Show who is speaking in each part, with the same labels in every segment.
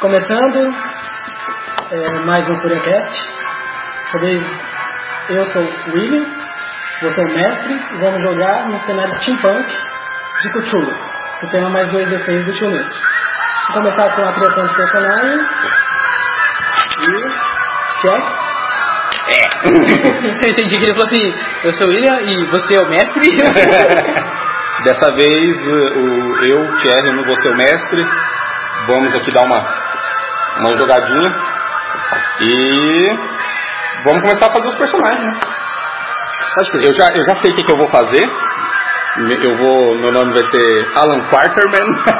Speaker 1: Começando é, mais um Curiacast. Talvez eu sou o William, você é o mestre, e vamos jogar no cenário steampunk de Cthulhu. Você tem mais dois defeitos do Tio Nick. Vou começar com a criação de personagens. E. Check.
Speaker 2: É.
Speaker 3: Eu entendi que ele falou assim, eu sou o William e você é o mestre.
Speaker 2: Dessa vez eh, o, eu, Thierry, não vou ser o mestre. Vamos aqui dar uma, uma jogadinha. E vamos começar a fazer os personagens, né? Eu já, eu já sei o que, que eu vou fazer. Me- Eu vou, meu nome vai ser Alan Quarterman.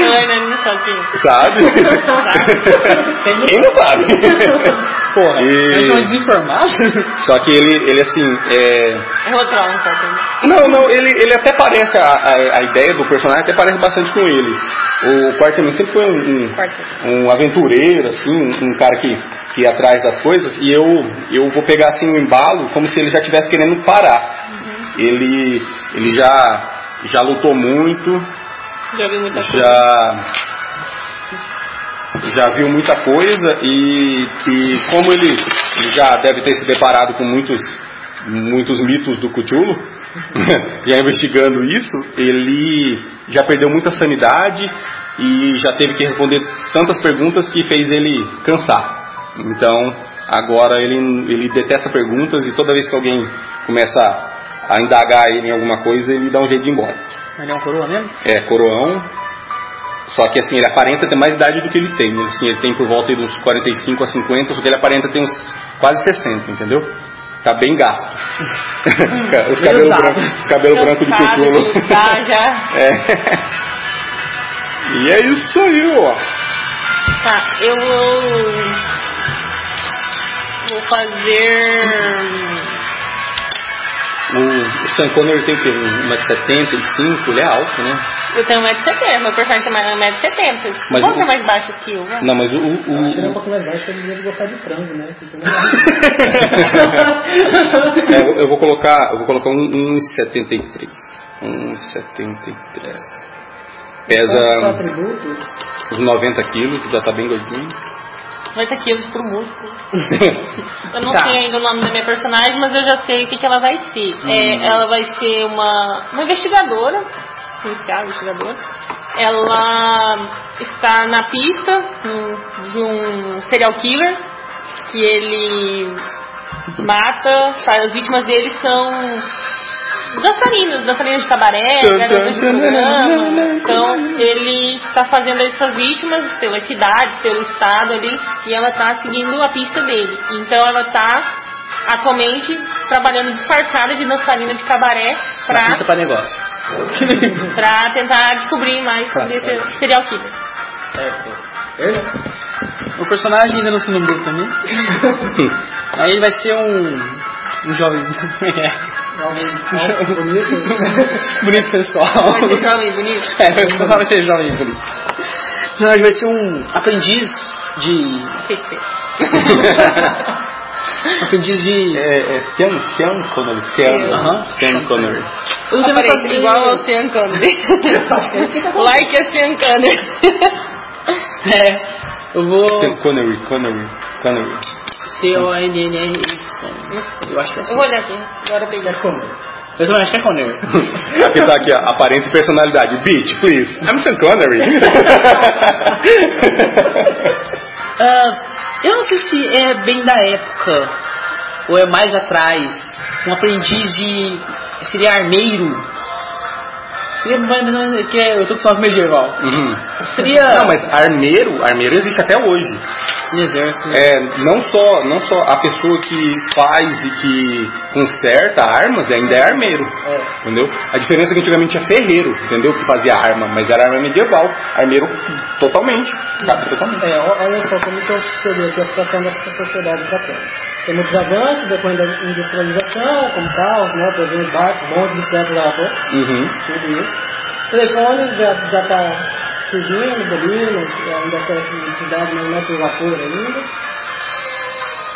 Speaker 4: Ai, não, é. ele não sabia.
Speaker 2: sabe? Quem não sabe?
Speaker 3: Porra,
Speaker 2: E-
Speaker 1: um
Speaker 3: eu tô desinformado.
Speaker 2: Só que ele, ele assim, é,
Speaker 4: Eu vou trocar um pouco.
Speaker 2: Não, não, ele, ele até parece, a, a, a ideia do personagem até parece bastante com ele. O Quarterman sempre foi um, um-
Speaker 4: Quarto.
Speaker 2: um aventureiro, assim, um, um cara que, que ia atrás das coisas, e eu, eu vou pegar assim um embalo como se ele já estivesse querendo parar. Ele, ele já, já lutou muito,
Speaker 4: Já vi muita coisa.
Speaker 2: já já viu muita coisa e, e como ele, ele já deve ter se deparado com muitos muitos mitos do Cthulhu, já investigando isso, ele já perdeu muita sanidade e já teve que responder tantas perguntas que fez ele cansar. Então, agora ele, ele detesta perguntas e toda vez que alguém começa a indagar ele em alguma coisa, ele dá um jeito de ir embora.
Speaker 3: Ele é um coroa mesmo?
Speaker 2: É, coroão. Só que assim, ele aparenta ter mais idade do que ele tem. né? Assim, ele tem por volta aí dos 45 a 50, só que ele aparenta ter uns quase 60, entendeu? Tá bem gasto. os cabelos
Speaker 3: usado.
Speaker 2: brancos os cabelo branco de
Speaker 4: Cansado de
Speaker 2: Cthulhu.
Speaker 4: lutar, já.
Speaker 2: É. E é isso aí, ó.
Speaker 4: Tá, eu vou. Vou fazer.
Speaker 2: O, o Sam Connery tem o quê? 1,75m? Ele é alto, né?
Speaker 4: Eu tenho 1,70m, meu personagem tem mais 1,70m.
Speaker 2: Mas
Speaker 4: Quanto
Speaker 2: o-
Speaker 4: é mais baixo que eu? né?
Speaker 2: Não, mas o. o,
Speaker 1: Acho que ele é um
Speaker 2: o-
Speaker 1: pouco mais baixo, ele deve gostar de frango, né? Porque não
Speaker 2: É, eu, eu vou colocar, eu vou colocar um 1,73. 1,73.
Speaker 4: ah,
Speaker 1: Os
Speaker 2: Pesa
Speaker 1: atributos,
Speaker 2: uns 90 quilos, que já tá bem gordinho.
Speaker 4: 90 quilos pro músculo. Eu não sei ainda o nome da minha personagem, mas eu já sei o que, que ela vai ser. É, ela vai ser uma, uma investigadora, policial, investigadora. Ela está na pista hum, de um serial killer que ele mata, sabe, as vítimas dele são dançarinos, dançarinos de cabaré, garotas de programa. Então ele está fazendo essas vítimas pela cidade, pelo estado ali, e ela está seguindo a pista dele. Então ela está atualmente trabalhando disfarçada de dançarina de cabaré
Speaker 3: Pra...
Speaker 2: é
Speaker 4: para
Speaker 3: pra negócio.
Speaker 4: pra tentar descobrir mais
Speaker 5: Tá
Speaker 4: sobre
Speaker 3: Pra
Speaker 4: esse serial killer.
Speaker 3: É, O personagem ainda não se lembrou também. Aí ele vai ser um. Um jovem.
Speaker 1: é algo algo bonito.
Speaker 3: bonito pessoal.
Speaker 4: Vai ser jovem bonito?
Speaker 3: É, o pessoal vai ser jovem bonito. O personagem vai ser um aprendiz de.
Speaker 4: Feiticeiro.
Speaker 3: Aprendiz de.
Speaker 2: É, é Sean, Sean Connery. Sean,
Speaker 3: Aham.
Speaker 2: Sean Connery.
Speaker 3: Eu também
Speaker 4: Aparente,
Speaker 3: faço-
Speaker 4: igual ao Sean Connery. like a Sean Connery.
Speaker 3: É. Eu vou
Speaker 2: Sean Connery, Connery, Connery.
Speaker 3: ser o NNR. Eu acho que é assim.
Speaker 4: Eu vou olhar aqui. Agora peguei.
Speaker 3: Eu também acho que é Conner.
Speaker 2: Aqui tá aqui, ó, aparência e personalidade. Bitch, please. I'm Sean Connery.
Speaker 3: Ah, eu não sei se é bem da época ou é mais atrás. Um aprendiz de. seria armeiro. Seria mais mais ou menos. que é- eu tô acostumado com medieval.
Speaker 2: Uhum.
Speaker 3: Seria.
Speaker 2: Não, mas armeiro, armeiro existe até hoje.
Speaker 3: No exército. né?
Speaker 2: É, não só, não só a pessoa que faz e que conserta armas ainda é armeiro,
Speaker 3: É.
Speaker 2: entendeu? A diferença é que antigamente tinha ferreiro, entendeu? Que fazia arma, mas era arma medieval. Armeiro totalmente. Cabe totalmente.
Speaker 1: É, o- olha só como que eu percebi aqui a situação da sociedade japonesa. Tem muitos avanços depois da industrialização, como carros, né, produzir barcos, bons bicicletas da vapor,
Speaker 2: Uhum.
Speaker 5: "Então,
Speaker 1: tudo isso. O telefone já está
Speaker 5: tá surgindo, Bolinas, ainda com essa entidade, mas não é pelo vapor ainda.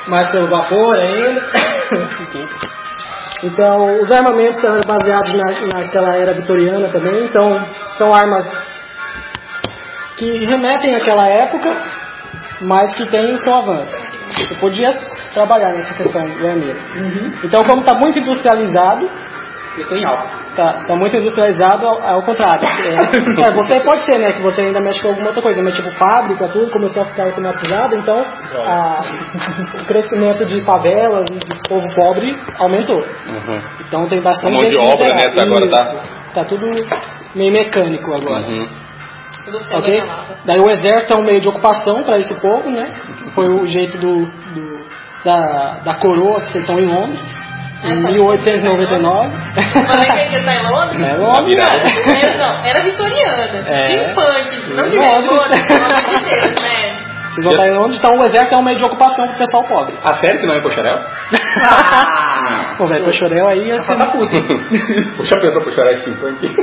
Speaker 5: Mas pelo vapor ainda. então, os armamentos eram baseados na, naquela era vitoriana também, então são armas que remetem àquela época, mas que têm o seu avanço. Eu podia trabalhar nessa questão do armeiro. Então, como está muito industrializado,
Speaker 6: Uhum. Eu tô em álcool.
Speaker 5: Tá, tá muito industrializado ao, ao contrário. É, é, você pode ser, né? Que você ainda mexe com alguma outra coisa, mas tipo fábrica, tudo começou a ficar automatizado, então a- o crescimento de favelas e de povo pobre aumentou.
Speaker 2: Uhum.
Speaker 5: Então tem bastante.
Speaker 2: A mão de
Speaker 5: gente
Speaker 2: obra, né,
Speaker 5: miserável.
Speaker 2: tá agora tá-
Speaker 5: Isso. Tá tudo meio mecânico agora.
Speaker 2: Uhum.
Speaker 4: Tudo que você
Speaker 5: Ok?
Speaker 4: vai falar.
Speaker 5: Daí o exército é um meio de ocupação para esse povo, né? Foi o jeito do, do- da, da coroa que vocês estão em Londres, em 1899.
Speaker 4: Ah, tá. Mas vai que você tá em Londres?
Speaker 5: É
Speaker 2: Tá
Speaker 5: Londres.
Speaker 2: virado.
Speaker 4: Era, não, era vitoriana.
Speaker 5: É.
Speaker 4: Tinha infante. Não tinha
Speaker 5: Londres.
Speaker 4: Londres, pelo amor de Deus, né?
Speaker 5: Vocês vão estar em Londres, então o exército é um meio de ocupação pro pessoal pobre.
Speaker 2: A sério que não é Poxarel?
Speaker 6: Ah,
Speaker 5: Pô, velho, Pochorel
Speaker 2: É
Speaker 5: aí assim, ia ser.
Speaker 2: Puxa a pessoa Poxarel é steampunk.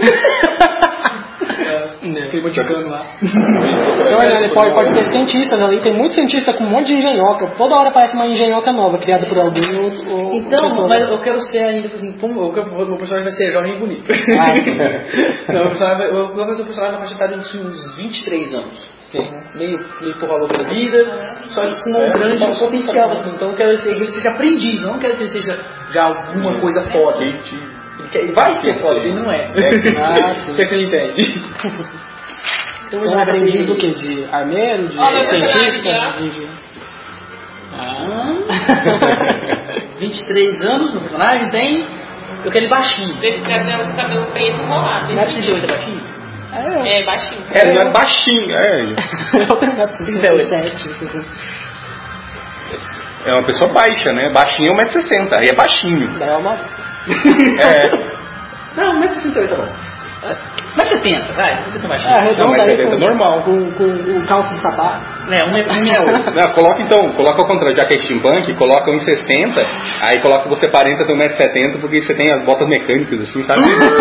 Speaker 2: É,
Speaker 5: Tem boticano lá. Então, olha, ele pode, pode ter cientistas ali, tem muito cientista com um monte de engenhoca. Toda hora parece uma engenhoca nova criada por alguém ou. ou
Speaker 6: então,
Speaker 5: pessoa.
Speaker 6: mas eu quero ser ainda, tipo assim, como, eu quero- meu personagem vai ser jovem e bonito.
Speaker 5: Ah, sim.
Speaker 6: Não, meu personagem vai, eu vou fazer um personagem na faixa etária de uns 23 anos.
Speaker 5: Então,
Speaker 6: Meio, meio por valor da vida, só que com um grande potencial, assim. Então eu quero ser, que ele seja aprendiz, eu não quero que ele seja já alguma coisa foda. Ele, quer- ele vai ser foda, ele não é.
Speaker 5: Ah, sim.
Speaker 6: O que é que ele impede?
Speaker 5: Então, um aprendiz do quê? De armeiro? De
Speaker 4: Ó, meu
Speaker 5: cientista?
Speaker 4: personagem,
Speaker 5: de-
Speaker 6: Ah, 23 anos, meu Ah, personagem tem. Eu quero ele baixinho.
Speaker 4: Desse cabelo, cabelo preto enrolado.
Speaker 6: Não é
Speaker 4: Esse
Speaker 6: possível ele é
Speaker 4: menino.
Speaker 6: baixinho?
Speaker 5: É,
Speaker 4: É, baixinho.
Speaker 2: É, não é baixinho, é.
Speaker 5: eu tenho gato.
Speaker 6: Velho.
Speaker 5: 57, 60.
Speaker 2: É uma pessoa baixa, né? Baixinho é 1,60m, aí é baixinho.
Speaker 5: Daí é uma.
Speaker 2: É,
Speaker 6: Não, 1,68 tá bom. 1,70, vai, você tá baixinho.
Speaker 5: É, arredonda
Speaker 2: mas
Speaker 5: aí
Speaker 2: é
Speaker 5: com,
Speaker 2: normal.
Speaker 5: Com, com o calço de sapato.
Speaker 6: É, 1,68.
Speaker 2: Não, coloca então, coloca ao contrário, já que é steampunk, coloca em 60, aí coloca você um 40 tem 1,70m, porque você tem as botas mecânicas, assim, sabe?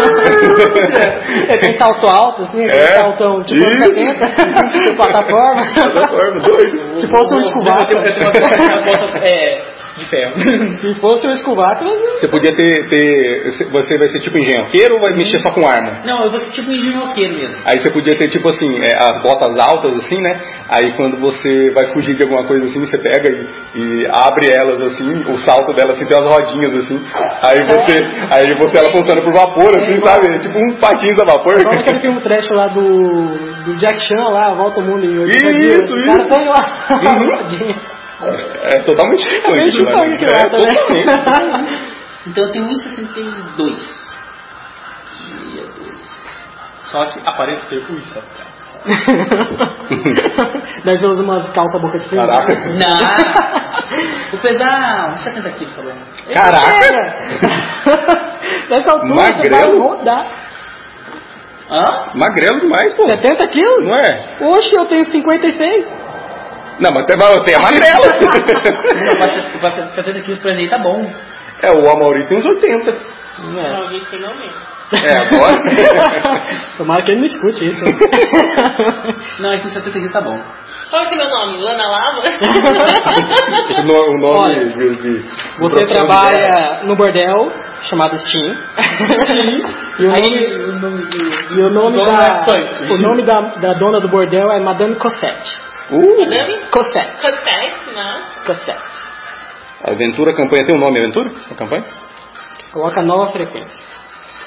Speaker 5: É, tem salto alto, assim, aquele
Speaker 2: É.
Speaker 5: saltão tipo anos
Speaker 2: Isso.
Speaker 5: 70, tipo plataforma.
Speaker 2: é Doido.
Speaker 5: Se fosse um escubaco,
Speaker 6: Eu tenho umas botas é, de ferro.
Speaker 5: se fosse um escubaco, eu-
Speaker 2: Você podia ter, ter- Você vai ser tipo engenhoqueiro ou vai mexer só com arma?
Speaker 6: Não, eu vou ser tipo um engenhoqueiro mesmo.
Speaker 2: Aí você podia ter, tipo assim, é, as botas altas, assim, né? Aí quando você vai fugir de alguma coisa assim, você pega e, e abre elas, assim, o salto delas, assim, tem umas rodinhas, assim.
Speaker 5: É.
Speaker 2: Aí você, aí você, ela funciona por vapor, assim, sabe? É Tipo um patins a vapor.
Speaker 5: igual aquele filme trash lá do, do Jack Chan lá, Volta ao Mundo em 80 dias.
Speaker 2: Isso,
Speaker 5: O cara
Speaker 2: isso.
Speaker 5: tem lá.
Speaker 2: Uhum.
Speaker 5: Rodinha.
Speaker 2: É totalmente
Speaker 5: É meio
Speaker 2: diferente, né?
Speaker 5: chupang aqui lá,
Speaker 2: É, totalmente.
Speaker 5: né?
Speaker 6: Então eu tenho 1,62. Só que aparenta ter com isso.
Speaker 5: Daí você usa umas calças boca de cima. né?
Speaker 2: Caraca.
Speaker 6: Não! Vou pesar uns 70 quilos, tá bom?
Speaker 2: Caraca!
Speaker 5: Cara! Nessa altura você vai
Speaker 2: Magrelo.
Speaker 5: rodar.
Speaker 6: Hã?
Speaker 5: É.
Speaker 2: Magrelo demais, pô.
Speaker 5: 70 quilos?
Speaker 2: Não é?
Speaker 5: Oxe, eu tenho 56.
Speaker 2: Não, mas tem, mas tem a
Speaker 6: Não,
Speaker 2: magrela.
Speaker 6: bate- bate- 70 quilos pra ele aí tá bom.
Speaker 2: é, o Amaury tem uns 80.
Speaker 4: Não, gente, pelo menos.
Speaker 2: É, agora.
Speaker 5: Tomara que ele não escute isso.
Speaker 6: Não, é que 70 quilos tá bom.
Speaker 4: Qual que é meu nome? Lana Lava?
Speaker 2: o no- o nome
Speaker 5: Olha,
Speaker 2: de, de-
Speaker 5: Você
Speaker 2: profissional de guerra.
Speaker 5: trabalha no bordel chamado Steam. E o nome,
Speaker 6: o nome do...
Speaker 5: e o nome
Speaker 6: o nome
Speaker 5: da,
Speaker 6: é punk.
Speaker 5: o nome da, da dona do bordel é Madame Cosette.
Speaker 2: Uh,
Speaker 4: Madame?
Speaker 5: Cosette.
Speaker 4: Cosette, né?
Speaker 5: Cosette.
Speaker 2: Aventura Campanha tem um nome, Aventura? A campanha?
Speaker 5: Coloca nova frequência.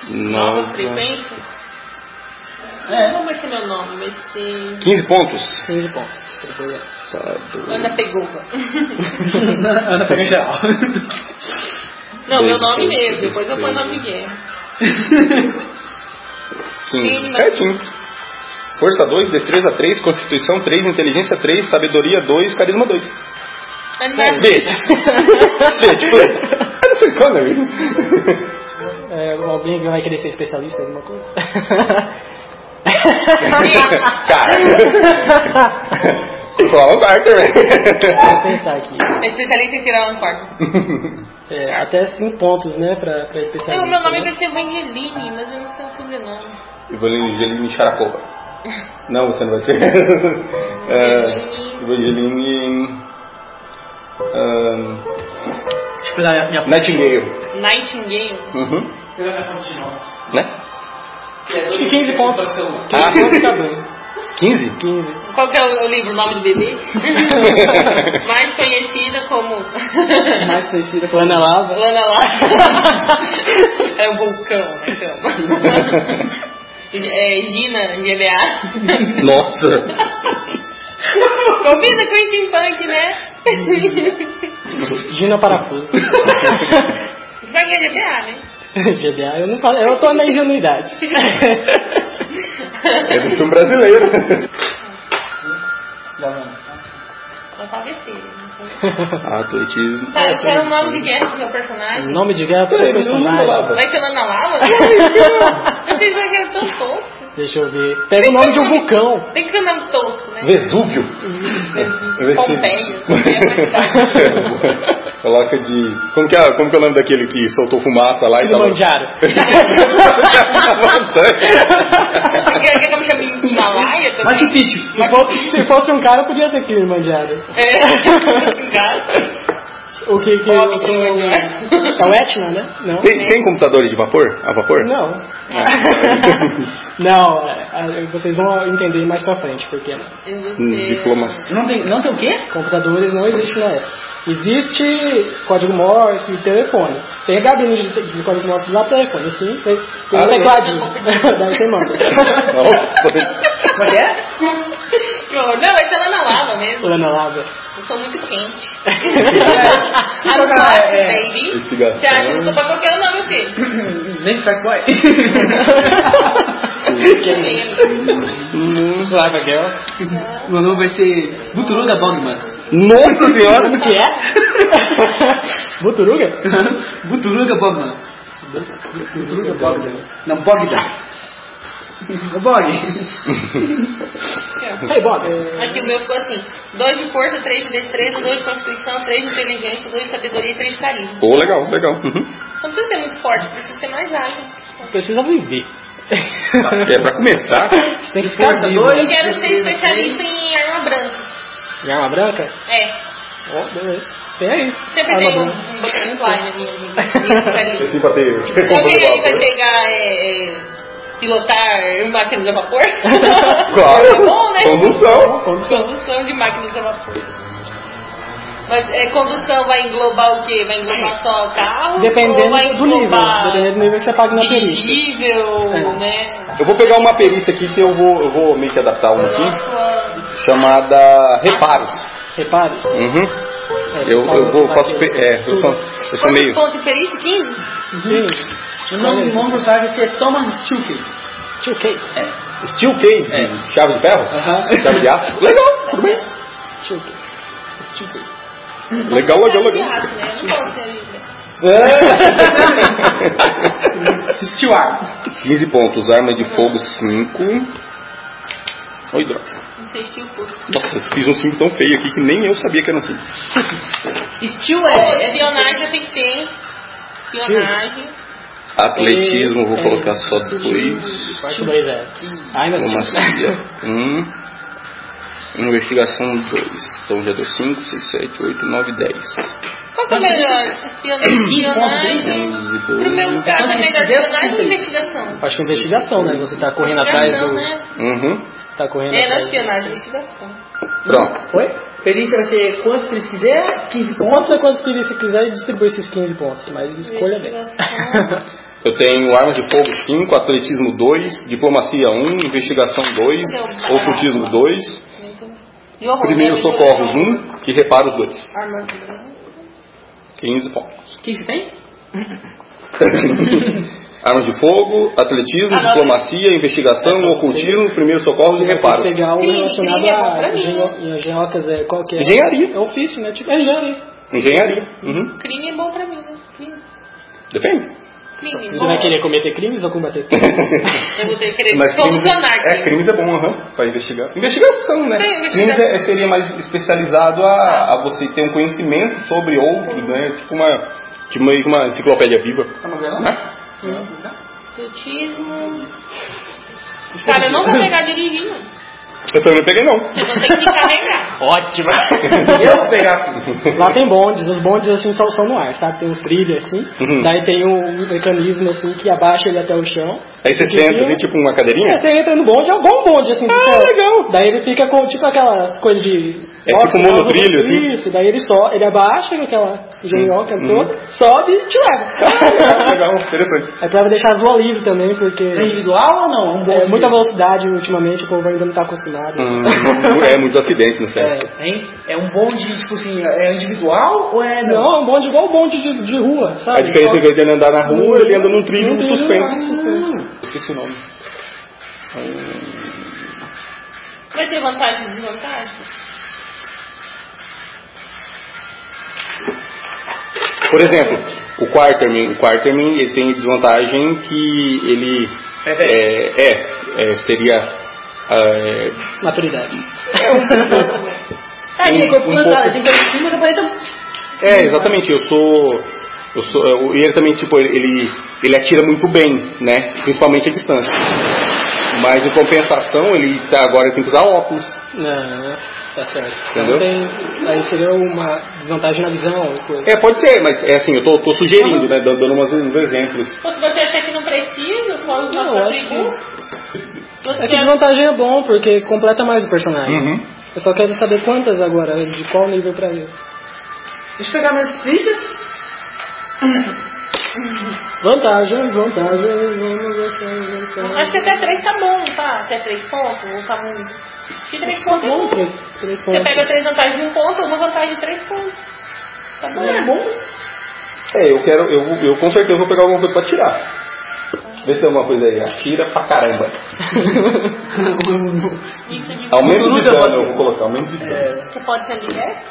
Speaker 4: Nova
Speaker 2: Não.
Speaker 4: frequência.
Speaker 6: É.
Speaker 4: Como vai ser meu nome? Vai ser...
Speaker 2: 15 pontos. Tá,
Speaker 5: 15 pontos.
Speaker 4: Ana Pegova.
Speaker 6: Ana pega geral.
Speaker 4: Não, meu
Speaker 2: Dois,
Speaker 4: nome
Speaker 2: dois, dois,
Speaker 4: mesmo. Depois eu ponho
Speaker 2: dois.
Speaker 4: nome de guerra.
Speaker 2: 15.
Speaker 4: Sim, mas-
Speaker 2: Certinho. Força 2, destreza 3, constituição 3, inteligência 3, sabedoria 2, carisma 2.
Speaker 4: Mas é vai-
Speaker 2: Bitch! Bitch, play! I don't think Connery.
Speaker 5: É, alguém vai querer ser especialista em alguma coisa?
Speaker 2: Cara, eu sou Alan Carter,
Speaker 5: Vou
Speaker 2: velho.
Speaker 5: pensar aqui.
Speaker 4: É especialista em tirar um quarto.
Speaker 5: É, até 5 pontos, né, pra, pra especialista.
Speaker 4: É, Meu nome
Speaker 5: né?
Speaker 4: vai ser Vangeline, mas eu não sei o sobrenome.
Speaker 2: Ivanilizei em Xaracova. Não, você não vai ser. é, Evangeline. ahn,
Speaker 6: Deixa eu pegar Tipo, minha, minha
Speaker 2: Nightingale.
Speaker 4: Nightingale.
Speaker 2: Uhum. Né?
Speaker 5: Acho que 15 pontos.
Speaker 2: Ah,
Speaker 5: tá bem.
Speaker 2: 15?
Speaker 5: 15.
Speaker 4: Qual que é o, o livro, o nome do bebê? Mais conhecida como...
Speaker 5: Mais conhecida como Ana Lava.
Speaker 4: Lana lá. é um vulcão, né? Então. É, Gina, GBA.
Speaker 2: Nossa!
Speaker 4: Combina com o steampunk, né?
Speaker 5: Gina Parafuso.
Speaker 4: Steampunk é GBA, né?
Speaker 5: GBA, eu não falo, eu tô na ingenuidade.
Speaker 2: É do filme brasileiro.
Speaker 4: Alfabetido.
Speaker 2: Ah, Atletismo.
Speaker 4: é né? Tá, eu quero o nome de guerra do meu personagem.
Speaker 5: Nome de guerra pro seu personagem.
Speaker 4: Vai ser Lana Lava? Eu pensei que era tão tosco.
Speaker 5: Deixa eu ver. Pega o nome de um vulcão.
Speaker 4: Tem que ser um nome tosco, né?
Speaker 2: Vesúvio.
Speaker 4: Pompeia. É, mas tá.
Speaker 2: Coloca de. Como que, é, como que é o nome daquele que soltou fumaça lá e tava.
Speaker 5: Kilimanjaro.
Speaker 2: Na montanha.
Speaker 4: Quer quer que eu me chame de Himalaia também?
Speaker 6: Machu Picchu.
Speaker 5: Se fosse, se fosse um cara, podia ser Kilimanjaro.
Speaker 4: É, obrigado.
Speaker 5: O que que...
Speaker 4: Óbvio que
Speaker 5: o-
Speaker 4: não é.
Speaker 5: É o Etna, né? Não?
Speaker 2: Tem, tem computadores de vapor? A vapor?
Speaker 5: Não. Não, é, é, vocês vão entender mais pra frente, porque
Speaker 4: Jesus
Speaker 2: Hum,
Speaker 5: É.
Speaker 4: Deus.
Speaker 2: Diplomacia.
Speaker 6: Não tem, não tem o quê?
Speaker 5: computadores não existem na época. Existe código Morse e telefone. Tem gabinete de, de código Morse lá pro telefone, sim. Tem, tem
Speaker 2: Ah,
Speaker 5: um
Speaker 2: legal.
Speaker 5: tecladinho. Daí você manda.
Speaker 2: Nossa.
Speaker 6: Como é que é?
Speaker 4: Não, vai ser lá na lava mesmo.
Speaker 5: Lana Lava.
Speaker 4: Eu sou muito quente.
Speaker 6: É.
Speaker 4: I'm hot,
Speaker 6: É.
Speaker 4: baby.
Speaker 2: Investigação.
Speaker 4: Você acha que eu sou pra qualquer um, não, meu filho?
Speaker 6: Nem Shark Boy.
Speaker 5: Lava Girl.
Speaker 6: Meu nome vai ser Buturuga Bogman.
Speaker 2: Nossa
Speaker 5: Como
Speaker 2: senhora!
Speaker 5: que é? Buturuga?
Speaker 6: Buturuga Bogman. Buturuga Bogdan. Não, Bogdan. O Bog.
Speaker 5: Hey, Bob.
Speaker 4: Aqui o meu ficou assim: 2 de força, 3 de destreza, 2 de constituição, 3 de inteligência, 2 de sabedoria e 3 de carisma.
Speaker 2: Pô, legal, legal. Uhum.
Speaker 4: Não precisa ser muito forte, precisa ser mais ágil.
Speaker 5: Precisa viver.
Speaker 2: É pra começar.
Speaker 5: Tem que ficar
Speaker 6: Força,
Speaker 5: vivo.
Speaker 6: dois.
Speaker 4: Eu quero ser especialista em arma branca.
Speaker 5: E arma branca?
Speaker 4: É,
Speaker 5: Ó, beleza. Tem aí.
Speaker 4: sempre
Speaker 5: arma
Speaker 4: tem um,
Speaker 5: branca.
Speaker 4: um botão fly na minha vida. Então
Speaker 2: Assim pra ter. ter
Speaker 4: quem aí vai
Speaker 2: computador de
Speaker 4: pegar, é, é, pilotar máquinas a vapor?
Speaker 2: vapor. Claro. Então,
Speaker 4: É bom, né?
Speaker 2: Condução.
Speaker 4: Condução de máquinas a vapor. Mas é, condução vai englobar o quê? Vai englobar só carro? ou vai
Speaker 5: Dependendo do nível.
Speaker 4: englobar
Speaker 5: Dependendo do nível que você paga na perícia.
Speaker 4: Dirigível,
Speaker 5: É.
Speaker 4: né?
Speaker 2: Eu vou pegar uma perícia aqui que eu vou, eu vou meio que adaptar uma aqui,
Speaker 4: Nossa,
Speaker 2: chamada reparos.
Speaker 5: Repare.
Speaker 2: Uhum.
Speaker 5: É,
Speaker 2: Eu, eu vou, faço. pe-
Speaker 5: Tudo.
Speaker 2: É, eu sou, eu sou
Speaker 4: quantos
Speaker 2: meio.
Speaker 4: pontos de perícia? 15?
Speaker 5: Sim.
Speaker 6: O nome do personagem vai ser Thomas É. Stilke.
Speaker 5: Tio K.
Speaker 2: Steel K, de
Speaker 6: É.
Speaker 2: chave de ferro? Chave de aço? Legal, tudo bem.
Speaker 5: Tio K. Tio K.
Speaker 2: Legal, legal,
Speaker 4: Tá
Speaker 2: legal.
Speaker 4: né? Não pode ser né? livre.
Speaker 6: Stewart.
Speaker 2: 15 pontos, arma de fogo 5. Oi, droga.
Speaker 4: Não sei, estilo puro.
Speaker 2: Nossa, fiz um 5 tão feio aqui que nem eu sabia que era um 5.
Speaker 6: Stewart
Speaker 4: Pô,
Speaker 6: é.
Speaker 4: espionagem eu tenho que ter. Espionagem.
Speaker 2: Atletismo, vou
Speaker 5: É,
Speaker 2: colocar só 2.
Speaker 5: Parte 2 é. Ai, meu Deus.
Speaker 2: Diplomacia 1. Investigação 2. Então já deu 5, 6, 7, 8, 9, 10.
Speaker 4: Qual que é o melhor? Espionagem. espionagem.
Speaker 2: 11,
Speaker 4: Pro meu
Speaker 2: 12.
Speaker 5: Então,
Speaker 4: caso, é melhor espionagem ou
Speaker 6: Deus,
Speaker 4: investigação?
Speaker 5: Acho que é investigação, né? Você tá correndo atrás do.
Speaker 4: Investigação, né?
Speaker 2: Uhum.
Speaker 5: Você tá correndo
Speaker 4: É, não é
Speaker 5: atrás.
Speaker 4: espionagem, é investigação.
Speaker 2: Pronto.
Speaker 5: Oi?
Speaker 6: Perícia vai ser quantos que eles quiser, 15
Speaker 5: Quantos
Speaker 6: pontos.
Speaker 5: é quantos perícia você quiser e distribui esses 15 pontos, mas escolha bem.
Speaker 4: Investigação.
Speaker 2: Eu tenho arma de fogo 5, atletismo 2, diplomacia 1, investigação 2, ocultismo 2,
Speaker 4: E horror,
Speaker 2: primeiro
Speaker 4: né?
Speaker 2: socorros 1 e reparos 2.
Speaker 4: Armas brancas.
Speaker 2: 15 pontos.
Speaker 6: O que você tem?
Speaker 2: Arma de fogo, atletismo,
Speaker 4: Ah, não.
Speaker 2: diplomacia, investigação, ocultismo, primeiro socorros e
Speaker 5: Tem que
Speaker 2: reparos.
Speaker 5: pegar um
Speaker 4: Sim,
Speaker 5: relacionado
Speaker 4: sim, é bom
Speaker 5: a
Speaker 4: pra mim.
Speaker 5: engenho- engenhocas, é qual que é?
Speaker 2: Engenharia.
Speaker 5: É ofício, né? Tipo, é engenharia.
Speaker 2: Engenharia. Uhum.
Speaker 4: Crime é bom pra mim, né? Crime.
Speaker 2: Depende.
Speaker 4: Crime.
Speaker 5: Você
Speaker 4: bom.
Speaker 5: vai querer cometer crimes ou combater?
Speaker 4: Eu vou ter que querer
Speaker 2: Mas crimes
Speaker 4: solucionar
Speaker 2: é, é,
Speaker 4: crime.
Speaker 2: crimes é bom, aham, pra investigar. Investigação, né?
Speaker 4: Sim, investigação.
Speaker 2: crimes é- é- seria mais especializado a, a você ter um conhecimento sobre outro, né? Tipo uma, tipo meio que uma Tá Né? enciclopédia viva.
Speaker 6: Tá uma vela?
Speaker 2: Né?
Speaker 4: Cultismo. Cara, eu não vou pegar dirigindo.
Speaker 2: Eu também não peguei, não.
Speaker 4: Eu vou ter que me carregar.
Speaker 6: Ótima!
Speaker 2: Eu vou pegar.
Speaker 5: Lá tem bondes, os bondes assim são, são no ar, sabe? Tem uns trilhos assim,
Speaker 2: Uhum.
Speaker 5: daí tem um, um mecanismo assim que abaixa ele até o chão.
Speaker 2: Aí você
Speaker 5: Fica em
Speaker 2: senta
Speaker 5: cima.
Speaker 2: assim, tipo uma
Speaker 5: É,
Speaker 2: cadeirinha?
Speaker 5: você entra no bonde, é um bom bonde assim. do
Speaker 2: Ah,
Speaker 5: céu.
Speaker 2: legal.
Speaker 5: Daí ele fica com tipo aquelas coisas de.
Speaker 2: É
Speaker 5: boxe,
Speaker 2: tipo um
Speaker 5: aquelas
Speaker 2: monotrilho,
Speaker 5: outras-
Speaker 2: assim?
Speaker 5: Isso, daí ele só, ele abaixa naquela joioca
Speaker 2: Uhum.
Speaker 5: toda, sobe e te
Speaker 2: Ah,
Speaker 5: leva.
Speaker 2: legal, interessante.
Speaker 5: é pra deixar as ruas livres também, porque.
Speaker 6: É individual ou não? Um bom
Speaker 5: É,
Speaker 6: dia.
Speaker 5: muita velocidade ultimamente, o povo ainda não tá acostumado.
Speaker 2: Hum, é muitos acidentes nessa
Speaker 6: É,
Speaker 2: época.
Speaker 6: hein? É um bonde, tipo assim, é individual ou é não?
Speaker 5: Não, é um bonde igual um bonde de, de rua, sabe?
Speaker 2: A diferença é que ele andar na rua, ele anda num trilho
Speaker 5: Num trilho,
Speaker 2: suspenso.
Speaker 5: suspenso.
Speaker 2: Esqueci o nome.
Speaker 4: Vai ter vantagem e desvantagem?
Speaker 2: Por exemplo, o Quarterman, o Quarterman ele tem desvantagem que ele é, é, é, seria é,
Speaker 5: Maturidade.
Speaker 6: Ah, tem
Speaker 2: Um-
Speaker 6: corpo
Speaker 2: um
Speaker 6: cansado,
Speaker 2: pouco.
Speaker 6: tem coisa em cima, outra coisa
Speaker 2: É, exatamente. Eu sou. Eu sou eu- e ele também, tipo, ele- ele, ele atira muito bem, né? Principalmente à distância. Mas em compensação, ele tá, agora tem que usar óculos.
Speaker 5: Não, tá certo.
Speaker 2: Entendeu?
Speaker 5: Então tem, aí seria uma desvantagem na visão. coisa.
Speaker 2: É, pode ser, mas é assim, eu tô, tô sugerindo, né? Dando dando umas- uns exemplos.
Speaker 4: Ou se você achar que não precisa, só usa
Speaker 5: Não,
Speaker 4: pra
Speaker 5: acho que-
Speaker 4: tribo, Você
Speaker 5: É que
Speaker 2: Uhum.
Speaker 5: desvantagem é bom, porque completa mais o personagem. Eu só quero saber quantas agora, de qual nível pra ele.
Speaker 6: Deixa eu pegar minhas fichas.
Speaker 5: Vantagem, vantagem, vamos ver se é.
Speaker 4: Acho que até 3 tá bom, não tá? Até 3 pontos, ou tá muito. Acho que 3 pontos é
Speaker 5: Tá Bom,
Speaker 4: bom.
Speaker 5: três, três
Speaker 4: Você
Speaker 5: pontos.
Speaker 4: pega 3 vantagens de um ponto, uma vantagem de 3 pontos. Tá bom,
Speaker 6: É
Speaker 4: é
Speaker 6: bom.
Speaker 4: bom.
Speaker 2: É, eu quero, eu, vou- eu com certeza vou pegar alguma coisa pra atirar. Vê se tem alguma coisa aí. Atira pra caramba.
Speaker 4: Isso de
Speaker 2: Aumento de
Speaker 6: Nunca
Speaker 2: dano
Speaker 6: pode-
Speaker 2: eu vou colocar, aumento de dano.
Speaker 4: que pode ser direto.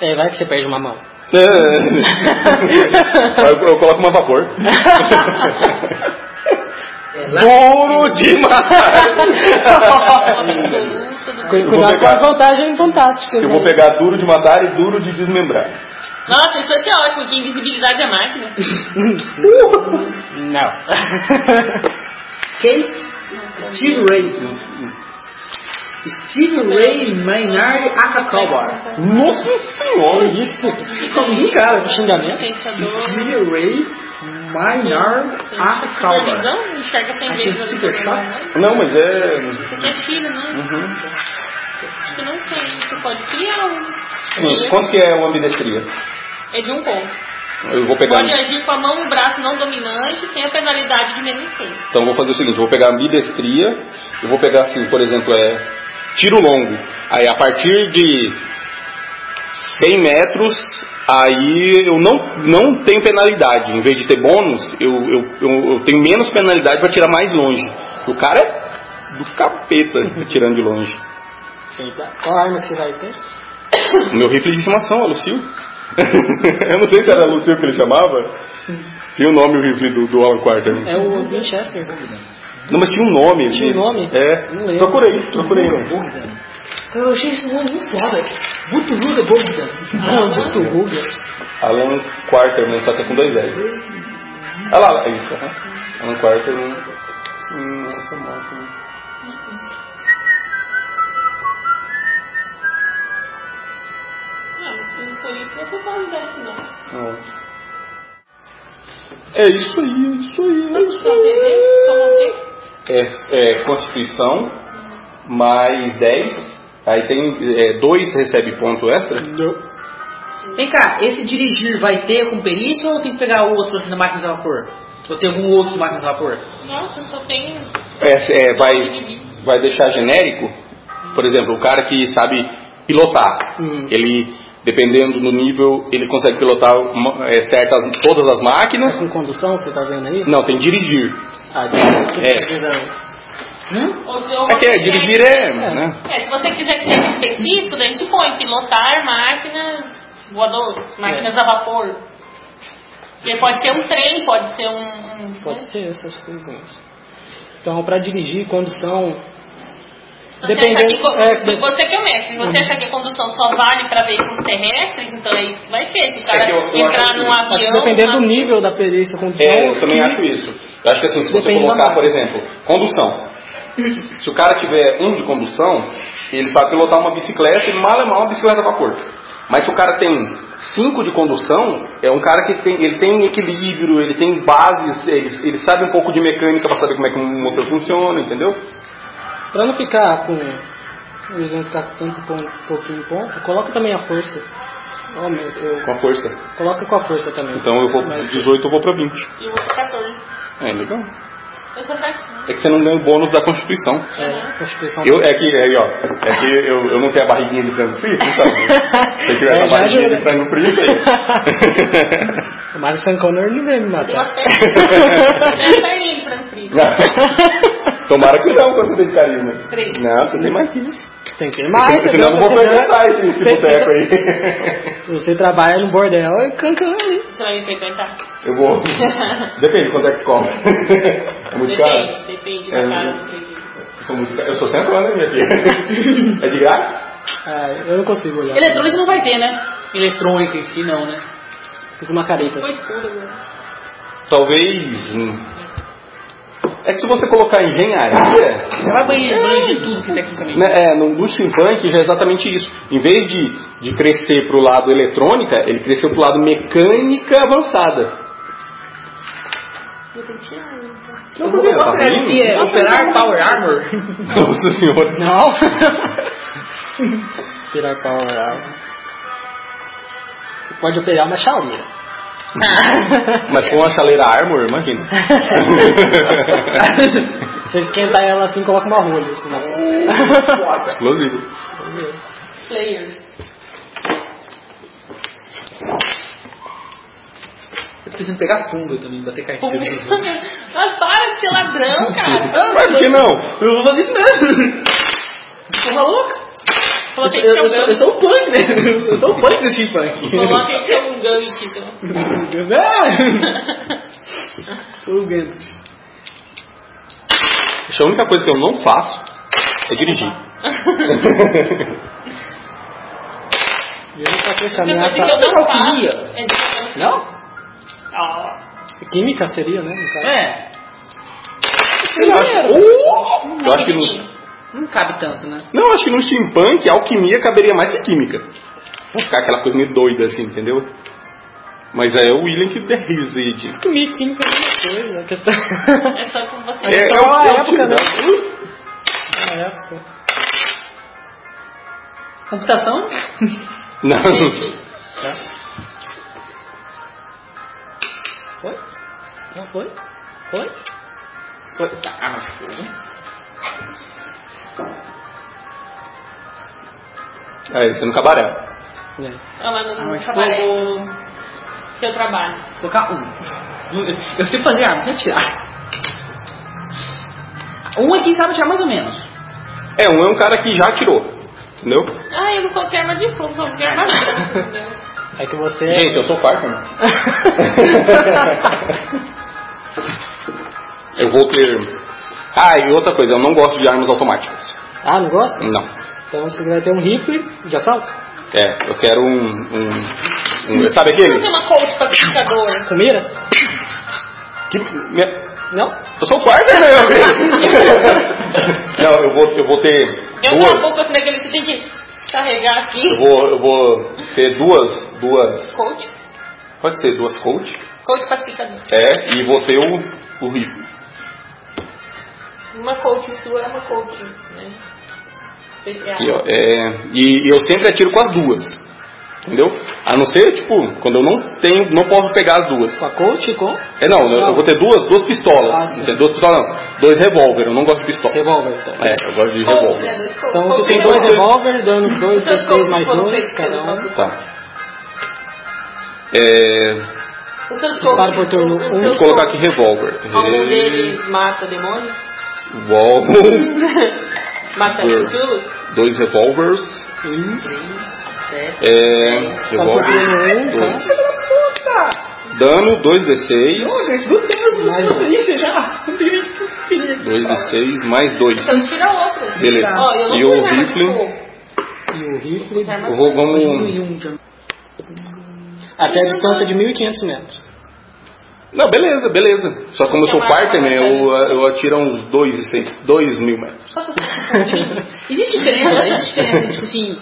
Speaker 5: É, vai que você perde uma mão.
Speaker 2: É. eu, eu coloco uma vapor.
Speaker 6: É, lá-
Speaker 2: Duro demais!
Speaker 5: Cu-
Speaker 2: vou
Speaker 5: Cuidado com
Speaker 2: pegar.
Speaker 5: as vantagens fantásticas.
Speaker 2: Eu vou
Speaker 5: né?
Speaker 2: pegar duro de matar e duro de desmembrar.
Speaker 4: Nossa, isso vai ser ótimo, que invisibilidade é máquina.
Speaker 6: Kate Steve Ray. Steve Ray Maynard Akakawa.
Speaker 2: Nossa senhora!
Speaker 5: Isso, complicado, que xingamento.
Speaker 4: Pensador.
Speaker 6: Steve Ray Maynard
Speaker 2: Ah,
Speaker 6: Akakawa.
Speaker 4: Supervisão? Enxerga sem ver.
Speaker 6: Aqui, super shot.
Speaker 2: Não, mas é.
Speaker 4: Isso aqui é tiro, né?
Speaker 2: Uhum.
Speaker 4: Acho que não tem. Você pode criar
Speaker 2: Mas
Speaker 4: um.
Speaker 2: Quanto que é o ambidestria?
Speaker 4: É de um ponto.
Speaker 2: Eu vou pegar. um.
Speaker 4: Pode agir com a mão e o braço não dominante, tem a penalidade de menos 6.
Speaker 2: Então eu vou fazer o seguinte: eu vou pegar ambidestria, eu vou pegar assim, por exemplo, é. Tiro longo. Aí a partir de 100 metros, aí eu não, não tenho penalidade. Em vez de ter bônus, eu, eu, eu, eu tenho menos penalidade pra tirar mais longe. O cara é do capeta tirando de longe.
Speaker 5: tá. Qual arma que você vai ter?
Speaker 2: O meu rifle de estimação, é Lucio. eu não sei se era Lucio que ele chamava. Tinha o nome o rifle do, do Alan Quarterman.
Speaker 5: É o Winchester.
Speaker 2: Não, mas tinha um nome.
Speaker 5: Tinha um
Speaker 2: ele-
Speaker 5: nome? Não
Speaker 2: É.
Speaker 5: lembro.
Speaker 2: Procurei, procurei.
Speaker 6: Eu achei esse nome muito foda. Buturuga Bogdan.
Speaker 2: Ah,
Speaker 5: Não, muito ruga.
Speaker 2: Alan Quarterman, só que é com dois L. Ah lá, lá, é isso. aham. Alan Quarterman. Hum, Nossa, nossa.
Speaker 4: Não, se Ah, não for isso, você pode usar isso não.
Speaker 2: nossa. um É isso aí, é isso aí, é isso
Speaker 4: Só
Speaker 2: aí.
Speaker 4: beber, só manter.
Speaker 2: É, é Constituição, mais 10. Aí tem 2 recebe ponto extra.
Speaker 6: Vem cá, esse dirigir vai ter com perícia ou tem que pegar outro na máquina de vapor? Ou tem algum outro de máquina de vapor?
Speaker 4: Nossa, só tem.
Speaker 2: É, é, vai, vai deixar genérico. Por exemplo, o cara que sabe pilotar,
Speaker 5: Hum.
Speaker 2: ele, dependendo do nível, ele consegue pilotar uma- é, certas, todas as máquinas.
Speaker 5: Com condução, você tá vendo aí?
Speaker 2: Não, tem dirigir.
Speaker 5: Ah, de-
Speaker 2: É.
Speaker 6: Hum?
Speaker 4: Ou se ou
Speaker 2: É que é,
Speaker 4: você
Speaker 2: dirigir
Speaker 4: quer-
Speaker 2: é. Né?
Speaker 4: É, se você quiser que seja específico, daí a gente põe pilotar máquinas voadoras, máquinas a vapor. E pode ser um trem, pode ser um. um-
Speaker 5: Pode ser essas coisas. Então, pra dirigir, condução.
Speaker 4: Se você achar
Speaker 5: Dependendo.
Speaker 4: que, co-
Speaker 5: é,
Speaker 4: se você que é o mestre, se você achar que a condução só vale para veículos terrestres, Então é isso que vai ser. Se o
Speaker 2: É
Speaker 4: cara
Speaker 2: que eu- eu
Speaker 4: entrar
Speaker 2: acho-
Speaker 4: num
Speaker 2: acho
Speaker 4: avião. tá,
Speaker 5: Acho que dependendo do
Speaker 4: numa-
Speaker 5: nível da perícia condição.
Speaker 2: É, eu também acho isso. Eu acho que assim, se você
Speaker 5: Depende da marca.
Speaker 2: colocar, por exemplo, condução. Se o cara tiver um de condução, ele sabe pilotar uma bicicleta e mal é mal uma bicicleta a vapor. Mas se o cara tem cinco de condução, é um cara que tem, ele tem equilíbrio, ele tem bases, ele, ele sabe um pouco de mecânica para saber como é que um motor funciona, entendeu?
Speaker 5: Pra não ficar com. O exemplo ficar tanto com um pouquinho em ponto, coloca também a força. Ó, meu, eu-
Speaker 2: Com a força.
Speaker 5: Coloca com a força também.
Speaker 2: Então eu vou
Speaker 5: Mas-
Speaker 2: de 18 eu vou pra 20.
Speaker 4: E o outro 14.
Speaker 2: É legal.
Speaker 4: Eu sou fraquinha.
Speaker 2: É que você não ganha o bônus da Constituição.
Speaker 5: É, Constituição.
Speaker 2: Eu, é que, aí, ó, é que eu, eu não tenho a barriguinha de frango frito, sabe? Se eu tiver
Speaker 5: É,
Speaker 2: essa
Speaker 5: já
Speaker 2: barriguinha
Speaker 5: ajuda.
Speaker 2: de frango frito, aí.
Speaker 5: O tá Mário Sancona não vem me
Speaker 4: Tem umas
Speaker 5: matar.
Speaker 4: perninhas. Tem umas perninhas de frango frito.
Speaker 2: Tomara que não, quando você tem de carisma.
Speaker 4: Três.
Speaker 2: Não, você tem mais que isso.
Speaker 5: Tem que ter mais.
Speaker 2: Se- Senão eu não vou
Speaker 5: entendeu?
Speaker 2: frequentar esse, esse
Speaker 5: Tem-
Speaker 2: boteco aí.
Speaker 5: Você trabalha no bordel e cancana ali.
Speaker 4: Você vai então? me frequentar?
Speaker 2: Eu vou. Depende quanto é que come. É muito caro.
Speaker 4: Depende, depende
Speaker 2: É.
Speaker 4: da casa do serviço.
Speaker 2: Se for muito caro. Eu sou centrando, hein, minha filha? É de graça?
Speaker 5: Ah, eu não consigo olhar.
Speaker 6: é
Speaker 4: Eletrônico não vai ter, né?
Speaker 6: Eletrônica em si não, né?
Speaker 5: Fiz uma careta.
Speaker 4: Ficou escuro né? agora.
Speaker 2: Talvez. hum. É que se você colocar engenharia,
Speaker 6: Ela vai abranger tudo que tecnicamente.
Speaker 2: Né, é, no, no steampunk já é exatamente isso. Em vez de, de crescer para o lado eletrônica, ele cresceu para o lado mecânica avançada.
Speaker 4: Eu tenho que tirar ele, então.
Speaker 2: Não, por que tá ruim?
Speaker 6: é operar Power Armor.
Speaker 2: Nossa senhora.
Speaker 5: Não! Operar power armor. Você pode operar uma chaleira.
Speaker 2: Mas com a chaleira Armor, imagina.
Speaker 5: Se eu esquentar ela assim, coloca uma rolha. Assim, na
Speaker 2: Explosivo.
Speaker 4: Players.
Speaker 6: Eu preciso pegar funga também, bater carteira.
Speaker 4: Mas para de ser ladrão, cara.
Speaker 2: Mas por que não?
Speaker 6: Eu vou fazer isso mesmo. Porra louca.
Speaker 4: Coloquei
Speaker 6: Eu,
Speaker 4: que um
Speaker 6: eu, sou- eu sou o punk, né? Eu sou o punk desse punk.
Speaker 4: Coloquei que é um gancho, então.
Speaker 6: Né?
Speaker 5: Sou o Gantz.
Speaker 2: Isso é a única coisa que eu não faço é dirigir.
Speaker 5: Eu já passei essa
Speaker 4: Uma coisa
Speaker 5: ameaça.
Speaker 4: que eu não
Speaker 6: alquimia.
Speaker 4: faço é de-
Speaker 6: Não?
Speaker 4: Ó.
Speaker 5: Química seria, né? No caso.
Speaker 6: É.
Speaker 2: eu, acho,
Speaker 5: Uh!
Speaker 2: uh, eu acho que no,
Speaker 4: Pequenininho.
Speaker 6: Não cabe tanto, né?
Speaker 2: não, eu acho que no steampunk a alquimia caberia mais que química. Vai ficar aquela coisa meio doida assim, entendeu? Mas aí é o William que decide.
Speaker 5: Química, química é a mesma coisa. A questão.
Speaker 4: É só com você.
Speaker 2: É,
Speaker 5: Só uma
Speaker 2: é o- é o
Speaker 5: época,
Speaker 2: time,
Speaker 5: né?
Speaker 2: né?
Speaker 5: Na época.
Speaker 6: Computação?
Speaker 2: Não.
Speaker 5: Foi? Não foi? Foi?
Speaker 6: Foi. Ah, mas foi.
Speaker 2: É, isso é no cabaré.
Speaker 5: É.
Speaker 4: Ah, mas
Speaker 6: Ah,
Speaker 4: não
Speaker 6: mas
Speaker 4: trabalhei.
Speaker 6: foi.
Speaker 4: Seu trabalho.
Speaker 6: Colocar um. Eu- Eu sei fazer arma, sei tirar. Um aqui sabe tirar mais ou menos.
Speaker 2: É, um é um cara que já atirou. Entendeu?
Speaker 4: Ah, eu não coloquei arma de fogo, só coloquei arma de fogo, entendeu?
Speaker 5: É que você.
Speaker 2: Gente, eu sou Farfan. eu vou ter. Ah, e outra coisa, eu não gosto de armas automáticas.
Speaker 5: ah, não gosta?
Speaker 2: Não.
Speaker 5: Então você vai ter um rifle de assalto?
Speaker 2: É, eu quero um. um, um- sabe
Speaker 4: Não
Speaker 2: aquele?
Speaker 4: tem uma coach pacificadora.
Speaker 5: Com mira?
Speaker 2: Que- minha-
Speaker 5: Não?
Speaker 2: eu sou o Farfan, né, meu filho? Não, eu vou, eu vou ter.
Speaker 4: Eu
Speaker 2: duas.
Speaker 4: uma boca assim daquele que você tem que carregar
Speaker 2: Eu
Speaker 4: aqui.
Speaker 2: vou, eu vou ter duas. Duas.
Speaker 4: Coach.
Speaker 2: Pode ser duas coach.
Speaker 4: Coach pacificadora.
Speaker 2: É, e vou ter o, o rifle.
Speaker 4: Uma coach sua é uma coach, né? Especial.
Speaker 2: E, ó, é, e- e eu sempre atiro com as duas. Entendeu? A não ser, tipo, quando eu não tenho, não posso pegar as duas.
Speaker 5: Com a coach com
Speaker 2: É não, eu, eu vou ter duas, duas pistolas.
Speaker 5: Ah, sim.
Speaker 2: entendeu? duas pistolas não, dois revólver, eu não gosto de pistola.
Speaker 5: revólver. Então,
Speaker 2: É, eu gosto de
Speaker 4: Coach,
Speaker 2: revólver.
Speaker 4: né? Dois coach.
Speaker 5: então
Speaker 4: Coach
Speaker 5: você tem
Speaker 4: é
Speaker 5: dois
Speaker 4: uma-
Speaker 2: revólver.
Speaker 5: revólver, dando dois,
Speaker 4: Seus
Speaker 5: dois, três
Speaker 4: coaches
Speaker 5: mais
Speaker 4: foram
Speaker 5: dois,
Speaker 4: feitos
Speaker 5: cada
Speaker 4: pelo
Speaker 5: um.
Speaker 4: próprio-
Speaker 2: Tá. É,
Speaker 4: Os seus
Speaker 5: Disparo por
Speaker 4: coaches.
Speaker 5: turno
Speaker 4: os
Speaker 5: um.
Speaker 4: seus
Speaker 2: vou colocar aqui
Speaker 4: coaches.
Speaker 2: revólver.
Speaker 4: Algum deles mata demônios?
Speaker 2: Revólver.
Speaker 4: mata
Speaker 2: Por-
Speaker 4: chulos?
Speaker 2: Dois revólvers.
Speaker 6: Certo.
Speaker 2: É,
Speaker 5: procurando
Speaker 2: revólver.
Speaker 5: um,
Speaker 2: dois.
Speaker 5: tá?
Speaker 2: Dano, 2d6.
Speaker 6: Meu Deus,
Speaker 5: não sou
Speaker 6: polícia já.
Speaker 2: 2d6 mais 2.
Speaker 4: Então tira outro.
Speaker 2: Beleza.
Speaker 4: Ó, eu
Speaker 2: E
Speaker 4: não
Speaker 2: o
Speaker 4: fui nada de
Speaker 2: rifle?
Speaker 4: fogo.
Speaker 5: E o rifle.
Speaker 2: Eu vou, vamos.
Speaker 6: um já.
Speaker 5: Até a distância de 1.500 metros.
Speaker 2: Não, beleza, beleza. Só que como eu sou Parker, né, eu, eu atiro uns 2 e seis- dois mil metros.
Speaker 6: Existe
Speaker 4: É,
Speaker 6: diferença,
Speaker 4: né?
Speaker 6: existe diferença, tipo assim.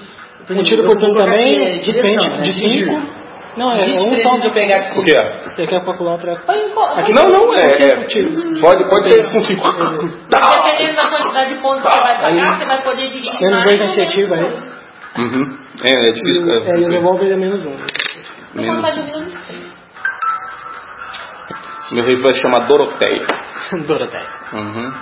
Speaker 6: por
Speaker 5: Um
Speaker 6: exemplo,
Speaker 5: tiro
Speaker 6: eu-
Speaker 5: curtinho
Speaker 6: eu coloquei,
Speaker 5: também
Speaker 6: é,
Speaker 5: depende
Speaker 6: direção, né?
Speaker 5: de
Speaker 6: Dirigir.
Speaker 5: 5. Não, é
Speaker 6: Existe
Speaker 5: um
Speaker 6: diferença
Speaker 5: só de
Speaker 6: de né? pegar
Speaker 5: pegar.
Speaker 2: O que é?
Speaker 5: Eu quero calcular pra.
Speaker 4: Foi um pouco.
Speaker 2: Não, não, é. Tá. é- pode, pode ser isso com cinco.
Speaker 4: Dependendo da quantidade de pontos que você
Speaker 2: Tá.
Speaker 4: vai pagar, você vai poder dirigir.
Speaker 5: Menos
Speaker 4: mais um
Speaker 5: 2 na
Speaker 4: ou
Speaker 6: um
Speaker 4: menos
Speaker 5: iniciativa, é
Speaker 4: dois.
Speaker 5: isso?
Speaker 2: Uhum. É, é difícil.
Speaker 5: E, é, e o
Speaker 2: cara.
Speaker 5: revólver é menos 1.
Speaker 4: Então, quando vai jogando, não sei.
Speaker 2: Meu rei vai chamar Doroteia.
Speaker 5: Doroteia.
Speaker 2: Uhum.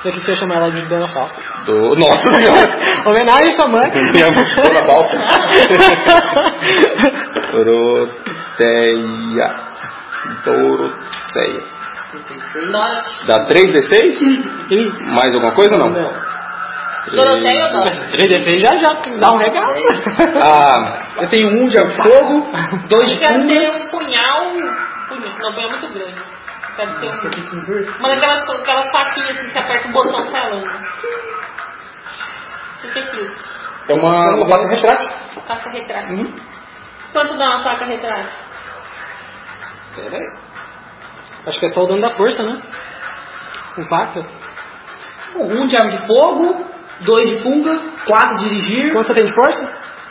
Speaker 5: Isso aqui você ia chamar ela de Dona Falsa.
Speaker 2: Do... Nossa senhora!
Speaker 5: Homenagem à sua mãe.
Speaker 2: Dona Balsa. Doroteia. Doroteia. Dá 3d6?
Speaker 5: Ih,
Speaker 2: Mais alguma coisa ou não?
Speaker 5: não.
Speaker 4: Doroteia ou Dora?
Speaker 5: 3D6 já já dá um legal.
Speaker 2: Ah,
Speaker 6: Eu tenho um de fogo, dois de
Speaker 4: Eu quero
Speaker 6: cumba.
Speaker 4: ter
Speaker 5: Hum.
Speaker 4: um punhal. punhal- Não, um punhal muito grande. Eu Quero ter um. Uma daquelas aquelas faquinhas assim que você aperta o botão sai a lâmina. Isso que é isso?
Speaker 2: é uma, uma placa retrátil.
Speaker 4: Placa retrato.
Speaker 5: Hum?
Speaker 4: Quanto dá uma placa retrato?
Speaker 6: Pera aí.
Speaker 5: Acho que é só o dano da força, né? Com faca.
Speaker 6: Um de arma de fogo, dois de punga, quatro de dirigir,
Speaker 5: Quanto você tem de força?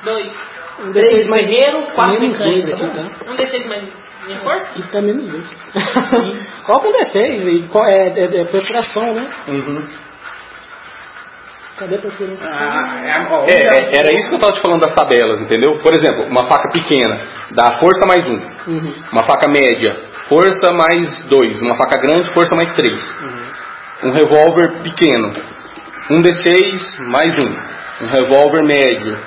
Speaker 4: Dois.
Speaker 5: Um
Speaker 6: três de
Speaker 5: mais-
Speaker 6: guerreiro, quatro
Speaker 5: menos dois
Speaker 6: mecânicos.
Speaker 5: aqui,
Speaker 6: Tá bom?
Speaker 5: tá?
Speaker 4: Um D6 mais minha força?
Speaker 5: Aqui tá menos 2. qual que é o D6? E qual é, é, é procuração, né?
Speaker 2: Uhum.
Speaker 5: Cadê a procuração?
Speaker 6: Ah, é, ó,
Speaker 2: É,
Speaker 6: um de arma
Speaker 2: é, era isso que eu tava te falando das tabelas, entendeu? Por exemplo, uma faca pequena dá força mais um.
Speaker 5: Uhum.
Speaker 2: Uma faca média, força mais dois. Uma faca grande, força mais três. Um revólver pequeno, um D6 mais um. Um revólver médio,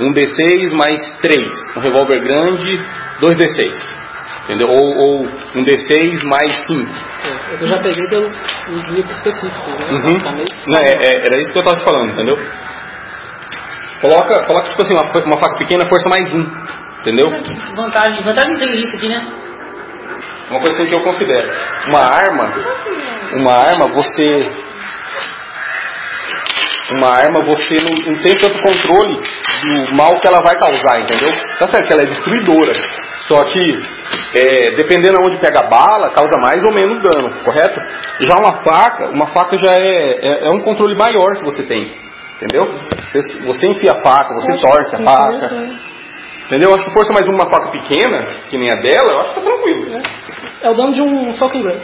Speaker 2: um D6 mais três. Um revólver grande, dois D6. Entendeu? Ou, ou um D6 mais cinco.
Speaker 5: É, eu já peguei pelos os livros específicos, né?
Speaker 2: Uhum.
Speaker 5: Tá meio...
Speaker 2: Não, é- é- era isso que eu tava te falando, entendeu? Coloca, coloca tipo assim, uma, fa- uma faca pequena, força mais um. Entendeu?
Speaker 6: Vantagem, vantagem de delícia aqui, né?
Speaker 2: Uma coisa assim que eu considero. Uma arma, uma arma você. Uma arma você não, não tem tanto controle do mal que ela vai causar, entendeu? Tá certo que ela é destruidora. Só que, é, dependendo aonde pega a bala, causa mais ou menos dano, correto? Já uma faca, uma faca já é, é, é um controle maior que você tem, entendeu? Você, você enfia a faca, você torce a faca. Entendeu? Acho que força mais uma faca pequena, que nem a dela, eu acho que tá tranquilo.
Speaker 5: É o dano de um soco inglês.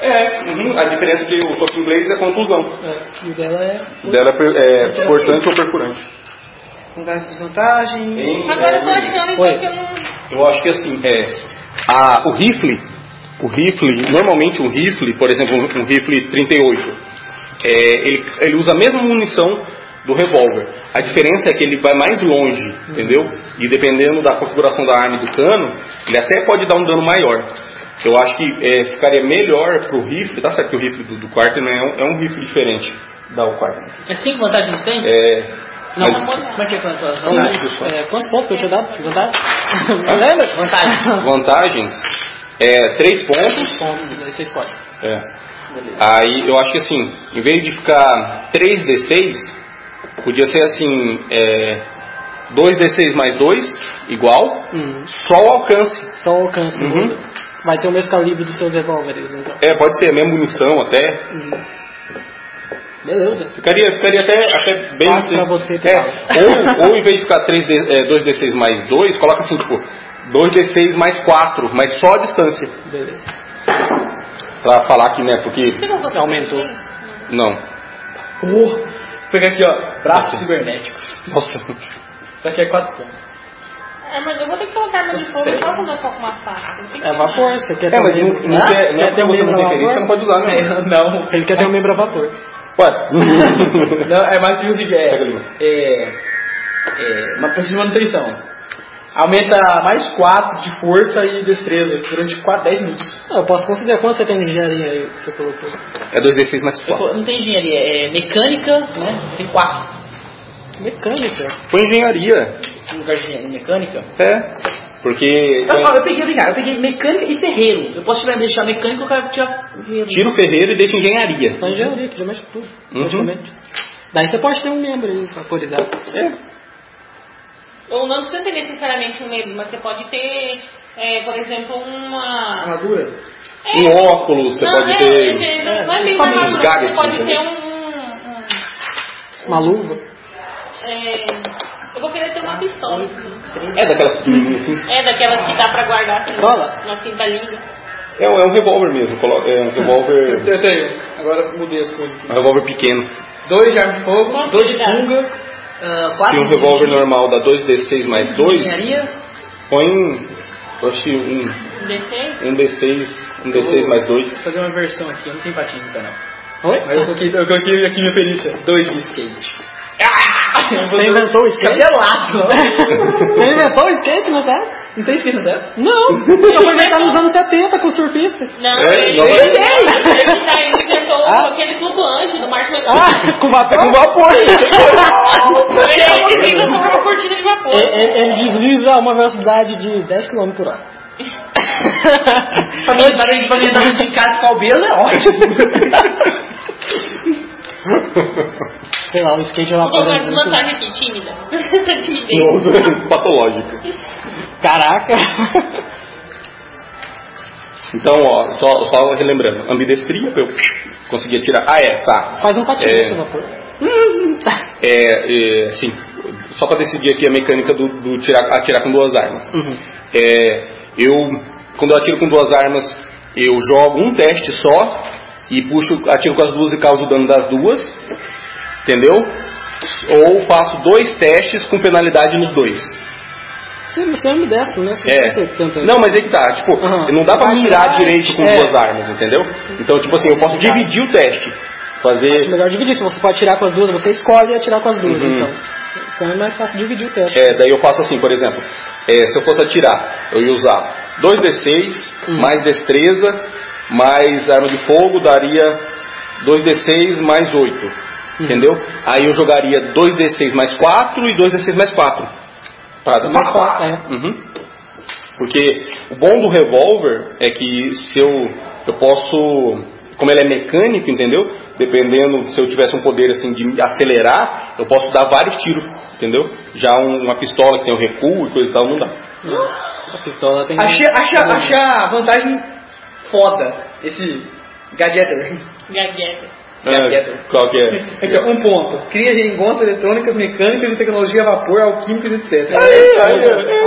Speaker 2: É, uhum, a diferença é que o soco inglês é contusão.
Speaker 5: É, e o dela é.
Speaker 2: O dela é, per- é cortante ou percurante.
Speaker 6: Vantagem, desvantagem.
Speaker 2: Em-
Speaker 4: Agora eu tô
Speaker 2: é,
Speaker 4: achando
Speaker 5: Oi.
Speaker 4: então que eu não.
Speaker 2: eu acho que assim, é, a- o rifle, o rifle, normalmente um rifle, por exemplo, um um rifle 38, é, ele, ele usa a mesma munição do revólver. A diferença é que ele vai mais longe, entendeu? E dependendo da configuração da arma e do cano, ele até pode dar um dano maior. Eu acho que é, ficaria melhor pro rifle, tá certo que o rifle do, do quarto né, é, um, é um rifle diferente da o quarto.
Speaker 6: É cinco vantagens que você tem?
Speaker 2: É,
Speaker 6: Não,
Speaker 2: mas- né?
Speaker 6: como é que é quantas vantagens?
Speaker 2: Vantagem.
Speaker 5: É, quantos pontos que eu tinha dado? Vantagem? Não lembra?
Speaker 6: Vantagem.
Speaker 2: vantagens é três pontos.
Speaker 5: Ponto, você escolhe.
Speaker 2: É. Aí eu acho que assim, em vez de ficar 3d6, podia ser assim: é, 2d6 mais 2 igual,
Speaker 5: Hum,
Speaker 2: só o alcance.
Speaker 5: só o alcance. do
Speaker 2: Uhum.
Speaker 5: mundo. Vai ser o mesmo calibre dos seus revólveres, então.
Speaker 2: É, pode ser a mesma munição até.
Speaker 5: Hum. Beleza.
Speaker 2: Ficaria, ficaria até, até bem
Speaker 5: Fácil pra você,
Speaker 2: é,
Speaker 5: Pedro.
Speaker 2: ou, ou em vez de ficar 3D, é, 2d6 mais 2, coloca assim, tipo, 2d6 mais 4, mas só a distância.
Speaker 5: Beleza.
Speaker 2: Pra falar que, né, porque.
Speaker 4: Você não gostou?
Speaker 5: Aumentou.
Speaker 2: Não. Tá
Speaker 7: Uh, pega aqui, ó. Braços cibernéticos.
Speaker 2: Nossa.
Speaker 7: Daqui é 4 pontos.
Speaker 4: É, mas eu vou ter que colocar arma de fogo, eu não posso andar com uma faca. não tem
Speaker 5: É
Speaker 4: como.
Speaker 5: vapor, você quer
Speaker 2: É, mas
Speaker 5: também-
Speaker 2: não, não
Speaker 5: Ah,
Speaker 2: quer, não
Speaker 5: quer
Speaker 2: é
Speaker 5: ter
Speaker 2: porque
Speaker 5: um
Speaker 2: você
Speaker 5: membro
Speaker 2: não É. tem
Speaker 5: a vapor?
Speaker 2: perícia, você não pode usar, né? não.
Speaker 7: Não.
Speaker 5: Ele quer ter um
Speaker 6: É.
Speaker 5: membro a vapor.
Speaker 2: Ué.
Speaker 7: Não, é mais tipo assim,
Speaker 2: Pega ali.
Speaker 7: é, é, é uma peça de manutenção. Aumenta mais 4 de força e destreza durante 4, 10 minutos.
Speaker 5: Ah, eu posso considerar quanto você tem de engenharia aí que você colocou.
Speaker 2: É 2d6 mais
Speaker 6: Eu
Speaker 2: 4.
Speaker 6: tô- não tem engenharia, é mecânica, né? Tem quatro.
Speaker 5: Mecânica.
Speaker 2: Foi engenharia.
Speaker 6: No lugar de engenharia mecânica.
Speaker 2: É. Porque
Speaker 6: Eu, ó, eu peguei, obrigado, eu peguei mecânica e ferreiro. Eu posso tirar, deixar mecânico, eu quero tirar ferreiro.
Speaker 2: tira o ferreiro e deixa engenharia.
Speaker 5: Só engenharia, que já mexe com tudo,
Speaker 2: Uhum.
Speaker 5: praticamente. Daí você pode ter um membro aí vaporizado.
Speaker 2: É.
Speaker 4: Ou não precisa ter necessariamente um medo, mas você pode ter, é, por exemplo, uma.
Speaker 6: Armadura?
Speaker 4: É,
Speaker 2: Um óculos, você
Speaker 4: não,
Speaker 2: pode
Speaker 4: é,
Speaker 2: ter. um-
Speaker 4: é, não é meio
Speaker 2: Como os
Speaker 4: armadura,
Speaker 2: gadgets,
Speaker 4: você pode
Speaker 2: entendeu?
Speaker 4: ter um. um-
Speaker 5: Uma luva.
Speaker 4: é, eu vou querer ter uma pistola.
Speaker 2: É daquelas pequenininhas assim.
Speaker 4: É daquelas que dá pra guardar assim,
Speaker 5: Pistola?
Speaker 4: na cinta linda.
Speaker 2: É um, é um revólver mesmo, colo- é um
Speaker 6: Eu
Speaker 2: revólver.
Speaker 6: tenho, eu tenho. Agora mudei as coisas
Speaker 2: Um
Speaker 6: aqui.
Speaker 2: revólver pequeno.
Speaker 6: Dois de arma de fogo, dois de
Speaker 4: Quantidade.
Speaker 6: funga.
Speaker 8: Ah,
Speaker 2: Se
Speaker 8: quatro
Speaker 2: um revólver normal dá 2d6 mais 2,
Speaker 8: engenharia.
Speaker 2: põe um. Eu acho que um,
Speaker 4: Descer.
Speaker 2: um D6, um D6 mais 2.
Speaker 6: Vou fazer uma versão aqui, eu não tenho patinho no canal.
Speaker 5: Oi?
Speaker 6: Mas eu coloquei, eu coloquei aqui minha perícia. Dois de skate. Ah!
Speaker 5: Você inventou o skate? Você inventou o skate, não é?
Speaker 6: Não tem skate, certo?
Speaker 5: Não, eu fui inventar nos anos 70 com surfistas.
Speaker 4: Não,
Speaker 2: É,
Speaker 4: ele-
Speaker 2: não é.
Speaker 4: ele- ele- daí ele inventou
Speaker 5: Ah.
Speaker 4: aquele clube anjo do Martin McFly.
Speaker 5: Ah, com vapor? Com vapor.
Speaker 4: Ele é o que fica sobre uma cortina de vapor.
Speaker 2: É.
Speaker 5: ele, ele desliza a uma velocidade de 10 km por hora.
Speaker 8: Pra mim, andar pra mim, andar de casa com a obesa é ótimo.
Speaker 5: Sei lá, o skate é uma
Speaker 4: Vou
Speaker 5: coisa
Speaker 4: colocar
Speaker 5: muito...
Speaker 4: desvantagem aqui, tímida. Timidez.
Speaker 2: Nossa, Patológico.
Speaker 5: Caraca.
Speaker 2: Então, ó, só, só relembrando, ambidestria pra eu conseguir atirar. Ah, é, tá.
Speaker 5: Faz um patinho
Speaker 2: É.
Speaker 5: esse vapor.
Speaker 2: É, é, assim, só pra decidir aqui a mecânica do, do tirar, atirar com duas armas.
Speaker 5: Uhum.
Speaker 2: É, eu, quando eu atiro com duas armas, eu jogo um teste só e puxo, atiro com as duas e causo o dano das duas, entendeu? Ou faço dois testes com penalidade nos dois.
Speaker 5: Você, você é ambidestro, né? Você
Speaker 2: É.
Speaker 5: sempre tenta-
Speaker 2: Não, mas é que tá, tipo,
Speaker 5: Aham.
Speaker 2: não dá pra
Speaker 5: Vai
Speaker 2: mirar
Speaker 5: tirar,
Speaker 2: direito com
Speaker 5: é. Tá.
Speaker 2: duas armas, entendeu? Então, tipo assim, eu posso dividir o teste.
Speaker 5: Acho
Speaker 2: Fazer.
Speaker 5: É melhor dividir. Se você pode atirar com as duas, você escolhe atirar com as duas,
Speaker 2: Uhum.
Speaker 5: então. Então é mais fácil dividir o teste.
Speaker 2: É, daí eu faço assim, por exemplo, é, se eu fosse atirar, eu ia usar 2d6, mais destreza, mais arma de fogo, daria 2d6 mais 8. Entendeu? Aí eu jogaria 2d6 mais 4 e 2d6 mais 4. Pra, pá,
Speaker 5: Mais
Speaker 2: pá.
Speaker 5: fácil, é.
Speaker 2: Uhum. Porque o bom do revólver é que se eu, eu posso, como ele é mecânico, entendeu? Dependendo, se eu tivesse um poder assim de acelerar, eu posso dar vários tiros, entendeu? Já um- uma pistola que tem o recuo e coisa e tal, não dá.
Speaker 5: A pistola tem...
Speaker 6: Achei, achei, achei a vantagem foda. Esse gadgeter.
Speaker 4: Gagueta.
Speaker 6: Gadgeter.
Speaker 2: qual que é?
Speaker 6: Aqui, ó, um ponto. Cria rengonça eletrônica, mecânicas de tecnologia a vapor, alquímicos, etc.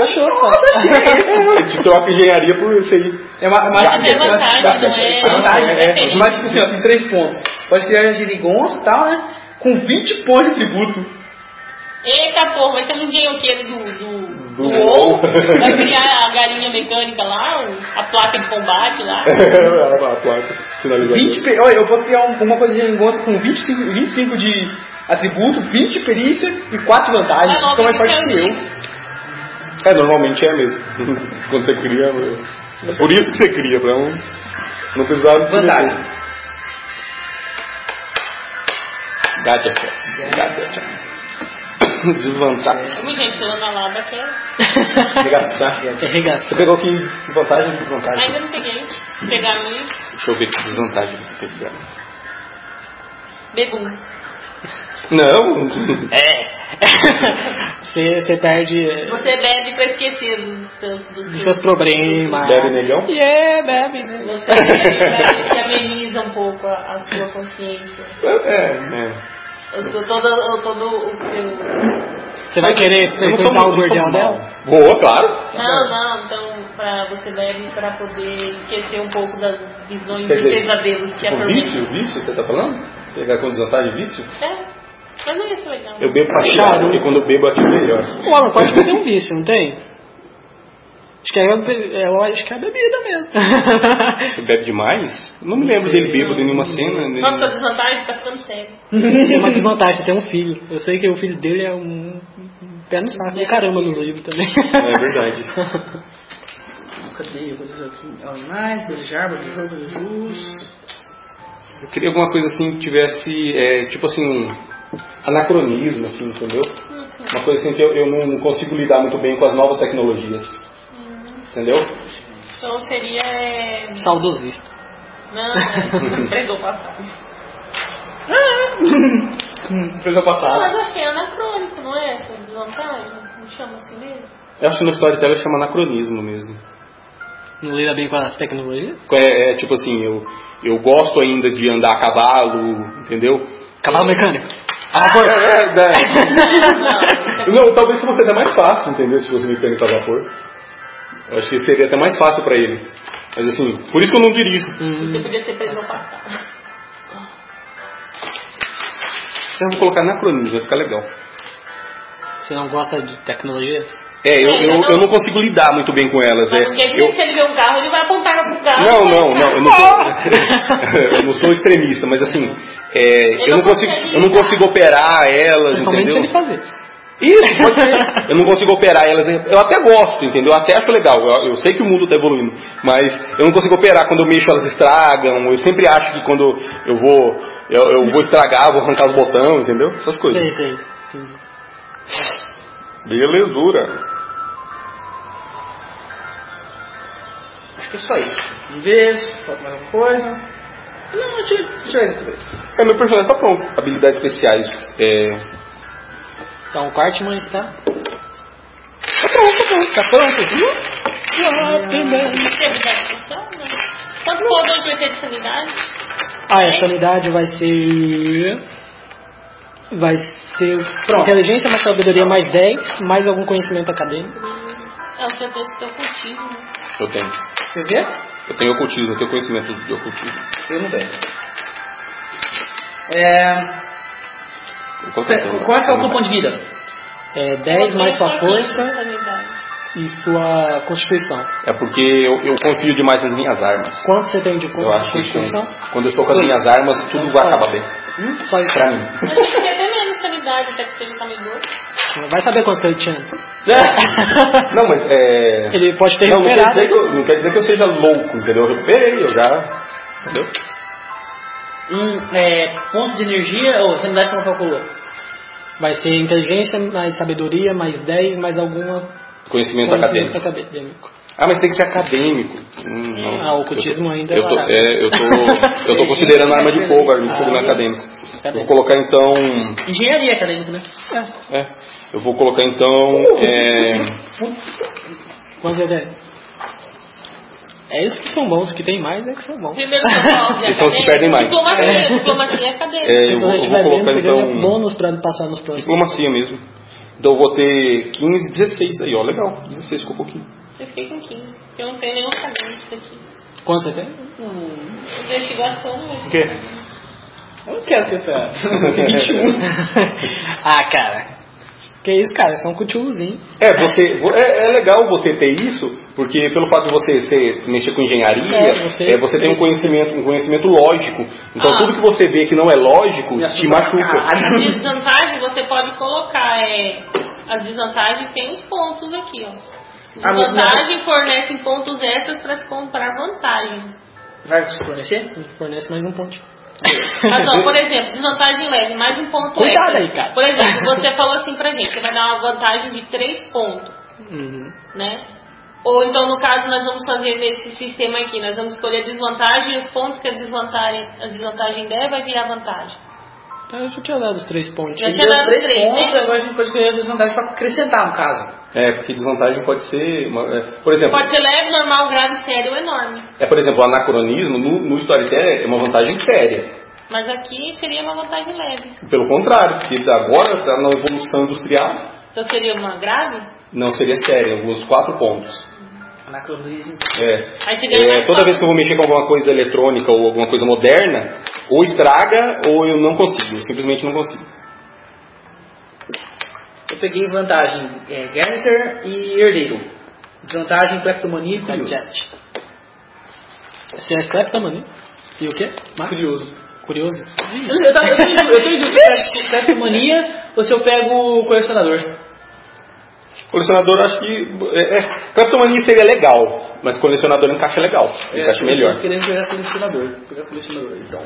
Speaker 5: Achou,
Speaker 2: Te troca engenharia por isso aí.
Speaker 6: É uma, é uma
Speaker 2: Gadget.
Speaker 6: é uma-
Speaker 4: É vantagem, não é-
Speaker 6: vantagem,
Speaker 4: é diferente.
Speaker 6: Mas, tipo assim, ó, tem três pontos. Pode criar geringonça e tal, né? Com 20 pontos de tributo.
Speaker 4: Eita porra, vai ser um dinheiroqueiro do, do,
Speaker 2: Do
Speaker 4: do WoW.
Speaker 2: WoW.
Speaker 4: Vai criar a galinha mecânica lá, o- a placa de combate lá.
Speaker 2: a placa, sinalizador.
Speaker 6: 20 pe- Olha, eu posso criar um- uma coisa de geringonça com 25, 25 de atributo, 20 de perícia e 4 vantagens.
Speaker 4: Vai logo
Speaker 6: Fica mais
Speaker 4: esse
Speaker 6: forte que eu.
Speaker 4: cara.
Speaker 2: É, normalmente é mesmo. Quando você cria. É por isso que você cria, pra não, não precisar de
Speaker 6: Vantagem.
Speaker 2: Gadget. Gadget. Desvantagem.
Speaker 4: Como gente falando na laba que é-
Speaker 2: Desvantagem.
Speaker 5: Arregaçou.
Speaker 2: Você pegou aqui vantagem ou desvantagem?
Speaker 4: ainda não peguei. Pegar um
Speaker 2: Deixa eu ver que desvantagem que você pegou.
Speaker 4: bebum.
Speaker 2: Não!
Speaker 6: É.
Speaker 5: Você, você perde eh,
Speaker 4: Você bebe pra esquecer dos seus, dos
Speaker 5: dos
Speaker 4: seus-
Speaker 5: seus problemas.
Speaker 2: Bebe negão?
Speaker 5: Yeah, bebe, né?
Speaker 4: Você bebe que ameniza um pouco a, a sua consciência.
Speaker 2: É, é.
Speaker 4: Eu tô todo, todo o seu.
Speaker 5: Você vai querer
Speaker 2: Eu não sou
Speaker 5: frequentar o
Speaker 2: muito- eu não
Speaker 5: bordel
Speaker 2: sou
Speaker 5: dela?
Speaker 2: mal. Vou, claro.
Speaker 4: Não, não, então pra, você bebe pra poder esquecer um pouco das visões
Speaker 2: Quer
Speaker 4: e é
Speaker 2: dizer, tipo,
Speaker 4: pesadelos que
Speaker 2: O vício,
Speaker 4: atormentam.
Speaker 2: o vício, você tá falando? Pegar com desvantagem vício?
Speaker 4: É, mas não é isso legal.
Speaker 2: Eu bebo pra tirar, porque quando eu bebo eu atiro melhor.
Speaker 5: O Alan Costa tem um vício, não tem? Acho que é, a be- eu acho que é a bebida mesmo.
Speaker 2: Você bebe demais? Não me lembro dele bêbado em nenhuma cena. nem-
Speaker 4: Nossa, a desvantagem tá ficando sério.
Speaker 5: tem uma desvantagem, você tem um filho. Eu sei que o filho dele é um um pé no saco. E caramba nos livros também.
Speaker 2: É verdade.
Speaker 6: Cadê? Eu vou dizer aqui. Online, desejar, desejar, desejar.
Speaker 2: Eu queria alguma coisa assim que tivesse, é, tipo assim, um anacronismo, assim, entendeu? Uma coisa assim que eu, eu não consigo lidar muito bem com as novas tecnologias. Entendeu?
Speaker 4: Então seria. é,
Speaker 5: Saudosista.
Speaker 4: Não, né? não, pregou passado.
Speaker 6: Pessoa
Speaker 4: Ah,
Speaker 6: passada.
Speaker 5: Hum.
Speaker 4: mas acho que é anacrônico, não é? Essa desvantagem. Não chama assim mesmo?
Speaker 2: Eu acho que no storytelling chama anacronismo mesmo.
Speaker 5: Não lida bem com as tecnologias?
Speaker 2: É, é tipo assim, eu, eu gosto ainda de andar a cavalo, entendeu?
Speaker 5: Cavalo mecânico.
Speaker 2: Ah, é, é, é. Não, talvez fosse até mais fácil, entendeu? Se fosse mecânico a vapor. Eu acho que seria até mais fácil pra ele. Mas assim, por isso que eu não dirijo.
Speaker 4: Você podia ser preso
Speaker 2: Hum.
Speaker 4: no passado.
Speaker 2: Eu vou colocar anacronismo, vai ficar legal.
Speaker 5: Você não gosta de tecnologias?
Speaker 2: É, eu, eu, eu não consigo lidar muito bem com elas. É,
Speaker 4: Mas o que é que
Speaker 2: eu,
Speaker 4: se ele vê um carro, ele vai apontar pro carro.
Speaker 2: Não,
Speaker 4: vai
Speaker 2: não,
Speaker 4: apontar.
Speaker 2: não, eu não sou, eu não sou extremista, mas assim, é, eu, não consigo, eu não consigo operar elas,
Speaker 5: Principalmente se ele
Speaker 2: entendeu?
Speaker 5: fazer.
Speaker 2: Isso, pode ser. Eu não consigo operar elas. Eu até gosto, entendeu? Eu até acho legal. Eu, eu sei que o mundo está evoluindo, mas eu não consigo operar. Quando eu mexo, elas estragam. Eu sempre acho que quando eu vou, eu, eu vou estragar, vou arrancar os botões, entendeu? Essas coisas.
Speaker 5: Sei, sei. Entendi.
Speaker 2: Belezura.
Speaker 6: Acho que é só isso. Um beijo, falta mais alguma coisa. Não, tira, tira aí depois.
Speaker 2: É, meu personagem tá pronto. Habilidades especiais. É,
Speaker 5: Então o Cartman está.
Speaker 6: Tá pronto?
Speaker 4: Você é obrigado a pensar, né? Quanto for dois vai ter de sanidade?
Speaker 5: Ah,
Speaker 4: essa
Speaker 5: essa unidade vai ser. Vai ser. Inteligência mais sabedoria mais 10, mais algum conhecimento acadêmico.
Speaker 4: É o seu doce teu cultivo, né?
Speaker 2: eu tenho.
Speaker 6: Vocês viram?
Speaker 2: Eu tenho ocultismo, eu tenho conhecimento de ocultismo.
Speaker 6: Eu não tenho. É,
Speaker 2: Eu tô tentando.
Speaker 6: cê- qual é que é o teu ponto de vida?
Speaker 5: É 10 mais sua força e sua constituição.
Speaker 2: É porque eu, eu confio demais nas minhas armas.
Speaker 5: Quanto você tem de
Speaker 2: Eu acho que
Speaker 5: constituição?
Speaker 2: com- quando eu estou com as minhas armas, tudo vai acabar bem.
Speaker 5: Hum, só isso.
Speaker 2: Pra mim.
Speaker 4: Mas você tem até menos sanidade, até que tá seja também doce.
Speaker 5: né? Vai saber quanto ele tinha antes.
Speaker 2: Não, mas é.
Speaker 5: Ele pode ter
Speaker 2: Não, não quer,
Speaker 5: recuperado.
Speaker 2: dizer que eu, não quer dizer que eu seja louco, entendeu? Eu recuperei, eu já. Entendeu?
Speaker 6: Um é, ponto de energia ou sanidade que não calculou?
Speaker 5: Vai ser inteligência mais sabedoria mais 10 mais alguma
Speaker 2: Conhecimento
Speaker 5: conhecimento
Speaker 2: acadêmico.
Speaker 5: acadêmico.
Speaker 2: Ah, mas tem que ser acadêmico. Hum, não.
Speaker 5: Ah, o ocultismo ainda é
Speaker 2: eu tô,
Speaker 5: barato. é
Speaker 2: é, eu tô, eu tô considerando arma de fogo, arma de fogo não é
Speaker 5: Ah,
Speaker 2: acadêmico. Eu vou
Speaker 5: Acadêmico.
Speaker 2: colocar então.
Speaker 6: Engenharia acadêmica, né?
Speaker 2: É, eu vou colocar então. É,
Speaker 5: Quantos eu tenho? É isso que são bons, que tem mais é que são bons.
Speaker 4: Primeiro São
Speaker 2: Eles são os que perdem mais.
Speaker 4: Diplomacia, diplomacia é acadêmica.
Speaker 2: é, eu,
Speaker 5: Se
Speaker 2: vou-
Speaker 5: você
Speaker 2: eu
Speaker 5: tiver
Speaker 2: vou
Speaker 5: menos,
Speaker 2: colocar
Speaker 5: você
Speaker 4: um
Speaker 5: ganha
Speaker 2: então.
Speaker 5: bônus pra passar nos próximos.
Speaker 2: Diplomacia mesmo. Então eu vou ter 15, 16 aí, ó. Legal, 16 ficou pouquinho.
Speaker 4: Eu fiquei com 15, porque eu não tenho nenhum acadêmico aqui.
Speaker 5: Quanto você tem?
Speaker 4: Investigação não
Speaker 2: quê?
Speaker 6: Eu não
Speaker 4: É,
Speaker 6: quero
Speaker 4: tá.
Speaker 6: tentar.
Speaker 5: ah, cara. Que isso, cara? São cutiluzinho.
Speaker 2: É, você, vo- é, é legal você ter isso, porque pelo fato de você ser, mexer com engenharia,
Speaker 5: É, você-
Speaker 2: é, você tem um conhecimento, um conhecimento lógico. Então
Speaker 4: Ah.
Speaker 2: tudo que você vê que não é lógico te machuca.
Speaker 6: Caralho.
Speaker 4: Desvantagem você pode colocar é, as desvantagens tem os pontos aqui, ó.
Speaker 6: Ah, mas não-
Speaker 4: Desvantagem fornecem pontos extras para se comprar vantagem.
Speaker 6: Vai se fornecer?
Speaker 5: Fornece mais um ponto.
Speaker 4: Mas Ah, não, por exemplo, desvantagem leve, mais um ponto
Speaker 5: Cuidado
Speaker 4: extra.
Speaker 5: aí, cara.
Speaker 4: Por exemplo, você falou assim pra gente, você vai dar uma vantagem de 3 pontos,
Speaker 5: Uhum.
Speaker 4: né? Ou então, no caso, nós vamos fazer esse sistema aqui, nós vamos escolher a desvantagem e os pontos que a desvantagem, a desvantagem der vai virar vantagem.
Speaker 5: Então eu já tinha dado os três pontos.
Speaker 4: Já
Speaker 6: Ele
Speaker 4: tinha
Speaker 6: deu
Speaker 4: dado
Speaker 6: três
Speaker 4: três, né?
Speaker 6: pontos, agora a gente pode escolher as desvantagens pra acrescentar, no caso.
Speaker 2: É, porque desvantagem pode ser. uma- é, por exemplo,
Speaker 4: Pode ser leve, normal, grave, sério ou enorme.
Speaker 2: é, por exemplo, o anacronismo no, no storytelling é uma vantagem séria.
Speaker 4: Mas aqui seria uma vantagem leve.
Speaker 2: Pelo contrário, porque agora está na evolução industrial,
Speaker 4: Então seria uma grave?
Speaker 2: não seria séria, os quatro pontos.
Speaker 6: Anacronismo.
Speaker 2: É.
Speaker 4: Aí você ganha
Speaker 2: É,
Speaker 4: mais
Speaker 2: toda
Speaker 4: pontos.
Speaker 2: vez que eu vou mexer com alguma coisa eletrônica ou alguma coisa moderna, ou estraga ou eu não consigo, eu simplesmente não consigo.
Speaker 6: Eu peguei vantagem é, Ganter e Herdeiro. Desvantagem Cleptomania e Curioso.
Speaker 5: Jet. Você é cleptomania? E o quê? Má?
Speaker 6: Curioso.
Speaker 5: Curioso.
Speaker 6: Eu,
Speaker 4: Uhum.
Speaker 6: eu, tava, eu, tô em dúvida- eu tô em dúvida se eu pego Cleptomania ou se eu pego o Colecionador.
Speaker 2: Colecionador, eu acho que. É, é, Cleptomania seria legal, mas colecionador encaixa legal, encaixa
Speaker 6: É, Eu
Speaker 2: tá melhor.
Speaker 6: queria pegar Colecionador. Vou pegar Colecionador. Então.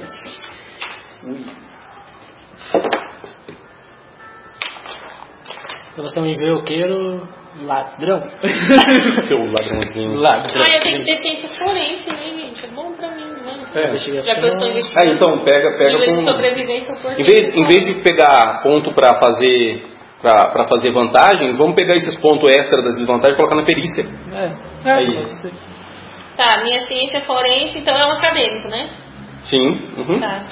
Speaker 5: Então você é um enveloqueiro ladrão.
Speaker 2: Seu ladrãozinho.
Speaker 5: ladrão.
Speaker 4: Ah, eu tenho que ter ciência forense, né, gente? É bom pra mim, né?
Speaker 2: É.
Speaker 4: Já que eu
Speaker 5: Investigação.
Speaker 4: estou
Speaker 2: Ah,
Speaker 4: investigando.
Speaker 2: então pega,
Speaker 4: Em
Speaker 2: pega
Speaker 4: vez de
Speaker 2: com.
Speaker 4: sobrevivência, eu
Speaker 2: Em vez, em vez de pegar ponto pra fazer para fazer vantagem, vamos pegar esses pontos extra das desvantagens e colocar na perícia.
Speaker 3: É.
Speaker 2: Aí.
Speaker 3: pode ser.
Speaker 4: Tá, minha ciência é forense, então é um acadêmico, né?
Speaker 2: Sim. uhum.
Speaker 4: Tá.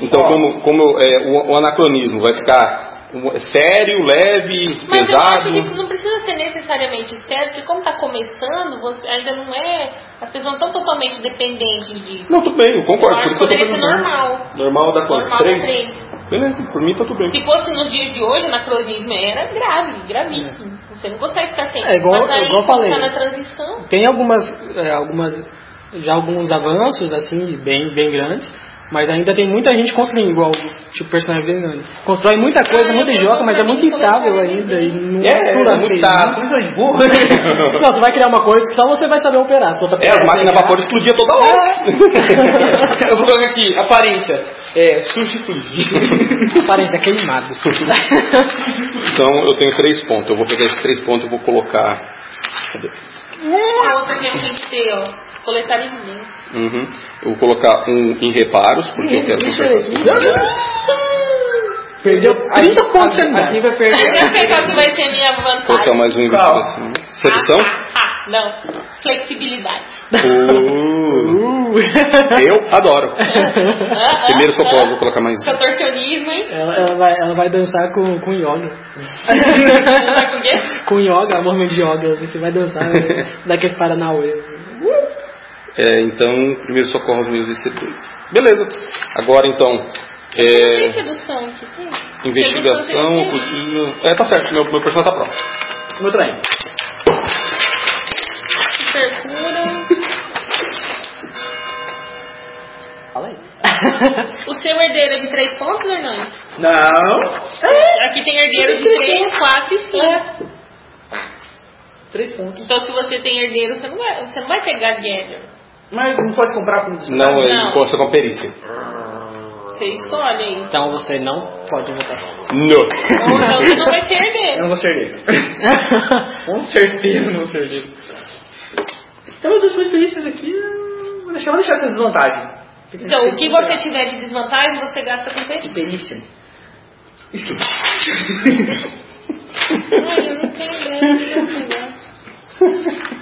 Speaker 2: Então, como, como é, o, o anacronismo vai ficar um- sério, leve,
Speaker 4: Mas eu acho que isso
Speaker 2: pesado?
Speaker 4: não precisa ser necessariamente sério, porque como tá começando, você ainda não é. As pessoas não estão totalmente dependentes disso.
Speaker 2: Não, tudo bem, eu
Speaker 4: Eu
Speaker 2: concordo.
Speaker 4: acho que
Speaker 2: por isso eu
Speaker 4: poderia
Speaker 2: tô
Speaker 4: ser
Speaker 2: perguntando.
Speaker 4: normal.
Speaker 2: Normal da quanto?
Speaker 4: Normal
Speaker 2: Três?
Speaker 4: da três.
Speaker 2: Beleza, por mim tá tudo bem.
Speaker 4: Se fosse nos dias de hoje, anacronismo era grave, gravíssimo. Você não consegue ficar sem.
Speaker 1: É, igual-
Speaker 4: Mas aí,
Speaker 1: igual eu
Speaker 4: quando
Speaker 1: falei.
Speaker 4: tá na transição,
Speaker 1: Tem algumas, é, algumas já alguns avanços assim bem bem grandes, mas ainda tem muita gente construindo igual tipo personagem bem grande. Constrói muita coisa,
Speaker 4: Ah,
Speaker 1: muita
Speaker 4: eu
Speaker 1: idiota,
Speaker 4: tô
Speaker 1: mas é muito
Speaker 4: também
Speaker 1: instável
Speaker 4: colocando
Speaker 1: ainda e não
Speaker 2: É,
Speaker 1: dura
Speaker 2: muito
Speaker 1: feio,
Speaker 2: instável.
Speaker 1: né?
Speaker 6: Muito dois burros.
Speaker 1: Não, você vai criar uma coisa que só você vai saber operar. Se outra
Speaker 2: É,
Speaker 1: pessoa
Speaker 2: a máquina a
Speaker 4: né?
Speaker 1: pegar-
Speaker 2: vapor explodia toda
Speaker 4: É.
Speaker 2: hora.
Speaker 6: Eu vou colocar aqui, aparência. É, sushi fluido.
Speaker 1: Aparência queimada.
Speaker 2: então eu tenho três pontos. Eu vou pegar esses três pontos e vou colocar. Cadê?
Speaker 1: É.
Speaker 4: a outra que a gente tem, ó, coletar alimentos.
Speaker 2: Uhum. Eu vou colocar um em reparos, porque é eu quero consertar.
Speaker 1: Perdeu 30 pontos de
Speaker 6: aqui, aqui vai perder.
Speaker 4: Eu sei qual que vai ser a minha vantagem.
Speaker 2: Colocar mais um em
Speaker 6: Qual?
Speaker 2: reparos. Assim. Sedução?
Speaker 4: Ah, ah, ah, não. Flexibilidade.
Speaker 2: Uh,
Speaker 1: Uh.
Speaker 2: eu adoro.
Speaker 4: Ah, ah,
Speaker 2: Primeiro socorro,
Speaker 4: ah.
Speaker 2: vou colocar mais um.
Speaker 4: Contorcionismo, hein?
Speaker 1: Ela, ela vai, ela vai dançar com, com yoga.
Speaker 4: Você vai com o quê?
Speaker 1: com yoga, movimento de yoga. assim, Você vai dançar né? daquele Paranauê.
Speaker 2: É, então, primeiro socorro aos meus vencedores. Beleza. Agora então.
Speaker 4: Tem
Speaker 2: É,
Speaker 4: sedução aqui, tem?
Speaker 2: investigação,
Speaker 4: Sedução tem.
Speaker 2: cultura. É, tá certo, meu, meu personagem tá pronto.
Speaker 6: Meu trem.
Speaker 4: Percura.
Speaker 6: Fala aí.
Speaker 4: O seu herdeiro é de 3 pontos, Hernandes?
Speaker 6: Não.
Speaker 4: Aqui tem herdeiro de 3, 4 e 5.
Speaker 6: É. Três pontos.
Speaker 4: Então se você tem herdeiro, você não vai, você não vai pegar Gather.
Speaker 6: Mas não pode comprar com
Speaker 2: Não, ele
Speaker 4: Não.
Speaker 2: encosta com a perícia.
Speaker 4: Você escolhe aí.
Speaker 1: Então você não pode votar.
Speaker 2: Não.
Speaker 4: Ou então você não vai ser
Speaker 6: Eu não
Speaker 4: herdeiro.
Speaker 6: vou ser dele. Com certeza eu não vou ser dele. Então, meus dois pontos felizes aqui, eu vou deixar, vou deixar essa desvantagem.
Speaker 4: Então o que você tiver de desvantagem, você gasta com perícia.
Speaker 6: Delícia. Skill.
Speaker 4: Ai, eu não tenho ideia. não tenho ideia.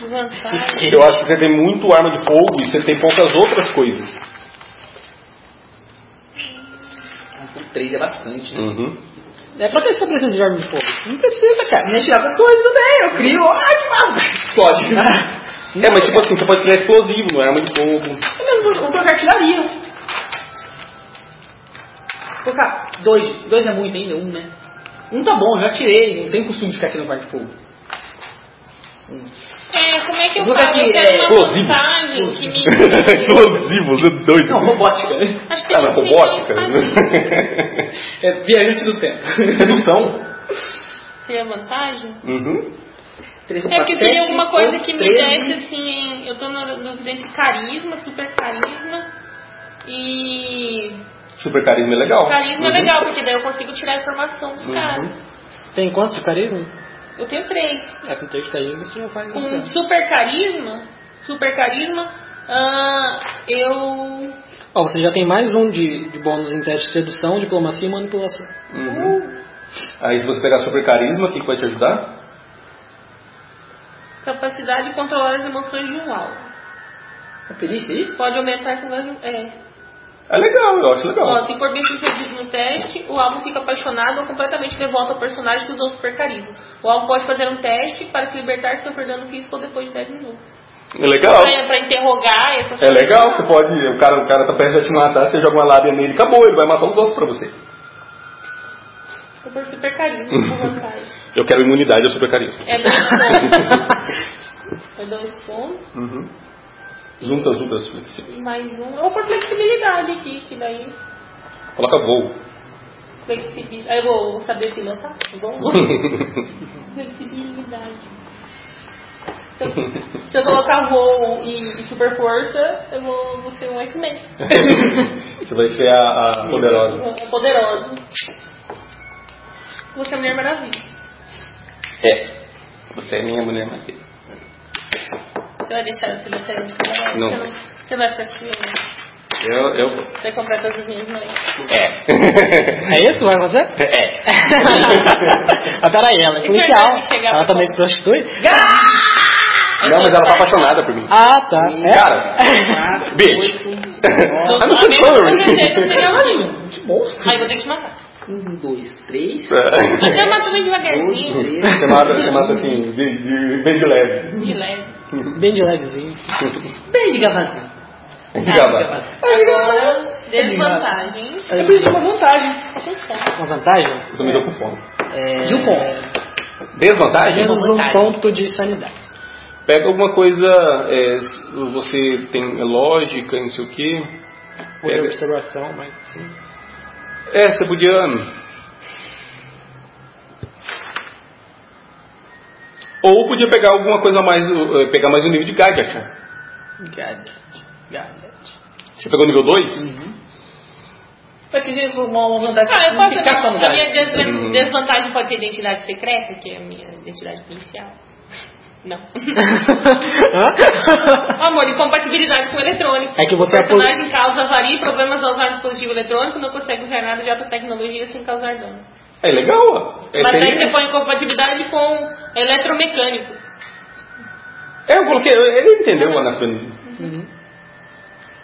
Speaker 4: Vantagem.
Speaker 2: Eu acho que você tem muito arma de fogo e você tem poucas outras coisas.
Speaker 6: Três é bastante, né?
Speaker 2: Uhum.
Speaker 1: É pra que você precisa de arma de fogo? Não precisa, cara.
Speaker 6: Nem tirar as coisas também, eu crio. Ai, que massa! Explode.
Speaker 2: É, mas tipo assim, você pode criar explosivo, não é arma de fogo.
Speaker 6: Eu mesmo vou, vou colocar artilharia. Vou colocar dois. Dois é muito ainda, um, né? Um tá bom, eu já tirei, não tem costume de ficar tirando parte de fogo.
Speaker 4: É, como é que eu
Speaker 6: Vou botar
Speaker 4: faço?
Speaker 6: aqui,
Speaker 4: Eu
Speaker 6: é,
Speaker 4: quero uma
Speaker 2: explosivo.
Speaker 4: vantagem que me...
Speaker 2: explosivo, você é doido.
Speaker 6: Não, robótica.
Speaker 4: Acho que
Speaker 2: Ah, mas
Speaker 4: tem um que
Speaker 2: robótica?
Speaker 4: ter uma
Speaker 2: né?
Speaker 6: É viajante do tempo.
Speaker 2: Sedução?
Speaker 4: Seria vantagem?
Speaker 2: Uhum.
Speaker 6: Três,
Speaker 4: É
Speaker 6: quatro,
Speaker 4: porque seria
Speaker 6: sete,
Speaker 4: alguma coisa
Speaker 6: oito,
Speaker 4: que me
Speaker 6: treze.
Speaker 4: desse assim. Eu tô na dúvida entre carisma, super carisma. E.
Speaker 2: Super carisma é legal.
Speaker 4: Carisma é
Speaker 2: Uhum.
Speaker 4: legal, porque daí eu consigo tirar a informação dos caras.
Speaker 1: Tem quantos de carisma? Hum.
Speaker 4: Eu tenho três.
Speaker 1: É, com três de carisma você já
Speaker 2: Então
Speaker 1: faz.
Speaker 2: tá.
Speaker 4: Com super carisma. Super carisma. ah, eu.
Speaker 1: Ó, você já tem mais um de, de bônus em teste de sedução, diplomacia e manipulação.
Speaker 2: Uhum.
Speaker 4: uh,
Speaker 2: Aí se você pegar super carisma, o que, que vai te ajudar?
Speaker 4: Capacidade de controlar as emoções de um alvo.
Speaker 6: É perícia isso?
Speaker 4: Pode aumentar com gás. É.
Speaker 2: É legal, eu acho legal.
Speaker 4: Ó, se for bem sucedido no teste, o alvo fica apaixonado ou completamente devoto ao personagem que usou o super carisma. O alvo pode fazer um teste para se libertar se sofrer dano físico depois de 10 minutos.
Speaker 2: É legal.
Speaker 4: Pra, pra interrogar essas
Speaker 2: É legal, você pode. O cara, o cara tá prestes a te matar, você joga uma lábia nele, acabou, ele vai matar os outros pra você.
Speaker 4: Eu por super carisma, por vantagem.
Speaker 2: Eu quero imunidade ao super carisma.
Speaker 4: É dois pontos. É dois pontos.
Speaker 2: Uhum. Juntas, juntas.
Speaker 4: Mais um. Ou por flexibilidade aqui, que daí.
Speaker 2: Coloca voo.
Speaker 4: Flexibilidade. Aí eu vou saber pilotar. tá Bom, flexibilidade. Se eu, se eu colocar voo e super força, eu vou, vou ser um X-Men.
Speaker 2: você vai ser a, a poderosa.
Speaker 4: É poderosa. Você é a Mulher Maravilha.
Speaker 2: É. Você é minha mulher maravilha.
Speaker 4: Você vai deixar eu ser você?
Speaker 2: Não.
Speaker 4: Você vai pra cima.
Speaker 2: Eu, eu...
Speaker 4: Você comprar todas as minhas mães.
Speaker 2: É.
Speaker 5: É isso? Vai fazer?
Speaker 2: é.
Speaker 5: ah, peraí, ela é
Speaker 4: E
Speaker 5: policial.
Speaker 4: Fernanda chegar
Speaker 5: Ela
Speaker 4: pra
Speaker 5: também se
Speaker 4: comprar.
Speaker 5: prostitui?
Speaker 2: Não, mas ela tá apaixonada por mim.
Speaker 5: Ah, tá. É?
Speaker 2: Cara, bitch.
Speaker 6: Ah,
Speaker 4: Todos
Speaker 2: I'm
Speaker 4: os
Speaker 2: so
Speaker 4: amigos
Speaker 2: sorry.
Speaker 4: que eu tenho, eu pegava um.
Speaker 6: tá Que monstro.
Speaker 4: Aí eu vou ter que te matar. Então
Speaker 5: Um, dois, três,
Speaker 4: Eu mato bem devagarzinho,
Speaker 2: Você mata, você mata assim, de, de, bem de leve.
Speaker 4: de leve.
Speaker 5: bem de levezinho. Bem de gavazinho.
Speaker 2: Gaba.
Speaker 4: Agora, desvantagem.
Speaker 6: É
Speaker 4: Ah,
Speaker 5: Eu preciso de uma vantagem.
Speaker 4: Vou pensar.
Speaker 5: Uma vantagem?
Speaker 2: Eu também tô com fome.
Speaker 5: É... De um ponto.
Speaker 2: Desvantagem?
Speaker 5: Menos um
Speaker 4: vantagem.
Speaker 5: ponto de sanidade.
Speaker 2: Pega alguma coisa, é, você tem lógica, não sei o quê.
Speaker 5: Ou de
Speaker 2: Pega-
Speaker 5: observação, mas sim.
Speaker 2: É, você podia. Ou podia pegar alguma coisa mais. eh, Pegar mais um nível de gadget. cara.
Speaker 6: É.
Speaker 5: Gadget. Gadget.
Speaker 2: Você pegou nível 2?
Speaker 4: Uhum.
Speaker 5: Pra que dizer uma uma vantagem?
Speaker 4: Ah, eu
Speaker 5: não
Speaker 4: posso
Speaker 5: ficar só
Speaker 6: um
Speaker 5: no
Speaker 4: a minha
Speaker 5: gadget.
Speaker 4: desvan-
Speaker 6: Uhum.
Speaker 2: Hum.
Speaker 4: desvantagem pode ser identidade secreta, que é a minha identidade policial. Não.
Speaker 5: Hã?
Speaker 4: Amor, incompatibilidade com o eletrônico.
Speaker 5: É que você
Speaker 4: o
Speaker 5: é poli-
Speaker 4: personagem causa avaria e problemas ao usar dispositivo eletrônico, não consegue usar nada de alta tecnologia sem causar dano.
Speaker 2: É legal, ó. É,
Speaker 4: Mas aí
Speaker 2: seria-
Speaker 4: você põe incompatibilidade com eletromecânicos.
Speaker 2: É, eu coloquei. Ele entendeu o anacronismo.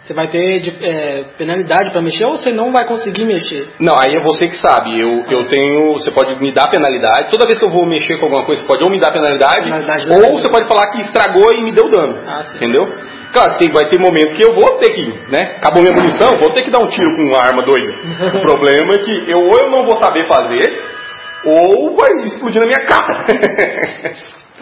Speaker 5: Você vai ter de, é, penalidade pra mexer ou você não vai conseguir mexer?
Speaker 2: Não, aí é você que sabe. Eu, eu tenho. Você pode me dar penalidade. Toda vez que eu vou mexer com alguma coisa, você pode ou me dar penalidade,
Speaker 5: Penalidade da-
Speaker 2: ou você pode falar que estragou e me deu dano.
Speaker 5: Ah, sim.
Speaker 2: Entendeu? Claro, tem, vai ter momento que eu vou ter que, né? Acabou minha munição, vou ter que dar um tiro com uma arma doida. o problema é que eu ou eu não vou saber fazer, ou vai explodir na minha cara.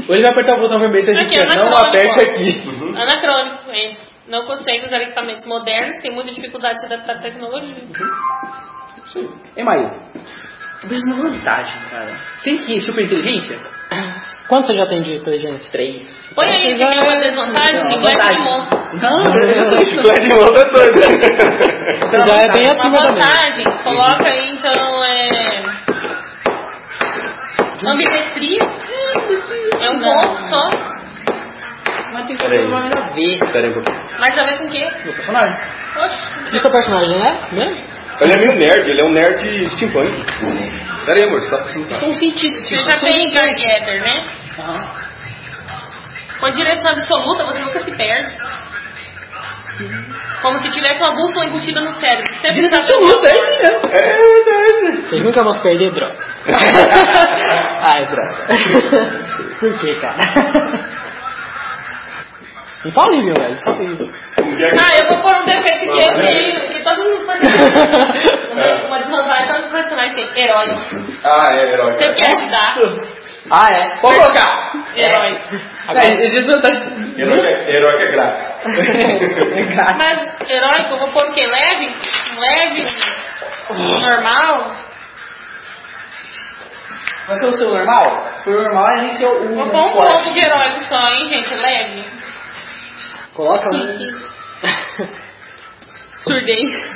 Speaker 6: Ou ele vai apertar o botão vermelho se a gente
Speaker 4: Aqui,
Speaker 5: é
Speaker 6: quer. é Não
Speaker 2: Tá
Speaker 4: anacrônico.
Speaker 6: aperte aqui.
Speaker 5: Uhum.
Speaker 4: Anacrônico, é. Não consegue usar equipamentos modernos, tem muita dificuldade de se adaptar à tecnologia.
Speaker 6: Hein, Maio? Eu preciso de uma vantagem,
Speaker 5: né,
Speaker 6: cara. Tem que super inteligência?
Speaker 5: Quanto você já tem de inteligência?
Speaker 6: Três.
Speaker 4: Põe aí, que é uma desvantagem, chiclete de monstro.
Speaker 6: Não, eu sou isso.
Speaker 2: Chiclete de mão tá das doidas.
Speaker 5: Você já é bem
Speaker 4: Uma
Speaker 5: acima da média.
Speaker 4: vantagem, coloca aí então é. Ambimetria é um ponto só.
Speaker 6: Mas tem que
Speaker 2: Peraí.
Speaker 6: a ver.
Speaker 2: Pera aí um pouquinho.
Speaker 4: Mas a ver com o quê?
Speaker 6: Meu personagem.
Speaker 4: Oxe,
Speaker 5: Esse é o personagem, né? Mesmo?
Speaker 2: Ele é meio nerd, ele é um nerd steampunk. Pera aí, amor, você tá assistindo?
Speaker 5: Eu sou um cientista.
Speaker 4: você já tem Gargetter, né?
Speaker 6: Aham.
Speaker 4: Com direção absoluta você nunca se perde. Como se tivesse uma bússola embutida no cérebro. Sempre
Speaker 6: Direção
Speaker 4: sabe onde
Speaker 6: absoluta, é
Speaker 4: eu vou.
Speaker 6: isso
Speaker 5: né?
Speaker 6: mesmo.
Speaker 2: É verdade.
Speaker 5: Vocês nunca vão se perder, droga. Ai, droga. Por que, cara? Infalível, velho. Infalível.
Speaker 4: Ah, eu vou pôr um defeito que é meio. Que todo mundo personagem. Uma desvantagem, todo personagem tem herói.
Speaker 2: Ah, é herói.
Speaker 4: Você quer ajudar?
Speaker 5: Ah, é?
Speaker 6: Pode colocar.
Speaker 4: Herói.
Speaker 6: É, existe
Speaker 5: tá-
Speaker 6: vantagem.
Speaker 2: Herói é, herói que é grátis.
Speaker 4: Mas heróico, eu vou pôr o quê? Leve? Um Leve? um Normal?
Speaker 6: Vai ser o seu normal? Se for o normal, é nem ser o
Speaker 4: Vou pôr um
Speaker 6: forte.
Speaker 4: pouco de heróico só, hein, gente? Leve?
Speaker 5: Coloca um.
Speaker 4: Sim, sim. Surdez.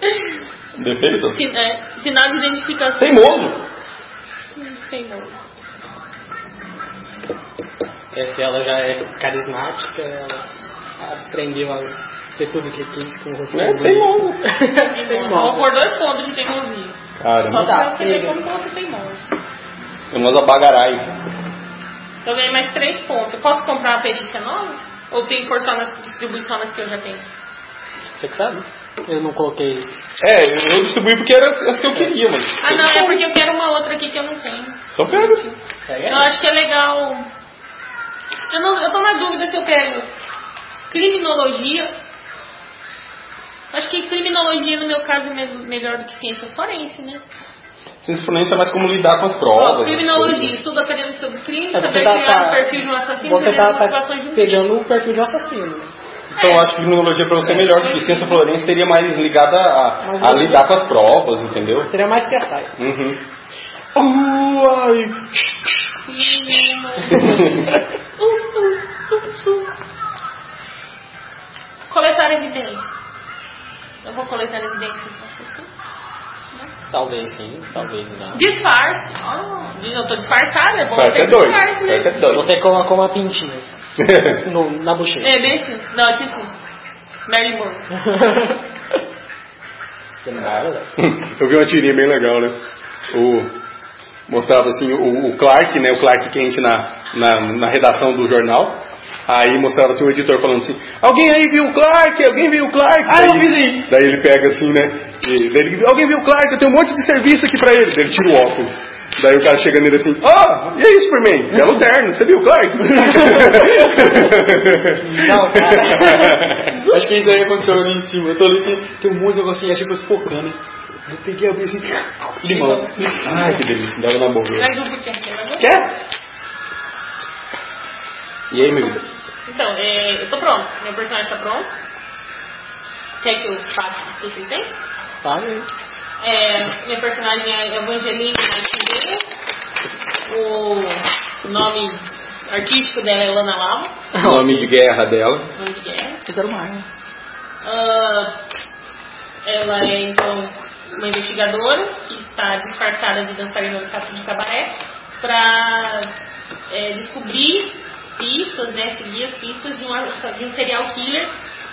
Speaker 2: Defeito?
Speaker 4: Sin- é, Sinal de identificação.
Speaker 2: Teimoso.
Speaker 4: Tem novo.
Speaker 5: Essa ela já é carismática, ela aprendeu a ter tudo o que quis com
Speaker 6: Né?
Speaker 5: você.
Speaker 2: É,
Speaker 6: um.
Speaker 2: teimoso.
Speaker 5: um.
Speaker 4: Vou pôr Então, dois pontos de teimosia. Só
Speaker 2: Caramba.
Speaker 5: Tá,
Speaker 4: pra você ver
Speaker 5: chega.
Speaker 4: como que você teimoso.
Speaker 2: Teimosa bagarai.
Speaker 4: Eu ganhei mais três pontos. Eu posso comprar uma perícia nova? Ou tem que pôr só nas distribuições nas que eu já tenho?
Speaker 5: Você que sabe? Eu não coloquei.
Speaker 2: É, eu eu distribuí porque era o que eu queria, mano.
Speaker 4: Ah, não, é porque eu quero uma outra aqui que eu não tenho.
Speaker 2: Então pega.
Speaker 4: Eu acho que é legal. Eu, não, eu tô na dúvida se eu pego criminologia. Acho que criminologia, no meu caso, é me- melhor do que ciência forense, né?
Speaker 2: Ciência forense é mais como lidar com as
Speaker 4: Ó,
Speaker 2: provas.
Speaker 4: criminologia, estudo acadêmico sobre crime,
Speaker 5: tá- É, você
Speaker 4: saber
Speaker 5: tá-
Speaker 4: criar
Speaker 5: tá-
Speaker 4: o perfil de um assassino,
Speaker 5: Você
Speaker 4: saber
Speaker 5: tá,
Speaker 4: as
Speaker 5: tá
Speaker 4: motivações de um crime.
Speaker 5: pegando o perfil de um assassino. né?
Speaker 2: Então eu acho que criminologia pra você é melhor, porque ciência forense seria mais ligada a, a lidar com as provas, entendeu?
Speaker 5: Seria mais que a saia.
Speaker 2: Uhum. Uai.
Speaker 4: Criminologia. Uh, uh, uh, uh. Coletar evidências. Eu vou coletar evidências.
Speaker 5: Talvez sim, talvez não.
Speaker 4: Disfarce. Ah, eu tô disfarçada, é bom
Speaker 2: Parece
Speaker 4: ter
Speaker 2: é doido.
Speaker 4: disfarce, né?
Speaker 2: Parece é doido.
Speaker 5: Você colocou uma pintinha no- na bochecha.
Speaker 4: É, bem assim. Não, aqui sim. Marilyn Monroe.
Speaker 5: Ah,
Speaker 2: Eu vi uma tirinha bem legal, né? O, mostrava assim o, o Clark, né? O Clark quente na, na, na redação do jornal. Aí mostrava assim o editor falando assim: Alguém aí viu o Clark? Alguém viu o Clark?
Speaker 9: Ah, eu vi
Speaker 2: daí,
Speaker 9: sim.
Speaker 2: daí ele pega assim, né? e- daí ele, Alguém viu o Clark? Eu tenho um monte de serviço aqui pra ele. Daí ele tira o óculos. Daí o cara chega nele assim: Ó, e aí, Superman? Belo terno, você viu o Clark?
Speaker 9: Não, cara. Acho que isso aí aconteceu ali em cima. Eu tô ali assim, tem um monte de
Speaker 2: é
Speaker 9: negócio assim,
Speaker 2: tipo
Speaker 9: achei que fosse pocando. Eu peguei alguém assim, limão.
Speaker 2: Ai, que delícia, dava na boca.
Speaker 4: Mais um que tinha aqui, né?
Speaker 9: Quer?
Speaker 2: E aí, meu vida?
Speaker 4: Então, é, eu tô pronto. Meu personagem tá pronto. Quer que eu faça o que vocês têm?
Speaker 9: Fala aí.
Speaker 4: É, minha personagem é Evangelina Arquimedes. O nome artístico dela é Lana Lava.
Speaker 2: O nome de guerra dela.
Speaker 4: Nome de guerra.
Speaker 10: Eu quero uma arma.
Speaker 4: Ah, ela é, então, uma investigadora que está disfarçada de dançarina do Cato de Cabaré para descobrir pistas, né, seguir as pistas de, uma- de um serial killer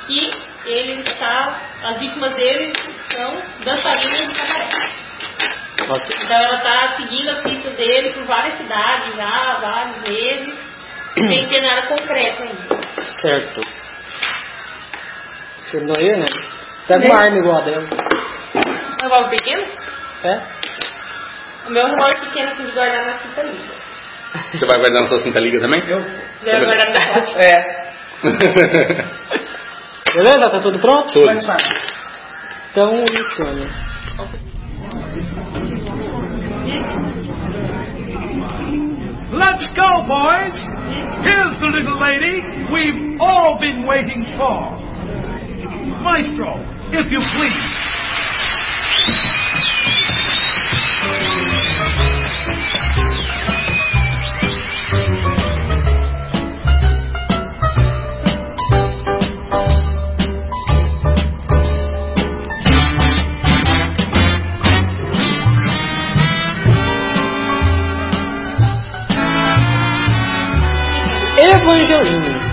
Speaker 4: que ele está, as vítimas dele são dançarinas de cabaré. Então ela está seguindo as pistas dele por várias cidades já, várias vezes, sem ter nada concreto ainda.
Speaker 10: Certo.
Speaker 5: Você não ia, né? Pega uma arma igual a dela.
Speaker 4: Um revólver pequeno?
Speaker 5: É?
Speaker 4: O meu revólver pequeno eu quis guardar na cinta linda.
Speaker 2: Você vai guardar na sua cinta liga também? Eu.
Speaker 4: Meu guardar na cinta.
Speaker 10: É.
Speaker 5: Beleza? Tá tudo pronto?
Speaker 2: Tudo.
Speaker 5: Então, isso, né?
Speaker 6: Let's go, boys. Here's the little lady we've all been waiting for. Maestro, if you please.
Speaker 5: Evangeline.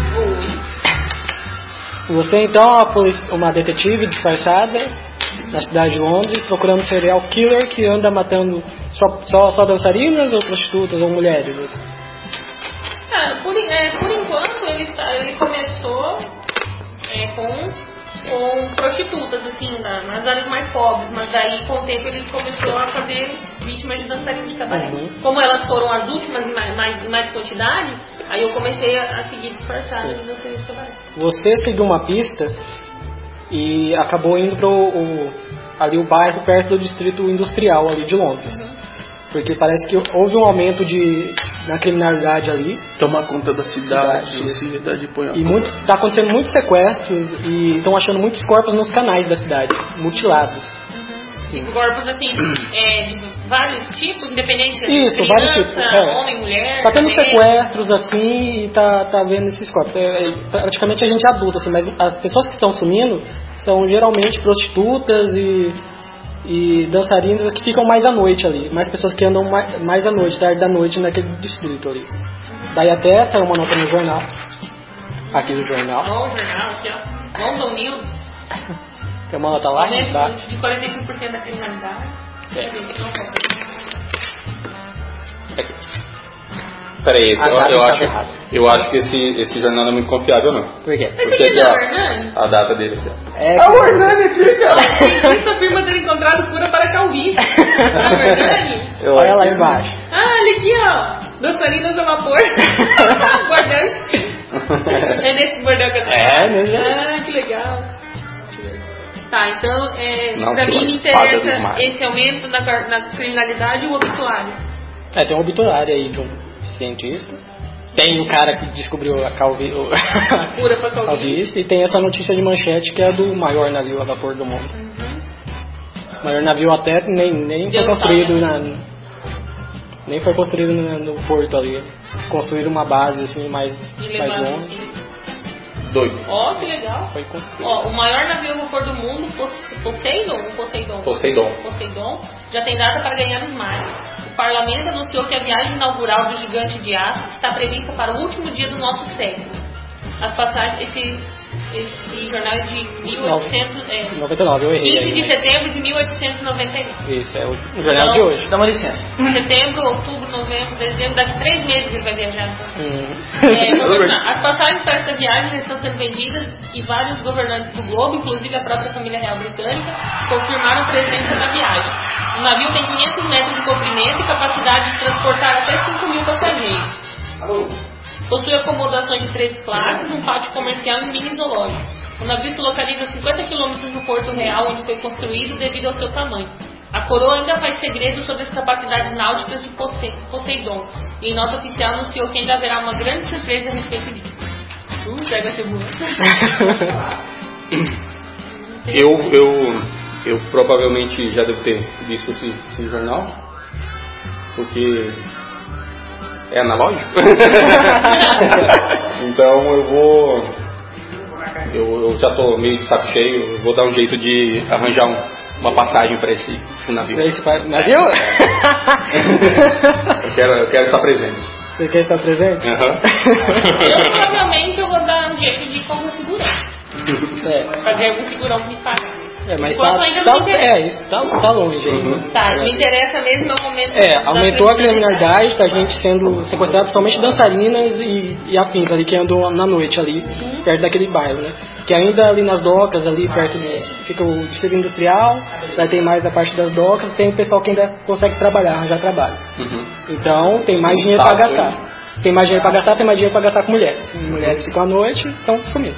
Speaker 5: Você então é uma, polici- uma detetive disfarçada na cidade de Londres procurando um serial killer que anda matando só, só, só dançarinas ou prostitutas ou mulheres.
Speaker 4: Ah, por, en- é, por enquanto ele, está- ele começou é, com, com prostitutas, assim, na- nas áreas mais pobres, mas aí com o tempo ele começou a fazer vítimas de dançarinas de cabaré.
Speaker 5: Uhum.
Speaker 4: Como elas foram as últimas em mais, mais, em mais quantidade, aí eu comecei a, a seguir disfarçada de dançarinas de cabaré.
Speaker 5: Você seguiu uma pista e acabou indo para o, ali o bairro perto do distrito industrial ali de Londres. Porque parece que houve um aumento de, na criminalidade ali
Speaker 9: Tomar conta da cidade,
Speaker 5: Cidade.
Speaker 9: sociedade põe a
Speaker 5: E muito, tá acontecendo muitos sequestros e estão achando muitos corpos nos canais da cidade, mutilados.
Speaker 4: Sim. Corpos, assim, é, de vários tipos, independente
Speaker 5: Isso,
Speaker 4: criança,
Speaker 5: vários tipos, é.
Speaker 4: homem, mulher.
Speaker 5: Tá tendo
Speaker 4: bebê.
Speaker 5: sequestros assim e tá, tá vendo esses corpos. É, é, praticamente a gente é adulta, assim, mas as pessoas que estão sumindo são geralmente prostitutas e, e dançarinas que ficam mais à noite ali. Mais pessoas que andam mais, mais à noite, tarde da noite naquele distrito ali. Daí até saiu uma nota no jornal. Aqui do jornal.
Speaker 4: Ó, o jornal aqui, ó. London News.
Speaker 5: Tem é uma nota lá
Speaker 4: Aumento
Speaker 5: embaixo.
Speaker 4: de 45% da criminalidade.
Speaker 2: É. Peraí, esse-
Speaker 5: Ah,
Speaker 2: eu,
Speaker 5: tá,
Speaker 2: eu
Speaker 5: tá
Speaker 2: acho,
Speaker 5: errado.
Speaker 2: eu acho que esse, esse jornal não é muito confiável, não.
Speaker 5: Por quê?
Speaker 4: Mas
Speaker 2: Porque
Speaker 4: tem
Speaker 2: aqui,
Speaker 4: que dar,
Speaker 2: ó,
Speaker 4: Hernani.
Speaker 2: a data dele aqui, ó.
Speaker 5: É,
Speaker 4: Cientista afirma ter encontrado cura para calvície. Não é verdade?
Speaker 2: Eu
Speaker 5: olha
Speaker 2: acho
Speaker 5: lá
Speaker 2: que-
Speaker 5: embaixo.
Speaker 4: Ah, olha aqui, ó. Dançarinas a vapor. Bordante. É nesse bordão que eu tô.
Speaker 5: É, mesmo.
Speaker 4: Ah, que legal. Tá, então, é,
Speaker 2: Não,
Speaker 4: pra
Speaker 2: tirou
Speaker 4: mim me
Speaker 2: a espada do
Speaker 4: interessa
Speaker 2: mar.
Speaker 4: esse aumento na, car- na criminalidade e o obituário.
Speaker 5: É, tem um obituário aí de um cientista. Tem o cara que descobriu a calvi... o-
Speaker 4: Cura para
Speaker 5: a
Speaker 4: calvície.
Speaker 5: calvície. E tem essa notícia de manchete que é do maior navio a vapor do mundo.
Speaker 4: Uhum.
Speaker 5: O maior navio até nem, nem foi
Speaker 4: Deus
Speaker 5: construído na... Nem foi construído na- no porto ali. Construíram uma base assim mais,
Speaker 4: E
Speaker 5: mais
Speaker 4: levar.
Speaker 2: um?
Speaker 5: longe.
Speaker 2: Doido.
Speaker 4: Ó, que legal.
Speaker 5: Foi construído.
Speaker 4: Ó, o maior navio vapor do mundo, Pos- Poseidon, o Poseidon,
Speaker 2: Poseidon.
Speaker 4: Poseidon, já tem data para ganhar os mares. O parlamento anunciou que a viagem inaugural do gigante de aço está prevista para o último dia do nosso século. As passagens, esse esse jornal é de 1800, é,
Speaker 5: 99, eu errei.
Speaker 4: 15 de
Speaker 5: Aí, né?
Speaker 4: setembro de 1891.
Speaker 5: Isso, é o o jornal de hoje.
Speaker 3: Dá uma licença.
Speaker 4: Setembro, outubro, novembro, dezembro, daqui três meses ele vai viajar. É, vou
Speaker 5: Hum.
Speaker 4: continuar. as passagens para essa viagem estão sendo vendidas e vários governantes do globo, inclusive a própria família real britânica, confirmaram presença na viagem. O navio tem 500 metros de comprimento e capacidade de transportar até 5 mil passageiros. Possui acomodações de três classes, um pátio comercial e um mini zoológico. O navio se localiza a 50 quilômetros do Porto Real, onde foi construído devido ao seu tamanho. A coroa ainda faz segredo sobre as capacidades náuticas de Posse- Poseidon, e em nota oficial anunciou que ainda haverá uma grande surpresa a respeito disso. Uh, já vai ser bonito. Não sei.
Speaker 2: Eu, eu, eu provavelmente já devo ter visto esse, esse jornal, porque é analógico. então eu vou. Eu, eu já tô meio de saco cheio, eu vou dar um jeito de arranjar um- uma passagem para esse, esse navio.
Speaker 5: Daí você faz- Navio?
Speaker 2: Eu quero, eu quero estar presente.
Speaker 5: Você quer estar presente?
Speaker 2: Aham.
Speaker 4: Eu provavelmente eu vou dar um jeito de como segurar.
Speaker 5: É,
Speaker 4: Fazer algum segurão me pagar.
Speaker 5: é mas
Speaker 4: Enquanto
Speaker 5: tá,
Speaker 4: ainda
Speaker 5: tá,
Speaker 4: não tem-
Speaker 5: é, isso, tá, tá longe ainda.
Speaker 4: Tá, me interessa mesmo é o momento.
Speaker 5: É,
Speaker 4: da
Speaker 5: aumentou a
Speaker 4: criminalidade.
Speaker 5: criminalidade da gente sendo sequestrada, principalmente dançarinas e, e afins ali que andam na noite ali, perto daquele bairro, né? Que ainda ali nas docas, ali perto do, fica o distrito industrial, daí tem mais a parte das docas, tem o pessoal que ainda consegue trabalhar, arranjar trabalho.
Speaker 2: Uhum.
Speaker 5: Então tem mais dinheiro pra
Speaker 2: Tá,
Speaker 5: gastar. Tem mais dinheiro pra gastar, tem mais dinheiro pra gastar com mulheres. Mulheres ficam à noite, então sumindo.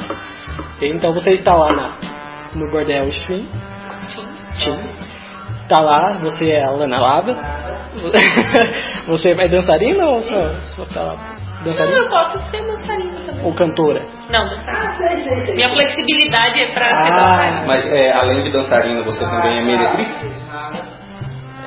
Speaker 5: então você está lá na- no bordel stream. Tim. Tá lá, você é a Lana Lava. Você é dançarina ou só, só tá lá?
Speaker 4: Eu
Speaker 5: Dançarina
Speaker 4: posso ser dançarina também.
Speaker 5: ou cantora?
Speaker 4: Não, dançarina. Minha flexibilidade é pra
Speaker 2: Ah.
Speaker 4: ser dançarina.
Speaker 2: Mas é, além de dançarina, você também é
Speaker 4: Ah.
Speaker 2: meretriz?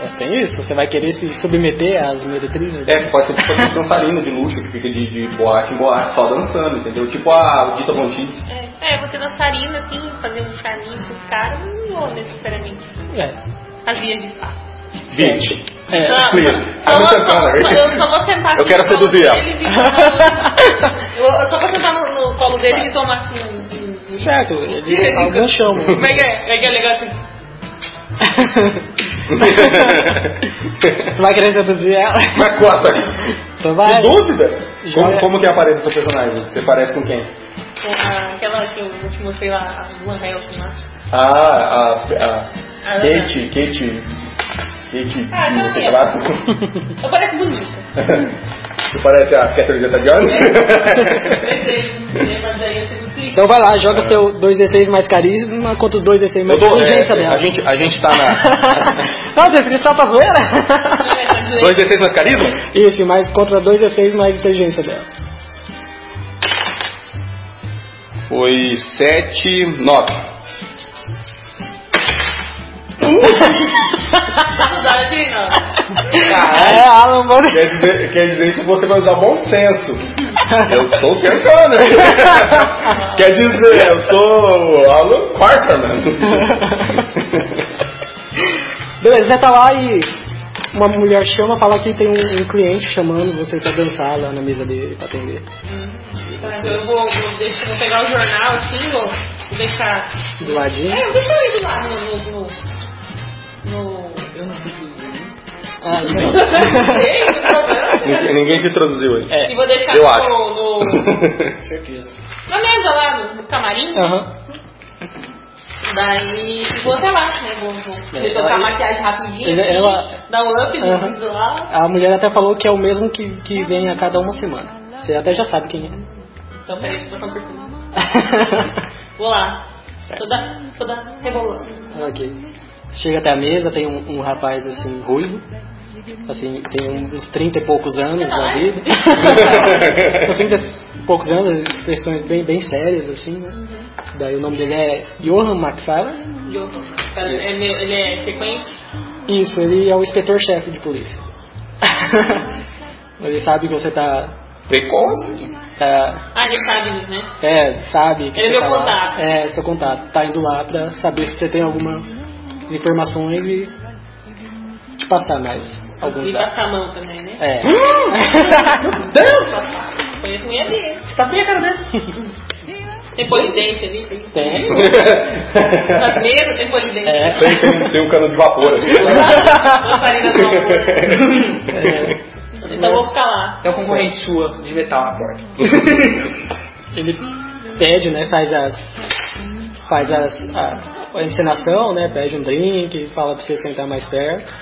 Speaker 5: é, tem isso? Você vai querer se submeter às meretrizes?
Speaker 2: É, pode ser tipo aquele dançarino de luxo que fica de, de boate em boate só dançando, entendeu? Tipo a Dita Von Teese.
Speaker 4: É, é, vou ser dançarina, assim, fazer um charminho com os caras, um não vou necessariamente.
Speaker 5: É.
Speaker 4: As vias de fato.
Speaker 2: Gente,
Speaker 5: É.
Speaker 4: Só-
Speaker 2: Please,
Speaker 4: só
Speaker 2: I'm
Speaker 4: vou-
Speaker 2: Santana.
Speaker 4: só vou- Eu só vou sentar
Speaker 2: Eu
Speaker 4: assim
Speaker 2: quero
Speaker 4: no colo
Speaker 2: seduzir ela.
Speaker 4: deles e tomar- Eu eu só vou sentar no, no colo deles e tomar assim. um- um-
Speaker 5: Certo, eles alguns chamam.
Speaker 4: Como é que é? Como é que é legal assim?
Speaker 5: você vai querer seduzir ela?
Speaker 2: Mas quanta?
Speaker 5: Então vai. é.
Speaker 2: Que dúvida?
Speaker 5: Joga-
Speaker 2: Como, como que aparece o seu personagem? Você parece com quem?
Speaker 4: Com a- Ah, aquela que eu te mostrei lá, a Luan Helson lá.
Speaker 2: Ah, a, a,
Speaker 4: Ah,
Speaker 2: Kate, Kate, Kate,
Speaker 4: Ah,
Speaker 2: não sei
Speaker 4: tá
Speaker 2: lá.
Speaker 4: Eu pareço bonita.
Speaker 2: Você parece a Catherine Zeta-Jones?
Speaker 4: Pensei, mas aí eu fico triste.
Speaker 5: Então vai lá, joga seu 2D6 mais carisma contra os 2D6
Speaker 2: Eu
Speaker 5: mais
Speaker 2: dou, é,
Speaker 5: inteligência dela.
Speaker 2: a gente, a gente tá na...
Speaker 5: Nossa, esse aqui tá pra
Speaker 4: é,
Speaker 5: zoeira?
Speaker 2: 2D6 mais carisma?
Speaker 5: Isso, mas contra 2D6 mais inteligência dela.
Speaker 2: Foi 7, 9.
Speaker 4: Não dá, não.
Speaker 5: É, Alan, bora.
Speaker 2: Quer dizer, quer dizer que você vai usar bom senso. Eu sou tentando. quer dizer, eu sou Alan Quarterman.
Speaker 5: Beleza, você tá lá e uma mulher chama, fala que tem um, um cliente chamando você pra dançar lá na mesa dele pra atender.
Speaker 4: Então eu vou, vou, deixar, vou pegar o jornal assim, vou, vou deixar.
Speaker 5: Do ladinho.
Speaker 4: É, deixa eu ir do lado no. no, no, no... Eu não sei
Speaker 5: Ah,
Speaker 4: o problema.
Speaker 2: Ninguém, ninguém te traduziu aí.
Speaker 5: É,
Speaker 4: E vou deixar
Speaker 2: eu
Speaker 4: no,
Speaker 2: acho.
Speaker 4: no. Na mesa lá, no camarim.
Speaker 5: Aham.
Speaker 4: Daí vou até lá, né? Vou, vou retocar a maquiagem rapidinho.
Speaker 5: Ela-
Speaker 4: assim,
Speaker 5: É, ela-
Speaker 4: Dar um up no
Speaker 5: Aham.
Speaker 4: vídeo lá.
Speaker 5: A mulher até falou que é o mesmo que, que vem a cada uma semana. Você até já sabe quem é.
Speaker 4: Então peraí, deixa eu botar um perfume. Vou lá. Toda, toda rebolando.
Speaker 5: Ok. Chega até a mesa, tem um, um rapaz assim, ruivo. Assim, tem uns 30 e poucos anos na vida. uns 30 e poucos anos, questões bem, bem sérias, assim, né? Daí o nome dele é Johan Maxara.
Speaker 4: Diogo. Cara, é meu- Ele é frequente.
Speaker 5: Isso, ele é o inspetor-chefe de polícia. ele sabe que você tá.
Speaker 2: Precoce.
Speaker 5: tá-
Speaker 4: Ah, ele sabe, né?
Speaker 5: é, sabe. Que
Speaker 4: Ele
Speaker 5: você
Speaker 4: é meu
Speaker 5: tá lá.
Speaker 4: contato.
Speaker 5: É, seu contato. Tá indo lá pra saber se você tem algumas informações e te passar mais alguns
Speaker 4: E tá
Speaker 5: dados.
Speaker 4: passar a mão também, né?
Speaker 5: É. Meu Deus!
Speaker 4: Conheço minha vida.
Speaker 5: Você tá bem a cara dele.
Speaker 4: né? Tem polidência ali? Tem.
Speaker 5: Tem.
Speaker 4: Nas mesas tem polidência.
Speaker 5: É.
Speaker 2: Tem, tem, tem um cano de vapor aqui.
Speaker 4: Lamparina do amor. Então vou ficar lá.
Speaker 6: um
Speaker 3: É o concorrente sua de metal na porta.
Speaker 5: Ele pede, né? Faz as. Faz as, a, a encenação, né? Pede um drink, fala pra você sentar mais perto.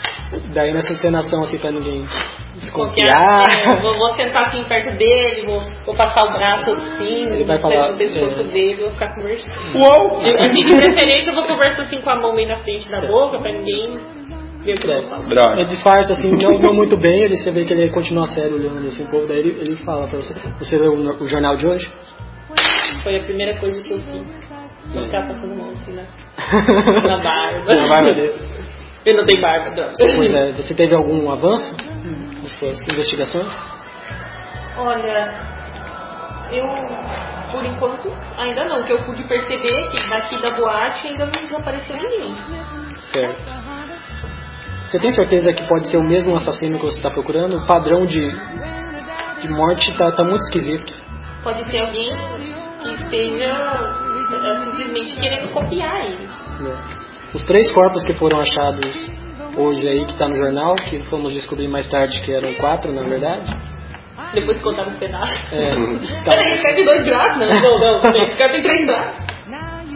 Speaker 5: Daí nessa encenação, assim, pra ninguém
Speaker 4: Confiar.
Speaker 5: desconfiar.
Speaker 4: Vou, vou sentar assim perto dele, vou, vou passar o braço assim,
Speaker 5: Ele vai falar,
Speaker 4: pego o
Speaker 5: é.
Speaker 4: pescoço dele, vou ficar conversando.
Speaker 2: Uou!
Speaker 4: Eu- Assim, de preferência, eu vou conversar assim com a mão meio na frente da boca, pra ninguém ver o que eu falo.
Speaker 2: Droga.
Speaker 5: Ele disfarça assim, não, não muito bem, ele, você vê que ele continua sério olhando assim um pouco, daí ele, ele fala pra você, você leu o, no- o jornal de hoje?
Speaker 4: Foi a primeira coisa que eu fiz. Vou ficar passando mão assim na, na barba.
Speaker 5: Não vai ler.
Speaker 4: Eu não tenho barba, não.
Speaker 5: Pois é, você teve algum avanço nas suas investigações?
Speaker 4: Olha, eu, por enquanto, ainda não. O que eu pude perceber é que daqui da boate ainda não desapareceu ninguém.
Speaker 5: Certo. Você tem certeza que pode ser o mesmo assassino que você está procurando? O padrão de, de morte tá, tá muito esquisito.
Speaker 4: Pode ser alguém que esteja eh, simplesmente querendo copiar ele.
Speaker 5: né? Os três corpos que foram achados hoje aí, que tá no jornal, que fomos descobrir mais tarde que eram quatro, na verdade.
Speaker 4: Depois que contar os pedaços.
Speaker 5: É,
Speaker 4: Peraí, esse cara tem dois braços? Não, não, não. Esse cara tem três braços.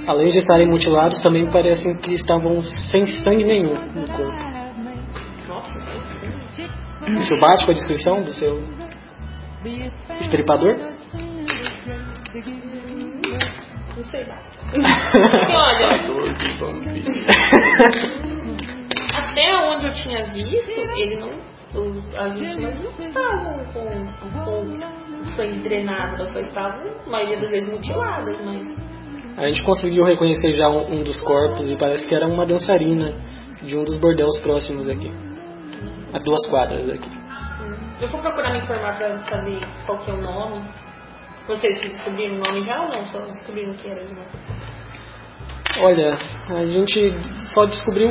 Speaker 5: Além de estarem mutilados, também parecem que estavam sem sangue nenhum no corpo.
Speaker 4: Nossa,
Speaker 5: Isso bate com a descrição do seu estripador?
Speaker 4: não sei lá. Assim, olha, até onde eu tinha visto, ele não. o- As vítimas não estavam com, com o sangue drenado, elas só estavam, a maioria das vezes, mutiladas, mas.
Speaker 5: A gente conseguiu reconhecer já um, um dos corpos e parece que era uma dançarina de um dos bordéis próximos aqui. A duas quadras daqui.
Speaker 4: Hum. Eu vou procurar me informar pra saber qual que é o nome. Vocês descobriram o nome já ou não? Só descobriram que era de uma
Speaker 5: Olha, a gente só descobriu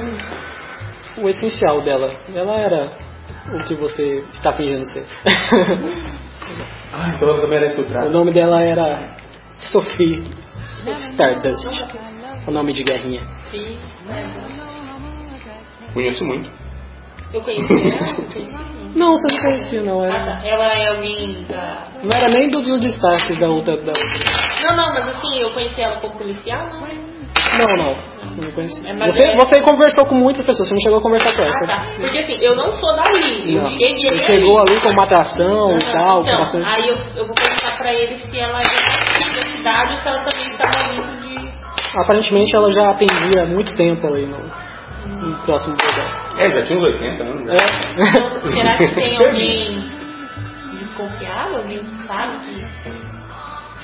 Speaker 5: o essencial dela. Ela era o que você está fingindo ser.
Speaker 2: Ah, então ela também era
Speaker 5: o
Speaker 2: infiltrada.
Speaker 5: nome dela era Sophie Stardust. O nome de guerrinha.
Speaker 4: Sim, né?
Speaker 2: Conheço muito.
Speaker 4: Eu conheci ela, eu conheci.
Speaker 5: Não, você não conhecia, não.
Speaker 4: Ah,
Speaker 5: Era,
Speaker 4: tá. Ela é alguém da.
Speaker 5: não era nem do, do destaque da outra. Da outra.
Speaker 4: Não, não, mas assim, eu conheci ela como policial, não é?
Speaker 5: Não, não. Não conhecia.
Speaker 4: É, mas
Speaker 5: Você,
Speaker 4: é-
Speaker 5: você conversou com muitas pessoas, você não chegou a conversar com
Speaker 4: Ah,
Speaker 5: essa.
Speaker 4: tá. Porque assim, eu não sou dali. Eu
Speaker 5: Não.
Speaker 4: cheguei
Speaker 5: Ele
Speaker 4: ali.
Speaker 5: chegou ali com uma atração
Speaker 4: Aham.
Speaker 5: e tal, com
Speaker 4: Então,
Speaker 5: bastante.
Speaker 4: aí eu, eu vou perguntar pra ele se ela é da cidade ou se ela também estava vindo de.
Speaker 5: Aparentemente ela já atendia há muito tempo ali no, no próximo lugar.
Speaker 2: É, já tinha uns 80 anos. né?
Speaker 4: Então, será que tem alguém desconfiável? Alguém que sabe que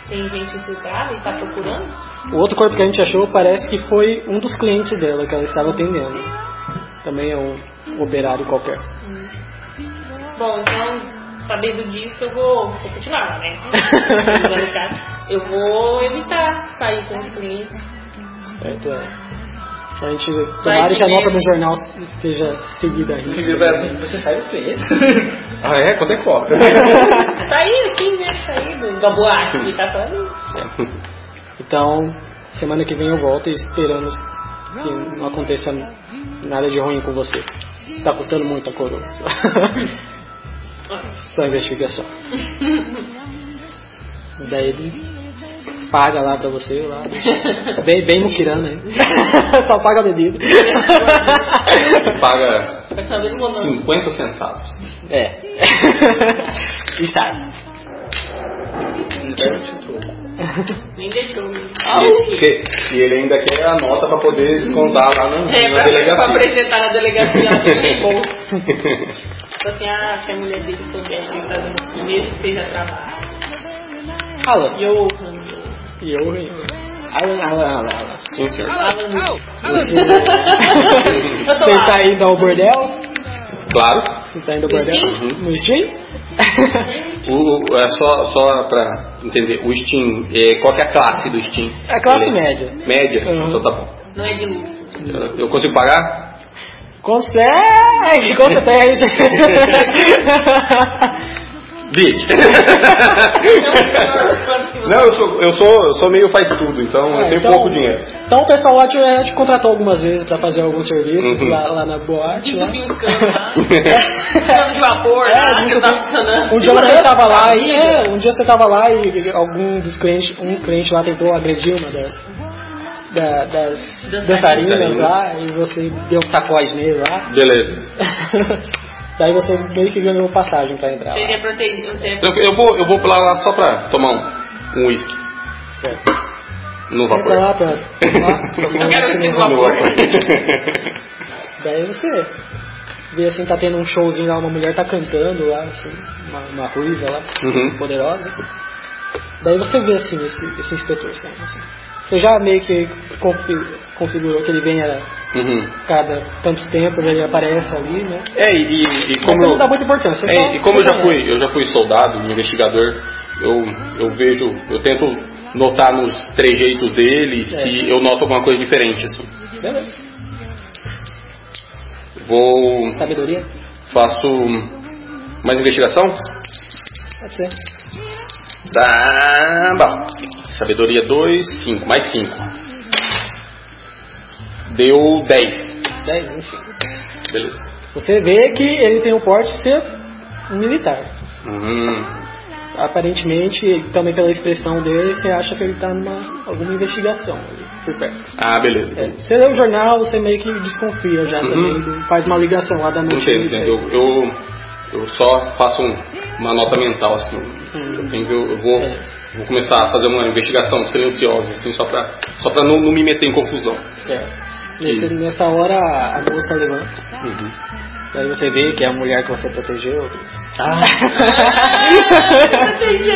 Speaker 4: tem gente infiltrada e tá procurando?
Speaker 5: O outro corpo que a gente achou parece que foi um dos clientes dela que ela estava atendendo. Também é um operário qualquer.
Speaker 4: Bom, então, sabendo disso, eu vou, vou continuar, né? tá? eu vou evitar sair com os clientes.
Speaker 5: Certo, é. A gente, tomara que a nota do jornal esteja seguida a risco.
Speaker 6: Ele vai assim, você sai do cliente.
Speaker 2: Ah, é? Quando é que cobra?
Speaker 4: Sair assim, né? Sair do, da boate que tá falando.
Speaker 5: Então, semana que vem eu volto e esperamos que não aconteça nada de ruim com você. Tá custando muito a coroa. Sua investigação. Daí ele paga lá pra você, lá. Bem, bem muquirana, hein? Só paga a bebida.
Speaker 2: Paga
Speaker 4: Vai saber o nome.
Speaker 2: 50 centavos.
Speaker 5: É. E tá. sai.
Speaker 4: Nem deixou. né?
Speaker 2: E, e ele ainda quer a nota pra poder descontar lá na,
Speaker 4: É,
Speaker 2: na
Speaker 4: pra, pra
Speaker 2: delegacia.
Speaker 4: apresentar na delegacia ela tem bom. Tipo assim, ah, se a mulher dele souber, tá dando aqui, mesmo que seja trabalho.
Speaker 5: Alan.
Speaker 4: Johan.
Speaker 5: E eu. Alan,
Speaker 2: Ah,
Speaker 5: Alan, Alan, Alan.
Speaker 2: Sim, senhor.
Speaker 4: Alan. Eu tô
Speaker 5: né? Você
Speaker 4: lá.
Speaker 5: tá indo ao bordel?
Speaker 2: Claro.
Speaker 5: Você tá indo ao bordel?
Speaker 4: Sim.
Speaker 5: No stream?
Speaker 2: O, é só, só pra entender, o Steam, é, qual que é a classe do Steam?
Speaker 5: É a classe
Speaker 2: Ele-
Speaker 5: média.
Speaker 2: Média?
Speaker 5: Uhum.
Speaker 2: Então tá bom.
Speaker 4: Não é de lucro.
Speaker 2: Eu, eu consigo pagar?
Speaker 5: Consegue! Conta até isso.
Speaker 2: Big. Não, eu sou, eu sou, eu sou meio faz tudo, então eu
Speaker 5: É,
Speaker 2: tenho
Speaker 5: então-
Speaker 2: pouco dinheiro.
Speaker 5: Então o pessoal lá te, eh, te contratou algumas vezes pra fazer alguns serviços
Speaker 2: Uhum.
Speaker 5: lá, lá na boate. Lá.
Speaker 4: Subir um cano
Speaker 5: tá.
Speaker 4: lá. Cano de vapor,
Speaker 5: É,
Speaker 4: lá,
Speaker 5: muito
Speaker 4: que tá
Speaker 5: bem.
Speaker 4: funcionando.
Speaker 5: Um dia você tava lá e é, um dia você tava lá e algum dos clientes, um cliente lá tentou agredir uma das, da- das dançarinas lá e você deu um sacode nele lá.
Speaker 2: Beleza.
Speaker 5: Daí você meio que ganhou passagem pra entrar lá.
Speaker 4: Seria proteína, não sei.
Speaker 2: Eu, eu vou, eu vou pular lá só pra tomar um, um whisky
Speaker 5: Certo.
Speaker 2: no
Speaker 5: Entra
Speaker 2: vapor.
Speaker 5: lá pra. ó, tomou um
Speaker 4: Eu quero
Speaker 5: whisky
Speaker 4: esse
Speaker 5: no
Speaker 2: No
Speaker 5: vapor.
Speaker 2: vapor.
Speaker 5: Daí você vê assim, tá tendo um showzinho lá, uma mulher tá cantando lá, assim, uma, uma ruiva lá,
Speaker 2: Uhum.
Speaker 5: poderosa. Daí você vê assim esse, esse inspetor saindo assim. Você já meio que confi- configurou que ele venha
Speaker 2: Uhum.
Speaker 5: cada tantos tempos, ele aparece ali, né?
Speaker 2: É, e, e- e
Speaker 5: Mas você
Speaker 2: como
Speaker 5: não dá né?
Speaker 2: eu,
Speaker 5: muita importância. você
Speaker 2: é,
Speaker 5: só
Speaker 2: e como eu já
Speaker 5: reconhece.
Speaker 2: fui, eu já fui soldado, um investigador, eu, eu vejo, eu tento notar nos trejeitos dele
Speaker 5: É.
Speaker 2: se eu noto alguma coisa diferente. Assim.
Speaker 5: Beleza.
Speaker 2: Vou
Speaker 5: Sabedoria?
Speaker 2: faço mais investigação.
Speaker 5: Pode ser.
Speaker 2: Tá bom. Sabedoria 2, 5, mais 5. Deu 10.
Speaker 5: 10, 25.
Speaker 2: Beleza.
Speaker 5: Você vê que ele tem o porte de ser um militar.
Speaker 2: Uhum.
Speaker 5: aparentemente, também pela expressão dele, você acha que ele está numa alguma investigação ali por perto.
Speaker 2: Ah, beleza.
Speaker 5: É, você lê o jornal, você meio que desconfia já
Speaker 2: Uhum.
Speaker 5: também, faz uma ligação lá da
Speaker 2: Não
Speaker 5: noite.
Speaker 2: sei, eu, eu, eu só faço um- uma nota mental, assim. Eu, tenho que- eu vou, vou começar a fazer uma investigação silenciosa, assim, só pra, só pra não, não me meter em confusão.
Speaker 5: Nesse- nessa hora a moça levanta,
Speaker 2: Uhum.
Speaker 5: daí você vê que é a mulher que você protegeu. Ah,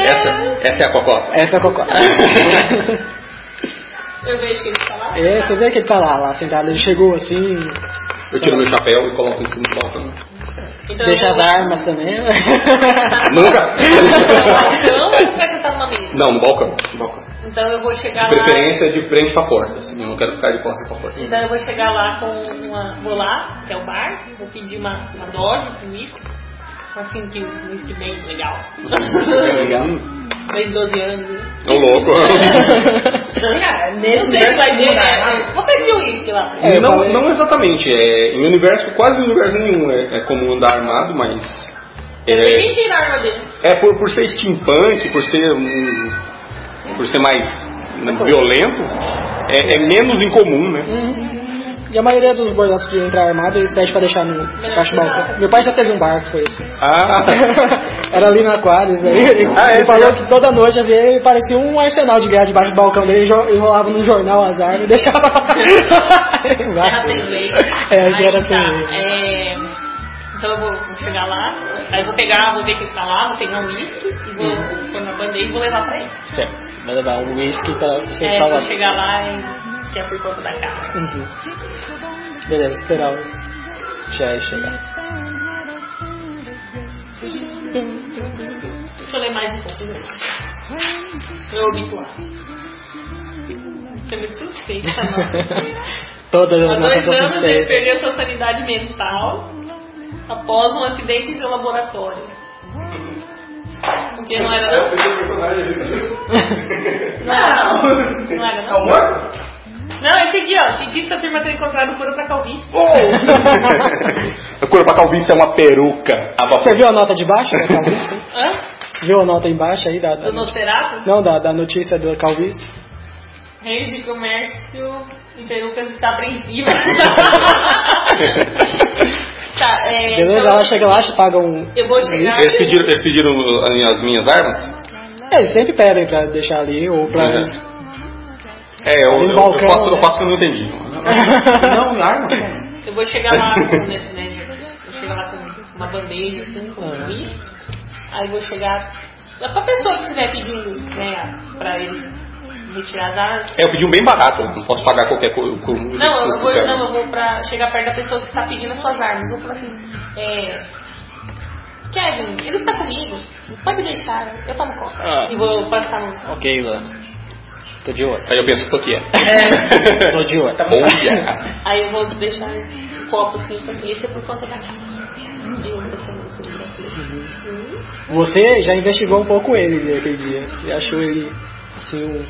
Speaker 2: Essa, essa é a cocota.
Speaker 5: essa é a cocó.
Speaker 4: Eu vejo que ele tá lá.
Speaker 5: É, você vê que ele tá lá, lá sentado, ele chegou assim,
Speaker 2: Eu tiro meu chapéu e coloco em cima do balcão.
Speaker 4: Então
Speaker 5: deixa
Speaker 4: eu
Speaker 5: as
Speaker 4: vou-
Speaker 5: armas também.
Speaker 2: Nunca!
Speaker 4: Então, você vai cantar numa mesa.
Speaker 2: Não, no balcão. No balcão.
Speaker 4: Então eu vou chegar
Speaker 2: De
Speaker 4: lá.
Speaker 2: preferência de frente pra porta, assim, eu não quero ficar de porta pra porta.
Speaker 4: Então eu vou chegar lá com uma. Vou lá, que é o bar, vou pedir uma, uma dose de whisky. Assim que um whisky bem legal.
Speaker 2: Obrigado.
Speaker 4: Bem 12 anos. né?
Speaker 2: Tá Ô louco.
Speaker 5: É,
Speaker 4: Ah, nesse universo vai ter.
Speaker 5: né?
Speaker 4: é, Vou pedir um whisky lá.
Speaker 2: É, não, não exatamente. É, em universo, quase em universo nenhum é, é comum andar armado, mas.
Speaker 4: Eu
Speaker 2: É,
Speaker 4: nem tirar a arma dele.
Speaker 2: É por, por ser steampunk, por ser um- por ser mais né, violento, é, é menos incomum, né?
Speaker 5: E a maioria dos bordados que entrar armado, eles pedem pra deixar no baixo do balcão. Meu pai já teve um bar que foi isso.
Speaker 2: Ah,
Speaker 5: Era ali na Aquarius, né? Ele,
Speaker 2: Ah, é,
Speaker 5: ele
Speaker 2: você
Speaker 5: falou
Speaker 2: já-
Speaker 5: que toda noite às vezes, ele parecia um arsenal de guerra debaixo do balcão dele, jo- enrolava num jornal as armas e deixava
Speaker 4: Terra
Speaker 5: embaixo.
Speaker 4: sem lei.
Speaker 5: Tá É, aqui
Speaker 4: Aí
Speaker 5: era
Speaker 4: tá,
Speaker 5: sem lei.
Speaker 4: é, Então eu vou, vou chegar lá, aí vou pegar, vou ver quem tá lá, vou pegar um uísque e vou
Speaker 5: Uhum.
Speaker 4: pôr na bandeja e vou levar pra ele.
Speaker 5: Certo. Vai levar um whisky pra você
Speaker 4: É, vou
Speaker 5: salvar.
Speaker 4: chegar lá e que é por conta da casa.
Speaker 5: Uhum. Beleza, esperar o chefe chegar.
Speaker 4: Deixa eu ler mais um pouco. né? Meu obituário. Você é muito suspeito, mano.
Speaker 5: Todas
Speaker 4: Há
Speaker 5: as nossas
Speaker 4: dois anos ele
Speaker 5: assistências.
Speaker 4: perdeu sua sanidade mental após um acidente em seu laboratório. Porque não era. Não, não era
Speaker 2: É um
Speaker 4: não. Não, esse aqui, ó. Cientista afirma ter encontrado cura pra calvície.
Speaker 2: a cura pra calvície é uma peruca. Ah, A
Speaker 5: Você
Speaker 2: vapor.
Speaker 5: viu a nota de baixo? né? Tá da Calvície?
Speaker 4: Hã?
Speaker 5: Viu a nota embaixo aí da,
Speaker 4: Do
Speaker 5: da
Speaker 4: Nosferatu?
Speaker 5: não da, da notícia do Calvície?
Speaker 4: Reis de comércio em perucas está apreensivas. tá, é.
Speaker 5: Beleza,
Speaker 4: então,
Speaker 5: ela chega lá, te paga um.
Speaker 4: Eu vou chegar.
Speaker 2: Eles pediram, eles pediram as minhas armas?
Speaker 5: É, eles sempre pedem pra deixar ali ou pra.
Speaker 2: É. É, eu,
Speaker 5: Tem
Speaker 2: eu,
Speaker 5: balcão,
Speaker 2: eu faço, eu
Speaker 5: né?
Speaker 2: faço que eu não entendi.
Speaker 5: não, arma?
Speaker 4: Eu vou chegar lá com, né, né, eu chego lá com uma bandeja, assim, com um bicho. Aí vou chegar. É pra pessoa que estiver pedindo, né, pra ele retirar as armas.
Speaker 2: É, eu pedi um bem barato, não posso pagar qualquer coisa.
Speaker 4: Não, eu vou, não, eu vou pra chegar perto da pessoa que está pedindo as suas armas. Eu vou falar assim, é. Kevin, ele está comigo. Pode deixar, eu tomo conta.
Speaker 5: Ah.
Speaker 4: E vou passar um.
Speaker 5: Ok, Lana. Tô de olho.
Speaker 2: Aí eu penso, o que é?
Speaker 5: Tô de olho.
Speaker 2: Olha!
Speaker 4: Aí eu vou deixar um copo assim, porque esse é por conta da casa. E eu vou passar um assim,
Speaker 5: Você já investigou um pouco ele naquele dia. Você achou ele assim um.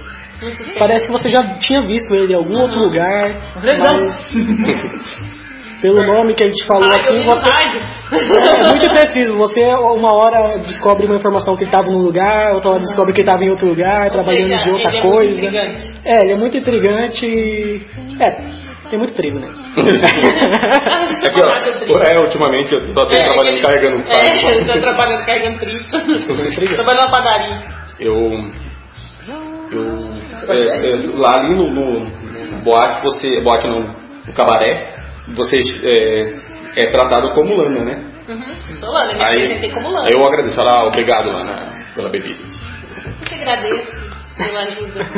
Speaker 4: Muito bem.
Speaker 5: Parece que você já tinha visto ele em algum outro
Speaker 4: Ah.
Speaker 5: lugar.
Speaker 3: Televisão.
Speaker 5: mas- Pelo nome que ele te falou
Speaker 4: Ah, eu vi
Speaker 5: assim,
Speaker 4: no
Speaker 5: você.
Speaker 4: rádio.
Speaker 5: É muito preciso. Você uma hora descobre uma informação que ele estava num lugar, outra hora descobre que ele estava em outro lugar, trabalhando
Speaker 4: seja,
Speaker 5: de outra
Speaker 4: ele é muito
Speaker 5: coisa.
Speaker 4: intrigante.
Speaker 5: é, ele é muito intrigante e. É, tem muito trigo, né?
Speaker 4: Ah, deixa
Speaker 2: É
Speaker 4: eu
Speaker 2: que,
Speaker 4: falar sobre
Speaker 2: ó, é, ultimamente eu tô até trabalhando carregando um fardo.
Speaker 4: É, tá trabalhando carregando trigo. trabalhando na padaria.
Speaker 2: Eu. Eu. é, é, lá ali no, no- no boate, você. Boate não, no cabaré, você é, é tratado como lana, né?
Speaker 4: Uhum. Sou Lana, me apresentei
Speaker 2: Aí,
Speaker 4: como Lana.
Speaker 2: eu agradeço, ela, "Ah, obrigado, Lana, pela bebida.
Speaker 4: Eu te agradeço pela ajuda.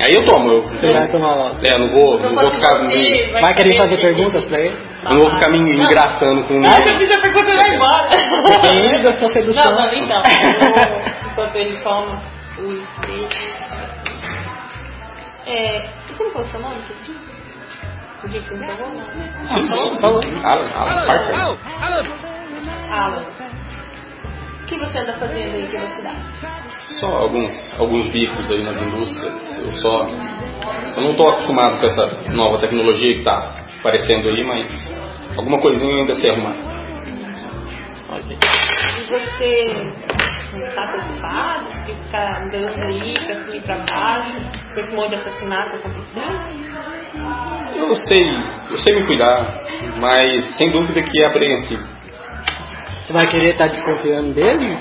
Speaker 2: Aí eu tomo, eu.
Speaker 5: Você vai tomar logo.
Speaker 2: É, não vou, não
Speaker 4: Não
Speaker 2: vou
Speaker 4: posso
Speaker 2: ficar.
Speaker 4: dizer,
Speaker 5: Vai querer
Speaker 4: saber
Speaker 5: fazer
Speaker 4: se-
Speaker 5: perguntas pra ele?
Speaker 2: Eu não vou ficar me engraçando com
Speaker 4: Ah, se eu
Speaker 2: ninguém.
Speaker 4: fizer pergunta, vai embora.
Speaker 5: Depende da sua sedução.
Speaker 4: Não, não, então. Eu- Enquanto ele toma o leite. É. Você não falou seu nome? Que dia? O dia que você me pegou? Não. Falou?
Speaker 2: Falou. Alan, Alan Parker.
Speaker 4: Alan. O que você anda fazendo aí pela cidade?
Speaker 2: Só alguns, alguns bicos aí nas indústrias. Eu só. Eu não estou acostumado com essa nova tecnologia que está aparecendo aí, mas alguma coisinha ainda se arruma.
Speaker 4: E você não está preocupado? Porque ficar andando aí pra cima e pra baixo, com esse monte de assassinato acontecendo?
Speaker 2: Eu sei, eu sei me cuidar, mas sem dúvida que é apreensivo.
Speaker 5: Você vai querer estar desconfiando dele?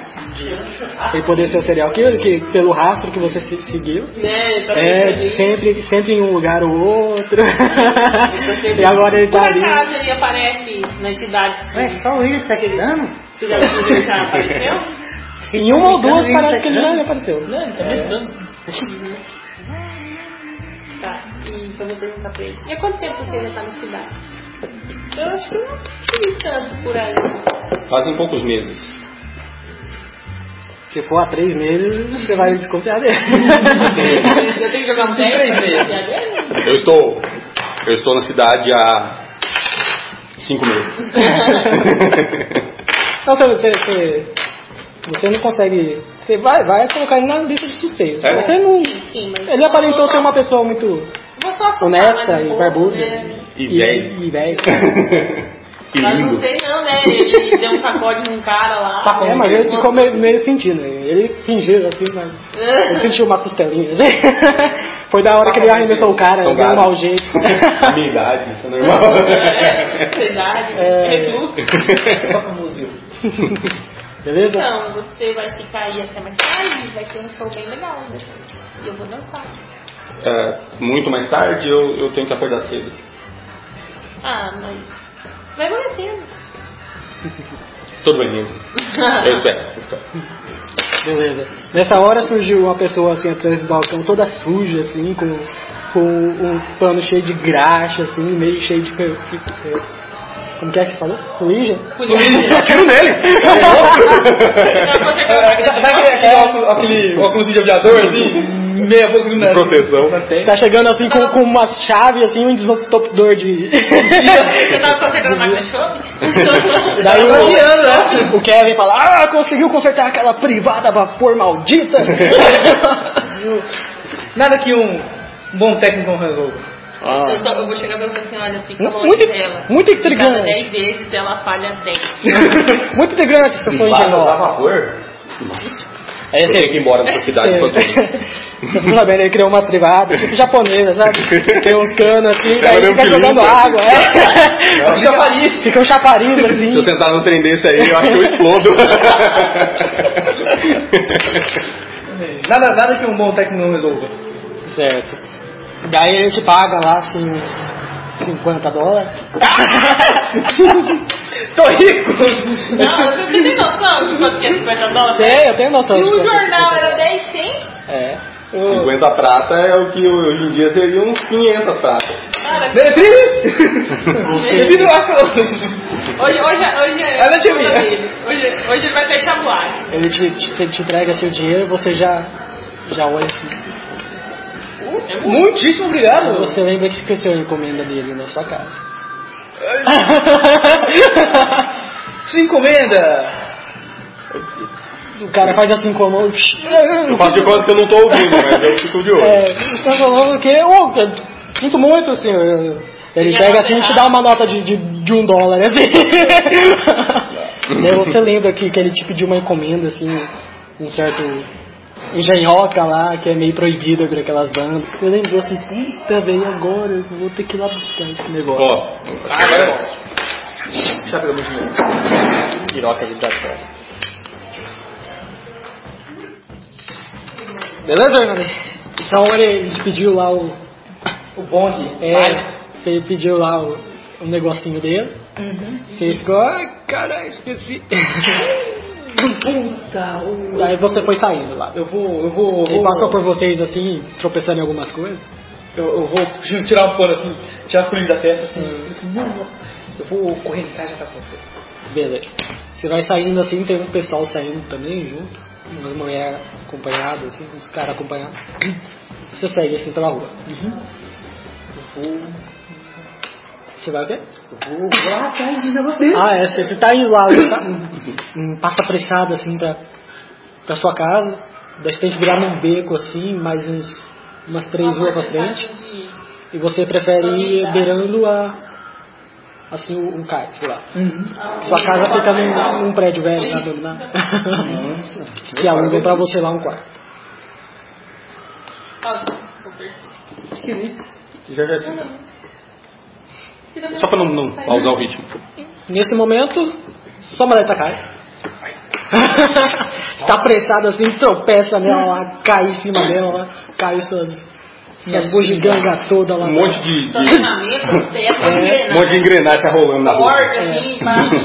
Speaker 5: Ele poder ser o serial killer, que pelo rastro que você se- seguiu.
Speaker 4: Né? Tá
Speaker 5: É,
Speaker 4: feliz.
Speaker 5: sempre, sempre em um lugar ou outro. e agora ele tá
Speaker 4: Por
Speaker 5: ali.
Speaker 4: acaso ele aparece nas cidades que
Speaker 1: É só o William que tá aqui dando?
Speaker 4: você já viu que ele já apareceu?
Speaker 5: Em uma ou duas parece que ele já apareceu.
Speaker 6: É.
Speaker 4: Tá, e então eu vou perguntar pra ele. E há quanto tempo você já tá na cidade? Eu acho que eu não sei tanto por aí.
Speaker 2: Fazem poucos meses.
Speaker 5: Se for há três meses, você vai desconfiar dele.
Speaker 4: Eu tenho que jogar um 10
Speaker 5: Três meses.
Speaker 4: meses.
Speaker 2: Eu estou, eu estou na cidade há cinco meses.
Speaker 5: Então você, você, você, você não consegue. Você vai, vai colocar ele na lista de suspeitos.
Speaker 2: É.
Speaker 5: Você não.
Speaker 4: Sim, mas.
Speaker 5: Ele aparentou ser uma pessoa muito
Speaker 4: Vou só assustar
Speaker 5: honesta
Speaker 4: mais um
Speaker 5: e
Speaker 4: pouco,
Speaker 5: barbuda.
Speaker 4: né?
Speaker 2: E velho.
Speaker 5: E velho.
Speaker 2: Que
Speaker 4: Mas não
Speaker 2: lindo.
Speaker 4: sei não, né? Ele deu um sacode num cara lá. um
Speaker 5: É, mas ele ficou meio, meio sentindo. né? Ele fingiu assim, mas. Ele
Speaker 4: É,
Speaker 5: sentiu uma costelinha. né? Foi da hora que ele arremessou o cara,
Speaker 2: São
Speaker 5: deu um
Speaker 2: gados.
Speaker 5: mau jeito.
Speaker 2: A minha idade, isso é normal.
Speaker 4: É, Verdade,
Speaker 5: É.
Speaker 4: refluxo.
Speaker 5: Beleza?
Speaker 4: Então, você vai ficar aí até mais tarde, vai ter um show bem legal, né? E eu vou dançar.
Speaker 2: É, muito mais tarde eu, eu tenho que acordar cedo.
Speaker 4: Ah, mas vai valer a pena.
Speaker 2: Tudo bem mesmo. Eu espero. eu espero.
Speaker 5: Beleza. Nessa hora surgiu uma pessoa assim atrás do balcão, toda suja, assim, com, com uns panos cheios de graxa, assim, meio cheio de. pe- de- de- Como que é que você falou? Fuligem?
Speaker 2: Eu tiro nele!
Speaker 5: Sabe é aquele óculos-
Speaker 2: aquele óculos de aviador, assim? Meia boca do nariz. Proteção.
Speaker 5: Tá chegando assim com, com uma chave, assim, um desentupidor de.
Speaker 4: Você tava consertando a máquina de shopping?
Speaker 5: Daí
Speaker 1: Baseando,
Speaker 5: o, o Kevin fala, ah, conseguiu consertar aquela privada a vapor maldita.
Speaker 1: Nada que um bom técnico não resolva.
Speaker 5: Ah.
Speaker 4: Então eu vou chegar pra você assim, olha, fica
Speaker 5: Muito-
Speaker 4: longe
Speaker 5: muito-
Speaker 4: dela.
Speaker 5: muito
Speaker 4: E Cada
Speaker 5: intrigante.
Speaker 4: 10 vezes ela falha 10.
Speaker 5: Muito integrante essa sua
Speaker 2: a
Speaker 5: ingenua.
Speaker 2: vapor? Eu tenho que ir embora dessa cidade
Speaker 5: É.
Speaker 2: enquanto isso.
Speaker 5: Você não sabe, ele criou uma privada, tipo japonesa, sabe? Tem uns canos assim,
Speaker 2: Ela
Speaker 5: daí
Speaker 2: mesmo
Speaker 5: fica
Speaker 2: que
Speaker 5: jogando
Speaker 2: limpa.
Speaker 5: água, é.
Speaker 2: Ela fica
Speaker 5: chapariz. Fica um chapariz assim.
Speaker 2: Se eu sentar num trem desse aí, eu acho que eu explodo.
Speaker 1: Nada, nada que um bom técnico não resolva.
Speaker 5: Certo. Daí ele te paga lá, assim, uns 50 dólares. Tô rico!
Speaker 4: Não, você tem noção de quanto que é 50 dólares?
Speaker 5: É, eu tenho noção.
Speaker 4: E
Speaker 5: de
Speaker 4: um
Speaker 5: quanto é
Speaker 4: jornal
Speaker 5: 50
Speaker 4: era 10 cents?
Speaker 5: É.
Speaker 2: 50 prata é o que hoje em dia seria uns 500 prata.
Speaker 4: Cara,
Speaker 1: Devido a
Speaker 4: hoje, hoje, hoje é.
Speaker 1: Olha a tia minha.
Speaker 4: Hoje, hoje ele vai fechar a boate.
Speaker 5: Ele te, te, ele te entrega seu dinheiro, você já, já olha assim.
Speaker 1: Muitíssimo obrigado.
Speaker 5: É Você lembra que esqueceu a encomenda dele na sua casa.
Speaker 1: Sua encomenda
Speaker 5: O cara faz assim com a mão.
Speaker 2: Eu faço de conta que eu não tô ouvindo, mas eu fico de olho.
Speaker 5: É, tá falando que eu, eu sinto muito assim. eu- ele
Speaker 4: Ele
Speaker 5: pega
Speaker 4: vai
Speaker 5: assim e te dá
Speaker 4: alterar.
Speaker 5: uma nota de, de, de um dólar, assim. Daí você lembra que, que ele te pediu uma encomenda, assim, um certo engenhoca lá, que é meio proibido por aquelas bandas. Você lembrou assim, puta, velho, agora eu vou ter que ir lá buscar esse negócio.
Speaker 2: Ó, agora-
Speaker 6: Ah,
Speaker 2: é
Speaker 6: é Deixa eu pegar meu dinheiro. Piroca vibratória.
Speaker 5: Beleza, Hernani? Então ele ele pediu lá o. O bonde. É, ele pediu lá o, o negocinho dele. Você ficou, ai caralho, esqueci. Puta, o- Aí você foi saindo lá.
Speaker 6: Eu vou, eu vou,
Speaker 5: Ele
Speaker 6: vou-
Speaker 5: passou por vocês assim, tropeçando em algumas coisas.
Speaker 6: Eu, eu vou just tirar o pano assim, tirar a polícia da testa
Speaker 5: Hum.
Speaker 6: assim. assim, não, não. Eu vou correr em casa e tá com você.
Speaker 5: Beleza. Você vai saindo assim, tem um pessoal saindo também junto. Umas mulheres acompanhadas, assim, uns caras acompanhados. Você segue assim pela rua.
Speaker 6: Uhum.
Speaker 5: Uhum. Você vai o quê? Ah, é, você, você tá indo lá, você tá- hum, passa apressado assim pra, pra sua casa, daí você tem que virar num beco assim, mais uns, umas três ruas pra frente, e você prefere ir beirando a. assim, o, o cais lá.
Speaker 6: Ah, uhum.
Speaker 5: Sua casa fica num, num prédio velho, sabe? Na, que aluga pra você lá um quarto.
Speaker 2: Já já explico. Só pra não, não pausar o ritmo.
Speaker 5: Nesse momento, sua maleta cai. tá apressado assim, tropeça nela lá, cai em cima dela lá, cai suas, suas bugigangas todas lá.
Speaker 2: Um monte de,
Speaker 4: Só
Speaker 2: de-
Speaker 4: na assim,
Speaker 5: É.
Speaker 4: mesa, terra,
Speaker 2: um monte de engrenagem tá rolando na rua.
Speaker 4: corda, assim, embaixo.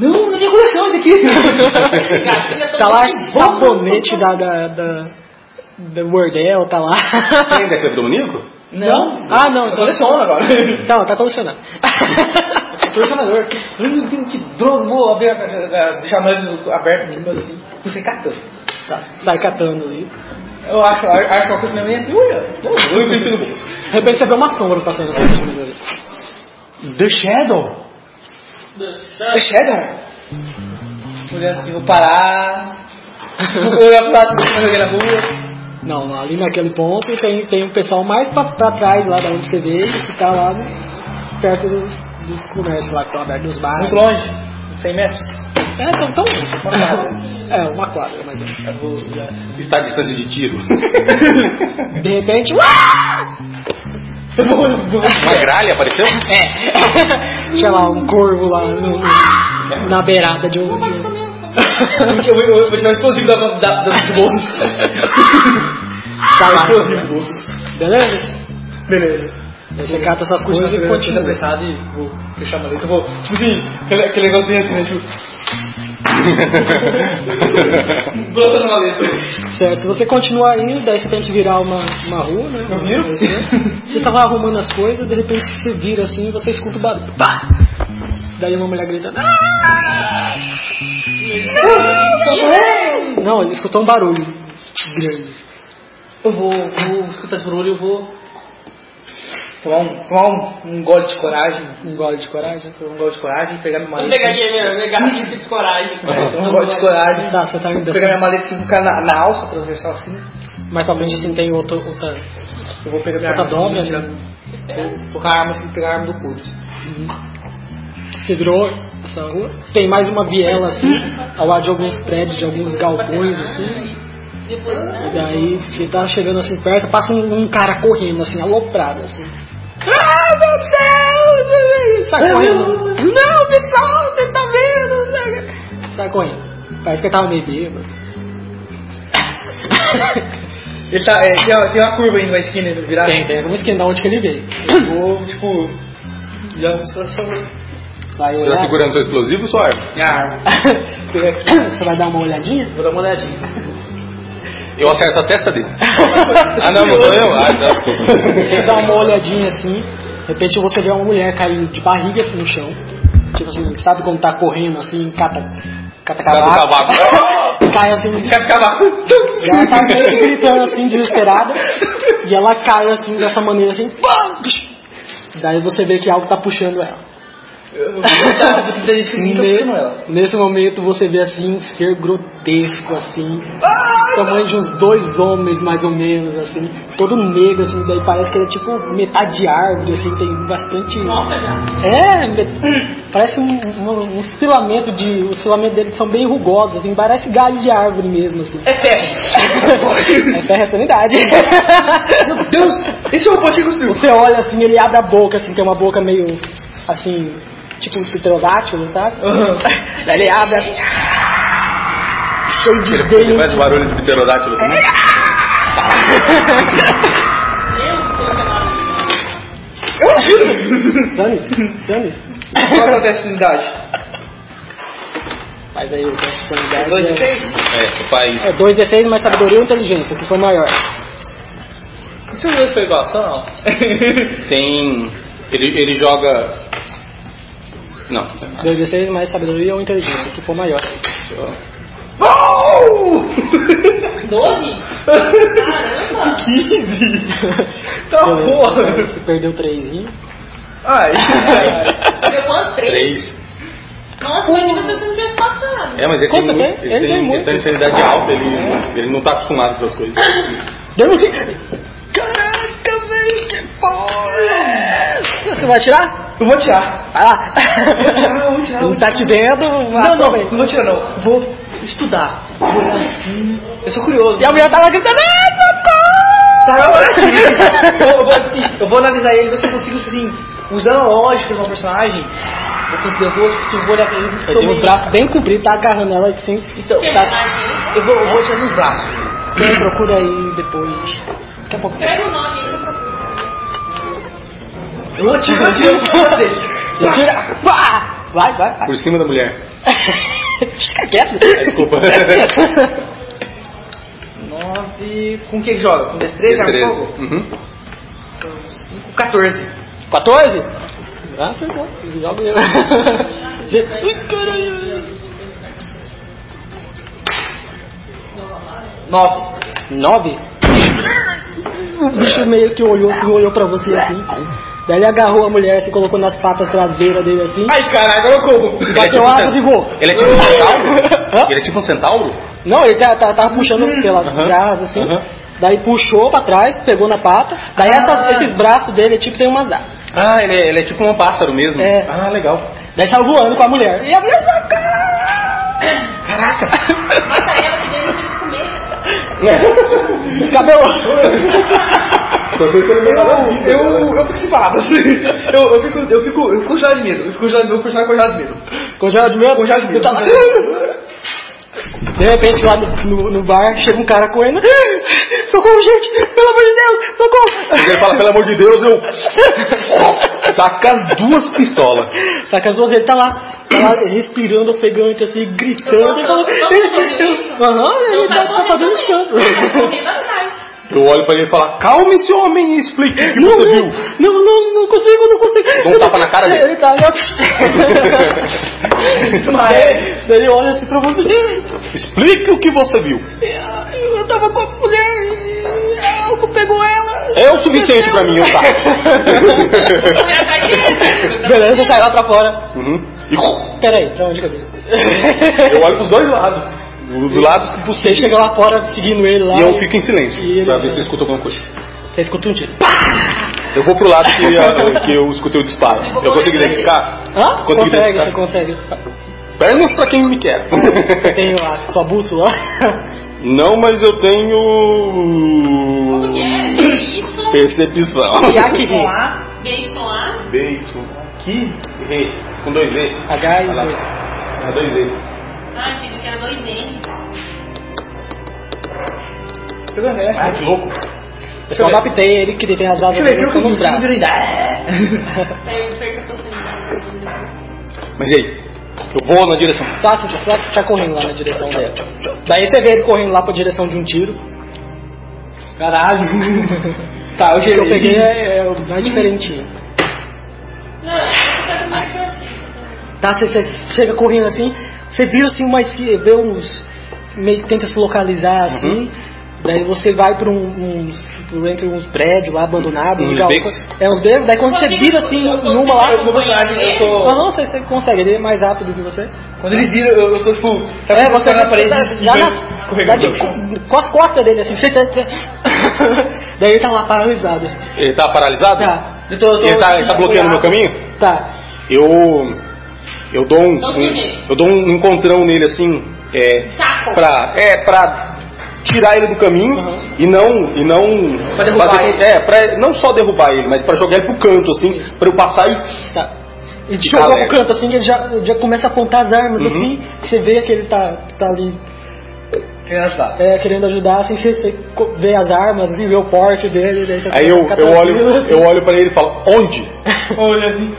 Speaker 5: Não, não tem coração isso aqui. tá lá o sabonete da, da, da, da Wordell, tá lá.
Speaker 2: Você ainda é cleptomaníaco?
Speaker 5: Não? Ah, não. Então coleciona agora. Não, tá colecionando. Tá Colecionador.
Speaker 6: Meu Deus, um que droga, vou abrir a, a, a, deixar nós aberto aqui, mas assim, você catando.
Speaker 5: Sai Tá. catando ali.
Speaker 6: Eu acho, acho uma coisa na minha é dura. Não,
Speaker 2: Eu não entendo isso.
Speaker 5: De repente você vê uma sombra passando assim. por cima dele.
Speaker 6: The Shadow. The Shadow. Olhando assim, vou parar. vou olhar pro lado vou jogar na rua.
Speaker 5: Não, ali naquele ponto tem, tem um pessoal mais pra, pra trás lá da onde você vê, que tá lá no- perto dos, dos comércios lá que estão abertos, dos bares.
Speaker 6: Muito longe, uns 100 metros.
Speaker 5: É, tão, tão... é, uma quadra, mas
Speaker 6: Eu vou já.
Speaker 2: Está à distância de tiro.
Speaker 5: de repente. uá!
Speaker 6: Eu vou, eu vou.
Speaker 2: Uma gralha apareceu?
Speaker 5: Tinha lá um corvo lá no- no- na beirada de um.
Speaker 6: Eu vou, eu vou tirar o explosivo da, da, da, do bolso.
Speaker 5: Tá lá.
Speaker 6: O explosivo do bolso.
Speaker 5: Beleza?
Speaker 6: Beleza.
Speaker 5: Aí você cata essas coisas
Speaker 6: Coisa
Speaker 5: e
Speaker 6: que continua
Speaker 5: continua.
Speaker 6: apressado e vou fechar a maleta. Eu vou, tipo assim, aquele, aquele negócio assim, né? Tipo, lançando a maleta.
Speaker 5: Certo, você continua indo, daí você tem que virar uma, uma rua, né?
Speaker 6: Eu viro.
Speaker 5: Você tá lá arrumando as coisas, de repente você vira assim e você escuta o barulho. Pá! Daí uma mulher gritando. "Ah!" Não, ele escutou um barulho grande.
Speaker 6: Eu vou, vou escutar esse barulho e eu vou tomar um, tomar um, um gole de coragem.
Speaker 5: Um gole de coragem.
Speaker 6: Tomar um gole de coragem, pegar minha
Speaker 4: Vou
Speaker 6: maleta.
Speaker 4: pegar aqui, minha, minha garrafinha de coragem.
Speaker 6: Tomar um gole de coragem.
Speaker 5: Tá, você tá indo
Speaker 6: Vou pegar
Speaker 5: assim.
Speaker 6: minha maleta assim, ficar na, na alça transversal assim.
Speaker 5: Mas talvez assim tem outro, outra.
Speaker 6: Eu vou pegar minha
Speaker 5: Tá
Speaker 6: arma.
Speaker 5: dobra,
Speaker 6: assim, Vou colocar a arma assim, pegar a arma do Curtis.
Speaker 5: Você virou essa rua. Tem mais uma viela assim, ao lado de alguns prédios, de alguns galpões assim.
Speaker 4: Depois,
Speaker 5: E daí você tá chegando assim perto, passa um, um cara correndo, assim, aloprado, assim.
Speaker 4: Ah, meu Deus!
Speaker 5: Sai correndo.
Speaker 4: Não, pessoal, você tá vendo?
Speaker 5: Sai correndo. Parece que ele tava meio bêbado.
Speaker 6: Ele tá, é, tem, uma, tem uma curva aí numa esquina ele virar.
Speaker 5: Tem, tem. Vamos esquentar onde que ele veio.
Speaker 6: Eu vou, tipo, já me estacionei.
Speaker 5: Vai
Speaker 2: Você tá
Speaker 5: olhar.
Speaker 2: segurando seu explosivo, é. sua arma?
Speaker 6: Minha arma.
Speaker 5: você vai dar uma olhadinha?
Speaker 6: Ah, Vou dar uma olhadinha.
Speaker 2: Eu acerto a testa dele. ah, não, não sou eu. Ah, tá, desculpa.
Speaker 5: Você dá uma olhadinha assim. De repente você vê uma mulher caindo de barriga assim no chão. Tipo assim, sabe quando tá correndo assim, cata. Cata
Speaker 2: Tá do
Speaker 5: cavaco.
Speaker 2: cavaco.
Speaker 5: Cai assim,
Speaker 6: Quer ficar lá?
Speaker 5: E ela tá meio que gritando assim, desesperada. E ela cai assim, dessa maneira assim. pá! Daí você vê que algo tá puxando ela.
Speaker 6: é tá
Speaker 5: Ne- Nesse momento você vê assim um ser grotesco assim, tamanho de uns dois homens mais ou menos assim, todo negro assim, daí parece que ele é tipo metade de árvore assim, tem bastante
Speaker 4: né?
Speaker 5: É, me- parece um, um, uns filamentos de, os filamentos dele são bem rugosos assim, parece galho de árvore mesmo assim.
Speaker 3: É ferro.
Speaker 5: É ferro é sanidade.
Speaker 6: Meu Deus, esse é o robô que construiu.
Speaker 5: Você olha assim, ele abre a boca assim, tem uma boca meio assim, tipo um pterodátilo, sabe? Daí ele abre assim, cheio de
Speaker 2: Ele, ele
Speaker 5: dente.
Speaker 2: faz o barulho de pterodátilo também.
Speaker 6: Eu juro.
Speaker 5: Dane, dane.
Speaker 6: Qual que é o teste de unidade?
Speaker 5: Mas aí o teste de sanidade
Speaker 6: Dois de
Speaker 5: é-
Speaker 6: seis?
Speaker 2: É, você faz.
Speaker 5: é 2 D6 mais sabedoria ou inteligência, que foi maior.
Speaker 6: E se é o meu foi igual, só não?
Speaker 2: Tem. Ele, ele joga. Não, tá errado.
Speaker 5: 2 D6 mais sabedoria ou inteligência, que foi maior.
Speaker 6: Oh!
Speaker 4: 12?
Speaker 6: 15! Tá porra!
Speaker 5: Você perdeu 3
Speaker 6: Ai,
Speaker 4: Deu quantos? Três?
Speaker 2: Três.
Speaker 4: Nossa, mas que você não tivesse passado.
Speaker 2: É, mas ele
Speaker 5: Quanto
Speaker 2: tem,
Speaker 5: tem?
Speaker 2: muito, ele,
Speaker 5: Ele
Speaker 2: tem,
Speaker 5: tem
Speaker 2: ele
Speaker 5: muito.
Speaker 2: tem insanidade alta, ele, ele não tá acostumado com essas coisas.
Speaker 5: Deu um sim. Caraca, velho, que porra! Você vai atirar?
Speaker 6: eu vou tirar.
Speaker 5: Vai lá.
Speaker 6: Vou tirar, vou tirar, vou
Speaker 5: Não tá te vendo? vai,
Speaker 6: Não, não,
Speaker 5: aproveita.
Speaker 6: não vou tirar não. Vou estudar. Vou olhar assim. Eu sou curioso.
Speaker 5: E a mulher tava gritando, "Ai, socorro!"
Speaker 6: Tá, eu vou olhar assim. Eu, eu vou, eu vou analisar ele, ver se eu consigo, assim, usando a lógica do meu personagem. Eu consigo, eu vou, se eu tipo, vou olhar pra ele,
Speaker 5: Ele tem os braços bem compridos, tá agarrando ela assim.
Speaker 6: Então,
Speaker 4: Porque
Speaker 6: tá,
Speaker 4: imagina.
Speaker 6: eu vou, eu vou tirar nos braços.
Speaker 5: Quem é? procura aí depois. Daqui a pouco.
Speaker 6: É,
Speaker 4: Pega o nome aí.
Speaker 6: Eu vou tirar, eu tiro a porra dele.
Speaker 5: Tira. Pá! Vai, vai, vai.
Speaker 2: Por cima da mulher.
Speaker 5: Fica quieto. É
Speaker 2: Ah, Desculpa.
Speaker 6: Nove... Com quem que joga? Com destreza, arma de
Speaker 2: Destreza.
Speaker 6: fogo?
Speaker 2: Uhum.
Speaker 6: Com 14.
Speaker 5: 14? Ah, acertou. Joga ele. Você- Ui, caralho.
Speaker 6: 9.
Speaker 5: Nove? O bicho meio que olhou assim, olhou pra você assim. Daí ele agarrou a mulher, se colocou nas patas traseiras dele assim.
Speaker 6: Ai, caralho, agora eu corro.
Speaker 2: Ele é
Speaker 5: Bateu
Speaker 2: tipo um
Speaker 5: asas
Speaker 2: cen-
Speaker 5: e voou.
Speaker 2: Ele é tipo um
Speaker 5: Hã?
Speaker 2: centauro? Ele é tipo um centauro?
Speaker 5: Não, ele tá- tá- tava puxando pelas
Speaker 2: Aham,
Speaker 5: garras assim.
Speaker 2: aham.
Speaker 5: Daí puxou pra trás, pegou na pata. Daí essas- esses braços dele, tipo, tem umas asas.
Speaker 2: Ah, ele é, ele é tipo um pássaro mesmo.
Speaker 5: É.
Speaker 2: Ah, legal.
Speaker 5: Daí saiu voando com a mulher. E a mulher saiu.
Speaker 4: Mata ela que daí eu tenho que comer.
Speaker 5: Cabelo.
Speaker 6: Eu,
Speaker 2: né?
Speaker 6: eu, eu fico separado, assim. Eu, eu fico, eu fico, eu fico congelado de medo. Eu fico congelado, eu fico congelado de medo.
Speaker 5: Congelado de medo?
Speaker 6: Congelado de medo.
Speaker 5: Tá- De repente lá no, no- no bar chega um cara correndo. Socorro, gente! Pelo amor de Deus! Socorro!
Speaker 2: Ele fala, pelo amor de Deus, eu. Saca as duas pistolas.
Speaker 5: Tá com as duas, ele tá lá, tá lá respirando ofegante, assim, gritando. Ele falou,
Speaker 4: Eu tô- eu tô fazendo isso.
Speaker 5: Aham, ele
Speaker 4: Não
Speaker 5: tá, tá fazendo chão.
Speaker 4: Correndo atrás.
Speaker 2: Eu olho pra ele e falo, calma esse homem e explique o que
Speaker 5: Não,
Speaker 2: você
Speaker 5: não,
Speaker 2: viu.
Speaker 5: não, não, não consigo, não consigo.
Speaker 2: Dá um tapa na cara dele.
Speaker 5: Ele tá, né? Daí- Daí ele olha assim pra você, "Gente,
Speaker 2: Explique o que você viu.
Speaker 5: eu tava com a mulher, e algo pegou ela.
Speaker 2: É o suficiente pra mim, eu tá.
Speaker 4: Correndo atrás dele.
Speaker 5: Beleza, tá. você sai lá pra fora.
Speaker 2: Uhum. E
Speaker 5: Peraí, pra onde que eu vim?
Speaker 2: eu olho pros dois lados. Os lados
Speaker 5: Você
Speaker 2: possíveis.
Speaker 5: chega lá fora seguindo ele lá.
Speaker 2: E eu fico em silêncio,
Speaker 5: E ele-
Speaker 2: pra ver se eu escuto alguma coisa.
Speaker 5: Você
Speaker 6: tipo,
Speaker 5: escuta um tiro.
Speaker 2: Eu vou pro lado que, a- que eu escutei o disparo. Eu consigo identificar?
Speaker 5: Hã?
Speaker 2: Consegui
Speaker 5: consegue,
Speaker 2: identificar.
Speaker 5: você consegue.
Speaker 2: Pernas pra quem me quer.
Speaker 5: Você tem a sua bússola.
Speaker 2: Não, mas eu tenho.
Speaker 4: Mulher, BY,
Speaker 2: Percepção.
Speaker 5: E aqui,
Speaker 4: BYA.
Speaker 2: Deito. Que? E. Com dois E.
Speaker 5: H e
Speaker 2: Olha lá.
Speaker 5: dois.
Speaker 2: É dois E.
Speaker 4: Ah, achei que era 2N.
Speaker 2: Ah, que louco.
Speaker 5: Eu só adaptei ele que tem as asas dele como um braço.
Speaker 6: É.
Speaker 4: Daí eu perco a oportunidade.
Speaker 2: Mas e aí? Eu vou na direção.
Speaker 5: Tá, você tá, tá correndo lá na direção dela. Daí você vê ele correndo lá pra direção de um tiro.
Speaker 6: Caralho. Tá, eu
Speaker 5: O que eu peguei
Speaker 6: cheguei.
Speaker 5: é, é o mais diferentinho.
Speaker 4: Não, eu quero mais que eu achei.
Speaker 5: Tá, você, você chega correndo assim, você vira assim, mas se vê uns. meio que tenta se localizar assim. Daí você vai por um, uns, por entre uns prédios lá abandonados.
Speaker 2: Uns
Speaker 5: e tal.
Speaker 2: becos.
Speaker 5: é uns becos. Daí quando você vira assim numa lá.
Speaker 6: Eu vou personagem, eu tô.
Speaker 5: Não, não, você, você consegue, ele é mais rápido que você.
Speaker 6: Quando ele vira, eu, eu tô tipo. Sabe quando tá na parede
Speaker 5: tá-
Speaker 6: e
Speaker 5: já
Speaker 6: vai
Speaker 5: na, já
Speaker 6: escorregando
Speaker 5: de,
Speaker 6: pro chão?
Speaker 5: co- com as costas dele assim. Você tá, tá- Daí ele tá lá paralisado. assim.
Speaker 2: Ele tá paralisado?
Speaker 5: Tá,
Speaker 6: Eu tô, eu tô
Speaker 2: Ele tá, ele tá bloqueando o meu caminho?
Speaker 5: tá.
Speaker 2: Eu. Eu dou um.
Speaker 5: Então,
Speaker 2: um- eu dou um encontrão nele assim. É.
Speaker 4: Saco.
Speaker 2: Pra. É, pra tirar ele do caminho e não. E não.
Speaker 5: Uhum. Pra derrubar
Speaker 2: fazer-
Speaker 5: ele.
Speaker 2: É, pra não só derrubar ele, mas pra jogar ele pro canto, assim, pra eu passar e.
Speaker 5: tá. Ele te
Speaker 2: Fica
Speaker 5: jogou pro
Speaker 2: alerta.
Speaker 5: canto assim, ele já, já começa a apontar as
Speaker 2: Uhum.
Speaker 5: armas assim. que Você vê que ele tá, tá ali
Speaker 6: Querendo ajudar.
Speaker 5: é, querendo ajudar, assim, você, você co- vê as armas, assim, vê o porte dele, daí você
Speaker 2: Aí eu,
Speaker 5: fica
Speaker 2: eu olho,
Speaker 5: tranquilo, assim.
Speaker 2: eu olho pra ele e falo, onde?
Speaker 6: Olha assim.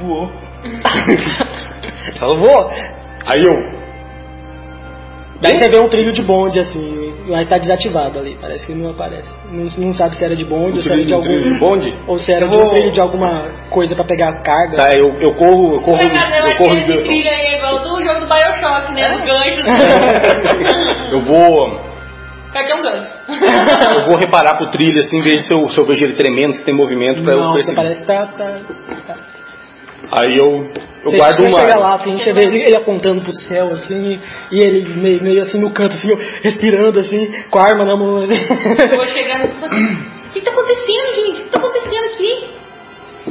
Speaker 6: Voou.
Speaker 5: Fala, vou.
Speaker 2: Aí eu.
Speaker 5: Daí você vê um trilho de bonde, assim, mas tá desativado ali, parece que não aparece. Não, não sabe se era de bonde ou se era de
Speaker 2: Um trilho de
Speaker 5: algum.
Speaker 2: bonde?
Speaker 5: Ou se era
Speaker 6: Eu
Speaker 5: de um
Speaker 6: vou-
Speaker 5: trilho de alguma coisa pra pegar carga.
Speaker 2: Tá, eu, eu corro, eu corro, eu corro
Speaker 4: Esse trilho aí é igual do jogo do Bioshock, né? Do gancho.
Speaker 2: Eu vou,
Speaker 4: Cadê um gancho?
Speaker 2: eu vou reparar pro trilho assim, ver se eu, se eu vejo ele tremendo, se tem movimento pra eu
Speaker 5: não, você
Speaker 2: perceber.
Speaker 5: parece que tá. tá- tá.
Speaker 2: Aí eu, eu
Speaker 5: Você-
Speaker 2: guardo
Speaker 5: você
Speaker 2: uma.
Speaker 5: chega lá, assim, você vê ele, ele apontando pro céu, assim, e ele meio, meio assim no canto, assim, respirando, assim, com a arma na mão.
Speaker 4: Eu vou chegar e falar, o que tá acontecendo, gente? O que tá acontecendo aqui?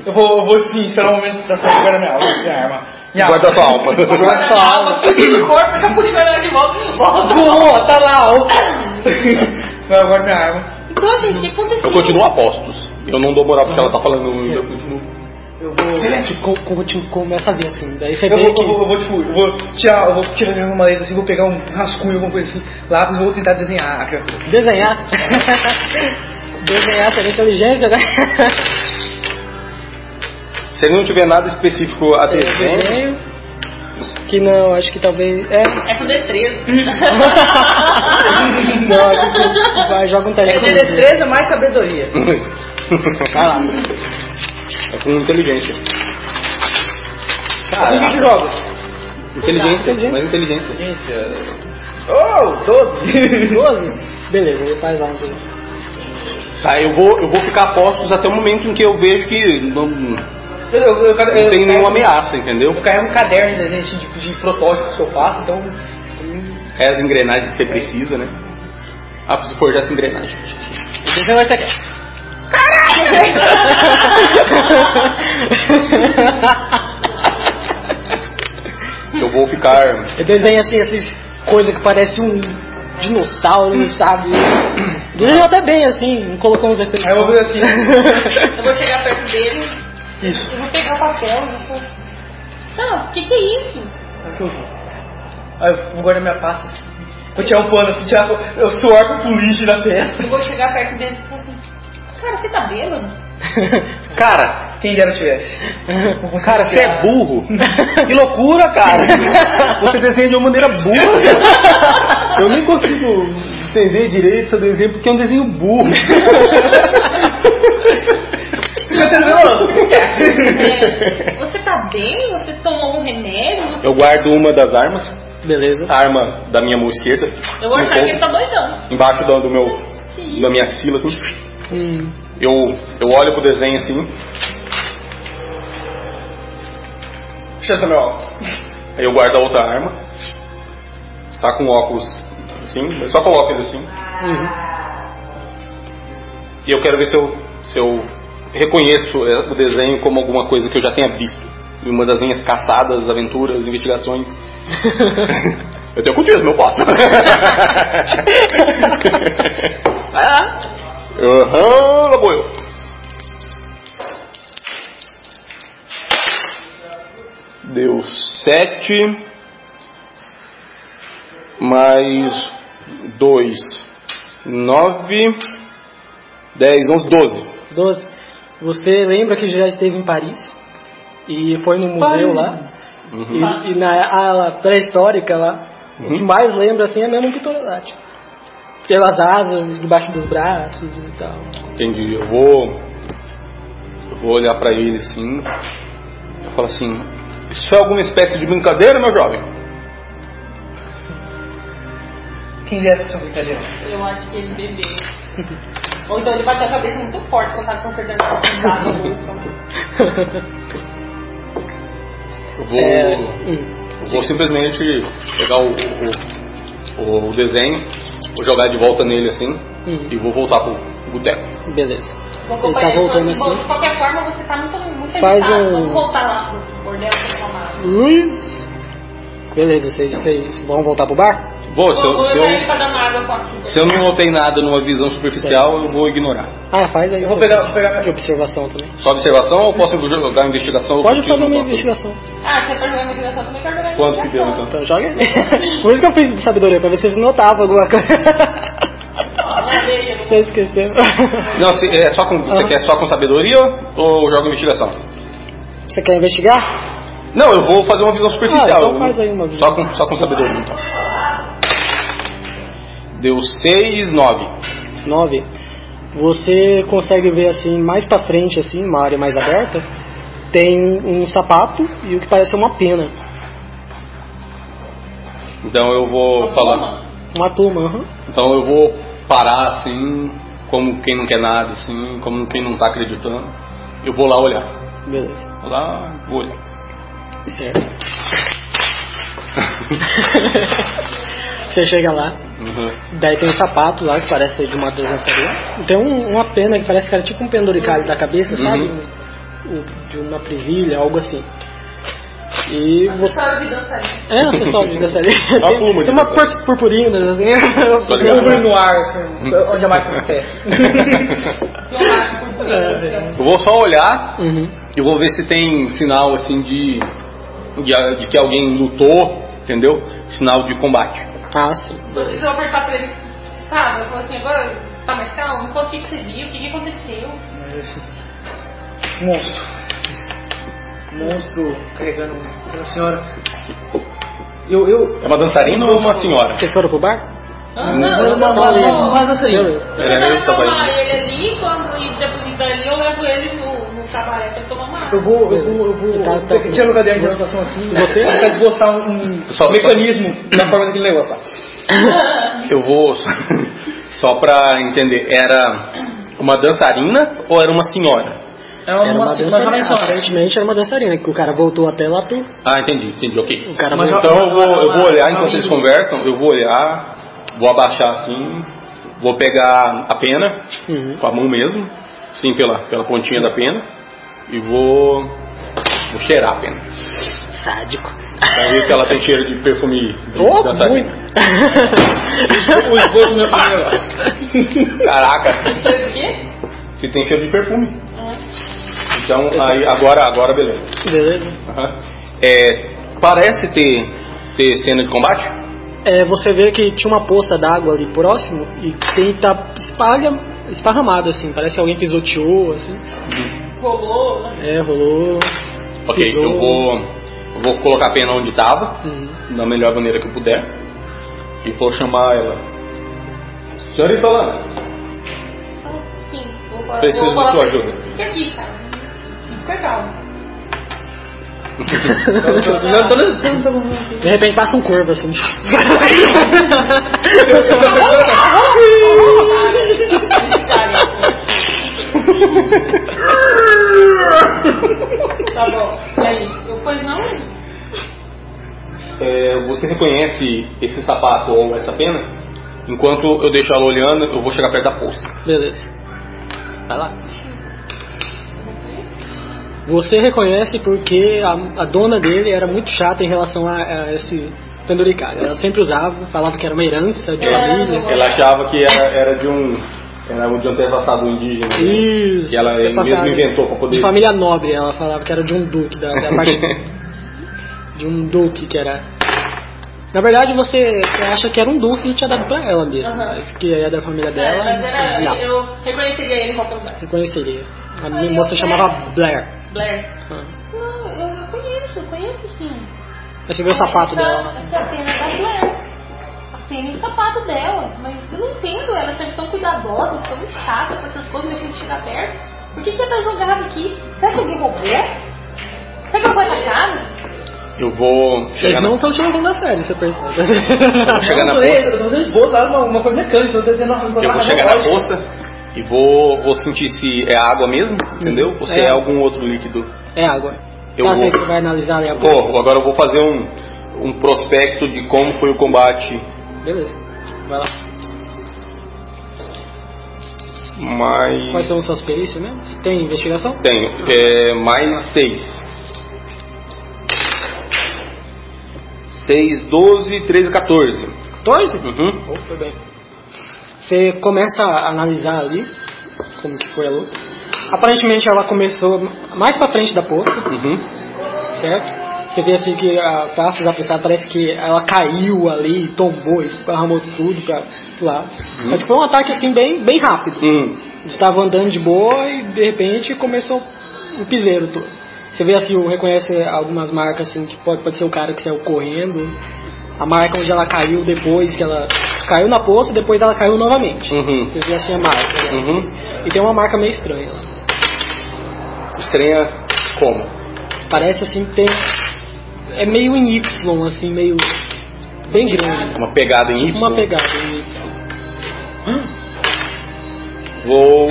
Speaker 6: Eu vou, eu vou sim, esperar o momento da sair guarda minha alma, minha arma. Minha
Speaker 2: Guarda
Speaker 6: arma.
Speaker 2: sua alma.
Speaker 4: Guarda a alma, fugindo do corpo, tá puxando ela de volta. Volta.
Speaker 5: Boa, tá lá, ó.
Speaker 6: Vai, eu guardo minha arma.
Speaker 4: Então, gente, o que aconteceu?
Speaker 2: Eu continuo apostos. Eu não dou moral porque ela tá falando. Eu ainda continuo.
Speaker 5: Eu vou. Você co- co- tipo, começa a ver assim. Daí você
Speaker 6: Eu
Speaker 5: vê
Speaker 6: vou, eu
Speaker 5: que.
Speaker 6: vou, eu vou, tipo, eu vou tirar, eu vou tirar minha maleta assim, vou pegar um rascunho, alguma coisa assim, lápis e vou tentar desenhar é a criatura.
Speaker 5: Desenhar. Desenhar pela inteligência, né?
Speaker 2: Se ele não tiver nada específico a né?
Speaker 5: Eu
Speaker 2: desenho,
Speaker 5: desenho. Que não, acho que talvez. É.
Speaker 4: É com destreza.
Speaker 5: não, acho que vai, joga um
Speaker 2: É,
Speaker 4: É
Speaker 5: teste. comigo.
Speaker 6: mais sabedoria.
Speaker 5: Vai lá.
Speaker 2: é com inteligência.
Speaker 6: Cara, que
Speaker 2: Cara,
Speaker 6: joga?
Speaker 2: inteligência, mais inteligência.
Speaker 6: Oh, 12.
Speaker 5: 12? Beleza, ele faz lá um desenho.
Speaker 2: Tá, eu vou, eu vou ficar apostos até o momento em que eu vejo que não, não
Speaker 6: Eu, eu, eu, eu-
Speaker 2: tem
Speaker 6: eu-
Speaker 2: nenhuma ameaça, entendeu?
Speaker 6: Eu carrego um caderno de desenho assim, de, de protótipos que eu faço, então.
Speaker 2: É as engrenagens que você precisa, né? Ah, preciso forjar essa engrenagem.
Speaker 5: Desenha vai ser aqui.
Speaker 2: Eu vou ficar.
Speaker 5: Eu desenho assim, essas coisas que parece um dinossauro, sabe? Desenhou até bem assim, colocou uns efeitos.
Speaker 6: Aí eu vou ver assim.
Speaker 4: Eu vou chegar perto dele.
Speaker 6: Isso.
Speaker 4: Eu vou pegar o papel. Eu vou... Não, o que que é isso?
Speaker 6: Aí que eu vi. Aí eu vou guardar minha pasta assim. Vou tirar um pano assim, tirar o suor com fuligem na testa.
Speaker 4: Eu vou chegar perto dele e falar assim, cara, você tá bêbado?
Speaker 2: Cara,
Speaker 6: Quem dera eu tivesse.
Speaker 2: cara, você é burro. Que loucura, cara. Você desenha de uma maneira burra. Eu nem consigo entender direito seu desenho porque é um desenho burro.
Speaker 4: É, você tá bem? Você tomou um remédio?
Speaker 2: Eu guardo uma das armas,
Speaker 5: Beleza.
Speaker 2: a arma da minha mão esquerda, Um
Speaker 4: Eu vou achar que ele tá doidão.
Speaker 2: embaixo do, do meu,
Speaker 4: Que
Speaker 2: da
Speaker 4: isso?
Speaker 2: minha axila, assim.
Speaker 5: Hum.
Speaker 2: Eu, eu olho pro desenho assim,
Speaker 6: Deixa eu meu óculos.
Speaker 2: Aí eu guardo a outra arma, saco um óculos assim, eu só coloco ele assim. E eu quero ver se eu, se eu reconheço eh, o desenho como alguma coisa que eu já tenha visto. Em uma das minhas caçadas, aventuras, investigações. eu tenho cultismo, eu posso. Aham, lá vou eu. Deu 7 mais 2, 9, 10, 11, 12.
Speaker 5: 12. Você lembra que já esteve em Paris? E foi no museu lá?
Speaker 6: Uhum.
Speaker 5: E, e na ala pré-histórica lá, o que mais lembra assim é mesmo um pterodáctilo. Pelas asas, debaixo dos braços e tal.
Speaker 2: Entendi. Eu vou, eu vou olhar pra ele assim. Eu falo assim: Isso é alguma espécie de brincadeira, meu jovem?
Speaker 6: Quem é que são italiano?
Speaker 4: Eu acho que ele bebeu. Ou então ele bateu a cabeça muito forte quando tava consertando a pisada
Speaker 2: Eu vou,
Speaker 5: É,
Speaker 2: eu vou simplesmente pegar o, o, o desenho, vou jogar de volta nele assim
Speaker 5: Uhum.
Speaker 2: e vou voltar pro boteco.
Speaker 5: Beleza.
Speaker 4: Vou
Speaker 5: Ele
Speaker 4: acompanhar
Speaker 5: tá voltando
Speaker 4: ele, mas,
Speaker 5: assim.
Speaker 4: De qualquer forma, você tá muito, muito
Speaker 5: Faz
Speaker 4: agitado.
Speaker 5: um-
Speaker 4: Vamos voltar lá pro bordel pra tomar.
Speaker 5: Luiz! Beleza, vocês, vocês vão voltar pro bar?
Speaker 2: Vou, se eu,
Speaker 4: Vou
Speaker 2: se
Speaker 4: levar ele
Speaker 2: eu,
Speaker 4: pra dar uma água com a açúcar.
Speaker 2: se eu não notei nada numa visão superficial, eu vou ignorar.
Speaker 5: Ah, faz aí.
Speaker 6: Eu vou
Speaker 5: você-
Speaker 6: pegar- vou pegar-
Speaker 5: de observação também.
Speaker 2: Só observação ou posso jogar investigação?
Speaker 5: Pode
Speaker 2: ocultismo,
Speaker 5: fazer uma
Speaker 2: quanto-
Speaker 5: investigação.
Speaker 4: Ah, você perdeu a investigação também,
Speaker 2: um
Speaker 4: perdeu a né?
Speaker 2: Quanto que deu então?
Speaker 5: Então joga. Por isso que eu fiz de sabedoria, pra ver se vocês notavam alguma coisa. Você esqueceu.
Speaker 2: Não, se- é só com, você
Speaker 5: Aham.
Speaker 2: quer só com sabedoria ou joga investigação?
Speaker 5: Você quer investigar?
Speaker 2: Não, eu vou fazer uma visão superficial.
Speaker 5: Ah, então
Speaker 2: eu-
Speaker 5: faz aí uma visão.
Speaker 2: Só com, só com sabedoria, então. Deu 6, 9.
Speaker 5: 9. Você consegue ver assim, mais pra frente, assim, uma área mais aberta, tem um sapato e o que parece ser uma pena.
Speaker 2: Então eu vou falar.
Speaker 5: Uma pluma, aham.
Speaker 2: Então eu vou parar assim, como quem não quer nada, assim, como quem não tá acreditando. Eu vou lá olhar.
Speaker 5: Beleza.
Speaker 2: Vou lá, vou olhar.
Speaker 5: Certo. Você chega lá,
Speaker 2: Uhum.
Speaker 5: Daí tem um sapato lá que parece ser de uma dançarina. Tem um- uma pena que parece que era tipo um penduricalho da cabeça, sabe?
Speaker 2: Uhum.
Speaker 5: Um- um- de uma presilha, algo assim. E você.
Speaker 4: Sabe de dançarina.
Speaker 5: É, você só viu dançarina.
Speaker 2: Uma
Speaker 5: Tem,
Speaker 2: pluma de
Speaker 5: tem uma
Speaker 2: dançarina.
Speaker 5: cor purpurina, assim.
Speaker 2: Tô
Speaker 6: Ombro
Speaker 2: ligado. né? Hum.
Speaker 6: no ar, assim, onde a máquina acontece.
Speaker 2: Eu vou só olhar
Speaker 5: Uhum.
Speaker 2: Eu vou ver se tem sinal assim de, de, de que alguém lutou, entendeu? Sinal de combate.
Speaker 5: Ah, sim.
Speaker 4: Se eu apertar pra ele, tá, eu falo assim, agora tá mais calmo, quanto que você viu, o que, que aconteceu?
Speaker 6: Monstro. Monstro carregando uma senhora. Eu, eu.
Speaker 2: É uma dançarina ou uma senhora?
Speaker 5: Vocês foram pro bar?
Speaker 4: Ah,
Speaker 6: Não, não, não, não, é não,
Speaker 5: Beleza.
Speaker 4: Eu
Speaker 2: Era eu que tava
Speaker 4: tentava tomar
Speaker 2: indo.
Speaker 4: ele ali, quando, e depois dali eu levo ele no, no cabaré pra ele tomar uma água.
Speaker 6: Eu vou, eu vou, eu vou.
Speaker 5: Tá, tá.
Speaker 6: Tira meu caderno de anotação assim.
Speaker 5: Você?
Speaker 6: Pra esboçar um, um
Speaker 2: Só-
Speaker 6: mecanismo na forma daquele negócio. tá?
Speaker 2: Eu vou só pra entender. Era uma dançarina ou era uma senhora?
Speaker 6: É uma,
Speaker 5: Era uma
Speaker 6: jovem
Speaker 5: dançarina.
Speaker 6: senhora.
Speaker 5: Aparentemente era uma dançarina, que o cara voltou até lá pro.
Speaker 2: Ah, entendi, entendi, ok.
Speaker 5: O cara
Speaker 6: Mas
Speaker 5: voltou.
Speaker 2: Então eu vou, eu vou olhar enquanto eles conversam, eu vou olhar, vou abaixar assim, vou pegar a pena,
Speaker 5: Uhum.
Speaker 2: com a mão mesmo, sim, pela, pela pontinha da pena, e vou, vou cheirar a pena.
Speaker 5: Sádico.
Speaker 2: Pra ver se ela tem cheiro de perfume de
Speaker 5: Oh,
Speaker 2: dançarina.
Speaker 6: O esboço do meu primeiro.
Speaker 2: Caraca,
Speaker 4: Sabe o quê?
Speaker 2: se tem cheiro de perfume. Então, aí, agora, agora beleza.
Speaker 5: Beleza.
Speaker 2: Aham. É, parece ter, ter cena de combate?
Speaker 5: É, você vê que tinha uma poça d'água ali próximo e tem tá espalha, esparramado assim, parece que alguém pisoteou assim.
Speaker 4: Rolou, né?
Speaker 5: É, rolou.
Speaker 2: Ok,
Speaker 5: Pisou.
Speaker 2: eu vou, eu vou colocar a pena onde estava,
Speaker 5: Uhum.
Speaker 2: da melhor maneira que eu puder, e vou chamar ela. Senhorita Lana,
Speaker 4: Então, Sim, vou falar.
Speaker 2: Preciso
Speaker 4: vou
Speaker 2: de
Speaker 4: falar
Speaker 2: sua
Speaker 4: pra ele.
Speaker 2: ajuda.
Speaker 4: Fica aqui, cara. Fica calmo.
Speaker 6: Não, tô- tô- tô-
Speaker 5: De repente passa um corvo assim.
Speaker 4: Tá bom. E aí? Eu, pois não?
Speaker 2: é, você reconhece esse sapato ou essa pena? Enquanto eu deixo ela olhando, eu vou chegar perto da bolsa.
Speaker 5: Beleza. Vai lá. Você reconhece porque a, a dona dele era muito chata em relação a, a esse penduricalho. Ela sempre usava, falava que era uma herança de
Speaker 4: Ela-
Speaker 5: família.
Speaker 2: Ela achava que era, era de um era um de um antepassado indígena. né?
Speaker 5: Isso.
Speaker 2: Que ela
Speaker 5: Você
Speaker 2: mesmo
Speaker 5: passava-
Speaker 2: inventou pra poder-
Speaker 5: De família nobre, ela falava que era de um duque, da, da parte de um duque que era. Na verdade, você você acha que era um duque e tinha dado pra ela mesmo,
Speaker 4: Aham.
Speaker 5: mas que era da família
Speaker 4: É,
Speaker 5: dela.
Speaker 4: mas era,
Speaker 5: não,
Speaker 4: eu reconheceria ele em qualquer lugar.
Speaker 5: reconheceria. A
Speaker 4: Aí
Speaker 5: minha
Speaker 4: eu
Speaker 5: moça
Speaker 4: pego.
Speaker 5: chamava Blair.
Speaker 4: Blair.
Speaker 5: Ah.
Speaker 4: Não, eu, eu conheço, eu conheço sim.
Speaker 5: Aí você vê o sapato
Speaker 4: Essa-
Speaker 5: dela. né?
Speaker 4: Essa é a pena da Blair. A pena e o sapato dela. Mas eu não entendo, elas sempre tão cuidadosas, tão chatas com essas coisas, deixando chegar perto. Por que que ela tá jogada aqui? Será que alguém roubou? Será que ela foi atacada?
Speaker 2: Eu vou
Speaker 5: Vocês
Speaker 2: chegar
Speaker 5: não
Speaker 2: na...
Speaker 5: estão tirando da série, você percebe.
Speaker 2: vou chegar na
Speaker 6: não, eu
Speaker 2: bolsa.
Speaker 6: tô fazendo esboço, sabe? Uma, uma coisa mecânica, então eu tô tentando arrancar
Speaker 2: Eu vou chegar na força e vou, vou sentir se é água mesmo, entendeu? Ou se é,
Speaker 5: É.
Speaker 2: algum outro líquido.
Speaker 5: É água.
Speaker 2: Eu
Speaker 5: Tá,
Speaker 2: vou-
Speaker 5: Você vai analisar ali a bolsa.
Speaker 2: Pô, agora eu vou fazer um, um prospecto de como foi o combate.
Speaker 5: Beleza. Vai lá. Quais
Speaker 2: Mas
Speaker 5: são suas perícias mesmo? Você tem investigação?
Speaker 2: tenho. É, mais 6. 6, 12, 13, 14.
Speaker 5: 14?
Speaker 2: Uhum.
Speaker 5: Oh, foi bem. Você começa a analisar ali como que foi a luta. Aparentemente ela começou mais pra frente da poça,
Speaker 2: Uhum.
Speaker 5: certo? Você vê assim que a passos apressados parece que ela caiu ali, tombou, esparramou tudo pra lá.
Speaker 2: Uhum.
Speaker 5: Mas foi um ataque assim bem, bem rápido.
Speaker 2: Hum.
Speaker 5: Estava andando de boa e de repente começou um piseiro todo. Você vê assim, o- reconhece algumas marcas assim, que pode, pode ser o cara que saiu correndo, a marca onde ela caiu depois que ela caiu na poça, depois ela caiu novamente.
Speaker 2: Uhum.
Speaker 5: Você vê assim a marca. né?
Speaker 2: Uhum.
Speaker 5: E tem uma marca meio estranha.
Speaker 2: Estranha como?
Speaker 5: Parece assim que tem. É meio em Y, assim, meio. bem grande.
Speaker 2: Uma pegada em
Speaker 5: Tipo
Speaker 2: Y.
Speaker 5: uma pegada em Y.
Speaker 2: Vou.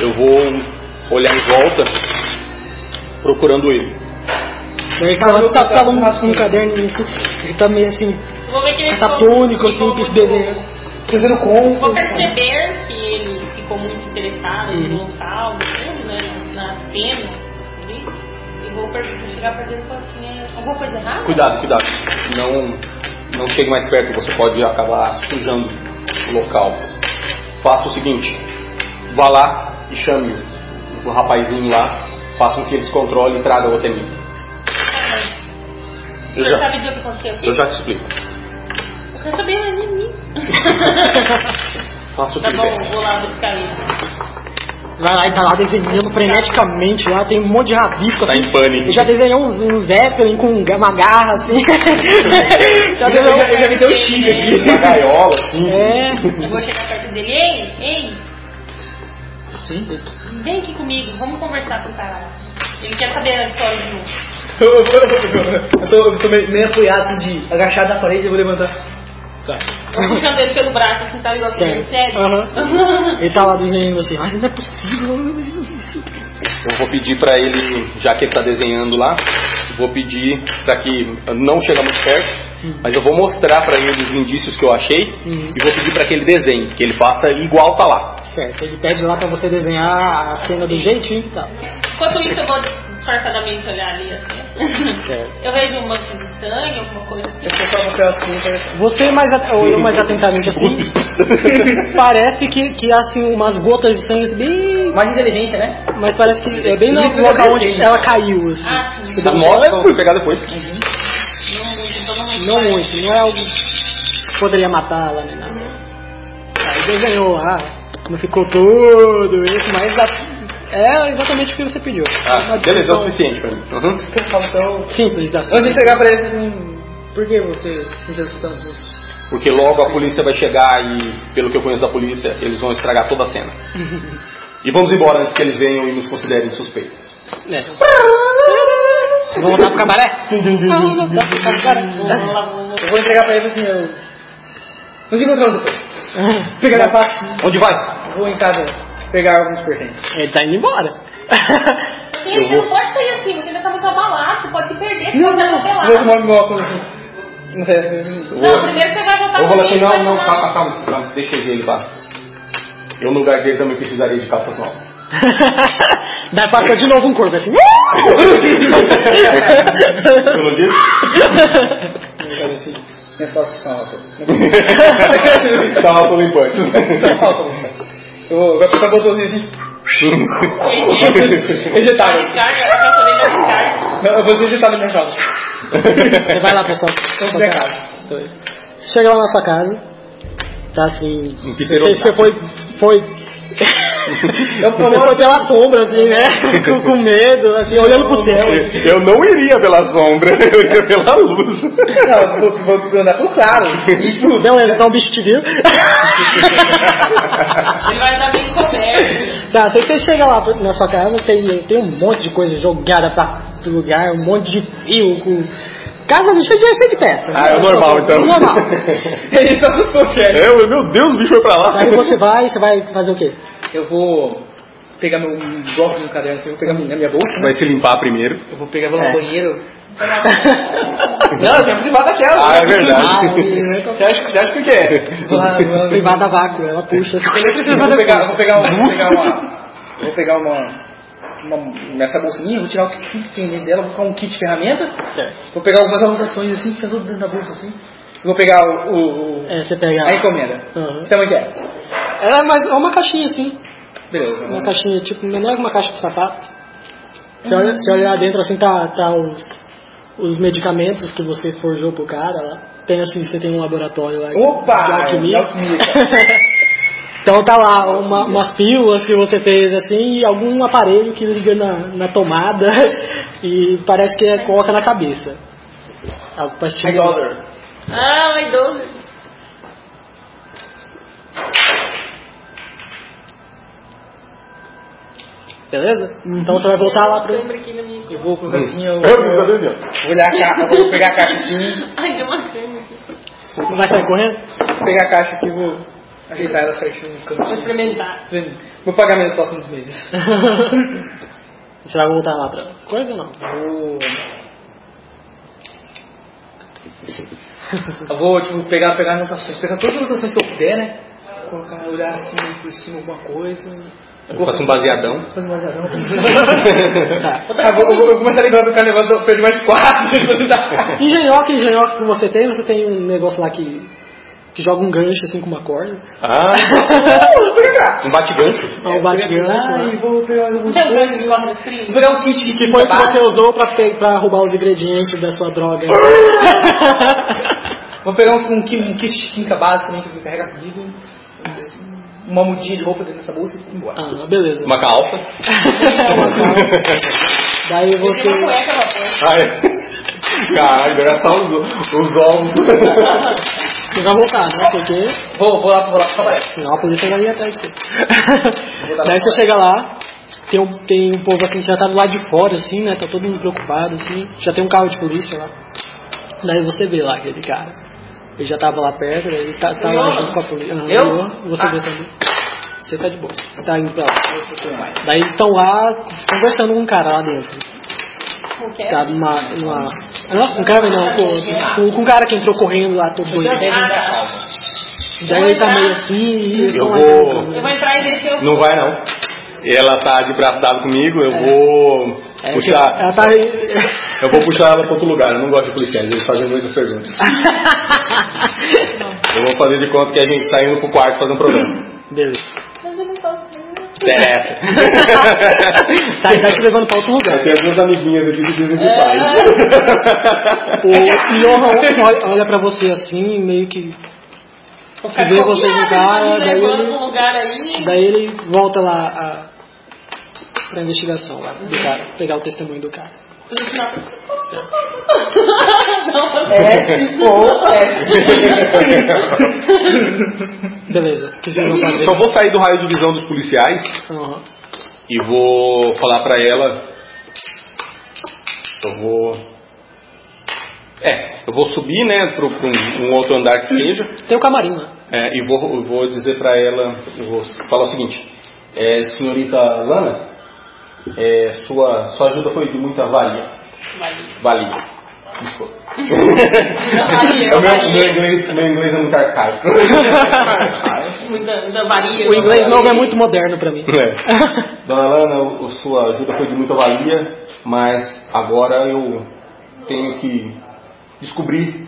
Speaker 2: Eu vou olhar em volta procurando ele.
Speaker 5: Daí ela tá, tava um, um caderno nisso, ele tá meio assim,
Speaker 4: Vou ver que
Speaker 2: tá
Speaker 4: ele ficou
Speaker 5: catatônico,
Speaker 4: muito-
Speaker 5: assim,
Speaker 4: ficou
Speaker 5: que
Speaker 4: muito-
Speaker 5: desenho. Fazendo conta.
Speaker 4: Vou perceber que ele ficou muito interessado no local, no- né, na cena. ali, E vou per- vou chegar perto dele e falar assim, é, alguma coisa errada?
Speaker 2: Cuidado, cuidado. Não, não chegue mais perto, você pode acabar sujando o local. Faça o seguinte: vá lá e chame o rapazinho lá, faça com que eles controlem e tragam até mim.
Speaker 4: O
Speaker 2: Eu
Speaker 4: senhor
Speaker 2: já,
Speaker 4: sabe dizer o que aconteceu aqui?
Speaker 2: eu já te explico.
Speaker 4: Eu quero saber mas nem mim.
Speaker 2: Faça o que
Speaker 4: tá bom,
Speaker 2: quiser.
Speaker 4: vou lá buscar ele.
Speaker 5: Vai lá e tá lá desenhando freneticamente lá, tem um monte de rabisco
Speaker 2: Tá
Speaker 5: assim.
Speaker 2: em pânico.
Speaker 5: Ele já desenhou um, um Zeppelin com um ga- uma garra assim. já desenhou
Speaker 4: eu já me dei um
Speaker 5: chifre
Speaker 2: Uma gaiola, assim.
Speaker 5: É.
Speaker 4: Eu vou chegar perto dele. Ei, ei,
Speaker 5: Sim.
Speaker 4: vem aqui comigo, vamos conversar com o cara. Ele quer saber a história de novo.
Speaker 6: Eu tô, eu tô meio, meio apoiado assim, de agachado na parede e vou levantar.
Speaker 4: Tô puxando ele pelo braço, assim, tá igual aquele
Speaker 5: Sério?
Speaker 4: sério.
Speaker 5: Aham. Ele tá lá desenhando assim, mas não é possível.
Speaker 2: Eu vou pedir pra ele, já que ele tá desenhando lá, vou pedir pra que não chegue muito perto, mas eu vou mostrar pra ele os indícios que eu achei
Speaker 5: Hum.
Speaker 2: e vou pedir pra que ele desenhe, que ele faça igual tá lá.
Speaker 5: Certo, ele pede lá pra você desenhar a cena do jeitinho que tá.
Speaker 4: Enquanto isso, eu vou disfarçadamente olhar ali, assim.
Speaker 5: Certo.
Speaker 4: Eu vejo uma coisa de sangue, alguma coisa assim.
Speaker 6: Eu tô só no pé assim, tá?
Speaker 5: Você é mais at- olhou mais atentamente assim, parece que, que assim, umas gotas de sangue assim, bem.
Speaker 6: Mais inteligência, né?
Speaker 5: Mas parece que é bem no
Speaker 6: Líquido
Speaker 5: local onde
Speaker 6: adjacente.
Speaker 5: ela caiu, assim.
Speaker 4: Ah, sim.
Speaker 2: Tá mole, eu fui pegar depois.
Speaker 4: Não muito, então não muito.
Speaker 5: Não muito, não é algo que poderia matá-la nem nada. Aí desenhou lá, não ficou tudo isso, mas a- é exatamente o que você pediu.
Speaker 2: Ah,
Speaker 5: Uma
Speaker 2: beleza, é o
Speaker 5: descrição
Speaker 2: suficiente pra mim. Uhum.
Speaker 6: Eu falo, então.
Speaker 5: Simples da
Speaker 6: Antes de
Speaker 5: cena.
Speaker 6: entregar pra ele, assim, por que você não fez tanto isso?
Speaker 2: Porque logo a polícia vai chegar e, pelo que eu conheço da polícia, eles vão estragar toda a cena. Uhum. E vamos embora antes que eles venham e nos considerem suspeitos.
Speaker 5: É. Vamos voltar pro cabaré? Vamos voltar pro cabaré.
Speaker 4: Vou lá, vou- vou-
Speaker 6: Eu vou entregar pra ele assim, eu. Nos encontramos depois. Pegar minha pasta,
Speaker 2: Onde vai?
Speaker 6: vou em casa pegar alguns pertences.
Speaker 5: Ele tá indo embora.
Speaker 4: Gente, você não pode sair assim, você ainda tá muito abalado, você pode se perder, você
Speaker 6: Não,
Speaker 4: pode
Speaker 6: não,
Speaker 4: ser
Speaker 6: não. Vou um
Speaker 4: atropelado.
Speaker 6: arrumar meu óculos assim. Não sei,
Speaker 4: Não, primeiro você vai voltar
Speaker 2: Eu vou lá assim,
Speaker 4: comigo,
Speaker 2: não,
Speaker 4: vai
Speaker 2: não,
Speaker 4: tomar-
Speaker 2: calma, calma, calma, deixa eu ver ele lá. Eu no lugar dele também precisaria de calças novas.
Speaker 5: Daí passou de novo um corpo assim.
Speaker 2: Eu não disse?
Speaker 6: minhas costas são altas.
Speaker 2: Tava todo limpante.
Speaker 6: Eu vou, vai apertar o botãozinho assim.
Speaker 4: Dá descarga, dá pra poder dar descarga.
Speaker 6: Não, eu vou digitar no mercado.
Speaker 5: Você vai lá, pessoal. Então,
Speaker 6: Vamos pra casa.
Speaker 5: Chega lá na sua casa, tá assim.
Speaker 2: Um
Speaker 5: Você,
Speaker 2: piseiro.
Speaker 5: você foi. foi Eu foi pela sombra, assim, né? Com, com medo, assim, olhando pro céu.
Speaker 2: Eu não iria pela sombra, eu iria pela luz.
Speaker 6: Não, vou, vou andar pro claro. E pro-
Speaker 5: Não, é então o bicho te viu.
Speaker 4: Ele vai estar bem coberto.
Speaker 5: Tá, sei que você chega lá na sua casa, tem, tem um monte de coisa jogada pra todo lugar, um monte de fio com. Casa não cheia de cheia de peça. né?
Speaker 2: Ah, é normal, então.
Speaker 5: Normal.
Speaker 6: Ele tá se assustou, Chad.
Speaker 2: Eu, meu Deus, o bicho foi pra lá.
Speaker 5: Aí você vai, você vai fazer o quê?
Speaker 6: Eu vou pegar meu um bloco de um caderno assim, eu vou pegar minha, minha bolsa, né?
Speaker 2: Vai se limpar primeiro.
Speaker 6: eu vou pegar meu banheiro. Não, eu tenho privado daquela.
Speaker 2: Ah, é verdade.
Speaker 5: Ah,
Speaker 6: Você acha, você acha que o que é? Vou lá, vou lá.
Speaker 5: privada a vácuo, ela puxa.
Speaker 6: Eu vou pegar, vou pegar uma. Vou pegar uma. Vou pegar uma. Uma, essa bolsinha, vou tirar o que tudo que tem dentro dela, vou colocar um kit de ferramenta, vou pegar algumas anotações assim, fica tudo dentro da bolsa assim, vou pegar o, o- o-
Speaker 5: É, você pega.
Speaker 6: a encomenda.
Speaker 5: Uhum.
Speaker 6: Então, onde é?
Speaker 5: Ela é mais é uma caixinha assim.
Speaker 6: Beleza.
Speaker 5: Uma caixinha, tipo, menor que uma caixa de sapato. Você olha, você olha lá dentro, assim, tá, tá os, os medicamentos que você forjou pro cara lá. Tem, assim, você tem um laboratório lá. de-
Speaker 6: Opa!
Speaker 5: De alquimia.
Speaker 6: De alquimia.
Speaker 5: então tá lá uma- umas pílulas que você fez, assim, e algum aparelho que liga na, na tomada e parece que é, coloca na cabeça. Ah, Algo pra
Speaker 6: I
Speaker 5: estimular.
Speaker 6: got her.
Speaker 4: Ah, my God.
Speaker 5: Beleza? Então você vai voltar lá pro...
Speaker 4: Câmera aqui na minha
Speaker 6: Eu
Speaker 4: cama.
Speaker 6: vou colocar assim, eu,
Speaker 2: Eu,
Speaker 6: eu-
Speaker 2: meu Deus.
Speaker 6: vou olhar a caixa, vou pegar a caixa assim,
Speaker 4: Ai, deu uma câmera aqui.
Speaker 5: Vai sair correndo?
Speaker 6: vou pegar a caixa aqui e vou ajeitar ela certinho no canto.
Speaker 4: Vou experimentar.
Speaker 6: Vou pagar menos próximo dos meses.
Speaker 5: você vai voltar lá pra coisa ou não?
Speaker 6: Eu Eu vou, tipo, pegar, pegar as anotações, pegar todas as anotações que eu puder, né? Colocar, olhar assim por cima alguma coisa.
Speaker 2: Eu faço um baseadão.
Speaker 6: Fazer um baseadão. Ah, eu vou, eu vou- eu vou começar a lembrar do cara negócio do perdi mais quatro.
Speaker 5: Engenhoca, engenhoca que você tem, você tem um negócio lá que, que joga um gancho assim com uma corda.
Speaker 2: Ah,
Speaker 6: pegar.
Speaker 2: um bate-gancho.
Speaker 5: É, um bate-gancho lá.
Speaker 6: Ai, vou pegar alguns.
Speaker 4: Sabe o
Speaker 6: Vou
Speaker 4: que você gosta de frio?
Speaker 6: pegar um kit
Speaker 5: Que foi o que você usou pra, ter, pra roubar os ingredientes da sua droga.
Speaker 6: Vou pegar um, um, ki- um kit de química básica também que eu vou carregar comigo. Uma mudinha de roupa dentro dessa bolsa e fui embora.
Speaker 5: ah, beleza.
Speaker 2: Uma calça.
Speaker 5: Daí
Speaker 4: Tem uma
Speaker 5: você.
Speaker 4: cueca na porta.
Speaker 2: Ai. Caralho, agora só os, os ovos.
Speaker 5: Você vai voltar, né? Porque
Speaker 6: Vou, vou lá, vou lá pra trabalhar.
Speaker 5: senão a polícia vai vir atrás de você. Daí você chega lá, tem um, tem um povo assim que já tá do lado de fora, assim, né? Tá todo mundo preocupado, assim. Já tem um carro de polícia lá. Daí você vê lá aquele cara. Ele já tava lá perto, ele tá, tá lá junto com a polícia. Aham,
Speaker 6: Eu?
Speaker 5: Você
Speaker 6: Ah.
Speaker 5: vê também. Você tá de boa. Tá indo pra lá. Daí estão lá conversando com um cara lá dentro.
Speaker 4: Qualquer.
Speaker 5: Tá numa. numa não, com um cara não, com, com, com um cara que entrou correndo lá todo doido.
Speaker 6: é um
Speaker 4: Ah,
Speaker 5: Daí ele tá meio assim, e eles
Speaker 2: Eu
Speaker 5: estão lá
Speaker 6: é um
Speaker 2: vou-
Speaker 5: dentro.
Speaker 4: eu vou entrar e descer o
Speaker 2: Não vai não. Ela tá de braço dado comigo, eu vou
Speaker 5: É,
Speaker 2: puxar.
Speaker 5: Ela tá.
Speaker 2: Eu vou puxar ela pra outro lugar, eu não gosto de policiais, eles fazem muitas perguntas. eu vou fazer de conta que a gente tá indo pro quarto fazer um programa.
Speaker 5: Beleza.
Speaker 4: Mas eu não posso.
Speaker 2: Interessa.
Speaker 5: Tá, ele tá te levando pra outro lugar.
Speaker 2: Eu tenho é duas amiguinhas aqui que dizem que faz.
Speaker 5: O É, Johan olha, olha pra você assim, meio que.
Speaker 4: Cara,
Speaker 5: vê você no cara,
Speaker 4: me
Speaker 5: daí
Speaker 4: levando
Speaker 5: ele-
Speaker 4: pra um lugar aí.
Speaker 5: Daí ele volta lá a, pra investigação lá do cara, pegar o testemunho do cara.
Speaker 4: no final- Não,
Speaker 6: S ou S.
Speaker 5: Beleza, o que vocês vão fazer? Uhum.
Speaker 2: Só vou sair do raio de visão dos policiais
Speaker 5: Aham.
Speaker 2: e vou falar pra ela. Eu vou. É, eu vou subir, né, pro, pro um, um outro andar que seja.
Speaker 5: Tem o camarim lá.
Speaker 2: É, e vou, eu vou dizer pra ela, eu vou falar o seguinte, é, senhorita Lana, é, sua, sua ajuda foi de muita valia.
Speaker 4: Valia.
Speaker 2: Valia. Desculpa.
Speaker 4: valia,
Speaker 2: É o meu, meu
Speaker 4: valia.
Speaker 2: inglês, meu inglês é muito arcaico.
Speaker 4: muita, muita varia.
Speaker 5: O inglês novo é muito moderno pra mim.
Speaker 2: É. Dona Lana, o- o- sua ajuda foi de muita valia, mas agora eu tenho que descobrir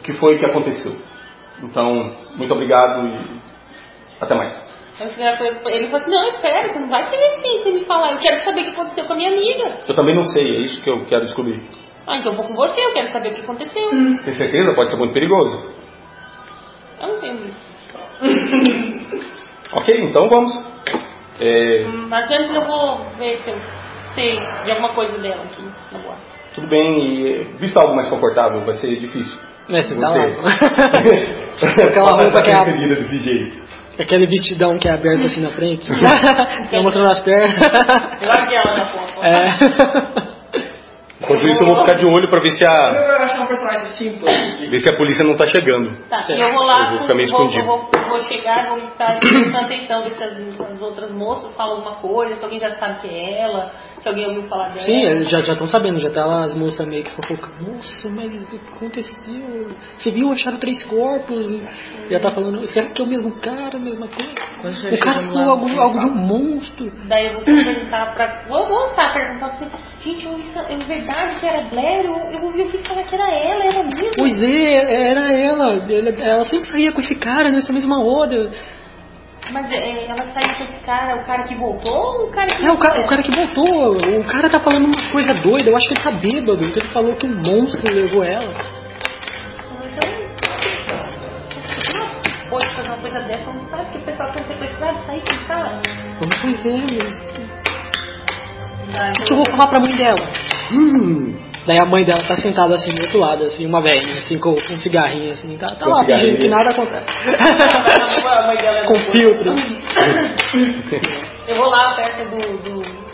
Speaker 2: o que foi que aconteceu. Então, muito obrigado e até mais.
Speaker 4: Aí o cara foi- Ele falou assim, não, espera, você não vai ser assim sem me falar. Eu quero saber o que aconteceu com a minha amiga.
Speaker 2: Eu também não sei, é isso que eu quero descobrir.
Speaker 4: Ah, então eu vou com você, eu quero saber o que aconteceu.
Speaker 5: Hum.
Speaker 2: Tem certeza? Pode ser muito perigoso.
Speaker 4: Eu não tenho.
Speaker 2: Ok, então vamos. É,
Speaker 4: Mas antes eu vou ver se eu sei de alguma coisa dela aqui tá na boate.
Speaker 2: tudo bem, e, é, visto algo mais confortável, vai ser difícil.
Speaker 5: É, você dá
Speaker 2: Gostei.
Speaker 5: lá. Aquela
Speaker 2: Passa
Speaker 5: roupa
Speaker 2: a
Speaker 5: que é a-
Speaker 2: preferida desse jeito.
Speaker 5: Aquele vestidão que é aberto assim na frente. Fica mostrando as pernas.
Speaker 4: Eu acho que ela tá na foto.
Speaker 5: É.
Speaker 2: Enquanto isso, eu vou ficar de olho pra ver se a,
Speaker 6: Eu acho que é um personagem simples.
Speaker 2: ver se a polícia não tá chegando.
Speaker 4: Tá, e eu vou lá,
Speaker 2: Eu vou ficar meio
Speaker 4: vou,
Speaker 2: escondido.
Speaker 4: vou- vou- vou chegar, vou estar prestando atenção do que as, as outras moças falam alguma coisa, se alguém já sabe que é ela, se alguém ouviu falar dela.
Speaker 5: Sim,
Speaker 2: é.
Speaker 5: eles já estão sabendo, já tá lá as moças meio que fofocando. Nossa, mas o que aconteceu? Você viu? Acharam três corpos. Já tá falando, será que é o mesmo cara, a mesma coisa? O cara falou algo, algo de um monstro.
Speaker 4: Daí eu vou perguntar pra. Vou, vou estar perguntando assim, gente, eu, eu, verdade que era Blair, eu, eu ouvi o que falar que era ela, era mesmo.
Speaker 5: Pois é, era ela. Ela, ela sempre saía com esse cara nessa mesma hora.
Speaker 4: Mas é, ela saiu com esse cara, o cara que voltou ou o cara que.
Speaker 5: É, o cara, o cara que voltou, o cara tá falando uma coisa doida, eu acho que ele tá bêbado, porque ele falou que um monstro levou ela.
Speaker 4: Então, Pode fazer uma coisa dessa, não sabe que o pessoal tá sequestrado, sair com o cara.
Speaker 5: Pois é, mas
Speaker 4: Daí
Speaker 5: o que eu vou falar pra mãe dela? Hum. Daí a mãe dela tá sentada assim do outro lado, assim, uma velhinha, assim, com, com um cigarrinho, assim, tá, tá
Speaker 2: Com
Speaker 5: lá fingindo
Speaker 2: cigarrinho.
Speaker 5: que nada acontece.
Speaker 4: A mãe dela é
Speaker 5: com
Speaker 4: muito boa.
Speaker 5: filtro.
Speaker 4: Eu vou lá perto do. do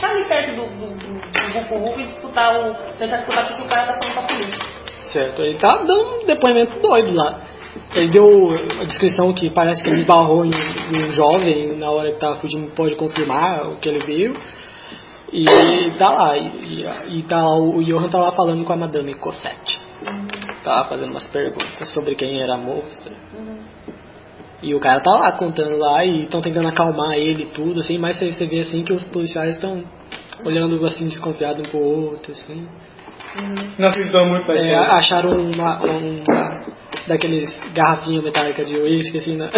Speaker 4: tá ali perto do do, do, do Vucu Vucu e disputar o. Tentar escutar o que que o cara tá falando com a polícia.
Speaker 5: Certo, ele tá dando um depoimento doido lá. Ele deu a descrição que parece que ele esbarrou em em um jovem na hora que tava fugindo, pode confirmar o que ele viu. E tá lá, e, e- e tá, lá, o Johan tá lá falando com a Madame Cosette. Tá lá fazendo umas perguntas sobre quem era a moça. E o cara tá lá contando lá e estão tentando acalmar ele e tudo, assim, mas você você vê assim que os policiais estão olhando assim desconfiado um pro outro, assim.
Speaker 6: Não acreditou muito na
Speaker 5: É,
Speaker 6: história.
Speaker 5: acharam uma, uma daqueles garrafinha metálica de uísque assim na,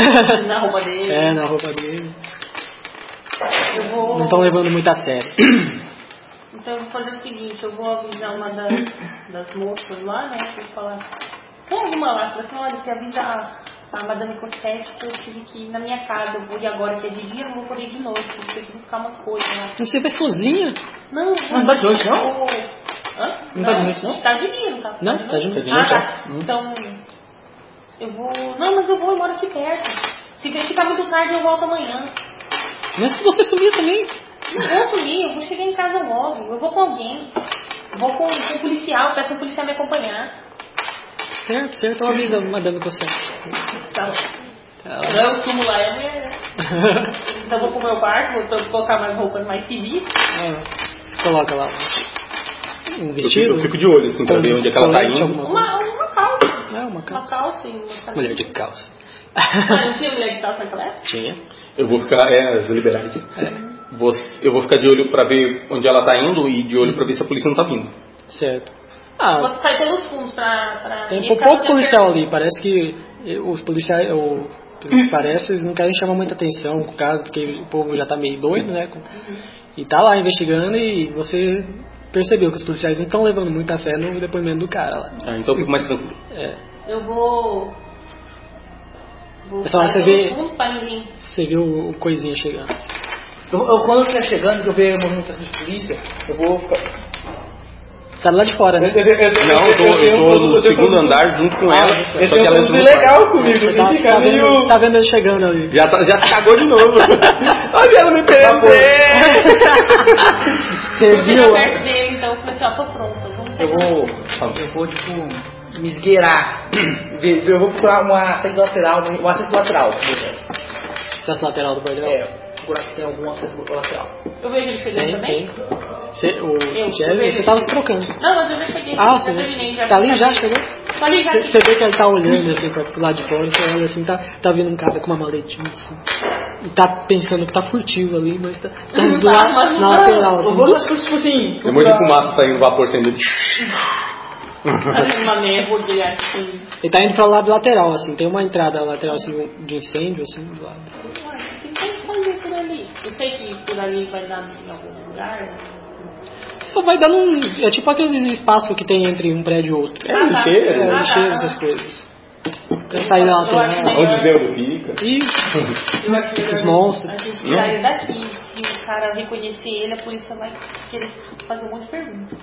Speaker 4: Na roupa dele.
Speaker 5: é, na roupa dele.
Speaker 4: Eu vou.
Speaker 5: Não estão levando muito a sério.
Speaker 4: Então eu vou fazer o seguinte, eu vou avisar uma das, das moças lá, né? Vou falar. Tem alguma lá, fala assim, olha, você avisa a, a Madame Cossetti que eu tive que ir na minha casa, eu vou ir agora que é de dia, eu não vou poder ir de noite, eu tenho que buscar umas coisas lá.
Speaker 5: Não sei, fez cozinha.
Speaker 4: Não,
Speaker 1: Não tá de noite, não?
Speaker 4: Ô, Hã?
Speaker 1: Não tá de noite, não?
Speaker 4: Tá de dia, não tá?
Speaker 5: Não, tá de noite,
Speaker 4: Ah,
Speaker 5: não.
Speaker 4: tá.
Speaker 1: Hum.
Speaker 4: Então, eu vou... Não, mas eu vou, eu moro aqui perto. Se ficar muito tarde, eu volto amanhã.
Speaker 5: Mas se você sumir também.
Speaker 4: Não vou sumir, Um eu vou chegar em casa logo. Eu vou com alguém. Vou com, com um policial, peço um policial me acompanhar.
Speaker 5: Certo, certo, Então eu aviso a madame Cossé.
Speaker 4: Tá bom. Não, eu sumo lá, é mulher. Então eu vou pro meu quarto, vou to- colocar mais roupas mais civis.
Speaker 5: É. Coloca lá um
Speaker 2: Eu fico,
Speaker 5: vestido.
Speaker 2: eu fico de olho, assim, pra ver onde é que ela tá
Speaker 5: colete,
Speaker 2: indo.
Speaker 5: alguma coisa.
Speaker 4: Uma, uma calça.
Speaker 5: É, uma calça.
Speaker 4: Uma calça e uma camisa.
Speaker 5: Mulher de calça.
Speaker 4: Ah, não tinha mulher de calça naquela época?
Speaker 5: Tinha.
Speaker 2: Eu vou ficar, é, as liberais. Vou- eu vou ficar de olho pra ver onde ela tá indo e de olho pra ver se a polícia não tá vindo.
Speaker 5: Certo. Ah,
Speaker 4: Vou sair pelos fundos pra. pra
Speaker 5: Tem
Speaker 4: ninguém
Speaker 5: pou-
Speaker 4: ficar
Speaker 5: pouco
Speaker 4: fazendo
Speaker 5: policial ali, parece que eh, os policiais, ou, pelo que parece, eles não querem chamar muita atenção com o caso, porque o povo já tá meio doido, né? com- E tá lá investigando e você percebeu que os policiais não estão levando muita fé no depoimento do cara lá.
Speaker 2: Ah, então eu fico mais tranquilo.
Speaker 5: É,
Speaker 4: pergunta. Eu vou. Vou
Speaker 5: Pessoal,
Speaker 4: sair
Speaker 5: você
Speaker 4: pelos
Speaker 5: vê-
Speaker 4: fundos pra ninguém.
Speaker 5: você viu o coisinha chegando.
Speaker 6: Eu, eu, quando eu estiver chegando, que eu ver movimentação de polícia, eu vou.
Speaker 5: Você tá lá de fora, né?
Speaker 2: Não, eu tô, eu tô no segundo andar junto com ela,
Speaker 6: Eu
Speaker 2: só que ela
Speaker 6: tenho
Speaker 2: entrou
Speaker 6: um produto
Speaker 2: no quarto.
Speaker 6: legal comigo,
Speaker 5: Você tá,
Speaker 6: que
Speaker 5: você tá
Speaker 6: fica
Speaker 5: vendo, você
Speaker 6: meio.
Speaker 5: tá vendo ele chegando ali.
Speaker 2: Já, tá- já se cagou de novo. Tá Olha ela me prendendo.
Speaker 5: Você
Speaker 4: Eu chego
Speaker 5: viu?
Speaker 4: perto dele, então eu falei assim: ó, tô pronta. Vamos
Speaker 6: Eu
Speaker 4: sair.
Speaker 6: vou. Eu vou, tipo, me esgueirar. Ver- Eu vou procurar uma acesso lateral, um acesso lateral. por exemplo.
Speaker 5: Acesso lateral do bordel?
Speaker 6: É, procurar se tem algum acesso lateral.
Speaker 4: Eu vejo ele chegando
Speaker 5: Tem,
Speaker 4: também?
Speaker 5: tem. Você, o Jesse,
Speaker 4: vejo.
Speaker 5: você tava se trocando.
Speaker 4: Não, mas eu já cheguei.
Speaker 5: Ah,
Speaker 4: já
Speaker 5: você
Speaker 4: terminei,
Speaker 5: viu? Tá ali já, chegou?
Speaker 4: Tá ali já.
Speaker 5: Você vê que ele tá olhando assim pra, pro lado de fora, você olha assim, tá, tá vindo um cara com uma maletinha assim. E tá pensando que tá furtivo ali, mas tá, tá indo
Speaker 4: Não tá,
Speaker 5: lá
Speaker 4: mas não
Speaker 5: na
Speaker 4: tá.
Speaker 5: lateral, assim.
Speaker 6: Eu vou, tipo assim.
Speaker 2: Tem um monte de fumaça saindo, vapor saindo.
Speaker 4: Fazendo uma névoa de assim.
Speaker 5: Ele tá indo pra lado lateral, assim, tem uma entrada lateral assim, de incêndio, assim, do lado.
Speaker 4: Ué, tem que fazer por ali. Eu sei que por ali vai dar em algum lugar.
Speaker 5: Só vai dando um. É tipo aquele espaço que tem entre um prédio e outro.
Speaker 2: É
Speaker 5: É,
Speaker 2: lixeira.
Speaker 4: Ah, tá.
Speaker 5: cheio essas coisas. Saiu ela
Speaker 4: Eu acho
Speaker 5: também.
Speaker 4: melhor.
Speaker 2: Onde o dedo fica?
Speaker 5: Ih,
Speaker 4: Eu acho melhor
Speaker 5: Os monstros.
Speaker 4: A gente
Speaker 2: Não.
Speaker 4: sair daqui. Se o cara reconhecer ele, a polícia vai querer fazer um monte de perguntas.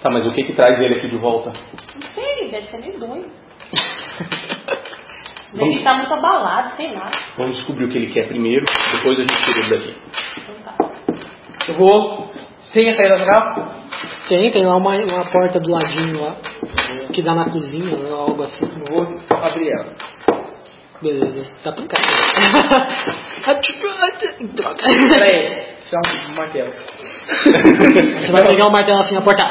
Speaker 2: Tá, mas o que que traz ele aqui de volta?
Speaker 4: Não sei, deve ser meio doido. Deve estar muito abalado, sei lá.
Speaker 2: Vamos descobrir o que ele quer primeiro, depois a gente tira ele daqui.
Speaker 4: Então tá.
Speaker 6: Eu vou. Tem a saída lateral?
Speaker 5: tem, tem lá uma, uma porta do ladinho lá. Que dá na cozinha, ou algo assim.
Speaker 6: Eu vou abrir ela.
Speaker 5: Beleza, tá trancado. Droga.
Speaker 6: Pera aí. Isso é um martelo.
Speaker 5: Você vai pegar o martelo assim na porta.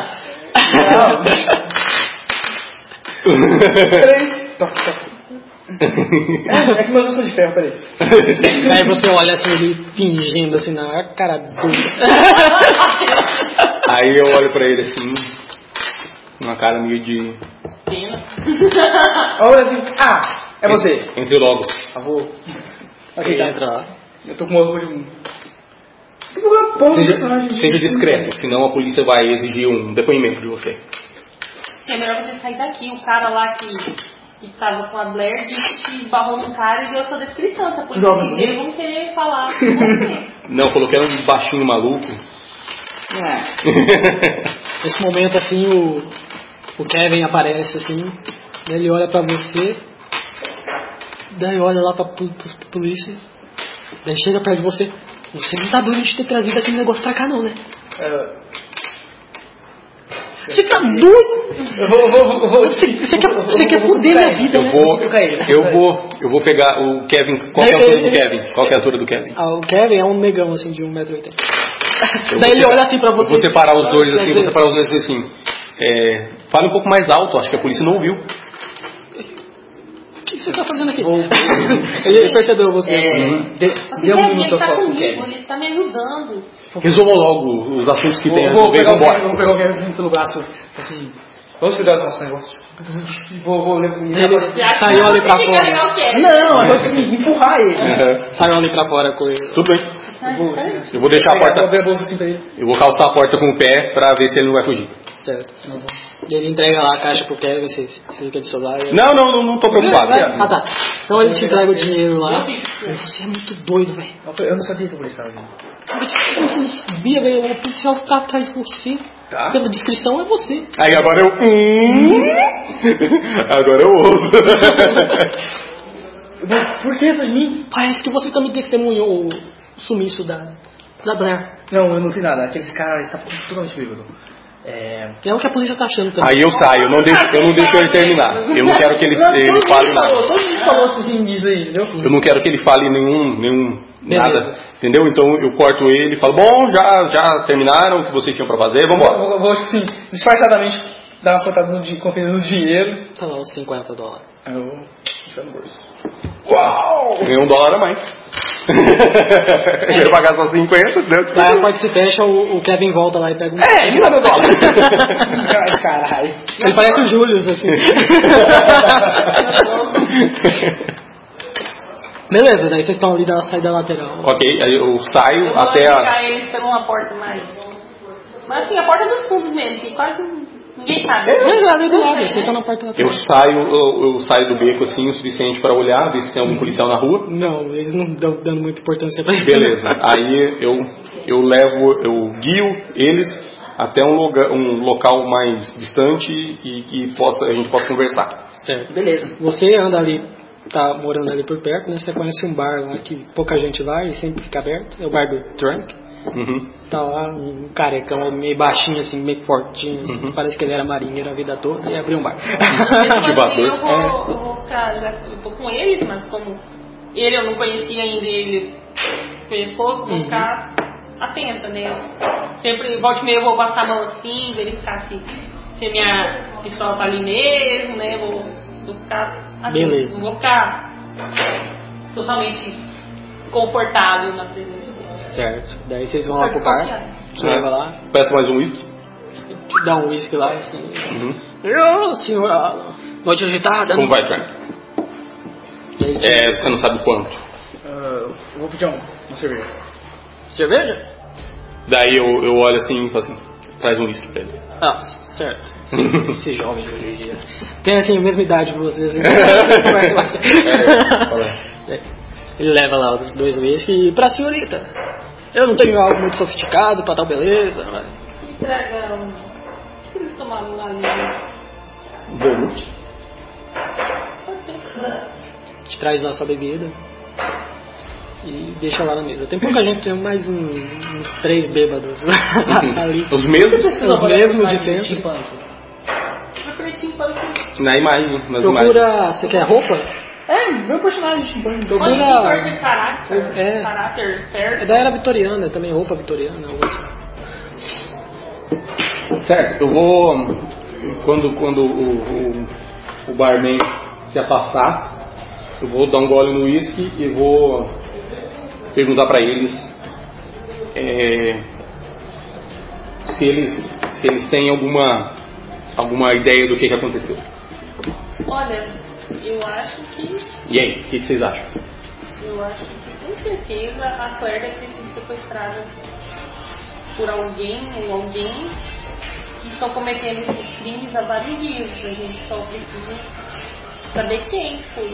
Speaker 6: Peraí. Toca, toca. É que meus ossos são de ferro, peraí.
Speaker 5: Aí você olha assim, ele fingindo assim na maior cara dura.
Speaker 2: Aí eu olho pra ele assim, uma cara meio de.
Speaker 4: Pena.
Speaker 6: Olha assim. Ah, é você.
Speaker 2: Entre logo.
Speaker 6: Eu vou.
Speaker 5: Ele tá
Speaker 6: Ok,
Speaker 5: entrando.
Speaker 6: eu tô com uma orgulho. Que lugar bom,
Speaker 2: Seja,
Speaker 6: personagem.
Speaker 2: seja discreto, senão a polícia vai exigir um depoimento de você.
Speaker 4: É melhor você sair daqui. O cara lá que, que tava com a Blair disse que barrou no cara e deu a sua descrição. Se a polícia
Speaker 6: Jovem.
Speaker 4: te ver, vão querer falar com você.
Speaker 2: Não, eu coloquei um baixinho maluco.
Speaker 6: É.
Speaker 5: Nesse momento assim o, o Kevin aparece assim, ele olha pra você, daí olha lá pra, pol- pros- pra polícia, daí chega perto de você. Você não tá doido de ter trazido aquele negócio pra cá não, né?
Speaker 6: Ah,
Speaker 5: Você tá doido?
Speaker 6: Eu vou, eu vou, eu vou.
Speaker 5: Você, você quer, você quer foder minha vida,
Speaker 2: Eu
Speaker 5: né?
Speaker 2: vou.
Speaker 6: Cutuca ele.
Speaker 2: Eu vou. Eu vou pegar o Kevin. Qual que é a altura do Kevin? Qual que é a altura do Kevin?
Speaker 5: Ah, o Kevin é um negão assim de 1,80m.
Speaker 2: Eu
Speaker 5: Daí
Speaker 2: vou
Speaker 5: ele
Speaker 2: separar-
Speaker 5: olha assim pra você.
Speaker 2: Eu vou separar os dois
Speaker 5: Quer
Speaker 2: assim, vou
Speaker 5: dizer,
Speaker 2: separar os dois assim. É, fala um pouco mais alto, acho que a polícia não ouviu.
Speaker 5: O que você tá fazendo aqui? ele percebeu você.
Speaker 6: É,
Speaker 4: Mas
Speaker 6: de-
Speaker 4: você
Speaker 6: deu um
Speaker 4: quer ver,
Speaker 6: minuto
Speaker 4: ele
Speaker 6: a
Speaker 4: tá
Speaker 6: sós com o Kevin.
Speaker 4: comigo, ele tá me ajudando.
Speaker 2: Resolvam logo os assuntos que tem a
Speaker 6: Vou, vou,
Speaker 2: resolver e
Speaker 6: pegar o
Speaker 2: vambora.
Speaker 6: Kevin, vou pegar um o Kevin pelo braço, assim. Vamos cuidar do nosso negócio. E Vou, vou levar
Speaker 5: Ele
Speaker 6: ele.
Speaker 5: saiu ali pra
Speaker 4: Você tem que é.
Speaker 5: fora.
Speaker 4: carregar o Kevin.
Speaker 6: Não, agora tipo assim, empurrar ele.
Speaker 2: Aham.
Speaker 5: Saiu ali pra fora com ele.
Speaker 2: Tudo bem.
Speaker 6: Eu vou, eu
Speaker 2: Eu vou deixar a
Speaker 6: pegar, vou
Speaker 2: porta.
Speaker 6: abrir a bolsa assim pra ele.
Speaker 2: Eu vou calçar a porta com o pé pra ver se ele não vai fugir.
Speaker 5: Certo. Tá Ele entrega lá a caixa pro Kevin, você, você fica de celular. e-
Speaker 2: Não, não, não, não tô preocupado.
Speaker 5: Ah tá. Então ele te entrega o dinheiro lá. Mas Você é muito doido, velho.
Speaker 6: Eu falei, Eu não sabia que eu precisava. gente.
Speaker 5: Você não sabia, velho. O policial tá atrás de você.
Speaker 6: Tá.
Speaker 5: Pela descrição é você.
Speaker 2: Aí agora eu. Hum, agora eu ouso.
Speaker 6: Eu vou, Por que atrás de mim?
Speaker 5: Parece que você também testemunhou o sumiço da, da Blair.
Speaker 6: Não, eu não fiz nada. Aqueles caras estavam totalmente bêbados. É.
Speaker 5: É o que a polícia tá achando também.
Speaker 2: Aí eu saio, eu não deixo, eu não deixo ele terminar. Eu não quero que ele, ele fale nada.
Speaker 6: falou, todo mundo falou tipo assim disso aí, entendeu?
Speaker 2: Eu não quero que ele fale nenhum, nenhum
Speaker 5: Beleza.
Speaker 2: nada, entendeu? Então eu corto ele e falo, bom, já, já terminaram o que vocês tinham pra fazer,
Speaker 6: Eu vou,
Speaker 2: vambora.
Speaker 6: vou, vou assim, disfarçadamente dar uma contada no, di- conferência no dinheiro.
Speaker 5: Tá lá, uns 50 dólares.
Speaker 6: Aí eu vou enfiar no bolso.
Speaker 2: Uau! Ganhei um dólar a mais. eu ia pagar só 50,
Speaker 5: Daí a
Speaker 2: né?
Speaker 5: porta se fecha, o, o Kevin volta lá e pega um.
Speaker 2: É, me dá meu dólar.
Speaker 6: Ai, caralho.
Speaker 5: Ele parece o Julius, assim. Beleza, daí vocês estão ali da saída lateral.
Speaker 2: ok, aí eu saio
Speaker 4: Eu vou
Speaker 2: até a.
Speaker 4: indicar eles por uma porta mais. Mas assim, a porta dos fundos mesmo, que quase ninguém sabe.
Speaker 5: Mas lá do lado, vocês estão na porta
Speaker 2: Eu
Speaker 5: lateral.
Speaker 2: saio, eu, eu saio do beco assim o suficiente pra olhar, ver se tem algum policial na rua.
Speaker 5: Não, eles não estão dando muita importância pra isso.
Speaker 2: Beleza. Aí eu, eu levo, eu guio eles até um, loga, um local mais distante e que possa, a gente possa conversar.
Speaker 5: Certo.
Speaker 6: Beleza.
Speaker 5: Você anda ali, tá morando ali por perto, né? Você conhece um bar lá que pouca gente vai e sempre fica aberto. É o bar do Trunk.
Speaker 2: Uhum.
Speaker 5: Tá lá um carecão meio baixinho, assim, meio fortinho. assim,
Speaker 2: Uhum.
Speaker 5: Parece que ele era marinheiro a vida toda e abriu um bar.
Speaker 4: Mesmo assim,
Speaker 2: Ativador.
Speaker 4: eu vou, eu vou ficar, já eu tô com eles, mas como ele eu não conhecia ainda e ele fez pouco, vou ficar atenta, né? Sempre, volte e meia, eu vou passar a mão assim, verificar se, se a minha pistola tá ali mesmo, né? Vou, vou ficar atenta.
Speaker 5: Beleza.
Speaker 4: Não vou ficar totalmente confortável na presença dele.
Speaker 5: certo. Daí vocês vão lá pro bar. Você
Speaker 2: É.
Speaker 5: leva lá,
Speaker 2: Peço mais um uísque.
Speaker 5: te dá um uísque lá, assim.
Speaker 2: Uhum.
Speaker 5: Ô, senhora, noite agitada.
Speaker 2: Como vai, Frank?
Speaker 5: E aí,
Speaker 2: É, você não sabe quanto.
Speaker 6: Ah, eu vou pedir um, uma cerveja.
Speaker 5: Cerveja?
Speaker 2: Daí eu, eu olho assim e falo assim, traz um uísque pra ele.
Speaker 5: Ah, certo. Esses jovens hoje em dia. Tem assim a mesma idade que vocês.
Speaker 2: É.
Speaker 5: então, conversa lá. É. Ele leva lá os dois uísques e pra senhorita. Eu não tenho algo muito sofisticado pra tal beleza. mas-
Speaker 4: Entrega um. O que eles tomaram lá ali?
Speaker 2: Vermute.
Speaker 4: Pode ser.
Speaker 5: A gente traz nossa bebida e deixa lá na mesa. Tem pouca gente, tem mais um- uns três bêbados ali.
Speaker 2: Os mesmos
Speaker 5: Os mesmos de sempre.
Speaker 1: Steampunk.
Speaker 4: Meu pretinho pode ser.
Speaker 2: na imagem, nas imagens.
Speaker 5: Procura. Você quer roupa?
Speaker 1: É, meu personagem de steampunk.
Speaker 4: Olha que cor
Speaker 5: Procura.
Speaker 4: de caráter.
Speaker 5: É.
Speaker 4: Caráter
Speaker 5: É
Speaker 4: perto.
Speaker 5: da era vitoriana também, roupa vitoriana. algo assim.
Speaker 2: Certo, eu vou. Quando, quando o, o, o barman se afastar, eu vou dar um gole no uísque e vou perguntar pra eles é, se eles se eles têm alguma alguma ideia do que, que aconteceu.
Speaker 4: Olha, eu acho que.
Speaker 2: E aí, o que, que vocês acham?
Speaker 4: Eu acho que com certeza a Claire deve ter sido sequestrada por alguém ou alguém que estão cometendo esses crimes há vários dias. A gente só precisa saber quem foi.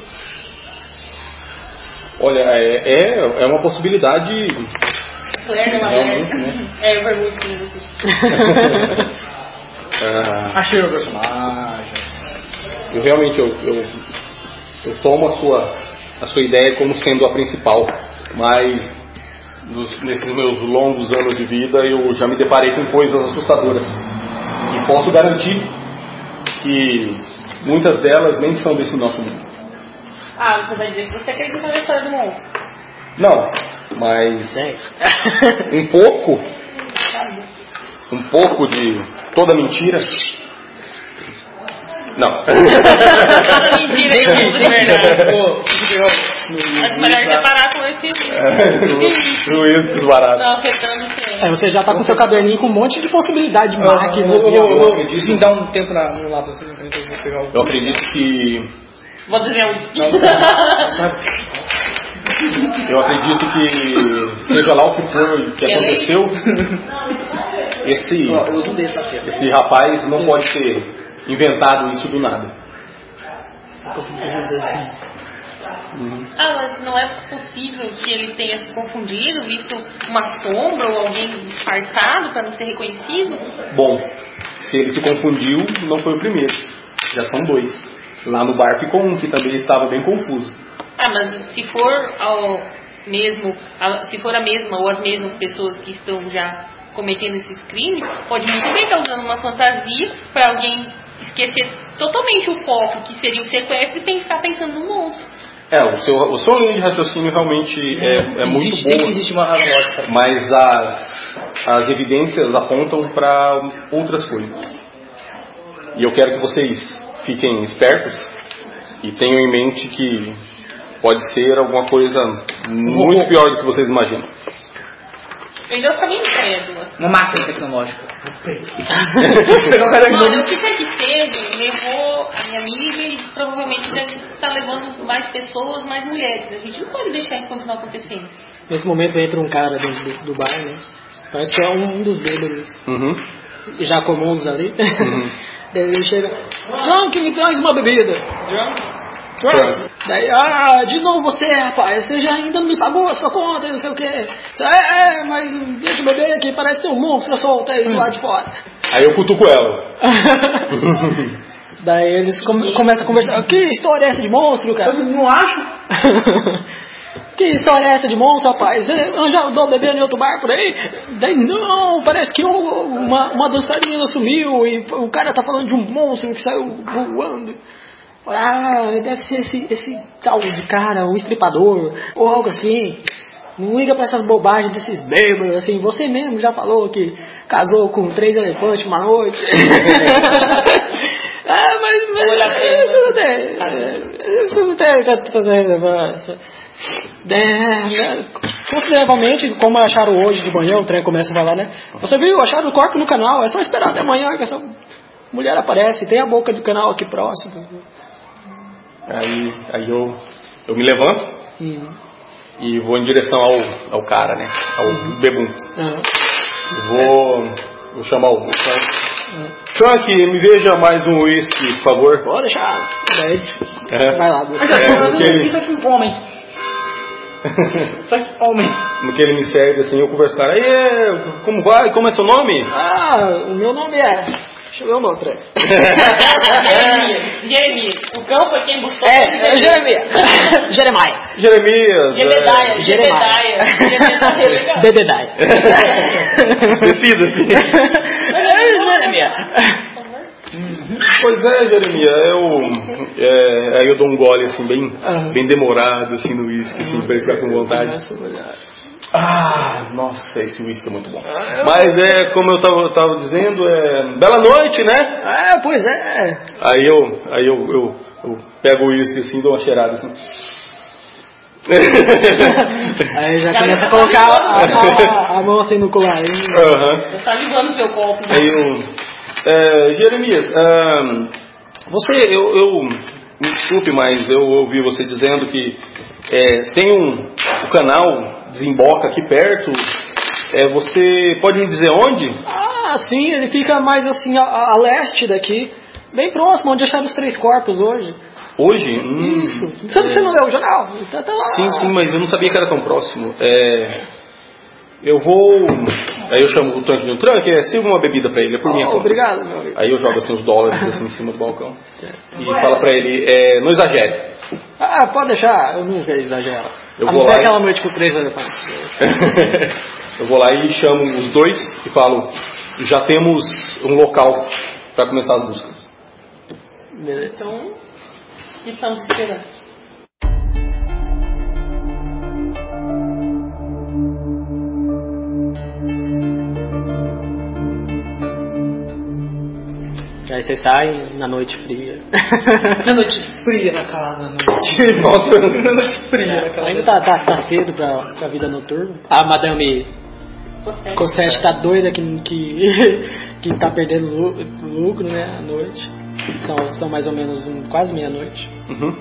Speaker 2: Olha, é, é, é uma possibilidade.
Speaker 4: Claire não é
Speaker 2: Realmente,
Speaker 4: Claire.
Speaker 2: né?
Speaker 4: É Everwood mesmo.
Speaker 2: Ah,
Speaker 6: Achei o personagem.
Speaker 2: eu realmente eu, eu, eu tomo a sua, a sua ideia como sendo a principal, mas nos- nesses meus longos anos de vida eu já me deparei com coisas assustadoras. E posso garantir que muitas delas nem são desse nosso mundo.
Speaker 4: Ah, você vai dizer que você acredita na história do monstro.
Speaker 2: Não, mas um pouco, um pouco de toda mentira. Não.
Speaker 4: Mentira, é tudo de
Speaker 2: né?
Speaker 4: verdade.
Speaker 6: Pô, que legal.
Speaker 4: Acho melhor separar com esse.
Speaker 2: É, Juízo desbarado.
Speaker 4: Não, afetando quem?
Speaker 5: Aí você já tá com seu caderninho com um monte de possibilidade de
Speaker 6: Ah, Eu vou-
Speaker 5: máquinas
Speaker 6: eu
Speaker 5: e
Speaker 6: vou- eu
Speaker 5: algo.
Speaker 6: vou sim, dar um tempo na, no lápis assim, pra gente vou pegar o.
Speaker 2: Eu acredito que.
Speaker 4: Vou desenhar um.
Speaker 6: Não,
Speaker 2: Eu acredito que seja lá o que for que aconteceu, esse,
Speaker 6: Ó, eu uso desse na tela.
Speaker 2: esse rapaz não pode ter inventado isso do nada.
Speaker 4: Ah, mas não é possível que ele tenha se confundido, visto uma sombra ou alguém disfarçado para não ser reconhecido?
Speaker 2: Bom, se ele se confundiu, não foi o primeiro. Já são dois. Lá no bar ficou um que também estava bem confuso.
Speaker 4: Ah, mas se for ao mesmo, a- se for a mesma ou as mesmas pessoas que estão já cometendo esses crimes, pode muito bem estar usando uma fantasia para alguém esquecer totalmente o foco, que seria o sequestro, e tem que ficar pensando no monstro.
Speaker 2: É, o seu, o seu linha de raciocínio realmente é, é muito
Speaker 6: Existe- Tem que
Speaker 2: boa.
Speaker 6: existir uma razão lógica.
Speaker 2: mas as, as evidências apontam para outras coisas. E eu quero que vocês fiquem espertos e tenham em mente que pode ser alguma coisa muito pior do que vocês imaginam.
Speaker 4: Eu ainda fico meio incrédula.
Speaker 6: Uma máquina tecnológica.
Speaker 4: Mano, o que quer que seja, levou a minha amiga e provavelmente deve estar levando mais pessoas, mais mulheres. A gente não pode deixar isso continuar acontecendo.
Speaker 5: Nesse momento entra um cara dentro do, do bar, né? Parece que é um, um dos bêbados
Speaker 2: Uhum.
Speaker 5: já comuns ali.
Speaker 6: Uhum.
Speaker 5: Daí ele chega, Drunk, me traz uma bebida.
Speaker 2: Frank.
Speaker 5: Daí, ah, de novo você, rapaz, você já ainda não me pagou a sua conta e não sei o quê. É, é, mas deixa eu beber aqui, parece que tem um monstro solto aí do lado de fora.
Speaker 2: Aí eu cutuco ela.
Speaker 5: Daí eles come- começam a conversar. Que história é essa de monstro, cara? Eu não acho. que história é essa de monstro, rapaz? Eu já andou bebendo em outro bar por aí? Daí, não, parece que um- uma, uma dançarina sumiu e o cara tá falando de um monstro que saiu voando. Ah, deve ser esse, esse tal de cara, um estripador, ou algo assim. Não liga pra essas bobagens desses bêbados, assim. Você mesmo já falou que casou com três elefantes uma noite. ah, mas, mas isso não tem. Isso não tem tanta relevância. É, Consideravelmente, como acharam hoje de manhã, o trem começa a falar, né? Você viu, acharam o corpo no canal, é só esperar até amanhã que essa mulher aparece, tem a boca do canal aqui próximo.
Speaker 2: Aí, aí eu, eu me levanto
Speaker 5: Hum.
Speaker 2: e vou em direção ao, ao cara, né? Ao bebum.
Speaker 5: Ah,
Speaker 2: Eu vou, vou chamar o. Frank, me veja mais um uísque, por favor.
Speaker 5: Pode deixar.
Speaker 2: É.
Speaker 5: Vai lá,
Speaker 6: Mas
Speaker 5: Gustavo.
Speaker 6: já
Speaker 2: É,
Speaker 6: tô fazendo
Speaker 2: porque ele-
Speaker 6: isso aqui com homem. Isso aqui com homem.
Speaker 2: No que ele me serve assim, eu converso com o cara, "Aê, como vai? Como é seu nome?
Speaker 5: Ah, o meu nome é. Deixa eu ver o nome, peraí.
Speaker 4: Jeremias, Jeremias. O cão foi quem buscou.
Speaker 5: É, é Jeremias. Jeremiah. É,
Speaker 2: Jeremias. é.
Speaker 4: Jebedaia, Jebedaia.
Speaker 5: Jeremiah. Bebedai.
Speaker 2: Decida-se.
Speaker 5: Jeremias.
Speaker 2: Pois é, Jeremias, eu. é, aí eu dou um gole assim, bem,
Speaker 5: Aham.
Speaker 2: bem demorado, assim, no uísque, assim, pra ele ficar com vontade. Ah, nossa, esse uísque é muito bom. Mas é, como eu tava, tava dizendo, é. Bela noite, né?
Speaker 5: Ah, pois é.
Speaker 2: Aí eu, aí eu, eu, eu pego o uísque assim e dou uma cheirada assim.
Speaker 5: Aí já
Speaker 4: Já
Speaker 5: começa
Speaker 4: tá
Speaker 5: a colocar a,
Speaker 2: ligando.
Speaker 5: a- a mão assim no colarinho.
Speaker 2: Aham.
Speaker 4: Você tá ligando seu copo.
Speaker 2: Aí eu, é, Jeremias, ahn, você, eu, eu- me desculpe, mas eu ouvi você dizendo que é, tem um o canal desemboca aqui perto. É, você pode me dizer onde?
Speaker 5: Ah, sim, ele fica mais assim a, a- a leste daqui. Bem próximo, onde acharam os três corpos hoje.
Speaker 2: Hoje? Hum,
Speaker 5: Isso. Você, você não leu o jornal? Tá, tá lá.
Speaker 2: Sim, sim, mas eu não sabia que era tão próximo. É, eu vou. Aí eu chamo o tanque de um tranque, é, sirva uma bebida pra ele, é por minha
Speaker 5: Oh,
Speaker 2: conta.
Speaker 5: obrigado, meu amigo.
Speaker 2: Aí eu jogo assim os dólares assim em cima do balcão e falo pra ele, é, não exagere.
Speaker 5: Ah, pode deixar, eu nunca exagero.
Speaker 2: Eu
Speaker 5: a não
Speaker 2: vou
Speaker 5: ser
Speaker 2: lá e-
Speaker 5: aquela noite com três elefantes.
Speaker 2: eu vou lá e chamo os dois e falo: já temos um local para começar as buscas.
Speaker 5: Beleza.
Speaker 4: Então, estamos esperando.
Speaker 5: Aí vocês saem na noite fria.
Speaker 6: Na noite fria na casa, na noite.
Speaker 2: Nossa.
Speaker 6: Na noite fria Ah, na
Speaker 5: Ainda
Speaker 6: casa.
Speaker 5: tá, tá, tá cedo pra, pra vida noturna. A madame
Speaker 4: Você.
Speaker 5: Cossetti tá doida que, que, que tá perdendo lu- lucro, né, à noite. São, são mais ou menos um- quase meia-noite.
Speaker 2: Uhum.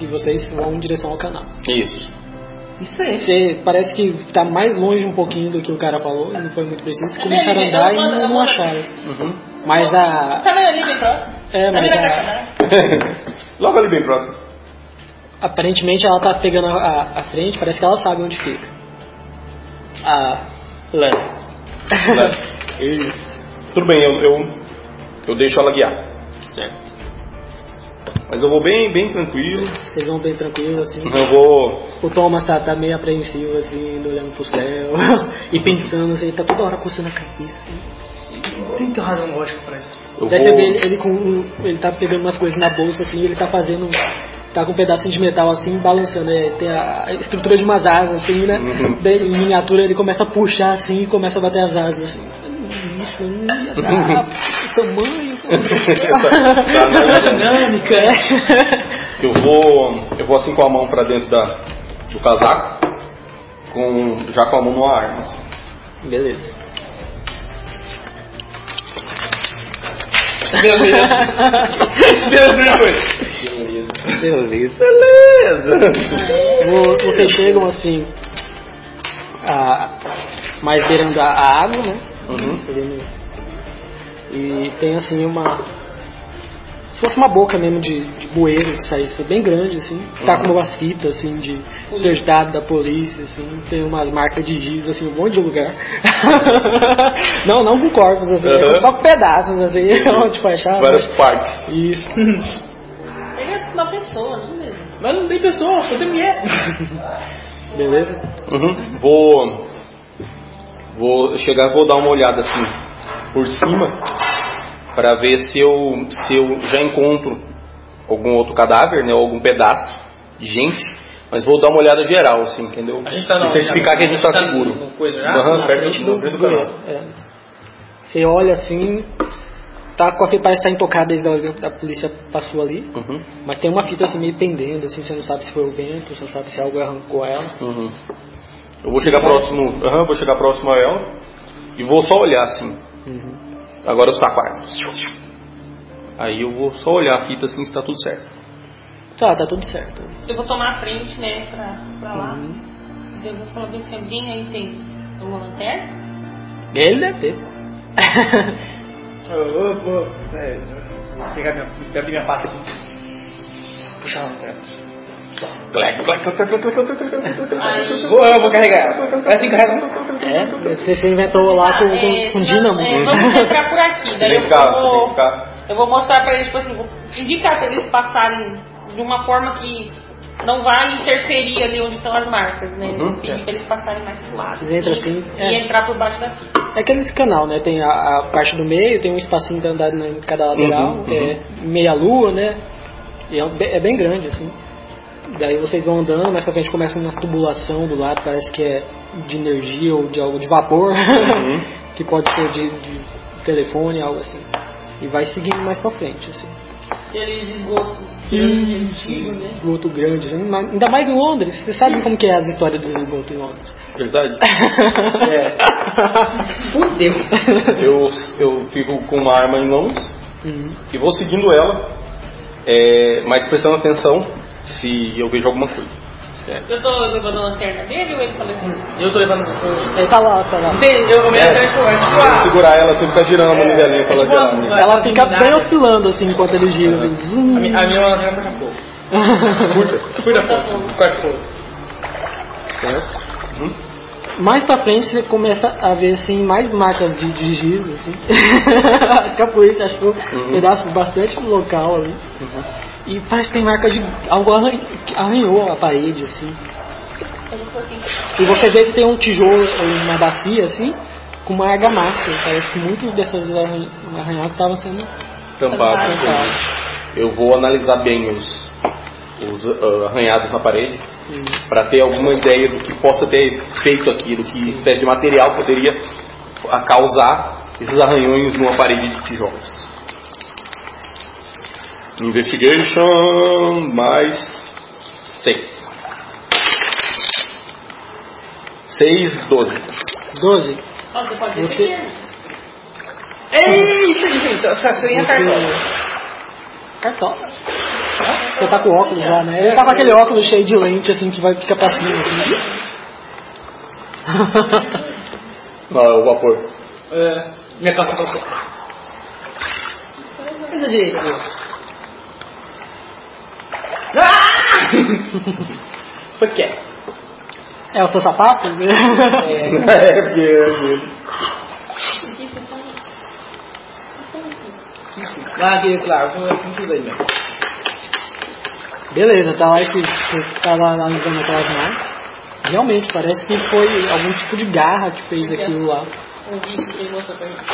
Speaker 5: E vocês vão em direção ao canal.
Speaker 2: Isso.
Speaker 6: Isso aí.
Speaker 5: Você parece que tá mais longe um pouquinho do que o cara falou, não foi muito preciso. Começaram a
Speaker 4: Eu
Speaker 5: andar e
Speaker 4: mando-
Speaker 5: não,
Speaker 4: eu
Speaker 5: não
Speaker 4: mando-
Speaker 5: acharam.
Speaker 2: Uhum.
Speaker 5: Mas a.
Speaker 4: Tá vendo ali bem próximo?
Speaker 5: É,
Speaker 4: Tá
Speaker 5: mas
Speaker 4: vendo a
Speaker 5: a-
Speaker 4: caixa d'água?
Speaker 2: Logo ali bem próximo.
Speaker 5: Aparentemente ela tá pegando a, a- a frente, parece que ela sabe onde fica. A Lana.
Speaker 2: Né? E- tudo bem, eu, eu, eu deixo ela guiar.
Speaker 5: certo.
Speaker 2: Mas eu vou bem, bem tranquilo.
Speaker 5: Vocês vão bem tranquilos assim.
Speaker 2: Eu vou.
Speaker 5: O Thomas tá, tá meio apreensivo assim, indo olhando pro céu e pensando assim, tá toda hora coçando a cabeça.
Speaker 6: Tem que ter uma razão lógica pra isso.
Speaker 2: Eu
Speaker 5: Daí você
Speaker 2: vou-
Speaker 5: vê ele, ele com um- ele tá pegando umas coisas na bolsa assim, ele tá fazendo tá com um pedacinho de metal assim balançando, é, tem a a estrutura de umas asas assim, né?
Speaker 2: Uhum.
Speaker 5: Daí, em miniatura ele começa a puxar assim e começa a bater as asas assim. Isso, hum, ah, tamanho,
Speaker 2: Tá, tá, não.
Speaker 5: dinâmica. é.
Speaker 2: Eu vou, eu vou assim com a mão pra dentro da, do casaco, com, já com a mão no ar. assim.
Speaker 5: Beleza. Beleza. Vo- Vocês chegam assim, a, mais beirando a, a água, né?
Speaker 2: Uhum.
Speaker 5: Querendo- E tem assim uma. Se fosse uma boca mesmo de, de bueiro que saísse bem grande, assim. Tá
Speaker 2: Uhum.
Speaker 5: com umas fitas assim de testado da polícia, assim, tem umas marcas de giz, assim, um monte de lugar. não, não com corpos, assim, é
Speaker 2: Uhum.
Speaker 5: só com pedaços, assim, onde foi achado.
Speaker 2: Várias partes.
Speaker 5: Isso.
Speaker 4: Ele é uma pessoa, não é mesmo?
Speaker 6: Mas não tem pessoa, só tem mulher.
Speaker 5: Beleza?
Speaker 2: Uhum. Vou. Vou chegar vou dar uma olhada assim por cima para ver se eu, se eu já encontro algum outro cadáver, né? Ou algum pedaço de gente. Mas vou dar uma olhada geral, assim, entendeu?
Speaker 6: A gente tá
Speaker 2: E
Speaker 6: na-
Speaker 2: certificar que a gente tá seguro.
Speaker 6: com Coisa Tá já.
Speaker 2: Aham,
Speaker 5: na
Speaker 2: perto
Speaker 5: frente
Speaker 2: do-
Speaker 5: do,
Speaker 2: perto do
Speaker 5: bueiro,
Speaker 2: canal.
Speaker 5: é. Você olha assim, tá com a fita, parece que tá intocada desde a hora que a polícia passou ali.
Speaker 2: Uhum.
Speaker 5: Mas tem uma fita assim meio pendendo, assim, você não sabe se foi o vento, você não sabe se algo arrancou ela.
Speaker 2: Uhum. Eu vou chegar próximo. aham, vou chegar próximo a ela e vou só olhar assim. Agora eu saco a arma. Aí eu vou só olhar a fita assim se tá tudo certo.
Speaker 5: Tá, tá tudo certo.
Speaker 4: Eu vou tomar a frente, né, pra, pra lá.
Speaker 5: Uhum.
Speaker 4: Eu vou falar bem assim, se alguém aí tem alguma lanterna.
Speaker 5: Ele deve ter.
Speaker 6: Eu vou, vou, é, vou pegar minha, vou abrir minha pasta aqui. Puxar um tempo. Vou, eu vou carregar. É assim que carrega.
Speaker 5: É, você se inventou lá com,
Speaker 4: É,
Speaker 5: um com, com
Speaker 4: nós-
Speaker 5: dínamo.
Speaker 4: é, vamos entrar por aqui. Daí
Speaker 2: Vem
Speaker 4: eu
Speaker 2: cá,
Speaker 4: vou,
Speaker 2: vem cá.
Speaker 4: eu vou mostrar pra eles, tipo assim, vou indicar pra eles passarem de uma forma que não vai interferir ali onde estão as marcas, né?
Speaker 2: Uhum.
Speaker 4: Pedir pra eles passarem mais pro lado.
Speaker 5: Vocês entram
Speaker 4: e-
Speaker 5: assim,
Speaker 4: E
Speaker 5: é.
Speaker 4: entrar por baixo da fita.
Speaker 5: É aqueles canal, né? Tem a, a parte do meio, tem um espacinho pra andar em cada lateral,
Speaker 2: Uhum,
Speaker 5: é meia lua, né? E é, um- é bem grande, assim. Daí vocês vão andando, mais pra frente começa uma tubulação do lado, parece que é de energia ou de algo de vapor,
Speaker 2: Uhum.
Speaker 5: que pode ser de, de telefone, algo assim. E vai seguindo mais pra frente, assim.
Speaker 4: Aqueles esgotos. antigos, um né?
Speaker 5: Esgoto grande, né? Mas- ainda mais em Londres. Vocês sabem como que é as histórias dos esgoto em Londres.
Speaker 2: Verdade? É.
Speaker 6: Fudeu.
Speaker 2: Eu, eu fico com uma arma em mãos
Speaker 5: Uhum.
Speaker 2: e vou seguindo ela, é, mas prestando atenção se eu vejo alguma coisa.
Speaker 4: Eu tô levando a lanterna dele ou ele tá levando?
Speaker 3: Eu tô levando. eu-
Speaker 5: Tá lá, tá lá.
Speaker 3: Tem, eu comecei
Speaker 2: É.
Speaker 3: atrás Tipo, de conversa.
Speaker 2: Eu vou segurar ela, tem que ficar girando
Speaker 6: É,
Speaker 2: a novelinha pra ela
Speaker 3: tipo
Speaker 2: girar.
Speaker 3: uma-
Speaker 2: né?
Speaker 5: Ela fica bem oscilando assim enquanto ele gira. Assim,
Speaker 6: A,
Speaker 5: zum.
Speaker 6: mi- a minha lanterna puxa fogo. Puxa
Speaker 3: Tá
Speaker 6: fogo. Corta fogo.
Speaker 2: Certo?
Speaker 5: Mais pra frente você começa a ver assim mais marcas de, de giz, assim. acho que a polícia achou um
Speaker 6: Uhum.
Speaker 5: pedaço bastante local ali. E parece que tem marca de. algo arran- que arranhou a parede, assim.
Speaker 4: Eu não tô assim.
Speaker 5: E você vê que tem um tijolo, uma bacia, assim, com uma argamassa. Parece que muitos dessas arran- arranhadas estavam sendo.
Speaker 2: Tampadas. Eu vou analisar bem os, os ah, arranhados na parede para ter alguma ideia do que possa ter feito aquilo, que espécie de material poderia ah, causar esses arranhões numa parede de tijolos. Investigation mais 6. 6, 12.
Speaker 5: 12.
Speaker 4: Ó, você pode
Speaker 5: Você- É
Speaker 4: defender.
Speaker 6: Ei, isso aí, gente. Essa
Speaker 4: Tá
Speaker 6: senha cartão.
Speaker 5: Cartola. Você tá com óculos lá, né? Ele tá com aquele óculos cheio de lente, assim, que vai ficar pra cima, assim.
Speaker 2: Não, é o vapor.
Speaker 6: É, minha calça tá fogo.
Speaker 5: Coisa de-
Speaker 6: Foi que é?
Speaker 5: Ah! É o seu sapato?
Speaker 2: É, porque é, é.
Speaker 6: Ah, aqui, claro. Não precisa aí mesmo.
Speaker 5: Beleza, tá lá escrito, você tá lá analisando aquelas marcas. Realmente, parece que foi algum tipo de garra que fez aquilo lá.
Speaker 4: Um vídeo que ele mostrou pra gente.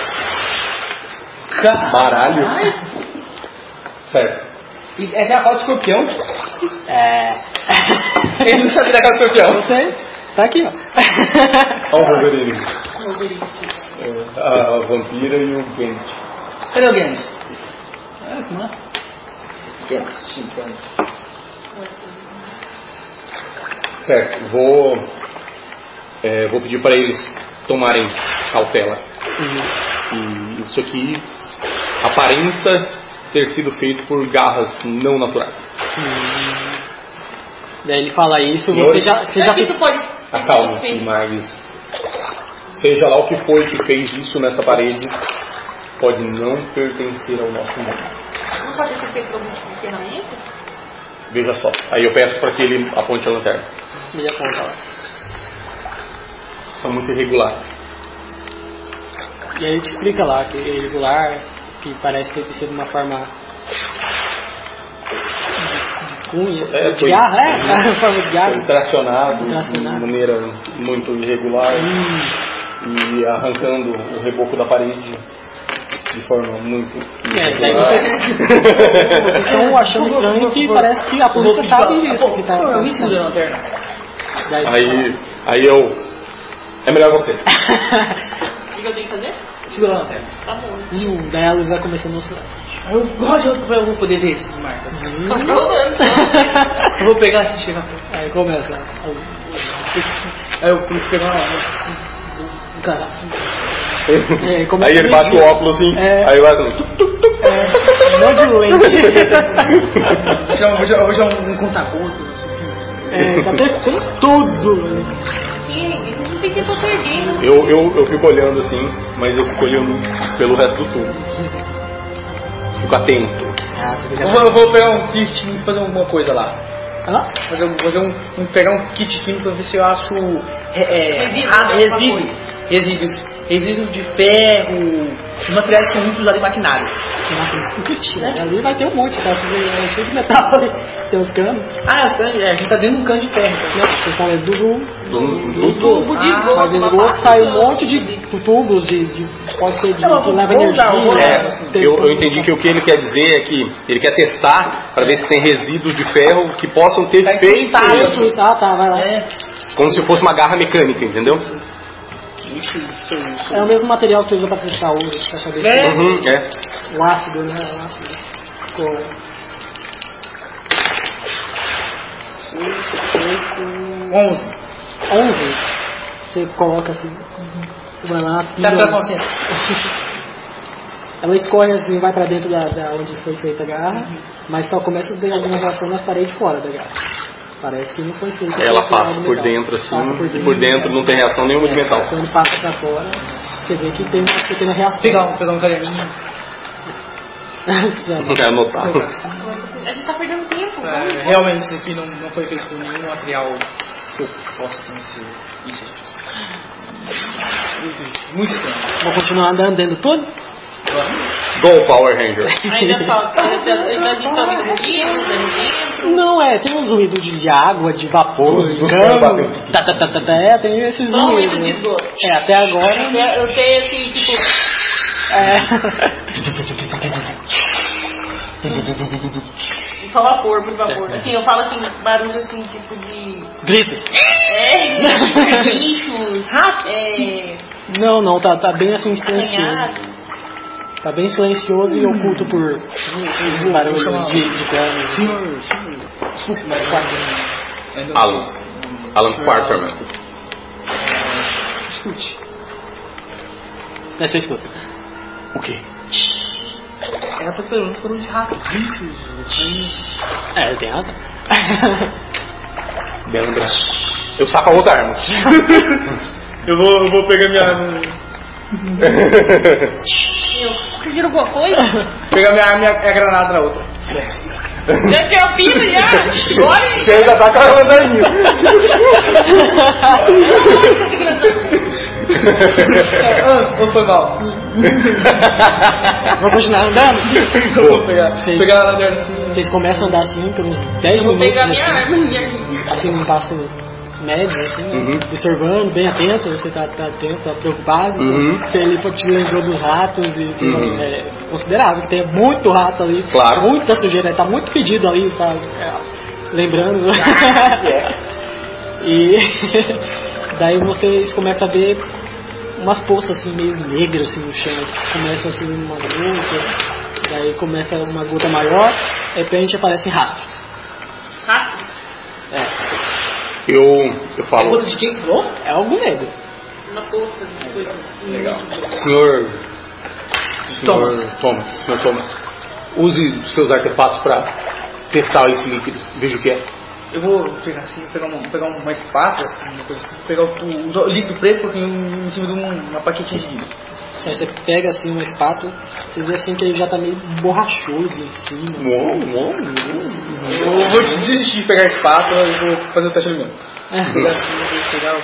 Speaker 2: Baralho? Certo.
Speaker 6: E Essa é a foto do escorpião.
Speaker 5: É.
Speaker 6: Ele não sabe da casa do
Speaker 5: Não
Speaker 6: escorpião.
Speaker 5: sei. Tá aqui, ó.
Speaker 2: Olha o Wolverine.
Speaker 4: Um obelisco.
Speaker 2: É, A, a vampira e o Gant.
Speaker 6: Cadê o Games? Ah, que massa. Games, chintando.
Speaker 2: Certo. Vou, é, vou pedir para eles tomarem cautela. E isso aqui aparenta ter sido feito por garras não naturais.
Speaker 5: Daí ele fala isso, você
Speaker 2: Senhores.
Speaker 5: já, você
Speaker 4: Mas
Speaker 5: já
Speaker 6: É
Speaker 4: o que
Speaker 5: fica.
Speaker 4: tu pode. assim.
Speaker 2: Acalme-se, Mags. Seja lá o que foi que fez isso nessa parede, pode não pertencer ao nosso mundo.
Speaker 4: Não pode ser feito algum tipo de ferramenta?
Speaker 2: Veja só. Aí eu peço para que ele aponte a lanterna.
Speaker 5: Ele aponta lá.
Speaker 2: São muito irregulares.
Speaker 5: E aí te explica lá que é irregular, que parece ter sido uma forma de, de cunha,
Speaker 2: É,
Speaker 5: de
Speaker 2: foi-
Speaker 5: garra, é, forma de
Speaker 2: Foi
Speaker 5: garra.
Speaker 2: tracionado de
Speaker 5: Tracionado.
Speaker 2: maneira muito irregular
Speaker 5: Hum,
Speaker 2: e arrancando o reboco da parede de forma muito
Speaker 5: é, daí
Speaker 2: irregular.
Speaker 5: você- vocês estão achando estranho que parece que a polícia sabe disso. Que tá,
Speaker 6: Eu me segurei a lanterna.
Speaker 5: daí você
Speaker 2: Aí, aí eu... É melhor você.
Speaker 5: fala-
Speaker 4: O que eu tenho que fazer?
Speaker 6: Segura a lanterna.
Speaker 4: Tá bom.
Speaker 5: Hum, daí a luz vai começando a oscilar.
Speaker 6: Eu gosto de eu vou poder ver esses marcas.
Speaker 4: Tô
Speaker 5: Hum.
Speaker 4: rolando.
Speaker 6: Eu vou pegar esse chegar.
Speaker 5: Aí começa.
Speaker 6: Aí eu fui pegar uma.
Speaker 5: o casaco. É, como é
Speaker 2: aí
Speaker 5: que
Speaker 2: ele bate o
Speaker 5: ele-
Speaker 2: óculos assim,
Speaker 5: É.
Speaker 2: aí vai assim...
Speaker 5: É, um monte de lente.
Speaker 6: Vou tirar um, vou tirar- vou tirar um, um conta-gotas. Assim.
Speaker 5: É, tá tem, tem tudo.
Speaker 4: E isso não tem tempo perdido.
Speaker 2: Eu, eu, eu fico olhando assim, mas eu fico olhando pelo resto do tubo. Fico atento.
Speaker 5: Ah, você já...
Speaker 6: Eu vou, eu vou pegar um kit e fazer alguma coisa lá.
Speaker 5: Hã?
Speaker 6: Fazer, um- fazer um, um- pegar um kit químico pra ver se eu acho é, é,
Speaker 4: Resíduo,
Speaker 6: ah,
Speaker 4: alguma
Speaker 6: resíduo,
Speaker 3: Resíduos. Resíduos de ferro, os materiais que são muito usados em maquinário.
Speaker 5: Mentira, ali vai ter um monte, tá? Tudo é cheio de metal ali. Tem uns canos.
Speaker 3: Ah, as
Speaker 6: é,
Speaker 3: canas- a gente tá dentro de um cano de ferro. então.
Speaker 5: Não, você fala é do
Speaker 2: Do- do-
Speaker 5: um
Speaker 4: Tubo de
Speaker 3: Ah,
Speaker 4: esgoto.
Speaker 5: Mas do esgoto sai um monte de tubos de, de- pode ser de
Speaker 3: Não,
Speaker 5: que leva
Speaker 3: vou usar, vou
Speaker 5: energia. né? Assim,
Speaker 3: usar.
Speaker 2: É,
Speaker 5: tem-
Speaker 2: eu, eu entendi que o que ele quer dizer é que ele quer testar para ver se tem resíduos de ferro que possam ter
Speaker 3: Tá
Speaker 2: feito
Speaker 5: Ah,
Speaker 3: encostado,
Speaker 2: isso.
Speaker 5: isso, isso. Ah, tá, vai lá. É,
Speaker 3: É,
Speaker 2: Como se fosse uma garra mecânica, entendeu?
Speaker 3: isso, isso, isso.
Speaker 5: É
Speaker 6: É,
Speaker 5: o mesmo material que usa pra testar ouro, pra saber se
Speaker 3: É.
Speaker 2: Uhum, é.
Speaker 5: o ácido, né? O ácido. Ficou-
Speaker 6: 11.
Speaker 5: 11, você coloca assim, vai lá.
Speaker 3: Sabe
Speaker 6: tá
Speaker 5: pula.
Speaker 3: aquela consciência?
Speaker 5: Ela escorre assim, vai pra dentro da, da onde foi feita a garra, mas só começa a ter alguma reação na parede fora da garra. Parece que não foi feita.
Speaker 2: Ela
Speaker 5: por
Speaker 2: passa
Speaker 5: algo
Speaker 2: por
Speaker 5: metal.
Speaker 2: dentro assim,
Speaker 5: Passa
Speaker 2: e por dentro não tem reação nenhuma de metal.
Speaker 5: Mas Quando passa pra fora, você vê que tem uma pequena reação.
Speaker 6: Pegar um, pegar um caderninho.
Speaker 5: Sabe?
Speaker 2: É anotar.
Speaker 4: A gente tá perdendo tempo. vamos.
Speaker 6: um É, realmente, isso aqui não, não foi feito com nenhum material que eu possa conhecer. Isso aqui. Muito, muito estranho.
Speaker 5: Vou continuar andando dentro todo?
Speaker 2: Go Power Ranger.
Speaker 4: Ainda falta. Então a gente tá ouvindo ruídos, ali
Speaker 5: Não, é, tem um ruído de água, de vapor,
Speaker 2: Dos-
Speaker 5: de
Speaker 2: dos
Speaker 5: cano.
Speaker 2: canos.
Speaker 5: Tá, tá, tá, tá, tá, é, tem esses
Speaker 4: Só um
Speaker 5: ruídos.
Speaker 4: ruído de
Speaker 5: né?
Speaker 4: esgoto.
Speaker 5: É, até agora.
Speaker 4: Eu sei assim, tipo,
Speaker 5: É.
Speaker 4: só vapor, muito vapor. Assim, eu falo assim, barulho assim, tipo de.
Speaker 5: Gritos.
Speaker 4: É, bichos, ratos, é,
Speaker 5: Não, não, tá, tá bem assim silencioso.
Speaker 4: canhados.
Speaker 5: Tá bem silencioso e oculto
Speaker 2: Hum.
Speaker 5: por esses barulhos de, de canos.
Speaker 6: Senhor, senhor, desculpe, mas ainda não
Speaker 2: Alan.
Speaker 6: sei.
Speaker 2: Alan né? Quarterman.
Speaker 6: Escute.
Speaker 5: É, você escuta.
Speaker 2: O quê?
Speaker 6: Ela tá perguntando por uns ratinhos.
Speaker 5: É, tem razão.
Speaker 2: Leandra. Eu saco a outra arma. eu, vou, eu vou pegar minha arma.
Speaker 4: Eu, vocês viram alguma coisa?
Speaker 6: Pegar minha arma e a, e a granada na outra.
Speaker 4: Já tinha ouvido já? Olha!
Speaker 2: Você ainda tá com a lanterninha. É,
Speaker 6: Ah, não foi mal.
Speaker 5: Vamos continuar andando?
Speaker 6: Vou pegar,
Speaker 5: Sim.
Speaker 6: pegar a lanterna assim.
Speaker 5: Vocês começam a andar assim por uns 10
Speaker 4: Eu vou
Speaker 5: minutos.
Speaker 4: pegar minha
Speaker 5: assim.
Speaker 4: arma, minha arma.
Speaker 5: assim, um passo médio, assim, né?
Speaker 2: Uhum.
Speaker 5: observando, bem atento, você tá, tá atento, tá preocupado,
Speaker 2: Uhum.
Speaker 5: se ele for- te lembrou dos ratos e sei lá,
Speaker 2: Uhum.
Speaker 5: é considerável, que tem muito rato ali,
Speaker 2: Claro.
Speaker 5: muita sujeira, tá muito pedido ali, tá é, lembrando.
Speaker 2: Ah, é.
Speaker 5: e daí vocês começam a ver umas poças assim meio negras assim no chão, começam assim umas gotas, daí começa uma gota maior, de repente aparecem rastros.
Speaker 4: Rato.
Speaker 5: É.
Speaker 2: Eu, eu falo,
Speaker 3: Outro de quem falou?
Speaker 5: É algo negro.
Speaker 4: Uma poça de coisa.
Speaker 6: Legal.
Speaker 2: senhor. Senhor Thomas. Senhor Thomas. Use os seus artefatos pra testar esse líquido. Veja o que é.
Speaker 6: Eu vou pegar assim, pegar uma, pegar uma espátula, assim, uma coisa assim, pegar o, o, o líquido preto porque em em cima de um- uma paquetinha de vidro.
Speaker 5: Aí você pega assim uma espátula, você vê assim que ele já tá meio assim, né? borrachoso em cima.
Speaker 2: Uou, uou,
Speaker 4: Uhum.
Speaker 6: Eu vou desistir de pegar a espátula e vou fazer o teste de alimento.
Speaker 5: assim.
Speaker 6: Pegar assim, vou pegar o-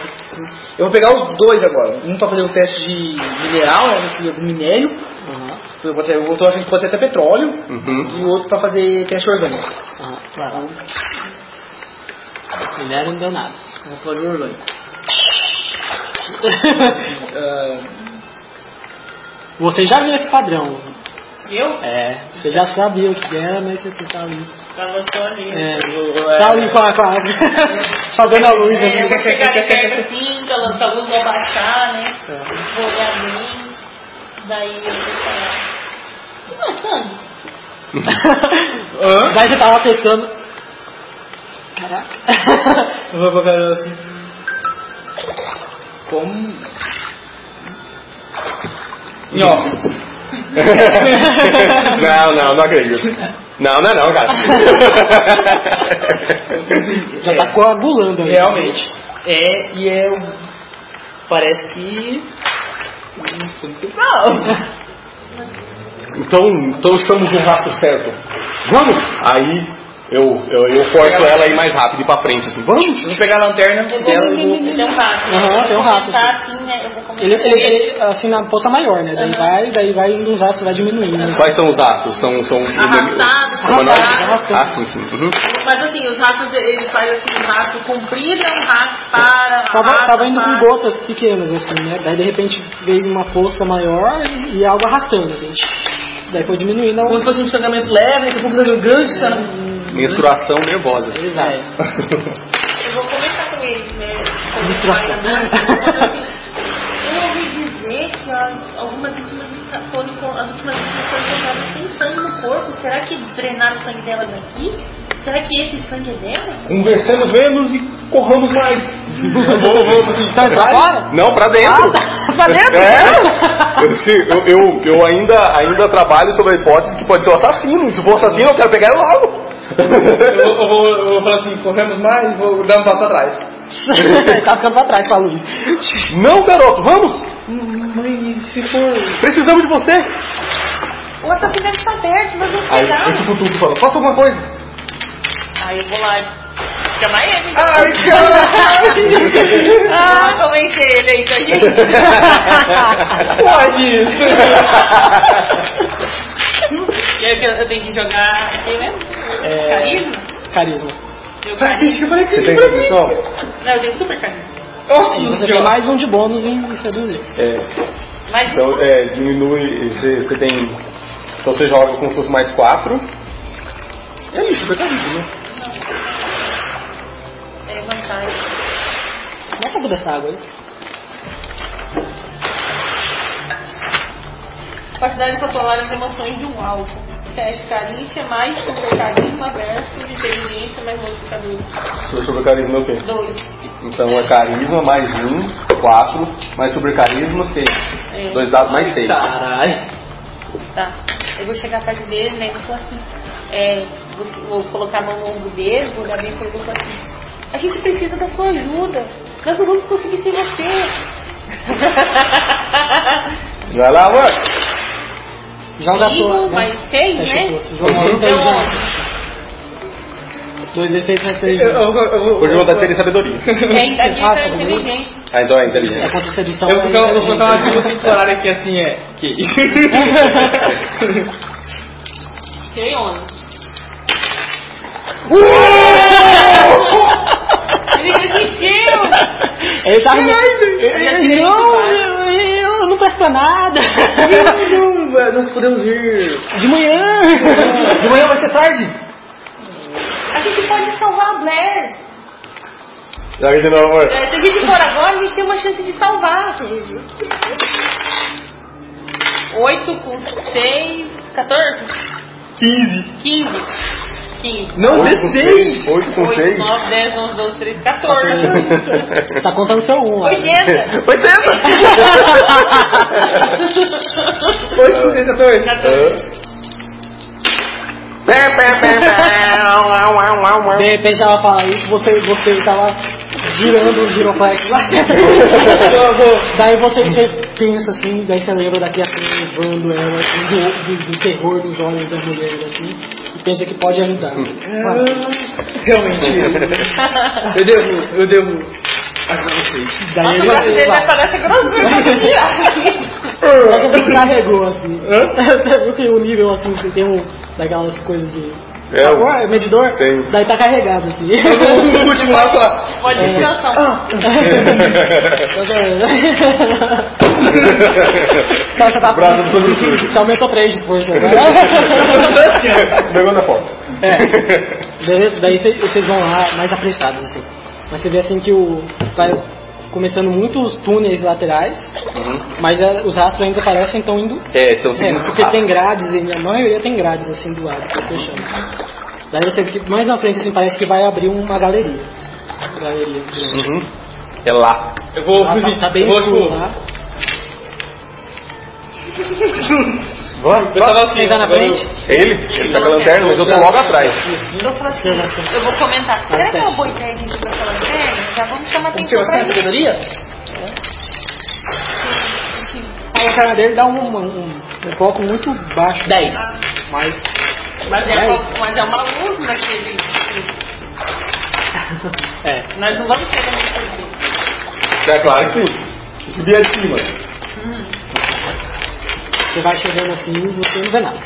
Speaker 6: Eu vou pegar os dois agora. Um pra fazer o teste de mineral, né, se é algum minério.
Speaker 5: Aham,
Speaker 6: Eu vou ter- eu tô achando que pode ser até petróleo.
Speaker 2: Uhum.
Speaker 6: E o outro pra fazer teste orgânico.
Speaker 5: aham, vai lá. Mulher não deu nada.
Speaker 6: Eu Vou fazer orgânico. Ah,
Speaker 5: Você já viu esse padrão.
Speaker 4: Eu?
Speaker 5: É, você já sabia o que era, mas você tá ali.
Speaker 4: Tava só ali.
Speaker 5: É,
Speaker 6: eu- é-
Speaker 5: tá ali com a. Com a fazendo a luz
Speaker 4: É, eu vou
Speaker 5: assim.
Speaker 4: pegar de perto assim, que a luz- que a luz vai baixar, né? Vou olhar bem. Daí eu vou falar. Não é sangue?
Speaker 5: Daí você tava pensando. Caraca.
Speaker 6: Eu vou colocar ela assim. Como. E ó,
Speaker 2: é não, não, não acredito. Não, não, não, cara.
Speaker 5: Já tá coagulando aí.
Speaker 6: Realmente.
Speaker 3: É, e é. um- Parece que. Não!
Speaker 2: Então, então estamos no rastro certo. Vamos! Aí eu, eu, eu forço ela a ir mais rápido e pra frente, assim, vamos!
Speaker 6: Vou pegar a lanterna
Speaker 4: Eu
Speaker 6: dela e
Speaker 4: vou
Speaker 6: vou.
Speaker 4: meter um rato.
Speaker 5: Aham, tem um rato,
Speaker 4: Tá assim, né? Eu vou começar
Speaker 5: Ele, ele, ele, assim, na poça maior, né? Daí
Speaker 4: Aham.
Speaker 5: vai, daí vai nos astros, vai diminuindo. né?
Speaker 2: Quais são os astros? São. são
Speaker 4: Arrastados,
Speaker 2: humanoides?
Speaker 5: arrastados.
Speaker 2: Ah, sim, sim. Uhum.
Speaker 4: Mas assim, os ratos, eles fazem assim, um rato comprido, é um rato para.
Speaker 5: Tava,
Speaker 4: rato
Speaker 5: tava indo com
Speaker 4: para.
Speaker 5: gotas pequenas, assim, né? Daí de repente veio uma poça maior e, e algo arrastando, assim. Daí foi diminuindo a
Speaker 3: Como se fosse um sangramento leve, daqui a pouco dá um gancho,
Speaker 5: tá?
Speaker 3: sabe? É.
Speaker 2: Menstruação nervosa.
Speaker 5: Exato.
Speaker 4: Eu vou comentar com ele, né?
Speaker 5: Distração.
Speaker 4: Eu ouvi dizer que as- algumas vítimas fica- foram com- as últimas vítimas foram encontradas sem sangue no corpo. Será que drenaram o sangue dela daqui? Será que esse sangue é dela?
Speaker 2: Conversando, vemos e corramos mais. vamos, vamos.
Speaker 5: Então, pra fora?
Speaker 2: Não, pra dentro.
Speaker 5: Ah, tá. pra dentro?
Speaker 2: É. Eu, se- eu, eu, eu ainda, ainda trabalho sobre a hipótese que pode ser um assassino. Se for assassino, eu quero pegar ele
Speaker 6: Eu,
Speaker 2: logo.
Speaker 6: vou- eu vou, eu vou falar assim, corremos mais, vou dar um passo atrás.
Speaker 5: tá ficando pra trás com a luz.
Speaker 2: Não, garoto, vamos. Precisamos de você.
Speaker 4: O assassino deve estar tá perto, mas não
Speaker 2: Aí
Speaker 4: pegaram.
Speaker 2: o Tucutuco fala, faça alguma coisa.
Speaker 4: Aí eu vou lá chamar ele.
Speaker 2: Ai,
Speaker 4: Ah, convencer ele aí com a gente.
Speaker 2: Pode
Speaker 4: Eu, que- eu tenho que jogar aqui, né?
Speaker 5: É.
Speaker 4: Carisma?
Speaker 5: Carisma.
Speaker 4: Meu carisma.
Speaker 2: Você tem condição?
Speaker 4: Não, eu tenho super carisma.
Speaker 5: E você tem mais um de bônus em seduzir.
Speaker 2: É.
Speaker 4: Mas
Speaker 2: Então, é, diminui. Você, você tem. Então você joga como se fosse mais 4. É isso, super carisma, né?
Speaker 4: é vantagem.
Speaker 5: Dá um pouco dessa água aí.
Speaker 4: Capacidade de controlar as emoções de um alvo. Teste carícia mais um super carisma versus inteligência mais modificador.
Speaker 2: Seu super carisma é o quê?
Speaker 4: Dois.
Speaker 2: Então é carisma mais 1, 4. Mais super carisma, 6.
Speaker 4: É.
Speaker 2: Dois dados mais 6.
Speaker 5: Caralho.
Speaker 4: Tá. Eu vou chegar perto dele, né? E vou falar assim. É, vou, vou colocar a mão no ombro dele, vou dar bem pra ele e vou falar assim. A gente precisa da sua ajuda. Nós não vamos conseguir sem você.
Speaker 2: Vai lá, mano.
Speaker 5: Joga a
Speaker 4: Cinco
Speaker 5: sua. né?
Speaker 4: mais seis,
Speaker 5: Fecha
Speaker 4: né?
Speaker 5: o pulso. Joga a
Speaker 4: Deu
Speaker 5: inteligência.
Speaker 4: onze.
Speaker 5: 2 d 6 mais 3.
Speaker 6: Eu, eu, eu, eu, vou-
Speaker 2: Hoje eu vou dar seria sabedoria.
Speaker 4: É, então,
Speaker 5: Você passa,
Speaker 4: é inteligente.
Speaker 2: Ah, então é inteligência.
Speaker 5: É contra a sedução.
Speaker 6: Eu
Speaker 5: é
Speaker 6: vou dar eu vou
Speaker 5: inteligente,
Speaker 6: dar uma
Speaker 5: né?
Speaker 6: ajuda temporária aqui assim, é. Que?
Speaker 4: Tirei 11. Ele resistiu!
Speaker 5: Ele tava.
Speaker 4: velho.
Speaker 5: Não, eu eu não peço pra nada.
Speaker 6: não, velho, nós podemos vir.
Speaker 5: De manhã.
Speaker 6: De manhã vai ser tarde?
Speaker 4: A gente pode salvar a Blair.
Speaker 2: Joga de novo, amor.
Speaker 4: É, Se a gente for agora, a gente tem uma chance de salvar. 8 com 6, 14?
Speaker 2: 15.
Speaker 4: 15. 15.
Speaker 6: Não,
Speaker 2: 8 com
Speaker 4: 8,
Speaker 2: 6.
Speaker 4: 9, 10, 11, 12, 13, 14.
Speaker 5: Tá contando seu 1.
Speaker 6: é.
Speaker 2: É.
Speaker 4: 80.
Speaker 2: 80!
Speaker 6: 8 com 6, 14.
Speaker 4: 14.
Speaker 5: De repente ela fala isso, você, você tava girando o giroflex lá. daí você, você pensa assim, daí você lembra daqui a pouco levando ela assim, do, do, do terror nos olhos da mulher assim, e pensa que pode ajudar.
Speaker 6: Realmente. Eu devo, eu devo ajudar vocês.
Speaker 5: Daí
Speaker 4: Nossa, o
Speaker 5: ele,
Speaker 4: braço dele
Speaker 5: ele
Speaker 4: vai
Speaker 5: vai.
Speaker 4: parecer grosseiro pra me tirar.
Speaker 5: Daí você vê que carregou assim. Você viu que o nível assim, que tem um daquelas coisas de.
Speaker 2: É, o-
Speaker 5: Ué, medidor?
Speaker 2: Tem.
Speaker 5: Daí tá carregado assim.
Speaker 6: O último lá falar.
Speaker 4: Pode
Speaker 5: Ah.
Speaker 4: descansar.
Speaker 5: Tá, você tá-
Speaker 2: Brasa do sobretudo.
Speaker 5: Você aumentou 3 de força né? agora.
Speaker 2: Pegou na foto.
Speaker 5: É. Beleza? Daí cê- vocês vão lá mais apressados, assim. Mas você vê assim que o. Vai começando muitos túneis laterais, mas é, os rastros ainda parecem estão indo.
Speaker 2: É, estão
Speaker 5: É,
Speaker 2: seguindo
Speaker 5: porque tem grades, e a maioria tem grades assim do lado, tá fechando. Daí você vê que mais na frente assim parece que vai abrir uma galeria. assim. Galeria. grande.
Speaker 2: Uhum. É lá.
Speaker 6: Eu vou
Speaker 5: Lá tá,
Speaker 2: tipo,
Speaker 6: fugir.
Speaker 5: tá bem
Speaker 6: eu vou,
Speaker 5: escuro
Speaker 6: tipo,
Speaker 5: lá.
Speaker 3: Eu tava assim, quem tá na frente?
Speaker 2: Ele? Ele tá com a lanterna, mas eu tô logo atrás.
Speaker 4: Eu falo assim, eu vou comentar. Será que é uma boa ideia a gente ir pra essa lanterna? Já vamos chamar atenção
Speaker 5: Observação
Speaker 4: pra
Speaker 5: e
Speaker 4: isso.
Speaker 5: sabedoria? Aí a cara dele dá um, um, um foco muito baixo.
Speaker 3: 10.
Speaker 4: Ah,
Speaker 5: Mas
Speaker 4: Mas
Speaker 5: É.
Speaker 4: é, uma- mas é uma luz naquele.
Speaker 5: É.
Speaker 4: Nós não vamos ter muito fazer.
Speaker 2: É claro que sim. Subia de cima.
Speaker 4: Hum.
Speaker 5: você vai chegando assim e você não vê nada.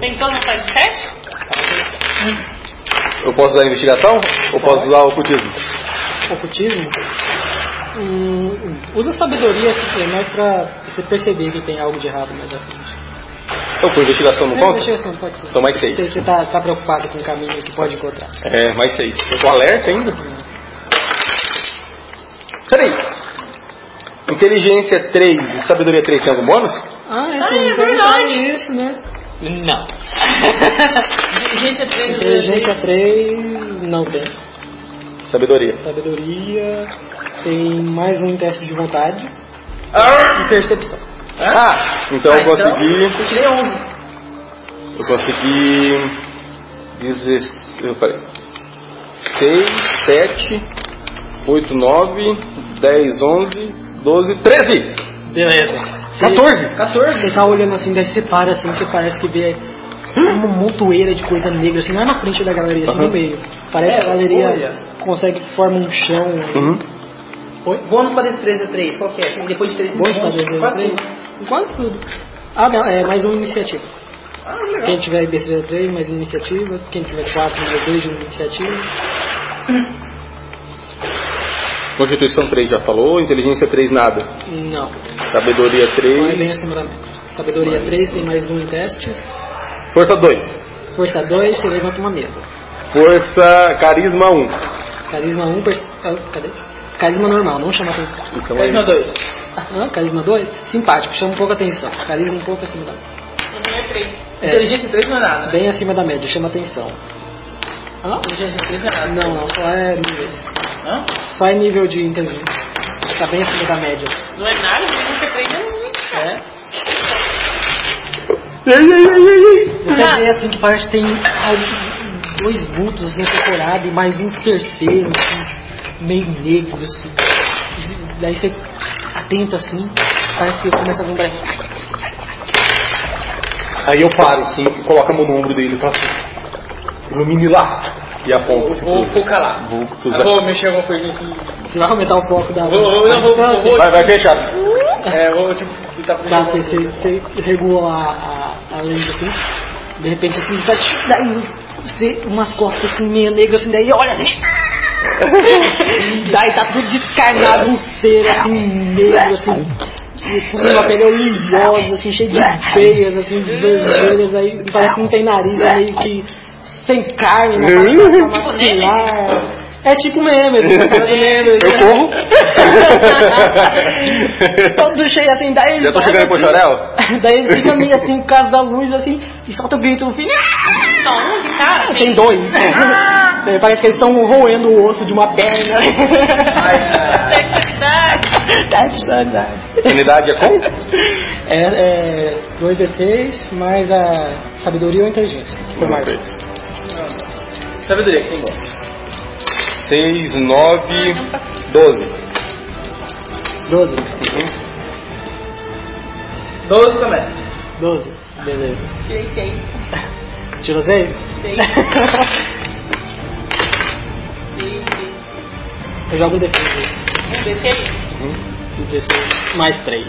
Speaker 4: Então não faz teste?
Speaker 2: Eu posso usar a investigação? Ou posso usar o ocultismo?
Speaker 5: Ocultismo? Hum, usa sabedoria é mais pra você perceber que tem algo de errado mais à frente.
Speaker 2: Então, por investigação não
Speaker 5: É,
Speaker 2: conta?
Speaker 5: investigação, pode ser.
Speaker 2: Então, mais seis.
Speaker 5: Você, você tá, tá preocupado com o caminho que pode encontrar.
Speaker 2: É, mais seis. Eu tô alerta ainda. Peraí. Inteligência 3 e sabedoria 3 tem algum bônus?
Speaker 5: Ah, é,
Speaker 4: Ah, é verdade.
Speaker 5: isso, né?
Speaker 3: Não.
Speaker 4: Inteligência três.
Speaker 5: Inteligência 3 não tem.
Speaker 2: Sabedoria.
Speaker 5: Sabedoria tem mais um teste de vontade
Speaker 2: Ah,
Speaker 5: e percepção.
Speaker 2: então eu consegui.
Speaker 5: Eu tirei 11.
Speaker 2: Eu consegui. 16. Eu parei. 6, 7, 8, 9, 10, 11, 12, 13!
Speaker 5: Beleza.
Speaker 2: 14.
Speaker 5: 14. Você tá olhando assim, daí você para assim, você parece que vê uma montoeira de coisa negra, assim, lá na frente da galeria, assim,
Speaker 2: Aham.
Speaker 5: no meio. Parece que a galeria consegue formar um chão.
Speaker 2: Uhum.
Speaker 6: Bônus para destreza 3, qual que é? Depois de 3
Speaker 5: Bônus pra destreza 3? né? Quase tudo. Ah, não, é mais uma iniciativa. Quem tiver destreza 3, mais uma iniciativa. Quem tiver 4, mais 2 de uma iniciativa.
Speaker 2: Constituição 3 já falou, inteligência 3 nada.
Speaker 5: Não.
Speaker 2: Sabedoria
Speaker 5: Não é bem
Speaker 2: 3.
Speaker 5: assemelhamento. Sabedoria 3, tem mais um em testes.
Speaker 2: Força 2.
Speaker 5: Força 2, você levanta uma mesa.
Speaker 2: Força carisma 1.
Speaker 5: Carisma 1, pers- ah, cadê? Carisma normal, não chama atenção.
Speaker 2: Então é
Speaker 6: Carisma
Speaker 2: isso.
Speaker 6: 2.
Speaker 5: Hã? Carisma 2? Simpático, chama um pouco atenção. Carisma um pouco acima da
Speaker 4: Número três.
Speaker 5: é,
Speaker 6: Inteligência 3 não é nada, né?
Speaker 5: Bem acima da média, chama atenção. Hã?
Speaker 6: Inteligência 3 não é nada.
Speaker 5: Não, não, só é nível.
Speaker 6: Hã?
Speaker 5: Só é nível de inteligência. Tá bem acima da média.
Speaker 4: Não é nada, inteligência três é muito.
Speaker 5: É.
Speaker 2: Ei, ei, ei, ei, ei.
Speaker 5: Você
Speaker 4: Ah.
Speaker 5: vê assim que parece que tem al- dois vultos assim decorados e mais um terceiro, assim, meio negro, assim. Daí você atento assim, parece que começa a lembrar.
Speaker 2: Aí eu paro assim, e coloco a mão no ombro dele e falo assim: ilumine lá. E aponto.
Speaker 6: Vou focar lá.
Speaker 2: Vultos
Speaker 6: Eu
Speaker 2: da-
Speaker 6: vou mexer alguma coisa assim.
Speaker 5: Você vai aumentar o foco da.
Speaker 6: Vou, vou,
Speaker 5: da
Speaker 6: eu vou,
Speaker 5: distância?
Speaker 6: vou, vou.
Speaker 2: Vai, vai fechado.
Speaker 6: É, vou tipo, tentar puxar
Speaker 5: Tá,
Speaker 6: alguma
Speaker 5: você,
Speaker 6: coisa.
Speaker 5: você, você regula a, a, a lente assim, de repente assim, tá, tch- daí você, umas costas assim, meio negras assim, daí olha assim. daí tá tudo descarnado, um ser assim, negro assim, e com uma pele oleosa, assim, cheia de veias, assim, vermelhas, aí parece que não tem nariz, é meio que sem carne, né? na parte da
Speaker 2: Tipo
Speaker 5: maxilar. É tipo meme, assim, cara do meme.
Speaker 2: Eu corro.
Speaker 5: Todo cheio assim, daí.
Speaker 2: Já tô
Speaker 5: olha
Speaker 2: chegando pro
Speaker 5: assim,
Speaker 2: Chorel?
Speaker 5: Daí ele fica meio assim, por causa da luz, assim, e solta o grito no fim. "Ah!"
Speaker 6: É.
Speaker 4: Só um de cara.
Speaker 5: Tem dois. Daí Parece que eles estão roendo o osso de uma perna.
Speaker 4: Sexualidade.
Speaker 5: Tá de sanidade.
Speaker 2: Sanidade é com?
Speaker 5: É, é 2d6 mais a sabedoria ou inteligência. Foi
Speaker 2: Uhum.
Speaker 5: mais.
Speaker 6: Sabedoria, que tem bônus.
Speaker 2: 6, 9, 12.
Speaker 5: 12.
Speaker 6: 12 também.
Speaker 5: 12. Beleza.
Speaker 6: É.
Speaker 5: Tirou
Speaker 4: Tirei seis.
Speaker 5: 6?
Speaker 4: Seis. Seis.
Speaker 5: Eu jogo um D6.
Speaker 4: Um D6?
Speaker 6: Uhum.
Speaker 5: Um D6 mais 3.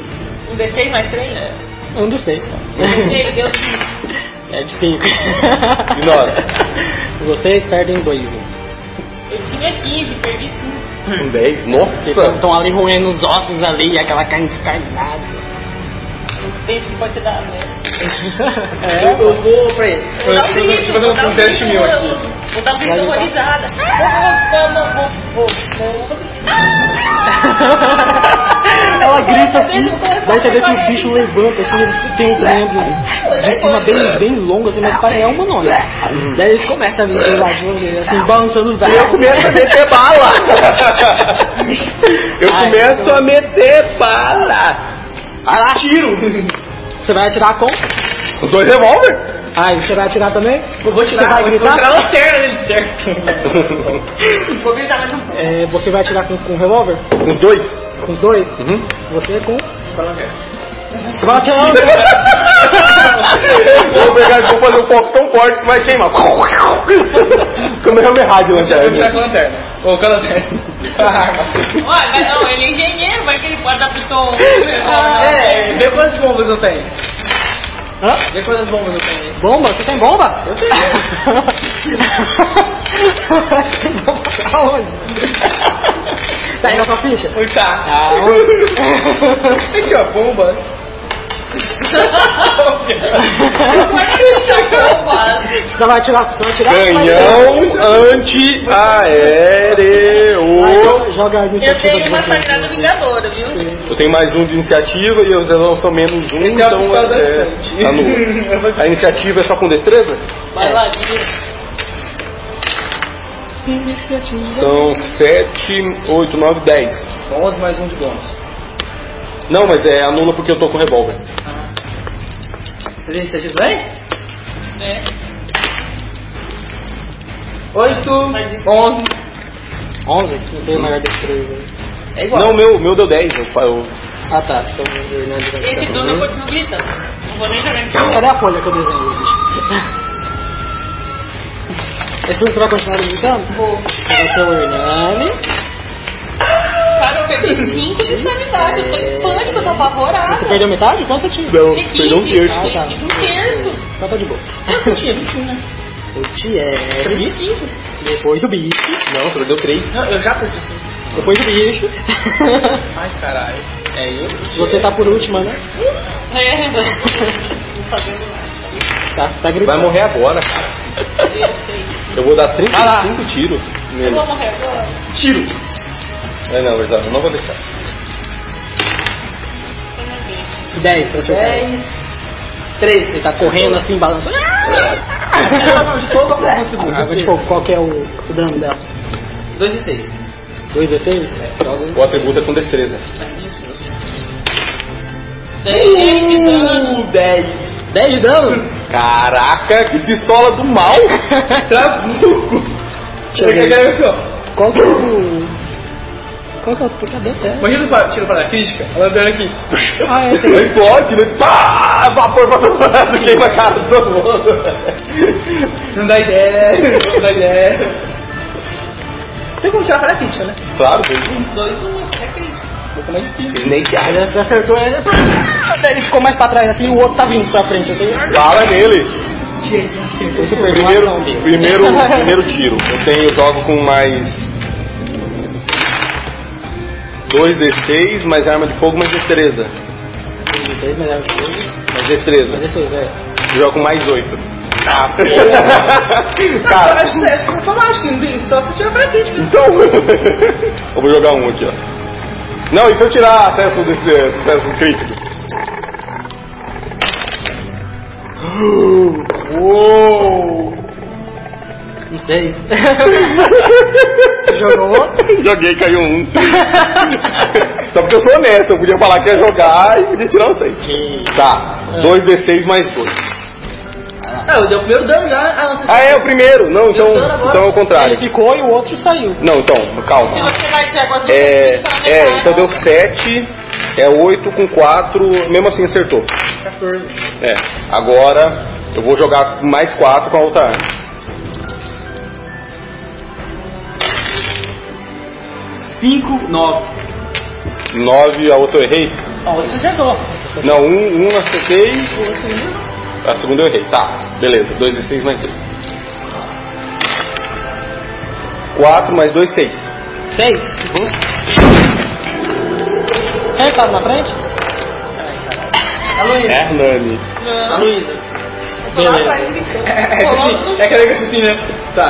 Speaker 4: Um D6 mais três?
Speaker 6: É.
Speaker 5: Um dos 6.
Speaker 6: Uhum.
Speaker 4: Ele deu cinco.
Speaker 5: É de 5.
Speaker 2: Ignora.
Speaker 5: Vocês perdem né? 2. Vocês
Speaker 4: Eu tinha 15, perdi cinco.
Speaker 2: Um 10. Nossa.
Speaker 5: estão ali roendo os ossos ali, aquela carne descarnada.
Speaker 4: Um beijo que pode ter dado, né?
Speaker 5: É,
Speaker 6: Eu, eu vou pra ele.
Speaker 4: Vou dar um grito,
Speaker 6: fazer
Speaker 4: vou dar
Speaker 6: um teste meu aqui. Ah!
Speaker 4: Vou dar um grito horrorizada. Vou, vou, vou, vou, vou.
Speaker 5: Ela grita assim, daí você vê que os bichos levantam, assim, eles né? têm os membros de cima bem, bem longos, assim, mas parece é uma nova.
Speaker 3: É.
Speaker 5: Daí eles começam a vir pelos lados,
Speaker 3: Tá.
Speaker 5: assim, balançando os braços.
Speaker 2: a meter bala. Eu começo a meter bala.
Speaker 3: Vai lá.
Speaker 6: Tiro!
Speaker 5: Você vai atirar com?
Speaker 2: Os dois revólver.
Speaker 5: Aí, você vai atirar também?
Speaker 3: Eu vou tirar,
Speaker 5: Você vai
Speaker 3: vou,
Speaker 5: gritar?
Speaker 3: vou tirar a lanterna dele, certo?
Speaker 4: Vou gritar mais um pouco.
Speaker 5: É, você vai atirar com, com um revólver?
Speaker 2: Os dois.
Speaker 5: Com dois?
Speaker 2: Uhum.
Speaker 5: Você com.
Speaker 2: Eu Vou pegar e vou fazer um foco tão forte que vai queimar. Como é uma rádio
Speaker 6: Tirar com a
Speaker 2: lanterna.
Speaker 6: lanterna. Ou com a lanterna. Com a arma.
Speaker 4: Olha, mas não, ele é engenheiro, vai que ele pode dar um pistola.
Speaker 6: É, vê quantas bombas eu tenho.
Speaker 5: Ah, Hã?
Speaker 6: Vê quantas bombas eu tenho.
Speaker 5: Bomba? Você tem bomba?
Speaker 6: Eu tenho.
Speaker 5: Você tem bomba pra onde? tá aí na sua ficha?
Speaker 6: Ui, tá.
Speaker 5: Ah, onde?
Speaker 6: Aqui, ó,
Speaker 4: é
Speaker 6: bombas.
Speaker 4: um
Speaker 5: Você vai atirar? Você vai atirar?
Speaker 2: Canhão
Speaker 6: Ah,
Speaker 5: Vai,
Speaker 6: então
Speaker 2: antiaéreo.
Speaker 5: joga- joga a
Speaker 4: Eu
Speaker 5: iniciativa
Speaker 4: tenho
Speaker 5: de
Speaker 4: uma
Speaker 5: vocês.
Speaker 4: sagrada vingadora, viu?
Speaker 2: Eu tenho mais um de iniciativa e vocês não são menos um,
Speaker 6: Tem uma
Speaker 2: então
Speaker 6: pistola
Speaker 2: é,
Speaker 6: dançante.
Speaker 2: tá no- A iniciativa é só com destreza?
Speaker 4: Vai lá, diz.
Speaker 2: São 7, 8, 9, 10.
Speaker 6: Bônus mais um de bônus.
Speaker 2: Não, mas é anula porque eu tô com revólver.
Speaker 5: tá
Speaker 6: Iniciativa vem?
Speaker 4: É.
Speaker 6: 8,
Speaker 3: Tá
Speaker 4: Mas-
Speaker 6: 11.
Speaker 5: 11? Não tem maior destreza.
Speaker 6: É igual.
Speaker 2: Não, meu, meu deu 10. Eu, fa- eu-
Speaker 5: Ah tá, então o Hernandes vai
Speaker 4: Esse
Speaker 5: ficar
Speaker 4: turno eu
Speaker 5: com
Speaker 4: continuo gritando. Não vou nem jogar
Speaker 5: ele.
Speaker 4: aqui.
Speaker 5: Cadê a folha que eu desenhei, bicho? Esse turno você vai continuar gritando?
Speaker 4: Vou.
Speaker 5: Vai ser o Hernani.
Speaker 4: Cara, eu perdi 20 de sanidade. Eu tô em pânico, eu tô apavorada.
Speaker 5: Você perdeu metade? Quanto você tinha?
Speaker 2: Não,
Speaker 4: Que
Speaker 2: perdeu um
Speaker 4: que-
Speaker 2: terço.
Speaker 4: que-
Speaker 5: Ah, tá.
Speaker 4: Um terço.
Speaker 5: Então tá de boa.
Speaker 4: Eu tinha 21, né?
Speaker 5: O Thierry,
Speaker 4: 35.
Speaker 5: depois o bicho,
Speaker 2: Não, você deu 3.
Speaker 6: Não, eu já perdi sim.
Speaker 5: depois o bicho.
Speaker 6: Ai, caralho. É eu?
Speaker 5: Você tá por última, né?
Speaker 4: É. Não fazendo
Speaker 5: Tá, você tá
Speaker 2: Vai
Speaker 5: gritando.
Speaker 2: morrer agora, cara.
Speaker 4: nada. Eu sei.
Speaker 2: Eu
Speaker 6: Ah
Speaker 2: vou dar
Speaker 5: Vai lá.
Speaker 2: 35 tiros
Speaker 6: Tá
Speaker 4: Eu
Speaker 2: nele.
Speaker 4: vou morrer agora.
Speaker 2: Tiro! É, não, verdade, eu não vou deixar.
Speaker 5: 10 pra acertar. 13, você tá correndo assim, balançando. Ah, vou te falar qual que é o, o dano dela.
Speaker 6: 2 e 6.
Speaker 5: 2 e 6? É, joga
Speaker 2: O atributo é com destreza.
Speaker 5: Uh,
Speaker 4: Daí,
Speaker 2: 10!
Speaker 5: 10 de dano?
Speaker 2: Caraca, que pistola do mal! Trabuco!
Speaker 5: Deixa eu ver. Qual que é o. Qual que é o. Cadê até?
Speaker 6: Imagina o pa- tiro para a crítica, a lanterna aqui.
Speaker 5: Ah, é, tem.
Speaker 2: Explode, né? Pá! Vapor vaporado, queima a cara de todo mundo!
Speaker 6: Não dá ideia, não dá ideia. Tem como tirar para a crítica, né?
Speaker 2: Claro, tem.
Speaker 4: 2, 1, é crítico.
Speaker 6: Um pouco mais difícil.
Speaker 2: Snake Eyes.
Speaker 5: Ele acertou ele. Daí Ele ficou mais pra trás assim e o outro tá vindo pra frente. Eu tenho.
Speaker 2: Fala nele!
Speaker 5: Você perdeu
Speaker 2: Primeiro,
Speaker 5: a ação dele.
Speaker 2: primeiro, primeiro tiro. Eu tenho jogo com mais 2d6, mais arma de fogo, mais destreza.
Speaker 5: Dois, mas é o que?
Speaker 2: Mais destreza.
Speaker 5: Mas esse é-
Speaker 2: Eu jogo com mais 8.
Speaker 6: Cara,
Speaker 2: Cara,
Speaker 6: é é
Speaker 5: né?
Speaker 6: automático, não tem- só se tirar para a crítica.
Speaker 2: então. eu vou jogar um aqui, ó. Não, e se eu tirar acesso desse eh, acesso crítico? Uou!
Speaker 5: Uns 10. Jogou outro?
Speaker 2: Joguei, caiu um. Só porque eu sou honesto, eu podia falar que ia jogar e podia tirar o 6. Tá, 2d6 mais 2.
Speaker 6: Ah, É. eu dei o primeiro dano já. Ah, não,
Speaker 2: Ah, é o primeiro? Não, então,
Speaker 6: dano agora.
Speaker 2: então é o
Speaker 5: Ele
Speaker 2: contrário.
Speaker 5: ficou e o outro saiu.
Speaker 2: Não, então,
Speaker 4: Se
Speaker 2: calma.
Speaker 4: você vai tirar com as duas
Speaker 2: É,
Speaker 4: críticas, tá na
Speaker 2: é
Speaker 4: metade.
Speaker 2: então deu 7, é 8 com 4, mesmo assim acertou.
Speaker 6: 14.
Speaker 2: É, agora eu vou jogar mais 4 com a outra arma. Cinco, nove. Nove, a outra eu errei?
Speaker 6: Ó, você acertou.
Speaker 2: Não, um, um eu acertei. A segunda eu errei. Tá, beleza. 2 e 6 mais 2. 4 mais 2, 6.
Speaker 5: 6? Quem é que tava na frente?
Speaker 6: A Luísa.
Speaker 2: É, Nani.
Speaker 6: A
Speaker 4: Não,
Speaker 6: Luísa.
Speaker 4: eu tô lá atrás gritando. Colando no
Speaker 6: É aquele que assim, né? Tá,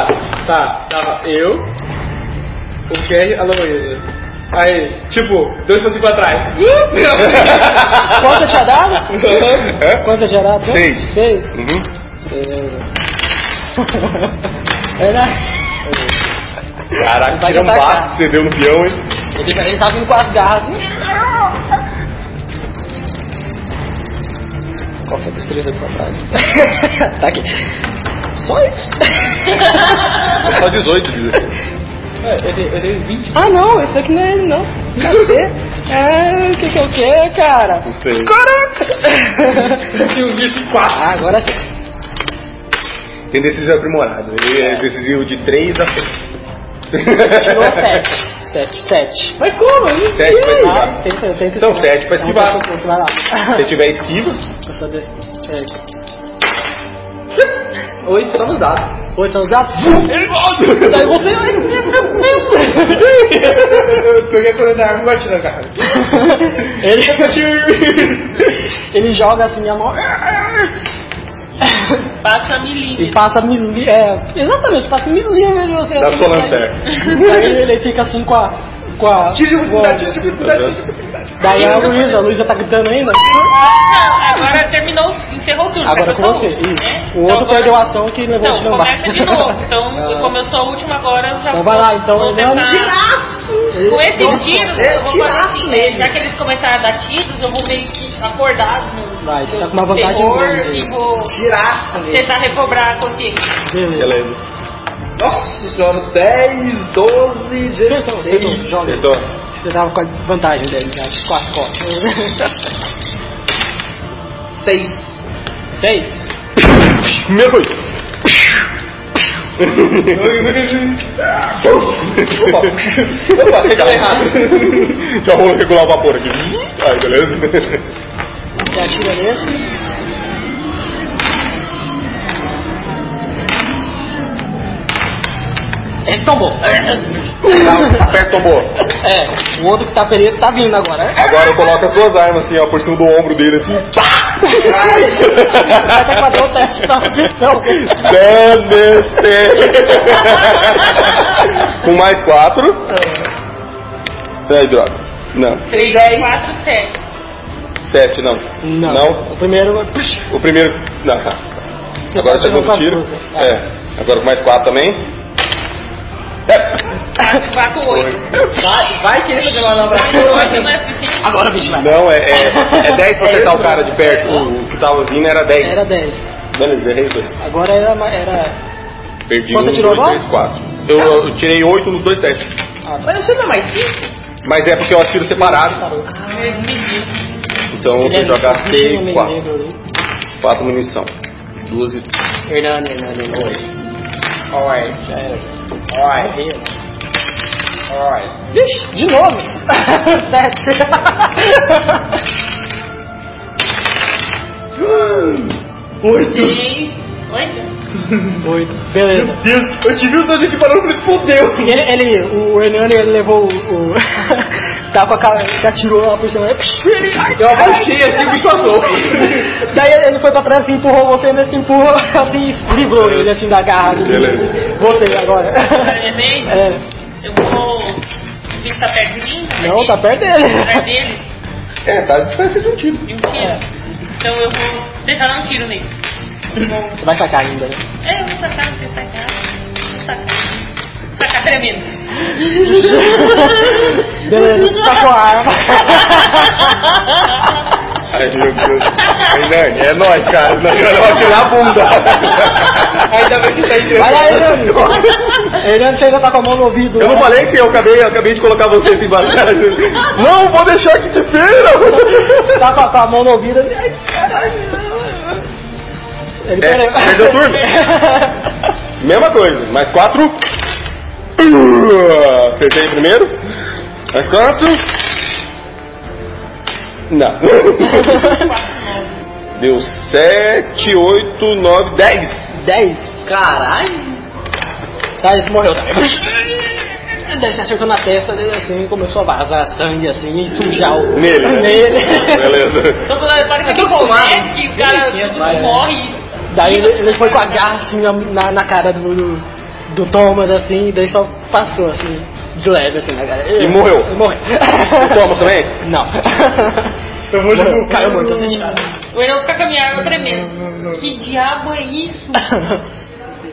Speaker 6: tá, tava eu, o Kelly, a Luísa. Aí, tipo, dois passos pra trás.
Speaker 5: Quanto eu tinha dado?
Speaker 2: Hã?
Speaker 5: Quanto é eu tinha dado?
Speaker 2: Seis.
Speaker 5: 6?
Speaker 2: Uhum.
Speaker 5: É, Era.
Speaker 2: Caraca,
Speaker 5: Vai
Speaker 2: tira um
Speaker 5: atacar.
Speaker 2: bato
Speaker 5: tá
Speaker 2: que você deu no peão, hein?
Speaker 5: Ele tava vindo com as garras. Qual que é a destreza dessa frase? tá aqui. Só isso.
Speaker 2: É só 18, dizer.
Speaker 6: Eu tenho, eu tenho 20.
Speaker 5: ah, não, esse daqui não é ele, não. Cadê? Ah, o que que eu quero, cara?
Speaker 2: Não sei.
Speaker 5: Caraca!
Speaker 6: Eu tenho 24.
Speaker 5: Ah, agora sim.
Speaker 2: Tem decisão aprimorada. Ele é decisivo de 3 a 6.
Speaker 5: Tirou 7. 7. 7.
Speaker 6: Mas como? Eu não
Speaker 2: Sete,
Speaker 6: sei.
Speaker 2: mas-
Speaker 5: Ah, tenta, tenta
Speaker 2: Então,
Speaker 5: esquivar.
Speaker 2: sete pra esquivar.
Speaker 5: Então, Você vai lá.
Speaker 2: Se tiver esquiva,
Speaker 5: Pra saber. É.
Speaker 6: 8 só nos dados.
Speaker 5: Oi, são os gatos?
Speaker 2: ele
Speaker 5: Daí
Speaker 2: volta.
Speaker 5: você
Speaker 6: Eu peguei a coroa da arma e bati na cara.
Speaker 5: ele, ele joga assim a mão
Speaker 4: Passa milímetros.
Speaker 5: e passa milímetro. É, exatamente, passa milímetro. Assim,
Speaker 2: Da
Speaker 5: assim,
Speaker 2: sua
Speaker 5: né?
Speaker 2: lanterna.
Speaker 5: Daí ele fica assim com a. Com a
Speaker 6: Tive oportunidade,
Speaker 5: com
Speaker 6: tive oportunidade, tive oportunidade.
Speaker 5: a- Daí a Luísa, a Luísa tá gritando ainda.
Speaker 4: Não, agora terminou, encerrou tudo.
Speaker 5: Agora é com você.
Speaker 4: Né?
Speaker 5: E o outro perdeu a ação que levou o
Speaker 4: Então, começa de novo.
Speaker 5: Então
Speaker 4: Então, como eu sou a última agora, eu já
Speaker 5: Então vai lá, então. Não,
Speaker 4: vou tentar- Com esses tiros,
Speaker 5: É,
Speaker 4: eu vou fazer assim, né? já que eles começaram a dar tiros, eu vou meio que acordar no
Speaker 5: Vai, você tá com uma
Speaker 4: no
Speaker 5: vantagem
Speaker 4: terror
Speaker 5: grande.
Speaker 4: e vou
Speaker 6: Giraça mesmo.
Speaker 4: tentar recobrar a consciência.
Speaker 5: Beleza.
Speaker 2: Beleza.
Speaker 6: Nossa senhora, 10, 12,
Speaker 5: Acertou, acertou,
Speaker 6: 16.
Speaker 5: joga.
Speaker 2: Acertou.
Speaker 5: Você tava com a vantagem dele né? já, de 4 copos.
Speaker 6: 6.
Speaker 5: 6?
Speaker 2: Primeiro coisa.
Speaker 6: Opa, pegou errado.
Speaker 2: Já vou regular o vapor aqui. Aí, beleza?
Speaker 5: Você atira nesse. Esse
Speaker 4: tá
Speaker 5: tombou.
Speaker 2: Aperta tombou.
Speaker 5: É, o outro que tá ferido tá vindo agora.
Speaker 2: Agora eu coloco as duas armas assim, ó, por cima do ombro dele, assim.
Speaker 5: Vai ter que fazer o teste da audição.
Speaker 2: Dane-se. Com mais quatro. Aí, droga. Não.
Speaker 4: 3, 10. 4, 7.
Speaker 2: Sete, não.
Speaker 5: Não.
Speaker 2: Não?
Speaker 5: O primeiro.
Speaker 2: O primeiro. Não, tá. Agora o segundo tiro. É. Agora com mais quatro também. É.
Speaker 4: 4, 8.
Speaker 6: Vai, vai que ele vai uma nova.
Speaker 4: 4, 8 não é suficiente.
Speaker 5: Agora, bicho, vai.
Speaker 2: Não, é, é, é 10 pra acertar o cara de perto. O que tava vindo era 10.
Speaker 5: Era 10.
Speaker 2: Beleza, errei dois.
Speaker 5: Agora era. ah, ma- era...
Speaker 2: Perdi
Speaker 5: Quanto
Speaker 2: um,
Speaker 5: você tirou
Speaker 2: dois,
Speaker 5: agora?
Speaker 2: três, quatro. Eu, eu tirei oito nos dois testes.
Speaker 5: tá.
Speaker 6: Mas você não é mais 5?
Speaker 2: Mas é porque eu atiro separado.
Speaker 5: Parou.
Speaker 4: Eu esmedi.
Speaker 2: Então eu já
Speaker 5: Tinha
Speaker 6: é
Speaker 5: um
Speaker 2: gastei
Speaker 5: meio
Speaker 2: quatro.
Speaker 5: negro ali.
Speaker 2: Quatro munição. Duas e.
Speaker 5: Hernani, Hernani, Hernani.
Speaker 6: Alright,
Speaker 5: Já era.
Speaker 6: alright,
Speaker 5: Morreu.
Speaker 6: alright.
Speaker 5: Vixe, de novo. Sete.
Speaker 4: 3, 8.
Speaker 5: Oito. Beleza.
Speaker 2: Deus, eu tive os dois aqui parando e falei, fodeu.
Speaker 5: Ele, ele, o Hernani, ele levou o. o tá com a né? cara, se atirou lá por cima.
Speaker 6: Eu abaixei assim, o bicho passou.
Speaker 5: Daí ele foi pra trás, assim, empurrou você, ainda se empurrou, assim, livrou ele, assim, da garra.
Speaker 2: Beleza.
Speaker 5: Você agora.
Speaker 4: Eu
Speaker 5: É,
Speaker 4: vou. Ele está perto de mim? né?
Speaker 5: não, tá perto
Speaker 4: Atrás
Speaker 5: dele.
Speaker 4: dele?
Speaker 2: É, tá a distância de um tiro.
Speaker 4: De um tiro. Então eu vou tentar dar um tiro nele. Vou-
Speaker 5: Você vai sacar ainda, né?
Speaker 4: É, eu vou sacar, não sei sacar. Vou sacar. Sacar tremendo.
Speaker 5: Beleza, você tá com a arma.
Speaker 2: Ai, meu Deus. Ai, Nani, é nóis, cara. Nani, Eu vou atirar a bunda.
Speaker 6: Ainda bem que tá aí.
Speaker 5: Vai lá, Hernani. Hernani, você ainda tá com a mão no ouvido.
Speaker 2: Eu não
Speaker 5: né?
Speaker 2: falei que eu acabei, eu acabei de colocar vocês em batalha. Não, vou deixar que te
Speaker 5: Você
Speaker 2: fira.
Speaker 5: tá com a, com a mão no ouvido, assim, ai, caralho. Ele
Speaker 2: É,
Speaker 5: perdeu.
Speaker 2: perdeu o turno. Mesma coisa, mais quatro. Uh, Acertei primeiro. Mais quatro. Não. Deu sete, oito, nove, dez.
Speaker 5: 10.
Speaker 3: Caralho.
Speaker 5: Tá, esse morreu também. Daí você acertou na testa dele assim, começou a vazar sangue assim e sujar o.
Speaker 2: Nele. né?
Speaker 5: Nele.
Speaker 2: Beleza.
Speaker 4: Então, toda hora que
Speaker 3: tô
Speaker 4: eu
Speaker 3: acostumado.
Speaker 4: acontece, que o cara
Speaker 5: Sim, sim,
Speaker 4: tudo
Speaker 5: mas-
Speaker 4: morre.
Speaker 5: Daí ele, ele foi com a garra assim na, na, na cara do, do, do Thomas assim, e daí só passou assim, de leve assim na cara.
Speaker 2: E morreu.
Speaker 5: E morreu.
Speaker 2: O Thomas também?
Speaker 5: Não. Eu
Speaker 6: vou jogar.
Speaker 5: Caiu muito, assim, cara.
Speaker 4: O Hernão fica com a minha arma tremendo. Que diabo é isso?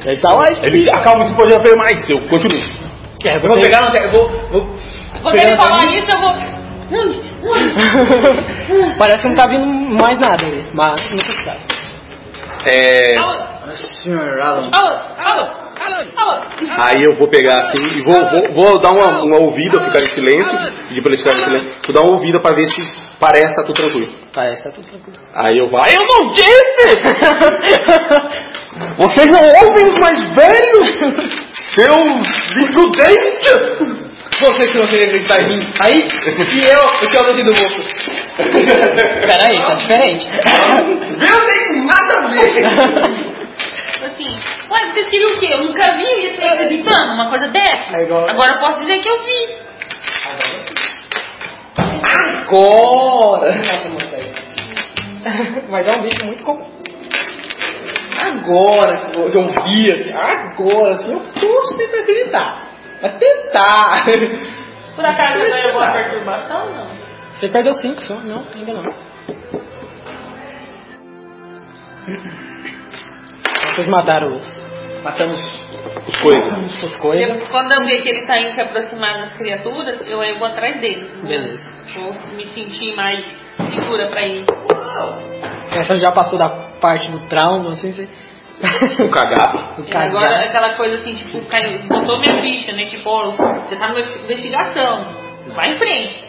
Speaker 5: Ele tá lá em cima.
Speaker 2: Ele acalma se pode ver mais, eu continuo.
Speaker 5: É,
Speaker 6: Eu vou
Speaker 5: você-
Speaker 6: pegar, no te- eu vou, vou
Speaker 4: Quando ele falar isso, eu vou. Hum,
Speaker 5: Parece que não tá vindo mais nada ali, mas não sei se tá.
Speaker 2: É,
Speaker 1: Senhor Alan.
Speaker 2: aí eu vou pegar assim e vou, vou, vou dar uma, uma ouvida, ficar em silêncio, pedir pra eles ficarem em silêncio, vou dar uma ouvida pra ver se parece tá tudo tranquilo.
Speaker 5: Parece que tá tudo tranquilo.
Speaker 2: Aí eu vou, "Ah, eu não disse! Vocês não ouvem um mais velho? Seus ignorantes!
Speaker 6: Vocês que não querem acreditar em mim,
Speaker 2: tá
Speaker 6: aí, e eu, o que eu tô do moço.
Speaker 5: Pera aí, tá diferente.
Speaker 2: Eu tenho nada a ver!
Speaker 4: Assim, ué, vocês queriam o quê? Eu nunca vi isso aí acreditando, uma coisa dessa.
Speaker 1: É
Speaker 4: Agora eu posso dizer que eu vi.
Speaker 6: Agora!
Speaker 5: Mas é um bicho muito comum.
Speaker 6: Agora que eu- que eu vi, assim, agora, assim, eu posso tentar acreditar. Mas tentar!
Speaker 4: Por acaso eu ganho alguma perturbação ou não?
Speaker 5: Você perdeu 5 só? Não, ainda não. Vocês mataram os.
Speaker 6: Matamos.
Speaker 2: As coisas.
Speaker 5: as coisas.
Speaker 4: Eu- quando eu vi que ele saindo se aproximar das criaturas, eu aí vou atrás dele.
Speaker 5: Beleza.
Speaker 4: Vou me sentir mais segura pra ir.
Speaker 5: Essa já passou da parte do trauma, assim, você.
Speaker 2: O cagado.
Speaker 5: O
Speaker 4: E Agora
Speaker 5: cajado.
Speaker 4: aquela coisa assim, tipo, caiu, botou minha ficha, né? Tipo, ó, você tá numa investigação. Vai em frente.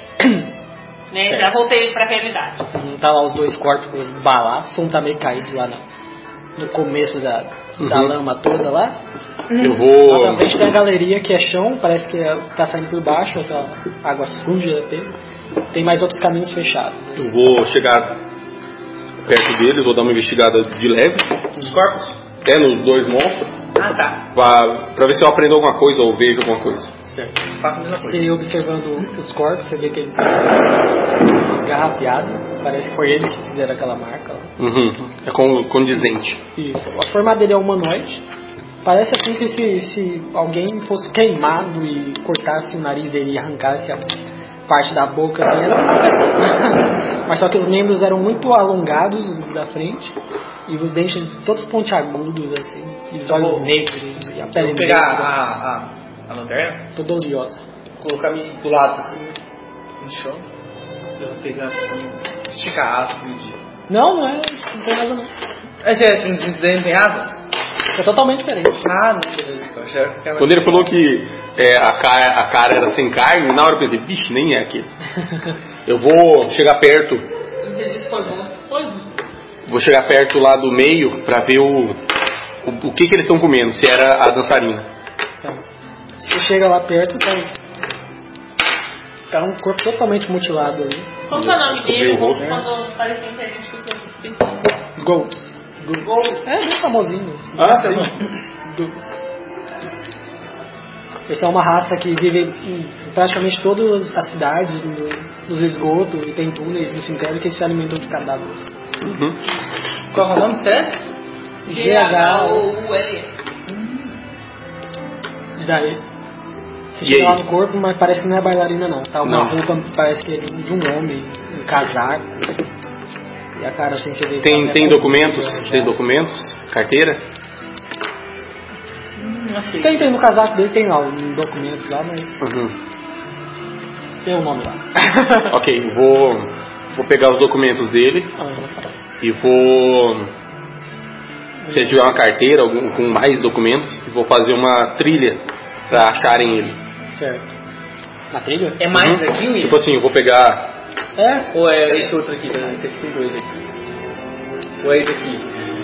Speaker 4: né? Já voltei pra realidade.
Speaker 5: Não tá lá os dois corpos balados, um tá meio caído lá na- no começo da, da
Speaker 2: Uhum.
Speaker 5: lama toda lá.
Speaker 2: Eu
Speaker 5: Lá
Speaker 2: vou.
Speaker 5: na frente tem a galeria que é chão, parece que é- tá saindo por baixo, essa água suja. Tem, tem mais outros caminhos fechados.
Speaker 2: Eu vou chegar perto deles, vou dar uma investigada de leve.
Speaker 6: Os corpos?
Speaker 2: É, nos dois monstros.
Speaker 6: Ah tá.
Speaker 2: Pra, pra ver se eu aprendo alguma coisa ou vejo alguma coisa.
Speaker 5: Certo.
Speaker 6: Faça a mesma coisa.
Speaker 5: Você observando os corpos, você vê que ele tá esgarrapeado. Parece que foi eles que fizeram aquela marca lá.
Speaker 2: Uhum. É con- condizente.
Speaker 5: Isso. A forma dele é humanoide. Parece assim que se, se alguém fosse queimado e cortasse o nariz dele e arrancasse a parte da boca, assim, era uma pessoa. Mas só que os membros eram muito alongados os da frente e os dentes todos pontiagudos, assim. E os olhos
Speaker 6: Vou-
Speaker 5: negros e a
Speaker 6: Eu
Speaker 5: pele
Speaker 6: vou pegar
Speaker 5: negra,
Speaker 6: a, a, a lanterna,
Speaker 5: toda oleosa.
Speaker 6: colocar-me do lado assim, no chão. Eu vou pegar assim, esticar a asa meio dia.
Speaker 5: Não, não é, não tem nada não.
Speaker 6: Mas é, assim, os desenhos não tem asas?
Speaker 5: É totalmente diferente.
Speaker 6: Ah, não, beleza. então, já ficava-
Speaker 2: Quando ele falou que é, a, cara, a cara era sem carne, na hora eu pensei, vixe, nem é aqui. Eu vou chegar perto,
Speaker 4: Não sei se foi bom. Foi bom.
Speaker 2: vou chegar perto lá do meio pra ver o, o, o que, que eles estão comendo, se era a dançarina.
Speaker 5: Sabe? Você chega lá perto, tá, tá um corpo totalmente mutilado ali.
Speaker 4: Como que é o nome
Speaker 2: Cobriu
Speaker 4: dele?
Speaker 2: o rosto, né?
Speaker 4: Quando apareceu a internet que eu fiz isso.
Speaker 5: Gol. Gol. É, bem famosinho.
Speaker 2: Ah, sim.
Speaker 5: Essa é uma raça que vive em praticamente todas as cidades, no- nos esgotos, e tem túneis no cemitério que se alimentam de cadáveres.
Speaker 2: Uhum.
Speaker 6: Qual é o nome certo?
Speaker 4: G-H-O-U-L.
Speaker 5: E daí? Você
Speaker 2: E
Speaker 5: chega lá
Speaker 2: aí?
Speaker 5: no corpo, mas parece que não é bailarina não. Tá uma
Speaker 2: Não.
Speaker 5: roupa que parece que é de de um homem, um casaco. E a cara sem assim, você vê. que ela
Speaker 2: Tem,
Speaker 5: é
Speaker 2: tem
Speaker 5: pouco
Speaker 2: documentos?
Speaker 5: grande,
Speaker 2: Tem
Speaker 5: né?
Speaker 2: documentos? Carteira?
Speaker 5: Tem, tem no casaco dele, tem lá um documento lá, mas
Speaker 2: Uhum.
Speaker 5: tem o nome lá.
Speaker 2: Ok, vou, vou pegar os documentos dele
Speaker 5: Ah, eu vou falar.
Speaker 2: e vou. Se ele tiver uma carteira algum, com mais documentos, vou fazer uma trilha pra acharem ele.
Speaker 5: certo. Na trilha?
Speaker 6: É mais
Speaker 2: Uhum.
Speaker 6: aqui, Will?
Speaker 2: Tipo assim, eu vou pegar.
Speaker 5: É,
Speaker 6: Ou é esse outro aqui? Tem tem dois aqui. Ou é esse aqui?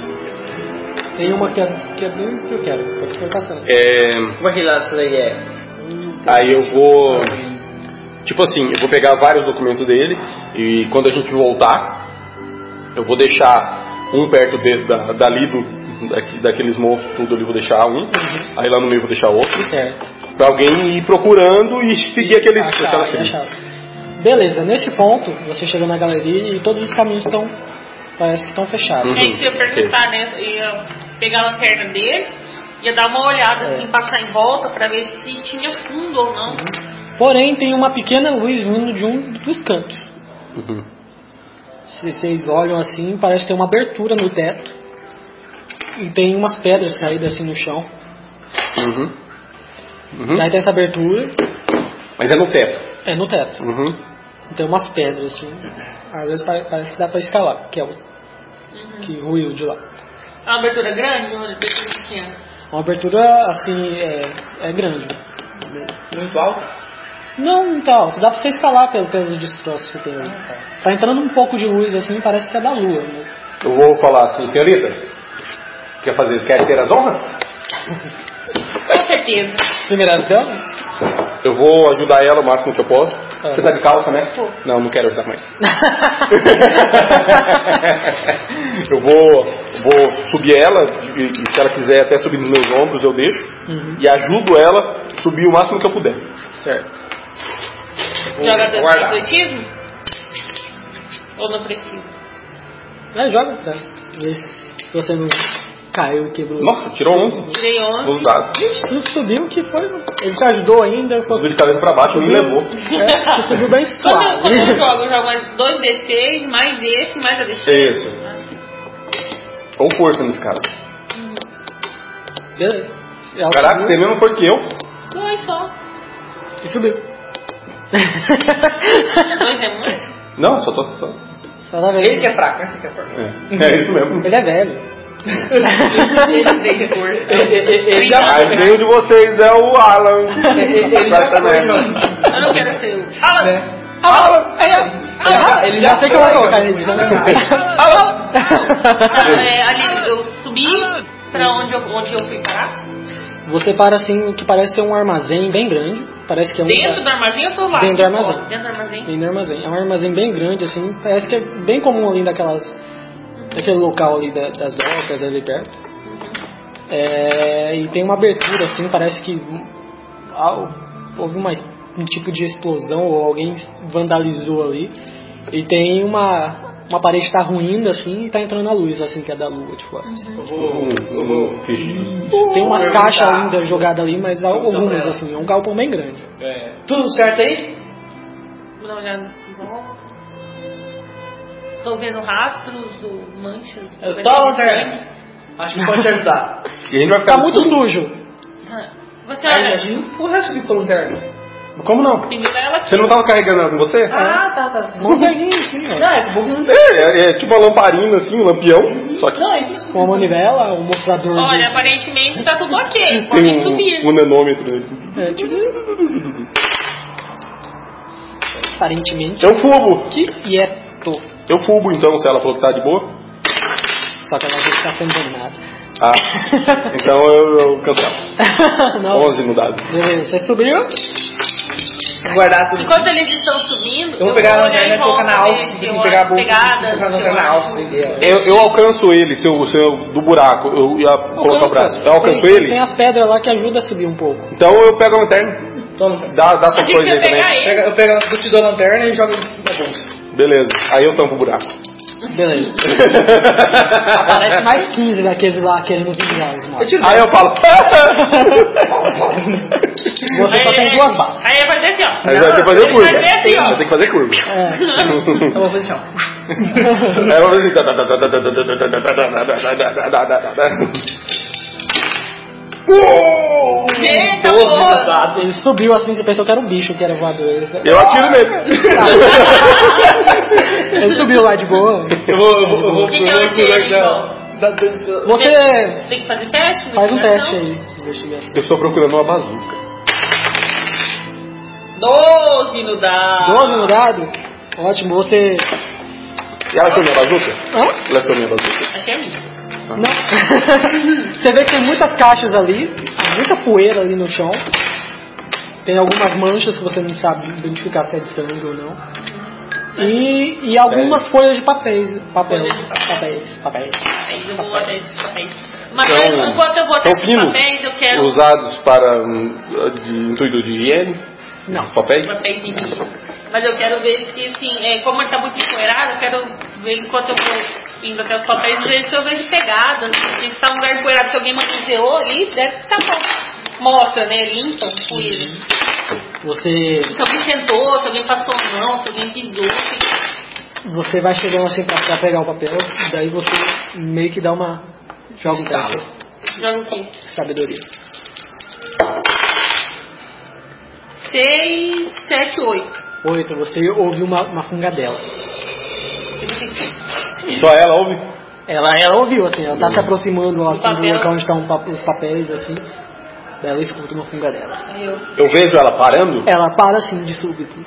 Speaker 5: tem uma que é, que é bem que eu quero, pode ficar passando.
Speaker 2: é,
Speaker 6: Como é que lá essa daí é?
Speaker 2: aí eu vou. Tipo assim, eu vou pegar vários documentos dele e quando a gente voltar, eu vou deixar um perto de, da, dali do, daqui- daqueles monstros tudo ali, eu vou deixar um. Aí lá no meio eu vou deixar outro.
Speaker 5: Certo.
Speaker 2: Pra alguém ir procurando e seguir aqueles,
Speaker 5: Achar,
Speaker 2: aquela trilha.
Speaker 5: achar. Beleza, nesse ponto, você chega na galeria e todos os caminhos estão. Parece que estão fechados.
Speaker 2: Uhum.
Speaker 4: Gente, se eu perguntar, né? Ia pegar a lanterna dele, ia dar uma olhada, assim, passar em volta pra ver se tinha fundo ou não.
Speaker 5: Porém, tem uma pequena luz vindo de um dos cantos.
Speaker 2: Uhum.
Speaker 5: Se vocês olham assim, parece ter uma abertura no teto. E tem umas pedras caídas assim no chão.
Speaker 2: Uhum. Uhum.
Speaker 5: Daí tem essa abertura,
Speaker 2: Mas é no teto.
Speaker 5: é no teto.
Speaker 2: Uhum.
Speaker 5: Tem umas pedras, assim. Às vezes pare- parece que dá pra escalar, que é o que ruiu de lá.
Speaker 4: É uma abertura grande ou uma abertura pequena?
Speaker 5: Uma abertura, assim, é, é grande.
Speaker 6: Muito alto.
Speaker 5: Não, então, dá pra você escalar pelo, pelo destroço que tem ali. Tá entrando um pouco de luz, assim, parece que é da lua, né?
Speaker 2: Eu vou falar assim, senhorita, quer fazer, quer ter as honras?
Speaker 4: Com certeza.
Speaker 5: Primeira então? dama?
Speaker 2: Eu vou ajudar ela o máximo que eu posso. Você tá de calça, né?
Speaker 4: Tô.
Speaker 2: Não, não quero ajudar mais. eu vou, vou subir ela, e, e se ela quiser até subir nos meus ombros, eu deixo. E ajudo ela a subir o máximo que eu puder.
Speaker 6: Certo.
Speaker 4: Joga dois
Speaker 6: guardar.
Speaker 4: atletismo? Ou não precisa?
Speaker 5: É, joga. Tá. Vê se você não caiu, quebrou.
Speaker 2: Nossa, tirou 11
Speaker 4: Tirei 11.
Speaker 2: nos dados.
Speaker 5: Não subiu, que foi. Ele te ajudou ainda. Foi,
Speaker 2: Subiu de cabeça pra baixo e me levou.
Speaker 5: é, você subiu bem
Speaker 4: Quando eu,
Speaker 5: situado.
Speaker 4: quando eu jogo, eu jogo mais dois D6, mais esse, mais a D6.
Speaker 2: Isso. Ou força nesse caso.
Speaker 5: Beleza. É Ela
Speaker 2: Caraca,
Speaker 5: subiu
Speaker 2: tem a mesma força que eu.
Speaker 4: Dois é só.
Speaker 5: E subiu.
Speaker 4: Dois é muito?
Speaker 2: Não, só tô. só-
Speaker 5: Só tá vendo.
Speaker 6: Ele que é fraco, esse que é fraco.
Speaker 2: É, é isso mesmo.
Speaker 5: Ele é velho.
Speaker 4: Ele tem força.
Speaker 6: ele já-
Speaker 2: Mas nenhum de vocês é o Alan.
Speaker 6: Ele já foi, João.
Speaker 4: Eu não quero ser o. Fala!
Speaker 5: Ah, ele já sei que eu vou colocar ele. né?
Speaker 4: Ah, é, ali eu subi pra onde eu, onde eu fui parar.
Speaker 5: Você para assim, o que parece ser um armazém bem grande. Parece que é um.
Speaker 4: Dentro do armazém eu tô lá.
Speaker 5: Dentro do armazém.
Speaker 4: Dentro do armazém.
Speaker 5: Bem no armazém. É um armazém bem grande, assim. Parece que é bem comum ali daquelas. Daquele local ali da- das docas ali perto. É, e tem uma abertura, assim, parece que al- houve uma, es- um tipo de explosão ou alguém vandalizou ali. E tem uma. Uma parede que tá ruindo, assim, e tá entrando a luz, assim, que é da lua de fora.
Speaker 6: Eu tá. vou. Eu
Speaker 2: Um- um
Speaker 6: vou.
Speaker 2: fish.
Speaker 5: Tem umas
Speaker 6: eu
Speaker 5: caixas
Speaker 6: vou dar-
Speaker 5: ainda jogadas ali, mas algumas,
Speaker 6: ela.
Speaker 5: assim. É um galpão bem grande.
Speaker 6: É, tudo certo aí?
Speaker 4: Vou dar uma olhada em volta. Tô vendo rastros do manchas.
Speaker 6: Eu tô a lanterna. Acho que pode te ajudar.
Speaker 2: E a gente vai ficar
Speaker 5: Tá
Speaker 2: no
Speaker 5: muito
Speaker 2: escuro?
Speaker 5: sujo.
Speaker 4: Ah,
Speaker 5: É.
Speaker 4: Você
Speaker 6: Aí a
Speaker 4: olha.
Speaker 6: gente não consegue subir com a lanterna.
Speaker 2: Como não?
Speaker 4: Primeiro ela aqui.
Speaker 2: Você não tava carregando ela com você?
Speaker 6: Ah, tá, tá.
Speaker 5: Não tem assim, ó.
Speaker 6: Não, é pouco não sei.
Speaker 2: É, é, é tipo uma lamparina, assim, um lampião. Só que
Speaker 6: Não, é isso.
Speaker 5: Com uma manivela, um mostrador de...
Speaker 4: Olha, aparentemente tá tudo ok. Pode
Speaker 2: tem
Speaker 4: subir.
Speaker 2: um, um nanômetro nele.
Speaker 5: É, tipo... Aparentemente. é
Speaker 2: Eu É um fubo!
Speaker 5: Que quieto.
Speaker 2: Eu fubo então, se ela falou que tá de boa.
Speaker 5: Só que ela não está sendo nada.
Speaker 2: Ah, então eu, eu cancelo.
Speaker 5: não.
Speaker 2: 11 no dado.
Speaker 5: Beleza, você subiu?
Speaker 6: Vou guardar tudo.
Speaker 4: Enquanto eles estão subindo,
Speaker 6: Eu vou pegar a
Speaker 4: olhar
Speaker 6: lanterna
Speaker 4: em
Speaker 6: e colocar na
Speaker 4: volta,
Speaker 6: alça.
Speaker 4: ver se
Speaker 6: Tem
Speaker 4: eu
Speaker 6: que pegar a
Speaker 4: acho
Speaker 6: bolsa. Tem que
Speaker 4: pegadas,
Speaker 6: colocar a
Speaker 4: se eu
Speaker 6: lanterna na
Speaker 4: acho-
Speaker 6: alça. entendeu?
Speaker 2: Eu, eu alcanço ele, se eu, se eu- do buraco. Eu ia colocar o braço. Eu alcanço
Speaker 5: tem,
Speaker 2: Tá ele?
Speaker 5: Tem as pedras lá que ajudam a subir um pouco.
Speaker 2: Então eu pego a lanterna.
Speaker 6: Toma.
Speaker 2: Dá, dá suas
Speaker 4: Tem que
Speaker 2: coisas aí
Speaker 4: pegar
Speaker 2: é, também.
Speaker 4: ele.
Speaker 6: Pega- Eu pego, eu te dou a lanterna e jogo na bolsa.
Speaker 2: Beleza. Aí eu tampo o buraco.
Speaker 5: Beleza. Aparece mais 15 daqueles lá querendo vingar os
Speaker 6: Eu
Speaker 5: mortos.
Speaker 6: te dou.
Speaker 2: Aí eu falo.
Speaker 5: Você só tem duas barras.
Speaker 4: Aí vai fazer assim, ó.
Speaker 2: Aí vai ter que fazer curva.
Speaker 4: Vai fazer assim, ó.
Speaker 2: Vai ter que fazer curva.
Speaker 5: É.
Speaker 6: Eu vou fazer assim,
Speaker 2: Aí ela vai assim, tá, tá, tá, tá, tá, tá, tá, tá, tá, tá, tá, tá, tá, tá, tá, tá. Uou!
Speaker 4: Eita,
Speaker 6: ó.
Speaker 4: porra.
Speaker 5: Ele subiu assim, você pensou que era um bicho, que era voador. Ele
Speaker 2: Eu atiro nele.
Speaker 5: ele subiu lá de boa.
Speaker 6: Eu vou, eu vou, eu vou. né?
Speaker 4: O que que é, então? eu
Speaker 6: eu vou-
Speaker 4: achei,
Speaker 6: eu vou- da- da- da-
Speaker 5: Você
Speaker 4: Tem que fazer teste?
Speaker 5: faz um teste
Speaker 4: investigação?
Speaker 5: aí. de Investigação.
Speaker 2: Eu estou procurando uma bazuca.
Speaker 4: 12 no dado.
Speaker 5: 12 no dado? Ótimo, você.
Speaker 2: E ela achou minha bazuca?
Speaker 5: Hã?
Speaker 2: Ela achou minha bazuca.
Speaker 4: Achei a minha.
Speaker 5: Não. Você vê que tem muitas caixas ali, muita poeira ali no chão. Tem algumas manchas que você não sabe identificar se é de sangue ou não. E, e algumas folhas de papéis. Papel. Papéis. Papéis.
Speaker 4: Aí eu vou até esses papéis. Mas antes, enquanto eu vou até
Speaker 2: são
Speaker 4: esses
Speaker 2: finos
Speaker 4: papéis, eu quero os
Speaker 2: usados para hum, de intuito de higiene,
Speaker 5: Não.
Speaker 2: esses papéis.
Speaker 4: papéis de mim. Mas eu quero ver se, assim, é, como ele tá muito empoeirado, eu quero ver enquanto eu vou indo até os papéis, ver se eu vejo pegadas. Se tá um lugar empoeirado, se alguém manuseou ali, deve estar bom. Mostra, né? Limpa, poeira.
Speaker 5: Você,
Speaker 4: Se alguém sentou, se alguém passou a mão, se alguém pisou. se-
Speaker 5: você vai chegando assim pra, pra pegar o papel, daí você meio que dá uma. Joga um teste.
Speaker 4: Joga o quê?
Speaker 5: Sabedoria.
Speaker 4: 6, 7, 8.
Speaker 5: Oito, então você ouviu uma, uma fungadela.
Speaker 2: Só ela ouve?
Speaker 5: Ela, ela ouviu, assim, ela tá se aproximando assim, do
Speaker 4: papel.
Speaker 5: local onde estão pa- os papéis, assim. Daí Ela escuta uma fungadela.
Speaker 4: Aí eu,
Speaker 2: Eu vejo ela parando?
Speaker 5: Ela para assim de súbito.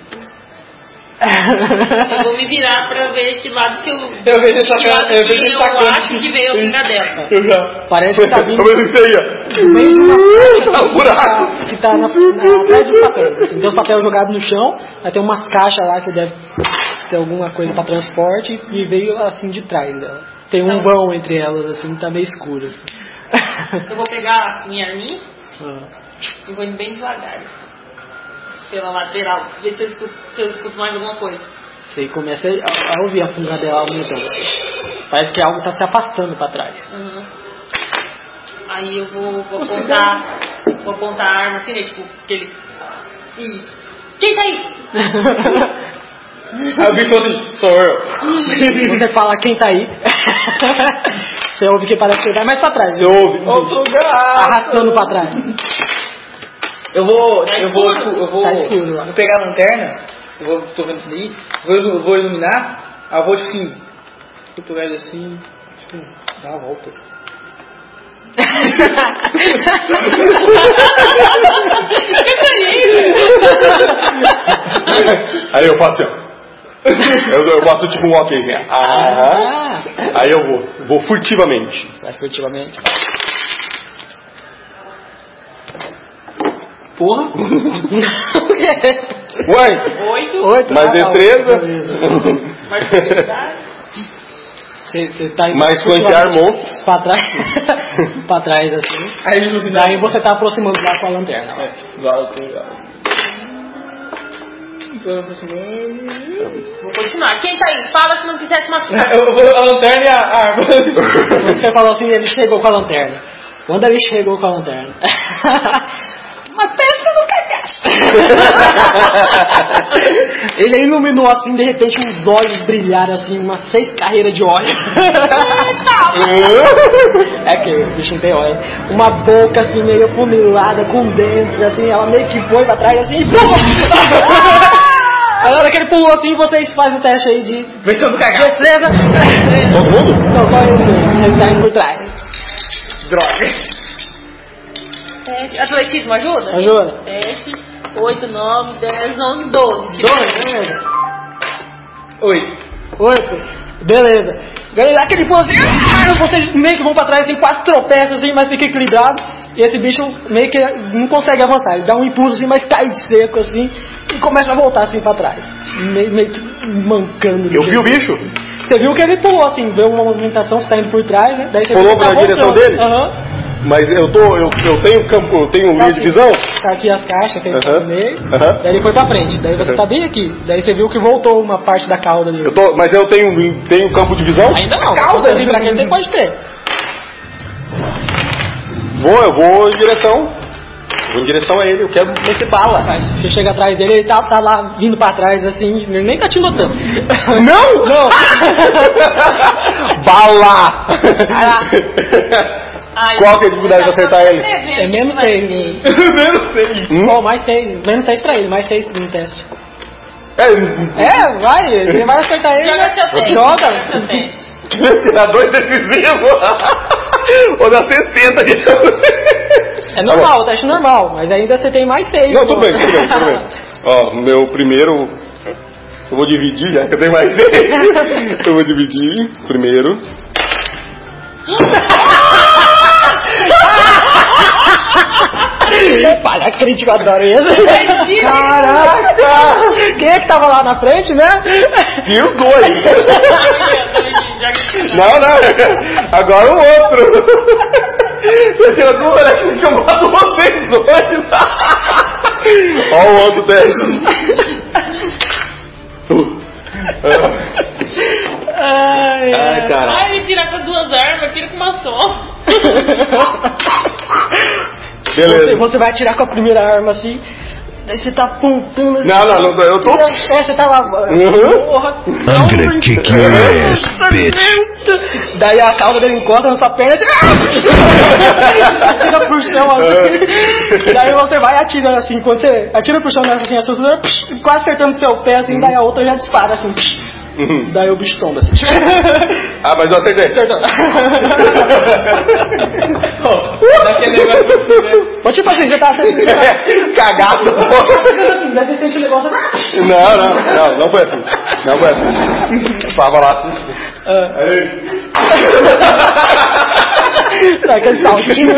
Speaker 4: eu vou me virar pra ver que lado que eu.
Speaker 6: Eu vejo essa
Speaker 4: que
Speaker 6: cara-
Speaker 4: lado
Speaker 6: eu
Speaker 4: que
Speaker 6: vejo ele tá
Speaker 4: eu
Speaker 6: tacando
Speaker 4: acho que veio a fungadela.
Speaker 2: Eu já.
Speaker 5: Parece que tá vindo
Speaker 2: Eu vejo isso aí,
Speaker 5: do meio de uma
Speaker 2: ó. Tá um buraco.
Speaker 5: que tá na, na, atrás dos papéis. Assim. Tem os papéis jogados no chão, aí tem umas caixas lá que deve ter alguma coisa pra transporte e veio assim de trás dela. Tem um vão entre elas, assim, tá meio escuro. Assim.
Speaker 4: Eu vou pegar minha arminha e vou indo bem devagar. assim, Pela lateral, ver se eu escuto, se eu escuto mais alguma coisa.
Speaker 5: Você começa a, a ouvir a fungadela aumentando. Parece que algo tá se afastando pra trás.
Speaker 4: Uhum. Aí eu vou, vou apontar. Vou apontar a arma assim, né? Tipo, aquele. E. Quem tá aí?
Speaker 6: Aí o bicho falou assim, sou eu.
Speaker 5: Você fala quem tá aí. Você ouve que parece que vai mais pra trás.
Speaker 2: Você ouve?
Speaker 6: Outro gato.
Speaker 5: Arrastando pra trás.
Speaker 6: Eu vou, eu vou, eu vou,
Speaker 5: Tá escuro lá.
Speaker 6: vou pegar a lanterna, eu vou, tô vendo isso daí, vou, ilu- vou iluminar, aí eu vou, tipo assim, puto velho assim, tipo, dá a volta.
Speaker 2: Aí eu faço assim, ó. Eu, eu faço tipo um ok assim. Ah,
Speaker 5: Ah,
Speaker 2: aí eu vou, vou furtivamente.
Speaker 6: Vai furtivamente.
Speaker 5: porra.
Speaker 2: Uai,
Speaker 4: Oito.
Speaker 5: Oito,
Speaker 2: mas
Speaker 5: ah, tá,
Speaker 2: destreza.
Speaker 5: beleza.
Speaker 4: Mas foi verdade.
Speaker 5: Você você tá indo
Speaker 2: Mas flanquear monstros.
Speaker 5: pra trás, pra trás assim.
Speaker 6: Aí ele falou assim,
Speaker 5: Daí você tá aproximando lá com a lanterna. ó.
Speaker 6: volta, volta. Então eu, vou assim, eu-
Speaker 4: Vou continuar. Quem tá aí? Fala se não quiser se machucar.
Speaker 6: eu vou a lanterna e a arma.
Speaker 5: Quando Você falou assim, ele chegou com a lanterna. Quando ele chegou com a lanterna. Mas pensa no cagaço! ele iluminou assim, de repente os olhos brilharam assim, umas seis carreiras de óleo. É que o bichinho tem olho. Uma boca assim, meio funilada, com dentes, assim, ela meio que foi pra trás assim e pulou! Aí na hora que ele pulou assim, vocês fazem o teste aí de
Speaker 6: Versão do cagado.
Speaker 5: destreza.
Speaker 2: Todo mundo?
Speaker 5: Não, só eu, vocês tá indo por trás.
Speaker 6: Droga.
Speaker 4: Sete. Atletismo ajuda?
Speaker 5: Ajuda.
Speaker 4: Sete, oito, nove, dez, onze, doze. Tipo,
Speaker 5: Dois, beleza.
Speaker 6: Oi.
Speaker 5: Oito. Beleza. Galera, aquele pulou assim, ah, vocês meio que vão pra trás, assim, quase tropeçam, assim, mas fica equilibrado. E esse bicho meio que não consegue avançar. Ele dá um impulso, assim, mas cai de seco, assim, e começa a voltar, assim, pra trás. Meio, meio que mancando. de
Speaker 2: Eu vi o
Speaker 5: jeito.
Speaker 2: bicho.
Speaker 5: Você viu que ele pulou, assim, deu uma movimentação, você tá indo por trás, né? Daí você
Speaker 2: Pulou
Speaker 5: viu que tá
Speaker 2: pra direção
Speaker 5: voltando.
Speaker 2: dele?
Speaker 5: Aham.
Speaker 2: Mas eu tô. Eu, eu tenho campo, eu tenho linha de visão.
Speaker 5: Tá aqui as caixas que ele tá
Speaker 2: Aham.
Speaker 5: no meio.
Speaker 2: Aham.
Speaker 5: Daí ele foi pra frente. Daí você
Speaker 2: Aham.
Speaker 5: tá bem aqui. Daí você viu que voltou uma parte da cauda dele.
Speaker 2: Eu tô, mas eu tenho, tenho campo de visão?
Speaker 5: Ainda não.
Speaker 6: Cauda?
Speaker 5: Você vibra aquele tempo, pode ter.
Speaker 2: Vou, eu vou em direção. Vou em direção a ele, eu quero meter bala.
Speaker 5: Você chega atrás dele, ele tá, tá lá vindo pra trás, assim, ele nem tá te notando.
Speaker 2: Não!
Speaker 5: Não!
Speaker 2: Bala!
Speaker 4: ai, tá
Speaker 2: Qual que é a dificuldade de
Speaker 4: eu já tô
Speaker 2: acertar ele? Hum?
Speaker 4: escrevendo
Speaker 5: É menos
Speaker 4: aqui,
Speaker 5: seis.
Speaker 4: mas-
Speaker 5: né?
Speaker 2: Menos seis.
Speaker 5: Ó, mais seis, menos seis pra ele, mais seis no teste.
Speaker 2: É,
Speaker 5: É, vai, você vai acertar ele.
Speaker 4: Joga
Speaker 5: né?
Speaker 4: seu teste. Joga seu
Speaker 5: Joga.
Speaker 4: teste.
Speaker 2: tirar dois decisivos. Ou dá 60.
Speaker 5: É normal, teste normal, mas ainda você tem mais seis.
Speaker 2: Não,
Speaker 5: pô.
Speaker 2: tudo bem, tudo bem, tudo bem. Ó, meu primeiro. Eu vou dividir, já que eu tenho mais seis. Eu vou dividir primeiro.
Speaker 5: Falha crítica, eu adoro isso.
Speaker 4: Entendi.
Speaker 5: Caraca! Quem é que tava lá na frente, né?
Speaker 2: E os dois.
Speaker 4: Joga-
Speaker 2: Não, não. Agora o outro. Eu tiro duas elétricas que eu mato vocês dois. Ó o outro teste. Ah,
Speaker 5: Ai,
Speaker 2: Ai, cara.
Speaker 4: Ai, ele tira com duas armas, tira com uma só.
Speaker 5: Você,
Speaker 2: Beleza.
Speaker 5: você vai atirar com a primeira arma assim, daí você tá apontando assim.
Speaker 2: Não, não, não, tô- eu tô-
Speaker 5: É, você tá lá.
Speaker 2: Uhum.
Speaker 5: Porra,
Speaker 11: I'm gonna kick your ass, bitch.
Speaker 5: meu Daí a calça dele encosta na sua perna e atira pro chão
Speaker 3: É.
Speaker 5: assim. Daí você vai atirando assim, quando você atira pro chão nessa assim, a sua cintura, psh, quase acertando seu pé assim, daí a outra já dispara assim. psh.
Speaker 2: Uhum.
Speaker 5: Daí o bicho tomba assim.
Speaker 2: Ah, mas eu acertei.
Speaker 5: Acertou.
Speaker 3: Daquele negócio que você vê.
Speaker 5: Vou te fazer, você tá acertando.
Speaker 2: Cagado, pô.
Speaker 5: Daí você sente o negócio. assim.
Speaker 2: Não, não, não, não foi assim. Não foi assim. Eu tava lá assim. Aí.
Speaker 5: Daquele saltinho.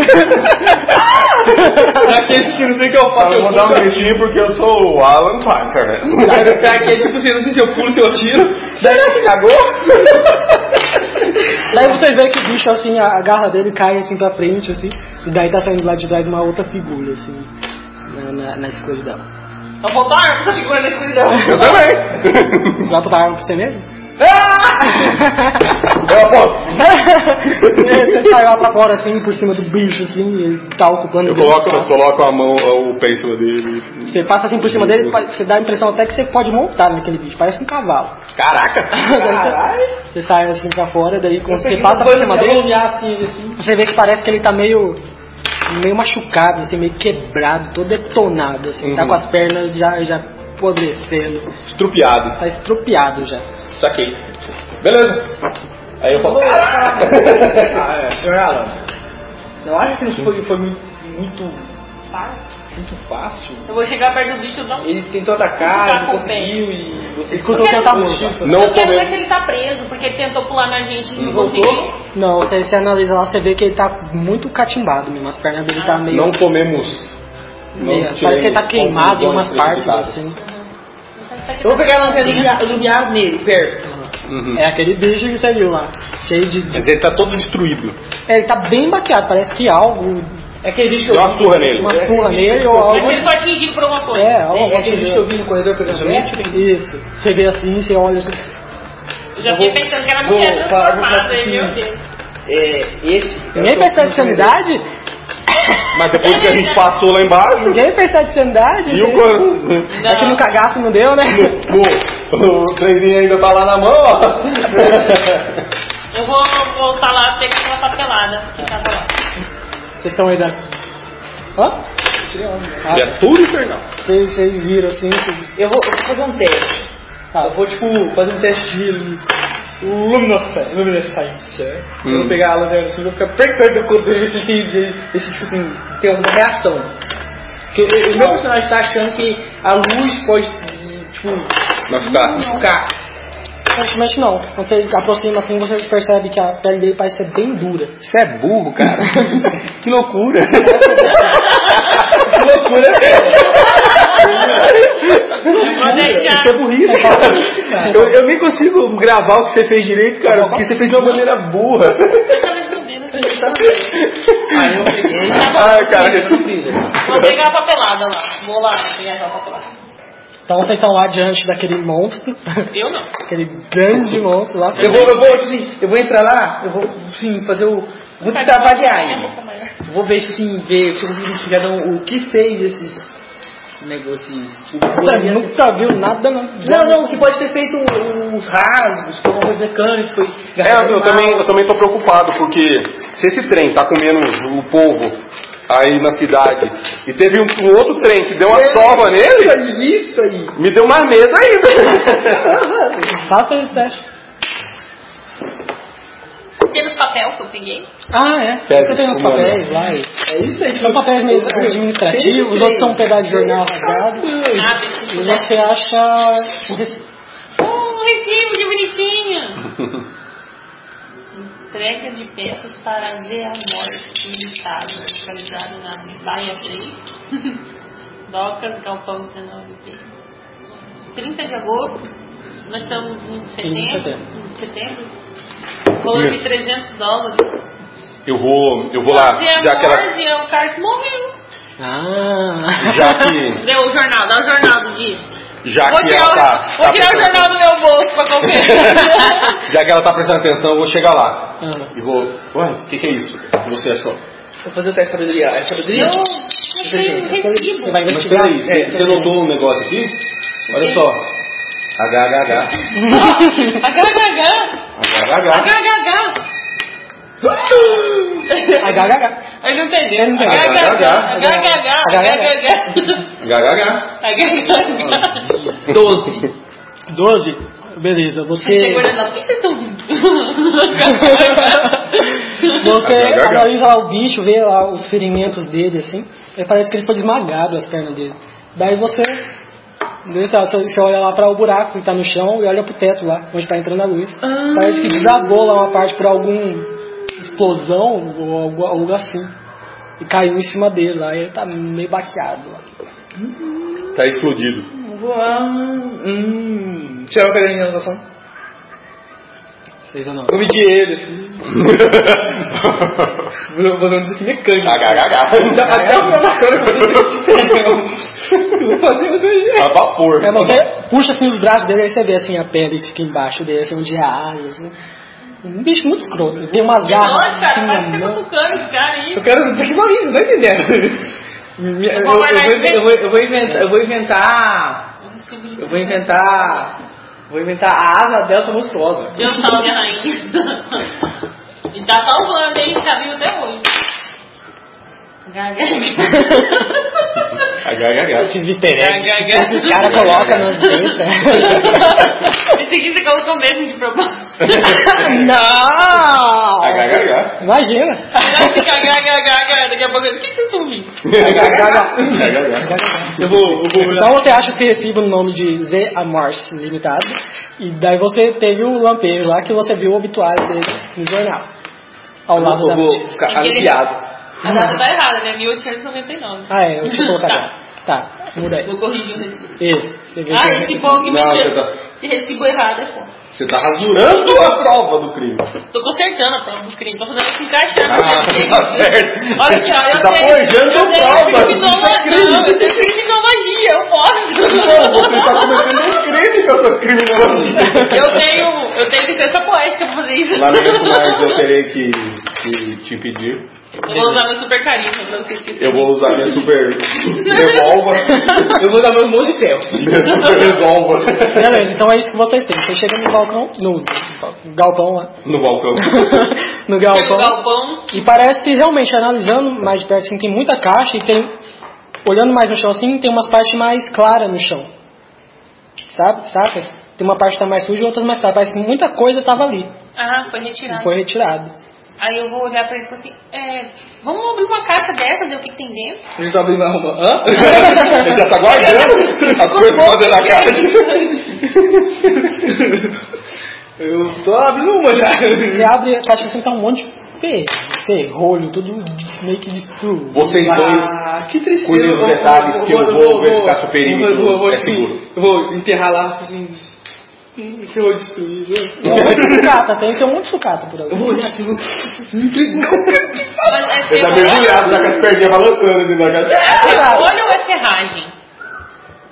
Speaker 3: Daquele tiro que eu faço,
Speaker 2: Eu
Speaker 3: eu
Speaker 2: vou dar um
Speaker 3: pulo.
Speaker 2: gritinho porque eu sou o Alan Parker, né?
Speaker 3: Daquele tipo assim, eu não sei se eu pulo, se eu tiro.
Speaker 2: Será que cagou?
Speaker 5: Daí vocês veem que o bicho, assim, a a garra dele cai assim pra frente, assim, e daí tá saindo lá de trás uma outra figura, assim, na, na, na escuridão.
Speaker 4: Eu vou dar essa figura na escuridão.
Speaker 2: Eu também.
Speaker 5: Você vai botar a arma pra você mesmo?
Speaker 3: Ah!
Speaker 2: Eu aposto.
Speaker 5: É, você sai lá pra fora, assim, por cima do bicho, assim, e ele tá ocupando
Speaker 2: Eu coloco, eu coloco a mão, o pé em cima dele.
Speaker 5: Você passa assim por cima dele, pa- você dá a impressão até que você pode montar naquele bicho, parece um cavalo.
Speaker 2: Caraca!
Speaker 5: Daí você- Você sai assim pra fora, daí quando você passa por cima dele,
Speaker 6: assim,
Speaker 5: você vê que parece que ele tá meio meio machucado, assim, meio quebrado, todo detonado, assim, tá
Speaker 2: Uhum.
Speaker 5: com as pernas já, já apodrecendo,
Speaker 2: Estrupiado.
Speaker 5: tá estropiado já.
Speaker 2: Saquei. Beleza. Aí eu falo.
Speaker 6: Ah, é. Senhor Alan, eu acho que não foi, foi muito, muito, muito fácil.
Speaker 4: Eu vou chegar perto do bicho e dar um.
Speaker 6: Ele tentou atacar,
Speaker 4: Tá
Speaker 6: ele
Speaker 4: com
Speaker 6: conseguiu e você
Speaker 5: Ele conseguiu tentar muito.
Speaker 2: Não
Speaker 4: eu quero
Speaker 2: comeu.
Speaker 4: ver se ele tá preso, porque ele tentou pular na gente e não
Speaker 6: voltou?
Speaker 4: conseguiu.
Speaker 5: Não, você, você analisa lá, você vê que ele tá muito catimbado mesmo, as pernas dele tá meio...
Speaker 2: Ah. Não comemos. não um
Speaker 5: meio- parece que ele tá
Speaker 2: tiremos
Speaker 5: queimado em umas partes,
Speaker 2: conclusões precipitadas.
Speaker 5: assim.
Speaker 6: Eu vou pegar a lanterna iluminada nele, perto.
Speaker 2: Uhum.
Speaker 5: É aquele bicho que você viu lá, cheio de...
Speaker 2: Quer
Speaker 5: de-
Speaker 2: dizer, ele tá todo destruído.
Speaker 5: É, ele tá bem baqueado, parece que algo, É,
Speaker 6: É aquele bicho
Speaker 2: Deu uma surra nele.
Speaker 5: uma surra nele ou
Speaker 4: Mas
Speaker 5: algo...
Speaker 4: ele foi atingido por alguma coisa.
Speaker 5: É,
Speaker 6: É,
Speaker 5: algo
Speaker 6: é aquele bicho que eu vi no corredor que eu vi.
Speaker 5: Isso. Você vê assim, você olha assim.
Speaker 4: Eu já fiquei pensando que era
Speaker 6: Vou
Speaker 4: mulher
Speaker 6: falar com
Speaker 4: transformada,
Speaker 6: você,
Speaker 4: meu
Speaker 6: sim.
Speaker 4: Deus.
Speaker 6: É, esse.
Speaker 5: Ninguém percebe sanidade?
Speaker 2: Mas depois que a gente passou lá embaixo.
Speaker 5: Ninguém percebe sanidade?
Speaker 2: E o
Speaker 5: Ninguém-
Speaker 2: co-
Speaker 5: É que no cagaço não deu, né?
Speaker 2: o, o trenzinho ainda tá lá na mão, ó.
Speaker 4: Eu vou voltar lá pegar aquela papelada tá que tava lá.
Speaker 5: Vocês estão aí da. Hã? Ah,
Speaker 2: E é tudo infernal.
Speaker 5: vocês, vocês viram assim. vocês-
Speaker 6: Eu vou, eu vou fazer um teste.
Speaker 5: Ah,
Speaker 6: Eu vou, tipo, fazer um teste de luminosa- luminescência. Eu vou
Speaker 2: Hum.
Speaker 6: pegar a lanterna assim, vou ficar perto perto do corpo dele, assim, e ver se, tipo assim, tem alguma reação. Porque o meu personagem tá achando que a luz pode, tipo,
Speaker 2: Mas tá.
Speaker 6: machucar.
Speaker 5: Aparentemente não. Quando você aproxima assim, você percebe que a pele dele parece ser bem dura.
Speaker 2: Você é burro, cara. que loucura. que loucura.
Speaker 4: Vou deixar.
Speaker 6: é burrice, cara. Eu, eu nem consigo gravar o que você fez direito, cara, porque você fez de uma maneira burra.
Speaker 4: Eu tava escondendo.
Speaker 6: Aí eu peguei.
Speaker 2: Ai, cara.
Speaker 4: Vou pegar a papelada lá. Vou lá pegar aquela papelada.
Speaker 5: Então vocês estão lá diante daquele monstro,
Speaker 4: Eu não.
Speaker 5: aquele grande monstro lá.
Speaker 6: Eu vou, eu vou, assim, eu vou entrar lá, eu vou, sim, fazer o. Vou tentar avaliar ele. Vou ver assim, ver se eu consigo investigar não, o que fez esses negócios. O que
Speaker 5: Você
Speaker 6: poderia ter-
Speaker 5: nunca viu nada, não.
Speaker 6: tipo Não, não, o que pode ter feito os rasgos, foi uma coisa mecânica, foi.
Speaker 2: É, eu, eu também, eu também tô preocupado, porque se esse trem tá comendo o povo aí na cidade e teve um, um outro trem que deu uma sova nele,
Speaker 6: Isso aí!
Speaker 2: me deu mais medo ainda.
Speaker 5: Faça esse teste.
Speaker 4: Pelos papel que eu peguei.
Speaker 5: Ah, é.
Speaker 2: Pede
Speaker 5: você tem uns
Speaker 2: uma
Speaker 5: papéis lá. e-
Speaker 6: É isso aí,
Speaker 5: São papéis meio administrativos, os outros são um pedaço de jornal rasgado.
Speaker 4: Ah,
Speaker 5: E você acha. um rec-
Speaker 4: um recibo de bonitinho. Entrega de peças para ver a morte limitada, localizada na Baia 3, Docas, Galpão 19B. 30 de agosto, nós estamos em setembro, em setembro valor de 300 dólares.
Speaker 2: Eu vou, eu vou lá,
Speaker 4: Dia
Speaker 2: já que ela,
Speaker 4: 14 é o cara que morreu.
Speaker 5: Ah!
Speaker 2: já que,
Speaker 4: Deu o jornal, dá o jornal do dia.
Speaker 2: já
Speaker 4: Vou
Speaker 2: que
Speaker 4: tirar,
Speaker 2: ela
Speaker 4: o-
Speaker 2: tá,
Speaker 4: vou
Speaker 2: tá
Speaker 4: tirar o
Speaker 2: prestando
Speaker 4: jornal do meu bolso pra um. conferir.
Speaker 2: Já que ela tá prestando atenção, eu vou chegar lá.
Speaker 5: Ah.
Speaker 2: E vou. Ué, o que, que é isso? O que você achou?
Speaker 6: Vou fazer o teste de sabedoria. É sabedoria?
Speaker 4: Eu não tenho recibo.
Speaker 5: Você vai
Speaker 2: Mas
Speaker 5: investigar.
Speaker 2: peraí,
Speaker 6: É,
Speaker 2: você- você notou um negócio aqui? Olha só. HHH.
Speaker 4: é Ó, A garganta. é
Speaker 2: Agagá.
Speaker 4: HHH.
Speaker 5: HHH.
Speaker 4: Ele não entendeu.
Speaker 5: Ele não entendeu.
Speaker 4: HHH.
Speaker 5: HHH.
Speaker 4: HHH.
Speaker 2: Gagagá.
Speaker 4: HHH.
Speaker 5: 12. 12? Beleza, você.
Speaker 4: Chegou olhando lá, por que vocês estão rindo?
Speaker 5: Você analisa lá o bicho, vê lá os ferimentos dele, assim, e parece que ele foi esmagado as pernas dele. Daí você, daí você- você olha lá para o buraco que tá no chão e olha pro teto lá, onde tá entrando a luz. Parece que desabou lá uma parte por algum explosão ou algo, algo assim. E caiu em cima dele lá, e ele tá meio baqueado lá.
Speaker 2: Tá explodido.
Speaker 6: Hum. Tirar o caderninho de anotação.
Speaker 5: Vocês ou não?
Speaker 6: Vou medir ele, assim. Vou fazer um desafio mecânico. Dá
Speaker 2: Gagagá.
Speaker 6: até o meu bacana que é? eu vou fazer isso aí.
Speaker 2: A Tá vapor.
Speaker 6: É,
Speaker 5: Aí você É, puxa assim os braços dele, aí você vê assim a pele que fica embaixo dele, assim, onde reage, assim. Um bicho muito escroto. Tem umas garras
Speaker 4: Nossa,
Speaker 5: assim
Speaker 4: cara,
Speaker 5: na
Speaker 4: parece que tá
Speaker 5: mão.
Speaker 4: cutucando esse cara aí.
Speaker 6: Eu quero dizer que não não tô entendendo. Minha- Eu, eu vou, eu vou- eu vou inventar, eu vou inventar. Eu vou inventar. Vou inventar a asa delta monstruosa.
Speaker 4: Deus salve a rainha. E tá salvando, hein? Tá vivo até hoje.
Speaker 2: Gagagá.
Speaker 5: Esses easter eggs que esses caras colocam nas dentes.
Speaker 4: Esse aqui você colocou mesmo de propósito.
Speaker 5: Não!
Speaker 2: Gagagá.
Speaker 5: Imagina!
Speaker 4: Gagagagagaga, Daqui a pouco, o que que vocês estão rindo?
Speaker 6: Eu vou, eu vou.
Speaker 5: Então você acha esse recibo no nome de Z Amorce Limitado. E daí você teve o lampejo lá que você viu o obituário dele no jornal. Ao
Speaker 6: Eu
Speaker 5: lado
Speaker 6: vou,
Speaker 5: da
Speaker 6: eu vou
Speaker 5: notícia.
Speaker 6: ficar aliviado.
Speaker 4: A data tá errada, né? 1899.
Speaker 5: Ah é, deixa eu colocar lá. Tá, muda aí.
Speaker 4: Vou corrigir o recibo.
Speaker 5: Isso. Você vê
Speaker 4: Ah,
Speaker 5: que-
Speaker 4: esse povo que
Speaker 2: Não,
Speaker 4: me
Speaker 2: você tá-
Speaker 4: Esse recibo errado é foda.
Speaker 2: Você tá rasurando a prova do crime.
Speaker 4: Tô consertando a prova do crime, tô fazendo assim, encaixando.
Speaker 2: Ah, tá certo.
Speaker 4: Olha aqui, ó, eu
Speaker 2: Tá
Speaker 4: sei.
Speaker 2: forjando
Speaker 4: eu sei
Speaker 2: provas,
Speaker 4: criminologia,
Speaker 2: isso é crime.
Speaker 4: Não, eu tenho criminologia, eu
Speaker 2: Não, você tá
Speaker 4: posso.
Speaker 2: cometendo um crime com a sua criminologia.
Speaker 4: eu tenho, eu tenho licença poética pra fazer isso.
Speaker 2: Lamento, mas eu terei que, que te impedir.
Speaker 4: Eu vou usar meu super carisma pra você esquecer.
Speaker 2: Eu vou usar minha super revolva.
Speaker 6: Eu vou dar meu monte de ferro.
Speaker 2: Minha super revolva
Speaker 5: Beleza, então é isso que vocês têm. Você chega no balcão, no galpão lá.
Speaker 2: no balcão.
Speaker 5: no
Speaker 4: Chego no
Speaker 5: galpão.
Speaker 4: galpão,
Speaker 5: E parece realmente, analisando mais de perto, assim, tem muita caixa e tem. Olhando mais no chão assim, tem umas partes mais claras no chão. Sabe? Saca? Tem uma parte que tá mais suja e outra mais clara. Parece que muita coisa tava ali.
Speaker 4: ah, foi
Speaker 5: E
Speaker 4: retirado.
Speaker 5: foi retirada.
Speaker 4: Aí eu vou olhar pra ele e falar assim, é, vamos abrir uma caixa dessa, ver o que, que tem dentro.
Speaker 6: A gente tá abrindo uma roupa. Hã?
Speaker 2: Ele já tá guardando as coisas pra fazer na caixa.
Speaker 6: Eu tô abrindo uma já.
Speaker 5: Você abre a caixa assim, tá um monte de ferro, ferrolho, tudo meio que destruído.
Speaker 2: Vocês dois
Speaker 6: Ah, que tristeza.
Speaker 2: Cuidem dos
Speaker 6: Eu vou-
Speaker 2: detalhes que eu vou verificar se o perímetro
Speaker 6: eu vou- eu vou-
Speaker 2: é
Speaker 6: assim,
Speaker 2: seguro.
Speaker 6: Eu vou enterrar lá, assim. hum, Que eu vou destruir. né?
Speaker 5: Tem um monte de sucata, tem, tem um monte de sucata por
Speaker 6: Eu
Speaker 5: ali.
Speaker 6: vou olhar assim. vou-
Speaker 4: Mas é
Speaker 2: Ele tá
Speaker 4: ferro-
Speaker 2: mergulhado, tá com as perninhas balançando né? dentro da caixa.
Speaker 4: Ferrolho ou é ferragem?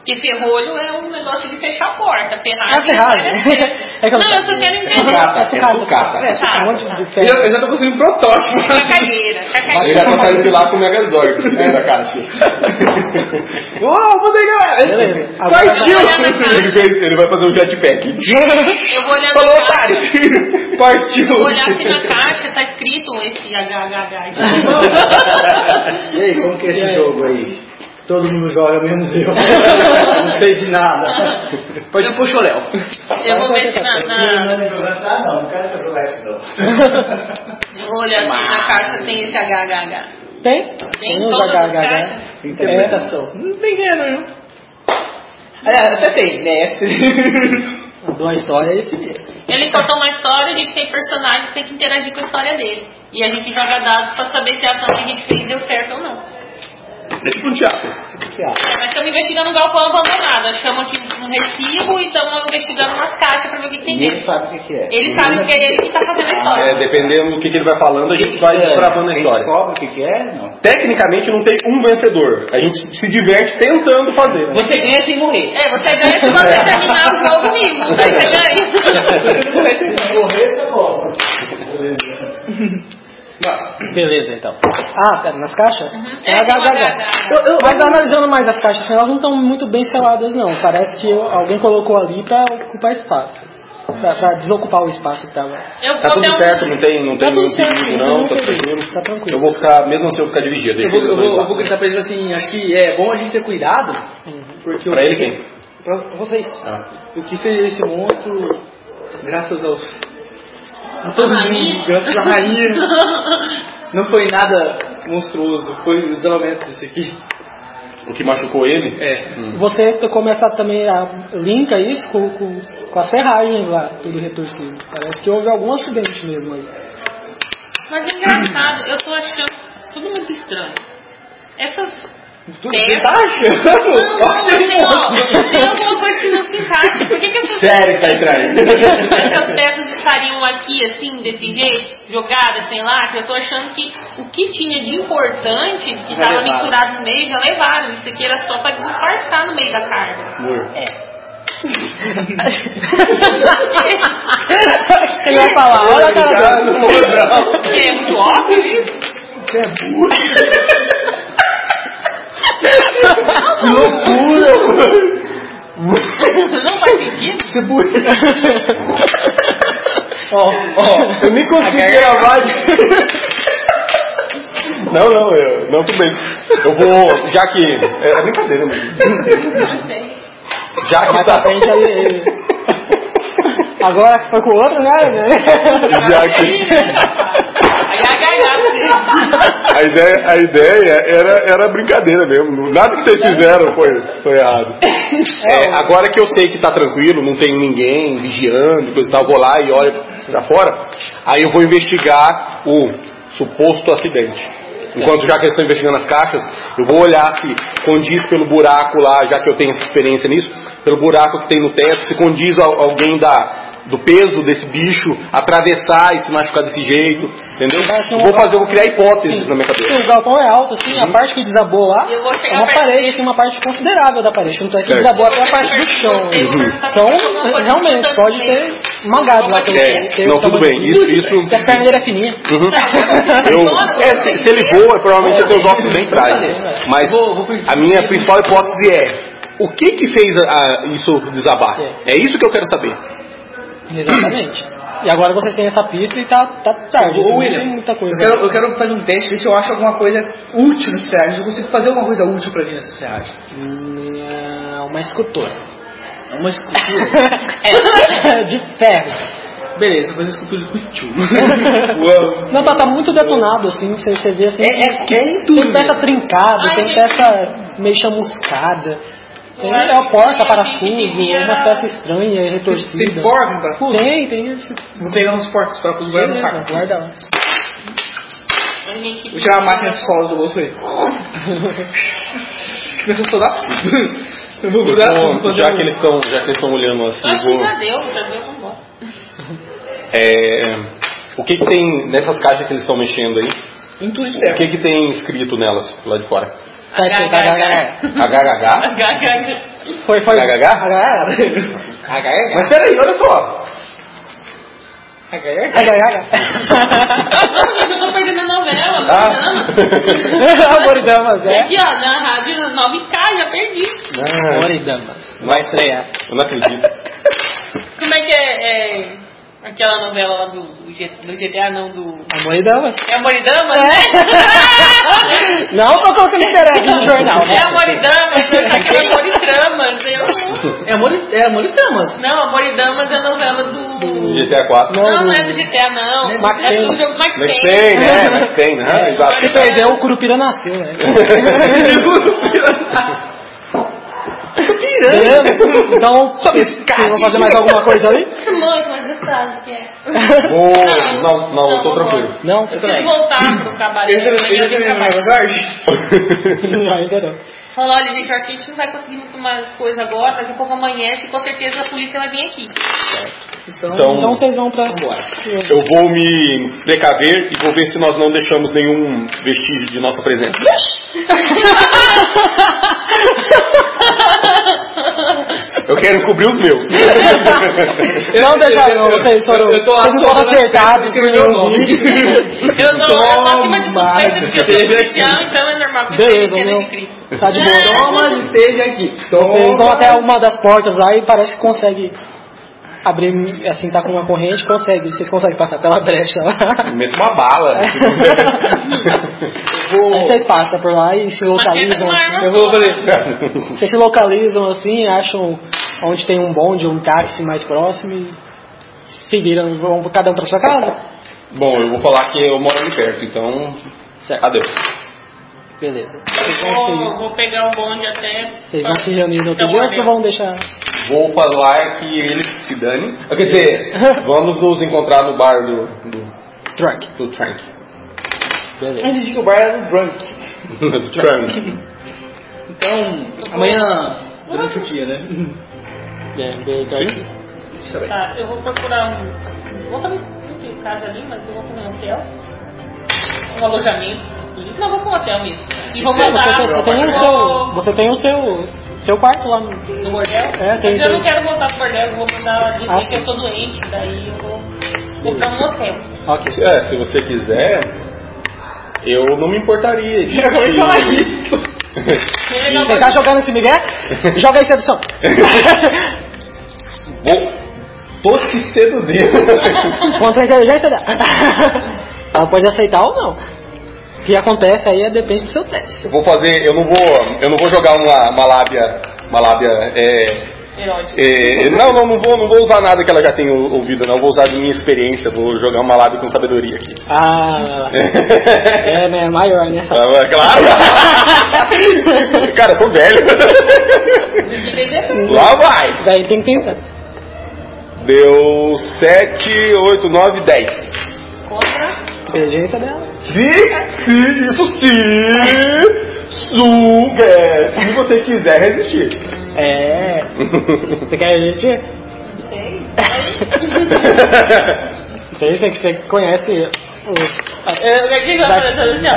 Speaker 4: Porque ferrolho é um negócio de fechar a porta. Ferragem.
Speaker 5: É ferragem.
Speaker 4: parece-
Speaker 5: É que eu
Speaker 4: não, eu só
Speaker 5: não-
Speaker 2: É
Speaker 4: quero entender.
Speaker 2: sucata, é sucata.
Speaker 5: É, sucata, um monte de ferro.
Speaker 6: Eu eu já tô conseguindo um protótipo.
Speaker 4: Cacaieira.
Speaker 2: Ele
Speaker 4: Cacaieira.
Speaker 2: já tá saindo de lá com o Megazord dentro da caixa.
Speaker 6: Uau, botei galera!
Speaker 5: Beleza.
Speaker 4: Agora
Speaker 6: Partiu!
Speaker 4: vai olhar
Speaker 2: Ele fez- Ele vai fazer um jetpack.
Speaker 4: Eu vou olhar
Speaker 6: Falou,
Speaker 4: na caixa.
Speaker 6: otário! Partiu!
Speaker 4: Eu vou olhar aqui na caixa, tá escrito esse HHH.
Speaker 11: E aí, como que é esse jogo aí? Todo mundo joga, menos eu. Não sei de nada.
Speaker 6: Pode pôr choréu.
Speaker 4: Eu vou ver se na. na-
Speaker 11: Não jogar, tá? Não, não quero jogar isso não.
Speaker 4: eu vou olhar se na caixa tem esse HHH.
Speaker 5: Tem? um
Speaker 4: Tem
Speaker 5: uns
Speaker 4: todas as
Speaker 5: HHH.
Speaker 4: caixas?
Speaker 5: É.
Speaker 6: Interpretação. Não tem ganho,
Speaker 5: né?
Speaker 6: não. Aliás, até tem, né?
Speaker 5: Boa história é esse mesmo.
Speaker 4: Ele contou uma história, a gente tem personagem, tem que interagir com a história dele. E a gente joga dados pra saber se a ação que a gente fez deu certo ou não.
Speaker 2: É tipo um teatro.
Speaker 4: É, mas estamos investigando um galpão abandonado. Achamos aqui um recibo e estamos investigando umas caixas para ver o que que tem
Speaker 11: Ninguém
Speaker 4: dentro.
Speaker 11: sabe o que que é.
Speaker 4: Ele sabe porque é ele que está fazendo a
Speaker 2: É,
Speaker 4: história.
Speaker 2: dependendo do que, que ele vai falando, a gente vai
Speaker 4: É.
Speaker 2: destravando a
Speaker 11: Quem
Speaker 2: história.
Speaker 11: descobre o que que é, não.
Speaker 2: Tecnicamente não tem um vencedor. A gente se diverte tentando fazer.
Speaker 6: Você ganha sem morrer.
Speaker 4: É, você ganha se você terminar o jogo vivo. Você
Speaker 6: Tá
Speaker 4: ganha.
Speaker 11: Se morrer, você volta.
Speaker 5: Beleza, então. Ah, pera, nas caixas?
Speaker 4: É, tem uma HHH.
Speaker 5: Eu, eu, mas analisando mais as caixas, assim, elas não estão muito bem seladas, não. Parece que alguém colocou ali pra ocupar espaço. Pra, pra desocupar o espaço que tava.
Speaker 4: Eu, um-
Speaker 2: Tá
Speaker 4: eu
Speaker 2: tudo
Speaker 4: tenho-
Speaker 2: certo, não tem, não tem
Speaker 5: tudo
Speaker 2: nenhum
Speaker 5: certo,
Speaker 2: perigo,
Speaker 5: não tem
Speaker 2: não, tá
Speaker 5: perigo,
Speaker 2: tranquilo.
Speaker 5: tá tranquilo.
Speaker 2: Eu vou ficar, mesmo assim, eu vou ficar de vigia,
Speaker 6: então, Eu
Speaker 2: deixa
Speaker 6: vou,
Speaker 2: eles
Speaker 6: eu,
Speaker 2: dois
Speaker 6: vou, eu vou
Speaker 2: lá.
Speaker 6: gritar pra eles assim, acho que é bom a gente ter cuidado, porque o
Speaker 2: Pra ele
Speaker 6: que-
Speaker 2: quem?
Speaker 6: Uhum. Pra pra vocês.
Speaker 2: Ah.
Speaker 6: O que fez esse monstro, graças aos... A todo mundo, graças à rainha, não foi nada monstruoso, foi o isolamento desse aqui.
Speaker 2: O que machucou ele?
Speaker 6: É.
Speaker 11: Hum.
Speaker 5: Você começa também a linka isso com, com, com a serragem lá, tudo retorcido. Parece que houve algum acidente mesmo aí.
Speaker 4: Mas é engraçado, eu tô achando tudo muito estranho. Essas.
Speaker 6: Tudo
Speaker 4: É.
Speaker 6: você tá achando?
Speaker 4: Não, não,
Speaker 6: Olha aí,
Speaker 4: assim, ó,
Speaker 6: moço.
Speaker 4: tem alguma coisa que não se encaixa. Por que, que essas,
Speaker 2: Sério que tá entrando.
Speaker 4: essas peças estariam aqui, assim, desse jeito, jogadas, sei lá, que eu tô achando que o que tinha de importante, que
Speaker 6: Já
Speaker 4: tava
Speaker 6: levaram.
Speaker 4: misturado no meio, já levaram. Isso aqui era só pra disfarçar no meio da carga.
Speaker 2: Amor,
Speaker 6: É.
Speaker 5: Ele vai falar, olha a cara dela.
Speaker 2: Obrigado, Morão.
Speaker 4: É muito óbvio isso.
Speaker 2: Que loucura, mano.
Speaker 4: Não faz sentido?
Speaker 2: Eu nem consegui gravar. Não, não, eu, não, tudo bem. Eu vou, já que. É, é brincadeira, mesmo. Já que tá.
Speaker 5: Gente, ele- ele- Agora foi com o outro, né?
Speaker 2: Já que.
Speaker 4: Aí é a né? garganta dele.
Speaker 2: A ideia, a ideia era, era brincadeira mesmo. Nada que vocês fizeram foi, foi errado. É, agora que eu sei que tá tranquilo, não tem ninguém vigiando, coisa e tal, eu vou lá e olho pra fora, aí eu vou investigar o suposto acidente. Enquanto já que eles estão investigando as caixas, eu vou olhar se condiz pelo buraco lá, já que eu tenho essa experiência nisso, pelo buraco que tem no teto, se condiz al- alguém da, do peso desse bicho atravessar e se machucar desse jeito, entendeu?
Speaker 5: Parece um-
Speaker 2: Vou fazer, eu vou criar hipóteses na minha cabeça.
Speaker 5: O galpão é alto, assim, a parte que desabou lá
Speaker 4: Eu vou chegar
Speaker 5: é uma
Speaker 4: perto
Speaker 5: parede, assim, uma parte considerável da parede. Tanto é que
Speaker 2: Certo. Uhum.
Speaker 5: desabou até a parte do chão. né?
Speaker 4: Uhum.
Speaker 5: Então, realmente, pode ter mangado lá pelo
Speaker 2: É,
Speaker 5: pelo
Speaker 2: não, tudo
Speaker 5: tamanho
Speaker 2: bem,
Speaker 5: do
Speaker 2: isso-
Speaker 5: bicho,
Speaker 2: isso-
Speaker 5: Porque a perna dele é fininha.
Speaker 2: Uhum. Eu- é, se, se ele voa, provavelmente eu tenho os óculos bem traz. Mas a minha principal hipótese é o que que fez a- a- isso desabar? É isso que eu quero saber.
Speaker 5: Exatamente. E agora vocês têm essa pista e tá, tá tarde.
Speaker 6: Ô,
Speaker 5: assim, não
Speaker 6: William,
Speaker 5: tem muita coisa.
Speaker 6: Eu quero, eu quero fazer um teste, ver se eu acho alguma coisa útil nessa serragem. Se eu consigo fazer alguma coisa útil pra mim nessa serragem.
Speaker 5: Hum, é Uma escultura.
Speaker 6: É uma escultura.
Speaker 5: É, de ferro.
Speaker 6: Beleza, vou fazer escultura de cutiu.
Speaker 5: Não, tá, tá muito detonado, assim, você, você vê assim.
Speaker 6: É, é, é em tudo.
Speaker 5: Tem peça trincada,
Speaker 4: Ai,
Speaker 5: tem
Speaker 4: gente.
Speaker 5: peça meio chamuscada. Tem é uma porta, parafuso, umas peças estranhas,
Speaker 6: mesmo. Tem
Speaker 5: retorcidas.
Speaker 6: porta, tá?
Speaker 5: Tem, tem isso.
Speaker 6: Vou pegar uns porcos para os guardar no
Speaker 5: Beleza,
Speaker 6: saco.
Speaker 5: guarda um lá.
Speaker 4: Uhum.
Speaker 6: Vou tirar a máquina de solda do bolso dele. Começa a soldar. Eu vou
Speaker 2: Eu
Speaker 6: grudar.
Speaker 2: vou-
Speaker 6: vou fazer
Speaker 2: já
Speaker 6: um-
Speaker 2: que eles estão, já que eles estão olhando assim, eu
Speaker 4: Acho que
Speaker 2: vou.
Speaker 4: Ah, já deu, já deu, vambora.
Speaker 2: é, o que que tem nessas caixas que eles estão mexendo aí?
Speaker 6: Em tudo de
Speaker 2: O
Speaker 6: ferro.
Speaker 2: que que tem escrito nelas lá de fora?
Speaker 5: Tá escrito HHH.
Speaker 2: HHH?
Speaker 4: Garganta.
Speaker 5: Foi, foi.
Speaker 2: HHH? Mas peraí, olha só.
Speaker 4: Nossa, eu tô perdendo a novela, tá?
Speaker 2: Ah.
Speaker 5: Moridamas, é.
Speaker 4: Aqui, ó, na rádio 9K, já perdi.
Speaker 2: Ah,
Speaker 5: Moridamas. Vai estrear.
Speaker 2: eu não acredito.
Speaker 4: Como é que é, é aquela novela lá do, do G- do GTA, não, do...
Speaker 5: A Moridamas.
Speaker 4: É a Moridama, né?
Speaker 5: Não tô colocando interesse no jornal,
Speaker 4: É a
Speaker 5: né?
Speaker 4: Moridama, eu achava que era Moridramas, eu...
Speaker 6: É amor, é amor e
Speaker 5: então,
Speaker 6: tramas.
Speaker 4: Não, a Moridamas é a novela do...
Speaker 2: GTA 4.
Speaker 4: Não, não é do GTA, não.
Speaker 5: Max
Speaker 4: é do
Speaker 5: Payne.
Speaker 4: jogo é Max
Speaker 2: Max
Speaker 4: Payne.
Speaker 2: Payne, é, Max Payne, aham, exato.
Speaker 5: Se perdeu, o Curupira nasceu, né? Beleza? Então, vamos fazer mais alguma coisa ali? Então
Speaker 4: Muito mais gostoso que é.
Speaker 2: Vou- não, não, eu tô tranquilo.
Speaker 5: Não?
Speaker 4: Eu preciso voltar pro cabaré.
Speaker 5: é
Speaker 6: Eu também
Speaker 4: amanhã
Speaker 6: eu
Speaker 4: eu tenho cabaré.
Speaker 6: também não lembro, Jorge.
Speaker 5: Ainda não.
Speaker 4: Falou, olha, gente, eu acho que a gente não vai conseguir muito mais coisa agora. Daqui a pouco amanhece e com certeza a polícia vai vir aqui.
Speaker 2: Então,
Speaker 5: Então vocês vão pra.
Speaker 2: eu vou me precaver e vou ver se nós não deixamos nenhum vestígio de nossa presença. Eu quero cobrir os meus.
Speaker 5: Não deixaram,
Speaker 6: eu-
Speaker 5: vocês foram.
Speaker 6: eu tô lá
Speaker 5: Vocês não foram
Speaker 6: soltando as
Speaker 5: acertados por
Speaker 6: peças que eu
Speaker 5: nenhum
Speaker 6: não
Speaker 5: vídeo.
Speaker 4: Eu tô, eu tô acima de
Speaker 5: Toma,
Speaker 4: suspeita porque eu sou policial, então é normal que eu
Speaker 5: Beleza,
Speaker 4: tenha
Speaker 5: meu.
Speaker 4: de crime.
Speaker 5: Tá de boa.
Speaker 6: Toma, esteja aqui.
Speaker 5: Vocês vão
Speaker 6: Toma.
Speaker 5: até uma das portas lá e parece que consegue abrir, assim, tá com uma corrente, consegue, vocês conseguem passar pela brecha lá.
Speaker 2: Meto uma bala. né?
Speaker 5: Aí vocês passam por lá e se localizam. assim.
Speaker 2: eu vou falei.
Speaker 5: Vocês se localizam assim, acham onde tem um bonde, um táxi mais próximo e se viram, vão cada um pra sua casa.
Speaker 2: Bom, eu vou falar que eu moro ali perto, então.
Speaker 5: Certo.
Speaker 2: Adeus.
Speaker 5: Beleza. Vocês vão
Speaker 4: Vou,
Speaker 5: se,
Speaker 4: vou pegar o bonde até.
Speaker 5: É vocês vão se reunir
Speaker 6: então,
Speaker 5: no outro dia ou vocês vão deixar...
Speaker 2: Vou falar que ele se dane. Ah, Quer dizer, vamos nos encontrar no bar do. do,
Speaker 5: Drunk.
Speaker 2: do Trank.
Speaker 5: Beleza.
Speaker 6: Antes de que o bar era o drunk.
Speaker 2: do Trank.
Speaker 6: Então, amanhã, durante o dia, né?
Speaker 5: É, beleza.
Speaker 6: Isso aí.
Speaker 4: Tá, eu vou procurar um. Vou também. Não tenho casa ali, mas eu vou comer um hotel. Um alojamento. Não, vou pra um hotel mesmo. E vou
Speaker 5: Você,
Speaker 4: voltar.
Speaker 5: você tem o seu, você tem o seu, seu quarto lá. no-
Speaker 4: No bordel?
Speaker 5: É, tem-
Speaker 4: Mas eu não
Speaker 5: tem.
Speaker 4: quero voltar pro bordel, eu vou mandar dizer
Speaker 5: Ah.
Speaker 4: que eu tô doente, daí eu vou. Vou pra um hotel.
Speaker 5: Ok.
Speaker 2: É, se você quiser, eu não me importaria. De
Speaker 6: Eu ia falar isso.
Speaker 4: Melhor
Speaker 5: Você tá jogando esse Miguel? Joga aí sedução.
Speaker 2: Vou. Tô te seduzindo.
Speaker 5: Contra a inteligência dela. Ela pode aceitar ou não. O que acontece aí é depende do seu teste.
Speaker 2: vou fazer. Eu não vou. Eu não vou jogar uma, uma lábia. Uma lábia. É,
Speaker 4: erótico.
Speaker 2: É, não, não, não vou, não vou usar nada que ela já tenha ou- ouvido, não. Vou usar de minha experiência, vou jogar uma lábia com sabedoria aqui.
Speaker 5: Ah, é, né? Maior, né? só.
Speaker 2: Ah,
Speaker 5: Tá.
Speaker 2: claro! Cara, eu sou velho.
Speaker 4: De vez em quando.
Speaker 2: Lá vai!
Speaker 5: Daí tem que tentar.
Speaker 2: Deu 7, 8, 9, 10.
Speaker 4: Contra.
Speaker 5: Inteligência dela.
Speaker 2: Se, se, isso se, suga, se você quiser resistir.
Speaker 5: É. Você quer resistir?
Speaker 4: Não sei.
Speaker 5: Você tem que você conhece os.
Speaker 4: Eu eu digo pra ela assim, ó.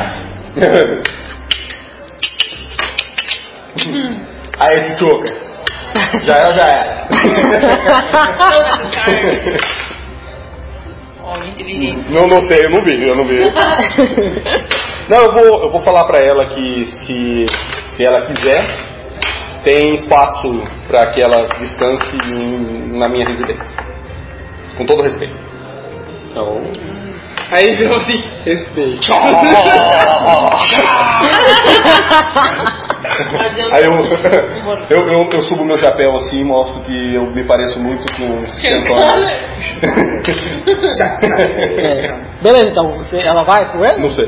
Speaker 2: Aí, Tituca. Já é, já
Speaker 4: Não,
Speaker 2: é.
Speaker 4: esse cara. Homem inteligente.
Speaker 2: Não, não sei, eu não vi, eu não vi. Não, eu vou, eu vou falar pra ela que se, se ela quiser, tem espaço pra que ela descanse em- na minha residência. Com todo respeito. Então.
Speaker 6: Aí ele virou assim, respeito.
Speaker 2: Aí eu, eu, eu, eu subo meu chapéu assim e mostro que eu me pareço muito com o Santana.
Speaker 5: É. Beleza, então. Você, ela vai com ele?
Speaker 2: Não sei.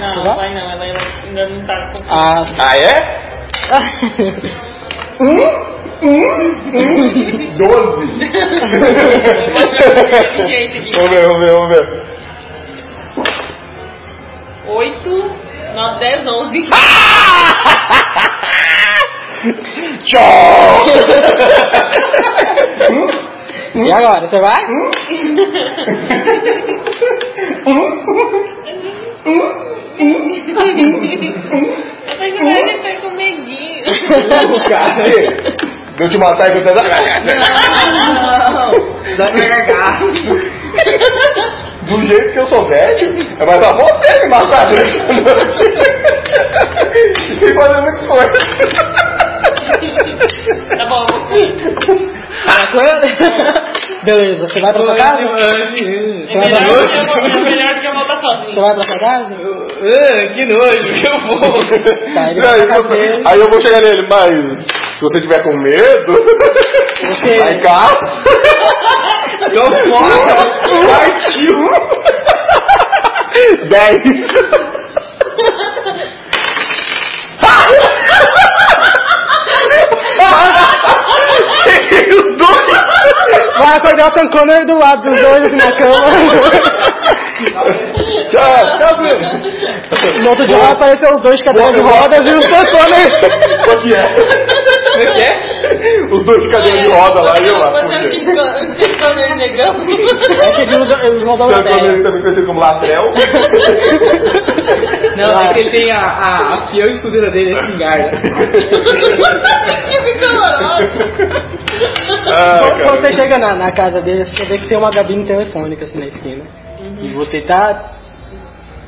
Speaker 4: Não,
Speaker 5: vai?
Speaker 4: não vai não, ela ainda não tá com.
Speaker 5: Ah,
Speaker 2: Ah, é? Doze! Vamos ver, vamos ver, vamos ver.
Speaker 4: 8, 9, 10, 11.
Speaker 2: Tchau!
Speaker 5: e agora? Você vai?
Speaker 4: Eu falei, cara,
Speaker 2: Uh!
Speaker 4: ele foi com medinho.
Speaker 2: Vou te matar enquanto tá eu
Speaker 4: Não.
Speaker 2: Do jeito que eu sou velho, é vai matar você me matar durante a noite. Sem fazer muito esforço.
Speaker 4: Tá bom, eu vou comer.
Speaker 5: Vai com ele? Beleza, você vai pra sua casa?
Speaker 2: Tá
Speaker 4: É
Speaker 5: Você vai pra,
Speaker 4: melhor, do que eu vou- é melhor do que eu voltar
Speaker 5: você
Speaker 4: sozinho.
Speaker 5: vai pra sua casa?
Speaker 6: Ah, que nojo, que eu vou.
Speaker 5: Tá, ele
Speaker 2: Não,
Speaker 5: vai
Speaker 2: aí,
Speaker 5: pra casa
Speaker 2: você-
Speaker 5: dele.
Speaker 2: aí eu vou chegar nele, mas se você tiver com medo, vai em casa.
Speaker 6: Tô fora.
Speaker 2: Partiu! 10!
Speaker 5: Vai acordar o Sancomer do lado dos dois assim, na cama.
Speaker 2: Tchau, tchau, Bruno!
Speaker 5: No outro dia vai aparecer os
Speaker 2: Tá
Speaker 5: dois de cadeira de rodas e o Sancomer.
Speaker 2: é Qual que é?
Speaker 6: Como é que é?
Speaker 2: Os dois de cadeira de roda lá e eu lá.
Speaker 4: Você é o
Speaker 2: puxa.
Speaker 4: Chico- você é o meu negão.
Speaker 5: É que eles usam- eles rodam na
Speaker 2: Sabe quando
Speaker 5: terra.
Speaker 2: ele também conhecido como Latrel?
Speaker 6: Não,
Speaker 5: Ah,
Speaker 6: é que ele tem a, a, a fiel escudeira dele, é espingarda.
Speaker 4: Que fica maluco.
Speaker 2: Ah,
Speaker 5: Quando
Speaker 2: cara.
Speaker 5: quando você chega na, na casa dele, você vê que tem uma gabine telefônica assim na esquina. E você tá.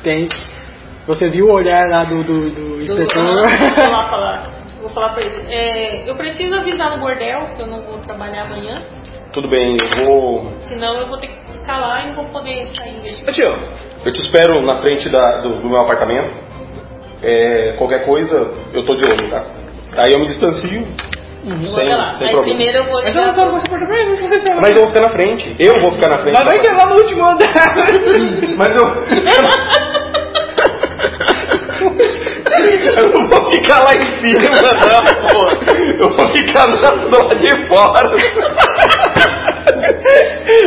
Speaker 5: Tem. Você viu o olhar lá do, do, do inspetor.
Speaker 4: Vou falar, falar. Vou falar pra ele. É, eu preciso avisar no bordel que eu não vou trabalhar amanhã.
Speaker 2: Tudo bem, eu vou.
Speaker 4: Senão eu vou ter que ficar lá e não vou poder sair.
Speaker 2: Ô, tio, eu te espero na frente da- do, do meu apartamento. É, qualquer coisa, eu tô de olho, tá? Aí eu me distancio.
Speaker 4: Eu vou
Speaker 2: Sem,
Speaker 4: até lá.
Speaker 2: sem
Speaker 4: Mas
Speaker 2: problema.
Speaker 4: primeiro eu vou
Speaker 6: Mas eu não
Speaker 4: ligar.
Speaker 6: quero você porta mim, você vai
Speaker 2: Mas eu vou ficar na frente. Eu vou ficar na frente.
Speaker 6: Mas vai
Speaker 2: da-
Speaker 6: entrar lá no último andar.
Speaker 2: Mas eu. Eu não vou ficar lá em cima, não, pô. Eu vou ficar na zona de fora.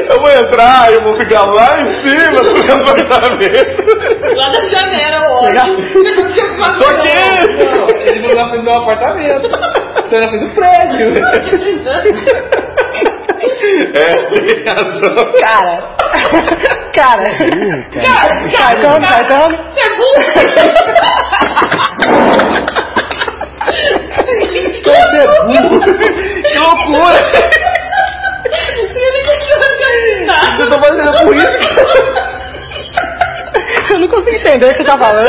Speaker 2: Eu vou entrar, eu vou ficar lá em cima do meu apartamento.
Speaker 4: Lá da janela,
Speaker 2: Tá.
Speaker 4: olha.
Speaker 2: Tô aqui!
Speaker 6: Não, ele morou na frente do meu um apartamento. Então Tô na frente do um prédio.
Speaker 2: É, tem razão.
Speaker 5: Cara! Cara! Cara! Então, tá, Cartando, cartando!
Speaker 4: É burro.
Speaker 2: Que loucura!
Speaker 4: Tá.
Speaker 2: Eu tô fazendo por isso.
Speaker 5: Eu não consigo entender o que você tá falando.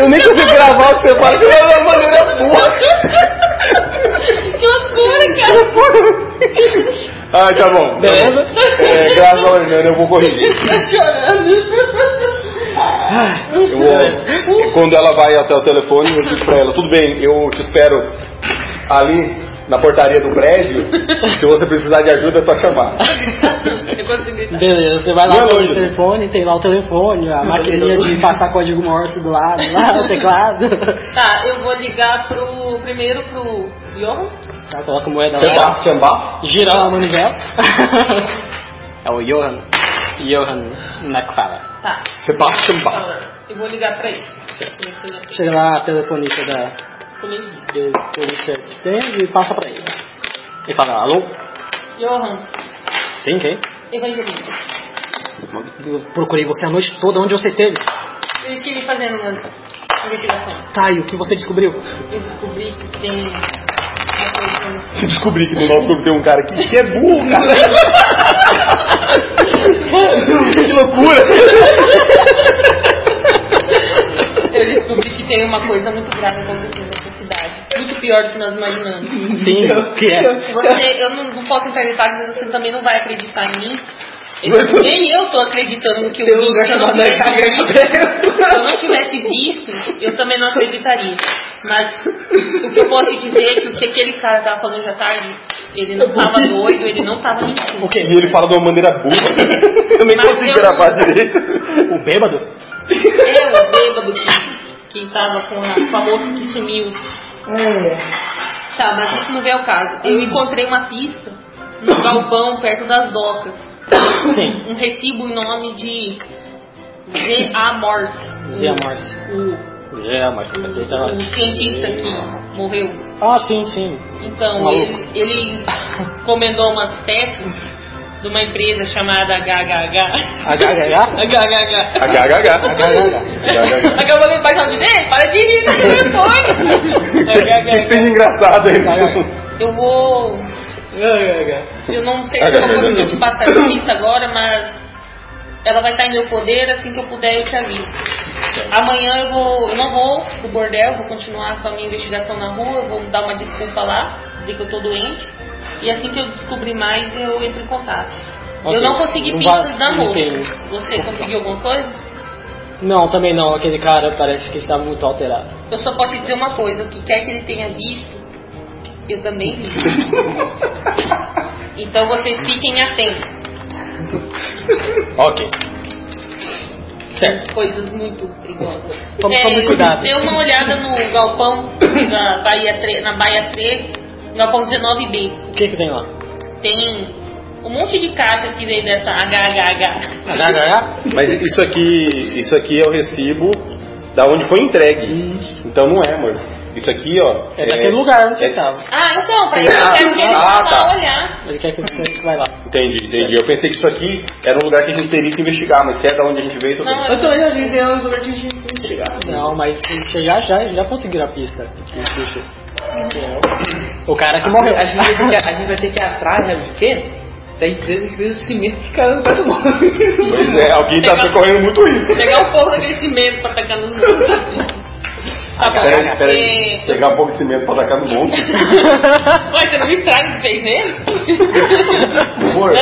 Speaker 2: Eu nem consigo gravar o que você fala. Você é uma maneira boa.
Speaker 4: Que loucura, cara.
Speaker 2: Ah, tá bom. Beleza? É, graças ao Hernando, eu vou corrigir.
Speaker 4: Tá chorando.
Speaker 2: Eu vou- e quando ela vai até o telefone, eu disse pra ela, tudo bem, eu te espero ali na portaria do prédio. Se você precisar de ajuda, é só chamar.
Speaker 4: Eu consegui.
Speaker 5: Beleza, você vai lá
Speaker 2: Não é
Speaker 5: no
Speaker 2: longe.
Speaker 5: telefone, tem lá o telefone, a maquininha de passar código Morse do lado, lá o teclado.
Speaker 4: Tá, eu vou ligar pro. Primeiro pro Johan.
Speaker 5: Tá, coloca a moeda lá,
Speaker 2: Chamar, chamar.
Speaker 5: gira lá a manivela. É o Johan. Johan Nakfara.
Speaker 4: Tá.
Speaker 2: Sebastian Bach.
Speaker 4: Eu vou ligar pra ele. Certo.
Speaker 5: Chega lá a telefonista da
Speaker 4: Comigo.
Speaker 5: do do que tem e passa pra ele. Ele fala, alô?
Speaker 4: Johan,
Speaker 5: Sim, quem?
Speaker 4: evangelista.
Speaker 5: Eu procurei você a noite toda, onde você esteve?
Speaker 4: Eu estive fazendo umas investigações.
Speaker 5: Tá, e o que você descobriu?
Speaker 4: Eu descobri que tem uma coisa.
Speaker 2: Descobri que no nosso grupo tem um cara que, que é burro, cara. que loucura.
Speaker 4: Eu descobri que tem uma coisa muito grave acontecendo nessa cidade. Muito pior do que nós imaginamos.
Speaker 5: Sim,
Speaker 6: Então,
Speaker 5: o que é?
Speaker 4: Você, eu não, não posso entrar em detalhes, mas você também não vai acreditar em mim. Eu- nem eu tô acreditando no que tá eu
Speaker 2: um
Speaker 4: vi. Se eu, não tivesse visto, se eu não tivesse visto, eu também não acreditaria. Mas o que eu posso te dizer é que o que aquele cara tava falando já tarde, ele não tava doido, ele não tava mentindo.
Speaker 2: E ele fala de uma maneira burra. Eu nem
Speaker 4: Mas
Speaker 2: consigo
Speaker 4: eu-
Speaker 2: gravar direito.
Speaker 5: O bêbado?
Speaker 4: É o bêbado que, que tava com a, com a moça que sumiu. Tá, mas isso não vem ao caso. Eu encontrei uma pista no galpão perto das docas. Um recibo em nome de G.A. Morse.
Speaker 5: Zé Morse.
Speaker 4: O,
Speaker 5: É, mas ele
Speaker 4: o, o Um cientista que morreu.
Speaker 5: Ah, sim, sim.
Speaker 4: Então,
Speaker 5: Maluco.
Speaker 4: ele, ele encomendou umas peças de uma empresa chamada HHH.
Speaker 5: HHH?
Speaker 4: HHH.
Speaker 2: HHH. HHH.
Speaker 4: Acabou de baixar o dele? Para de rir no
Speaker 2: O
Speaker 4: telefone!
Speaker 2: que que tem de engraçado aí?
Speaker 4: Eu vou.
Speaker 5: É,
Speaker 4: Eu não sei se eu vou conseguir te passar essa pista agora, mas ela vai estar em meu poder, assim que eu puder eu te aviso. Amanhã eu vou. Eu não vou pro bordel, vou continuar com a minha investigação na rua, eu vou dar uma desculpa lá, dizer que eu tô doente. E assim que eu descobrir mais, eu entro em contato.
Speaker 5: Ok,
Speaker 4: Eu não consegui
Speaker 5: não
Speaker 4: pistas
Speaker 5: vai-
Speaker 4: da
Speaker 5: não
Speaker 4: moça.
Speaker 5: tem-
Speaker 4: Você conseguiu alguma coisa?
Speaker 5: Não, também não. Aquele cara parece que estava muito alterado.
Speaker 4: Eu só posso te dizer uma coisa, o que quer que ele tenha visto, eu também vi. então vocês fiquem atentos.
Speaker 5: Ok.
Speaker 4: Certo. Coisas muito perigosas. É,
Speaker 5: Tome- tome cuidado.
Speaker 4: Dê uma olhada no galpão da Bahia Tre- na Bahia 13, galpão 19B.
Speaker 5: O que que tem lá?
Speaker 4: Tem um monte de caixas que veio dessa HHH.
Speaker 5: HHH?
Speaker 2: Mas isso aqui, isso aqui é o recibo da onde foi entregue. Então não é, amor. Isso aqui, ó.
Speaker 5: É daquele lugar onde você
Speaker 2: é-
Speaker 5: estava.
Speaker 4: Ah, então, pra isso eu quero que ele
Speaker 2: Ah,
Speaker 4: vá
Speaker 2: tá.
Speaker 4: lá olhar.
Speaker 5: Ele quer que você vai lá.
Speaker 2: Entendi, entendi. Eu pensei que isso aqui era um lugar que a gente teria que investigar, mas se é da onde a gente veio, tudo
Speaker 4: Não,
Speaker 2: bem.
Speaker 4: eu também já vi.
Speaker 5: Não, mas se chegar já, já conseguiram a pista. Que existe. O cara que morreu.
Speaker 6: A gente, vai ter que, a gente vai ter que ir atrás,
Speaker 5: né,
Speaker 6: sabe de quê? Da empresa que fez o cimento que
Speaker 5: um
Speaker 6: caiu no pé do mundo.
Speaker 2: Pois é, alguém tá
Speaker 4: Pegar-
Speaker 2: correndo muito risco.
Speaker 4: Pegar um pouco daquele cimento pra tacar nos meus. Tá bom.
Speaker 2: Peraí, peraí.
Speaker 4: É,
Speaker 2: Pegar um pouco de cimento pra tacar no monte.
Speaker 4: Ué, você não me estraga de vez nele?
Speaker 2: Por favor.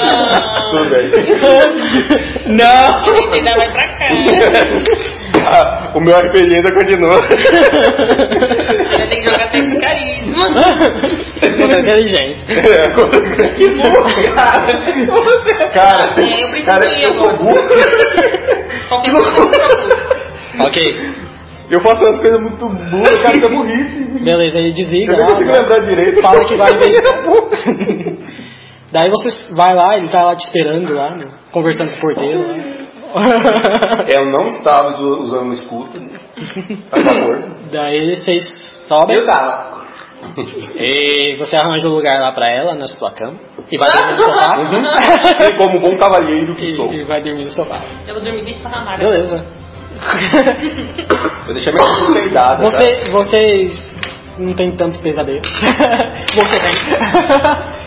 Speaker 4: Não.
Speaker 2: Tudo bem.
Speaker 4: A gente ainda vai pra cá.
Speaker 2: Ah, o meu RPG ainda continua.
Speaker 4: Ainda tem que jogar teste de carisma.
Speaker 5: Contra a inteligência.
Speaker 2: É, contra- que burro, cara. Cara,
Speaker 4: É, eu preciso
Speaker 2: cara,
Speaker 4: ir
Speaker 2: eu sou
Speaker 4: agora.
Speaker 2: burro.
Speaker 4: Qualquer coisa que você procura.
Speaker 3: Ok.
Speaker 2: Eu faço umas coisas muito burras, cara, que eu burrice.
Speaker 5: Beleza, ele desliga.
Speaker 2: Eu não
Speaker 5: lá,
Speaker 2: consigo
Speaker 5: vai.
Speaker 2: lembrar direito.
Speaker 5: Fala que vai em vez de- Daí você vai lá, ele tá lá te esperando lá, né? conversando com o porteiro. Né?
Speaker 2: Eu É um não estava us- usando escuta. Por favor.
Speaker 5: Daí vocês sobem.
Speaker 6: Eu tava.
Speaker 5: E você arranja um lugar lá pra ela, na sua cama. E vai dormir no sofá.
Speaker 6: Ah,
Speaker 5: Uhum.
Speaker 2: E como bom cavalheiro que sou.
Speaker 5: E, e vai dormir no sofá.
Speaker 4: Eu vou dormir desparramada.
Speaker 5: Beleza.
Speaker 2: Eu deixei minha escuta peidada, tá?
Speaker 5: Você, vocês não tem tantos pesadelos. Você tem.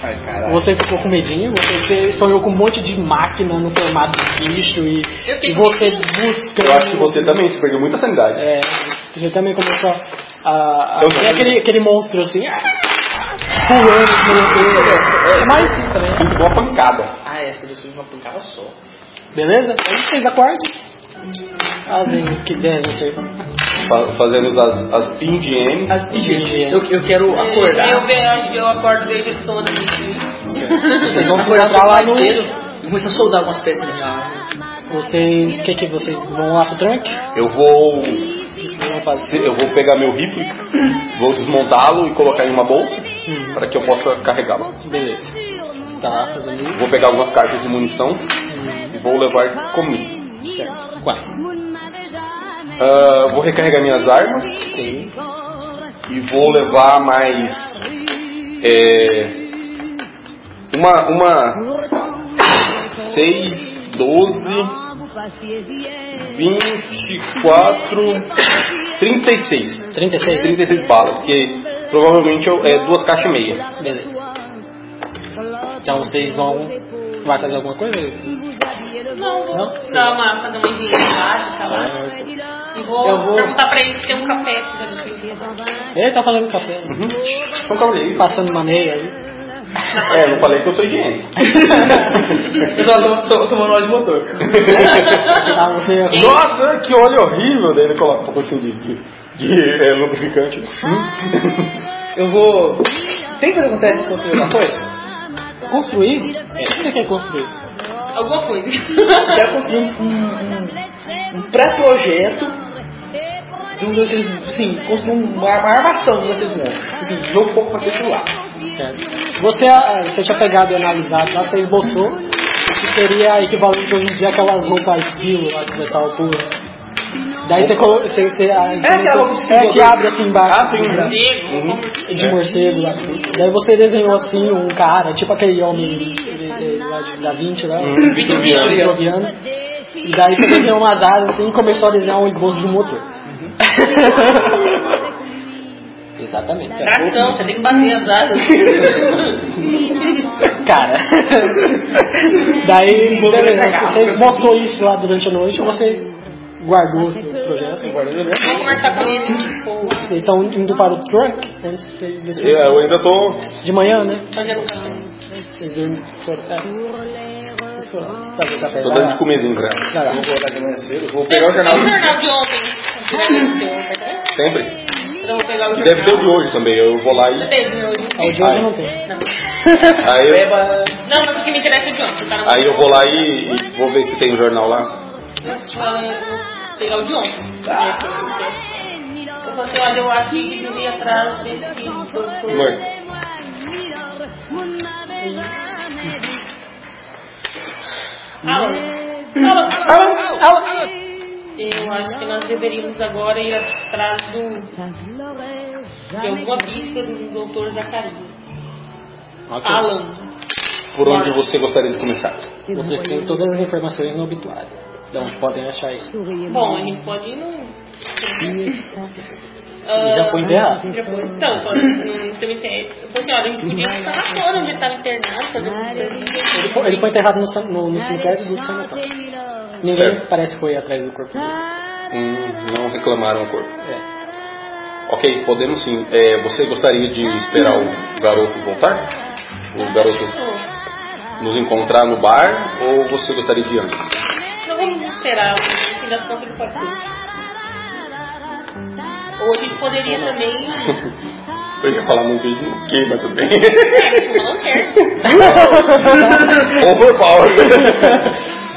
Speaker 6: Ai, caralho.
Speaker 5: Você ficou com medinho, você você sonhou com um monte de máquina no formato de bicho e,
Speaker 4: Eu
Speaker 5: e
Speaker 4: tenho
Speaker 5: você
Speaker 4: medinho.
Speaker 5: buscando.
Speaker 2: um Eu acho que você também se perdeu muita sanidade.
Speaker 5: É, você também começou a. a
Speaker 2: Eu
Speaker 5: ver
Speaker 2: também.
Speaker 5: aquele, aquele monstro assim, ah, pulando com você. É Mas,
Speaker 2: Sinto uma pancada.
Speaker 6: Ah, essa eu preciso de uma pancada só.
Speaker 5: beleza? Aí vocês acordam, fazem o que devem ser.
Speaker 2: Fa- Fazendo as, as pin de M's.
Speaker 6: Mas,
Speaker 5: Entendi.
Speaker 6: eu, eu quero
Speaker 5: É,
Speaker 6: acordar.
Speaker 4: Eu, vejo, eu acordo e vejo eles tomando
Speaker 5: Vocês vão se
Speaker 6: acordar
Speaker 5: encontrar
Speaker 6: pra
Speaker 5: lá
Speaker 6: lá
Speaker 5: no.
Speaker 6: cedo e começar a soldar algumas peças na minha arma.
Speaker 5: Vocês. Então, O que que vocês vão lá pro trunk?
Speaker 2: Eu vou.
Speaker 5: Vão fazer.
Speaker 2: Eu vou pegar meu rifle, vou desmontá-lo e colocar em uma bolsa
Speaker 5: Hum,
Speaker 2: para que eu possa carregá-lo.
Speaker 5: Beleza. Você tá lá fazendo isso.
Speaker 2: Vou pegar algumas caixas de munição e vou levar comigo.
Speaker 5: Quase.
Speaker 2: Ah, vou recarregar minhas armas
Speaker 5: Sim.
Speaker 2: e vou levar mais é, uma uma 6, 12, 24, 36.
Speaker 5: 36?
Speaker 2: 36 balas, porque provavelmente eu- é duas caixas e meia.
Speaker 5: Beleza. Então vocês vão. Vai fazer alguma coisa?
Speaker 4: Não, vou
Speaker 5: Não?
Speaker 4: dar uma, fazer uma engenharia básica lá. E vou,
Speaker 5: Eu vou-
Speaker 4: perguntar pra eles se tem um café. se eles têm.
Speaker 5: Ele tá fazendo café. né?
Speaker 6: Uhum.
Speaker 2: Então, calma aí.
Speaker 5: Passando uma meia aí.
Speaker 2: É, não falei que eu sou higiênico.
Speaker 6: Eu só tô, tô tomando óleo de motor. Ah,
Speaker 5: Tá, você
Speaker 2: Nossa, que óleo horrível! Daí ele coloca um pouquinho de, de, de, é, lubrificante.
Speaker 6: Eu vou. Tem coisa que acontece com você alguma coisa?
Speaker 5: construir? É, O que você quer construir?
Speaker 4: Alguma coisa.
Speaker 6: Eu quero construir um, um- um pré-projeto de um daqueles. Assim, construir uma, uma armação de um daqueles monstros. Esse jogo um pouco pra ser celular.
Speaker 5: Certo. Você, ah, você tinha pegado e analisado lá, você esboçou que seria equivalente hoje em dia aquelas roupas estilo lá que o pessoal usa. Daí você, colo- você, você ah,
Speaker 6: aquela roupa de
Speaker 5: é que abre assim embaixo.
Speaker 2: Ah, sim. Uhum.
Speaker 5: de morcego lá. Daí você desenhou assim um cara, tipo aquele homem eh, eh, lá de da Vinci lá,
Speaker 2: Hum, Vitruviano.
Speaker 5: Vitruviano. E daí você desenhou umas asas assim e começou a desenhar um esboço de um motor. Exatamente.
Speaker 4: Tração, você tem que bater as asas.
Speaker 5: Cara. daí, beleza, você mostrou isso lá durante a noite, você guardou o projeto.
Speaker 4: Vou conversar com eles. Tipo,
Speaker 5: Vocês estão indo para o truck né? antes de vocês descerem.
Speaker 2: É, Eu ainda tô.
Speaker 5: de manhã, né?
Speaker 4: fazendo um café.
Speaker 5: Vocês dormem- foram- é. Vocês foram fazer É. café. Ah,
Speaker 2: Tô
Speaker 5: Vai
Speaker 2: dando
Speaker 5: lá. Tá
Speaker 2: de comezinho pra ela.
Speaker 5: Vai lá.
Speaker 6: Vou acordar de manhã cedo, vou
Speaker 4: Tem
Speaker 2: é
Speaker 6: pegar o
Speaker 4: o
Speaker 6: jornal.
Speaker 4: É um jornal de ontem.
Speaker 2: Sempre.
Speaker 4: Então, vou pegar o jornal.
Speaker 2: Deve ter o de hoje também. Eu vou lá e.
Speaker 4: Você teve o
Speaker 5: É,
Speaker 4: de hoje?
Speaker 5: o de hoje não tem.
Speaker 2: Aí eu,
Speaker 6: Beba.
Speaker 4: Não, mas o que me interessa é de ontem. Tá na
Speaker 2: aí eu vou lá e, e vou ver se tem um jornal lá.
Speaker 4: Vou pegar o de
Speaker 5: é
Speaker 4: ontem. Eu falei assim, olha, eu acho que devia atrás desse doutor.
Speaker 2: Amor.
Speaker 4: Alan. Alan, Alan, Alan, Alan. Eu acho que nós deveríamos agora ir atrás do, de alguma pista do doutor Zacarias. Alan.
Speaker 2: Por onde você gostaria de começar?
Speaker 5: Vocês têm todas as informações no obituário. Então podem achar ele.
Speaker 4: Bom, a gente pode ir no... ah,
Speaker 5: Já foi enterrado?
Speaker 4: Já foi. Então, pode ir no cemitério. Eu falei assim, olha, a gente podia ficar fora onde ele estava internado, fazer consultoria.
Speaker 5: Ele foi, ele foi enterrado no, san- no, no cemitério do Sanatório. Ninguém
Speaker 2: Certo.
Speaker 5: parece que foi atrás do corpo dele. É.
Speaker 2: Hum, não reclamaram o corpo. Ok, podemos sim. É, você gostaria de esperar o garoto voltar? O garoto nos encontrar no bar? Ou você gostaria de ir antes?
Speaker 4: Não vamos esperar, no fim das contas ele pode ser. Ou a gente poderia também.
Speaker 2: Eu ia falar muito de ninguém, mas tudo bem.
Speaker 4: É, tipo, uma lanterna.
Speaker 2: Overpower.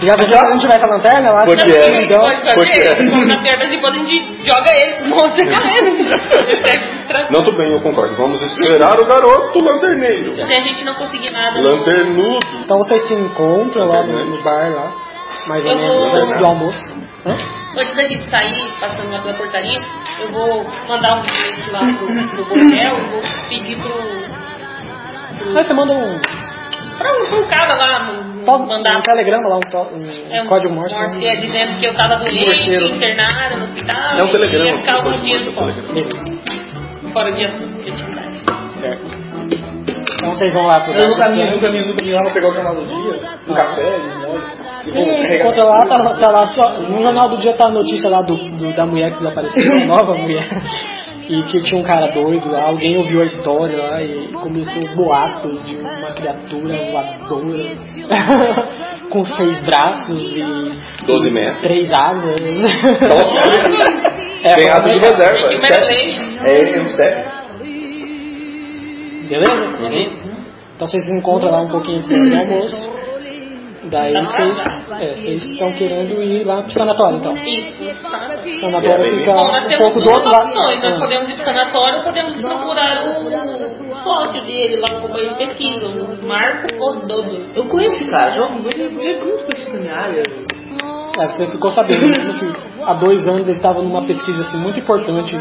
Speaker 5: Já joga, onde vai essa lanterna lá?
Speaker 2: Pode
Speaker 4: Sabe o que a
Speaker 2: é.
Speaker 4: gente pode
Speaker 2: Pode
Speaker 4: fazer?
Speaker 2: é.
Speaker 4: Vamos na perna e depois a gente joga ele pro monstro da cabeça. Ele serve de distração.
Speaker 2: Não, tudo bem, eu concordo. Vamos esperar o garoto lanterneiro.
Speaker 4: Se a gente não conseguir nada. não-
Speaker 2: Lanternudo.
Speaker 5: Então vocês se encontram lá no, no bar lá, mais ou
Speaker 4: Eu
Speaker 5: menos,
Speaker 4: vou-
Speaker 5: antes do almoço. Hã?
Speaker 4: Antes da gente sair, passando lá pela portaria, eu vou mandar um bilhete lá pro, pro bordel e vou pedir pro.
Speaker 5: Aí você manda um,
Speaker 4: pra um, pro cara lá um-
Speaker 5: to-
Speaker 4: mandar.
Speaker 5: um telegrama lá, um, to- um
Speaker 4: é, um
Speaker 5: código morse. lá.
Speaker 4: é, dizendo que eu tava doente,
Speaker 5: morceiro.
Speaker 4: internado no hospital.
Speaker 2: É um
Speaker 4: E ia
Speaker 2: telegrama.
Speaker 4: ficar alguns dias
Speaker 2: É um
Speaker 4: fora.
Speaker 2: telegrama.
Speaker 5: Beleza.
Speaker 4: Fora de atividade.
Speaker 5: Então vocês vão lá pro
Speaker 6: Eu no
Speaker 5: bar.
Speaker 6: caminho, no caminho, no caminho lá, vou pegar o jornal do dia, no café, no molho, e vou carregar.
Speaker 5: Enquanto lá, tá, tá lá só, no jornal do dia tá a notícia lá do, do- da mulher que desapareceu, da nova mulher. E que tinha um cara doido lá, alguém ouviu a história lá e começou boatos de uma criatura voadora com seis braços e
Speaker 2: 12 metros.
Speaker 5: três asas.
Speaker 2: Top.
Speaker 5: É,
Speaker 2: Tá Tem água de
Speaker 5: vamos ver.
Speaker 2: reserva.
Speaker 4: Que
Speaker 2: certo?
Speaker 4: merda,
Speaker 6: É esse é o step.
Speaker 5: Beleza? Então vocês se encontram lá um pouquinho antes do almoço. Daí vocês é, vocês estão querendo ir lá pro sanatório então.
Speaker 4: Isso, sabe?
Speaker 5: O sanatório
Speaker 2: bem.
Speaker 5: fica
Speaker 4: Bom, nós
Speaker 5: um
Speaker 4: temos
Speaker 5: pouco do
Speaker 4: duas
Speaker 5: outro lado.
Speaker 4: opções. Nós
Speaker 5: Ah.
Speaker 4: podemos ir pro sanatório ou podemos procurar o sócio dele lá pro banho de pesquisa, o Marco Godobo.
Speaker 3: Eu conheço esse cara, jogo muito muito com esse na minha área.
Speaker 5: É, você ficou sabendo né, que há dois anos eles estavam numa pesquisa assim, muito importante.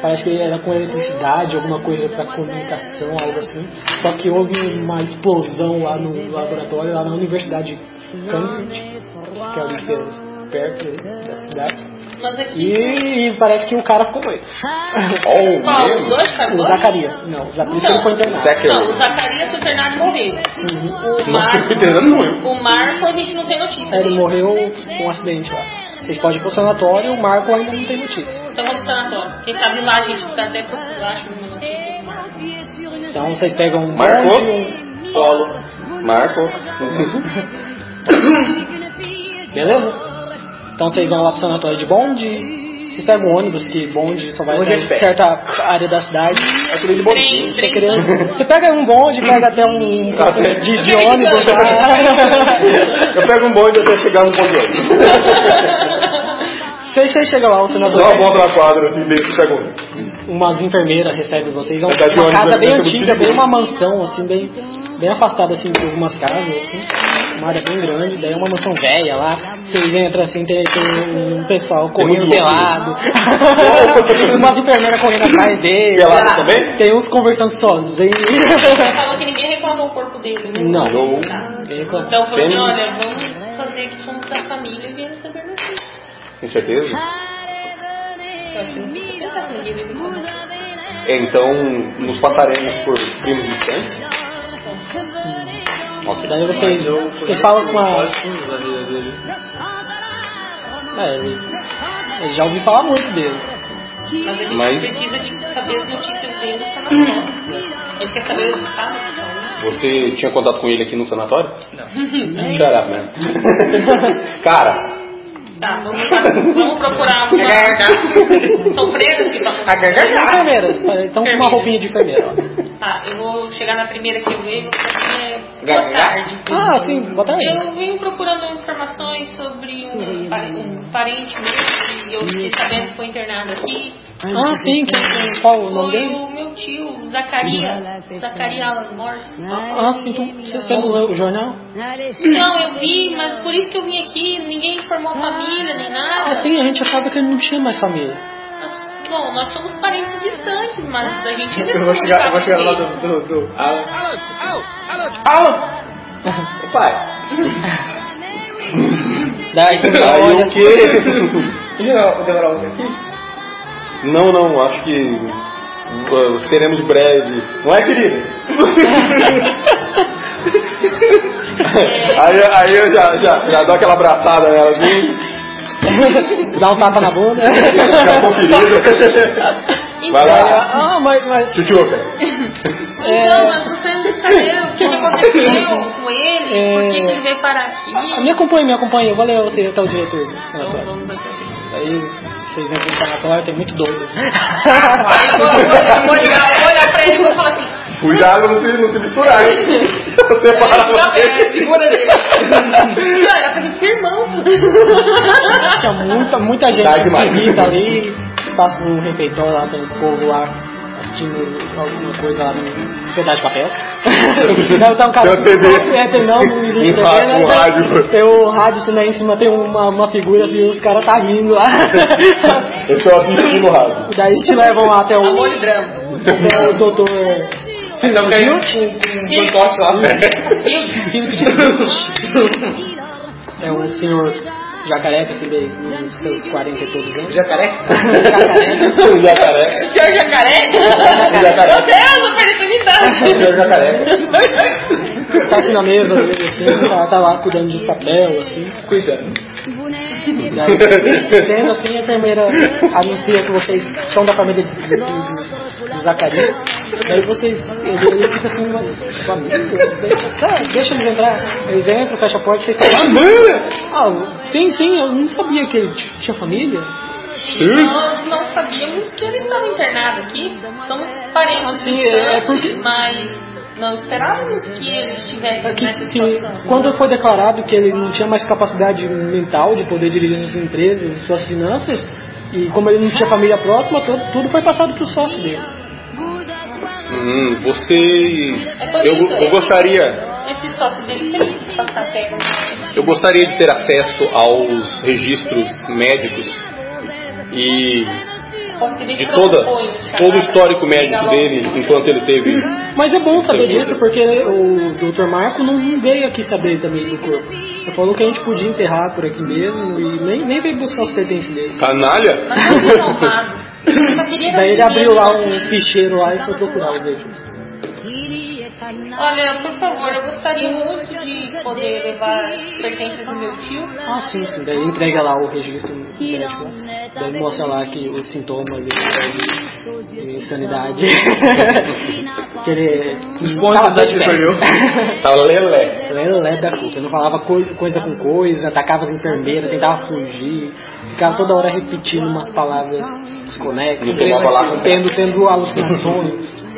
Speaker 5: Parece que era com eletricidade, alguma coisa para comunicação, algo assim. Só que houve uma explosão lá no laboratório, lá na Universidade de Cambridge, que é ali pe- perto né, da cidade.
Speaker 4: Mas aqui.
Speaker 5: E, parece que o cara ficou doido.
Speaker 2: Oh,
Speaker 4: Qual? Os
Speaker 2: meu.
Speaker 4: dois
Speaker 5: O
Speaker 4: agora?
Speaker 5: Zacarias. Não, o Zacarias ele foi internado.
Speaker 2: Zachary.
Speaker 4: Não, o Zacarias foi internado e morreu.
Speaker 2: Nossa,
Speaker 4: O
Speaker 2: o
Speaker 4: Marco.
Speaker 2: Peter morreu.
Speaker 4: O Marco a gente não tem notícia.
Speaker 5: Ele
Speaker 4: dele.
Speaker 5: morreu com um acidente lá. Vocês podem ir pro sanatório, o Marco ainda não tem notícia.
Speaker 4: Então vamos pro sanatório. Quem sabe lá a gente tá até procurando, acho uma notícia.
Speaker 5: Então vocês pegam um
Speaker 2: Marco?
Speaker 5: bonde, um-
Speaker 2: Solo. Marco.
Speaker 5: Beleza? Então vocês vão lá pro sanatório de bonde. Você pega um ônibus, que bonde só vai
Speaker 6: Bonde é de
Speaker 5: até
Speaker 6: pé.
Speaker 5: certa área da cidade.
Speaker 4: Trem,
Speaker 5: Você,
Speaker 4: trem.
Speaker 5: queria- você pega um bonde, pega até um de, de ônibus lá.
Speaker 2: Eu pego um bonde até chegar no ponto
Speaker 5: Vocês vocês chegam lá, o
Speaker 2: Dá uma
Speaker 5: sanatório, é
Speaker 2: volta na quadra assim, deixa, pega um.
Speaker 5: umas enfermeiras recebem vocês. É
Speaker 2: Vai dar de
Speaker 5: uma
Speaker 2: ônibus,
Speaker 5: casa
Speaker 2: vai
Speaker 5: bem
Speaker 2: dar tudo
Speaker 5: antiga,
Speaker 2: perigo.
Speaker 5: bem uma mansão, assim, bem, bem afastada assim, de algumas casas, assim. Uma área bem grande, daí é uma mansão velha lá. Vocês entram assim, tem, tem um pessoal correndo
Speaker 2: uns loucos.
Speaker 5: pelado. umas enfermeiras correndo atrás dele.
Speaker 2: Pelado também?
Speaker 5: Tem uns conversando sozinhos.
Speaker 4: Ele falou que ninguém reclamou o corpo dele, né?
Speaker 5: Não.
Speaker 2: Não.
Speaker 4: Então falou assim,
Speaker 2: Tem-
Speaker 4: olha, vamos fazer que somos da família e viemos saber notícia.
Speaker 2: Tem certeza?
Speaker 4: Eu acho que não precisa pensar que ninguém me reclamou.
Speaker 2: É, então nos passaremos por primos distantes. Ok.
Speaker 5: Daí vocês, vocês falam com a. É, ele- eu já ouvi falar muito dele.
Speaker 4: Mas a gente
Speaker 2: Mas-
Speaker 4: precisa de saber as notícias dele tá no sanatório. A gente quer saber os resultados.
Speaker 2: Você tinha contato com ele aqui no sanatório? Não. Shut up, man. Cara,
Speaker 4: Tá, vamos, lá, vamos procurar uma. São presas que
Speaker 5: São
Speaker 4: estão.
Speaker 5: enfermeiras, estão com uma roupinha de enfermeira.
Speaker 4: Tá, eu vou chegar na primeira que eu vejo, porque é boa
Speaker 6: Gargá?
Speaker 4: tarde.
Speaker 5: Ah, sim, bota aí.
Speaker 4: Eu venho procurando informações sobre um, pare- um parente meu que eu fiquei sabendo que foi internado aqui.
Speaker 5: Ah, sim, que, qual o nome
Speaker 4: Foi
Speaker 5: dele?
Speaker 4: o meu tio, Zacaria. Zacaria Alan Morse.
Speaker 5: Ah, sim, então vocês pegam o jornal?
Speaker 4: Não, eu vi, mas por isso que eu vim aqui, ninguém informou a família nem
Speaker 5: Ah,
Speaker 4: nada.
Speaker 5: sim, a gente acaba que ele não tinha mais família.
Speaker 4: Mas, bom, nós somos parentes distantes, mas a gente é ainda
Speaker 6: Eu vou
Speaker 4: se
Speaker 6: chegar, eu vou chegar lá
Speaker 4: comunicava
Speaker 6: do. do, do Alan. Ô, pai!
Speaker 5: Daí,
Speaker 2: aí o quê?
Speaker 6: Podia demorar um pouquinho?
Speaker 2: Não, não, acho que uh, seremos breve. Não é, querido? aí, aí eu já, já, já dou aquela abraçada nela assim.
Speaker 5: Dá um tapa na bunda.
Speaker 2: Fica conferido. Vai
Speaker 6: Então,
Speaker 2: lá.
Speaker 5: ah, mas, mas É.
Speaker 2: Chuchuca.
Speaker 4: Então, nós gostaríamos de saber o que que aconteceu com ele,
Speaker 5: É. Ah,
Speaker 4: por que que ele veio parar aqui.
Speaker 5: me acompanha, me acompanha. Eu vou levar vocês até o diretor. do
Speaker 4: Então,
Speaker 5: sanatório.
Speaker 4: vamos até ele.
Speaker 5: Aí vocês vão pro sanatório, tem muito doido.
Speaker 4: Aí eu vou, vou, vou
Speaker 6: né?
Speaker 4: ligar, vou olhar pra ele e vou falar assim,
Speaker 2: Cuidado, não se, não se misturar, hein? Você para
Speaker 4: Não, é,
Speaker 2: você.
Speaker 4: segura ele. Não, era pra gente ser irmão.
Speaker 5: Tinha muita, muita gente
Speaker 2: Tá demais.
Speaker 5: esquisita ali. Passa por um refeitório lá, tem um povo lá assistindo alguma coisa lá no pedaço de papel. Não, tá um cara.
Speaker 2: Tem uma TV.
Speaker 5: É, tem não, não existe
Speaker 2: Um
Speaker 5: TV,
Speaker 2: rádio,
Speaker 5: né?
Speaker 2: um rádio.
Speaker 5: Tem o rádio, se lá em cima tem uma, uma figura e os caras tá rindo lá.
Speaker 2: Eu sou abisso no rádio.
Speaker 5: Daí eles te levam lá até o,
Speaker 4: Amor e drama.
Speaker 5: o doutor. é,
Speaker 6: Então fica aí um, um, um corte lá.
Speaker 5: É um senhor jacareca, assim, bem, nos seus 40 e poucos anos.
Speaker 6: Jacaré?
Speaker 2: O jacaré.
Speaker 4: Senhor jacaré? Meu Deus, eu perdi a
Speaker 2: O
Speaker 4: idade.
Speaker 2: senhor jacaré.
Speaker 5: Tá assim na mesa, às vezes, assim, tá, tá lá cuidando de papel, assim.
Speaker 6: Cuidando.
Speaker 5: Daí, Sendo assim, a enfermeira anuncia que vocês são da família de, de, de, de Zacarias. Daí vocês, ele, ele fica assim, uma, sua amiga, vocês, tá, deixa eles entrar. Eles entram, fecham a porta, vocês estão lá. Ah, o- sim, sim, eu não sabia que ele t- tinha família.
Speaker 4: Nós não sabíamos que ele estava internado aqui. Somos parentes
Speaker 5: Sim, é porque-
Speaker 4: distantes, mas não esperávamos que ele estivesse
Speaker 5: É
Speaker 4: nessa
Speaker 5: Que, que
Speaker 4: situação.
Speaker 5: quando foi declarado que ele não tinha mais capacidade mental de poder dirigir suas empresas, suas finanças, e como ele não tinha família próxima, tudo, tudo foi passado pro sócio dele.
Speaker 2: Hum, vocês.
Speaker 4: É por isso,
Speaker 2: Eu, eu
Speaker 4: esse-
Speaker 2: gostaria.
Speaker 4: Esse sócio dele tem que passar técnica.
Speaker 2: Eu gostaria de ter acesso aos registros médicos e de toda, todo o histórico médico dele enquanto ele teve.
Speaker 5: Mas é bom saber disso, porque o Dr. Marco não veio aqui saber também do corpo. Ele falou que a gente podia enterrar por aqui mesmo e nem, nem veio buscar os pertences
Speaker 2: Tá.
Speaker 5: dele.
Speaker 2: Canalha?
Speaker 4: Mas não foi honrado. Eu só queria
Speaker 5: Daí ele
Speaker 4: dar um
Speaker 5: abriu lá um
Speaker 4: dinheiro.
Speaker 5: ficheiro lá e foi procurar os registros.
Speaker 4: Olha, por favor, eu gostaria muito de poder levar os pertences do meu tio.
Speaker 5: Ah, sim, sim. Daí entrega lá o registro médico. lá. Daí mostra lá que os sintomas de, de insanidade. que ele.
Speaker 6: Expõe a sanidade que perdeu.
Speaker 2: Tá lelé.
Speaker 5: Lelé da culpa. Não falava coi- coisa com coisa, atacava as enfermeiras, tentava fugir, ficava toda hora repetindo umas palavras desconexas,
Speaker 2: Não tomava lá com
Speaker 5: tendo, tendo alucinações.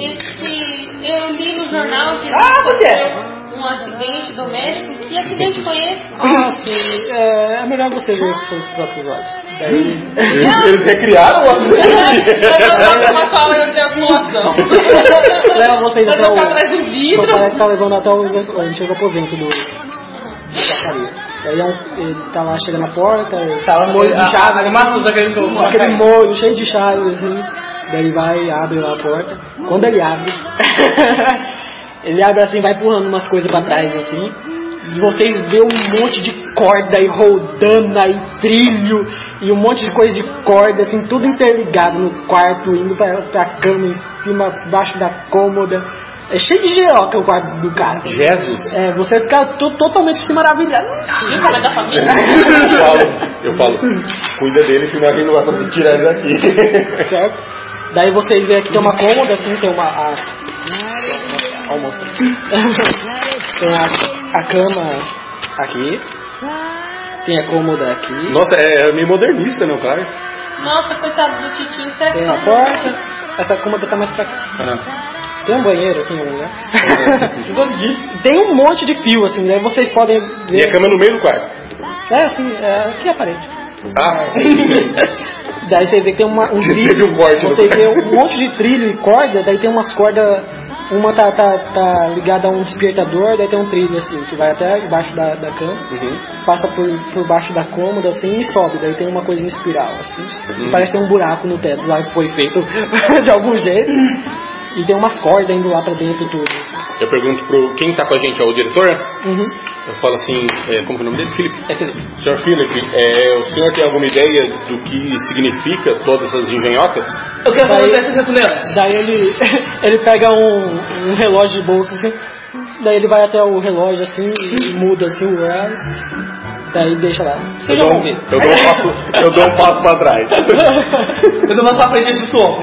Speaker 4: Esse, eu li no jornal que
Speaker 5: Ah,
Speaker 4: aconteceu
Speaker 5: é?
Speaker 4: um acidente doméstico. Que acidente foi esse?
Speaker 5: ah, sim. É, é melhor você ver com seus próprios olhos. Daí,
Speaker 2: Eles, eles recriaram o
Speaker 4: Eu
Speaker 2: avião.
Speaker 4: uma palavra de atuação.
Speaker 5: então, Leva vocês
Speaker 4: Pra
Speaker 5: até o.
Speaker 4: tocar atrás do
Speaker 5: Meu
Speaker 4: vidro.
Speaker 5: pai tá levando até o antigo aposento do. do Zacarias. Daí é um- ele tá lá, chega na porta,
Speaker 6: Tá lá no
Speaker 5: molho
Speaker 6: meio
Speaker 5: de
Speaker 6: de
Speaker 5: chá,
Speaker 6: chave. Animado dos daqueles que eu
Speaker 5: aquele molho cheio de chá, assim. Daí vai, abre lá a porta. Quando ele abre, ele abre assim, vai empurrando umas coisas pra trás, assim. E vocês vê um monte de corda e roldana e trilho e um monte de coisa de corda, assim, tudo interligado no quarto, indo pra, pra cama, em cima, embaixo da cômoda. É cheio de geroca o quarto do cara.
Speaker 2: Jesus.
Speaker 5: É, você fica to- totalmente se maravilhado.
Speaker 4: Viu como é da família?
Speaker 2: Eu falo, eu falo, cuida dele, senão ele não vai conseguir tirar ele daqui.
Speaker 5: certo? Daí vocês veem aqui tem uma cômoda, assim, tem uma. A... Ó, o monstro. tem a, a cama aqui. Tem a cômoda aqui.
Speaker 2: Nossa, é, é meio modernista, não, cara?
Speaker 4: Nossa, coitado do titio. Será que
Speaker 5: Tem uma porta. Essa cômoda tá mais pra cá.
Speaker 2: Ah,
Speaker 5: Tem um banheiro aqui em algum lugar. tem um monte de fio, assim, né? Vocês podem
Speaker 2: E a
Speaker 5: ver.
Speaker 2: cama no meio do quarto.
Speaker 5: É assim, é, aqui é a parede.
Speaker 2: Ah, tá?
Speaker 5: Daí você vê que tem uma, um
Speaker 2: Você
Speaker 5: trilho,
Speaker 2: teve um corte no
Speaker 5: você vê
Speaker 2: braço.
Speaker 5: um monte de trilho e corda, daí tem umas cordas, uma tá, tá, tá ligada a um despertador, daí tem um trilho assim, que vai até debaixo da, da cama,
Speaker 2: Uhum.
Speaker 5: passa por, por baixo da cômoda assim e sobe, daí tem uma coisa em espiral assim,
Speaker 2: Hum.
Speaker 5: e parece que tem um buraco no teto lá que foi feito de algum jeito, e tem umas cordas indo lá pra dentro e tudo. assim.
Speaker 2: eu pergunto pro quem tá com a gente, ó, o diretor.
Speaker 5: Uhum.
Speaker 2: Eu falo assim, é, como que é o nome dele? Felipe.
Speaker 5: É Felipe.
Speaker 2: Senhor Felipe, é, o senhor tem alguma ideia do que significa todas essas engenhocas?
Speaker 6: Eu quero fazer
Speaker 5: Daí-
Speaker 6: um teste de nela.
Speaker 5: Daí ele, ele pega um, um relógio de bolsa assim, daí ele vai até o relógio assim e muda assim o horário. Daí deixa lá.
Speaker 2: Eu
Speaker 5: Vocês já
Speaker 2: dou,
Speaker 5: vão
Speaker 2: um-
Speaker 5: ver.
Speaker 2: eu dou um passo, eu dou um passo pra trás.
Speaker 6: Eu tô na sua frente de som.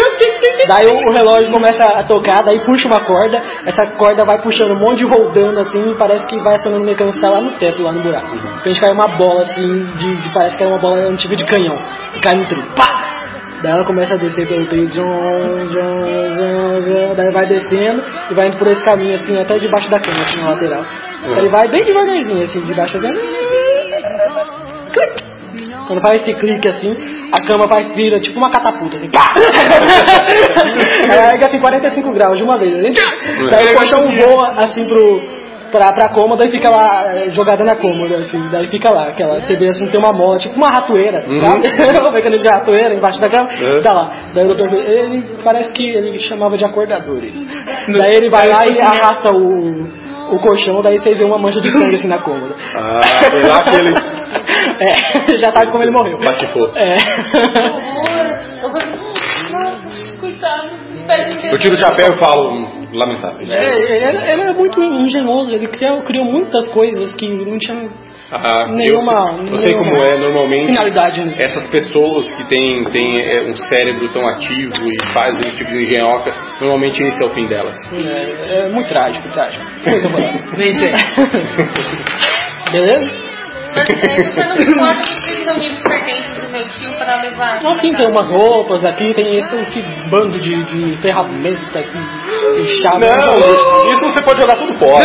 Speaker 5: Daí o, o relógio começa a tocar, daí puxa uma corda, essa corda vai puxando um monte de rodando assim, e parece que vai acionando o mecanismo que tá lá no teto, lá no buraco. De repente cai uma bola assim, de, de- parece que era uma bola, um tipo de canhão, e cai no trilho, pá! Daí ela começa a descer pelo trilho, zon, zon, zon, zon, daí vai descendo e vai indo por esse caminho assim, até debaixo da cama, assim, na lateral. Daí Ele vai bem devagarzinho, assim, debaixo da Clique! Quando faz esse clique assim, a cama vai vira tipo uma catapulta, assim, pá! Carrega assim 45 graus de uma vez, assim, Daí o colchão voa assim pro, pra, pra cômoda e fica lá eh, jogada na cômoda, assim, daí fica lá, aquela, você vê assim, tem uma mola, tipo uma ratoeira, sabe? Uma mecanismo de ratoeira embaixo da cama,
Speaker 2: É.
Speaker 5: tá lá. Daí o doutor, ele parece que ele chamava de acordadores. Daí ele vai lá e arrasta o. O colchão, daí você vê uma mancha de sangue assim na cômoda.
Speaker 2: Ah, foi lá que ele-
Speaker 5: É, já sabe como ele morreu.
Speaker 2: Machucou.
Speaker 5: É.
Speaker 4: Nossa, Coitado. Espero que
Speaker 2: Eu tiro o chapéu e falo, "Hum, lamentável.
Speaker 5: É, ele, era- ele era muito engenhoso, ele criou, criou muitas coisas que não tinha
Speaker 2: Ah,
Speaker 5: Nenhuma-
Speaker 2: eu, sei, eu sei como
Speaker 5: nenhuma
Speaker 2: é normalmente.
Speaker 5: finalidade. né?
Speaker 2: Essas pessoas que têm, têm é, um cérebro tão ativo e fazem esse tipo de engenhoca, normalmente esse é o fim delas.
Speaker 5: É, é muito trágico, trágico. Coisa boa. Beleza?
Speaker 4: Mas é, você não pode precisa de livros pertencentes do meu tio para levar.
Speaker 5: Então assim, tem umas roupas aqui, tem esse, esse bando de, de ferramenta aqui, de chave.
Speaker 2: Ah,
Speaker 5: né?
Speaker 2: Não, isso você pode jogar tudo fora. é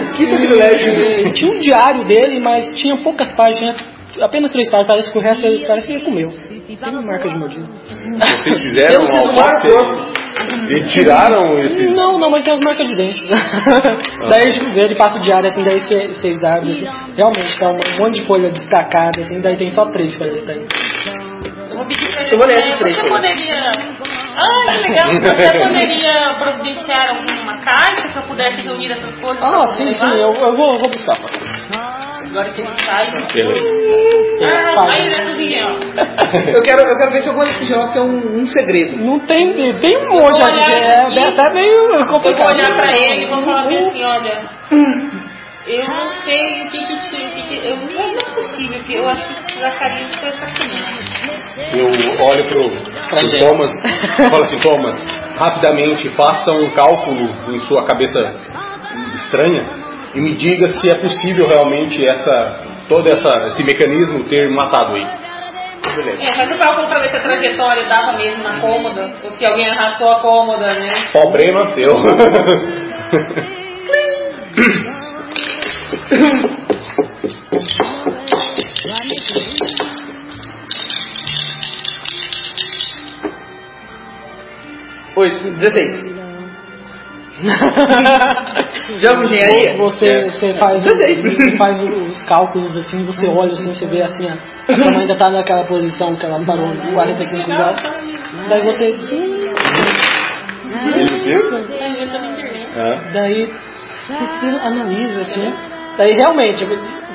Speaker 5: Que privilégio! Tinha um diário dele, mas tinha poucas páginas, apenas três páginas, parece que o resto ele- parece que ele comeu. Tem marca de mordida.
Speaker 2: Vocês fizeram
Speaker 5: Eu fiz um
Speaker 2: algo você- e tiraram esse.
Speaker 5: Não, não, mas tem as marcas de dente. daí a gente vê, ele passa o diário assim, daí você- vocês abrem assim. Realmente tá um monte de folha destacada, assim, daí tem só três folhas destacadas.
Speaker 4: Eu vou pedir pra ele.
Speaker 6: Eu vou ler esses
Speaker 4: é,
Speaker 6: três
Speaker 4: Você
Speaker 6: coisas.
Speaker 4: poderia. Ah, que legal. Você poderia providenciar alguma caixa que eu pudesse reunir essas coisas? pra
Speaker 5: Ah,
Speaker 4: você
Speaker 5: sim,
Speaker 4: levar?
Speaker 5: sim, eu, eu vou, eu vou buscar.
Speaker 4: Ah, Agora que ele sai.
Speaker 2: Beleza.
Speaker 4: Ah,
Speaker 5: é um Pai.
Speaker 4: aí nessa reunião.
Speaker 6: Eu quero, eu quero ver se eu consigo jogar tem um, um segredo.
Speaker 5: Não tem, tem um monte
Speaker 4: Eu
Speaker 5: aqui,
Speaker 4: vou olhar
Speaker 5: é,
Speaker 4: aqui.
Speaker 5: é até meio
Speaker 4: Eu vou
Speaker 5: complicado.
Speaker 4: olhar pra ele e vou falar bem assim, olha. Eu não sei o que que te. O que que, eu, não é possível, que eu acho que o Zacarias foi assassinado.
Speaker 2: Eu olho pro, pro Thomas, falo assim, Thomas, rapidamente faça um cálculo em sua cabeça estranha e me diga se é possível realmente essa todo essa, esse mecanismo ter matado ele. Beleza.
Speaker 4: É, faz o cálculo pra ver se a trajetória dava mesmo na cômoda, ou se alguém arrastou a cômoda, né?
Speaker 2: Problema seu.
Speaker 6: Oito, 16. Jogo de engenharia?
Speaker 5: Você,
Speaker 2: É.
Speaker 5: você faz, o- faz o- os cálculos assim, você olha assim, você vê assim, a, a cama ainda tá naquela posição que ela parou nos 45 graus. Daí você.
Speaker 4: Eu tô na internet.
Speaker 2: Hã?
Speaker 5: Daí você analisa assim. Daí realmente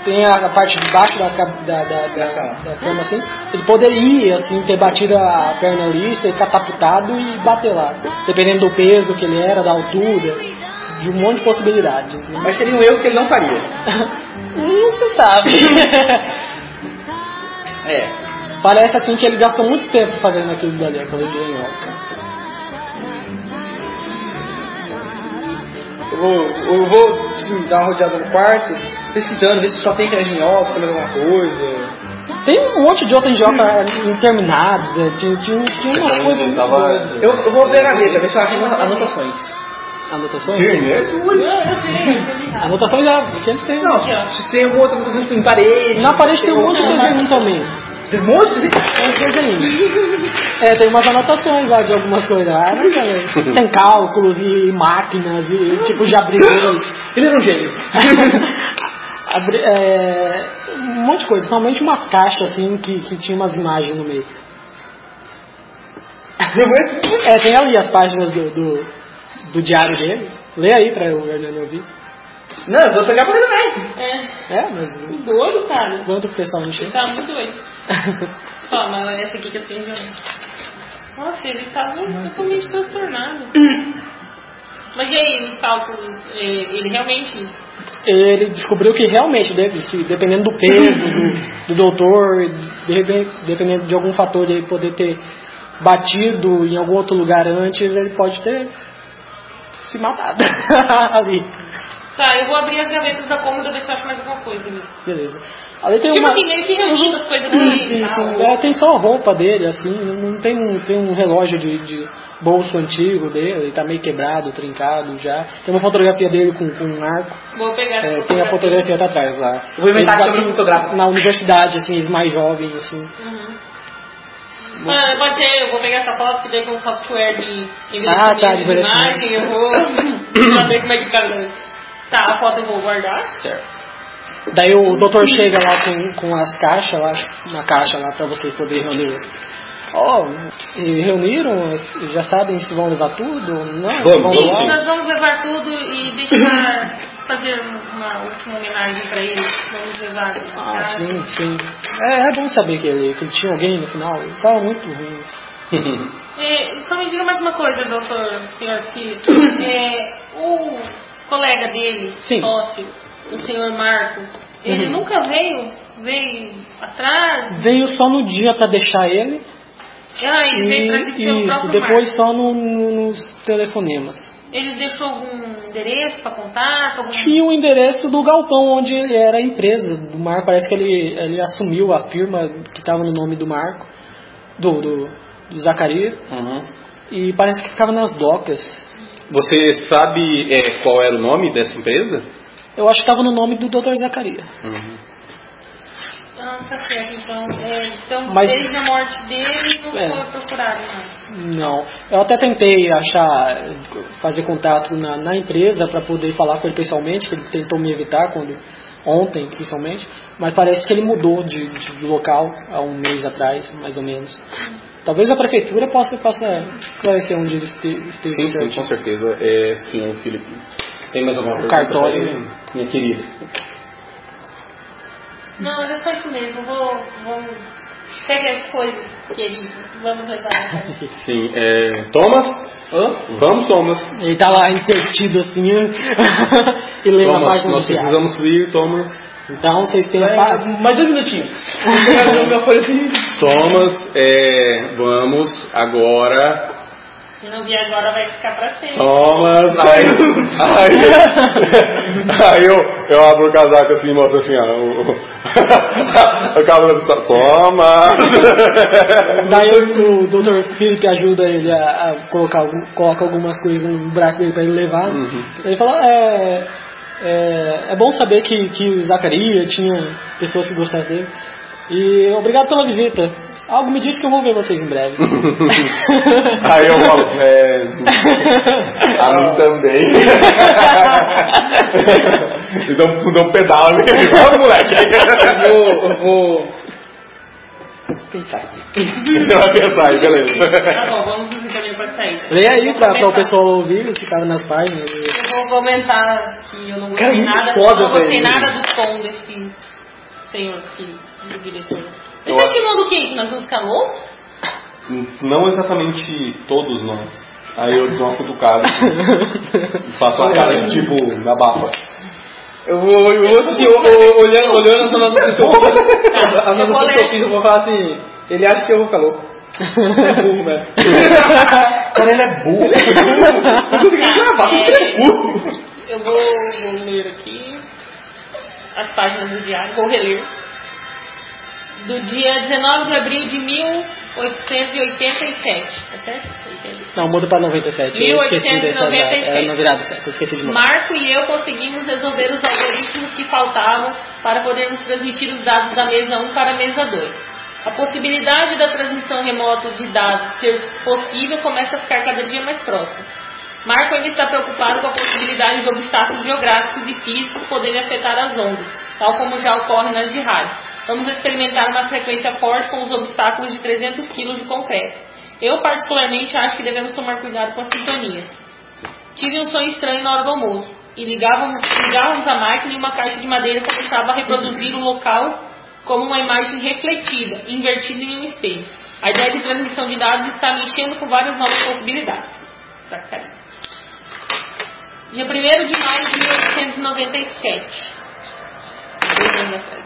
Speaker 5: tem a, a parte de baixo da, ca- da, da, da, da cama assim. Ele poderia assim ter batido a perna ali, ter catapultado e bater lá. Dependendo do peso que ele era, da altura, de um monte de possibilidades. assim.
Speaker 6: Mas seria um erro que ele não faria.
Speaker 5: Não se sabe.
Speaker 6: É.
Speaker 5: Parece assim que ele gasta muito tempo fazendo aquilo dali, aquela de lenhoca.
Speaker 6: Eu vou, eu vou assim, dar uma rodeada no quarto, pesquisando, ver se só tem canjinhol, se tem mais alguma coisa.
Speaker 5: Tem um monte de outra engenhoca interminada, tinha, tinha, tinha umas coisas muito doidas.
Speaker 6: Eu, eu vou ver a gaveta, ver se ela tem anotações.
Speaker 5: Anotações?
Speaker 2: é.
Speaker 4: Tá,
Speaker 5: Anotações já, que eles têm.
Speaker 6: Não, se tem alguma outra anotação tipo, em parede.
Speaker 5: Na parede tem um monte de
Speaker 6: alguma
Speaker 5: desenho também.
Speaker 6: coisa. Tem um monte de desenho?
Speaker 5: Tem uns desenhinhos. É, tem umas anotações lá de algumas coisas. Ah, né, galera? Tem cálculos e máquinas e tipo já abriu.
Speaker 6: Ele era um gênio.
Speaker 5: Abri- é, um monte de coisa, principalmente umas caixas assim que, que tinha umas imagens no meio. é, tem ali as páginas do, do, do diário dele. Lê aí pra o Hernani ouvir.
Speaker 6: Não, eu vou pegar pra ele também.
Speaker 4: É,
Speaker 5: É, mas
Speaker 4: que doido, cara.
Speaker 5: quanto o pessoal encher.
Speaker 4: Ele tá muito doido. Ó, mas essa aqui que eu tenho também. Nossa, ele tá totalmente transtornado. Mas e aí, nos cálculos, eh, ele realmente
Speaker 5: ele descobriu que realmente, de- se- dependendo do peso, do, do doutor, de repente, dependendo de algum fator ele poder ter batido em algum outro lugar antes, ele pode ter se matado ali.
Speaker 4: Tá, eu vou abrir as gavetas da cômoda ver se eu acho mais alguma coisa. ali.
Speaker 5: Beleza. Ali tem
Speaker 4: Tipo
Speaker 5: uma.
Speaker 4: assim, meio que reunindo as coisas
Speaker 5: Sim,
Speaker 4: dele
Speaker 3: ah,
Speaker 5: sim,
Speaker 4: e
Speaker 5: sim.
Speaker 4: tal.
Speaker 5: É, tem só a roupa dele, assim, não tem um, tem um relógio de, de bolso antigo dele, ele tá meio quebrado, trincado já. Tem uma fotografia dele com, com um arco.
Speaker 4: Vou pegar essa
Speaker 5: É, tem a fotografia tá atrás lá.
Speaker 3: Eu vou inventar
Speaker 5: Eles,
Speaker 3: a câmera fotográfica.
Speaker 5: Na universidade, assim, eles mais jovens, assim.
Speaker 4: Uhum. Ah, pode ser, eu vou pegar essa foto que daí com o software de em vez
Speaker 5: Ah,
Speaker 4: de
Speaker 5: tá,
Speaker 4: de
Speaker 5: de
Speaker 4: imagem, eu vou saber como é que o cara. Tá, a foto eu vou guardar.
Speaker 5: Tá
Speaker 4: Certo.
Speaker 5: Daí o doutor chega lá com, com as caixas lá, uma caixa lá pra você poder reunir. Oh, e reuniram, já sabem se vão levar tudo? Não, se
Speaker 2: Vamos,
Speaker 5: vão
Speaker 2: vamos
Speaker 5: levar?
Speaker 2: sim.
Speaker 4: Nós vamos levar tudo e deixar fazer uma última homenagem pra ele. Vamos levar.
Speaker 5: Ah,
Speaker 4: tá?
Speaker 5: sim, sim. É, é bom saber que ele, que ele tinha alguém no final. Ele tava muito ruim.
Speaker 4: É, só me diga mais uma coisa, doutor, senhor Cis. É, o colega dele,
Speaker 5: Sim. Uhum.
Speaker 4: sócio, o senhor Marco, ele nunca veio, veio atrás.
Speaker 5: Veio só no dia pra deixar ele.
Speaker 4: Ah, ele veio pra
Speaker 5: E,
Speaker 4: assistir o
Speaker 5: isso,
Speaker 4: próprio
Speaker 5: depois
Speaker 4: Marco.
Speaker 5: só no- no- nos telefonemas.
Speaker 4: Ele deixou algum endereço pra contar? Algum...
Speaker 5: Tinha o endereço do galpão onde ele era a empresa do Marco. Parece que ele, ele assumiu a firma que estava no nome do Marco, do, do, do Zacarias.
Speaker 2: Uhum.
Speaker 5: E parece que ficava nas docas.
Speaker 2: Você sabe é, qual era o nome dessa empresa?
Speaker 5: Eu acho que estava no nome do Dr. Zacarias.
Speaker 4: Ah, tá certo, então. É, então,
Speaker 5: Mas-
Speaker 4: desde a morte dele, não
Speaker 5: É.
Speaker 4: foi procurado, não.
Speaker 5: Não. Eu até tentei achar, fazer contato na, na empresa para poder falar com ele pessoalmente, que ele tentou me evitar quando ontem, principalmente, mas parece que ele mudou de, de- de local há um mês atrás, mais ou menos. Talvez a prefeitura possa, possa esclarecer onde ele este, esteve
Speaker 2: Sim, sim,
Speaker 5: certinho.
Speaker 2: com certeza. É, senhor Felipe. Tem mais alguma pergunta?
Speaker 5: cartório.
Speaker 2: pra ele, Minha querida.
Speaker 4: Não, era só isso mesmo. Vou, vamos. Pegue as coisas, querido. Vamos levar.
Speaker 2: Sim, é, Thomas? Vamos, Thomas.
Speaker 5: Ele tá lá invertido assim e lê na
Speaker 2: Thomas,
Speaker 5: página
Speaker 2: nós
Speaker 5: do diário.
Speaker 2: precisamos fluir, Thomas.
Speaker 5: é. Então vocês têm a paz.
Speaker 6: Mais dois minutinhos. Eu já falei assim.
Speaker 2: Thomas, é, vamos agora.
Speaker 4: Se não vier agora, vai ficar pra
Speaker 2: Tá
Speaker 4: sempre.
Speaker 2: Thomas, aí, aí, aí eu, eu abro o casaco assim e mostro assim, ó. O, o, o casaco está. Thomas!
Speaker 5: Daí o, o Dr. Felipe ajuda ele a, a colocar algum- coloca algumas coisas no braço dele para ele levar.
Speaker 2: Uhum.
Speaker 5: Ele fala, é, é, é bom saber que, que o Zacaria tinha pessoas que gostassem dele. E obrigado pela visita. Algo me diz que eu vou ver vocês em breve.
Speaker 2: Aí eu falo, é. A mim também. e dou, um- dou um pedal ali. Vamos, moleque.
Speaker 6: Eu vou. Eu vou.
Speaker 2: Você vai pensar aí, beleza.
Speaker 4: Tá bom, vamos nos encaminhar pra saída.
Speaker 5: Lê aí
Speaker 4: Eu vou
Speaker 5: para o
Speaker 4: comentar.
Speaker 5: pessoal ouvir, que estava nas páginas. E-
Speaker 4: Eu vou comentar que eu não gostei
Speaker 6: Cara, muito
Speaker 4: nada,
Speaker 6: foda,
Speaker 4: não gostei
Speaker 6: velho.
Speaker 4: nada do tom desse senhor aqui, do diretor.
Speaker 2: Eu
Speaker 4: Você
Speaker 2: acho-
Speaker 4: acha que não do que? Que nós vamos ficar loucos?
Speaker 2: Não exatamente todos, não. Aí eu dou uma cutucada assim, e faço uma cara de tipo, me abafa.
Speaker 6: Eu vou, eu vou assim, o- o- olhando, olhando essa anotação que eu fiz, a
Speaker 4: Eu
Speaker 6: anotação
Speaker 4: vou
Speaker 6: que eu
Speaker 4: ler.
Speaker 6: fiz, eu vou falar assim, ele acha que eu vou ficar louco. É burro, velho.
Speaker 2: Cara, ele é burro. Não conseguiu gravar,
Speaker 4: É.
Speaker 2: ele é burro.
Speaker 4: Eu vou, vou ler aqui as páginas do diário, vou reler. Do dia 19 de abril de 1887, tá certo? 87.
Speaker 5: Não, tá muda para 97. Eu esqueci dessa data. Era na virada, certo? Eu esqueci de mudar.
Speaker 4: Marco e eu conseguimos resolver os algoritmos que faltavam para podermos transmitir os dados da mesa 1 para a mesa 2. A possibilidade da transmissão remota de dados ser possível começa a ficar cada dia mais próxima. Marco ainda está preocupado com a possibilidade de obstáculos geográficos e físicos poderem afetar as ondas, tal como já ocorre nas de rádio. Vamos experimentar uma frequência forte com os obstáculos de 300 kg de concreto. Eu, particularmente, acho que devemos tomar cuidado com as sintonias. Tive um sonho estranho na hora do almoço. E ligávamos, ligávamos a máquina e uma caixa de madeira começava a reproduzir o local como uma imagem refletida, invertida em um espelho. A ideia de transmissão de dados está me enchendo com várias novas possibilidades. Sacanagem. Dia 1 de maio de 1897. Dois anos atrás.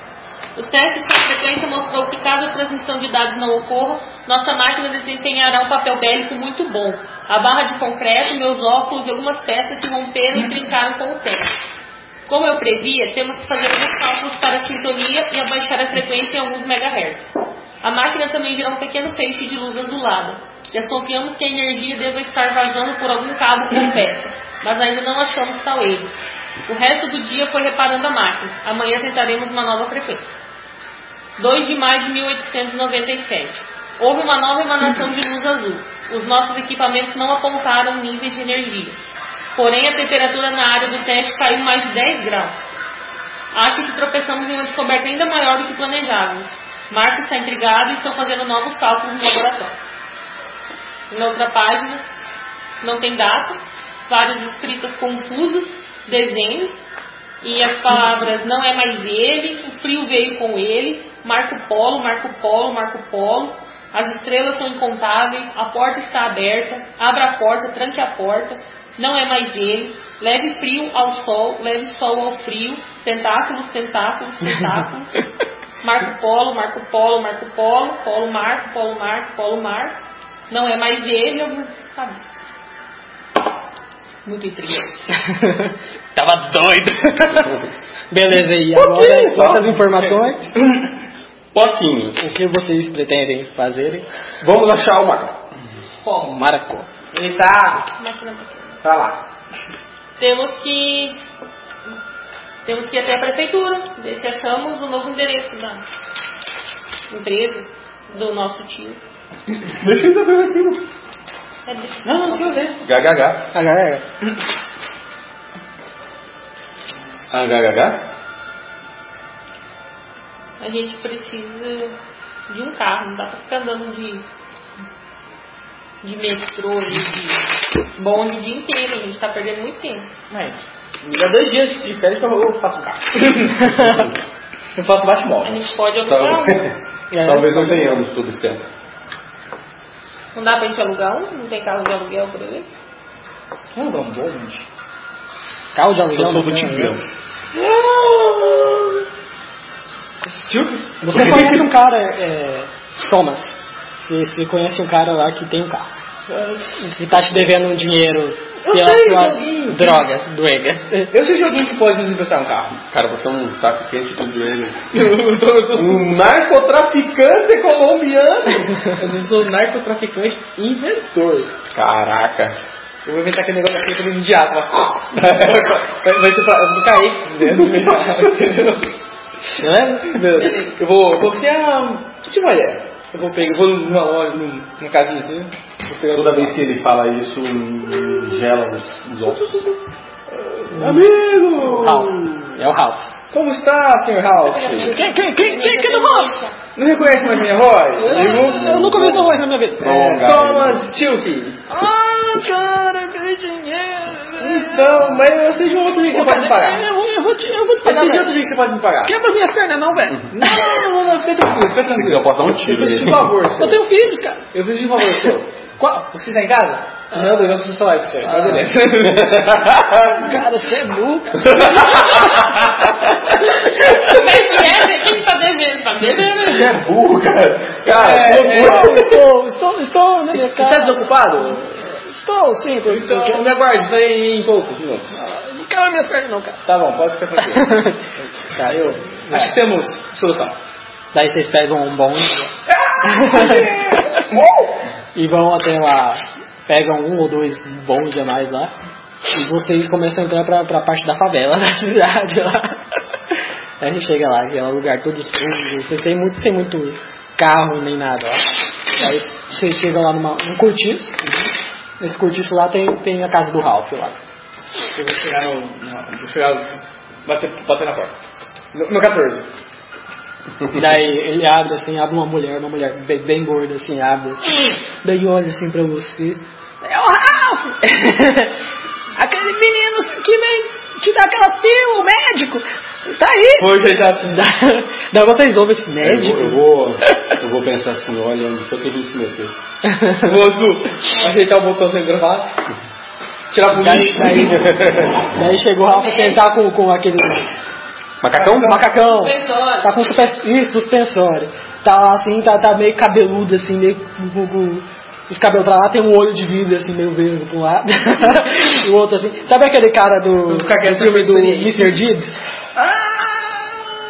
Speaker 4: Os testes com frequência mostrou que caso a transmissão de dados não ocorra, nossa máquina desempenhará um papel bélico muito bom. A barra de concreto, meus óculos e algumas peças se romperam e trincaram com o tempo. Como eu previa, temos que fazer alguns cálculos para a sintonia e abaixar a frequência em alguns megahertz. A máquina também gerou um pequeno feixe de luz azulada. Desconfiamos que a energia deva estar vazando por algum cabo ou peça, mas ainda não achamos tal erro. O resto do dia foi reparando a máquina. Amanhã tentaremos uma nova frequência. 2 de maio de 1897. Houve uma nova emanação de luz azul. Os nossos equipamentos não apontaram níveis de energia. Porém, a temperatura na área do teste caiu mais de 10 graus. Acho que tropeçamos em uma descoberta ainda maior do que planejávamos. Marcos está intrigado e estou fazendo novos cálculos no laboratório. Na outra página, não tem data, várias escritas confusas, desenhos, e as palavras não é mais ele, o frio veio com ele, Marco Polo, Marco Polo, Marco Polo, as estrelas são incontáveis, a porta está aberta, abra a porta, tranque a porta, não é mais ele, leve frio ao sol, leve sol ao frio, tentáculos, tentáculos, tentáculos, Marco Polo, Marco Polo, Marco Polo, Polo Marco, Polo Marco, Polo Marco, não é mais ele, eu sabe. Muito intrigante.
Speaker 3: Tava doido.
Speaker 5: Beleza, e agora com essas informações,
Speaker 2: Pouquinhos.
Speaker 5: o que vocês pretendem fazer?
Speaker 2: Vamos achar o Marco.
Speaker 5: Bom, Maracó.
Speaker 6: Ele tá.
Speaker 4: Máquina, máquina.
Speaker 6: tá lá.
Speaker 4: Temos que. Temos que ir até a prefeitura, ver se achamos o novo endereço da empresa, do nosso tio.
Speaker 2: Deixa ele abrir lá em cima.
Speaker 4: É desse-
Speaker 5: Não, não, que eu sei.
Speaker 2: GHH.
Speaker 5: A galera.
Speaker 2: Ah, GHH?
Speaker 4: A gente precisa de um carro, não dá pra ficar andando de, de metrô, de, de bonde o dia inteiro, a gente tá perdendo muito tempo.
Speaker 6: Mas. Me dá dois dias de férias que eu faço um carro. eu faço
Speaker 4: A
Speaker 6: bate-móvel.
Speaker 4: gente pode
Speaker 2: Tá
Speaker 4: alugar um.
Speaker 2: Talvez,
Speaker 6: É.
Speaker 2: Talvez não tenhamos todo esse tempo.
Speaker 4: Não dá pra gente alugar um? Não tem carro de aluguel por aí?
Speaker 6: Não dá um bom, gente.
Speaker 5: Carro de
Speaker 2: Só
Speaker 5: aluguel.
Speaker 2: sou do
Speaker 5: né?
Speaker 2: Tigrão.
Speaker 5: Você conhece um cara, é, Thomas. Você, você conhece um cara lá que tem um carro. Que tá te devendo um dinheiro pelas
Speaker 6: sei,
Speaker 5: suas
Speaker 6: joguinho.
Speaker 5: drogas, doega.
Speaker 6: Eu sei de alguém que pode nos emprestar um carro.
Speaker 2: Cara, você é um traficante do joelho. um narcotraficante colombiano.
Speaker 6: Eu sou narcotraficante inventor.
Speaker 2: Caraca.
Speaker 6: Eu vou inventar aquele negócio aqui pra ele indiar. Vai, vai ser pra. Eu vou né? cair. Né? Beleza. é? Eu vou. Eu vou ser a. Tipo, olha. Eu vou pegar. Eu vou numa loja, num- numa casinha assim. Vou pegar
Speaker 2: Toda vez que ele fala isso, hum, gela os, os ossos.
Speaker 6: Amigo!
Speaker 5: Ralph. É o Ralph.
Speaker 6: Como está, senhor Ralph?
Speaker 5: Quem, quem, quem, quem, quem não
Speaker 4: Rocha?
Speaker 6: Não reconhece mais minha voz?
Speaker 5: Eu, eu nunca ouvi essa voz na minha vida.
Speaker 6: É,
Speaker 2: Prolongado.
Speaker 6: Thomas Tilke.
Speaker 5: Ah, cara, aquele dinheiro.
Speaker 6: Então, mas eu sei de um outro jeito que você pode me pagar.
Speaker 5: é, Eu, vou te, eu vou te
Speaker 6: Eu
Speaker 5: pagar.
Speaker 6: sei de
Speaker 5: velho.
Speaker 6: outro jeito que você pode me pagar.
Speaker 5: Quebra minhas pernas, não, velho.
Speaker 6: Não, não, não, não, fica tranquilo, fica
Speaker 2: Se
Speaker 6: tranquilo.
Speaker 2: quiser, eu posso dar um
Speaker 6: Eu
Speaker 2: tiro
Speaker 6: preciso de
Speaker 2: nele.
Speaker 6: um favor,
Speaker 5: Eu
Speaker 6: seu.
Speaker 5: tenho filhos, cara.
Speaker 6: Eu preciso de um favor, seu. Qual? Você está em casa? Não, eu não preciso falar com você. Mas beleza.
Speaker 5: Cara, você é burro.
Speaker 4: Como é que é? Você tem que tá devendo, tá devendo?
Speaker 2: Ele é burro, cara. Cara,
Speaker 6: É,
Speaker 2: ele é burro.
Speaker 5: estou, estou, estou, né,
Speaker 6: Você
Speaker 5: meu
Speaker 6: está
Speaker 5: cara?
Speaker 6: desocupado?
Speaker 5: Estou, sim, porque
Speaker 6: Então, me aguarde, estou aí em poucos minutos.
Speaker 5: não quebra minhas pernas, não, cara.
Speaker 6: Tá bom, pode ficar tranquilo.
Speaker 5: Tá, eu.
Speaker 6: Acho que um- temos solução.
Speaker 5: Daí vocês pegam um bonde
Speaker 2: é
Speaker 5: e vão até lá, pegam um ou dois bondes a mais lá e vocês começam a entrar pra, pra parte da favela da cidade lá. Aí a gente chega lá, que é um lugar todo sujo, você tem muito, tem muito carro nem nada lá. Aí você chega lá numa, num cortiço, nesse cortiço lá tem, tem a casa do Ralph lá.
Speaker 6: Eu vou chegar no. no- Vou chegar. Bater, bater na porta. No, no 14.
Speaker 5: Daí ele abre assim, abre uma mulher, uma mulher bem, bem gorda assim, abre assim. Daí olha assim pra você. É o Ralph! Aquele menino que vem te dar aquelas pílulas, o médico! Tá aí!
Speaker 6: Vou ajeitar assim.
Speaker 5: Da- Daí vocês ouvem esse
Speaker 2: É, Eu vou,
Speaker 5: médico.
Speaker 2: eu, vou, eu vou pensar assim, olha, onde foi que a gente se meteu?
Speaker 6: Vou, tipo, ajeitar o botão sem gravar. Tirar pro
Speaker 5: Daí,
Speaker 6: lixo.
Speaker 5: daí, daí chegou o Rafa sentar com, com aquele
Speaker 2: Macacão?
Speaker 5: macacão.
Speaker 4: Suspensório.
Speaker 5: Tá com super, isso, suspensório. Tá lá assim, tá, tá meio cabeludo, assim, meio com, com- com os cabelos pra lá, tem um olho de vidro, assim, meio vesgo pra um lado. e o outro assim. Sabe aquele cara do,
Speaker 6: Do Cagando
Speaker 5: do filme do
Speaker 6: Experiência.
Speaker 5: Mr. Deeds?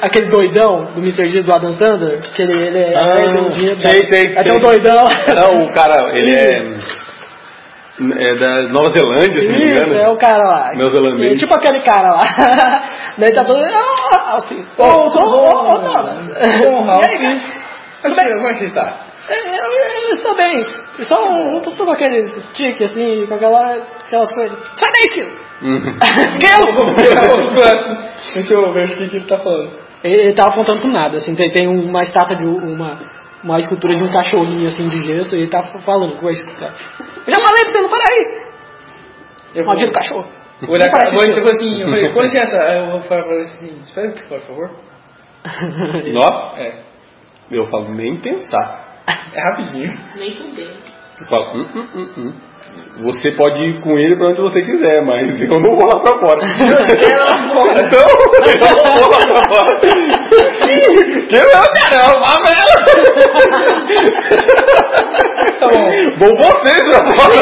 Speaker 5: Aquele doidão do Mr. Deeds do Adam Sandler? Que ele, ele é.
Speaker 2: Ah,
Speaker 5: ele é um dia-
Speaker 2: sei, sei,
Speaker 5: Até
Speaker 2: sei.
Speaker 5: um doidão.
Speaker 2: Não, o cara, ele é. É da Nova Zelândia, se não me
Speaker 5: Isso,
Speaker 2: engano.
Speaker 5: é o cara lá.
Speaker 2: Neozelandês.
Speaker 5: É tipo aquele cara lá. Daí tá todo. Ah, assim. Ô, ô, ô, ô,
Speaker 6: Bom,
Speaker 5: Tom. E
Speaker 6: Ralph.
Speaker 5: aí, cara?
Speaker 6: Como é que você está?
Speaker 5: Eu, eu- eu estou bem. Eu Só um, um pouco aqueles tique assim, com aquela, aquelas coisas. Sai daí, Kilo!
Speaker 2: Uhum.
Speaker 5: Kilo!
Speaker 6: Deixa eu ver o que que ele tá falando.
Speaker 5: Ele, ele tava apontando pro nada, assim, tem, tem uma estátua de um- uma, uma escultura de um cachorrinho assim de gesso e ele tá falando com a escultura. Eu já falei pra você, não para aí!
Speaker 6: Eu vou
Speaker 5: Maldito cachorro!
Speaker 6: olhar
Speaker 5: Não
Speaker 6: pra
Speaker 5: parece
Speaker 6: mãe e
Speaker 5: isso.
Speaker 6: falou assim, eu falei, com licença. Aí eu vou falar pra ele assim, espera um pouquinho, por favor.
Speaker 2: Nossa,
Speaker 6: É,
Speaker 2: eu falo, nem pensar.
Speaker 6: é rapidinho.
Speaker 4: Nem fudendo.
Speaker 2: Eu falo, hum, hum, hum, hum. Você pode ir com ele pra onde você quiser, mas eu não vou lá pra fora. Então, eu não vou lá pra fora. Que é eu caramba, velho! Vou vocês pra fora!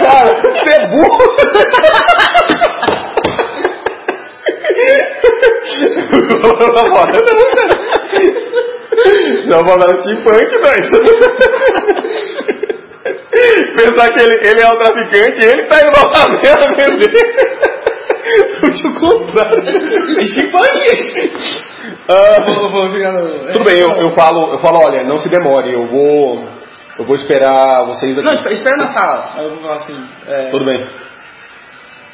Speaker 2: Cara, você é burro! Vou lá pra fora, não, cara! Não, vou lá no Team Punk, velho! Pensar que ele, ele é o traficante e ele tá indo pra favela vender. Puxa, o contrário.
Speaker 6: Eu
Speaker 2: Ah,
Speaker 6: vou- vou ficar no...
Speaker 2: tudo bem, eu, eu, falo, eu falo, olha, não se demore, eu vou. Eu vou esperar vocês aqui.
Speaker 6: Não, espera, espera na sala. Aí eu vou falar assim, é,
Speaker 2: Tudo bem.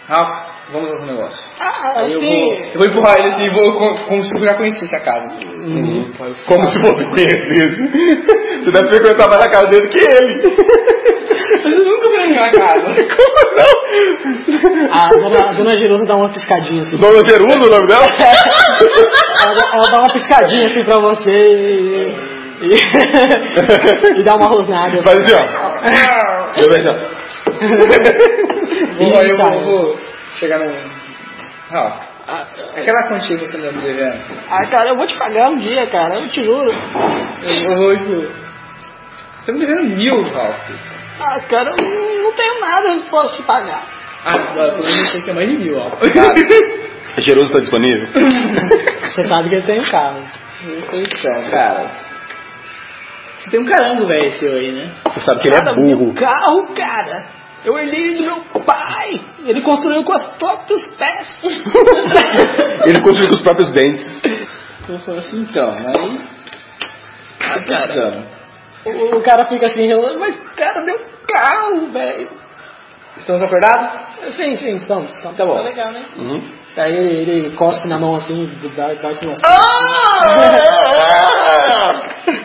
Speaker 6: Rafa, vamos ao negócio.
Speaker 5: Ah,
Speaker 6: Aí eu vou,
Speaker 5: sim!
Speaker 6: eu vou empurrar ele assim, vou, co- como se eu já conhecesse a casa. Uhum.
Speaker 2: Como se você conhecesse. Você deve frequentar mais a casa dele que ele.
Speaker 6: Eu nunca vou entrar na casa.
Speaker 2: Como não?
Speaker 5: A dona, a dona Jerusa dá uma piscadinha assim.
Speaker 2: Dona Zerundo, o um nome dela?
Speaker 5: Ela, ela dá uma piscadinha assim pra você e. e, e dá uma rosnada. assim.
Speaker 2: Faz assim, ó. Eu vejo, ó.
Speaker 6: Vou, aí eu
Speaker 5: Tá.
Speaker 6: vou, vou chegar no... Rafa, aquela quantia que você me devendo.
Speaker 5: Ah, cara, eu vou te pagar um dia, cara, eu te juro.
Speaker 6: Eu vou, tipo... Você me devendo mil, Rafa.
Speaker 5: Ah, cara, eu não não tenho nada, eu não posso te pagar.
Speaker 6: Ah, agora pelo menos eu sei que é mais de mil, ó.
Speaker 2: A Jerusa tá disponível?
Speaker 5: Você sabe que eu tenho carro.
Speaker 6: Então, cara. Você tem um carango, velho, seu aí, né?
Speaker 2: Você sabe que ele é burro.
Speaker 5: Carro, cara! Eu herdei do meu pai! Ele construiu com os próprios pés!
Speaker 2: Ele construiu com os próprios dentes.
Speaker 6: Eu falo assim, então, aí. Ah, cara.
Speaker 5: o, o cara fica assim, enrolando, mas cara, meu carro, velho!
Speaker 6: Estamos acordados?
Speaker 5: Sim, sim, estamos, estamos.
Speaker 6: Tá bom.
Speaker 4: Tá legal, né?
Speaker 5: Uhum. Aí Tá, ele, ele cospe na mão assim, dá, dá assim, umas-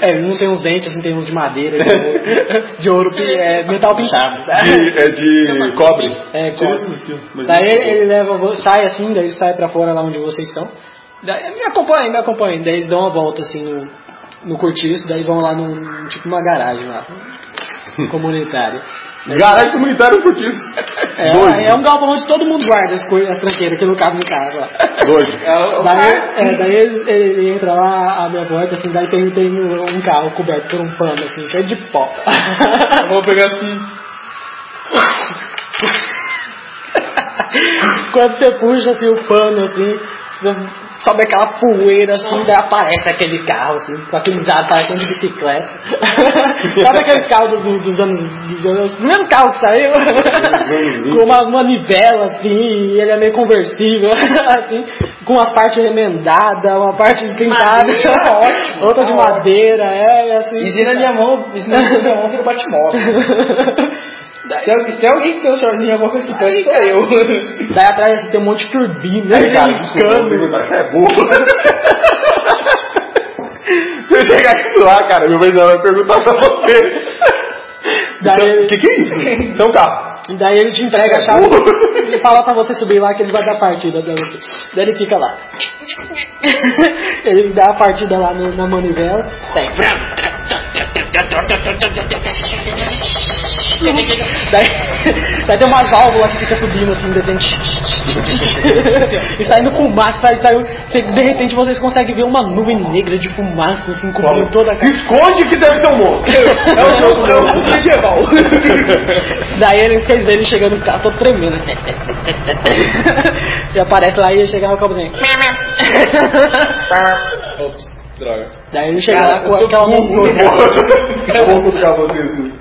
Speaker 5: É, ele não tem uns dentes, assim, tem uns de madeira, de ouro, de ouro, que é metal pintado.
Speaker 2: De, é de cobre.
Speaker 5: É, cobre.
Speaker 2: Mas
Speaker 5: Daí
Speaker 2: não-
Speaker 5: ele, ele leva, vo- sai assim, daí sai pra fora lá onde vocês estão. Daí, me acompanha, me acompanha. Daí eles dão uma volta assim no, no cortiço, daí vão lá num, tipo uma garagem lá, comunitária.
Speaker 2: Garagem comunitária por isso.
Speaker 5: É,
Speaker 2: Doido.
Speaker 5: é um galpão onde todo mundo guarda as, coi- as tranqueiras que não cabem em casa. lá.
Speaker 2: Doido.
Speaker 6: Tá
Speaker 5: Daí, é, daí ele, ele entra lá, abre a porta, assim, daí tem, tem um um carro coberto por um pano, assim, cheio de pó. É.
Speaker 6: Eu vou pegar assim.
Speaker 5: Quando você puxa assim, o pano, assim, você sobe aquela poeira, assim, daí aparece aquele carro, assim, com aqueles ar parecendo de bicicleta. sabe aquele carro do- do- dos anos. Dos anos o primeiro carro que saiu? com uma manivela, assim, e ele é meio conversível, assim, com umas partes remendadas, uma parte pintada,
Speaker 6: Madeira, ótimo,
Speaker 5: outra de
Speaker 6: tá ótimo.
Speaker 5: madeira, é, e assim.
Speaker 6: Ensina minha mão, ensina na minha mão que eu bate moto. Se, al- se alguém é que tem um shortzinho em alguma coisa que pode, sou eu.
Speaker 5: Daí atrás assim, tem um monte de turbina,
Speaker 2: Aí, cara, desculpa, eu vou
Speaker 5: cano.
Speaker 2: perguntar, você é burro. Se eu chegar aqui lá, cara, meu vizinho vai perguntar pra você.
Speaker 5: Daí-
Speaker 2: O que, que é isso? Isso é um carro.
Speaker 5: Daí ele te entrega a chave e fala pra você subir lá que ele vai dar partida. Daí ele- daí ele fica lá. ele dá a partida lá no- na manivela. Daí, Daí, daí tem uma válvula que fica subindo assim, de repente. e saindo fumaça, sai, sai, você- de repente vocês conseguem ver uma nuvem negra de fumaça assim, cobrindo toda a casa.
Speaker 2: Esconde que deve ser um monstro.
Speaker 5: É o jogo, é o jogo medieval. Daí eles querem ver ele chegando, tá todo tremendo. e aparece lá e ele chega assim. lá com a cozinha.
Speaker 6: Ops, droga.
Speaker 5: Daí ele chega lá
Speaker 2: Eu
Speaker 5: com
Speaker 2: sou
Speaker 5: aquela
Speaker 2: burro,
Speaker 5: mão.
Speaker 2: eu vou- Eu vou colocar vocês.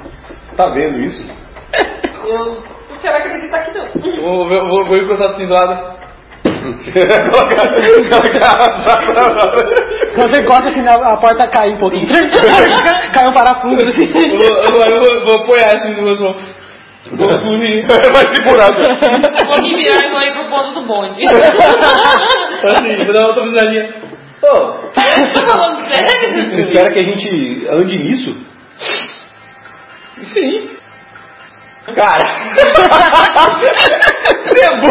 Speaker 2: Tá vendo isso?
Speaker 4: Não quero acreditar que não.
Speaker 6: Vou, vou, vou, vou encostar assim do lado.
Speaker 5: Quando você encosta assim, a, a porta cai um pouquinho. cai um parafuso assim.
Speaker 6: Eu vou, eu vou, eu vou, vou apoiar assim no outro. Vou fugir.
Speaker 2: Vai segurar. né?
Speaker 4: Vou me virar e vou ir pro ponto do bonde.
Speaker 6: Assim, vou dar outra pisadinha. Ô,
Speaker 4: Tô Tá falando sério?
Speaker 2: Você espera que a gente ande nisso?
Speaker 6: sim.
Speaker 2: Cara, é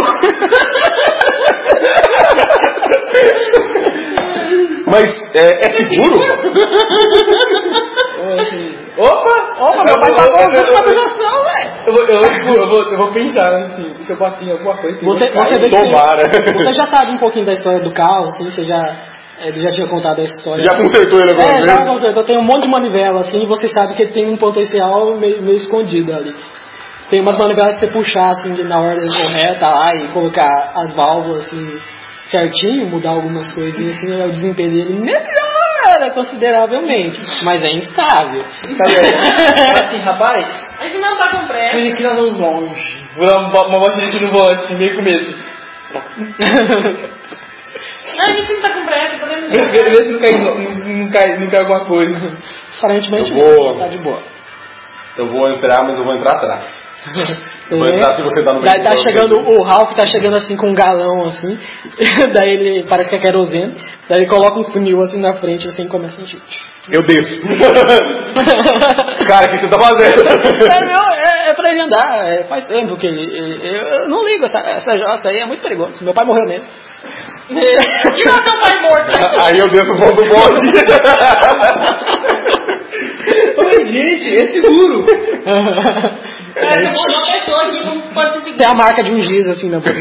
Speaker 2: mas é, é seguro?
Speaker 6: Ô, assim. Opa! Opa, meu
Speaker 2: tá
Speaker 6: pai pagou a acusação, velho. Eu vou, eu, vou, eu, vou, eu vou pensar assim, se eu bati em alguma coisa. que
Speaker 5: Você,
Speaker 6: eu vou
Speaker 5: você vê que
Speaker 2: Tomara.
Speaker 5: você já sabe um pouquinho da história do carro, assim, você já, ele já tinha contado a história.
Speaker 2: Já consertou ele agora
Speaker 5: É, já
Speaker 2: mesmo?
Speaker 5: Alfonso, eu tenho um monte de manivela assim e você sabe que tem um potencial meio, meio escondido ali. Tem umas manivelas que você puxar assim de- na ordem correta lá e colocar as válvulas assim certinho, mudar algumas coisinhas assim, o desempenho dele melhora consideravelmente, mas é instável.
Speaker 6: Tá vendo? Fala assim, rapaz,
Speaker 4: A gente não tá com pressa.
Speaker 6: por que nós vamos longe? Vou dar uma, uma batida aqui no volante, assim, meio com medo.
Speaker 4: A gente não tá com pressa, podemos
Speaker 6: Vê
Speaker 4: ir.
Speaker 6: vê se não cai, não, não cai, não cai alguma coisa.
Speaker 5: Aparentemente
Speaker 2: Eu vou-
Speaker 5: tá de boa.
Speaker 2: Eu vou entrar, mas eu vou entrar atrás. Eu vou
Speaker 5: É.
Speaker 2: entrar se você tá no
Speaker 5: Daí
Speaker 2: meio
Speaker 5: tá
Speaker 2: do-
Speaker 5: chegando, o Ralph tá chegando assim com um galão assim, daí ele parece que é querosene, daí ele coloca um funil assim na frente assim e começa a
Speaker 2: Eu desço. Cara, o que você tá fazendo?
Speaker 5: É, meu, é, é pra ele andar, é, faz tempo que ele. ele- eu, eu não ligo, essa, essa jossa aí é muito perigoso. Meu pai morreu mesmo.
Speaker 4: Que não teu pai morto.
Speaker 2: Aí eu desço o ponto do bonde.
Speaker 6: Ô, gente, é seguro.
Speaker 4: É, eu vou uma pessoa aqui, não pode se
Speaker 5: Tem
Speaker 4: seguir.
Speaker 5: a marca de um giz assim na boca.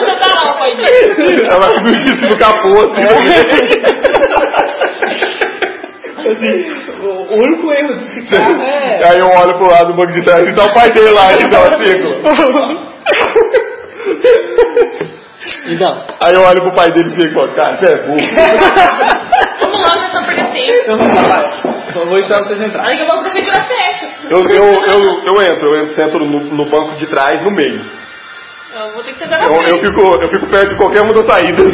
Speaker 4: Não tá não, pai dele.
Speaker 2: Ela fica no giz do capô,
Speaker 6: É.
Speaker 2: assim.
Speaker 6: Assim, o o único erro desse carro é...
Speaker 2: Aí eu olho pro lado do banco de trás e tá o pai dele lá, ele tá seco.
Speaker 5: Então,
Speaker 2: Aí eu olho pro pai dele e fico, ó, cara, você é burro.
Speaker 4: Vamos lá, nós estamos perdendo tempo.
Speaker 6: Eu vou falar. Eu Então, vou esperar vocês entrarem.
Speaker 4: Daqui a pouco você tira sete.
Speaker 2: Eu, eu, eu, eu entro, eu entro, sento no, no banco de trás, no meio.
Speaker 4: Eu vou ter que sentar na
Speaker 2: Eu, eu
Speaker 4: frente.
Speaker 2: fico, eu fico perto de qualquer uma das saídas.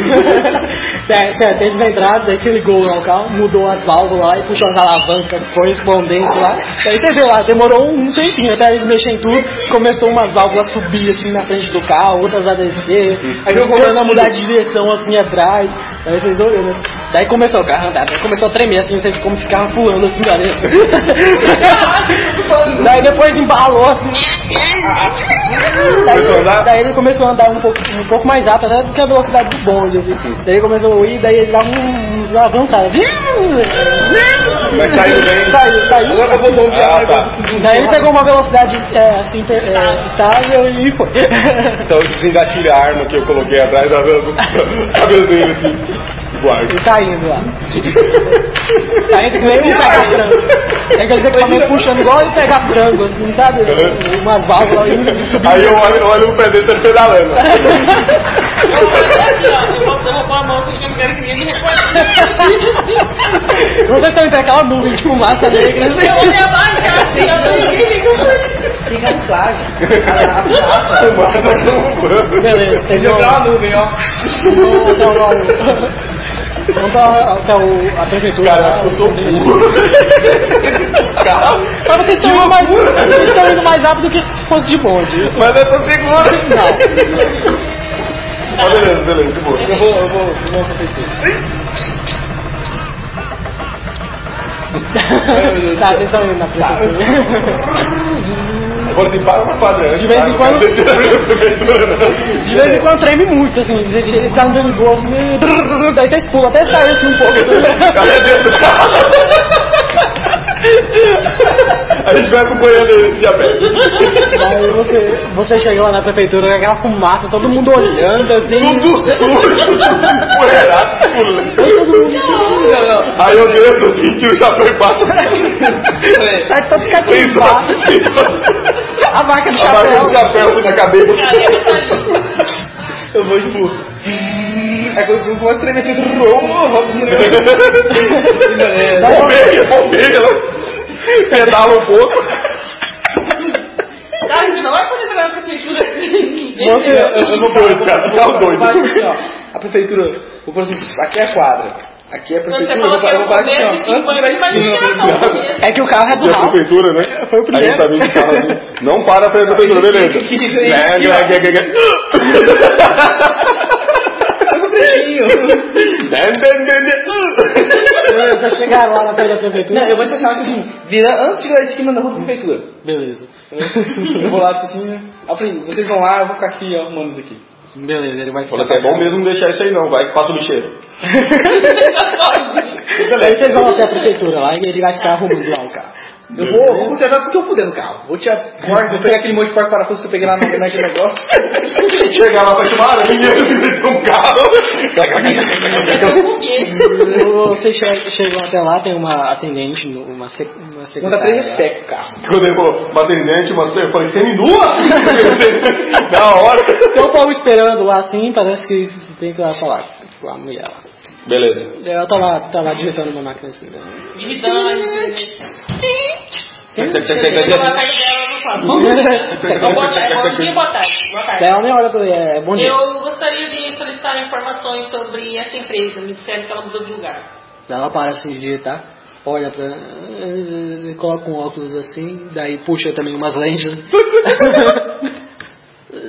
Speaker 5: é, é, tem desentrado, daí você ligou o local, mudou as válvulas lá e puxou as alavancas correspondentes lá. Daí você viu lá, demorou um tempinho até ele mexer em tudo. Começou umas válvulas a subir assim na frente do carro, outras a descer. Aí eu começou a mudar de direção assim atrás. Daí vocês olhando. Daí começou o carro a andar, daí começou a tremer assim, vocês como ficavam pulando assim lá dentro. daí depois embalou assim. Daí, daí ele começou a andar um pouco, um pouco mais rápido, até do que a velocidade do bonde, assim. Daí ele começou a ir, daí ele dava um- uns avançados.
Speaker 2: Mas saiu bem.
Speaker 5: Saiu, saiu.
Speaker 6: Agora eu vou bombear.
Speaker 2: Ah, tá.
Speaker 5: Daí ele pegou uma velocidade é, assim, per- é, estável e foi.
Speaker 2: Então eu desengatilho a arma que eu coloquei atrás da cabeça dele assim. e Guardo.
Speaker 5: E caindo lá. Caindo que nem um pega frango. É que ele também puxando igual ele pega frango, assim, sabe?
Speaker 2: Uhum.
Speaker 5: Umas válvulas e um- subindo.
Speaker 2: Aí eu olho, olho o pé dele tá pedalando.
Speaker 4: Eu vou fazer assim, ó. Eu vou- eu vou pôr a mão porque eu não quero que ninguém me reconheça.
Speaker 5: Vocês estão entre aquela nuvem de fumaça negra.
Speaker 4: Eu vou me abaixar assim, ó. pra ninguém me reconhecer.
Speaker 5: Beleza, vocês vão
Speaker 6: Jogar uma nuvem, ó.
Speaker 5: vão até o... Vão pra- até o, a prefeitura. lá,
Speaker 2: Cara, eu
Speaker 5: o-
Speaker 2: sou burro. Cara,
Speaker 5: Mas vocês estão indo mais, vocês estão indo mais rápido que se fosse de bonde.
Speaker 2: mas eu tô seguro.
Speaker 5: Não.
Speaker 2: Ah, beleza, beleza, de boa.
Speaker 6: Eu vou, eu vou, eu vou acontecer.
Speaker 5: tá, vocês estão indo na prefeitura.
Speaker 2: Vamos fosse para uma quadrante.
Speaker 5: De vez em quando- De vez em quando treme muito, assim. Ele, ele tá andando igual assim, meio- daí vocês pulam até sair assim um pouco.
Speaker 2: Cadê dentro do carro? A gente vai acompanhando esse diabetes.
Speaker 5: Aí você, você chega lá na prefeitura com aquela fumaça, todo mundo olhando assim.
Speaker 2: Tudo sujo, poeirado, pulando.
Speaker 5: Todo mundo.
Speaker 2: Aí eu dentro assim, tio já foi para.
Speaker 5: Sai todo cativado. A vaca do
Speaker 2: A marca de
Speaker 5: chapéu.
Speaker 2: chapéu assim na cabeça.
Speaker 6: Eu vou tipo. Aí quando É eu vou tremer assim, ô, Robinho.
Speaker 2: Bombeia, bombeia. ela Pedala um pouco.
Speaker 4: Cara, isso não é quando você vai pra prefeitura assim.
Speaker 2: Eu, eu sou doido, cara. Tá
Speaker 6: Eu
Speaker 2: doido.
Speaker 6: falo assim, ó, a prefeitura, eu falo assim, aqui é a quadra, aqui é a
Speaker 4: Quando você
Speaker 6: prefeitura,
Speaker 4: falou
Speaker 6: eu
Speaker 4: que era um
Speaker 6: vou
Speaker 4: o
Speaker 6: parar aqui,
Speaker 4: governo,
Speaker 6: ó, antes de virar a esquina.
Speaker 4: que
Speaker 5: É que o carro é do
Speaker 2: E a
Speaker 5: Raul.
Speaker 2: prefeitura, né?
Speaker 5: É, Foi o primeiro.
Speaker 2: Aí tá vindo o carro assim. Não para a prefeitura, beleza.
Speaker 6: Que isso aí?
Speaker 2: Né, né, né, né, né. Né, né, né, né.
Speaker 5: Já chegaram lá na frente da prefeitura.
Speaker 6: Não, eu vou estacionar aqui assim, vira antes de virar a esquina da rua da prefeitura.
Speaker 5: Beleza.
Speaker 6: Eu vou lá, tipo assim, né? Aí eu falei, vocês vão lá, eu vou ficar aqui arrumando isso aqui.
Speaker 5: Beleza, ele vai
Speaker 2: Falou assim, é bom mesmo não deixar isso aí não, vai que passa o lixeiro.
Speaker 5: Aí vocês vão até a prefeitura lá e ele vai ficar arrumando lá o carro.
Speaker 6: Eu vou, vou consertar tudo que eu puder no carro. Vou tirar porta, vou pegar aquele monte de porta parafuso que eu peguei lá na- naquele negócio.
Speaker 2: Chegar lá pra chamar, ninguém tem um carro.
Speaker 5: Vocês che- chegam até lá, tem uma atendente, uma, sec uma
Speaker 6: Conta três
Speaker 5: secretária.
Speaker 6: respeitos, carro.
Speaker 2: Quando ele falou, batendente, mas eu falei, você me nua? Na hora.
Speaker 5: Tem um povo esperando lá assim, parece que tem que ir lá falar com a mulher lá.
Speaker 2: Beleza.
Speaker 5: Ela tá tava, tava digitando na máquina assim. né? um Ela nem olha pra ele, é bom dia.
Speaker 4: Eu gostaria de solicitar informações sobre essa empresa. Me disseram que ela mudou de lugar.
Speaker 5: Ela para assim de digitar, olha pra. eh, coloca um óculos assim, daí puxa também umas lentes.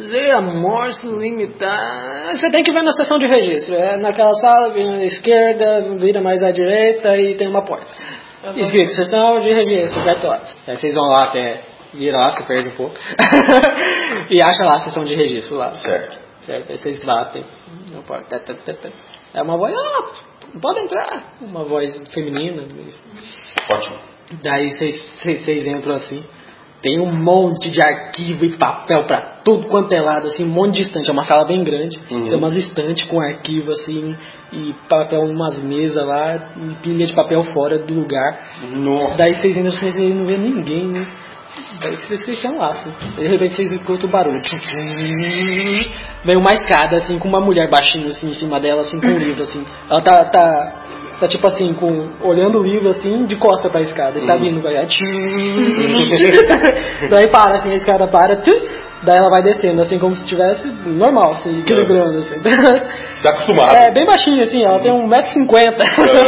Speaker 5: Zé Amorso limitar. Você tem que ver na seção de registro. É naquela sala, vira à esquerda, vira mais à direita e tem uma porta. Escrito, seção de registro, vai pra lá. Aí vocês vão lá até. Vira lá, se perde um pouco. e acha lá a seção de registro lá.
Speaker 2: Certo.
Speaker 5: Certo? Aí vocês batem na porta. tá, tá, tá, tá. É uma voz, ah, pode entrar. Uma voz feminina.
Speaker 2: Ótimo.
Speaker 5: Daí vocês- vocês vocês entram assim. Tem um monte de arquivo e papel pra tudo quanto é lado, assim, um monte de estante. É uma sala bem grande.
Speaker 2: Uhum.
Speaker 5: Tem umas estantes com arquivo, assim, e papel, umas mesas lá, e pilha de papel fora do lugar.
Speaker 2: Nossa.
Speaker 5: Daí vocês entram, vocês não vê ninguém, né? Daí vocês estão lá, assim. De repente vocês escutam o barulho. Vem uma escada, assim, com uma mulher baixinha, assim, em cima dela, assim, com um livro, assim. Ela tá, tá, tá tipo assim, com, olhando o livro, assim, de costa pra escada. E tá vindo, vai. Daí para, assim, a escada para. Daí ela vai descendo, assim, como se estivesse normal, assim, equilibrando, assim.
Speaker 2: Tá acostumado.
Speaker 5: É, bem baixinha, assim, ela tem 1,50m.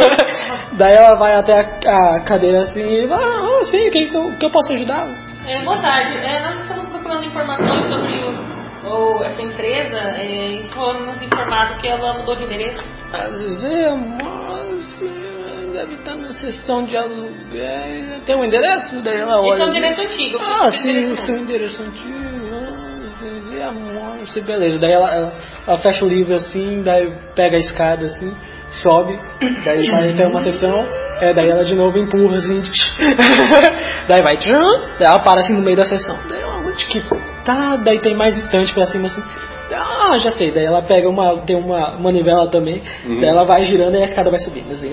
Speaker 5: Daí ela vai até a, a cadeira assim e fala, ah, ah, sim, quem que eu, que eu posso ajudar?
Speaker 4: É, boa tarde. É, nós estamos procurando informações sobre o, ou essa empresa é, e foram nos informados que ela mudou de endereço.
Speaker 5: Ah, Zé, mas, eh, deve estar na sessão de aluguel. Tem um endereço? Daí ela olha.
Speaker 4: Esse é um endereço antigo.
Speaker 5: Ah,
Speaker 4: esse
Speaker 5: sim,
Speaker 4: endereço
Speaker 5: o seu endereço antigo. ah, Zé, amor, sei, beleza. Daí ela, ela, ela fecha o livro assim, daí pega a escada assim, sobe, daí vai até uma sessão, é, daí ela de novo empurra assim, daí vai, tchum, daí ela para assim no meio da sessão. Daí ela, onde que tá? Daí tem mais instante pra cima assim. Ah, já sei. Daí ela pega uma, tem uma manivela também, daí ela vai girando e a escada vai subindo assim.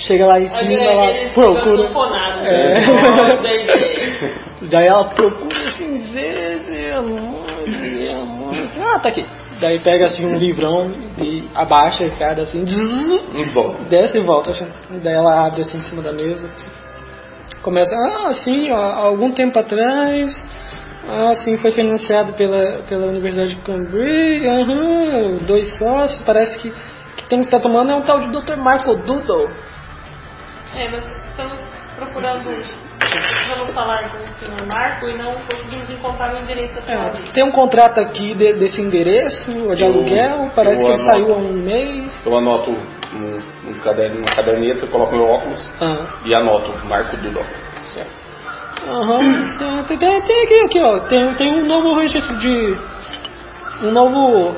Speaker 5: Chega lá em
Speaker 4: não.
Speaker 5: cima,
Speaker 4: Olha,
Speaker 5: ela
Speaker 4: eles ficam
Speaker 5: procura.
Speaker 4: tumponados.
Speaker 5: É.
Speaker 4: Nossa, ideia.
Speaker 5: Daí ela procura assim, Zê, Zê, amor, Zê, amor. Ah, tá aqui. Daí pega assim um livrão e abaixa a escada assim,
Speaker 2: Muito bom.
Speaker 5: desce e volta. Assim. Daí ela abre assim em cima da mesa. Começa, ah, sim, ó, há algum tempo atrás. Ah, sim, foi financiado pela, pela Universidade de Cambridge. Aham, dois sócios. Parece que, que tem que estar tomando é um tal de Dr. Marco Doodle.
Speaker 4: É, nós estamos procurando. Vamos falar com o senhor Marco e não conseguimos encontrar o endereço até
Speaker 5: É,
Speaker 4: hoje.
Speaker 5: tem um contrato aqui de- desse endereço de
Speaker 2: Eu-
Speaker 5: aluguel, parece
Speaker 2: eu
Speaker 5: que ele
Speaker 2: anoto.
Speaker 5: saiu há um mês.
Speaker 2: Eu anoto num, num caderno, numa caderneta, coloco meu óculos
Speaker 5: Ah,
Speaker 2: e anoto, marco do dó.
Speaker 5: Aham. Tem, tem- tem aqui, aqui, ó. Tem, tem um novo registro de. Um novo.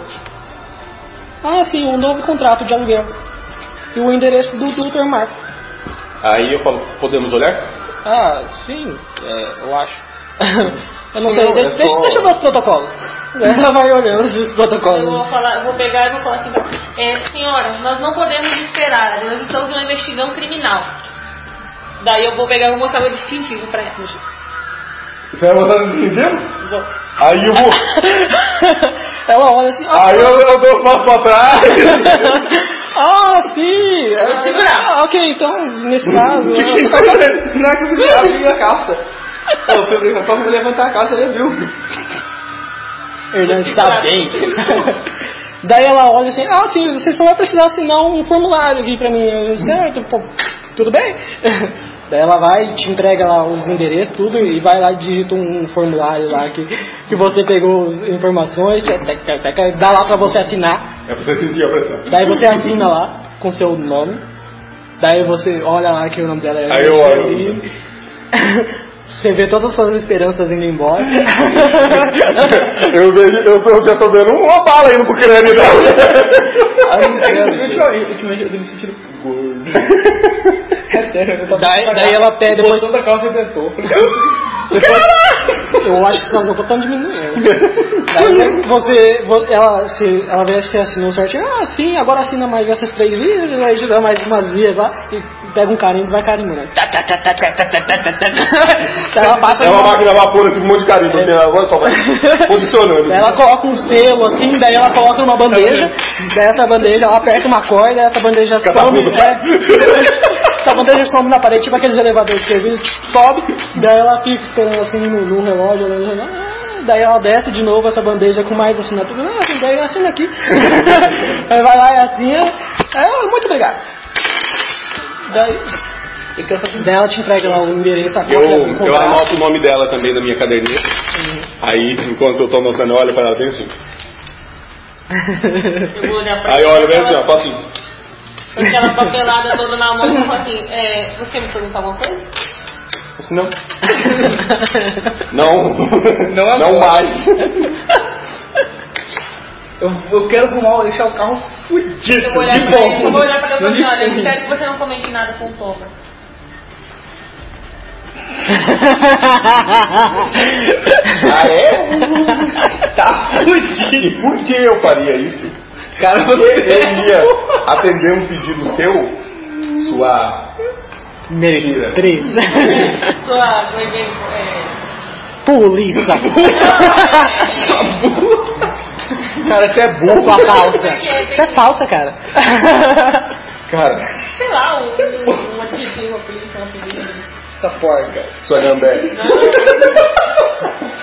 Speaker 5: Ah, sim, um novo contrato de aluguel. E o endereço do Dr. Marco.
Speaker 2: Aí eu falo, podemos olhar?
Speaker 5: Ah, sim, é, eu acho. eu não
Speaker 11: Sim,
Speaker 5: sei,
Speaker 11: eu-
Speaker 5: deixa,
Speaker 11: eu
Speaker 5: deixa,
Speaker 11: tô-
Speaker 5: deixa eu ver os protocolos. Ela vai olhando os
Speaker 4: Eu vou,
Speaker 5: protocolos.
Speaker 4: falar, eu vou pegar e vou falar assim. É, senhora, nós não podemos esperar. Nós estamos numa investigação criminal. Daí eu vou pegar e vou mostrar meu distintivo pra ela.
Speaker 2: Você vai botar no dinheiro?
Speaker 4: Vou.
Speaker 2: Aí eu vou.
Speaker 5: Ela olha assim, ah,
Speaker 2: Aí eu, eu dou um passo pra trás.
Speaker 5: ah, sim!
Speaker 4: vou
Speaker 5: ah,
Speaker 4: segurar.
Speaker 5: ok, então, nesse caso.
Speaker 2: que que
Speaker 5: ah,
Speaker 2: isso tá acontecendo?
Speaker 6: Não é que você abriu a calça. Eu fui brincar pra levantar a calça, ele viu.
Speaker 5: Hernandes tá bem. Daí ela olha assim, ah, sim, você só vai precisar assinar um formulário aqui pra mim, Eu, certo? Pô, tudo bem? Daí ela vai, te entrega lá os endereços, tudo, e vai lá e digita um formulário lá que, que você pegou as informações, tchac, tchac, tchac, tchac, dá lá pra você assinar.
Speaker 2: É pra você sentir a pressão.
Speaker 5: Daí você assina lá com seu nome. Daí você olha lá que o nome dela é.
Speaker 2: Aí eu olho.
Speaker 5: Michele. Você vê todas as suas esperanças indo embora.
Speaker 2: Eu, vejo, eu, eu já tô um dando uma bala indo pro crânio dela.
Speaker 6: Ultimamente eu tô me sentindo gordo. É sério, eu tava
Speaker 5: Daí, daí ela pede depois.
Speaker 6: Toda a calça inventou.
Speaker 5: Eu acho que nós não é." estamos diminuindo. Daí você, vo- ela, se, ela vê se assinou certinho, ah, sim, agora assina mais essas três vias, aí dá mais umas vias lá, e pega um carimbo e vai carimbando. Tá, tá, tá, tá, tá, tá, tá, tá, tá, tá. Daí ela passa
Speaker 2: É uma
Speaker 5: e-
Speaker 2: máquina vapora com um monte de carimbo, assim, agora só vai posicionando.
Speaker 5: Daí ela coloca um selo assim, daí ela coloca numa bandeja, daí essa bandeja ela aperta uma corda, essa bandeja some,
Speaker 2: Catapulta.
Speaker 5: é. essa bandeja some na parede, tipo aqueles elevadores de serviço, sobe, daí ela fica esperando assim no, no relógio, olhando o relógio, ah, daí ela desce de novo essa bandeja com mais assinatura, ah, assim, daí assina aqui, aí vai lá e assina, aí, ela, muito obrigado. Daí, daí ela te entrega lá o endereço, a
Speaker 2: Eu,
Speaker 5: cópia do
Speaker 2: eu
Speaker 5: contrato.
Speaker 2: anoto o nome dela também na minha caderneta. Aí, enquanto eu tô anotando, eu olho pra ela bem assim.
Speaker 4: Eu vou olhar pra
Speaker 2: Aí eu olho bem
Speaker 4: ela,
Speaker 2: assim, ó, faço assim.
Speaker 4: com aquela papelada toda na mão e falo assim, é, você me perguntou alguma coisa?
Speaker 2: Assim, não. Não.
Speaker 6: Não é bom.
Speaker 2: mais.
Speaker 6: Eu, eu quero arrumar, eu deixar o carro fudido.
Speaker 4: Eu vou olhar
Speaker 6: de
Speaker 4: pra
Speaker 6: bom.
Speaker 4: ele, eu vou olhar pra ele e falar assim, olha, eu
Speaker 6: De
Speaker 4: espero que você não comente nada com o Thomas.
Speaker 2: Ah, é? tá. Por por que eu faria isso?
Speaker 6: Cara,
Speaker 2: Eu ia atender um pedido seu, sua mentira.
Speaker 5: Três.
Speaker 4: Sua, como é que é,
Speaker 5: Polícia.
Speaker 2: Cara, você é burro.
Speaker 5: Sua falsa. Você é falsa, cara.
Speaker 2: Cara,
Speaker 4: sei lá, um, um adjetivo, um apelido, um apelido.
Speaker 6: Essa porca.
Speaker 2: sua gambé.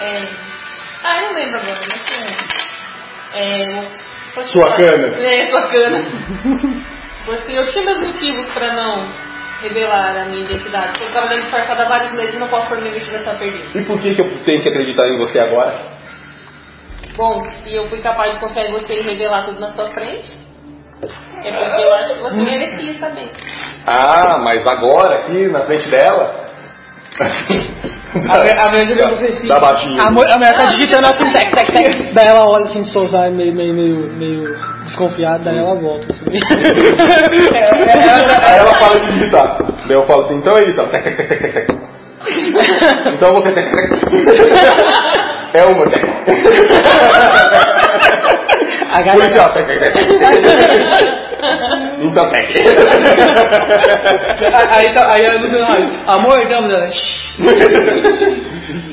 Speaker 4: É, ah, eu não lembro agora, mas é, é, pode
Speaker 2: Sua
Speaker 4: falar.
Speaker 2: cana.
Speaker 4: É, sua cana. Você, eu tinha meus motivos pra não revelar a minha identidade. Eu tava disfarçada várias vezes e não posso pôr minha investigação perdida.
Speaker 2: E por que, que eu tenho que acreditar em você agora?
Speaker 4: Bom, se eu fui capaz de confiar em você e revelar tudo na sua frente, é porque eu acho que você merecia saber.
Speaker 2: Ah, mas agora, aqui, na frente dela.
Speaker 6: A me- a média
Speaker 2: da,
Speaker 6: de vocês, sim.
Speaker 2: da baixinha.
Speaker 5: A, mu- a mulher tá digitando assim, tec, tec, tec. Daí ela olha assim, Sousar meio, meio, meio, meio desconfiada, daí ela volta. Assim.
Speaker 2: Aí ela fala de digitar. Daí eu falo assim, então é isso. ó. Tec, tec, tec, tec, tec. Então você. tec, tec, tec. É uma. tec.
Speaker 5: A
Speaker 2: Por
Speaker 5: gata,
Speaker 2: isso, ó. tec, tec, tec, tec. Então, tec.
Speaker 6: Aí, tá, aí ela no final, amor, então, ela, "Shh,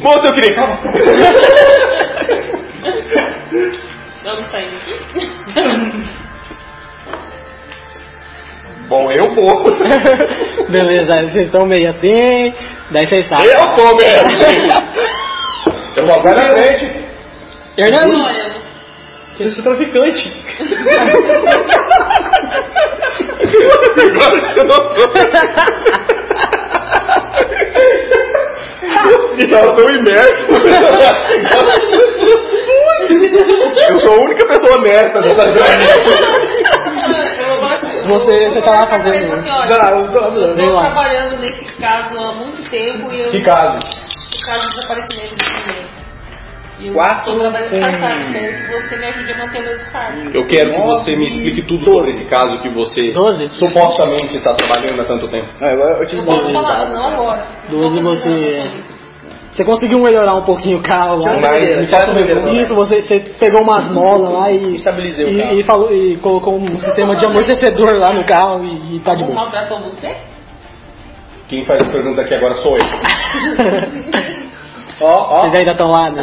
Speaker 2: Bom, seu querido.
Speaker 4: Vamos sair daqui?
Speaker 2: Bom, eu vou.
Speaker 5: beleza, aí vocês estão meio assim, daí vocês sabem.
Speaker 2: Eu tô mesmo. Eu vou agora na frente.
Speaker 5: Hernando,
Speaker 4: Olha,
Speaker 6: eu sou traficante.
Speaker 2: Eu não tô. tá tão imerso. Eu sou a única pessoa honesta dessa grande.
Speaker 4: eu gosto.
Speaker 5: Você- você tá lá fazendo-
Speaker 4: Eu, vou falar com ele, assim, olha,
Speaker 6: Não, eu tô-
Speaker 4: eu
Speaker 5: vem
Speaker 4: tô
Speaker 5: lá.
Speaker 4: trabalhando nesse caso há muito tempo e eu.
Speaker 2: Que caso?
Speaker 4: casos de desaparecimento de dinheiro. E eu
Speaker 6: Quatro
Speaker 4: tô trabalhando
Speaker 6: com-
Speaker 4: disfarçado, quero que você me ajude a manter meu disfarce.
Speaker 2: Eu quero que você me explique tudo sobre esse caso que você
Speaker 5: Doze?
Speaker 2: supostamente está trabalhando há tanto tempo.
Speaker 6: Não, Ah, agora eu tive
Speaker 4: Não
Speaker 6: uma
Speaker 4: posso falar, não agora.
Speaker 5: Doze,
Speaker 4: Não posso
Speaker 5: você- é.
Speaker 4: falar tudo isso.
Speaker 5: Você conseguiu melhorar um pouquinho o carro lá.
Speaker 6: Mas me faça um
Speaker 2: é,
Speaker 6: resumo.
Speaker 5: Isso, você, você pegou umas molas lá e.
Speaker 6: Estabilizei o
Speaker 5: e-
Speaker 6: carro.
Speaker 5: E, falou, e colocou um sistema de amortecedor lá no carro e, e tá de
Speaker 4: Algum
Speaker 5: boa.
Speaker 4: maltratou você?
Speaker 2: Quem faz as perguntas aqui agora sou eu.
Speaker 6: Ó, ó.
Speaker 5: Vocês ainda estão lá, né?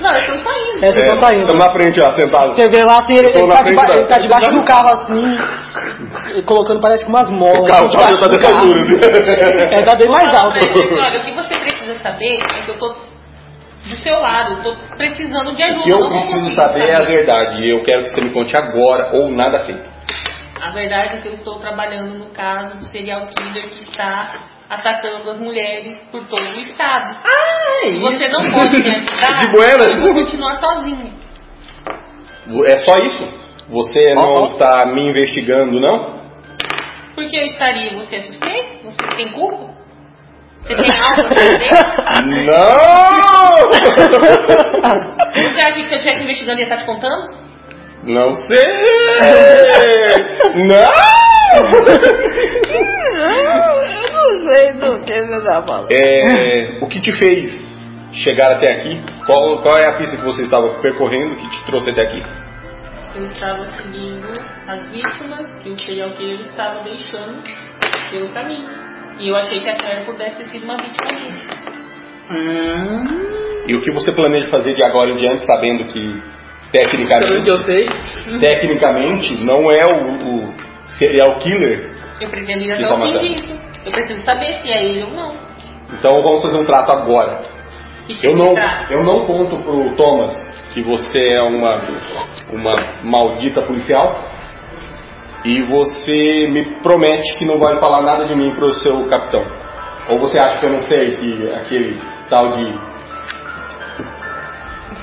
Speaker 4: Não, eu tô saindo.
Speaker 5: É, vocês estão saindo.
Speaker 2: Estamos na frente lá, sentados.
Speaker 5: Você vê lá assim, ele,
Speaker 2: Eu tô
Speaker 5: ele
Speaker 2: na
Speaker 5: tá,
Speaker 2: frente
Speaker 5: deba-
Speaker 2: da-
Speaker 5: ele tá debaixo do carro assim, e colocando parece que umas molas.
Speaker 2: O carro de
Speaker 5: debaixo
Speaker 2: tá
Speaker 5: do
Speaker 2: dessa
Speaker 5: carro.
Speaker 2: altura. assim.
Speaker 5: É, tá bem mais
Speaker 4: Fala pra ele,
Speaker 5: alto.
Speaker 4: Olha, o que você precisa saber é que eu tô do seu lado, eu tô precisando de ajuda.
Speaker 2: O que eu
Speaker 4: não vou
Speaker 2: preciso
Speaker 4: conseguir
Speaker 2: saber é a verdade. E eu quero que você me conte agora ou nada feito.
Speaker 4: A verdade é que eu estou trabalhando no caso do serial killer que está atacando as mulheres por todo o estado. você não pode me ajudar,
Speaker 2: Ah, é De buenas.
Speaker 4: eu vou continuar sozinha.
Speaker 2: É só isso? Você não está me investigando, não?
Speaker 4: Porque eu estaria, você é suspeito? Você tem culpa? Você tem algo a fazer?
Speaker 2: Não!
Speaker 4: Você acha que se eu estivesse investigando ia estar te contando?
Speaker 2: Não sei! Não!
Speaker 12: Eu não sei do que você tá falando.
Speaker 2: É, o que te fez chegar até aqui? Qual, qual é a pista que você estava percorrendo que te trouxe até aqui?
Speaker 4: Eu estava seguindo as vítimas que o serial killer estava deixando pelo caminho. E eu achei que a Claire pudesse ter sido uma vítima dele.
Speaker 2: E o que você planeja fazer de agora em diante, sabendo que tecnicamente,
Speaker 6: eu sei.
Speaker 2: tecnicamente não é o, o serial killer?
Speaker 4: Eu pretendo ir
Speaker 2: Que
Speaker 4: até
Speaker 2: tá
Speaker 4: o fim
Speaker 2: matando.
Speaker 4: disso. Eu preciso saber se é ele ou não.
Speaker 2: Então vamos fazer um trato agora.
Speaker 4: E se
Speaker 2: Eu não,
Speaker 4: entrar,
Speaker 2: eu não conto pro Thomas que você é uma, uma maldita policial. E você me promete que não vai falar nada de mim pro seu capitão. Ou você acha que eu não sei que aquele tal de.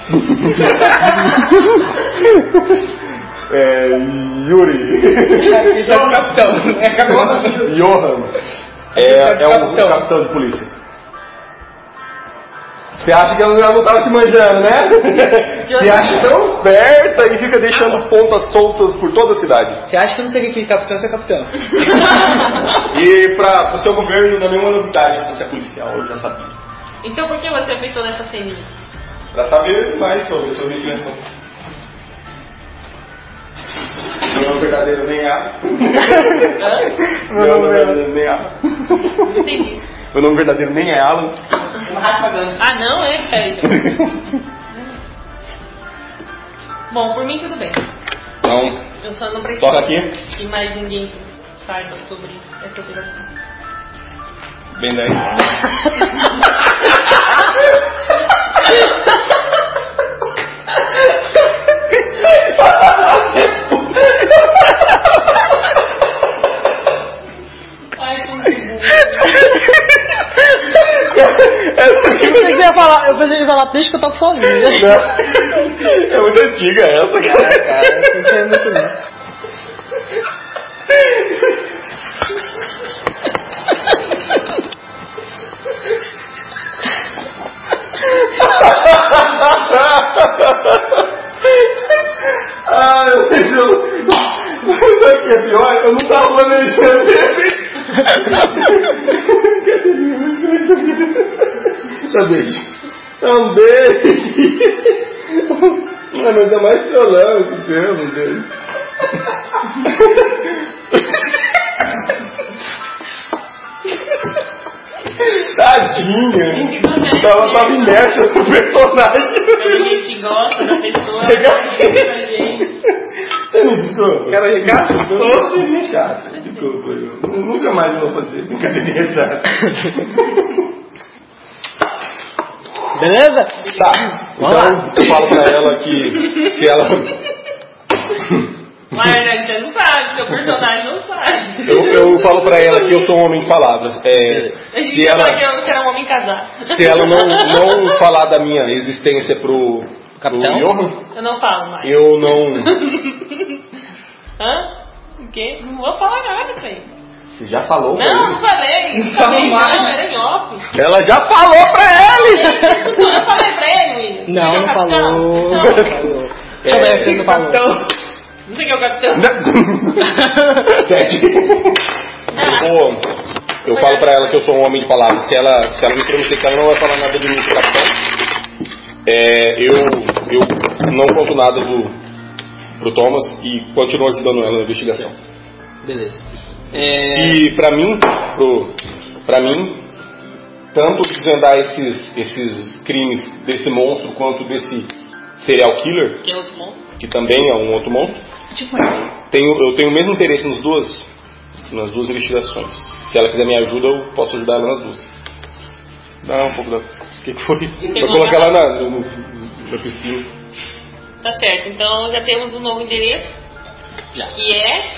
Speaker 2: é, Yuri.
Speaker 6: Ele tá de capitão. É capitão.
Speaker 2: Johan. É, é um capitão de polícia. Você acha que ela não tava te manjando, né? Se acha tão esperta e fica deixando pontas soltas por toda a cidade.
Speaker 6: Você acha que eu não sei quem é aquele capitão, você é capitão.
Speaker 2: E para o seu governo não é nenhuma novidade, você é policial, eu já sabia.
Speaker 4: Então por que você fez toda essa ceninha?
Speaker 2: Para saber mais sobre né, sua migração. Meu verdadeiro nem há. Meu nome é verdadeiro nem há.
Speaker 4: Não entendi.
Speaker 2: Meu nome verdadeiro nem é Alan.
Speaker 4: Ah, não? É? Peraí. Bom, por mim tudo bem.
Speaker 2: Então,
Speaker 4: Eu só não preciso
Speaker 2: toca aqui.
Speaker 4: que mais ninguém saiba sobre essa operação.
Speaker 2: Bem daí.
Speaker 4: Ai, como que bom.
Speaker 5: Eu pensei em falar, eu pensei em falar, deixa que eu toco sozinho.
Speaker 2: É muito antiga essa, É, cara.
Speaker 5: Não sei muito não.
Speaker 2: Ah, eu sei, eu... Mas aqui é pior, eu não tava planejando esse. Tá beijo. Dá um beijo. Mano, ainda tá mais violão que tem, meu Deus. Tadinha. Tava, tava imersa no personagem.
Speaker 4: A gente gosta da pessoa.
Speaker 2: Legal.
Speaker 4: gosta da gente.
Speaker 2: O cara regaçou e me chata. Nunca mais vou fazer brincadeirinha chata.
Speaker 5: Beleza?
Speaker 2: Tá.
Speaker 5: Vamos
Speaker 2: Então eu falo pra ela que se ela.
Speaker 4: Mas né, você não sabe, seu personagem não sabe.
Speaker 2: Eu, eu falo pra ela que eu sou um homem de palavras. É,
Speaker 4: A gente
Speaker 2: se
Speaker 4: fala que
Speaker 2: ela,
Speaker 4: eu será um homem casado.
Speaker 2: se ela não, não falar da minha existência pro, pro
Speaker 6: Capitão?
Speaker 2: Johan,
Speaker 4: Eu não falo mais.
Speaker 2: eu não.
Speaker 4: Hã? O quê? Não vou falar nada, velho.
Speaker 13: Você já falou com
Speaker 4: Não, não
Speaker 13: ele?
Speaker 4: falei. Não falei, não, era em off.
Speaker 2: Ela já falou pra ele!
Speaker 4: Eu falei pra ele, William.
Speaker 5: Não, não
Speaker 4: Você que é o capitão?
Speaker 5: falou.
Speaker 4: Não.
Speaker 5: Não falou. Deixa eu
Speaker 2: É.
Speaker 5: ver se você não falou.
Speaker 4: Você que é o capitão?
Speaker 2: Ted. Eu vou- Eu falo pra ela que eu sou um homem de palavras. Se ela, se ela me prometer que ela não vai falar nada de mim pro capitão, é, eu, eu não conto nada do, pro Thomas e continuo ajudando ela na investigação.
Speaker 5: Beleza. É,
Speaker 2: E pra mim, pro, pra mim, tanto desvendar esses, esses crimes desse monstro quanto desse serial killer,
Speaker 4: Que é outro monstro.
Speaker 2: que também é um outro monstro, tenho, eu tenho o mesmo interesse nas duas, nas duas investigações. Se ela quiser me ajuda, eu posso ajudar ela nas duas. Dá um pouco da. O que, que foi? Eu coloquei ela na, no- no- na piscina.
Speaker 4: Tá certo, então já temos um novo endereço.
Speaker 5: Já.
Speaker 4: Que é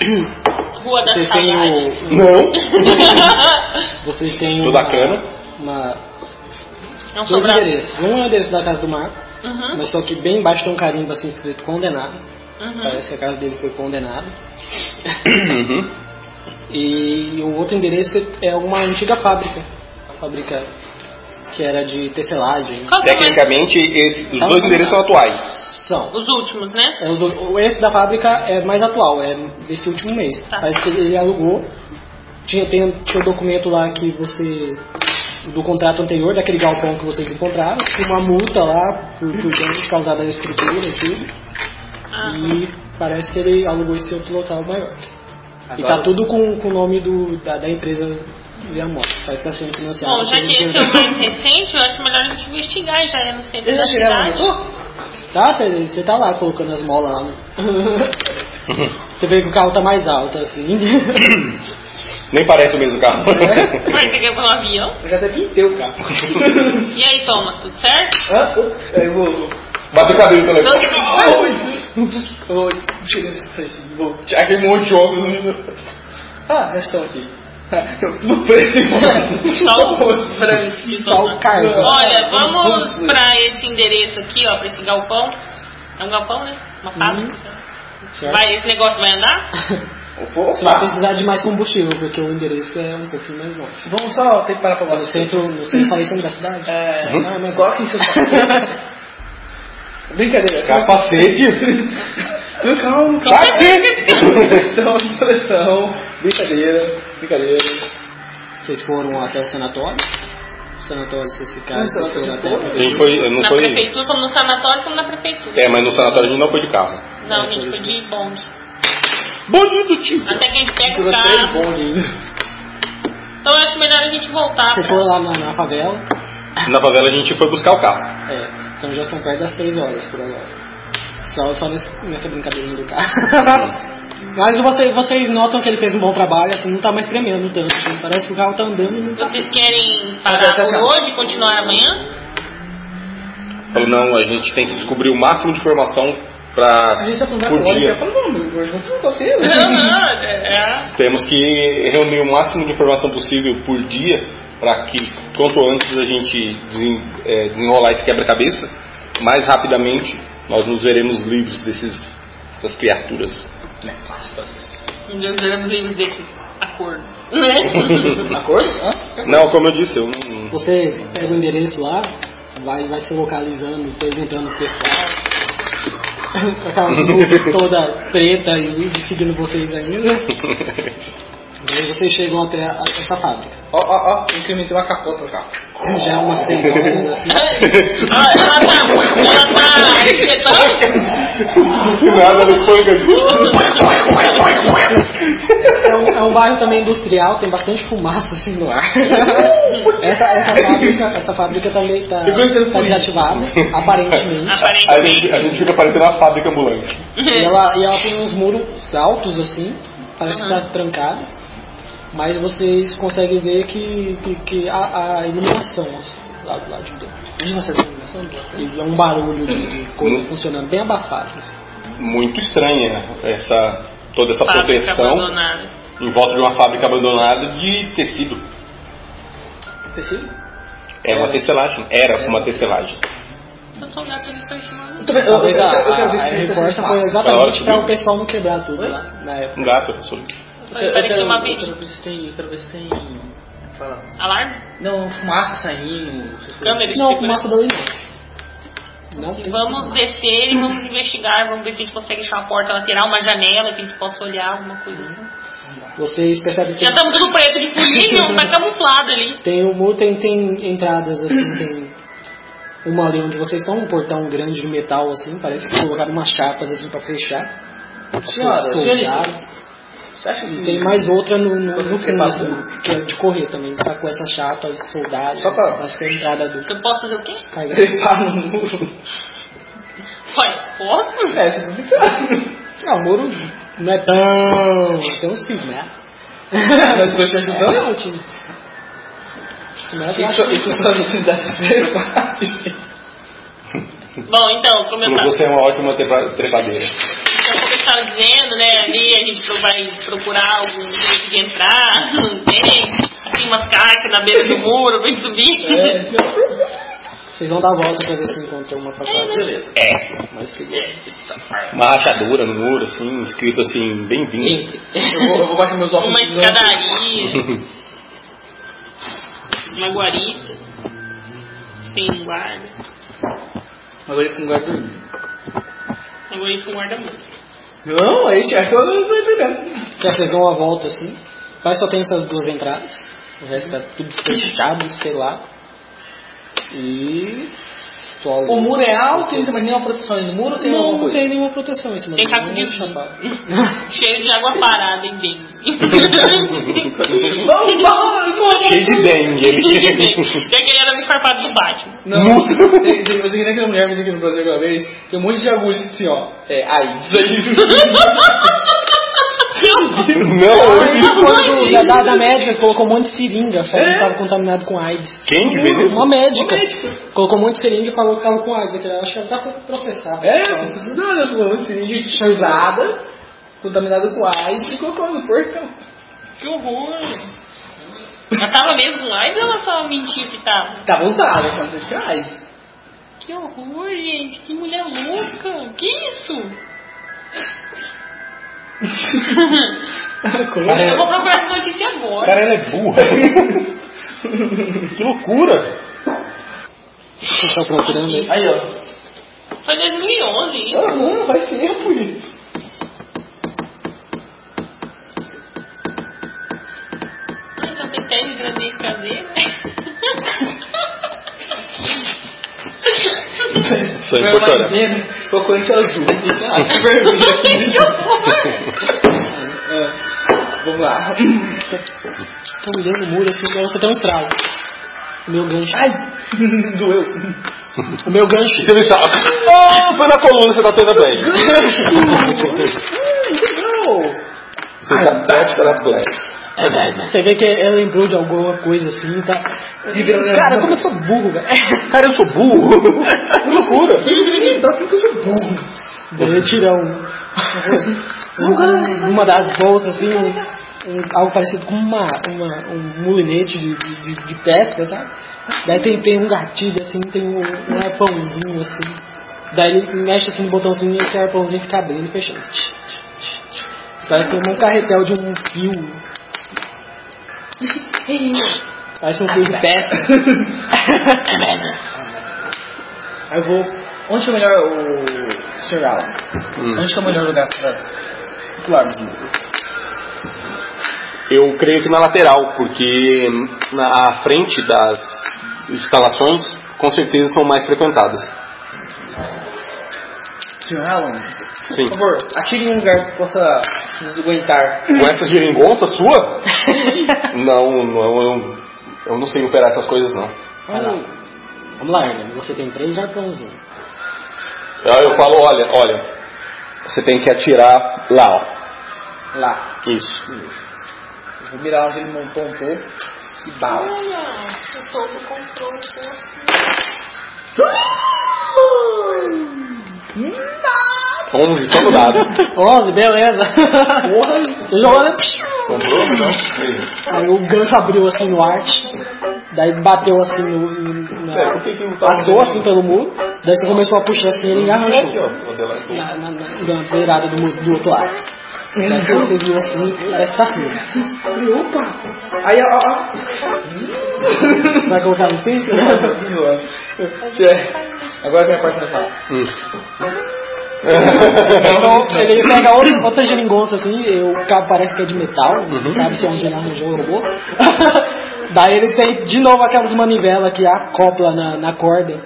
Speaker 4: Rua da
Speaker 5: Você tem
Speaker 4: Saudade.
Speaker 5: o.
Speaker 2: Não!
Speaker 5: Vocês têm
Speaker 2: Tô
Speaker 5: uma,
Speaker 2: da cana.
Speaker 5: uma,
Speaker 4: Não
Speaker 5: dois
Speaker 4: sobrar.
Speaker 5: endereços. Um é o endereço da casa do Marco,
Speaker 4: Uhum,
Speaker 5: mas só que bem embaixo tem um carimbo assim escrito condenado.
Speaker 4: uhum.
Speaker 5: Parece que a casa dele foi condenada.
Speaker 2: Uhum.
Speaker 5: E o outro endereço é uma antiga fábrica. A fábrica que era de tecelagem.
Speaker 4: Qual que é mais?
Speaker 2: Tecnicamente, esses- os dois endereços são atuais.
Speaker 5: São.
Speaker 4: Os últimos, né?
Speaker 5: É, os dois- o- Esse da fábrica é mais atual, é desse último mês.
Speaker 4: Tá.
Speaker 5: Parece que ele alugou. Tinha, tem, tinha o documento lá que você. do contrato anterior, daquele galpão que vocês encontraram. Tinha uma multa lá por, por danos causados à estrutura e tudo.
Speaker 4: Ah.
Speaker 5: E parece que ele alugou esse outro local maior. E tá tudo com, com o nome do, da, da empresa Zeamoto. Parece que tá sendo financiado.
Speaker 4: Bom, já
Speaker 5: pelo
Speaker 4: que esse é o
Speaker 5: governo.
Speaker 4: mais recente, eu acho melhor a gente investigar já é no centro
Speaker 6: Eles
Speaker 4: da
Speaker 6: já chegaram
Speaker 4: cidade.
Speaker 5: Tá, você tá lá colocando as molas lá. né? Você vê que o carro tá mais alto, assim.
Speaker 2: Nem parece o mesmo carro.
Speaker 4: Vai pegar pelo avião.
Speaker 6: Eu já até pintei o carro.
Speaker 4: E aí, Thomas, tudo certo?
Speaker 6: Hã? Ô, Aí eu vou.
Speaker 2: Bateu né? o cabelo no
Speaker 4: Tudo
Speaker 2: telefone.
Speaker 4: bem?
Speaker 6: Eu vou chegar nesse sucesso. Vou tirar aquele monte de óculos.
Speaker 2: né?
Speaker 6: Ah, já estão aqui. Ah, Eu tudo preto e branco.
Speaker 4: Só o
Speaker 6: rosto branco.
Speaker 5: Só o cargo.
Speaker 4: Olha, vamos pra esse endereço aqui, ó, pra esse galpão. É um galpão, né? Uma fábrica.
Speaker 5: Certo.
Speaker 4: Vai, esse negócio vai andar?
Speaker 5: Você vai precisar de mais combustível, porque o endereço é um pouquinho mais longe.
Speaker 6: Vamos só ter que parar pra
Speaker 5: No
Speaker 6: você.
Speaker 5: centro, no centro falei centro da cidade?
Speaker 6: É,
Speaker 5: Não, é mais longe.
Speaker 6: coloquem seus capacetes. Brincadeira.
Speaker 2: Capacete!
Speaker 6: Não, calma, calma. Seleção, seleção. Brincadeira, brincadeira.
Speaker 5: Vocês foram até o sanatório? O sanatório, vocês ficaram,
Speaker 6: Não,
Speaker 5: vocês
Speaker 6: sanatório,
Speaker 5: foram até
Speaker 6: vocês
Speaker 5: a
Speaker 2: A gente
Speaker 5: prefeitura.
Speaker 2: foi. Não
Speaker 4: na
Speaker 2: foi
Speaker 4: prefeitura, como no sanatório, como na prefeitura.
Speaker 2: é, mas no sanatório a gente não foi de carro.
Speaker 4: Não, a gente podia ir bonde.
Speaker 2: Bonde do tio!
Speaker 4: Até que a gente pega o
Speaker 6: Ficou três
Speaker 4: carro.
Speaker 6: bondes ainda.
Speaker 4: Então eu acho melhor a gente voltar.
Speaker 5: Vocês
Speaker 4: pra-
Speaker 5: foram lá na, na favela?
Speaker 2: Na favela a gente foi buscar o carro.
Speaker 5: É, então já são perto das 6 horas por agora. Só, só nesse- nessa brincadeirinha do carro. tá. Mas você- vocês notam que ele fez um bom trabalho, assim, não tá mais tremendo tanto. assim, Parece que o carro tá andando e não tá.
Speaker 4: Vocês querem parar por hoje e continuar amanhã?
Speaker 2: Falei, não, a gente tem que descobrir o máximo de informação pra.
Speaker 6: A gente tá falando
Speaker 2: por
Speaker 6: agora,
Speaker 2: dia.
Speaker 6: eu falo, não, meu Deus, não tá consigo.
Speaker 4: Não, não, é. é.
Speaker 2: Temos que reunir o máximo de informação possível por dia para que quanto antes a gente desen- eh, desenrolar esse quebra-cabeça, mais rapidamente nós nos veremos livres desses, dessas criaturas.
Speaker 4: Nós veremos livres desses acordos. Né?
Speaker 6: Acordo? Hã?
Speaker 2: Não, como eu disse, eu não.
Speaker 5: Você pega o endereço lá, vai, vai se localizando, perguntando pro pessoal. Com aquelas nuvens toda preta e seguindo vocês ainda. Daí vocês chegam até a- essa fábrica.
Speaker 6: Ó, ó, um ó, incrementei uma capota no carro.
Speaker 5: Já é umas 6 horas assim.
Speaker 4: Ah, ela tá, ela tá arquitetando?
Speaker 2: Nada no panga.
Speaker 5: É um, é um bairro também industrial, tem bastante fumaça assim no ar. Essa, essa fábrica, essa fábrica também tá,
Speaker 6: Eu gostei do
Speaker 5: tá desativada, aparentemente.
Speaker 2: A
Speaker 4: Aparentemente.
Speaker 2: gente, a gente fica parecendo uma fábrica ambulante.
Speaker 6: É.
Speaker 5: E ela, e ela tem uns muros altos assim, parece que tá trancada. Mas vocês conseguem ver que, que, que a, a iluminação assim, lá, lá de dentro. E é um barulho de, de coisa
Speaker 2: Hum.
Speaker 5: funcionando bem abafado. assim.
Speaker 2: Muito estranha essa, toda essa
Speaker 4: Fábrica
Speaker 2: proteção
Speaker 4: abandonada.
Speaker 2: em volta de uma fábrica abandonada de tecido.
Speaker 6: Tecido?
Speaker 2: É uma
Speaker 5: Era.
Speaker 2: tecelagem. Era uma tecelagem.
Speaker 4: Eu sou gata de cachorro.
Speaker 6: Muito bem, eu, eu,
Speaker 5: Talvez
Speaker 6: eu,
Speaker 5: Tá a,
Speaker 6: eu
Speaker 5: a,
Speaker 6: quero ver
Speaker 5: a
Speaker 6: tipo se tem
Speaker 5: reforça
Speaker 6: essa
Speaker 5: foi
Speaker 6: foi
Speaker 2: Na hora
Speaker 5: exatamente
Speaker 2: que
Speaker 5: para
Speaker 2: viu.
Speaker 5: o pessoal não quebrar tudo lá né? na época.
Speaker 2: Um gato, professor.
Speaker 4: Ele parecia uma avenida.
Speaker 6: vez tem, outra vez tem. Fala.
Speaker 4: Alarme?
Speaker 6: Não, um fumaça saindo. essas coisas.
Speaker 4: Câmera?
Speaker 5: Não,
Speaker 4: especulando.
Speaker 5: fumaça da lei não. Não tem
Speaker 4: Vamos descer e vamos investigar, vamos ver se a gente consegue achar uma porta lateral, uma janela que a gente possa olhar, alguma coisa assim.
Speaker 5: Vocês percebem que
Speaker 4: Já estamos tudo preto de polícia, tá camuflado ali.
Speaker 5: tem o muro, tem, tem entradas assim, tem uma ali onde vocês estão, um portão grande de metal assim, parece que colocaram umas chapas assim pra fechar.
Speaker 6: Senhora,
Speaker 5: Soldaram.
Speaker 6: senhorita. Você acha que.
Speaker 5: E tem mais outra no, no, no
Speaker 6: Quando você
Speaker 5: fundo,
Speaker 6: passa-
Speaker 5: assim, que é de correr também, que tá com essas chapas soldadas,
Speaker 6: Só pra-
Speaker 5: acho que é a entrada do
Speaker 4: Eu posso fazer o quê?
Speaker 6: é
Speaker 5: cargas.
Speaker 6: Trepar no muro.
Speaker 4: Foi, posso?
Speaker 6: É, vocês não ficaram.
Speaker 5: Não, Ah, o muro não é tão. tem um signo, né?
Speaker 6: Mas eu tô te ajudando?
Speaker 5: É, não, tinha. Não é
Speaker 6: Isso, isso só não te dá despreparagem.
Speaker 4: Bom, então, começar.
Speaker 2: Você é uma ótima trepa- trepadeira.
Speaker 4: Então, como eu estava dizendo, né, ali a gente pro- vai procurar algum jeito de entrar, não tem. Tem umas caixas na beira do muro, vem subir.
Speaker 6: É,
Speaker 5: Vocês vão dar a volta pra ver se encontram uma passagem. Beleza.
Speaker 2: É,
Speaker 5: Mas segura.
Speaker 2: uma rachadura no muro, assim, escrito assim, bem-vindo.
Speaker 6: Eu vou, eu vou baixar meus óculos. né?
Speaker 4: Uma
Speaker 6: de novo.
Speaker 4: escadaria, uma guarita. Tem um guarda.
Speaker 6: Agora ele com guarda dormindo.
Speaker 4: Uma guarita com guarda-mão.
Speaker 6: Não, aí já que eu não tô entendendo.
Speaker 5: Então, vocês dão uma volta assim. Parece que só tem essas duas entradas. O resto tá tudo fechado, sei lá. E. só ali.
Speaker 6: O muro é alto, tem mais nenhuma proteção ali no muro tem
Speaker 5: Não,
Speaker 6: alguma
Speaker 5: não
Speaker 6: coisa?
Speaker 5: tem nenhuma proteção esse
Speaker 4: Tem
Speaker 5: momento,
Speaker 4: caco
Speaker 5: nenhum
Speaker 4: de
Speaker 5: chapéu.
Speaker 4: Cheio de água parada, hein, bem.
Speaker 6: Vamos, vamos, vamos.
Speaker 2: Cheio de dengue. ele-
Speaker 4: Já que ele era o esfarpado do Batman.
Speaker 6: Não, tem, tem, você que nem aquela mulher, mas aqui no Brasil uma vez, tem um monte de agulhas assim, ó. É, AIDS aí.
Speaker 2: Não, eu fiz
Speaker 5: Quando da, da- da médica que colocou um monte de seringa, falou
Speaker 6: É?
Speaker 5: que estava contaminado com AIDS.
Speaker 2: Quem que fez isso?
Speaker 5: Uma médica. Colocou um monte de seringa e falou que estava com AIDS. Aquilo lá, Acho que tá dá pra processar.
Speaker 6: É, não precisa nada, pô. Assim, Seringa chuzada, contaminada com AIDS e colocou no portão.
Speaker 4: Que horror. Ela tava mesmo lá e ela só mentiu que tava?
Speaker 6: Tava usada, quando você tinha então AIDS.
Speaker 4: Que horror, gente. Que mulher louca. Que isso? Eu vou procurar essa notícia
Speaker 2: O
Speaker 4: agora.
Speaker 2: cara ela é burra. que loucura.
Speaker 5: Vocês estão procurando aí.
Speaker 6: Aí, ó.
Speaker 4: Foi 2011 isso.
Speaker 6: Não, faz tempo isso.
Speaker 4: Ah, Então tem 10 graninhas caseiras.
Speaker 2: Isso é importante.
Speaker 6: Colocante azul. Acho vermelho aqui. É, Vamos lá.
Speaker 5: Tô olhando o muro assim, pra você tem um estrago. O meu gancho.
Speaker 6: Ai, doeu.
Speaker 5: O meu gancho.
Speaker 2: Você me sabe. Ah, foi na coluna, você tá toda bem. Você tá black, tá black.
Speaker 5: Você vê que ela lembrou de alguma coisa assim, tá? Cara, como eu sou burro, velho.
Speaker 2: Cara, eu sou burro. que loucura.
Speaker 5: Daí tirar um, um- uma das bolsas assim, um, um- algo parecido com uma, uma, um mulinete de, de, de- de pesca, sabe? Daí tem, tem um gatilho assim, tem um, um arpãozinho assim. Daí ele mexe assim no botãozinho e esse arpãozinho fica abrindo e fechando. Parece que tem um carretel de um fio. Parece um fio de pesca.
Speaker 6: Aí eu vou. Onde que é o melhor. O. Sr. Alan?
Speaker 2: Hum.
Speaker 6: Onde que é o melhor lugar pra. Pular no muro?
Speaker 2: Eu creio que na lateral, porque na à frente das instalações, com certeza são mais frequentadas.
Speaker 6: Sr. Alan?
Speaker 2: Sim.
Speaker 6: Por favor, atire em um lugar que possa nos aguentar.
Speaker 2: Com essa geringonça sua? não, não, eu, eu não sei operar essas coisas não.
Speaker 5: Vai lá. Vamos lá, Hernan. Você tem três arpãozinhos.
Speaker 2: Aí Eu falo, olha, olha, você tem que atirar lá, ó.
Speaker 6: Lá.
Speaker 2: Isso.
Speaker 6: Eu vou mirar onde ele montou um pouco. E bala.
Speaker 4: Olha, eu estou no controle. pô.
Speaker 2: 11, só no dado.
Speaker 11: oh,
Speaker 5: 11, beleza. Porra, joga.
Speaker 2: Comprou? Não.
Speaker 5: Aí o gancho abriu assim no arte. Daí bateu assim no. no- na-
Speaker 6: É,
Speaker 2: Pera, por que que não tá
Speaker 5: passou
Speaker 2: fazendo
Speaker 5: assim
Speaker 2: isso?
Speaker 5: pelo muro. Daí você começou a puxar assim e ele
Speaker 2: Aqui,
Speaker 5: arranchou.
Speaker 2: ó. Vou até lá.
Speaker 5: Na, na, na- na beirada do, muro- do outro lado. Parece que você viu assim, parece que tá frio.
Speaker 11: Falei, opa! Aí, ó, ó.
Speaker 5: Vai colocar no cinto?
Speaker 6: ó. Agora vem a parte da fala.
Speaker 2: Hum,
Speaker 6: É
Speaker 5: Então, ele
Speaker 6: tá
Speaker 5: pega outra, outra geringonça assim, e o cabo parece que é de metal, não sabe se é um geringonça ou um robô. Daí ele tem de novo aquelas manivelas que acopla na, na corda.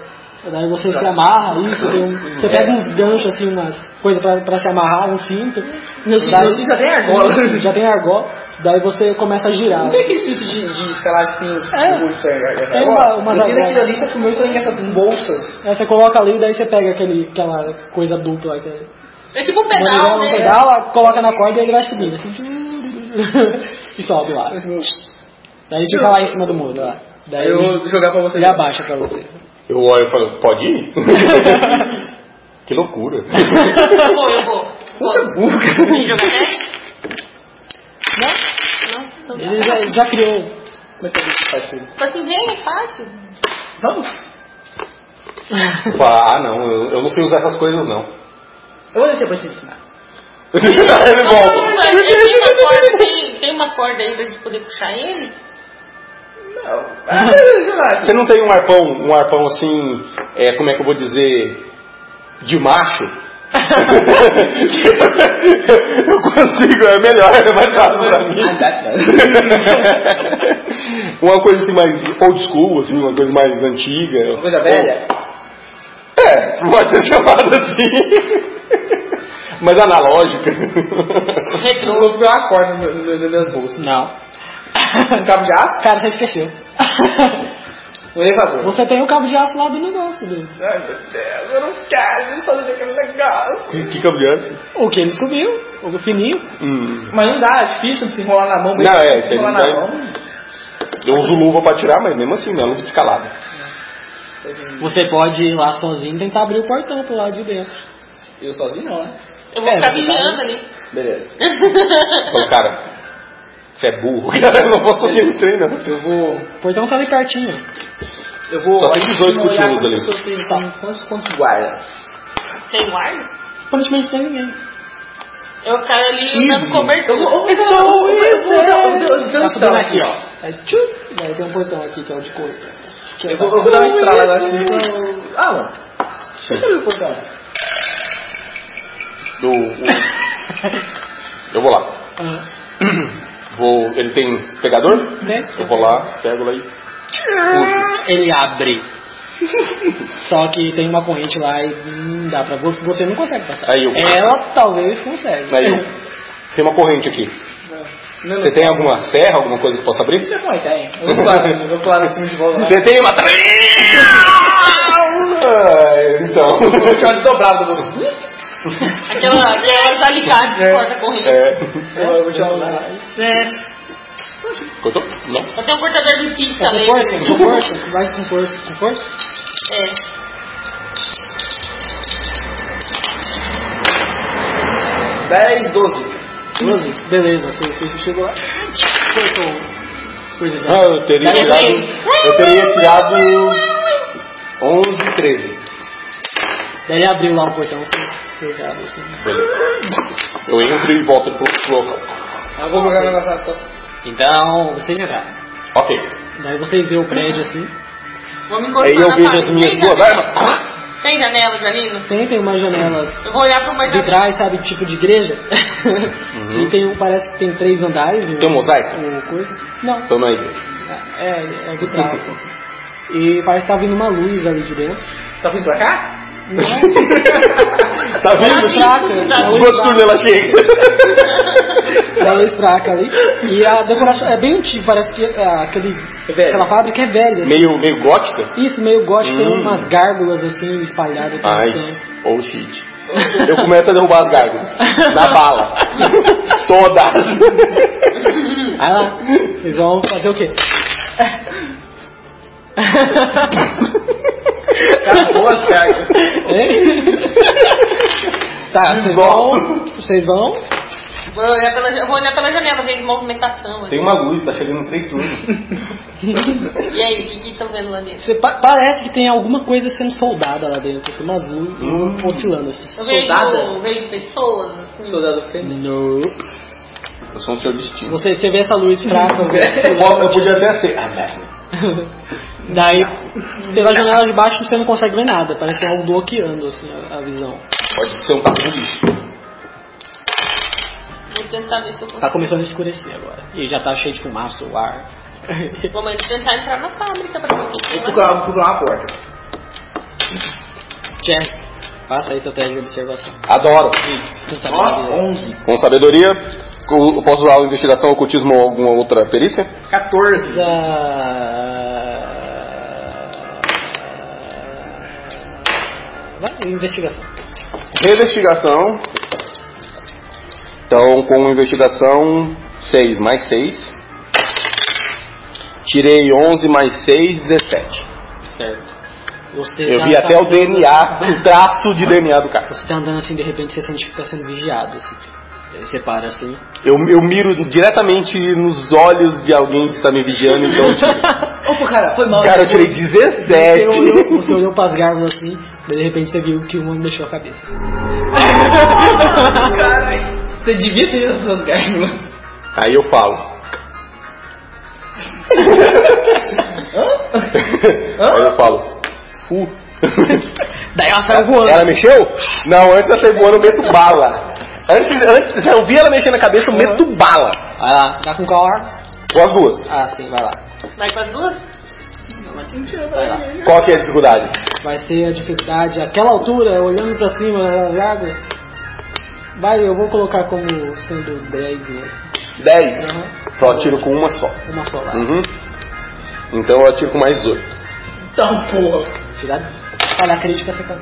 Speaker 5: Daí você se amarra, isso, tem um- você pega uns ganchos assim, umas coisas pra, pra se amarrar, um cinto.
Speaker 3: Meu filho,
Speaker 5: Daí-
Speaker 3: meu filho já tem argola. Uhum.
Speaker 5: Já tem argola. Daí você começa a girar.
Speaker 6: Não tem aquele cinto de, de sei lá, de pinhos
Speaker 5: É.
Speaker 6: curtos aí, né?
Speaker 5: Tem uma- umas
Speaker 6: Eu fiz
Speaker 5: agulhas.
Speaker 6: aquilo ali, só que o meu tem essas bolsas.
Speaker 5: Aí você coloca ali, daí você pega aquele, aquela coisa dupla, que é
Speaker 4: É tipo um
Speaker 5: manivela
Speaker 4: pedal,
Speaker 5: no
Speaker 4: né?
Speaker 5: pedal, coloca na corda e ele vai subindo, assim, e sobe lá. Daí fica lá em cima do muro, lá. Daí
Speaker 6: Eu vou jogar pra vocês.
Speaker 5: ele abaixa pra você.
Speaker 2: Eu olho e falo, pode ir? que loucura.
Speaker 4: Eu vou, eu vou. Vou jogar né?
Speaker 5: Ele já, ele já criou. um.
Speaker 4: Só que vem, é fácil.
Speaker 2: Eu falo, ah, não, eu, eu não sei usar essas coisas, não.
Speaker 6: Eu vou deixar pra te ensinar.
Speaker 2: Ele assim, volta.
Speaker 4: Mas tem é uma corda, tem, tem uma corda aí pra gente poder puxar ele?
Speaker 6: Ah, sei lá.
Speaker 2: Você não tem um arpão, um arpão assim, é, como é que eu vou dizer, de macho? eu consigo, é melhor, é mais fácil pra mim.
Speaker 6: Ah, tá,
Speaker 2: uma coisa assim mais old school, assim, uma coisa mais antiga.
Speaker 6: Uma coisa velha.
Speaker 2: É, pode ser chamada assim. Mas analógica.
Speaker 6: Eu vou pegar uma corda no- no- nas minhas bolsas.
Speaker 5: Não.
Speaker 6: Um cabo de aço?
Speaker 5: Cara, você esqueceu.
Speaker 6: Um elevador.
Speaker 5: Você tem o cabo de aço lá do negócio né? dele.
Speaker 6: Ai, meu Deus, eu não quero fazer aquele negócio.
Speaker 2: que campeão?
Speaker 5: O que ele subiu, o fininho.
Speaker 2: Hum.
Speaker 6: Mas não dá, é difícil se enrolar na mão. mas
Speaker 2: Não, é,
Speaker 6: se
Speaker 2: você
Speaker 6: enrolar
Speaker 2: não
Speaker 6: na
Speaker 2: vai-
Speaker 6: mão.
Speaker 2: Eu uso luva pra tirar, mas mesmo assim, minha luva de escalada.
Speaker 6: assim,
Speaker 5: Você pode ir lá sozinho e tentar abrir o portão pro lado de dentro.
Speaker 6: Eu sozinho não, né?
Speaker 4: Eu vou
Speaker 5: É,
Speaker 4: ficar
Speaker 5: você
Speaker 2: tá
Speaker 4: vigiando ali.
Speaker 6: Beleza.
Speaker 2: Eu falo, cara, você é burro, cara, eu não posso subir esse trem, não.
Speaker 6: Eu vou.
Speaker 5: O portão tá ali pertinho.
Speaker 6: Eu vou.
Speaker 2: Só tem 18 cutilos ali.
Speaker 6: São quantos quantos guardas?
Speaker 4: Tem guarda?
Speaker 5: Aparentemente não tem ninguém.
Speaker 4: Eu vou ficar ali dando cobertura.
Speaker 6: Eu vou. Eu vou. Eu
Speaker 5: Então, Tá
Speaker 6: vou.
Speaker 5: subindo
Speaker 6: dar
Speaker 5: aqui,
Speaker 6: aqui,
Speaker 5: ó.
Speaker 6: ó.
Speaker 5: Aí, tchum, Daí tem um portão aqui que é o de couro. Que
Speaker 6: Eu vou, eu vou dar uma estrada lá assim. Ah, mano. Deixa eu ver o portão.
Speaker 2: Do, o- Eu vou lá.
Speaker 5: Ah,
Speaker 2: Vou, ele tem pegador?
Speaker 5: né?
Speaker 2: Eu vou lá, pego lá e puxo.
Speaker 5: Ele abre. Só que tem uma corrente lá e não dá pra você. Você não consegue passar.
Speaker 2: Aí eu-
Speaker 5: Ela talvez consegue.
Speaker 2: Aí eu. Tem uma corrente aqui. Você tem alguma serra, alguma coisa que possa abrir?
Speaker 6: Você não
Speaker 5: é.
Speaker 6: tem. Eu vou pular, eu vou pular no time de bola. lá.
Speaker 2: Você tem uma. Ah,
Speaker 6: Eu vou
Speaker 2: então.
Speaker 6: tirar desdobrado do bolso.
Speaker 4: Aquela, aquelas alicates que corta a corrente.
Speaker 2: É.
Speaker 6: Eu vou tirar um lá.
Speaker 2: Cortou? Não.
Speaker 4: Eu tenho um cortador de pizza
Speaker 5: É com
Speaker 4: também.
Speaker 5: força, com força, vai com força, com força.
Speaker 4: É.
Speaker 6: Dez, doze.
Speaker 5: Doze. Beleza, você, você chegou lá. Cortou. Coisa de-
Speaker 2: Ah, eu teria
Speaker 5: Dez
Speaker 2: tirado.
Speaker 5: vezes.
Speaker 2: Eu teria tirado. 11, 13.
Speaker 5: Daí ele abriu lá o portão. Assim, pegado, assim.
Speaker 2: Eu entro e volto pro pro local.
Speaker 6: Eu vou colocar o negócio nas costas.
Speaker 5: Então, vocês entraram.
Speaker 2: Ok.
Speaker 5: Daí vocês vê o prédio assim.
Speaker 4: Vou me
Speaker 2: Aí
Speaker 4: encostar
Speaker 2: eu
Speaker 4: na
Speaker 2: vejo
Speaker 4: parede.
Speaker 2: as minhas
Speaker 4: Tem
Speaker 2: duas
Speaker 4: janela?
Speaker 2: armas.
Speaker 4: Tem janela, Janino?
Speaker 5: Tem, tem umas janelas
Speaker 4: Eu vou olhar pro
Speaker 5: de
Speaker 4: mercado.
Speaker 5: trás, sabe, tipo de igreja. E tem, um- parece que tem três andares.
Speaker 2: Uhum. Tem um mosaico?
Speaker 5: O coisa. Não,
Speaker 2: Então não é igreja.
Speaker 5: é, é vitral. e parece que tá vindo uma luz ali de dentro.
Speaker 6: Tá vindo pra cá?
Speaker 2: Tá
Speaker 5: Luz
Speaker 2: vendo?
Speaker 5: fraca, uma
Speaker 4: Tá
Speaker 5: luz
Speaker 2: Quanto turno ela chega?
Speaker 5: fraca, uma luz fraca ali. E a decoração é bem antiga, parece que ah, aquele,
Speaker 6: velha.
Speaker 5: aquela fábrica é velha. assim.
Speaker 2: meio, meio gótica?
Speaker 5: Isso, meio gótico, tem
Speaker 2: Hum.
Speaker 5: umas gárgulas assim espalhadas. é- pelas
Speaker 2: Ai,
Speaker 5: cenas.
Speaker 2: oh shit. Eu começo a derrubar as gárgulas. Na bala. Todas.
Speaker 5: Aí lá, eles vão fazer o quê?
Speaker 6: Acabou as cargas.
Speaker 5: Hein? tá, vocês vão, vocês vão
Speaker 4: Vou olhar pela, ja- vou olhar pela janela, ver movimentação.
Speaker 2: Tem
Speaker 4: ali.
Speaker 2: uma luz, tá chegando três turnos.
Speaker 4: E aí, o que que estão vendo lá dentro?
Speaker 5: Você pa- parece que tem alguma coisa sendo soldada lá dentro, tem umas luzes
Speaker 2: Hum.
Speaker 5: oscilando assim.
Speaker 4: Eu vejo,
Speaker 3: Soldada?
Speaker 4: vejo pessoas, assim.
Speaker 3: Soldado fêmea.
Speaker 5: No.
Speaker 2: Eu sou o seu destino.
Speaker 5: Você, você vê essa luz fraca,
Speaker 2: Eu po- eu podia até ser. Ah, merda.
Speaker 5: daí pela janela de baixo você não consegue ver nada, parece que é algo bloqueando assim a, a visão.
Speaker 2: Pode ser um taco de lixo.
Speaker 4: Vou tentar ver se eu consigo.
Speaker 5: Tá começando a escurecer agora. E já tá cheio de fumaça, o ar.
Speaker 4: Vamos tentar entrar na fábrica pra ver o que que tem lá
Speaker 6: Procurar, procurar uma porta.
Speaker 5: Jack, faça aí seu teste de observação.
Speaker 2: Adoro.
Speaker 5: Você tá sabe
Speaker 6: Ó,
Speaker 2: um.
Speaker 5: que-
Speaker 6: 11.
Speaker 2: Com sabedoria, eu posso usar a investigação, ocultismo ou alguma outra perícia?
Speaker 6: 14.
Speaker 5: Ah, Vai, investigação.
Speaker 2: Investigação. Então, com investigação, 6 mais 6. Tirei 11 mais 6, 17.
Speaker 5: Certo. Você
Speaker 2: Eu
Speaker 5: tá-
Speaker 2: vi
Speaker 5: tá
Speaker 2: até o
Speaker 5: andando-
Speaker 2: DNA, o um traço de DNA do cara.
Speaker 5: Você tá andando assim, de repente você sente que tá sendo vigiado, assim. Aí Você para assim.
Speaker 2: Eu, eu miro diretamente nos olhos de alguém que está me vigiando, então, eu tiro.
Speaker 3: Opa, cara, foi mal.
Speaker 2: cara, eu tirei
Speaker 5: né? Você olhou,
Speaker 2: 17.
Speaker 5: você olhou pras gárgulas assim, daí de repente você viu que uma mexeu a cabeça.
Speaker 3: Você devia ter as suas gárgulas.
Speaker 2: Aí eu falo. Aí eu falo. Fu.
Speaker 5: Daí ela saiu voando.
Speaker 2: Ela mexeu? Não, antes ela saiu voando, eu meto bala. Antes, antes, se eu vi ela mexendo a cabeça, eu meto bala.
Speaker 5: Vai lá, tá com qual ar?
Speaker 2: Com as duas.
Speaker 5: Ah, sim, vai lá.
Speaker 4: dentro. Vai com as duas?
Speaker 2: Qual que é a dificuldade?
Speaker 5: Vai ser a dificuldade, aquela altura, olhando pra cima, né, as gárgulas. Vai, eu vou colocar como sendo 10 mesmo.
Speaker 2: 10.
Speaker 5: Aham,
Speaker 2: Só atiro com uma só.
Speaker 5: uma só lá.
Speaker 2: Uhum. Então eu atiro com mais 8.
Speaker 5: Então, porra. Tirar, falhar a crítica, você cai.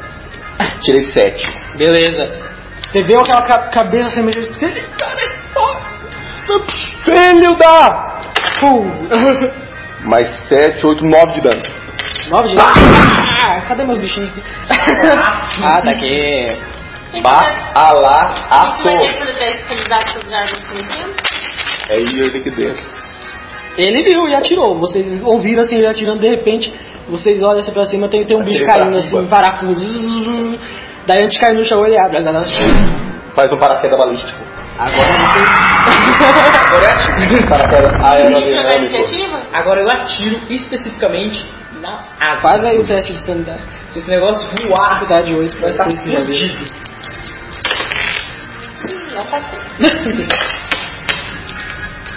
Speaker 2: Tirei 7.
Speaker 5: Beleza. Você viu aquela ca- cabeça assim, meio... Você...
Speaker 2: Filho da! Mais 7, 8, 9 de dano.
Speaker 5: Nove
Speaker 6: Tá,
Speaker 5: de ah, Cadê meus bichinhos aqui? ah, tá aqui. Ah,
Speaker 4: A gente vai ter
Speaker 2: Balaaço.
Speaker 4: pra desestabilizar essas gárgulas que mexendo?
Speaker 2: É ele que desce.
Speaker 5: Ele viu e atirou. Vocês ouviram assim ele atirando, de repente, vocês olham assim pra cima, tem, tem um bicho
Speaker 2: Atirei pra
Speaker 5: caindo assim,
Speaker 2: rua.
Speaker 5: parafuso. Daí antes de cair no chão, ele abre. assim.
Speaker 2: Faz um paraquedas balístico. é
Speaker 5: Agora
Speaker 2: tipo. Paraquedas
Speaker 5: Tá
Speaker 2: Ah, é,
Speaker 4: Vai
Speaker 2: aerodinâmico.
Speaker 4: iniciativa?
Speaker 6: Agora eu atiro especificamente na
Speaker 5: você faz aí o teste de sanidade.
Speaker 6: Se esse negócio voar,
Speaker 5: Sanidade 8,
Speaker 6: vai tá
Speaker 5: vai
Speaker 6: estar
Speaker 5: ser que já viu.
Speaker 6: explodido.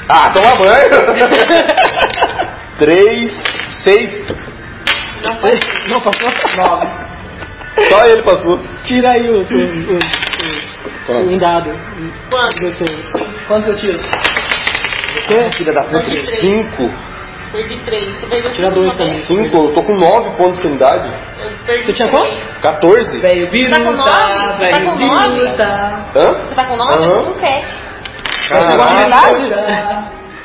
Speaker 2: Ah, toma banho! 3, 6.
Speaker 5: Não foi? Não passou? Nove.
Speaker 2: Só ele passou.
Speaker 5: Tira aí o, o, o- um dado.
Speaker 4: Quanto?
Speaker 5: Quanto eu tiro? Você?
Speaker 2: Filha da puta. 5.
Speaker 4: Perdi três. Você perdeu
Speaker 5: Tira
Speaker 4: cinco
Speaker 5: dois
Speaker 4: também?
Speaker 5: também.
Speaker 2: 5, eu tô com 9 pontos de sanidade.
Speaker 4: Eu perdi
Speaker 5: Você tinha
Speaker 4: três.
Speaker 5: quanto?
Speaker 2: 14.
Speaker 6: Velho,
Speaker 4: Tá com nove? Tá com nove?
Speaker 2: Hã?
Speaker 4: Você tá com nove? Eu tô
Speaker 2: Aham.
Speaker 4: com sete.
Speaker 5: Chegou na
Speaker 2: Caraca.
Speaker 5: metade?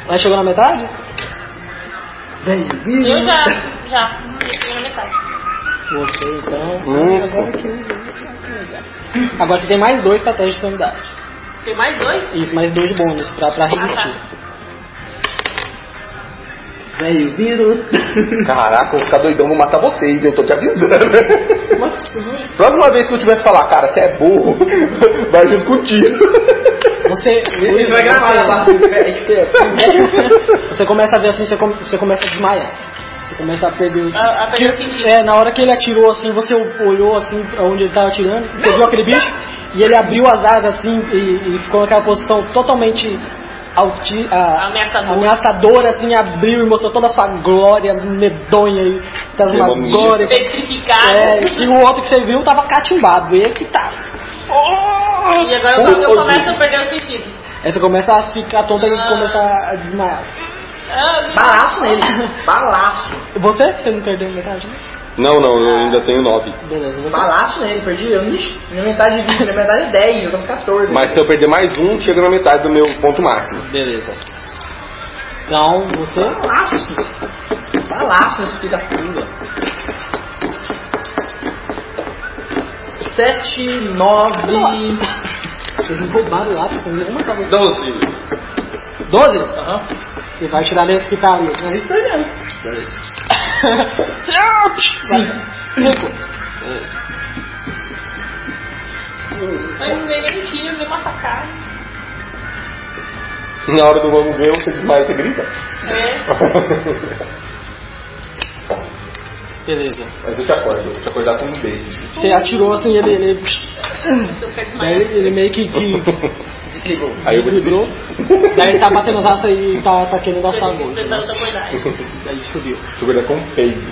Speaker 5: Ela chegou na metade? Uhum.
Speaker 4: Eu já, já. Eu tô na metade.
Speaker 5: Você então.
Speaker 2: Nossa.
Speaker 5: Agora você tem mais dois estratégias de sanidade.
Speaker 4: Tem mais dois?
Speaker 5: Isso, mais dois bônus pra, pra resistir. Velho, vírus.
Speaker 2: Caraca, eu vou ficar doidão, vou matar vocês, eu tô te avisando. Próxima vez que eu tiver que falar, cara, você é burro, vai junto com o tiro.
Speaker 5: Você.
Speaker 6: Isso
Speaker 5: é
Speaker 6: vai gravar tá? na parte do
Speaker 5: assim. Você começa a ver assim, você, come- você começa a desmaiar. assim. Você começa a perder os.
Speaker 4: A, a perder Ah, o sentido.
Speaker 5: É, na hora que ele atirou assim, você olhou assim pra onde ele tava atirando, você viu aquele bicho, e ele abriu as asas assim e, e ficou naquela posição totalmente alti, a-
Speaker 4: Ameaçadora.
Speaker 5: ameaçadora, assim, abriu e mostrou toda a sua glória medonha e transmagória.
Speaker 4: Petrificado.
Speaker 5: É, e o outro que você viu tava catimbado, e ele que tá.
Speaker 4: E agora eu, eu começo a perder o sentido.
Speaker 5: Aí você começa a ficar tonta e começa a desmaiar.
Speaker 4: Ah, meu
Speaker 6: Balaço nele. Balaço.
Speaker 5: Você? Você não perdeu metade? né?
Speaker 2: Não, não, eu ainda tenho 9.
Speaker 5: Beleza, você.
Speaker 6: Balaço nele. Perdi. Eu, ixi, minha metade de 20, minha metade é 10. Eu tô com 14.
Speaker 2: Mas se eu perder mais um, chega na metade do meu ponto máximo.
Speaker 5: Beleza. Então, você.
Speaker 6: Balaço. Balaço esse filho da puta. 7, 9,
Speaker 5: Vocês roubaram o lápis, tem alguma coisa.
Speaker 2: 12.
Speaker 5: 12? Aham. Você vai tirar desse que tá ali. É isso aí mesmo. Tchau! Cinco.
Speaker 4: Mas não veio nem tiro, veio uma facada.
Speaker 2: Na hora do vamos ver, você desmaia, você grita.
Speaker 4: É.
Speaker 5: Beleza.
Speaker 2: Mas eu te acordo, eu te acordar com um beijo.
Speaker 5: Você atirou assim, ele, ele,
Speaker 4: Eu quero
Speaker 5: daí
Speaker 4: desmaiar.
Speaker 5: ele, ele meio que que
Speaker 6: Desligou.
Speaker 2: Aí eu vou te
Speaker 5: vibrou. Daí ele tá batendo as asas e tá, tá querendo dar sabor.
Speaker 4: Tentar outra abordagem.
Speaker 5: Daí subiu.
Speaker 2: Te acordar com um peido.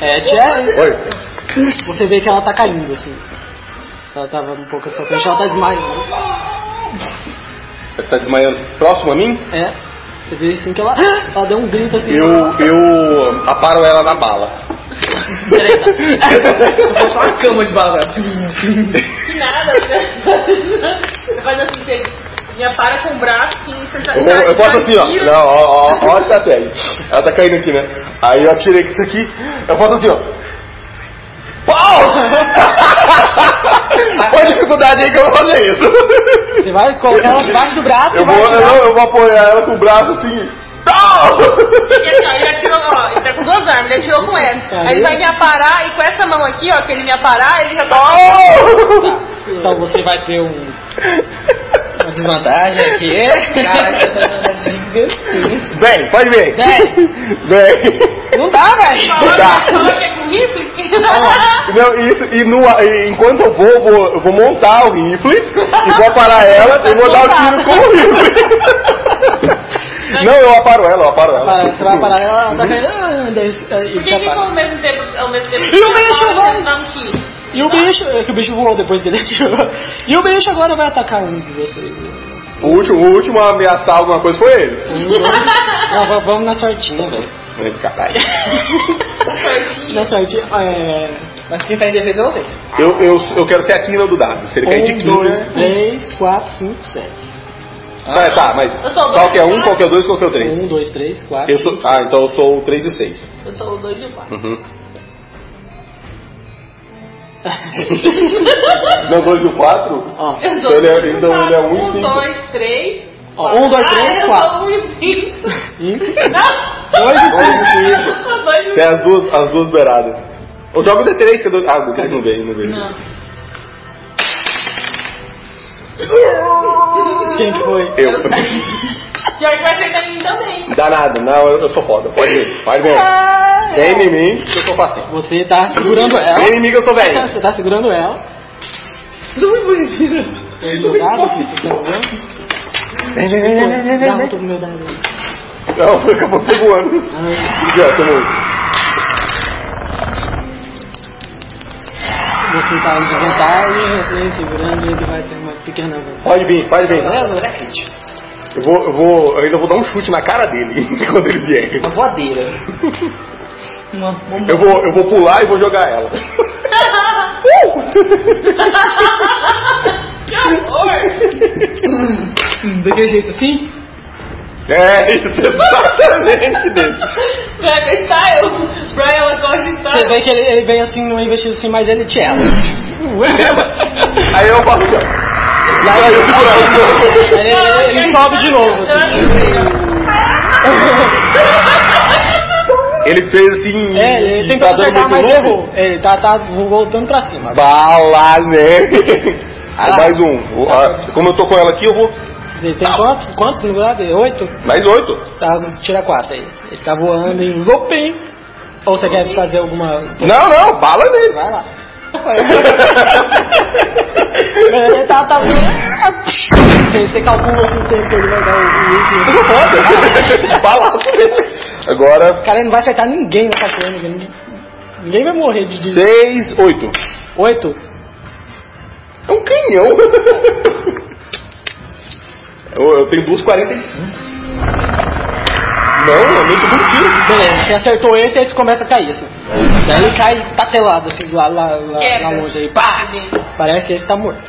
Speaker 5: É, Jerry.
Speaker 2: Oi.
Speaker 5: Você vê que ela tá caindo, assim. Ela tava um pouco assim, ela tá desmaiando.
Speaker 2: Você tá desmaiando próximo a mim?
Speaker 5: É. Você vê assim que ela. Ela deu um grito assim.
Speaker 2: Eu, eu aparo ela na bala.
Speaker 6: Só uma cama de bala.
Speaker 4: Que nada, né? Você faz assim, você me apara com o braço e você tá- já.
Speaker 2: Eu, vou- eu boto assim, ó. Não, ó, ó, ó a estratégia. Ela tá caindo aqui, né? Aí eu atirei com isso aqui, eu boto assim, ó. Pau! Qual a dificuldade aí que eu vou fazer isso?
Speaker 5: Você vai colocar ela debaixo do braço e
Speaker 2: Eu vou,
Speaker 5: vai
Speaker 2: eu,
Speaker 5: atirar.
Speaker 2: não, eu vou apoiar ela com o braço assim. Pau!
Speaker 4: E assim, ó, ele atirou, ó, ele tá com duas armas, ele atirou com essa. Aí ele vai me aparar e com essa mão aqui, ó, que ele me aparar, ele já tá.
Speaker 2: Pau!
Speaker 5: Então você vai ter um. Uma desvantagem aqui.
Speaker 2: Vem, pode vir. Vem.
Speaker 5: Não dá, velho.
Speaker 4: Falou
Speaker 2: Tá.
Speaker 4: que- falou que é com rifle?
Speaker 2: Não, isso, e, no, e enquanto eu vou, vou, eu vou montar o rifle e vou aparar ela e vou dar o tiro com o rifle. Não, eu aparo ela, eu aparo
Speaker 5: Para,
Speaker 2: ela.
Speaker 5: você vai parar ela, ela tá caindo. ah, daí, ah,
Speaker 4: Por
Speaker 5: E te
Speaker 4: que que
Speaker 5: apaga.
Speaker 4: ao mesmo tempo. Ao mesmo tempo
Speaker 5: E o bicho,
Speaker 4: você
Speaker 5: vai?
Speaker 4: dá um tiro?
Speaker 5: E o bicho, é que o bicho voou depois que ele atirou. E o bicho agora vai atacar um de vocês.
Speaker 2: O último, o último a ameaçar alguma coisa foi ele.
Speaker 5: Um, dois. Não, va- vamos na sortinha, velho.
Speaker 2: Falei, Caralho.
Speaker 5: Na sortinha, é.
Speaker 6: Mas quem tá em defesa é vocês.
Speaker 2: Eu, eu, eu quero ser a quina do dado. Se ele cair É de
Speaker 5: Um, dois,
Speaker 2: 15.
Speaker 5: três, quatro, cinco, sete.
Speaker 2: Tá, tá, mas
Speaker 4: Eu sou o dois,
Speaker 2: qual que é um,
Speaker 4: tá?
Speaker 2: qual que é o dois, qual que é o três?
Speaker 5: Um, dois, três, quatro.
Speaker 2: Eu sou,
Speaker 5: cinco,
Speaker 2: ah, então eu sou o 3 e o 6.
Speaker 4: Eu sou o dois de quatro.
Speaker 5: Uhum.
Speaker 2: Não, 2 e o 4?
Speaker 5: Ó,
Speaker 4: Eu
Speaker 2: Então ele é- então ele é um e
Speaker 4: Um,
Speaker 2: cinco.
Speaker 4: dois, três.
Speaker 5: Ó, um, dois, três,
Speaker 4: ah,
Speaker 5: quatro.
Speaker 4: Eu sou um e cinco.
Speaker 5: cinco.
Speaker 4: Não.
Speaker 5: Dois e
Speaker 2: Dois e cinco.
Speaker 4: Eu sou dois e
Speaker 2: Tem as duas, as duas beiradas. Eu jogo D3, que é do... Ah, o D3 não veio, não veio.
Speaker 4: Não.
Speaker 5: Quem que foi?
Speaker 2: Eu.
Speaker 4: Pior que vai acertar em mim também.
Speaker 2: Danado, não, eu, eu sou foda. Pode ver, pode ver. Vem em mim, que eu sou facinho.
Speaker 5: Você tá segurando
Speaker 2: Vem
Speaker 5: ela.
Speaker 2: em mim que eu sou velho.
Speaker 5: Você tá segurando ela. Meu dado, filho, você tá vendo? Dá muito pro meu dado.
Speaker 2: Não, acabou de ser voando. Idiota, não.
Speaker 5: Você tá em desvantagem, você segurando, ele vai ter uma pequena vantagem.
Speaker 2: Pode vir, pode vir.
Speaker 5: Beleza?
Speaker 2: Eu vou, eu vou, eu ainda vou dar um chute na cara dele quando ele vier.
Speaker 6: Uma voadeira. Uma bomba.
Speaker 2: Eu vou, eu vou pular e vou jogar ela.
Speaker 5: Daquele jeito assim?
Speaker 2: É, isso exatamente dele.
Speaker 4: Dragon Style, Brian LaCoste
Speaker 5: Você
Speaker 4: Style.
Speaker 5: vê É, que ele, ele vem assim, numa investida assim, mas ele te erra.
Speaker 2: Aí eu faço assim, ó. Aí eu seguro ela.
Speaker 5: Ele, ele- ele sobe de novo.
Speaker 4: Eu
Speaker 5: Assim.
Speaker 4: avisei, ó.
Speaker 2: Ele fez assim.
Speaker 5: É, ele tentou
Speaker 2: tá dando
Speaker 5: acertar,
Speaker 2: muito
Speaker 5: mas
Speaker 2: louco.
Speaker 5: errou. Ele tá, tá voltando pra cima.
Speaker 2: Bala, né?
Speaker 5: Ah.
Speaker 2: mais um. O- a- como eu tô com ela aqui, eu vou.
Speaker 5: Ele tem quantos? Quantos no grado? Oito?
Speaker 2: Mais oito.
Speaker 5: Tá, tira quatro aí. Ele tá voando em looping. Ou você quer fazer alguma...
Speaker 2: Não, não, né? bala nele.
Speaker 5: Vai lá. Ele tá, tá voando. Você, você calcula assim o tempo que ele vai dar o looping.
Speaker 2: Tudo foda. bala nele. Agora,
Speaker 5: O cara não vai acertar ninguém nessa cena. Ninguém, ninguém vai morrer de... de...
Speaker 2: seis, oito.
Speaker 5: Oito?
Speaker 2: É um canhão. eu, eu tenho duas quarenta e cinco. Não, é eu nem seguro tiro.
Speaker 5: Beleza, você acertou esse, aí você começa a cair, assim. Daí ele cai estatelado, assim, lá, lá, lá,
Speaker 4: Quebra.
Speaker 5: lá longe aí. Pá! Parece que esse tá morto.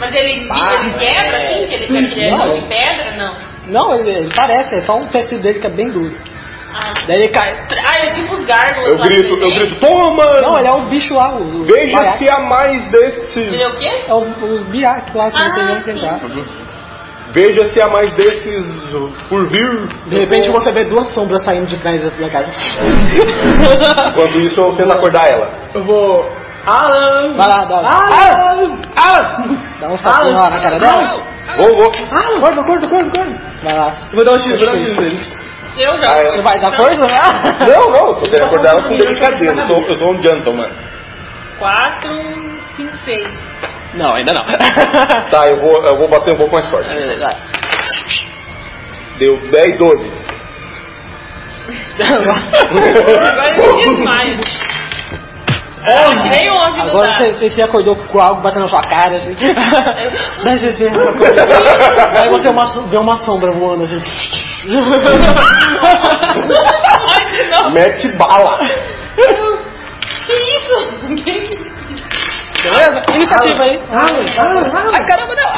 Speaker 4: Mas ele, ele quebra assim, que ele, que ele é
Speaker 5: Não.
Speaker 4: de pedra? Não.
Speaker 5: Não, ele, ele parece, é só um tecido dele que é bem duro. Daí ele cai.
Speaker 4: Ah, ele é tipo os gárgulas.
Speaker 2: Eu
Speaker 4: lá que
Speaker 2: grito,
Speaker 4: você
Speaker 2: eu
Speaker 4: tem.
Speaker 2: grito, toma!
Speaker 5: Não, ele é o bicho lá, o. o
Speaker 2: Veja
Speaker 5: baiaque.
Speaker 2: se há mais
Speaker 4: Ele
Speaker 2: destes.
Speaker 4: é o quê?
Speaker 5: É o, o biaque lá que
Speaker 4: Ah,
Speaker 5: você vai
Speaker 4: sim.
Speaker 5: enfrentar.
Speaker 2: Veja se há mais destes por vir.
Speaker 5: De repente você vê duas sombras saindo de trás assim da casa.
Speaker 2: Quando isso eu tento acordar ela.
Speaker 5: Eu vou. Alan! Vai lá, dá. Alan! Alan! Dá uns tapinhos lá na cara dela.
Speaker 2: Vou, vou.
Speaker 5: Alan! Corta, corta, corta, corta! Vai lá. Eu vou dar um tiro, vou dar um tiro neles.
Speaker 4: Eu já.
Speaker 2: Ah, eu-
Speaker 5: Você é. vai dar Tá força?
Speaker 2: Não, não, eu tô querendo acordar ela com delicadeza. Eu sou, eu sou um gentleman.
Speaker 4: 4, 5, 6.
Speaker 5: Não, ainda não.
Speaker 2: Tá, eu vou, eu vou bater um pouco mais forte. Deu 10, 12.
Speaker 4: Agora ele desmaia. Eu tirei 11 no
Speaker 5: É. Agora
Speaker 4: dado.
Speaker 5: você, você se acordou com algo batendo na sua cara, assim. Daí você se acordou. assim. Aí você vê uma som- vê uma sombra voando, assim.
Speaker 4: Ai, que não.
Speaker 2: Mete bala.
Speaker 4: Que isso? Que-
Speaker 5: Beleza? Iniciativa aí. Ai, caramba, não.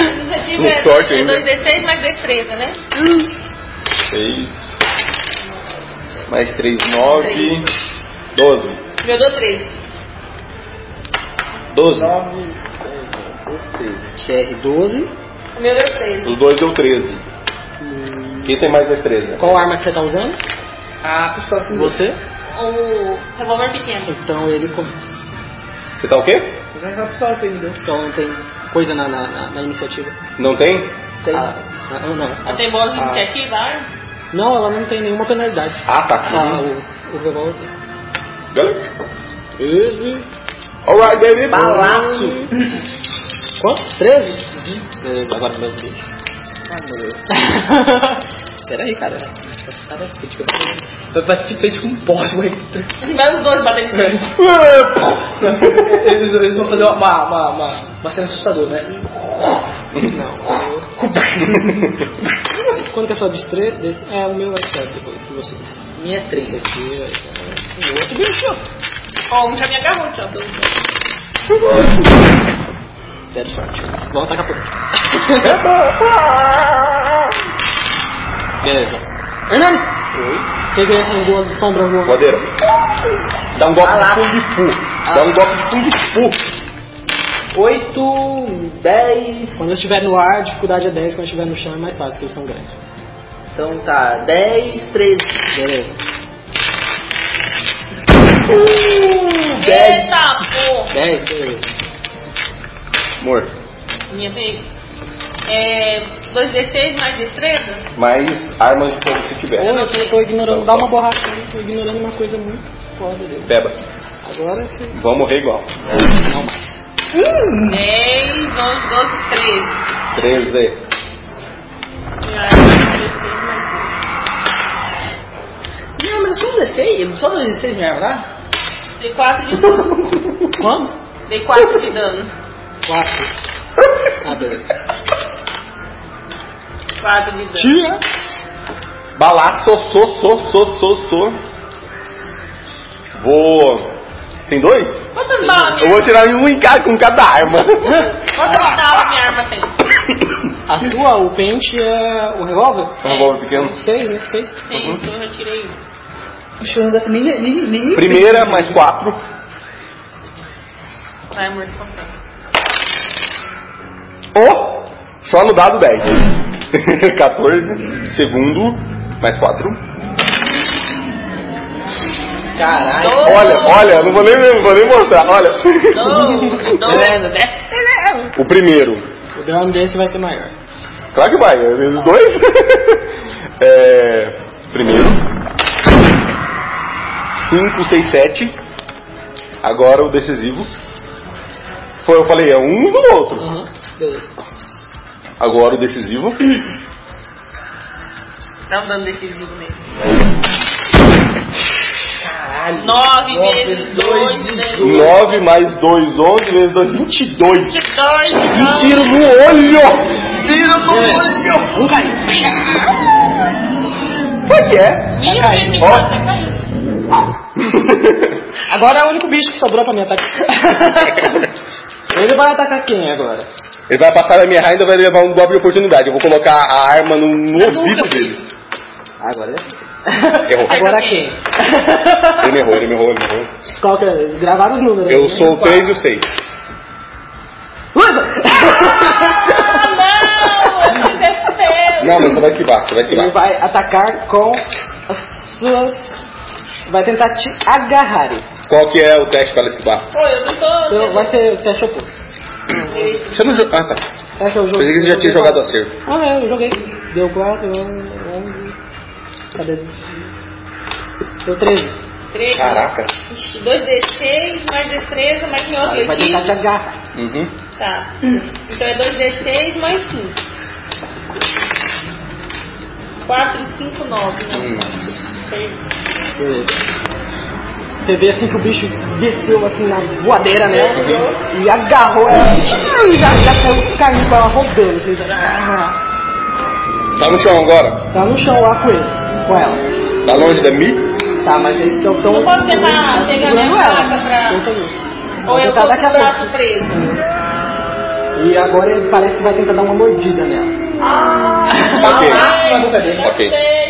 Speaker 4: Iniciativa
Speaker 2: Com
Speaker 4: é
Speaker 2: sorte
Speaker 4: dois-
Speaker 2: ainda.
Speaker 4: dois D6 mais destreza, né?
Speaker 2: 6. Mais 3, 9. 12.
Speaker 4: Meu dou 3.
Speaker 2: 12.
Speaker 5: é TR12.
Speaker 4: Meu deu 3.
Speaker 2: Os dois deu 13. Quem tem mais destreza?
Speaker 5: Qual arma que você tá usando?
Speaker 6: Ah, pistola assim.
Speaker 5: Você?
Speaker 4: O revólver pequeno.
Speaker 5: Então ele começa.
Speaker 2: Você tá o quê?
Speaker 6: Já é uma pistola pra ele, Deus.
Speaker 5: Então tem coisa na, na, na- na iniciativa.
Speaker 2: Não tem?
Speaker 6: Tem.
Speaker 5: Ah, ah, não.
Speaker 4: Ela tem bônus de
Speaker 5: Ah.
Speaker 4: iniciativa? ah?
Speaker 5: Não, ela não tem nenhuma penalidade.
Speaker 2: Ah, tá.
Speaker 5: Ah, o, o revólver.
Speaker 2: Galera.
Speaker 5: 13.
Speaker 2: Alright, baby.
Speaker 5: Balaço. Quanto? 13? Uhum. Agora mesmo. Ai, meu Deus. Peraí, cara. Esse cara é crítico.
Speaker 6: Vai bater de frente com um poste, moleque.
Speaker 4: Vai os dois bater de frente.
Speaker 6: Eles, eles vão fazer uma, uma, uma, uma, uma cena assustadora, né?
Speaker 5: Quanto que é a sua destreza? Des- É, o meu é 7 depois que você.
Speaker 6: Minha é
Speaker 5: Esse
Speaker 6: 3.
Speaker 5: aqui é.
Speaker 4: Ó, um já me agarrou, tchau. Dois.
Speaker 5: Zero sorte. Volta daqui a pouco. Beleza. Hernani! Você vê essas duas sombras voando.
Speaker 2: Madeira. Dá um golpe de Kung Fu. Dá um golpe de Kung Fu.
Speaker 6: 8, 10.
Speaker 5: Quando eu estiver no ar, a dificuldade é 10. Quando eu estiver no chão, é mais fácil, porque eles são grandes.
Speaker 6: Então tá, 10, 13.
Speaker 5: Beleza.
Speaker 4: Eita,
Speaker 5: 10, beleza.
Speaker 2: Morto.
Speaker 4: pô. Minha vez. É, 2D6 mais destreza?
Speaker 2: Mas armas de fogo que
Speaker 5: Pô,
Speaker 2: tiver.
Speaker 5: eu tô ignorando. Dá uma borracha ali, tô ignorando uma coisa muito foda dele.
Speaker 2: Beba.
Speaker 5: Agora sim.
Speaker 2: Vão morrer igual.
Speaker 4: 10, 11, 12, 13.
Speaker 2: 13.
Speaker 6: Não, mas eu só um 16, eu só dois 16 mesmo, tá?
Speaker 5: né?
Speaker 4: Dei 4 de dano.
Speaker 5: Quanto?
Speaker 4: Dei 4 de dano.
Speaker 5: 4. Ah, beleza.
Speaker 4: 4 de dano.
Speaker 2: Tira. Balaço, so, so, so, so, so. Vou. Tem dois?
Speaker 4: Quantas balas
Speaker 2: Eu
Speaker 4: minha
Speaker 2: vou tirar um em cada, com cada arma.
Speaker 4: Quantas balas minha arma tem?
Speaker 5: A sua, o pente é o revólver?
Speaker 2: Um revólver pequeno.
Speaker 5: 6, né? 6.
Speaker 4: Tem, então eu já tirei. um.
Speaker 6: Puxa, não dá nem, nem, nem.
Speaker 2: Primeira, mais quatro.
Speaker 4: Vai, amor, só pra-
Speaker 2: Oh! Só no dado 10. 14. Segundo, mais quatro.
Speaker 6: Caralho.
Speaker 4: Doze,
Speaker 2: Olha, olha, eu não vou nem, não vou nem mostrar. Olha, né?
Speaker 4: doze, doze, dez.
Speaker 2: o primeiro.
Speaker 5: O dano desse vai ser maior.
Speaker 2: Claro que vai, esses dois. é, primeiro. 5, 6, 7. Agora o decisivo. Foi, eu falei, é um do outro.
Speaker 5: Aham. Beleza.
Speaker 2: Agora o decisivo.
Speaker 4: Dá um dano decisivo nele. 9
Speaker 6: Caralho. Nove
Speaker 4: vezes né?
Speaker 6: vezes
Speaker 4: 2,
Speaker 6: dois,
Speaker 2: 9 mais 2, 11 vezes 2, 22.
Speaker 4: 22 de
Speaker 2: Tiro no olho!
Speaker 5: Um caiu.
Speaker 2: Foi que é?
Speaker 4: dano. Minha
Speaker 5: Caiu.
Speaker 4: gente,
Speaker 2: Ó.
Speaker 4: tá caindo.
Speaker 5: Agora é o único bicho que sobrou pra mim, ataque. Ele vai atacar quem agora?
Speaker 2: Ele vai passar a me errar e ainda vai levar um dobre de oportunidade. Eu vou colocar a arma no, no ouvido dele.
Speaker 5: Agora é
Speaker 2: Errou.
Speaker 5: Agora é quem?
Speaker 2: Ele errou, ele errou, ele errou.
Speaker 5: Qual que é? Gravaram os números.
Speaker 2: Eu sou o 3 e o 6.
Speaker 5: Lança!
Speaker 4: Não! Que desespero!
Speaker 2: Não, mas você vai esquivar, você vai
Speaker 5: Ele
Speaker 2: esquivar.
Speaker 5: vai atacar com as suas. Vai tentar te agarrar.
Speaker 2: Qual que é o teste para ela esquivar?
Speaker 4: Pô, eu não tô.
Speaker 5: Então vai ser o teste oposto.
Speaker 2: Você não jogou. Ah, tá. Eu
Speaker 5: Teste é o jogo.
Speaker 2: pensei que você já tinha jogado acerto.
Speaker 5: Ah, é, eu joguei. Deu 4, 11. Cadê? Deu 13.
Speaker 4: Três.
Speaker 2: Caraca.
Speaker 4: Ixi, Dois D6, mais destreza, mais meu
Speaker 5: Aí ele tá vai tentar te
Speaker 4: objetivo.
Speaker 5: agarrar.
Speaker 2: Uhum.
Speaker 4: Tá. Então é dois D6 mais 5. 4, 5, 9, né?
Speaker 2: Hum.
Speaker 5: Beleza. Você vê assim que o bicho desceu assim na voadeira, né? E agarrou ela. E já, já caiu, caiu pra ela rodando. Assim, já- ah,
Speaker 2: Tá no chão agora.
Speaker 5: tá no chão lá com ele. Com ela.
Speaker 2: Tá longe da mim?
Speaker 5: Tá, mas eles estão tão.
Speaker 4: Não posso tentar pegar minha
Speaker 5: segurando ela.
Speaker 4: faca pra-
Speaker 5: Então, tá bom.
Speaker 4: Ou
Speaker 5: Vai
Speaker 4: eu
Speaker 5: tentar
Speaker 4: tô com
Speaker 5: daqui a
Speaker 4: o
Speaker 5: pouco.
Speaker 4: braço preso.
Speaker 5: E agora ele parece que vai tentar dar uma mordida nela.
Speaker 2: Ok.
Speaker 5: na boca dele.
Speaker 2: Ah, Ok.
Speaker 4: um,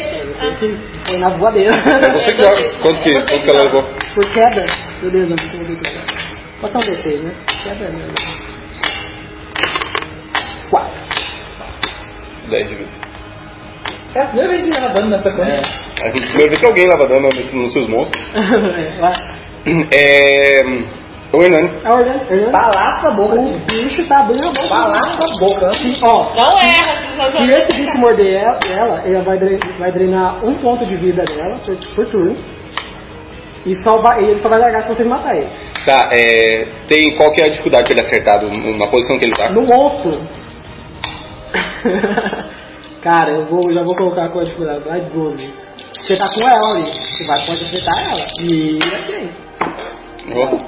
Speaker 5: Ele que foi na voadeira.
Speaker 2: É você que joga. Quanto que, quanto que ela levou?
Speaker 5: Por queda? Meu Deus, não precisa do que é Pode ser um D6, né? Queda, né? 4.
Speaker 2: 10 de vida.
Speaker 6: É a primeira vez que ele tava dando nessa coisa.
Speaker 2: É a primeira vez que alguém lava dano nos seus monstros.
Speaker 5: Vai.
Speaker 2: É. O Hernani.
Speaker 5: É orgânico, orgânico.
Speaker 6: Balaço na boca.
Speaker 5: O bicho tá abrindo a boca.
Speaker 6: Balaço na boca.
Speaker 5: Se- Ó,
Speaker 4: Não erra,
Speaker 5: se esse bicho morder ela, ela, ela vai, dre- vai drenar um ponto de vida dela por, por turno. E só vai, e ele só vai largar se vocês matarem ele.
Speaker 2: Tá, é. Tem qual que é a dificuldade pra ele acertar do- na posição que ele tá?
Speaker 5: No monstro. Cara, eu vou, já vou colocar com a dificuldade. Vai 12. Você tá com ela ali. Você vai, pode acertar ela. E é três.
Speaker 2: Errou?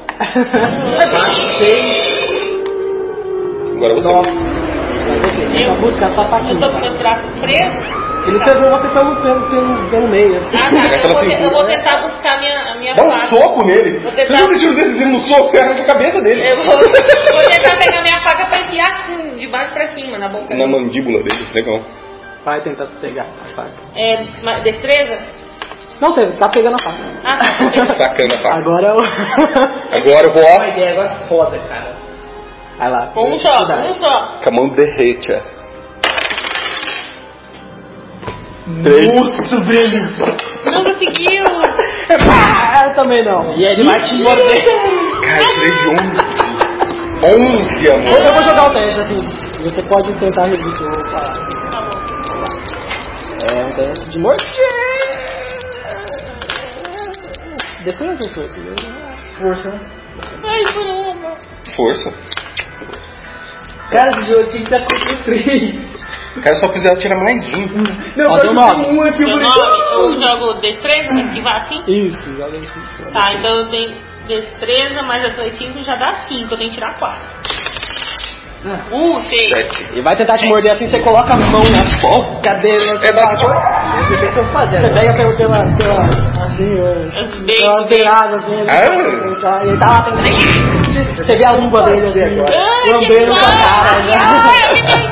Speaker 2: Agora você.
Speaker 5: Nove. Vai você. Só busca é só pra
Speaker 4: Eu tô com meus braços presos. Tá.
Speaker 5: Ele
Speaker 2: tá-
Speaker 5: pegou você pelo, pelo, pelo, pelo meio. assim.
Speaker 4: Ah, tá. Eu vou, te- eu vou tentar buscar minha, a minha
Speaker 2: Dá um
Speaker 4: faca.
Speaker 2: soco nele.
Speaker 4: Vou
Speaker 2: Você
Speaker 4: tentar-
Speaker 2: já viu desse dando um soco, você arranca a cabeça dele.
Speaker 4: Eu vou, vou tentar pegar minha faca pra enfiar assim, de baixo pra cima, na boca
Speaker 2: Na
Speaker 4: dele.
Speaker 2: mandíbula dele, legal.
Speaker 5: Vai tentar pegar a faca.
Speaker 4: É, ma- destreza?
Speaker 5: Não, você tá pegando a faca.
Speaker 4: Ah, tá.
Speaker 2: Sacana, tá?
Speaker 5: Agora eu.
Speaker 2: Agora eu vou,
Speaker 6: Uma
Speaker 2: ó,
Speaker 6: ideia agora foda, cara.
Speaker 5: Vai lá.
Speaker 4: Um só, um só.
Speaker 2: com a mão derrete, é. ó. Três.
Speaker 4: Não conseguiu.
Speaker 5: Ah, eu também não. E ele vai te morder.
Speaker 2: Cara, eu tirei de 11. 11,
Speaker 5: Eu
Speaker 2: amor.
Speaker 5: eu vou jogar o teste assim. Você pode tentar resistir, eu vou falar. É um teste de morder. Destreza ou força? Força.
Speaker 4: Ai, caramba.
Speaker 2: Força.
Speaker 6: Cara, esse jogo tinha que estar com três.
Speaker 2: Cara, eu só quiser tirar mais um.
Speaker 6: Não,
Speaker 5: Ó,
Speaker 6: mas
Speaker 5: deu
Speaker 6: eu
Speaker 5: nove.
Speaker 6: tenho um aqui,
Speaker 4: Meu
Speaker 6: eu
Speaker 4: nome, eu jogo destreza, pra esquivar assim?
Speaker 5: Isso, joga assim.
Speaker 4: Tá, então eu tenho destreza mais atletismo já dá 5, eu tenho que tirar 4.
Speaker 5: É.
Speaker 4: Um, seis.
Speaker 2: Sete.
Speaker 5: Ele vai tentar te morder assim, você coloca a mão na boca dele.
Speaker 2: É, dá tipo-
Speaker 5: Você pega pelo, pela, pela, assim, ó,
Speaker 4: Os
Speaker 5: pela
Speaker 4: beijos.
Speaker 5: beirada, assim, ele,
Speaker 2: Ah.
Speaker 5: ele tá lá tentando. Você vê a luva dele, assim, lambendo sua cara. né?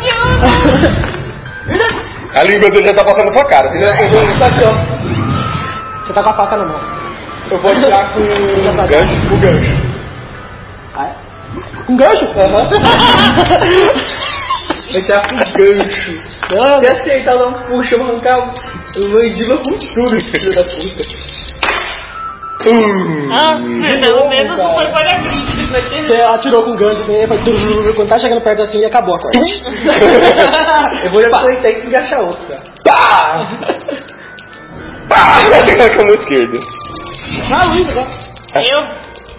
Speaker 5: já.
Speaker 2: A língua dele já tá passando pra cara. Você já pegou
Speaker 5: Tá aqui, ó. Você tá com a faca na mão.
Speaker 2: Eu vou tirar com o gancho. Com o gancho.
Speaker 5: Ah, é? Com gancho? Aham.
Speaker 6: Ele tá com gancho. Se acertar, eu não né? puxa, eu vou arrancar o mandíbula com tudo, filho da puta.
Speaker 4: Nossa, pelo menos não foi para a crítica, vai ser.
Speaker 5: Você atirou com gancho, assim, aí faz... tururu, Quando tá chegando perto assim, acabou a corda.
Speaker 6: Eu vou jogar três e encaixar outro, cara.
Speaker 2: Pá! Com a mão esquerda.
Speaker 5: Ah, Luiz, agora.
Speaker 4: Eu,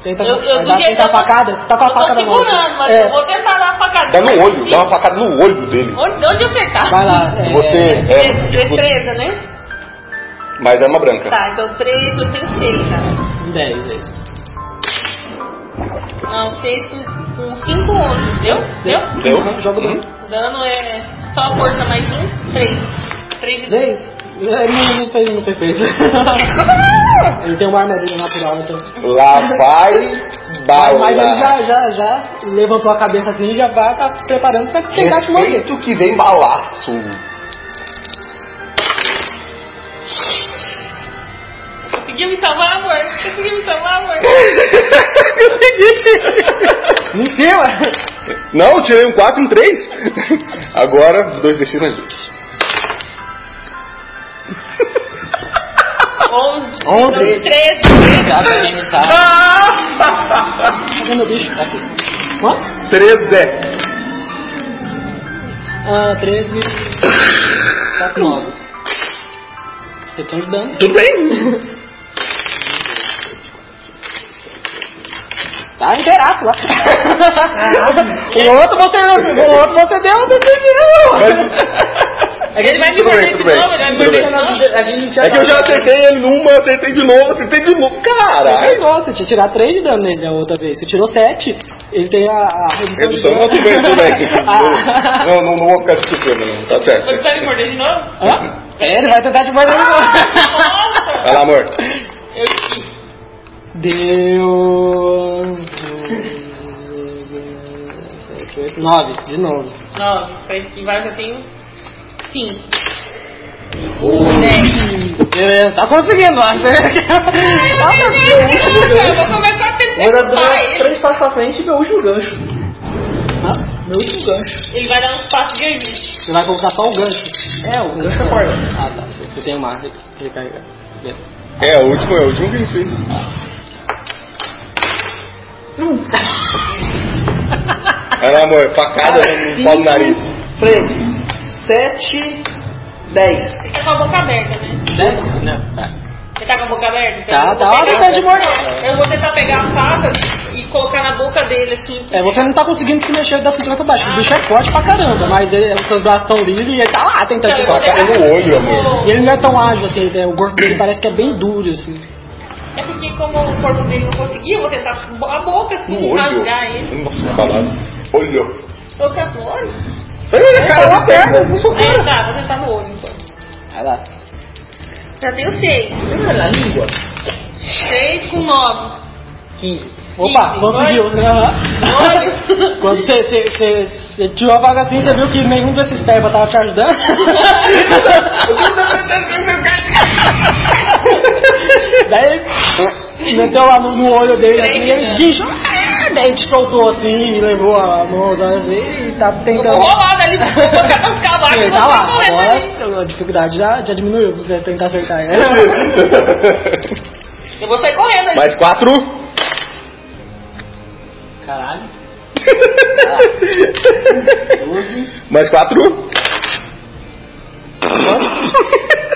Speaker 5: Tenta,
Speaker 4: eu, eu,
Speaker 5: vai
Speaker 4: do
Speaker 5: dar,
Speaker 4: jeito
Speaker 5: tenta tá a facada. Você tá com a
Speaker 4: eu tô
Speaker 5: faca na mão. assim.
Speaker 4: segurando, mas
Speaker 5: É.
Speaker 4: eu vou tentar dar a
Speaker 2: Dá
Speaker 4: facada.
Speaker 2: Tá no olho, dá uma facada no olho dele.
Speaker 4: Onde, onde apertar?
Speaker 5: Vai lá. é,
Speaker 2: Você é.
Speaker 4: Des-
Speaker 2: tipo,
Speaker 4: Destreza, né?
Speaker 2: mais arma branca.
Speaker 4: Tá, então 3, eu tenho 6, tá?
Speaker 5: 10, aí.
Speaker 4: Não, 6 com 5, 11. Deu? Deu?
Speaker 2: Deu?
Speaker 5: Joga o
Speaker 2: Hum?
Speaker 5: dano.
Speaker 4: Dano é só a força mais um, 3. 3 de
Speaker 5: 10? É, não, não fez muito efeito. ele tem uma armadilha natural, então.
Speaker 2: Lá vai Ah,
Speaker 5: Mas ele
Speaker 2: bala.
Speaker 5: já, já, já levantou a cabeça assim e já vai tá preparando pra tentar te morder.
Speaker 2: Respeito que vem balaço.
Speaker 4: Conseguiu me salvar, amor? Conseguiu me salvar, amor?
Speaker 5: Mentira!
Speaker 2: Não, eu tirei um 4 e um 3. Agora, os dois descidos mais um. dois.
Speaker 4: 11,
Speaker 2: 11.
Speaker 4: 13, Ah!
Speaker 5: Cadê meu bicho? Aqui. Quanto?
Speaker 2: 13, 10.
Speaker 5: Ah, 13. 4, 9. Eu tô ajudando.
Speaker 2: Tudo bem?
Speaker 5: Tá inteiraço lá. Ah, o outro você o outro você deu, você deu.
Speaker 4: Ele vai me
Speaker 2: Tudo
Speaker 4: morder
Speaker 2: bem,
Speaker 4: de
Speaker 2: tudo bem,
Speaker 4: novo, ele vai me
Speaker 2: tudo
Speaker 4: morder
Speaker 2: bem.
Speaker 4: de novo.
Speaker 5: A gente já
Speaker 2: É que eu já acertei ele numa, acertei de novo, acertei de novo.
Speaker 5: Você
Speaker 2: Caralho.
Speaker 5: gosta de tirar 3 de dano nele né, a outra vez. Você tirou 7, ele tem a, a
Speaker 2: Redução, não, tudo bem, tudo bem.
Speaker 5: Ah.
Speaker 2: Não, não, não vou ficar discutindo, não. Tá
Speaker 4: Você
Speaker 2: certo.
Speaker 4: vai me morder de novo?
Speaker 5: Hã? É, ele vai tentar te morder de novo.
Speaker 4: Nossa!
Speaker 2: Vai lá, amor.
Speaker 4: Eu te
Speaker 5: Deu. 9, de novo.
Speaker 4: Nossa, foi que vai assim. Sim.
Speaker 5: Beleza, tá conseguindo, Tá ó.
Speaker 4: Eu vou começar a tentar ele.
Speaker 6: Três passos pra frente e meu último gancho. Meu último gancho.
Speaker 4: Ele vai dar um passo de agir.
Speaker 5: Você vai colocar só o gancho.
Speaker 6: É, o gancho é forte.
Speaker 5: Ah, tá. Você você tem uma re- recarga. Beleza.
Speaker 2: É, o último é o último que eu fiz. Vai lá, amor. Facada no pau do nariz.
Speaker 6: 7, 10.
Speaker 4: Ele tá com a boca aberta, né?
Speaker 5: Dez? Não. Tá.
Speaker 4: Ele tá com a boca aberta? Então
Speaker 5: Tá,
Speaker 4: eu vou
Speaker 5: tá,
Speaker 4: pegar-
Speaker 5: tá de morder.
Speaker 4: Eu vou tentar pegar a faca e colocar na boca dele assim.
Speaker 5: É, você não tá conseguindo se mexer da cintura pra baixo. O bicho é forte pra caramba, mas ele é um braço tão livre e ele tá lá tentando te
Speaker 4: Então, Eu vou
Speaker 5: cortar.
Speaker 2: faca no olho, amor.
Speaker 4: Vou-
Speaker 5: E ele não é tão ágil assim, né? o corpo dele parece que é bem duro assim.
Speaker 4: É porque como o corpo dele não conseguia, eu vou tentar a boca
Speaker 2: No
Speaker 4: assim,
Speaker 2: olho.
Speaker 4: rasgar ele.
Speaker 2: Nossa, falado. Olho.
Speaker 4: Tocar no olho?
Speaker 2: Ele cara na perna.
Speaker 6: assim.
Speaker 4: É, tá, vou tentar no olho então.
Speaker 5: Vai lá.
Speaker 4: Já tenho seis.
Speaker 6: Na língua.
Speaker 4: Seis com nove.
Speaker 5: 15. Opa,
Speaker 4: 15,
Speaker 5: conseguiu.
Speaker 4: Olha.
Speaker 5: Quando você, você, você, você tirou a vaga assim, você viu que nenhum desses peba tava te ajudando. Daí meteu lá no, no olho dele assim, e
Speaker 4: né?
Speaker 5: ele guinchou. Daí te soltou assim e levou a mão assim, e tá
Speaker 4: Eu
Speaker 5: tentando.
Speaker 4: vou rolar dali, vou colocar os cavalos.
Speaker 5: Sim,
Speaker 4: e
Speaker 5: tá
Speaker 4: vou
Speaker 5: lá,
Speaker 4: correr dali.
Speaker 5: agora a dificuldade já, já diminuiu pra você tentar acertar. né?
Speaker 4: Eu vou sair correndo ali.
Speaker 2: Mais quatro.
Speaker 5: Caralho.
Speaker 2: Mais quatro.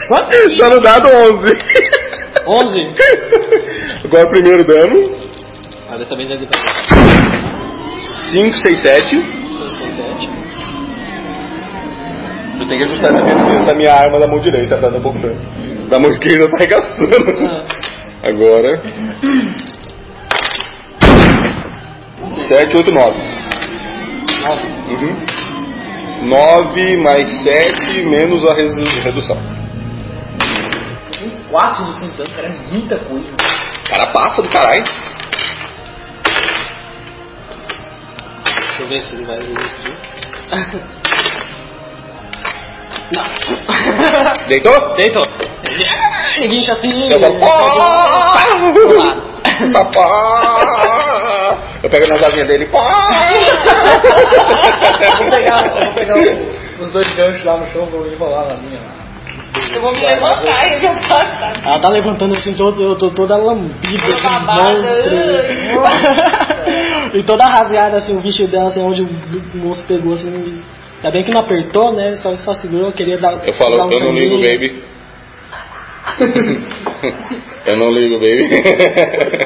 Speaker 5: Quanto?
Speaker 2: Tá no dado 11.
Speaker 5: 11.
Speaker 2: Agora o primeiro dano.
Speaker 5: Ah, dessa vez é de fazer.
Speaker 2: 5, 6, 7. Eu tenho que ajustar essa minha, essa minha arma da mão direita, tá dando pouco dano. Da mão esquerda tá arregaçando. Agora. 7, 8, 9. 9 Uhum. mais 7 menos a resu- redução.
Speaker 6: 4 dos 5 anos, cara, é muita coisa.
Speaker 2: Cara, passa do caralho.
Speaker 5: Deixa eu ver se ele vai resistir.
Speaker 2: Deitou? Deitou.
Speaker 5: Ele guincha assim.
Speaker 2: Eu vou.
Speaker 5: Pá, pro lado.
Speaker 2: Tá, pá. Eu pego nas asinhas dele. Pá.
Speaker 6: Eu vou pegar, eu vou pegar o- os dois ganchos lá no chão, vou enrolar na minha.
Speaker 4: Eu vou me levantar e eu já tô assado.
Speaker 5: Ela tá levantando assim, todo, eu tô toda lambida,
Speaker 4: Toda
Speaker 5: assim,
Speaker 4: babada. né?
Speaker 5: monstro. e toda rasgada, assim, o vestido dela, assim, onde o moço pegou, assim. e- Ainda bem que não apertou, né? Só, só segurou, eu queria dar.
Speaker 2: Eu falo,
Speaker 5: dar um
Speaker 2: eu não ligo,
Speaker 5: sanguinho.
Speaker 2: baby. eu não ligo, baby.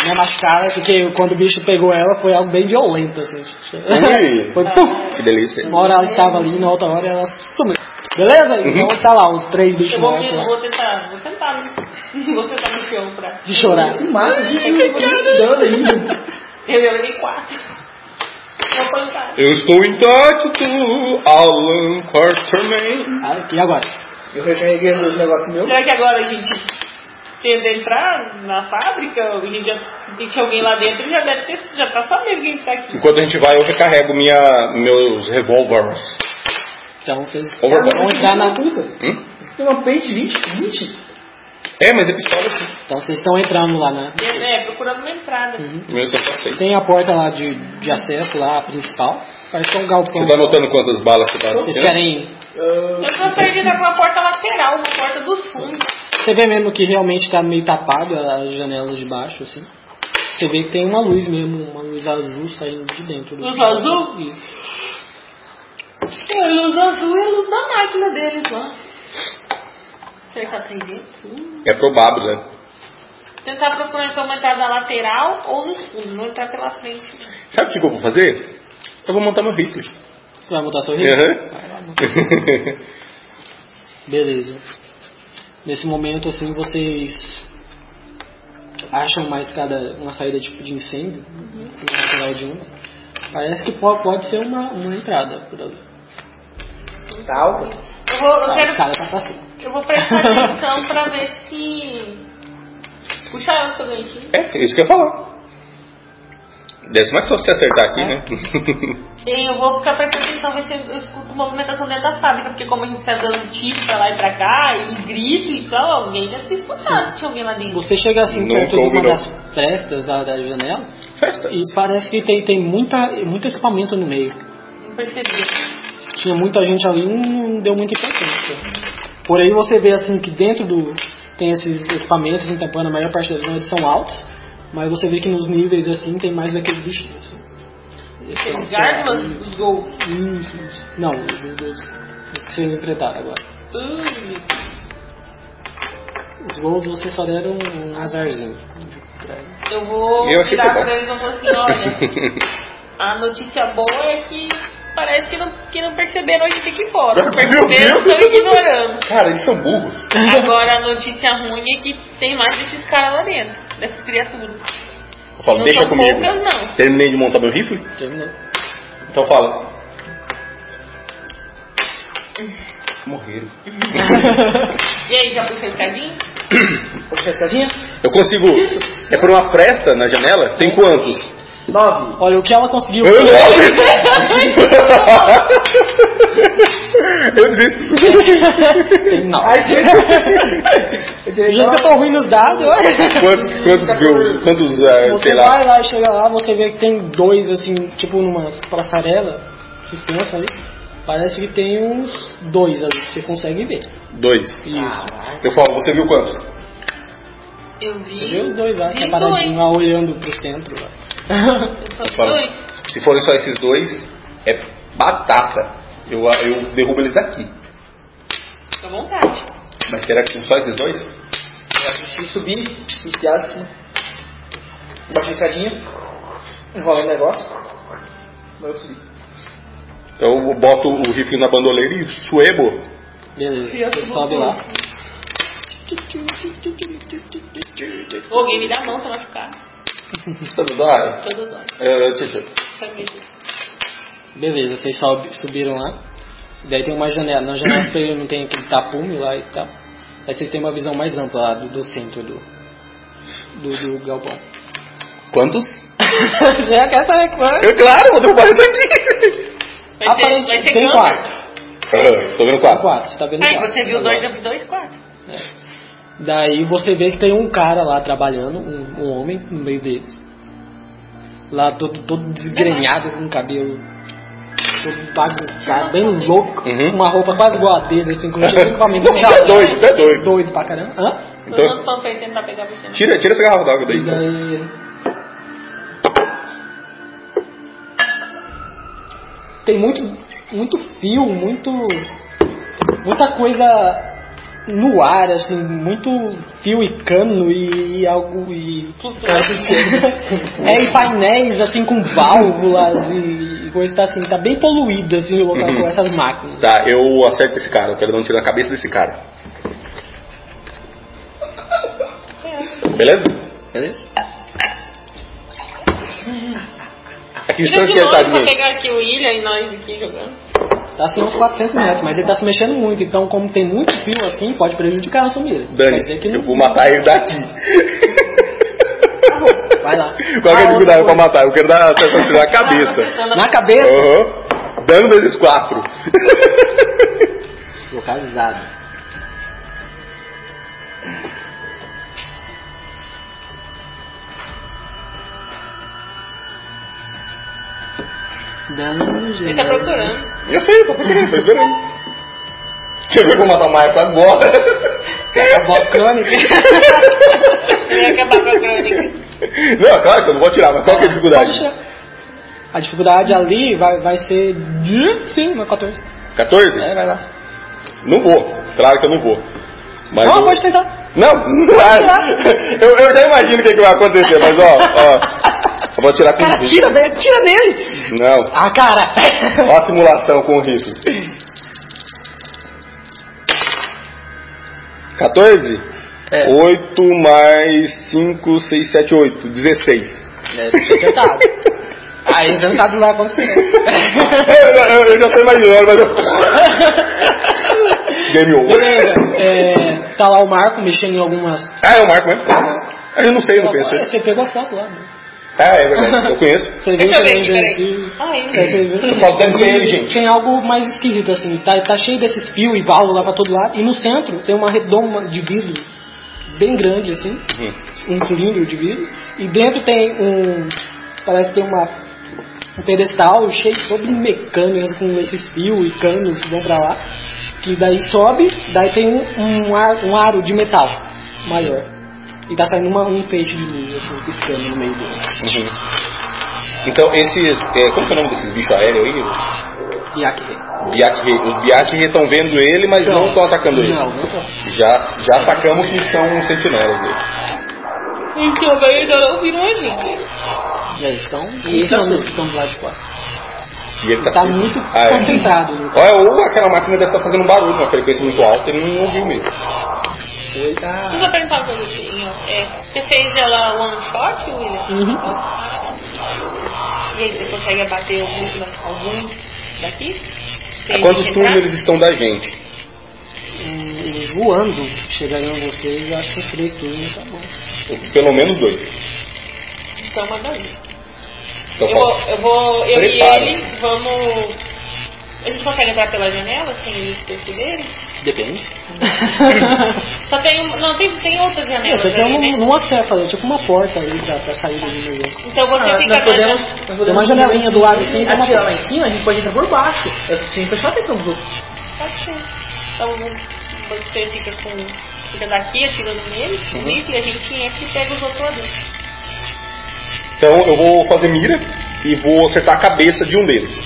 Speaker 5: A minha machucada, porque quando o bicho pegou ela, foi algo bem violento, assim.
Speaker 2: Ui.
Speaker 5: foi puf!
Speaker 2: que delícia.
Speaker 5: Uma hora ela estava ali, na outra hora ela sumiu. Beleza?
Speaker 2: Uhum.
Speaker 5: Então tá lá, os três bichos
Speaker 4: Eu vou, me,
Speaker 5: mortos
Speaker 4: eu
Speaker 5: lá.
Speaker 4: vou tentar, vou tentar, no- vou tentar no chão pra...
Speaker 5: De chorar.
Speaker 4: Uhum.
Speaker 6: Mais de dano ainda.
Speaker 4: Eu já levei quatro. Vou plantar.
Speaker 2: Eu estou intacto, Alan Quarterman.
Speaker 5: Ah, E agora?
Speaker 6: Eu recarreguei os negócios meus.
Speaker 4: Será que agora a gente tendo entrar na fábrica, a gente já tem que alguém lá dentro já deve ter, já tá sabendo que a gente tá aqui.
Speaker 2: Enquanto a gente vai, eu recarrego minha, meus revólveres.
Speaker 5: Então vocês
Speaker 2: Overboard.
Speaker 5: vão entrar na tudo.
Speaker 2: Hum?
Speaker 6: Tem uma pente 20, 20.
Speaker 2: É, mas é pistola sim.
Speaker 5: Então vocês estão entrando lá, né?
Speaker 4: É, é, procurando uma entrada.
Speaker 2: Meu, só faço isso.
Speaker 5: Tem a porta lá de, de acesso, lá a principal. Parece que é um galpão.
Speaker 2: Você tá anotando quantas balas você tá
Speaker 5: Vocês
Speaker 2: tendo?
Speaker 5: querem
Speaker 4: Eu tô perdida com a porta lateral, uma porta dos fundos.
Speaker 5: Você vê mesmo que realmente tá meio tapado as janelas de baixo, assim. Você vê que tem uma luz mesmo, uma luz azul saindo de dentro. do-
Speaker 4: Luz azul?
Speaker 5: Isso.
Speaker 4: Tem a luz azul e a luz da máquina deles lá. Será que tá aprendeu tudo?
Speaker 2: É provável, né?
Speaker 4: Tentar procurar então uma entrada lateral ou no fundo, não entrar pela frente.
Speaker 2: Sabe o que eu vou fazer? Eu vou montar meu rifle.
Speaker 5: Você vai montar
Speaker 2: É.
Speaker 5: seu rifle?
Speaker 2: Aham.
Speaker 5: Beleza. Nesse momento, assim, vocês acham mais cada uma saída tipo de incêndio,
Speaker 4: Uhum.
Speaker 5: no lateral de uma. Parece que pode, pode ser uma, uma entrada por ali.
Speaker 6: Tá alta.
Speaker 4: Eu vou, eu
Speaker 5: Tá,
Speaker 4: quero
Speaker 5: Os caras tá pra cima.
Speaker 4: Eu vou prestar atenção pra ver se. Puxa ela seu ganchinho.
Speaker 2: é, isso que eu ia falar. Desce mais só se acertar aqui, né?
Speaker 4: E eu vou ficar prestando atenção ver se eu escuto movimentação dentro da fábrica, porque como a gente sai dando tiro pra lá e pra cá, e grito e tal, alguém já se escutando se tinha alguém lá dentro.
Speaker 5: Você chega assim
Speaker 2: Não
Speaker 5: perto de uma
Speaker 2: combinou.
Speaker 5: das frestas da, da janela
Speaker 2: Festa.
Speaker 5: e parece que tem, tem muita, muito equipamento no meio.
Speaker 4: Não percebi.
Speaker 5: tinha muita gente ali um não deu muita importância. Porém, você vê assim que dentro do. tem esses equipamentos assim, tampando a maior parte deles, eles são altos, mas você vê que nos níveis assim tem mais daqueles bichinhos. Assim. Esse é um
Speaker 4: Tem gárgulas, os gols.
Speaker 5: Hum, Não, os dos- os que vocês enfrentaram agora.
Speaker 4: Hum,
Speaker 5: Os gols vocês só deram um azarzinho.
Speaker 4: Eu vou
Speaker 2: Eu achei
Speaker 4: virar
Speaker 2: que é bom.
Speaker 4: pra eles e vou assim, olha, a notícia boa é que parece que não, que não perceberam a gente aqui fora. Perceberam,
Speaker 2: Meu Deus.
Speaker 4: estão ignorando.
Speaker 2: Cara, eles são burros.
Speaker 4: Agora a notícia ruim é que tem mais desses caras lá dentro, dessas criaturas.
Speaker 2: Eu falo,
Speaker 4: Não
Speaker 2: deixa
Speaker 4: são
Speaker 2: comigo.
Speaker 4: poucas, não.
Speaker 2: Terminei de montar meu rifle?
Speaker 5: Terminou.
Speaker 2: Então fala. Morreram.
Speaker 4: E aí, já puxei o cadinho?
Speaker 6: Puxa a escadinha.
Speaker 2: Eu consigo. É por uma fresta na janela? Tem quantos?
Speaker 6: 9.
Speaker 5: Olha, o que ela conseguiu.
Speaker 2: Eu não! Eu desisto.
Speaker 5: Não.
Speaker 6: Aí eu
Speaker 5: Do
Speaker 6: tirei
Speaker 5: jeito que eu tô ruim nos dados, olha.
Speaker 2: Quantos, quantos, gols? Quantos, eh,
Speaker 5: Você
Speaker 2: sei lá.
Speaker 5: vai lá, chega lá, você vê que tem dois, assim, tipo numa passarela suspensa ali. Parece que tem uns dois ali, que você consegue ver.
Speaker 2: Dois.
Speaker 5: Isso.
Speaker 2: Eu falo, você viu quantos?
Speaker 4: Eu vi.
Speaker 5: Você vê os dois lá,
Speaker 4: vi
Speaker 5: que é paradinho lá, olhando pro centro lá.
Speaker 4: dois. Eu
Speaker 2: Eu
Speaker 4: só
Speaker 2: falo,
Speaker 4: vi dois.
Speaker 2: Se forem só esses dois, é batata. Eu, eu derrubo eles daqui.
Speaker 4: Fica à vontade.
Speaker 2: Mas será que são só esses dois?
Speaker 6: E subi, enfiado assim. Baixei a escadinha. Enrolei o negócio. Daí eu subi.
Speaker 2: Então eu boto o rifle na bandoleira e suebo.
Speaker 5: Beleza, você sobe lá.
Speaker 4: Ô, alguém me dá a mão pra machucar.
Speaker 2: Todo dói.
Speaker 4: Todo dói.
Speaker 2: É, eu te ajudo.
Speaker 4: Fica meio-
Speaker 5: Beleza, vocês sobe- subiram lá. Daí tem uma janela. Na janela superior não tem aquele tapume lá e tal. Aí vocês têm uma visão mais ampla lá do, do centro do, do, do galpão.
Speaker 2: Quantos?
Speaker 5: Você já quer saber
Speaker 6: é?
Speaker 5: quanto?
Speaker 2: Eu, claro, vou derrubar isso aqui.
Speaker 4: Vai ser, vai
Speaker 5: Aparentemente
Speaker 4: ser
Speaker 5: tem
Speaker 4: câncer.
Speaker 5: quatro.
Speaker 2: Ah, tô vendo quatro.
Speaker 5: Quatro, você tá vendo
Speaker 4: Aí
Speaker 5: quatro.
Speaker 4: você viu
Speaker 5: Agora.
Speaker 4: dois, eu vi dois, quatro.
Speaker 5: Daí você vê que tem um cara lá trabalhando, um, um homem no meio deles. Lá todo, todo desgrenhado, com o cabelo todo bagunçado, bem louco,
Speaker 2: Uhum.
Speaker 5: com uma roupa quase igual a dele, assim, com um equipamento
Speaker 2: Não, tá doido, tá doido.
Speaker 5: Doido pra caramba. Hã?
Speaker 2: Então,
Speaker 4: Então... Eu não tô tentar pegar você. não.
Speaker 2: tira, tira essa garrafa d'água
Speaker 5: E
Speaker 2: daí.
Speaker 5: daí. Tem muito, muito fio, muito. muita coisa no ar, assim, muito fio e cano e, e algo e. é, e painéis assim com válvulas e coisa tá, assim, tá bem poluído assim o local com essas máquinas.
Speaker 2: Tá, eu acerto esse cara. Eu quero dar um tiro na cabeça desse cara. Beleza?
Speaker 5: Beleza?
Speaker 2: Aqui
Speaker 4: Fica
Speaker 2: estão
Speaker 4: de longe pra
Speaker 2: esquentadinhos.
Speaker 4: pegar aqui o Ilha e nós aqui jogando.
Speaker 5: tá assim uns 400 metros, mas ele tá se mexendo muito, então como tem muito fio assim, pode prejudicar a sua mira. Quer dizer que
Speaker 2: Dane,
Speaker 5: não-
Speaker 2: eu vou matar ele daqui.
Speaker 5: Vai lá.
Speaker 2: Qual que é a
Speaker 5: Ah,
Speaker 2: dificuldade
Speaker 5: outra
Speaker 2: pra matar? Eu quero dar a sessão de tirar a cabeça.
Speaker 4: Ah, tá
Speaker 5: coisa. Na cabeça,
Speaker 2: Aham. Dano vezes 4.
Speaker 5: localizado. Dano,
Speaker 4: Ele tá
Speaker 5: gente.
Speaker 4: procurando.
Speaker 2: Eu sei, tô procurando, tá tô esperando. Deixa eu ver como matar o Marco agora.
Speaker 5: Boa crônica. né?
Speaker 4: Ele ia acabar com a crônica.
Speaker 2: Não, claro que eu não vou tirar, mas qual que é
Speaker 5: Pode
Speaker 2: a dificuldade?
Speaker 5: tirar. A dificuldade ali vai, vai ser. de- Sim, uma 14.
Speaker 2: 14?
Speaker 5: É, vai lá.
Speaker 2: Não vou, claro que eu não vou. Mas
Speaker 5: Não,
Speaker 2: eu-
Speaker 5: pode tentar.
Speaker 2: Não, não é. Eu, eu já imagino o que, que vai acontecer, mas ó, ó. Eu vou tirar com
Speaker 5: Cara,
Speaker 2: risco.
Speaker 5: tira, velho, tira nele!
Speaker 2: Não,
Speaker 5: Ah, cara!
Speaker 2: ó a simulação com risco. 14?
Speaker 5: É.
Speaker 2: 8 mais 5, 6, 7, 8. 16.
Speaker 5: É, acertado. Aí você não sabe lá quanto você é.
Speaker 2: eu, já- eu- eu já tô imaginando, mas eu. Game over.
Speaker 5: Beleza, é, tá lá o Marco mexendo em algumas.
Speaker 2: Ah, é o Marco mesmo? Ah, Eu não sei, eu não conheço.
Speaker 5: É,
Speaker 2: ele.
Speaker 5: você pegou a foto lá. né?
Speaker 2: Ah, é verdade, eu conheço.
Speaker 5: Você viu
Speaker 4: Deixa eu
Speaker 5: que
Speaker 4: ver
Speaker 5: ele
Speaker 4: aqui,
Speaker 5: gerencia-
Speaker 4: peraí. Ai,
Speaker 5: É, você viu?
Speaker 2: Tô Tá faltando com ele, gente.
Speaker 5: Tem algo mais esquisito assim. Tá, tá cheio desses fios e válvula pra todo lado. E no centro tem uma redoma de vidro bem grande assim,
Speaker 2: Uhum.
Speaker 5: um cilindro de vidro. E dentro tem um. Parece que tem uma, um pedestal cheio todo de mecânicas com esses fios e canos que vão pra lá. Que daí sobe, daí tem um, um, ar- um aro de metal maior. E tá saindo uma- um peixe de luz, assim, piscando no meio dele.
Speaker 2: Uhum. Então, esses. É, como que é o nome desses bichos aéreos aí?
Speaker 5: E aqui.
Speaker 2: Biakhe. Os Biakhe estão vendo ele, mas não estão atacando ele.
Speaker 5: Então, Não, não tô.
Speaker 2: Já, já atacamos que são os sentinelas dele.
Speaker 4: Então, vai ele não ouviram a gente.
Speaker 5: E aí, estão. E
Speaker 2: tá
Speaker 5: os
Speaker 2: surdo.
Speaker 5: que estão do lado de fora.
Speaker 2: E ele tá,
Speaker 5: Tá
Speaker 2: surdo.
Speaker 5: muito
Speaker 2: Ah, é.
Speaker 5: concentrado. né?
Speaker 2: Olha, ou aquela máquina deve estar fazendo um barulho, uma frequência muito alta, ele não ouviu mesmo.
Speaker 5: Ele tá.
Speaker 4: Deixa eu só perguntar uma coisa, Dinho. É, você fez ela one shot, William?
Speaker 5: Uhum.
Speaker 4: E aí, você consegue abater alguns, da- alguns daqui? Sem
Speaker 2: A quantos
Speaker 4: entrar?
Speaker 2: turnos eles estão da gente?
Speaker 5: Hum, Eles voando chegariam a vocês, eu acho que os três turnos tá bom.
Speaker 2: Pelo menos dois.
Speaker 4: Então, manda aí.
Speaker 2: Então,
Speaker 4: Eu vou, eu vou, eu
Speaker 2: Prepare.
Speaker 4: e ele, vamos... A gente consegue entrar pela janela sem eles perceberem?
Speaker 5: Depende.
Speaker 4: Só tem um, não, tem, tem outras janelas
Speaker 5: Você tem
Speaker 4: ali, né?
Speaker 5: um, um acesso ali, tipo uma porta ali pra, pra saída do negócio.
Speaker 4: Então você
Speaker 6: Ah,
Speaker 4: fica
Speaker 6: nós
Speaker 4: na
Speaker 6: podemos,
Speaker 4: janela.
Speaker 6: nós
Speaker 5: Tem
Speaker 6: podemos
Speaker 5: uma janelinha do lado assim, tem uma
Speaker 6: atirar lá
Speaker 5: porta.
Speaker 6: em cima, a gente pode entrar por baixo. É só tem que prestar atenção no grupo.
Speaker 4: Pode ser. Então você fica com. Fica daqui atirando neles, com isso, e a gente entra e pega os outros ali.
Speaker 2: então eu vou fazer mira e vou acertar a cabeça de um deles.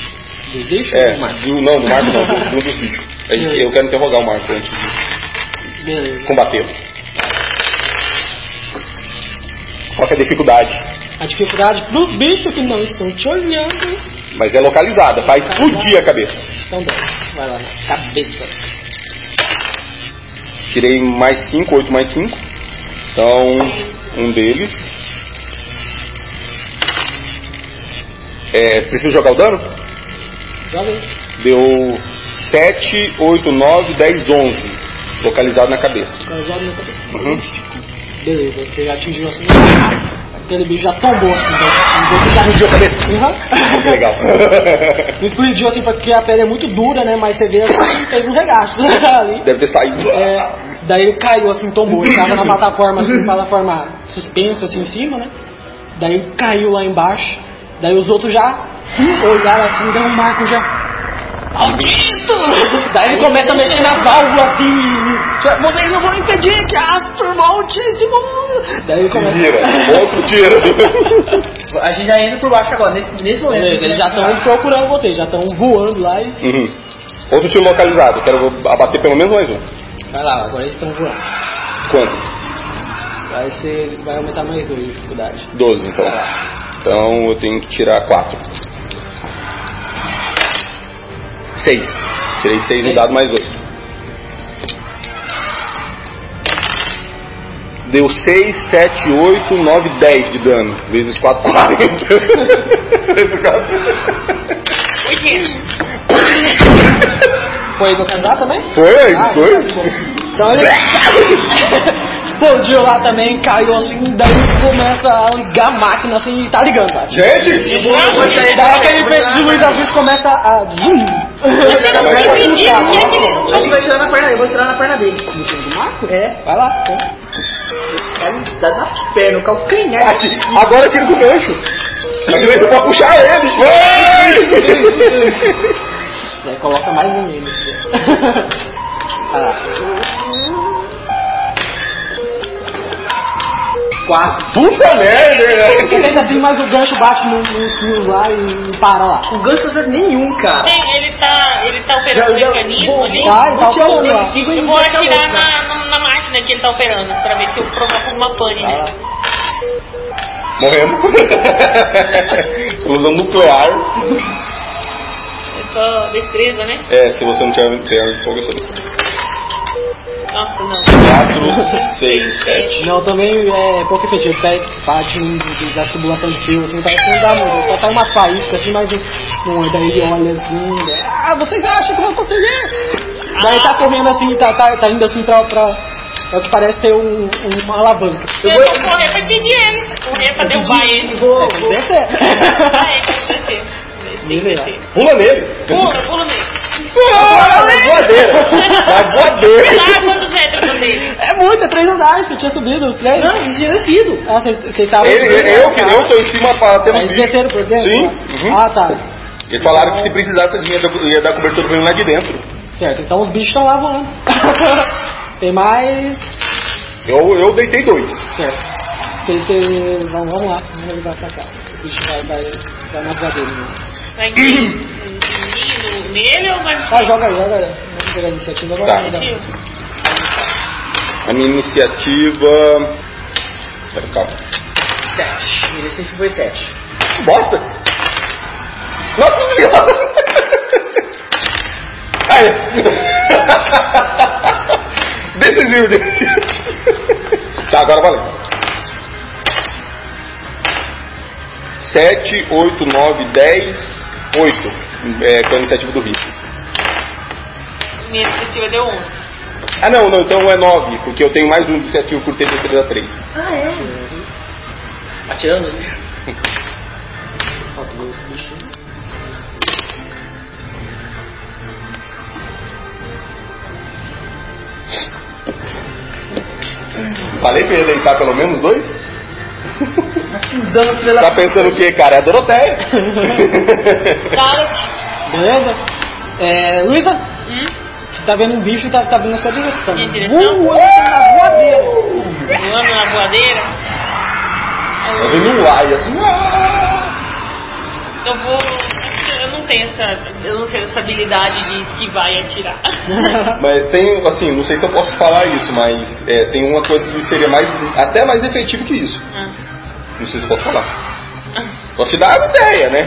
Speaker 5: Dos bichos?
Speaker 2: É,
Speaker 5: do mar?
Speaker 2: do, não, do Marco não, do, do, dos bichos. A gente- Eu quero interrogar o Marco antes de
Speaker 5: Beleza.
Speaker 2: combatê-lo. Qual que é a dificuldade?
Speaker 5: A dificuldade pros bichos que não estão te olhando.
Speaker 2: Mas é localizada, faz explodir a cabeça.
Speaker 5: Então desce. Vai lá, na cabeça.
Speaker 2: Tirei mais 5, 8 mais 5. Então, um deles. É, preciso jogar o dano?
Speaker 5: Joga aí.
Speaker 2: Deu 7, 8, 9, 10, 11. Localizado na cabeça.
Speaker 5: Agora joga na cabeça.
Speaker 2: Uhum.
Speaker 5: Beleza, você já atingiu assim. Aquele bicho já tombou assim, né? O bicho já
Speaker 2: Explodiu a cabeça.
Speaker 5: Uhum.
Speaker 2: Legal.
Speaker 5: Explodiu assim porque a pele é muito dura, né? Mas você vê assim, fez um regaço ali.
Speaker 2: Deve ter saído.
Speaker 5: É, daí ele caiu assim, tombou. Ele tava na plataforma, assim, plataforma suspensa assim em cima, né? Daí ele caiu lá embaixo. Daí os outros já olharam assim, daí o Marco já. Maldito! Daí ele começa a mexer na válvula assim. Vocês não vão impedir que astro maldíssimo! Daí ele começa.
Speaker 2: Tira. Outro tiro.
Speaker 6: A gente já entra por baixo agora, nesse, nesse momento.
Speaker 5: Beleza, eles já estão procurando vocês, já estão voando lá e.
Speaker 2: Uhum. Outro tiro localizado. Quero abater pelo menos mais um.
Speaker 5: Vai lá, agora eles estão voando.
Speaker 2: Quanto?
Speaker 5: Vai ser. Vai aumentar mais dois de dificuldade.
Speaker 2: 12, então. Então eu tenho que tirar 4. 6. Tirei 6 no dado mais 8. Deu 6, 7, 8, 9, 10 de dano. Vezes 4, 40. Vezes 4.
Speaker 4: Oi, gente.
Speaker 5: Foi no Canadá também?
Speaker 2: Foi,
Speaker 5: Ah,
Speaker 2: foi.
Speaker 5: Então ele explodiu lá também, caiu assim, daí começa a ligar a máquina assim e tá ligando, cara.
Speaker 2: Gente!
Speaker 5: Daí é aquele peixe de luz azul começa a. Zum! Começa a
Speaker 4: Mentira,
Speaker 5: pulsar.
Speaker 4: que é aquele-
Speaker 12: Acho que vai tirar na perna dele, vou tirar na perna dele.
Speaker 5: É, vai lá.
Speaker 12: Cara, dá na perna, o calcanhar.
Speaker 2: Aqui, Agora tira do gancho. Mas eu vou pra puxar ele. Foi!
Speaker 12: É,
Speaker 5: Daí coloca mais um nele. Vai lá. Quatro.
Speaker 2: Puta merda! né?
Speaker 5: Ele ainda assim, mas o gancho bate no- nos fios lá e para lá.
Speaker 12: O gancho não serve nenhum, cara.
Speaker 4: Tem, ele tá, ele tá operando o mecanismo ali.
Speaker 5: Tá, ele tá operando lá.
Speaker 4: Eu vou atirar
Speaker 5: é.
Speaker 4: na, na, na máquina que ele tá operando, pra ver se eu provoco alguma pane né? nele.
Speaker 2: Morremos. Explosão um nuclear.
Speaker 4: É só destreza, né?
Speaker 2: É, se você não tiver tiver fogo, eu sou do
Speaker 4: Nossa, não.
Speaker 2: 4, 6, 7.
Speaker 5: Não, também é pouco efetivo. Pe- Bate um- da tubulação de fio, assim, parece que não dá muito. Só sai umas faíscas, assim, mas um, daí ele olha assim. né? Ah, vocês acham que eu vou conseguir? Daí tá correndo assim, tá, tá, tá indo assim pra. pra é o que parece ter um, uma alavanca.
Speaker 4: Eu vou correr pra impedir ele. Correr pra derrubar ele.
Speaker 5: Vou
Speaker 4: Vou-
Speaker 5: descer.
Speaker 4: Ah, é, tem que descer.
Speaker 5: Beleza.
Speaker 2: Pula nele!
Speaker 4: Pula, pula nele.
Speaker 2: Voadeira! Vai
Speaker 4: Sei lá
Speaker 2: voadeira!
Speaker 4: quantos metros eu dei.
Speaker 5: É muito, é três andares, você tinha subido os três. Não, tinha descido. Ah, vocês vocês estavam.
Speaker 2: Ele, eu, eu tô em cima para ter um
Speaker 5: Mas é
Speaker 2: vídeo.
Speaker 5: desceram por dentro?
Speaker 2: Sim, uhum.
Speaker 5: Ah, tá.
Speaker 2: Eles falaram que se precisasse, eles iam dar- ia dar cobertura pra ele lá de dentro.
Speaker 5: Certo, então os bichos estão lá voando. Tem mais.
Speaker 2: Eu, eu deitei dois.
Speaker 5: Certo. Vocês, vocês- vamos, vamos lá, vamos levar pra cá. O bicho vai, vai, vai na voadeira. Né?
Speaker 4: Vai que nele ou vai
Speaker 5: Tá, joga aí, joga aí. Vamos pegar a iniciativa agora.
Speaker 2: Tá.
Speaker 5: Não, não.
Speaker 2: A minha iniciativa. Pera, calma.
Speaker 12: Sete. Ele sempre foi sete.
Speaker 2: Bosta! Nossa senhora! Aí! Decisivo, decisivo. Tá, agora valeu. 7, 8, 9, 10, 8. É, com a iniciativa do bicho.
Speaker 4: Minha iniciativa deu 11.
Speaker 2: Ah, não, não, então é 9, porque eu tenho mais um iniciativo por ter descido a 3.
Speaker 12: Ah, é? Atirando ali.
Speaker 2: Falei pra ele deitar pelo menos dois?
Speaker 12: Dando pela...
Speaker 2: Tá pensando o quê, cara? É a Doroteia.
Speaker 4: Garrett.
Speaker 5: Beleza? É, Luísa, você tá vendo um bicho e tá, tá vindo na sua direção.
Speaker 4: hum, Minha direção?
Speaker 5: Voando na voadeira.
Speaker 4: Voando na voadeira.
Speaker 2: Eu vi no ar, e assim,
Speaker 4: Eu vou. Eu não tenho essa. Eu não sei essa habilidade de esquivar e atirar.
Speaker 5: Uh!
Speaker 2: Mas tem, assim, não sei se eu posso falar isso, mas é, tem uma coisa que seria mais, até mais efetivo que isso.
Speaker 4: Ah,
Speaker 2: Não sei se eu posso falar. Só te dar uma ideia, né?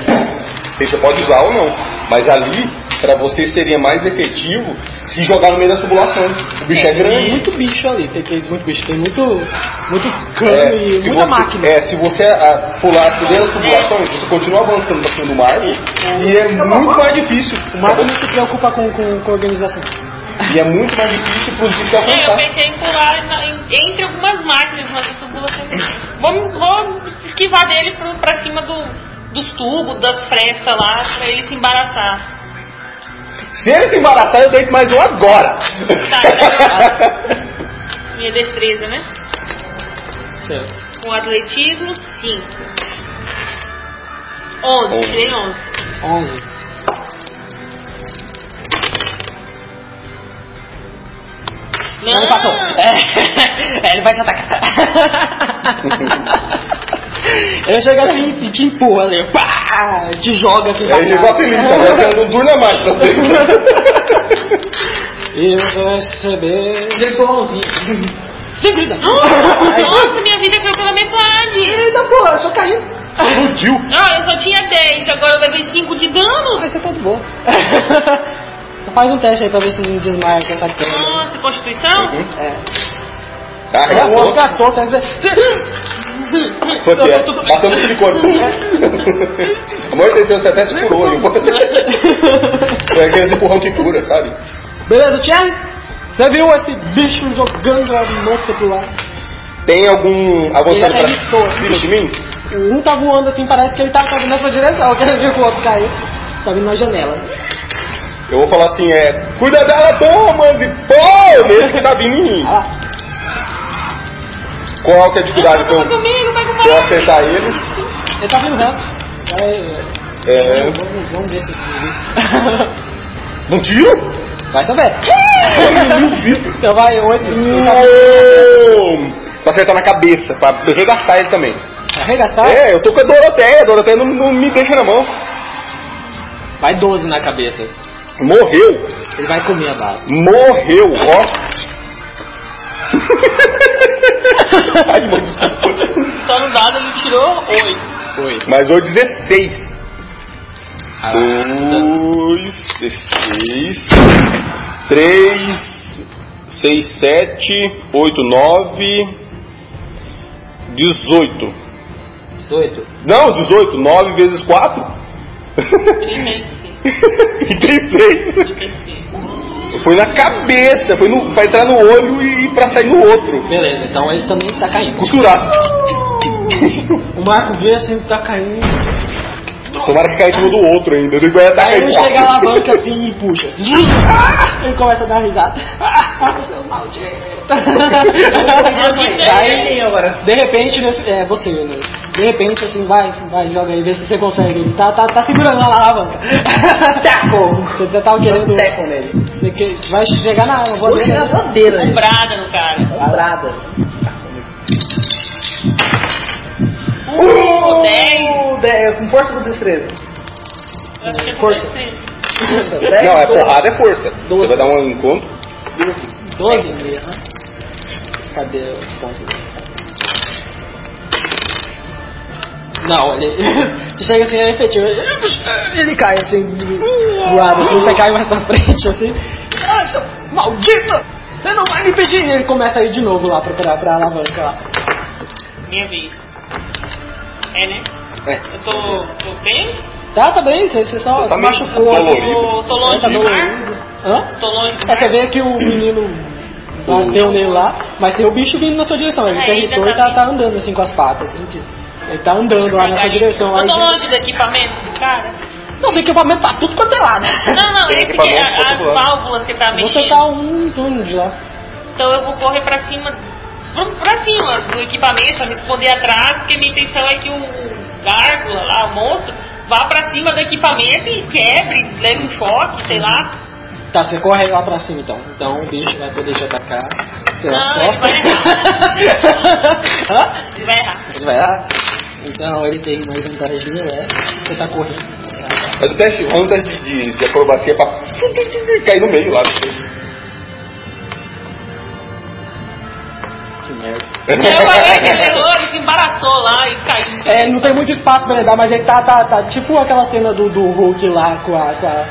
Speaker 2: Não sei se você pode usar ou não. Mas ali, pra você seria mais efetivo se jogar no meio das tubulações. O bicho é,
Speaker 5: Tem
Speaker 2: grande.
Speaker 5: muito bicho ali, tem, tem muito bicho, tem muito, muito cano
Speaker 2: É,
Speaker 5: e
Speaker 2: se
Speaker 5: muita
Speaker 2: você,
Speaker 5: máquina.
Speaker 2: é, se você ah, pular as primeiras tubulações, você continua avançando pra cima do mar e é muito mais difícil.
Speaker 5: O Marco não se preocupa com, com, com organização.
Speaker 2: E é muito mais difícil pros bichos
Speaker 4: É, eu
Speaker 2: alcançar.
Speaker 4: pensei em pular na- em- entre algumas máquinas, mas isso pula sempre. Vou, vou esquivar dele pro, pra cima do, dos tubos, das frestas lá, pra ele se embaraçar.
Speaker 2: Se ele se embaraçar, eu deito mais um agora. Tá.
Speaker 4: Minha destreza, né? Com atletismo, 5. 11,
Speaker 2: Onze.
Speaker 4: tirei 11.
Speaker 5: 11.
Speaker 4: Não,
Speaker 5: Não passou. É, ele vai te atacar. ele chega assim e te empurra ali, pá, te joga assim. pra
Speaker 2: Aí ele
Speaker 5: trás.
Speaker 2: igual feliz, tá jogando um turno a mais pra frente.
Speaker 5: E eu vou receber.
Speaker 12: Ele pulou umzinho.
Speaker 5: Cinco de dano.
Speaker 4: Nossa, minha vida caiu pela metade.
Speaker 5: Eita porra, eu só caí.
Speaker 2: Explodiu.
Speaker 4: Ah, eu só tinha 10, agora eu levei 5 de dano.
Speaker 5: Mas você tá de boa. Só faz um teste aí pra ver se não desmaia quem tá querendo.
Speaker 4: Nossa, Constituição?
Speaker 5: É. O
Speaker 2: Ah, arregaçou.
Speaker 5: outro gastou, você. você-
Speaker 2: Só que é. Bateu no silicone. Amor de Deus, você até se curou. hein? Foi aquele empurrão que cura, sabe?
Speaker 5: Beleza, Thiago? Você viu esse bicho jogando a moça pro lado?
Speaker 2: Tem algum avançado
Speaker 5: Ele arriscou,
Speaker 2: pra
Speaker 5: assim.
Speaker 2: cima é de mim?
Speaker 5: Um tá voando assim, parece que ele tá tá vindo nessa direção, que ele viu que o outro caiu. Tá vindo na janela.
Speaker 2: Eu vou falar assim, é... Cuida dela, porra, mano! E pô! Mesmo que tá vindo em mim. Qual que é a dificuldade pra eu,
Speaker 4: Comigo, vai
Speaker 2: pra eu
Speaker 4: com
Speaker 2: acertar ele?
Speaker 5: Ele tá vindo reto. Vai,
Speaker 2: É...
Speaker 5: vamos, vamos ver se
Speaker 2: Um tiro?
Speaker 5: Vai saber. então vai, oito.
Speaker 2: Pra acertar na cabeça, pra arregaçar ele também.
Speaker 5: Arregaçar.
Speaker 2: É, eu tô com a Doroteia, a Doroteia não, não me deixa na mão.
Speaker 3: Vai 12 na cabeça.
Speaker 2: Morreu,
Speaker 3: Ele vai comer a bala.
Speaker 2: morreu, ó. Ai, mano, desculpa.
Speaker 4: Só no dado ele tirou oito.
Speaker 3: Foi.
Speaker 2: Mas o 16.
Speaker 5: Ah,
Speaker 2: Hum. Dois, 16, 3, 6, 7, 8, 9, 18.
Speaker 3: 18.
Speaker 2: Não, 18, 9 vezes 4. 33. Foi na cabeça, foi no, pra entrar no olho e pra sair no outro.
Speaker 3: Beleza, então esse também tá caindo.
Speaker 2: Costurado.
Speaker 5: O Marco vê assim, tá caindo.
Speaker 2: Tomara que caia em cima do outro ainda. Ele vai atacar
Speaker 5: Aí ele
Speaker 2: igual.
Speaker 5: chega a alavanca assim e puxa. Ele começa a dar risada. Seu Tá
Speaker 6: tá
Speaker 5: maldito. Daí, agora. De repente, nesse- é você, né? De repente, assim, vai, vai, joga aí, vê se você consegue. Ele tá, tá, tá segurando a alavanca. Taco! Você já tava querendo. Taco nele. Você que, vai chegar na
Speaker 12: na
Speaker 5: alavanca.
Speaker 12: bandeira, né?
Speaker 4: Brada no cara.
Speaker 12: Parada.
Speaker 5: Uh!
Speaker 4: O dez.
Speaker 12: É, com força com destreza.
Speaker 4: Eu acho que é
Speaker 5: Força.
Speaker 4: dezesseis.
Speaker 2: Não, é porrada, é força. Você vai dar um encontro.
Speaker 5: 12 mesmo. né? Cadê os pontos? Não, ele ele chega assim, é efetivo. Ele cai assim, voado, assim, você cai mais pra frente, assim. Ah, seu maldito! Você não vai me pedir! E ele começa a ir de novo lá procurar pra alavanca lá.
Speaker 4: Minha vez. É, né?
Speaker 5: É.
Speaker 4: Eu tô, tô bem?
Speaker 5: Tá, tá bem, você, você só
Speaker 2: Você
Speaker 5: se
Speaker 2: tá meio
Speaker 5: machucou
Speaker 2: dolorido.
Speaker 5: assim.
Speaker 4: Tô, tô longe
Speaker 5: Tá
Speaker 4: do mar?
Speaker 5: dolorido. Hã?
Speaker 4: Tô longe do
Speaker 5: É,
Speaker 4: mar?
Speaker 5: você vê que o menino bateu nele lá, mas tem o bicho vindo na sua direção. Ele
Speaker 4: É,
Speaker 5: tem
Speaker 4: ele
Speaker 5: riscou
Speaker 4: já
Speaker 5: e tá,
Speaker 4: tá vindo.
Speaker 5: tá andando assim com as patas. Assim, de- ele tá andando lá na sua direção. Lá,
Speaker 4: É Eu tô
Speaker 5: e-
Speaker 4: longe do equipamento do cara?
Speaker 5: Não, seu equipamento tá tudo quanto é lado.
Speaker 4: Não, não,
Speaker 2: Tem
Speaker 4: esse que é
Speaker 2: equipamento
Speaker 4: a- as
Speaker 2: popular.
Speaker 4: válvulas que tá mexendo.
Speaker 5: Você tá um turno de lá.
Speaker 4: Então eu vou correr pra cima, pra, pra cima do equipamento, pra me esconder atrás, porque minha intenção é que o gárgula lá, o monstro, vá pra cima do equipamento e quebre, leve um choque, sei lá.
Speaker 5: Tá, você corre lá pra cima então. Então o bicho vai poder te atacar. pelas
Speaker 4: Não, ele
Speaker 5: costas. Hã?
Speaker 4: Ele vai errar.
Speaker 5: Ele vai lá. Então ele tem mais vantagem, né? Você tá correndo.
Speaker 2: Mas o teste, rola um teste de, de acrobacia pra cair no meio lá.
Speaker 5: Que merda.
Speaker 4: Eu falei que ele errou, ele se embaraçou lá e caiu.
Speaker 5: É, não tem muito espaço pra andar, mas ele tá, tá, tá tipo aquela cena do, do Hulk lá com a, com a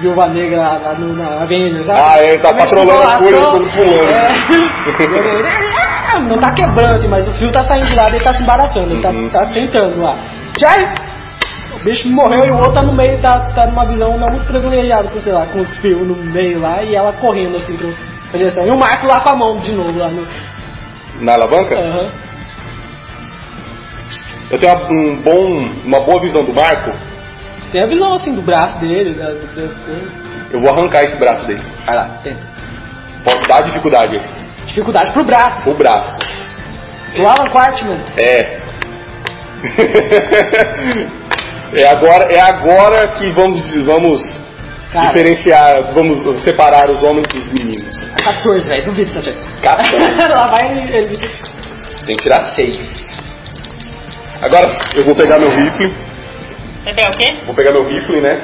Speaker 5: viúva negra lá, lá no, na Avenida, sabe?
Speaker 2: Ah, ele tá
Speaker 5: Começa
Speaker 2: patrolando
Speaker 5: a
Speaker 2: as folhas,
Speaker 5: circulação,
Speaker 2: todo pulando.
Speaker 5: é. Não tá quebrando assim, mas o fio tá saindo de lá, ele tá se embaraçando, ele tá,
Speaker 2: Uhum.
Speaker 5: tá tentando lá. Tchau! O bicho morreu e o outro tá no meio, tá, tá numa visão não muito privilegiada, com, sei lá, com os fios no meio lá e ela correndo assim pro pra direção. E o Marco lá com a mão de novo lá no.
Speaker 2: Na alavanca?
Speaker 5: Aham.
Speaker 2: Eu tenho uma, um bom, uma boa visão do Marco.
Speaker 5: Você tem a visão assim do braço dele, da, do- do-
Speaker 2: Eu vou arrancar esse braço dele.
Speaker 5: Vai lá, tenta.
Speaker 2: Pode dar dificuldade.
Speaker 5: Dificuldade pro braço.
Speaker 2: O braço.
Speaker 5: O Alan Quartman.
Speaker 2: É. é agora, é agora que vamos, vamos
Speaker 5: Cara.
Speaker 2: diferenciar, vamos separar os homens dos meninos.
Speaker 5: a 14, É velho. Duvido você acertar.
Speaker 2: Caçamba.
Speaker 5: Lá vai ele. ele-
Speaker 2: Tem que tirar seis. Agora eu vou pegar meu rifle.
Speaker 4: Você pega o quê?
Speaker 2: Vou pegar meu rifle, né?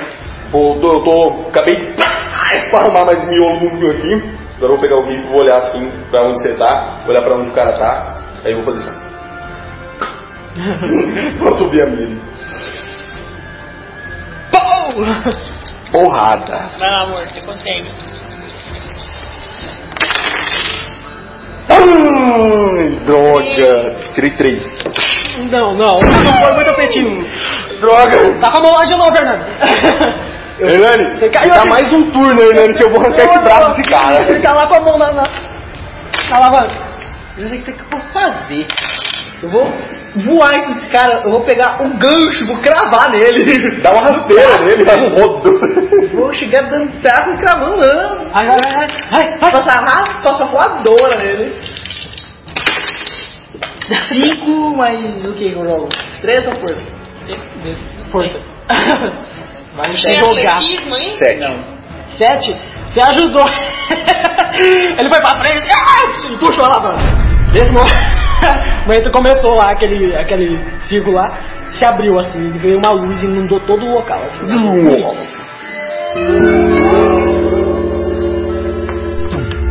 Speaker 2: Vou, tô, eu tô, acabei de esparramar mais miolo no meu aqui. Agora eu vou pegar o rifle, vou olhar assim pra onde você tá, vou olhar pra onde o cara tá. Aí eu vou fazer assim. vou subir a mira. Porrada.
Speaker 4: Vai lá, amor, você consegue.
Speaker 2: Ai, droga. Tirei três.
Speaker 5: Não, não, não foi muito afetivo.
Speaker 2: Droga!
Speaker 5: Tá com a mão lá de novo, Fernando.
Speaker 2: Hernani,
Speaker 5: Você caiu assim.
Speaker 2: dá
Speaker 5: aqui.
Speaker 2: mais um turno, Hernani, que eu vou arrancar esse braço desse cara.
Speaker 5: Ele tá lá com a mão na. na tá lá, mano. Eu sei o que eu posso fazer. Eu vou voar em cima desse cara, eu vou pegar um gancho, vou cravar nele.
Speaker 2: Dá uma rasteira nele, dá um rodo.
Speaker 5: Vou chegar dando taco e cravando. Ai, ai, ai, ai, ai. Passar raspa, passar voadora nele. Cinco, mais o que que eu jogo? Três ou força? Força. Vai me
Speaker 4: Tem
Speaker 5: jogar.
Speaker 4: atletismo aí?
Speaker 2: Sete.
Speaker 5: Sete, você ajudou. ele foi pra frente ah, e puxou a alavanca. Nesse mo- momento começou lá aquele, aquele círculo lá, se abriu assim, veio uma luz e inundou todo o local. Assim,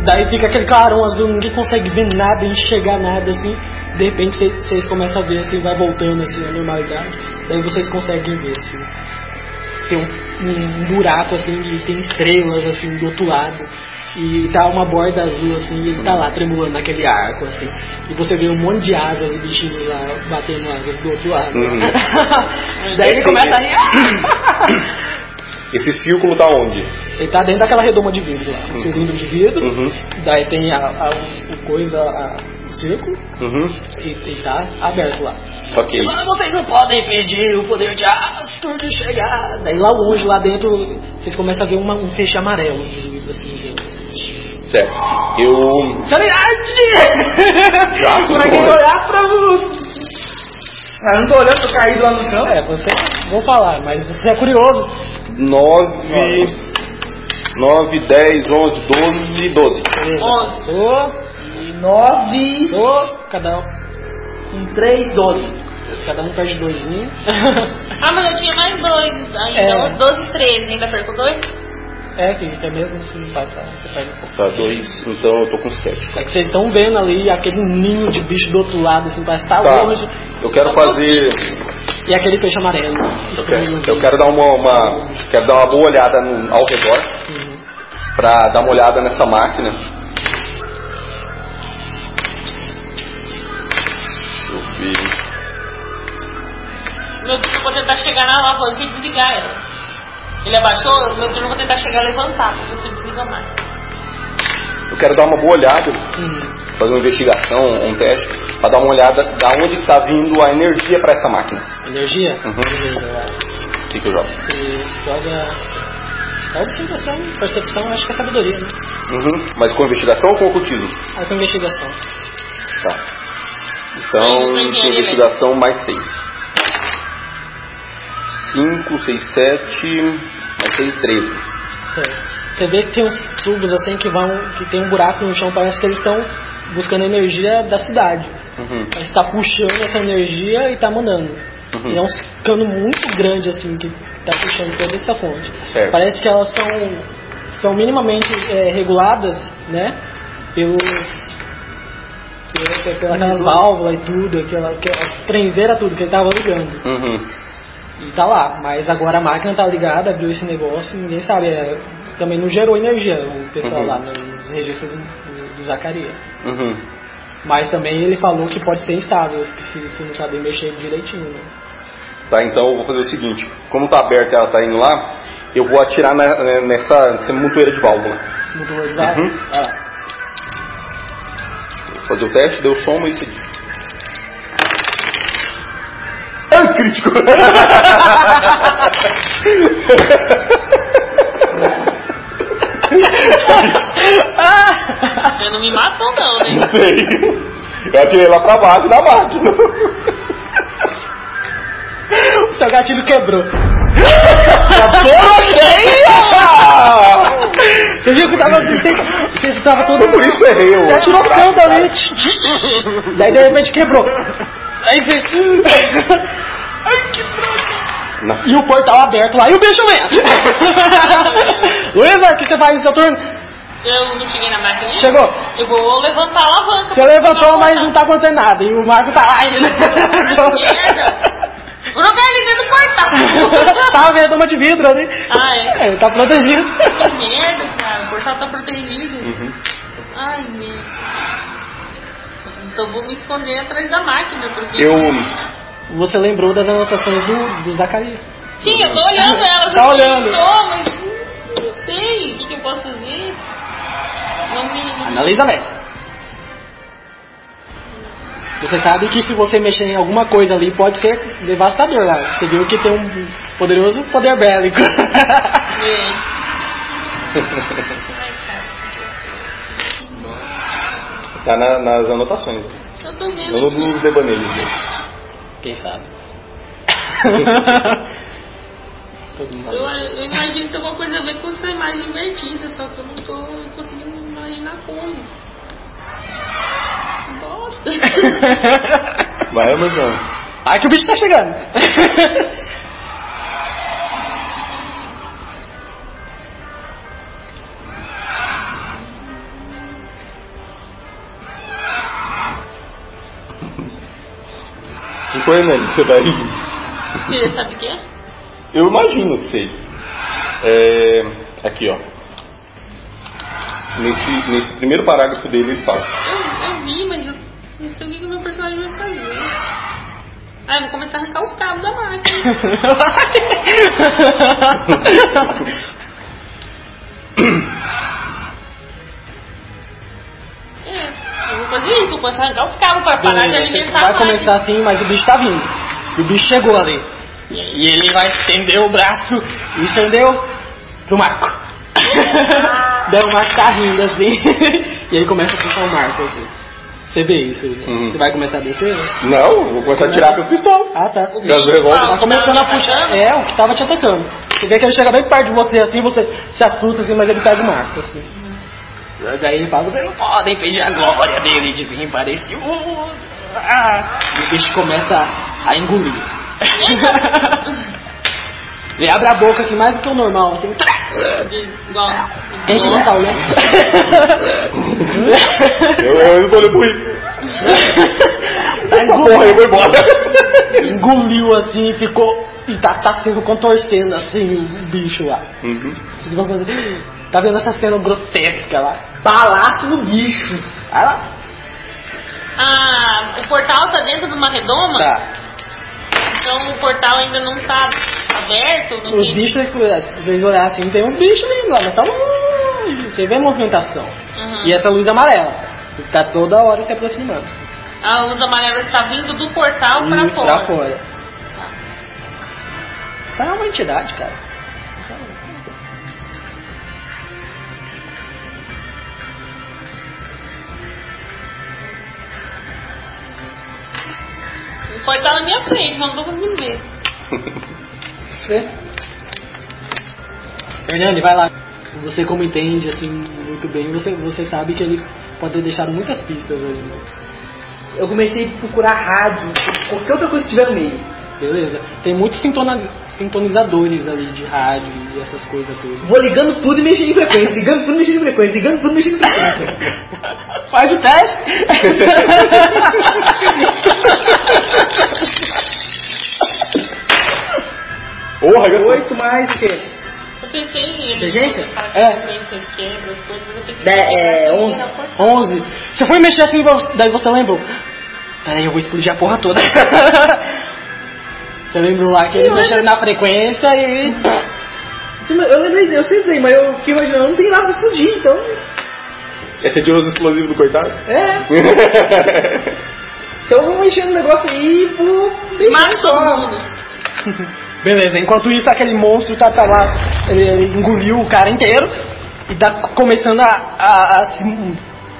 Speaker 5: Daí fica aquele clarão azul, ninguém consegue ver nada, enxergar nada assim. De repente cê- vocês começam a ver assim, vai voltando assim a normalidade. Daí vocês conseguem ver assim. Tem um, um buraco assim e tem estrelas assim do outro lado. E tá uma borda azul assim, e ele tá lá tremulando naquele arco assim. E você vê um monte de asas e bichinhos lá batendo asas do outro lado.
Speaker 2: Uhum. é.
Speaker 5: Daí ele começa a rir.
Speaker 2: Esse círculo tá onde?
Speaker 5: Ele tá dentro daquela redoma de vidro lá, um cilindro de vidro.
Speaker 2: Uhum.
Speaker 5: Daí tem a, a- o- o coisa, a- o circo,
Speaker 2: Uhum.
Speaker 5: e, e tá aberto lá.
Speaker 2: Ok.
Speaker 5: Mas vocês não podem impedir o poder de Astur de chegar. Daí lá longe, lá dentro, vocês começam a ver uma- um feixe amarelo de luz assim. de-
Speaker 2: Certo. Eu.
Speaker 5: Sanidade!
Speaker 2: Já?
Speaker 5: Pra quem olhar pra.
Speaker 6: Ah, eu não tô olhando, tô caído lá no chão.
Speaker 5: É, você. Vou falar, mas você é curioso.
Speaker 2: 9. 9, 10, 11, 12, 12.
Speaker 5: Beleza. Ô,
Speaker 6: Nove.
Speaker 5: ô, cada um.
Speaker 6: Um, três, doze.
Speaker 5: Cada um perde doisinho.
Speaker 4: Ah, mas eu tinha mais dois então,
Speaker 5: É.
Speaker 4: ainda. uns 12, 13. Ainda perco dois?
Speaker 5: é, que é mesmo se não passar, você perde um pouco.
Speaker 2: Tá, 2. Então eu tô com 7.
Speaker 5: É que vocês estão vendo ali aquele ninho de bicho do outro lado, assim, parece que tá,
Speaker 2: Tá.
Speaker 5: longe.
Speaker 2: Eu quero fazer.
Speaker 5: E aquele peixe amarelo.
Speaker 2: Eu quero, eu quero dar uma, uma- Quero dar uma boa olhada no- ao redor. Pra dar uma olhada nessa máquina. Deixa eu ver.
Speaker 4: Meu turno eu vou tentar chegar na alavanca e desligar ela. Ele abaixou, meu turno eu vou tentar chegar e levantar, pra ver se eu desligo mais.
Speaker 2: Eu quero dar uma boa olhada. Fazer uma investigação, um teste. Pra dar uma olhada da onde que tá vindo a energia pra essa máquina.
Speaker 5: Energia?
Speaker 2: Uhum.
Speaker 5: Beleza, vai.
Speaker 2: O que, que eu jogo?
Speaker 5: Você joga. É investigação, percepção, acho que é sabedoria, né?
Speaker 2: Uhum. Mas com investigação ou com ocultismo?
Speaker 5: É com investigação.
Speaker 2: Tá. Então, com investigação mais 6. 5, 6, 7, mais 6, 13.
Speaker 5: Certo. Você vê que tem uns tubos assim que vão. que tem um buraco no chão, parece que eles estão buscando energia da cidade.
Speaker 2: Uhum.
Speaker 5: Mas tá puxando essa energia e tá mandando.
Speaker 2: Uhum.
Speaker 5: E é um cano muito grande assim que tá puxando toda essa fonte.
Speaker 2: Certo.
Speaker 5: Parece que elas são, são minimamente é, reguladas, né? Pelos. pela- pela- Pelas válvulas e tudo, aquela, aquela trenzeira, tudo que ele tava ligando.
Speaker 2: Uhum.
Speaker 5: E tá lá, mas agora a máquina tá ligada, abriu esse negócio, ninguém sabe. é, também não gerou energia o pessoal
Speaker 2: Uhum.
Speaker 5: lá no- nos registros do, do, do Zacarias.
Speaker 2: Uhum.
Speaker 5: Mas também ele falou que pode ser instável, se, se não saber mexer direitinho, né?
Speaker 2: Tá, então eu vou fazer o seguinte: como tá aberta e ela tá indo lá, eu vou atirar na- né, nessa, nessa montoeira de válvula.
Speaker 5: Se mudou Ah. ele vai.
Speaker 2: Uhum.
Speaker 5: vai lá.
Speaker 2: Vou fazer o teste, deu soma e segui. É um crítico!
Speaker 5: Ah!
Speaker 4: Já não me matou não, né?
Speaker 2: Não sei. Eu atirei lá pra baixo da máquina.
Speaker 5: O seu gatilho quebrou. Você viu que tava. assim, Você tava todo.
Speaker 2: Por isso é eu errei
Speaker 5: Você
Speaker 2: o. Uhum.
Speaker 5: atirou o canto ali. Daí de repente quebrou. Aí você. Ai, que
Speaker 2: Não.
Speaker 5: E o portal aberto lá, e o bicho vem! Luísa, o que você faz no seu turno?
Speaker 4: Eu não cheguei na máquina.
Speaker 5: Chegou.
Speaker 4: Eu vou levantar a alavanca.
Speaker 5: Você levantou, mas não tá acontecendo nada. E o Marco tá lá ainda. um.
Speaker 4: Merda! Vou jogar ele dentro do portal.
Speaker 5: Tava vendo uma de vidro ali.
Speaker 4: Ah, é?
Speaker 5: Ele tá protegido.
Speaker 4: Merda, cara. O portal tá protegido. Ai, meu. Então vou me esconder atrás da máquina, porque...
Speaker 2: Eu.
Speaker 5: Você lembrou das anotações do, do Zacarias.
Speaker 4: Sim, eu tô olhando ela.
Speaker 5: Tá olhando.
Speaker 4: Tô, mas hum, não sei o que, que eu posso fazer. Não me...
Speaker 3: Analisa bem.
Speaker 5: Você sabe que se você mexer em alguma coisa ali, pode ser devastador lá. Você viu que tem um poderoso poder bélico.
Speaker 4: É.
Speaker 2: Tá na- nas anotações.
Speaker 4: Eu tô
Speaker 2: Eu não
Speaker 4: vendo.
Speaker 2: nos devaneios. dele.
Speaker 5: Quem sabe? Todo mundo
Speaker 4: Eu, eu imagino que tem alguma coisa a ver com essa imagem invertida, só que eu não tô conseguindo imaginar como. Bosta.
Speaker 2: Vai, Amazon.
Speaker 5: Ai que o bicho tá chegando.
Speaker 2: Não foi, né? Você vai.
Speaker 4: Você sabe o que é?
Speaker 2: Eu imagino que seja. É, aqui, ó. Nesse, nesse primeiro parágrafo dele, ele fala:
Speaker 4: Eu, eu vi, mas eu não sei o que que o meu personagem vai fazer. Ah, eu vou começar a arrancar os cabos da máquina. É, eu vou fazer isso, vou começar a arrancar os cabos pra parar de alimentar a
Speaker 5: Vai
Speaker 4: máquina.
Speaker 5: começar assim, mas o bicho tá vindo. E o bicho chegou ali. E e ele vai estender o braço e estendeu pro Marco. Daí o Marco tá rindo assim. e ele começa a puxar o Marco assim. Você vê isso, né?
Speaker 2: Uhum.
Speaker 5: Você vai começar a descer? né?
Speaker 2: Não, vou começar a tirar pelo pistola.
Speaker 5: Ah, tá.
Speaker 2: Caso do revólver.
Speaker 5: Tá começando a puxar. É, o que tava te atacando. Você vê que ele chega bem perto de você assim, você se assusta assim, mas ele pega o Marco assim. Daí ele fala, você não pode impedir a glória dele de vir para este mundo. Ah. E o bicho começa a engolir. ele abre a boca assim, mais do que o normal, assim.
Speaker 4: Igual.
Speaker 5: Gente, não tá olhando.
Speaker 2: Eu, eu não tô olhando pro Rico. Essa porra aí, eu vou embora.
Speaker 5: Engoliu assim e ficou. E tá, tá sendo contorcendo assim o bicho lá.
Speaker 2: Uhum.
Speaker 5: Vocês vão fazer. Tá vendo essa cena grotesca lá? Palácio do bicho. Aí lá.
Speaker 4: Ah, o portal tá dentro de uma redoma?
Speaker 5: Tá.
Speaker 4: Então o portal ainda não tá aberto? Não
Speaker 5: Os
Speaker 4: tem-
Speaker 5: bichos, é se vocês olharem assim, tem uns bichos ali lá, mas tá longe. Você vê a movimentação.
Speaker 4: Uhum.
Speaker 5: E é- essa luz amarela. que Tá toda hora se aproximando.
Speaker 4: A luz amarela está vindo do portal Tá pra
Speaker 5: Isso,
Speaker 4: fora.
Speaker 5: pra fora. Isso é uma entidade, cara.
Speaker 4: O portal na minha frente, mas não tô conseguindo ver.
Speaker 5: Vê? Fernando, vai lá. Você como entende, assim, muito bem, você, você sabe que ele pode ter deixado muitas pistas ali, né?
Speaker 6: Eu comecei a procurar rádio, qualquer outra coisa que tiver no meio.
Speaker 5: Beleza? Tem muitos sintona- sintonizadores ali de rádio e essas coisas todas.
Speaker 6: Vou ligando tudo e mexendo em frequência, ligando tudo e mexendo em frequência, ligando tudo e mexendo em frequência.
Speaker 5: Faz o teste!
Speaker 2: Porra, eu sou.
Speaker 6: Oito mais o quê?
Speaker 4: Eu pensei em ele.
Speaker 6: Inteligência?
Speaker 4: Cara,
Speaker 5: É.
Speaker 4: Inteligência, quebra as coisas. eu vou ter que-
Speaker 6: Dez, é,
Speaker 4: Eu vou
Speaker 6: onze.
Speaker 4: ter que-
Speaker 5: 11. Você foi mexer assim, daí você lembrou. Peraí, eu vou explodir a porra toda. Você lembrou lá que eles mexeram na frequência e.
Speaker 6: Sim, mas Eu lembrei, eu sei dizer, mas eu fiquei imaginando, não tem nada pra explodir, então.
Speaker 2: Essa é de uso explosivo do coitado?
Speaker 6: É. Então eu vou mexendo no negócio aí e vou.
Speaker 4: Mata todo mundo.
Speaker 5: Beleza, enquanto isso aquele monstro tá, tá lá, ele, ele engoliu o cara inteiro e tá começando a, a- a se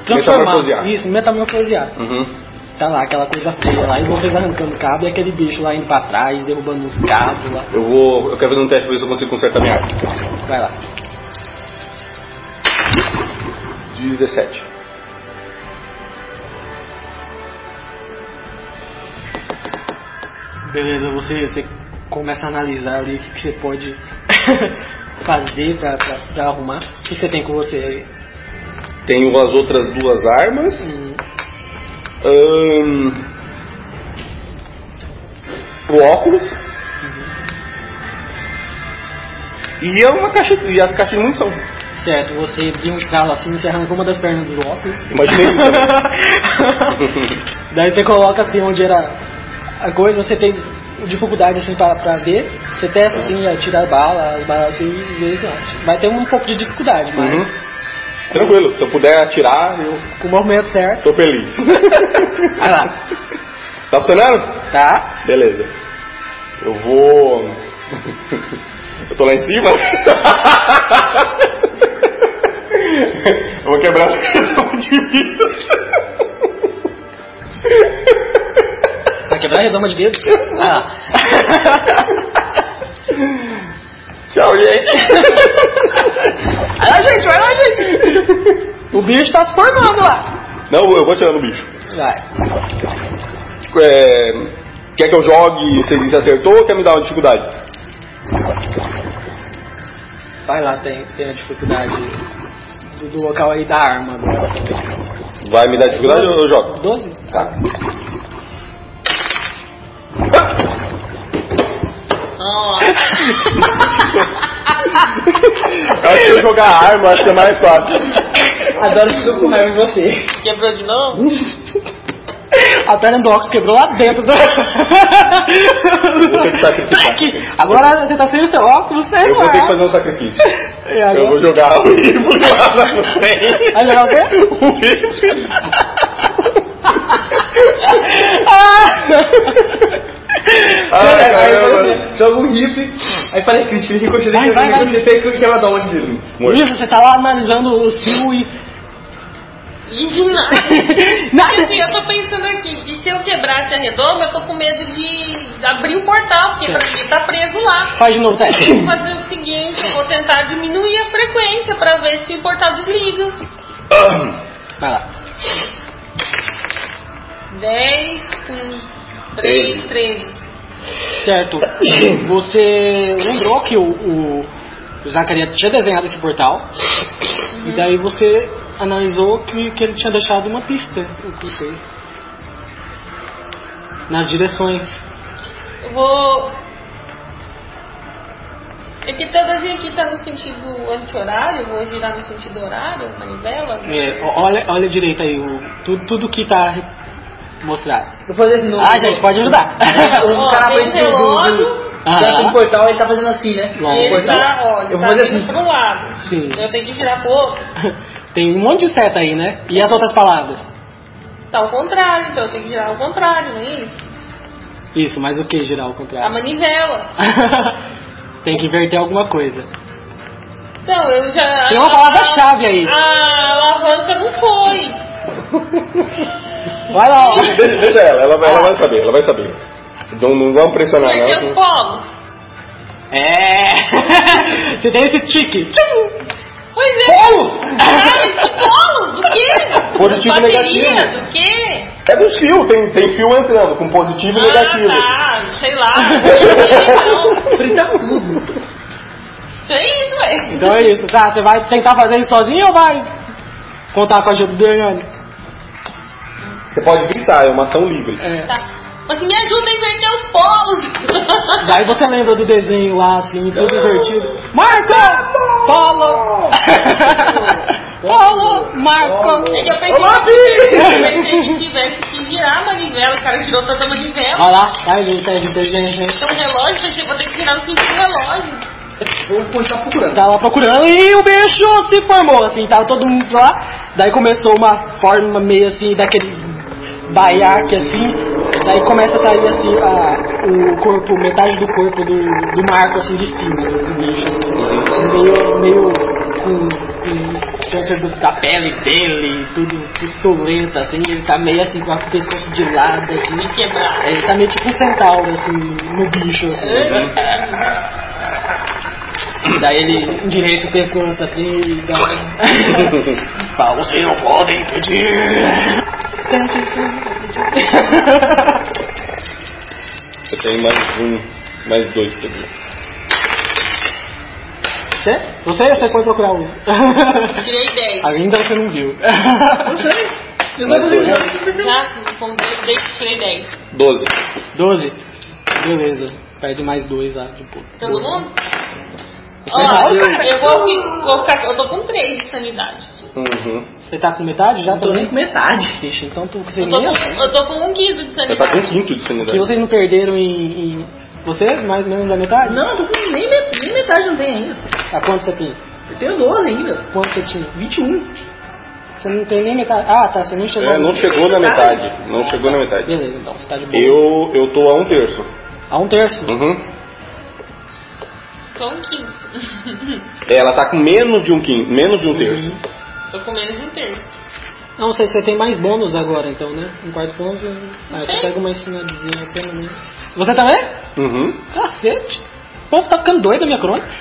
Speaker 5: transformar.
Speaker 2: Metamorfosear.
Speaker 5: Isso, metamorfosear.
Speaker 2: uhum.
Speaker 5: Tá lá, aquela coisa feia lá, e você vai arrancando cabo e aquele bicho lá indo pra trás, derrubando os cabos lá.
Speaker 2: Eu vou. Eu quero fazer um teste pra ver se eu consigo consertar minha arma.
Speaker 5: Vai lá.
Speaker 2: 17.
Speaker 5: Beleza, você, você começa a analisar ali o que, que você pode fazer pra, pra, pra arrumar. O que você tem com você aí?
Speaker 2: Tenho as outras duas armas.
Speaker 5: Hum.
Speaker 2: Ahn, o óculos. E é uma caixa. E as caixas de munição.
Speaker 5: Certo, você deu um estalo assim, você arrancou uma das pernas do óculos.
Speaker 2: Imaginei isso.
Speaker 5: Daí você coloca assim onde era a coisa, você tem dificuldade assim pra, pra ver, você testa assim, atirar bala, as balas assim, e vê se nasce. Vai ter um pouco de dificuldade, mas
Speaker 2: Uhum. Tranquilo, se eu puder atirar, eu
Speaker 5: com o movimento certo.
Speaker 2: tô feliz.
Speaker 5: Vai lá.
Speaker 2: Tá funcionando?
Speaker 5: Tá?
Speaker 2: Beleza. Eu vou. Eu tô lá em cima? Eu vou quebrar a redução de vidro.
Speaker 5: Vai quebrar a redoma de dedo. Vai lá.
Speaker 2: Tchau, gente.
Speaker 5: Vai lá, gente, vai lá, gente. O bicho tá se formando lá.
Speaker 2: Não, eu vou atirar no bicho.
Speaker 5: Vai.
Speaker 2: É, quer que eu jogue e você diz se acertou ou quer me dar uma dificuldade?
Speaker 5: Vai lá, tem, tem a dificuldade do, do local aí da arma. né?
Speaker 2: Vai me dar dificuldade ou eu jogo?
Speaker 5: 12?
Speaker 2: Tá. Acho que eu jogar a arma, acho que é mais fácil.
Speaker 5: Adoro que eu com raiva em você.
Speaker 4: Quebrou de novo?
Speaker 5: Uhum. A perna do óculos quebrou lá dentro. Do...
Speaker 2: Vou ter que sacrificar.
Speaker 5: Aqui. Agora você tá sem o seu óculos, você
Speaker 2: Eu vou ter que
Speaker 5: vai.
Speaker 2: fazer um sacrifício.
Speaker 5: E agora?
Speaker 2: Eu vou jogar o livro lá na frente.
Speaker 5: Vai jogar o quê?
Speaker 2: O livro.
Speaker 5: Ah!
Speaker 2: Ai, caramba.
Speaker 6: Joga um rifle, aí falei crítico, ele ricocheteia,
Speaker 5: Vai, vai, vai.
Speaker 6: ricocheteia e quebra a onde dele.
Speaker 2: Morto.
Speaker 5: Isso, você tá lá analisando o fio e.
Speaker 4: Ih, nada.
Speaker 5: Nada!
Speaker 4: Assim, eu tô pensando aqui, e se eu quebrasse a redoma, eu tô com medo de abrir o portal, porque pra mim tá preso lá.
Speaker 5: Faz de novo o teste.
Speaker 4: Vou fazer o seguinte, eu vou tentar diminuir a frequência pra ver se o portal desliga.
Speaker 5: Vai lá.
Speaker 4: 10, 3, 13.
Speaker 5: Certo. Você lembrou que o, o, o Zacaria tinha desenhado esse portal. E daí você analisou que, que ele tinha deixado uma pista. Eu cliquei. Nas direções.
Speaker 4: Eu vou... É que todas aqui tá no sentido anti-horário, eu vou girar no sentido horário, manivela. né?
Speaker 5: É, o- olha, olha direito aí, o, tudo, tudo que tá re- mostrado.
Speaker 6: Vou fazer assim, não.
Speaker 5: Ah, gente, pode ajudar.
Speaker 6: O cara
Speaker 4: Ó,
Speaker 6: foi
Speaker 4: tem um relógio,
Speaker 6: Dentro do
Speaker 5: Ah,
Speaker 6: portal ele tá fazendo assim, né?
Speaker 5: Não,
Speaker 4: ele
Speaker 6: portal.
Speaker 4: tá, ó, ele
Speaker 6: Eu
Speaker 4: tá
Speaker 6: vou fazer
Speaker 4: vindo
Speaker 6: assim.
Speaker 4: pro lado.
Speaker 5: sim.
Speaker 4: Eu tenho que girar pro outro.
Speaker 5: Tem um monte de seta aí, né? E as outras palavras?
Speaker 4: Tá ao contrário, então eu tenho que girar ao contrário, não é isso?
Speaker 5: Isso, mas o que girar ao
Speaker 4: A
Speaker 5: contrário?
Speaker 4: manivela.
Speaker 5: Tem que inverter alguma coisa.
Speaker 4: Então, eu já.
Speaker 5: Tem uma palavra-chave aí.
Speaker 4: A alavanca não foi.
Speaker 5: Vai lá, ó.
Speaker 2: Deixa, deixa ela, ela vai, ela vai saber, ela vai saber. Não, não assim. vamos pressionar
Speaker 4: Foi
Speaker 2: ela.
Speaker 4: teus
Speaker 2: senão-
Speaker 4: fogos.
Speaker 5: É! Você tem esse tique. Tipo! Tchum!
Speaker 4: Pois é.
Speaker 5: Polo!
Speaker 4: Ah, isso polo? Do quê?
Speaker 2: Positivo e
Speaker 4: Bateria,
Speaker 2: negativo.
Speaker 4: do quê?
Speaker 2: É dos fios, tem, tem fio entrando, com positivo e negativo.
Speaker 4: Ah, tá, sei lá. Então,
Speaker 5: Então,
Speaker 4: é isso, velho.
Speaker 5: então é isso. Tá, você vai tentar fazer isso sozinho ou vai contar com a ajuda do Daniel?
Speaker 2: Você pode gritar, é uma ação livre.
Speaker 5: É.
Speaker 4: Tá. Mas me ajuda a inverter os polos.
Speaker 5: Daí você lembra do desenho lá, assim, tudo divertido. Marca! Polo! Polo! Marco!
Speaker 4: É que eu pensei, eu pensei que tivesse que girar a manivela, o cara girou toda a manivela.
Speaker 3: Ah.
Speaker 5: Vai lá, vai, gente, tá de desenho, gente.
Speaker 4: Tem um relógio, eu vou ter que girar no sentido do relógio.
Speaker 6: Vou continuar procurando.
Speaker 5: Tava procurando e o bicho se formou, assim, tava todo mundo lá. Daí começou uma forma meio assim, daquele baiaque assim. Daí começa a sair assim a, o corpo, metade do corpo do, do Marco assim de cima, do bicho assim. Meio, meio com, com câncer do- da pele dele, tudo pistolenta, assim, ele tá meio assim com a pescoço de lado, assim.
Speaker 4: Me quebrar.
Speaker 5: Ele tá meio tipo um centauro, assim, no bicho, assim. Daí ele endireita o pescoço assim e dá um... Fala, você não pode impedir!
Speaker 2: Você tem mais um, mais dois também.
Speaker 5: Você? Você, é, você foi procurar o...
Speaker 4: Tirei 10.
Speaker 3: Ah,
Speaker 5: Ainda você não viu.
Speaker 2: Mais dois.
Speaker 4: Já? Contei 10, tirei 10.
Speaker 2: Doze.
Speaker 5: 12. Beleza. Perde mais dois lá de pouco.
Speaker 4: Todo mundo?
Speaker 5: Você tá
Speaker 4: Ó,
Speaker 5: vai,
Speaker 3: Ah,
Speaker 4: eu vou, fi- vou ficar. Eu tô com 3 de sanidade.
Speaker 2: Uhum.
Speaker 5: Você tá com metade já?
Speaker 3: Não tô nem
Speaker 5: também?
Speaker 3: com metade.
Speaker 5: Vixe, então tu, você
Speaker 4: Eu tô,
Speaker 5: nem-
Speaker 4: com, eu tô com um guido de
Speaker 2: Você tá com um
Speaker 4: sanidade.
Speaker 2: quinto de sanidade.
Speaker 5: Que vocês não perderam em... em- Você? Mais ou menos da metade?
Speaker 3: Não, eu tô com nem, met- nem metade não tem ainda.
Speaker 5: A quanto você tem?
Speaker 3: Eu tenho 12 ainda.
Speaker 5: Quanto você tinha? 21. Você não tem nem metade. Ah, tá. Você nem chegou.
Speaker 2: É, não chegou na
Speaker 3: Metade.
Speaker 2: metade. Não chegou na metade.
Speaker 5: Tá. Beleza, então. Você tá de boa.
Speaker 2: Eu, eu tô a um terço.
Speaker 5: A um terço.
Speaker 2: Uhum.
Speaker 4: Tô um quinto.
Speaker 2: Ela tá com menos de um quinto, menos de um terço.
Speaker 4: tô com menos de um terço.
Speaker 5: Não sei se você tem mais bônus agora, então, né? Um quarto bônus. eu- Ah, você
Speaker 4: Tem.
Speaker 5: pega uma ensinadinha pelo menos. Você também?
Speaker 2: Uhum.
Speaker 5: Cacete. O povo tá ficando doido da minha crônica.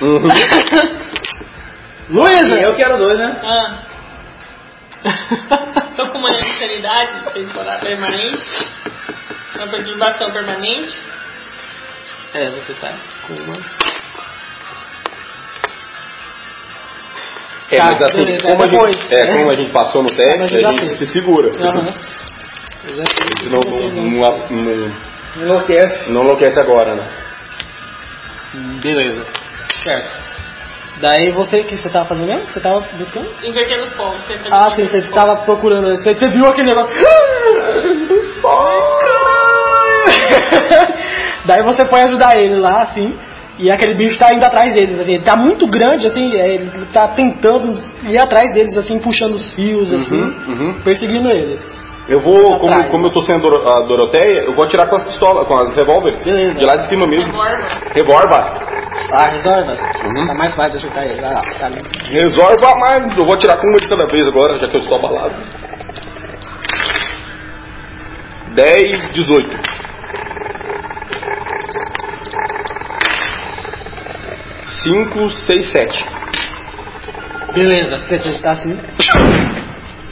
Speaker 2: Uhum.
Speaker 5: Luísa!
Speaker 6: E eu quero dois, né?
Speaker 4: Ah, tô com uma sanidade temporária permanente. Uma perturbação permanente.
Speaker 5: É, você tá com uma.
Speaker 2: É, mas
Speaker 5: Tá,
Speaker 2: assim,
Speaker 5: beleza,
Speaker 2: como, a
Speaker 5: depois.
Speaker 2: gente, é, como a gente passou no teste,
Speaker 5: Mas eu já
Speaker 2: a gente
Speaker 5: fiz.
Speaker 2: se segura.
Speaker 5: Aham. Eu já sei.
Speaker 2: A gente não, não, não- não-
Speaker 6: Enlouquece.
Speaker 2: não enlouquece agora, né?
Speaker 5: Beleza. Certo. Daí você, o que você tava fazendo mesmo? Você tava buscando?
Speaker 4: Invertendo os polos. tentando
Speaker 5: Ah, sim,
Speaker 4: inverter
Speaker 5: você
Speaker 4: os polos.
Speaker 5: estava procurando. Você, você viu aquele negócio. Daí você foi ajudar ele lá, assim. E aquele bicho tá indo atrás deles, assim. Ele tá muito grande, assim. é, Ele tá tentando ir atrás deles, assim, puxando os fios, assim.
Speaker 2: Uhum, uhum.
Speaker 5: Perseguindo eles.
Speaker 2: Eu vou,
Speaker 5: Atrás.
Speaker 2: como, como eu tô sendo a Doro- a Doroteia, eu vou atirar com as pistolas, com as revólveres.
Speaker 5: Beleza.
Speaker 2: De lá de cima mesmo.
Speaker 4: Agora,
Speaker 2: Revolva.
Speaker 5: Ah, resolva.
Speaker 2: Uhum.
Speaker 5: Tá mais fácil de acertar eles. Vai lá, tá ali.
Speaker 2: Resolva mais. Eu vou atirar com uma de cada vez agora, já que eu estou abalado. 10, 18. Cinco, seis, sete.
Speaker 5: Beleza, você tá assim.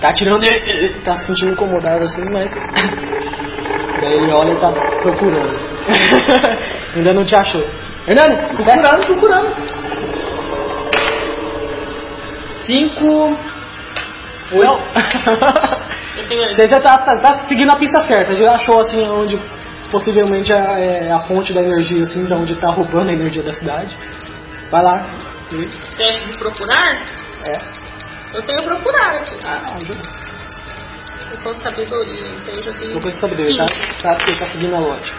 Speaker 5: Tá atirando ele, ele tá se sentindo incomodado assim, mas. Daí ele olha e tá procurando. Ainda não te achou. Hernani, procurando, procurando. 5. Não.
Speaker 4: eu tenho
Speaker 5: Você já tá, tá, tá seguindo a pista certa, já achou assim onde possivelmente a, é a fonte da energia, assim, de onde tá roubando a energia da cidade. Vai lá.
Speaker 4: teste de procurar?
Speaker 5: É.
Speaker 4: Eu tenho procurar aqui.
Speaker 5: Ah, ajuda.
Speaker 4: Eu posso sabedoria, então eu já
Speaker 5: Não
Speaker 4: tenho
Speaker 5: precisa saber, tá? Tá, porque tá seguindo a lógica.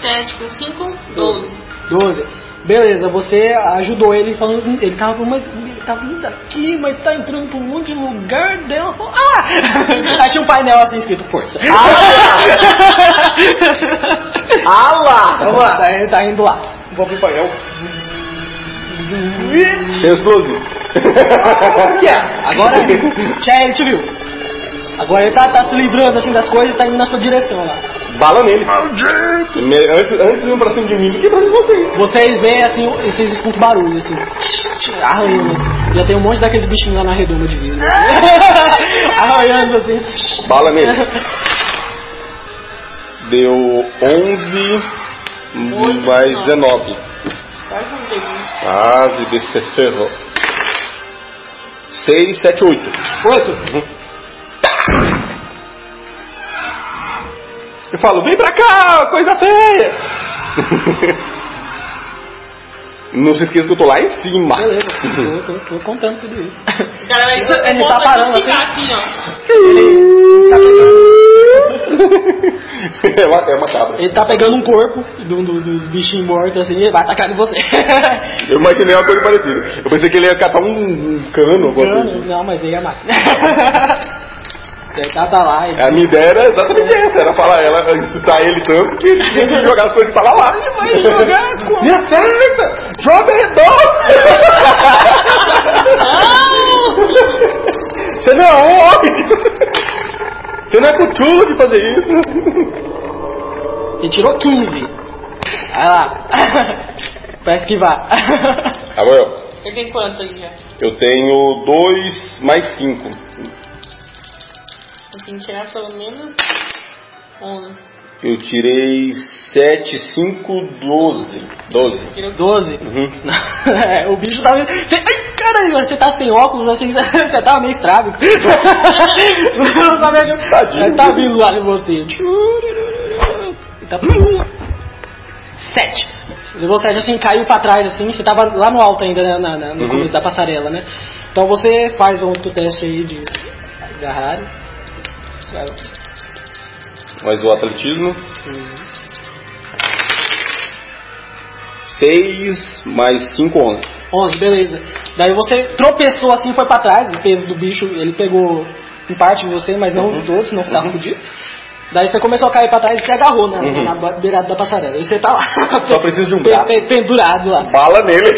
Speaker 4: 7 com 5, 12.
Speaker 5: 12. Beleza, você ajudou ele falando. Ele tava, mas ele tava indo aqui, mas tá entrando pra um monte de lugar dela. falou, Ah! Aí tinha um painel assim escrito, força.
Speaker 2: tá.
Speaker 5: Ala! Vamos lá, tá, indo- tá indo lá.
Speaker 6: Vou pro painel.
Speaker 2: Tem explosivo.
Speaker 5: é? Agora já ele te viu. Agora ele tá, tá se livrando assim das coisas e tá indo na sua direção lá.
Speaker 2: Bala nele. Me- Antes, antes de um pra cima de mim do que pra cima de você.
Speaker 5: Vocês veem assim, vocês escutam barulho, assim, arranhando. assim. Já tem um monte daqueles bichinhos lá na redonda de vidro. arranhando assim.
Speaker 2: Bala nele. Deu 11 mais 19.
Speaker 4: Quase um dedinho.
Speaker 2: Ah, você ferrou. 6, 7, 8.
Speaker 5: Oito.
Speaker 2: Uhum. Eu falo, vem pra cá, coisa feia. Não se esqueça que eu tô lá em cima.
Speaker 5: Beleza, eu tô, tô contando tudo isso.
Speaker 4: O cara vai
Speaker 5: Isso,
Speaker 4: eu- eu
Speaker 5: ele
Speaker 4: vou
Speaker 5: tá
Speaker 4: fazer
Speaker 5: parando
Speaker 4: ficar assim, ó.
Speaker 2: é, uma, é uma cabra.
Speaker 5: Ele tá pegando um corpo do, do- dos bichinhos mortos assim, ele vai atacar em você.
Speaker 2: Eu imaginei uma coisa parecida. Eu pensei que ele ia catar um, um cano, alguma coisa.
Speaker 5: Não, mas ele é mais. Ele tá, tá lá, ele
Speaker 2: A minha ideia era exatamente essa, era falar ela, incitar ele tanto que ele tinha que jogar as coisas que tava lá. Ele vai jogar com... Me acerta! Joga redondo! Você não é homem! Você não é cutulo de fazer isso!
Speaker 5: ele tirou 15. Vai lá. Parece que vai.
Speaker 2: Agora,
Speaker 4: Eu tenho quanto aí já?
Speaker 2: eu tenho 2 mais 5.
Speaker 4: Eu tenho que tirar pelo menos 11.
Speaker 2: Eu tirei 7, 5, 12. 12.
Speaker 4: Tirou
Speaker 5: 12.
Speaker 2: Uhum.
Speaker 5: É, o bicho tava. Você, ai, caralho, você tá sem óculos, assim, você tava meio estrábico. Não tá vendo?
Speaker 2: Tadinho.
Speaker 5: Ele tá vindo lá de você. Ele Tá... Sete. Você Levou sete assim, caiu pra trás, assim. Você tava lá no alto ainda, né, na- na- no
Speaker 2: Uhum.
Speaker 5: começo da passarela, né? Então você faz outro teste aí de agarrar.
Speaker 2: Mas o atletismo. 6 mais 5, 11.
Speaker 5: 11, beleza. Daí você tropeçou assim, foi pra trás, o peso do bicho, ele pegou em parte de você, mas não
Speaker 2: Uhum.
Speaker 5: de todos, senão ficava fudido. Daí você começou a cair pra trás e se agarrou na,
Speaker 2: Uhum.
Speaker 5: na ba- beirada da passarela. E você tá lá.
Speaker 2: Só precisa de um
Speaker 5: pe-
Speaker 2: braço.
Speaker 5: pe- Pendurado lá.
Speaker 2: Bala nele.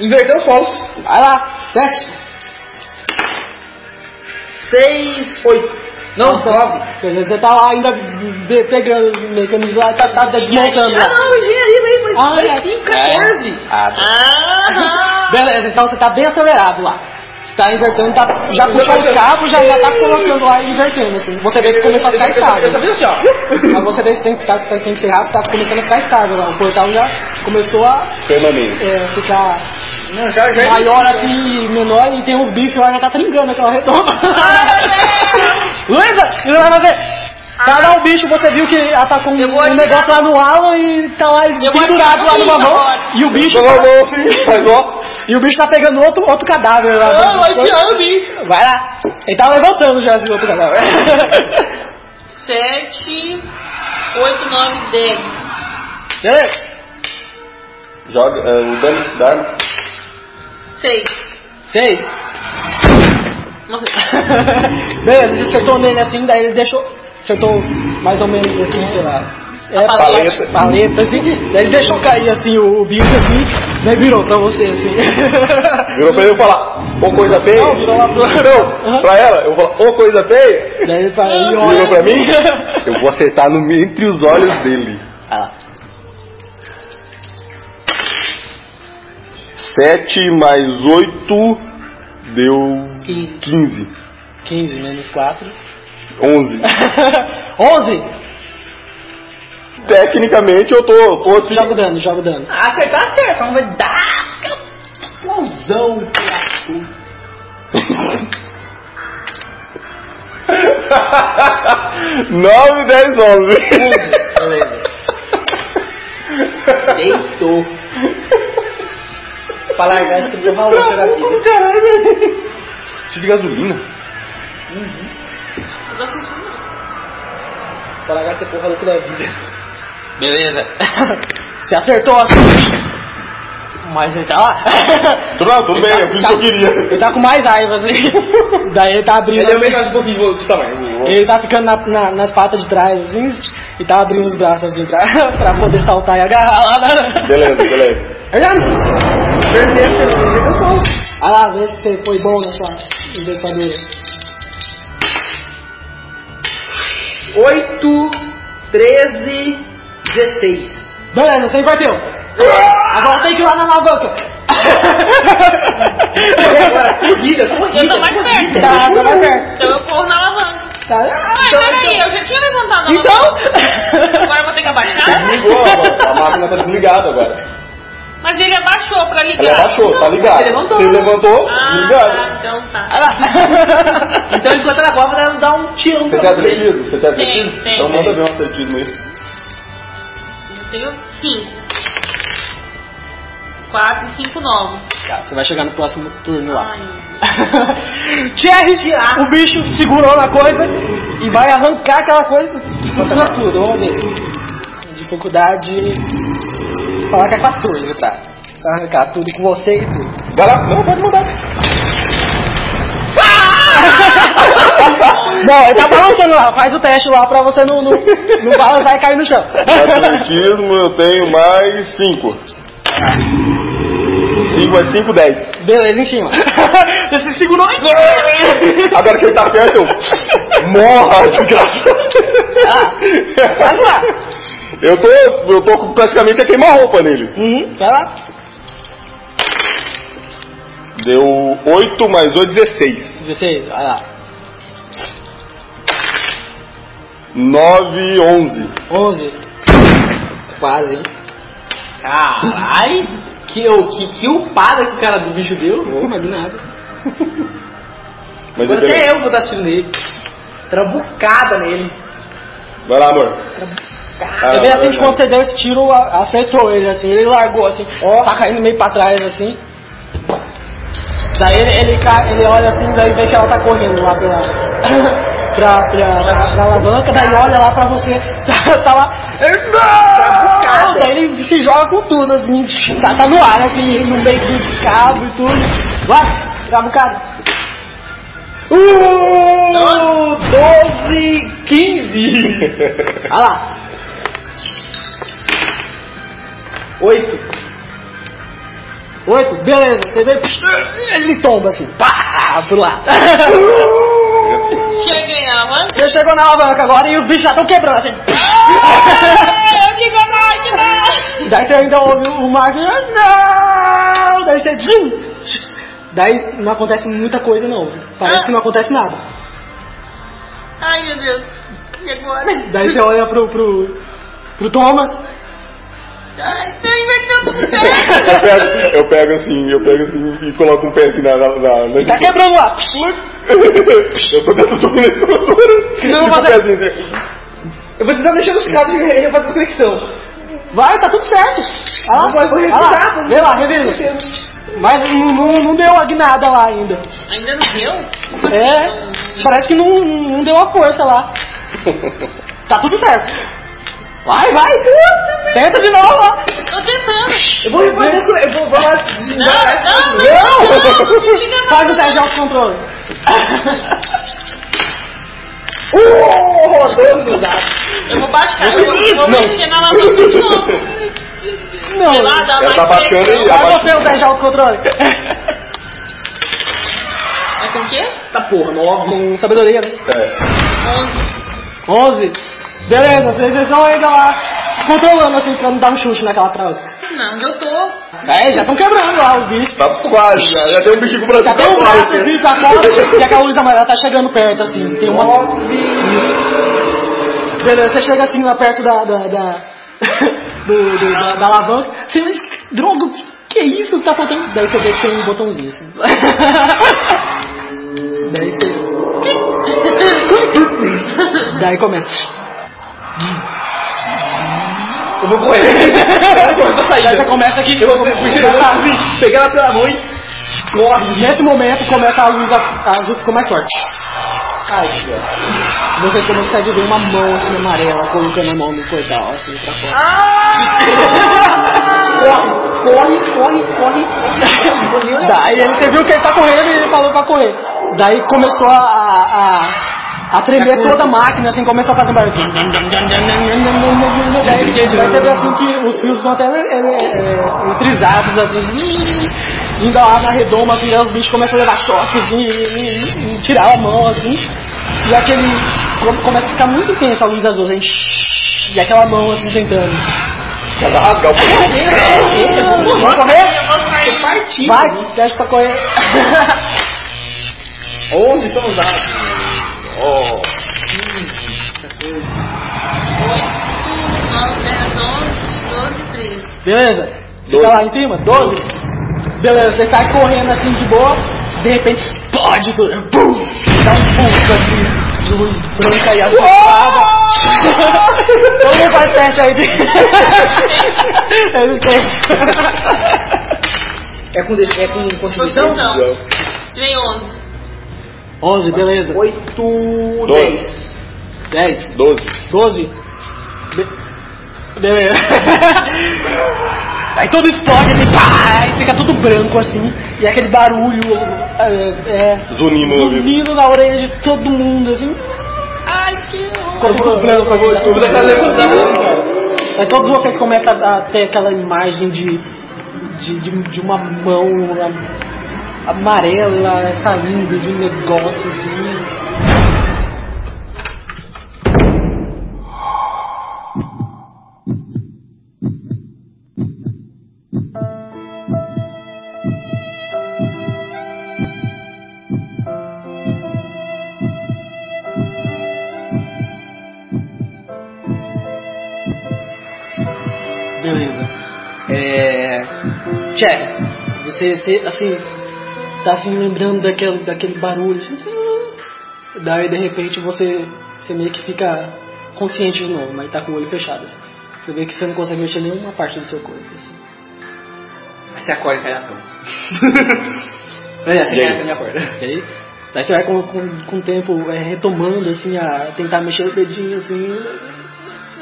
Speaker 5: Inverteu o falso. Vai lá, teste.
Speaker 6: 6, 8. Não, 9.
Speaker 5: Quer dizer, Você tá lá ainda de- pegando o mecanismo lá, tá, tá- tá desmontando lá.
Speaker 4: Ah, não, engenharia aí, mas.
Speaker 5: Ah, é.
Speaker 4: 5,
Speaker 2: Ah, tá.
Speaker 4: Ah,
Speaker 5: Beleza, então você tá bem acelerado lá. Você tá invertendo, tá, já puxou o cabo, já, já tá colocando lá e invertendo, assim. Você vê que começou a ficar estável. Mas você vê que tem que, tá, tá- tem que ser rápido, tá começando a ficar estável lá. O portal já começou a
Speaker 2: Permanente.
Speaker 5: é, ficar
Speaker 6: Não, já, já.
Speaker 5: maior aqui e menor e tem uns bichos lá já tá trincando aquela retoma. Luísa, você vai fazer. Cada um bicho você viu que atacou um,
Speaker 4: Eu vou
Speaker 5: um
Speaker 4: atirar.
Speaker 5: negócio lá no alo e tá lá pendurado lá
Speaker 4: atirar no
Speaker 5: numa
Speaker 4: bicho
Speaker 5: mão.
Speaker 4: agora.
Speaker 5: E o bicho. tá-
Speaker 2: Pelo amor, filho, faz ó.
Speaker 5: E o bicho tá pegando outro, outro cadáver lá.
Speaker 4: ah, vai tirar o bicho.
Speaker 5: Vai lá. Ele tá levantando já esse outro cadáver.
Speaker 4: 7, 8, 9, 10.
Speaker 5: Beleza?
Speaker 2: Joga eh, o dano da arma.
Speaker 4: 6.
Speaker 5: Seis. Beleza, você acertou nele assim, daí ele deixou. Acertou mais ou menos assim, sei lá. É,
Speaker 2: paleta.
Speaker 5: Paleta, assim. Daí ele deixou cair assim o, o bicho assim, daí virou pra você assim.
Speaker 2: Virou pra ele e falar, ô coisa feia.
Speaker 5: Não, virou lá pro- Aham.
Speaker 2: Não, pra ela, eu vou falar, ô coisa feia.
Speaker 5: daí ele parou e olha.
Speaker 2: Virou pra mim, eu vou acertar no, meio- entre os olhos dele. Sete mais oito deu
Speaker 5: 15,
Speaker 2: 15.
Speaker 5: 15 menos 4.
Speaker 2: 11.
Speaker 5: 11!
Speaker 2: Tecnicamente eu tô, tô assim.
Speaker 5: Joga o dano, joga o dano.
Speaker 6: Acertar, acerta. Não vai dar.
Speaker 5: Explosão!
Speaker 2: Nove, dez, onze.
Speaker 6: Beleza.
Speaker 5: Deitou.
Speaker 6: Pra largar esse burra louca da vida.
Speaker 2: Cheio de gasolina.
Speaker 6: Pra largar esse porra louca da vida.
Speaker 3: Beleza.
Speaker 5: Você acertou assim. Mas ele tá lá.
Speaker 2: Tudo, não, tudo bem, eu fiz o que eu
Speaker 5: Ele
Speaker 2: queria. é
Speaker 5: tá com mais raiva assim. Daí ele tá abrindo.
Speaker 6: Ele aumenta um pouquinho de tamanho.
Speaker 5: Ele tá ficando na- na- nas patas de trás, assim, e tá abrindo os braços assim pra, pra poder saltar e agarrar lá na.
Speaker 2: Beleza, beleza.
Speaker 5: É Fernando! Vai lá, vê se você foi bom na sua inversadeira.
Speaker 6: 8, 13, 16.
Speaker 5: Beleza, você inverteu! Agora tem que ir lá na alavanca!
Speaker 6: Corrida, corrida.
Speaker 4: Eu tô mais perto.
Speaker 5: Tá, tá mais perto.
Speaker 4: Então eu corro na alavanca.
Speaker 5: Tá.
Speaker 4: Ah, peraí, eu já tinha levantado a
Speaker 5: Então?
Speaker 4: alavanca. Agora eu vou ter que abaixar?
Speaker 2: Desligou, mano. a máquina tá desligada agora.
Speaker 4: Mas ele abaixou pra ligar.
Speaker 2: Ela abaixou, tá ligada.
Speaker 5: Ele levantou.
Speaker 2: Você levantou,
Speaker 4: Ah,
Speaker 2: desligada.
Speaker 4: tá, então tá.
Speaker 5: então enquanto ela agora vai dar um tiro
Speaker 2: Você tem atletismo? Você tem atletismo?
Speaker 4: tem,
Speaker 2: Então
Speaker 4: tem.
Speaker 2: manda ver um atletismo aí.
Speaker 4: Eu tenho 5. 4, 5, 9.
Speaker 5: Tá, você vai chegar no próximo turno lá.
Speaker 4: Ai,
Speaker 5: Thierry, ah, o bicho segurou na coisa e vai arrancar aquela coisa estrutura tudo. Vamos ver. Dificuldade. vou Falar que é 14, tá? Pra arrancar tudo com você e tudo.
Speaker 2: Vai lá, não, pode mandar.
Speaker 5: Não,
Speaker 2: é
Speaker 5: ele tá balançando lá, faz o teste lá pra você não, não, não balançar e cair no chão.
Speaker 2: Atletismo eu tenho mais 5. 5 é 5, 10.
Speaker 5: Beleza, em cima. Você segurou e.
Speaker 2: Agora que ele tá perto, eu. Morra,
Speaker 5: Vai
Speaker 2: desgraçado!
Speaker 5: lá.
Speaker 2: Eu tô, eu tô com praticamente a queima-roupa nele.
Speaker 5: Uhum, vai lá.
Speaker 2: Deu 8 mais 8, 16.
Speaker 5: 16, vai lá.
Speaker 2: 9, 11.
Speaker 5: 11. Quase, hein? Caralho! Que, o- que, que upada que o cara do bicho deu? Não, mas do nada.
Speaker 2: Mas é
Speaker 6: Agora
Speaker 2: beleza.
Speaker 6: até eu vou dar tiro nele. Trabucada nele.
Speaker 2: Vai lá, amor. Ah,
Speaker 5: você vê
Speaker 2: vai,
Speaker 5: assim que
Speaker 2: vai.
Speaker 5: quando você deu esse tiro, a- acertou ele assim, ele largou assim, ó, tá caindo meio pra trás assim. Daí ele, ele, ca- ele olha assim, daí vê que ela tá correndo lá pela, pra, pra, pra, pra alavanca, daí olha lá pra você, tá, tá lá. Não! Daí ele se joga com tudo, assim, tá, tá no ar, assim, no meio do cabo e tudo. Vai, trabucado. Uh, 12, 15. Olha lá. 8. 8, beleza. Você vê. Ele tomba assim. Pá! Pro lado.
Speaker 4: Cheguei na alavanca.
Speaker 5: Ele chegou na alavanca agora e os bichos já estão quebrando assim.
Speaker 4: Eu digo a máquina!
Speaker 5: Daí você ainda ouve o Marco. "Ah, Não! Daí você. tchum, tchum. Daí não acontece muita coisa, não. Parece que não acontece nada.
Speaker 4: Ai, meu Deus. E agora?
Speaker 5: Daí você olha pro. pro. pro Thomas.
Speaker 4: Ai, você inverteu tudo.
Speaker 2: Eu
Speaker 4: cara.
Speaker 2: pego, eu pego assim, eu pego assim e coloco um pé assim na. na, na, na-
Speaker 5: Tá quebrando lá.
Speaker 2: eu tô tentando subir na estrutura.
Speaker 5: Não,
Speaker 2: Fico
Speaker 5: mas-
Speaker 2: o pezinho assim.
Speaker 6: Eu vou tentar mexer nos cabos e refazer a conexão.
Speaker 5: Vai, tá tudo certo. Olha lá,
Speaker 6: vou
Speaker 5: olha lá.
Speaker 6: revisar.
Speaker 5: Vê lá, revisa. Mas não, não- não deu guinada lá ainda.
Speaker 4: Ainda não deu?
Speaker 5: É, parece que não, não deu a força lá. Tá tudo certo. Vai, vai. Tenta de novo lá.
Speaker 4: Tô tentando.
Speaker 6: Eu vou refazer as conexões. Eu vou, vou lá
Speaker 4: Não,
Speaker 6: desligar essa.
Speaker 4: não, não, não, desliga não.
Speaker 5: Faz o teste de autocontrole.
Speaker 6: Uh, rodando os dados.
Speaker 4: Eu vou baixar, eu vou, vou mexer na alavanca de novo.
Speaker 5: Não.
Speaker 4: Sei lá, dá
Speaker 2: Ela
Speaker 4: mais
Speaker 2: tá baixando
Speaker 4: pressão.
Speaker 2: e
Speaker 5: Faz
Speaker 2: abaixa.
Speaker 5: você o teste de autocontrole.
Speaker 4: É com o quê?
Speaker 5: Tá porra, nove. Com sabedoria, né?
Speaker 2: É.
Speaker 4: 11.
Speaker 5: Onze. Beleza, vocês estão ainda lá controlando assim pra não dar um chute naquela trava.
Speaker 4: Não, eu tô.
Speaker 5: É, já estão quebrando lá o bicho.
Speaker 2: Tá quase, já, já tem um bichinho pra né?
Speaker 5: Já tem um braço assim com a cola e aquela luz amarela tá chegando perto assim. Tem uma. Beleza, você chega assim lá perto da. da. da, do- do- da, da alavanca. Você, mas que droga, o que, que é isso que tá faltando? Daí você vê que tem um botãozinho assim. Daí você. Daí começa.
Speaker 6: Eu vou correr. Eu vou correr pra sair.
Speaker 5: Daí você começa aqui.
Speaker 6: Eu vou fugir, eu vou assim, pegar ela pela mão e corre.
Speaker 5: Nesse momento começa a luz, a, a luz ficou mais forte.
Speaker 6: Ai, cara.
Speaker 5: Vocês começam a ver uma mão assim amarela colocando a mão no cordal assim pra fora.
Speaker 6: Corre, corre, corre, corre.
Speaker 5: Daí ele você viu que ele tá correndo e ele falou pra correr. Daí começou a, a, a- a tremer toda a máquina, assim, começou a fazer um barulho. Daí daí você vê assim que os fios estão até é, é, entrisados, assim, indo lá na redoma, assim, daí os bichos começam a levar choques e, e- e- e tirar a mão, assim. E aquele. come- Começa a ficar muito tenso a luz azul, assim. E aquela mão assim tentando.
Speaker 2: Ela rasga o
Speaker 5: Vamos correr?
Speaker 4: Eu vou sair.
Speaker 5: Vai, teste pra correr.
Speaker 6: 11 são os dados.
Speaker 2: Oh.
Speaker 4: Nove, dez, É, onze, doze, treze.
Speaker 5: Beleza? Fica
Speaker 2: Doze.
Speaker 5: lá em cima? 12? Beleza, você sai correndo assim de boa, de repente explode tudo. Bum! Dá um pulso assim, de luz branca e azul. Todo mundo faz teste aí de. Eu não sei.
Speaker 6: É com, de- é com
Speaker 4: Então,
Speaker 6: constituição?
Speaker 4: não. Tirei 11.
Speaker 5: 11, beleza.
Speaker 6: 8,
Speaker 2: Doze.
Speaker 6: 10.
Speaker 5: 10,
Speaker 2: Doze.
Speaker 5: 12. Be- Beleza. Aí todo explode assim, pá, aí fica tudo branco assim, e aquele barulho é, é,
Speaker 2: Zunindo no ouvido.
Speaker 5: Zunindo na orelha de todo mundo, assim.
Speaker 4: Ai, que horror.
Speaker 5: Quando ficou branco, assim.
Speaker 6: Eu vou tentar levantar a mão, cara.
Speaker 5: Aí todos vocês começam a a ter aquela imagem de, de, de, de uma mão a- amarela saindo de um negócio, assim. Beleza. É. Jack, você, se- assim, tá assim lembrando daquele, daquele barulho, assim. Daí de repente você, você meio que fica consciente de novo, mas tá com o olho fechado, assim. Você vê que você não consegue mexer nenhuma parte do seu corpo, assim.
Speaker 6: né? assim Você acorda e cai na cama.
Speaker 5: É, você
Speaker 2: E aí?
Speaker 5: quebra a minha corda. E aí? Daí você vai com, com, com o tempo é, retomando, assim, a tentar mexer o dedinho, assim.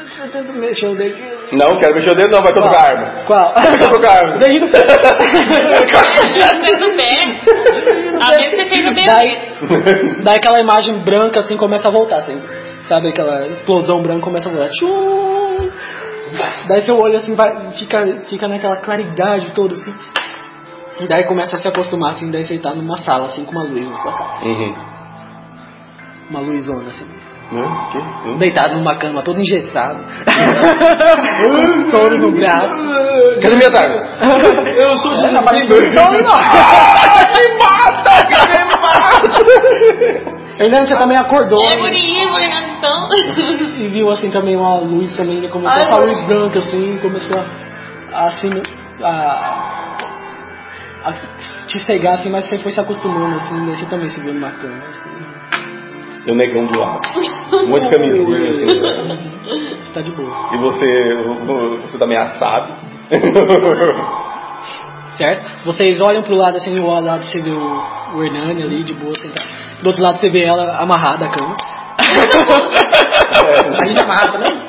Speaker 5: Você tenta mexer o dedinho.
Speaker 2: Não, quero mexer o dedo, não, vai que eu tô com a arma.
Speaker 5: Qual?
Speaker 2: Vai que eu tô com a arma.
Speaker 5: Dedinho do pé.
Speaker 4: Fez o pé. A vez que você fez o pé.
Speaker 5: Daí, daí aquela imagem branca, assim, começa a voltar, assim. Sabe aquela explosão branca começa a voltar. Tchum! Daí seu olho, assim, vai, fica, fica naquela claridade toda, assim. E daí começa a se acostumar, assim, daí você tá numa sala, assim, com uma luz na sua cara.
Speaker 2: Uhum.
Speaker 5: Uma luzona, assim.
Speaker 2: Não, o quê? Hum?
Speaker 5: Deitado numa cama, todo engessado. com um touro no braço.
Speaker 2: Cadê minha tá tarde?
Speaker 5: Eu sou Então, desaparecido.
Speaker 2: um Me mata, cara, me mata!
Speaker 5: Eu lembro que você também acordou
Speaker 4: É guri, vai, então.
Speaker 5: e viu assim também uma luz também, né? começou
Speaker 12: Ai,
Speaker 5: essa
Speaker 12: meu
Speaker 5: luz branca assim, começou a, assim a, a te cegar assim, mas você foi se acostumando assim, daí você também se viu numa cama assim.
Speaker 2: Eu negão do lado. Um monte de camisinha assim.
Speaker 5: Você tá de boa,
Speaker 2: E você, você tá também a sabe.
Speaker 5: certo? Vocês olham pro lado assim, do lado você vê o, o Hernani ali de boa sentado. Do outro lado você vê ela amarrada à cama.
Speaker 2: É.
Speaker 6: A gente tá amarrado
Speaker 12: né?
Speaker 6: também?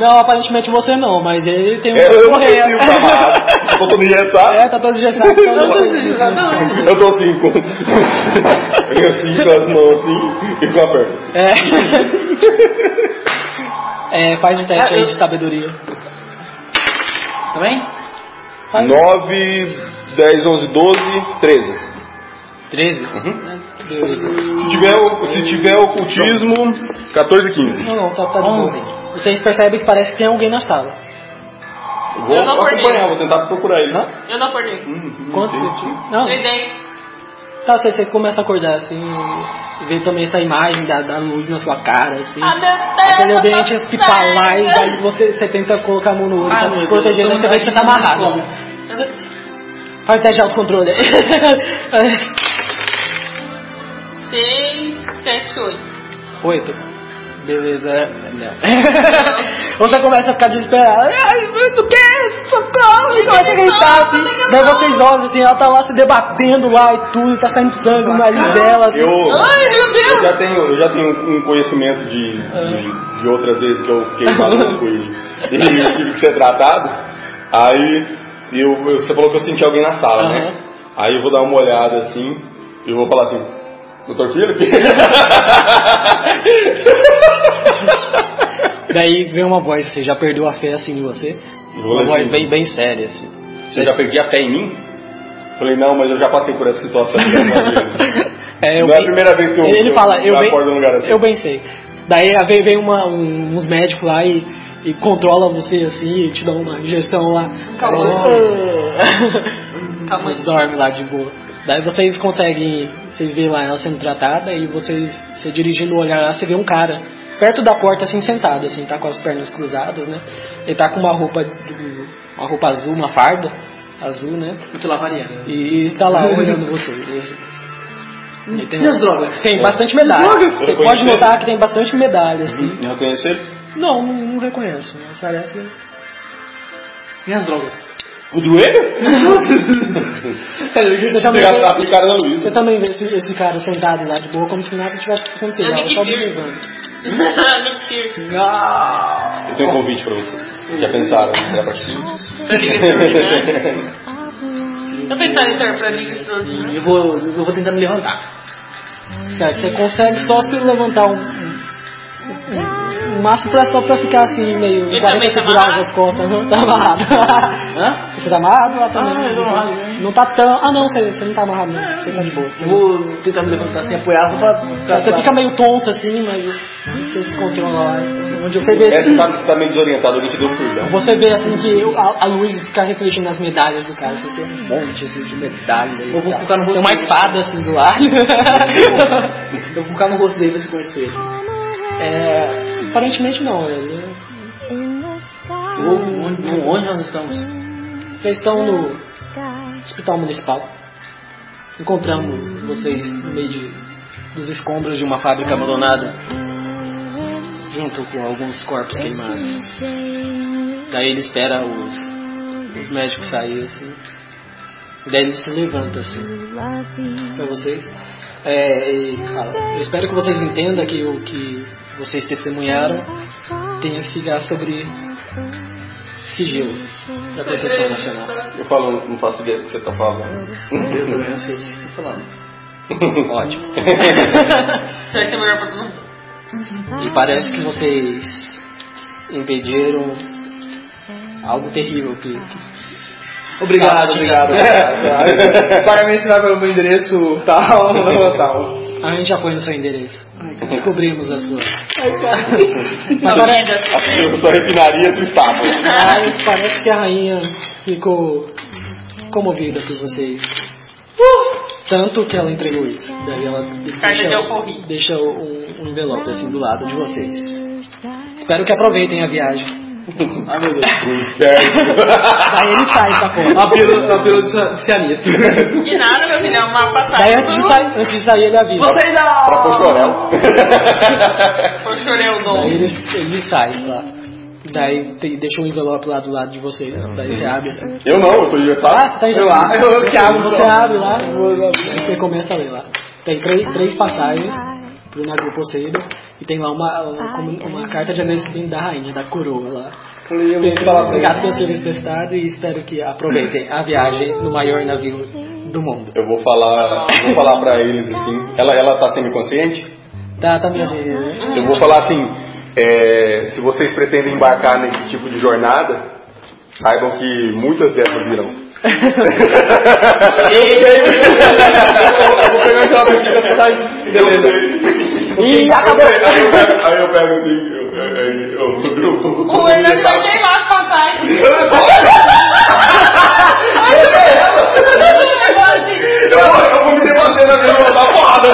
Speaker 5: Não, aparentemente você não, mas ele tem um
Speaker 2: É, eu não
Speaker 5: correio.
Speaker 2: preciso tá amarrado. Eu tô todo engessado.
Speaker 5: É, tá todo engessado.
Speaker 2: Eu tô Eu tô assim com. Eu assim com as mãos assim e com a perna.
Speaker 5: É. É, faz um teste
Speaker 6: Ah,
Speaker 5: aí
Speaker 6: eu-
Speaker 5: de sabedoria. Tá
Speaker 6: Também?
Speaker 2: 9, 10, 11, 12, 13.
Speaker 5: 13?
Speaker 2: Se tiver, o- se tiver ocultismo, 14, 15.
Speaker 5: Não, não, tá, tá de boa. Vocês percebem que parece que tem alguém na sala.
Speaker 2: Vou
Speaker 4: Eu não acordei.
Speaker 2: acompanhar, vou tentar procurar ele. Hum,
Speaker 5: Hã?
Speaker 4: Eu não acordei.
Speaker 5: Quanto você tinha? Não,
Speaker 4: Três dez.
Speaker 5: tá, você, você começa a acordar assim, e vê também essa imagem da, da luz na sua cara, assim.
Speaker 4: Ah, meu Deus.
Speaker 5: Aquele ambiente
Speaker 4: eu tô
Speaker 5: hospitalar e
Speaker 4: cega.
Speaker 5: daí você, você tenta colocar a mão no olho
Speaker 6: Ah,
Speaker 5: pra
Speaker 6: meu
Speaker 5: te
Speaker 6: Deus,
Speaker 5: proteger,
Speaker 6: eu tô
Speaker 5: mas você vê que você tá
Speaker 6: imaginando
Speaker 5: amarrado.
Speaker 6: como.
Speaker 5: assim. Faz teste de autocontrole.
Speaker 4: Seis, sete, oito.
Speaker 5: Oito. Beleza. Não. Você começa a ficar desesperado. Ai, mas o que? Socorro! E começa a gritar assim. Daí vocês olham assim, ela tá lá se debatendo lá e tudo, tá saindo sangue no nariz dela. Assim.
Speaker 2: Eu,
Speaker 4: Ai, meu
Speaker 2: eu
Speaker 4: Deus.
Speaker 2: já tenho, eu já tenho um conhecimento de, de, de outras vezes que eu fiquei maluco com ele. E eu tive que ser tratado. Aí eu, eu- você falou que eu senti alguém na sala, né? Aí eu vou dar uma olhada assim e eu vou falar assim, doutor Filho?
Speaker 5: Daí vem uma voz, você já perdeu a fé assim em você.
Speaker 2: Eu vou
Speaker 5: Uma
Speaker 2: ler
Speaker 5: voz
Speaker 2: assim.
Speaker 5: bem, bem séria, assim.
Speaker 2: Você já perdi a fé em mim? Falei, não, mas eu já passei por essa situação algumas vezes.
Speaker 5: É, eu
Speaker 2: Não é a
Speaker 5: bem-
Speaker 2: primeira vez que eu-
Speaker 5: Ele
Speaker 2: eu-
Speaker 5: fala, eu,
Speaker 2: eu
Speaker 5: bem,
Speaker 2: acordo num lugar assim.
Speaker 5: eu bem sei. Daí a- vem, vem uma- um- uns médicos lá e, e controla você assim, e te dá uma injeção lá. Ah.
Speaker 4: Calmante.
Speaker 5: Dorme lá de boa. Daí vocês conseguem, vocês veem lá ela sendo tratada e vocês, você dirigindo o olhar lá, você vê um cara perto da porta assim sentado, assim, tá com as pernas cruzadas, né? Ele tá com uma roupa, de- uma roupa azul, uma farda azul, né?
Speaker 6: Muito lavariano.
Speaker 5: E tá lá olhando você. E, tem, um-
Speaker 6: E as drogas?
Speaker 5: Tem bastante medalha. Você
Speaker 2: Eu conheço
Speaker 5: pode
Speaker 2: ele.
Speaker 5: notar que tem bastante medalha,
Speaker 6: Uhum.
Speaker 5: assim.
Speaker 2: Eu reconheço ele?
Speaker 5: Não, não, não reconheço. mas Parece que.
Speaker 6: Minhas drogas. É,
Speaker 2: O joelho?
Speaker 5: Você também,
Speaker 2: Pegar
Speaker 5: vê,
Speaker 2: tapa no tá cara da Luísa.
Speaker 5: você também vê esse, esse cara sentado lá de boa, como se nada tivesse acontecido.
Speaker 4: Eu
Speaker 5: Ela
Speaker 4: tenho
Speaker 5: só
Speaker 4: que ir.
Speaker 5: observando.
Speaker 4: Mentira.
Speaker 2: Eu tenho um convite pra vocês. Já pensaram? né, pra ti?
Speaker 4: Tô Tá pensando em entrar pra mim.
Speaker 6: Eu vou, eu vou tentar me levantar.
Speaker 5: Cara, É, Você consegue só se levantar um. um- um- O máximo pra só pra ficar assim, meio
Speaker 4: Ele
Speaker 5: 40
Speaker 4: também tá
Speaker 5: graus nas costas, né? tá amarrado.
Speaker 6: Hã?
Speaker 5: Você tá amarrado lá também?
Speaker 6: Ah, eu tô amarrado, né? É,
Speaker 5: Não tá tão. Ah, não, você, você não tá amarrado, não. Você tá de boa.
Speaker 6: Eu vou tentar me levantar assim, apoiar, só pra...
Speaker 5: Você fica meio tonto assim, mas você se controla lá. Onde você vê,
Speaker 2: É, você
Speaker 5: assim,
Speaker 2: tá, você tá meio desorientado, alguém te deu furdão.
Speaker 5: você vê assim que a, a luz fica refletindo nas medalhas do cara. Você tem um monte assim de medalha. e
Speaker 6: Eu vou
Speaker 5: tal.
Speaker 6: colocar no rosto
Speaker 5: Tem uma
Speaker 6: dele.
Speaker 5: espada assim do lado.
Speaker 6: Eu vou ficar no rosto dele, ver se eu conheço ele.
Speaker 5: é, aparentemente não, né? ele.
Speaker 6: Ô, Onde, onde nós estamos?
Speaker 5: Vocês estão no hospital municipal. Encontramos vocês no meio de- dos escombros de uma fábrica abandonada. Junto com alguns corpos queimados. Daí ele espera os, os médicos saírem assim. Daí ele se levanta assim pra vocês. É, e fala, eu espero que vocês entendam que o que vocês testemunharam tenha que ficar sobre sigilo da proteção nacional.
Speaker 2: Eu falo, não faço ideia do que você tá falando.
Speaker 5: Eu também não sei o que você está falando. Ótimo.
Speaker 4: Isso vai ser melhor pra todo mundo.
Speaker 5: E parece que vocês impediram algo terrível que. Obrigado, obrigado.
Speaker 6: O pagamento vai pelo meu endereço tal, tal.
Speaker 5: A gente já foi no seu endereço. Então Descobrimos a sua.
Speaker 2: Eu só refinaria se estava.
Speaker 5: Mas parece que a rainha ficou comovida por vocês. Tanto que ela entregou isso. Daí ela
Speaker 4: Carta de
Speaker 5: deixa,
Speaker 4: alforria.
Speaker 5: deixa um, um envelope assim do lado de vocês. Espero que aproveitem a viagem.
Speaker 6: Ai meu Deus.
Speaker 5: Daí ele sai, tá
Speaker 6: Uma
Speaker 5: bom.
Speaker 6: pílula, uma pílula de cia- cianeto.
Speaker 4: De nada, meu filho, é uma passagem.
Speaker 5: Daí antes de sair, antes de sair ele avisa.
Speaker 6: Vocês não!
Speaker 2: Pra Pochorel.
Speaker 4: Eu chorei
Speaker 5: Daí
Speaker 4: o dom.
Speaker 5: ele, ele sai lá. Daí tem- deixa um envelope lá do lado de vocês. Daí você abre assim.
Speaker 2: Eu não, eu tô
Speaker 5: Ah,
Speaker 2: injetado.
Speaker 5: você tá
Speaker 6: Eu,
Speaker 5: enjoado.
Speaker 6: eu que abro
Speaker 5: Você abre lá e você começa a ler lá. Tem três, três passagens pro navio Poseidon e tem lá uma, uma, uma carta de agradecimento da rainha, da coroa lá.
Speaker 6: Eu ia falar pra ele.
Speaker 5: Obrigado pelo serviço prestado e espero que aproveitem a viagem no maior navio do mundo.
Speaker 2: Eu vou falar, vou falar pra eles assim. Ela, ela tá semiconsciente?
Speaker 5: Tá, tá me ouvindo, né?
Speaker 2: Eu vou falar assim, é, se vocês pretendem embarcar nesse tipo de jornada, saibam que muitas dessas virão. eu
Speaker 6: Eu vou pegar aquela pergunta que tá
Speaker 2: E acabou. Aí eu pego, aí eu pego assim, eu, eu, eu, eu,
Speaker 4: O Hernani vai queimar as passagens. Agora sim.
Speaker 2: Eu vou, eu vou me debater na minha da porrada.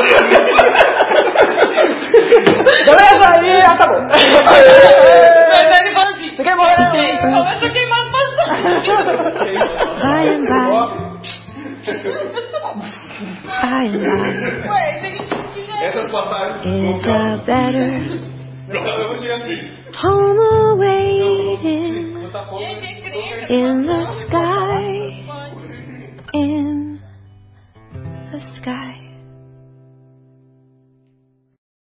Speaker 5: Beleza, aí acabou.
Speaker 4: O Hernani fala assim. Você quer morrer? Começa a queimar as passagens.
Speaker 13: By and by. By and by.
Speaker 4: Ué, se a gente quiser.
Speaker 2: Essas passagens.
Speaker 13: It's a better
Speaker 2: Eu vou chegar assim.
Speaker 13: home awaiting
Speaker 4: Gente, é incrível.
Speaker 13: in the sky.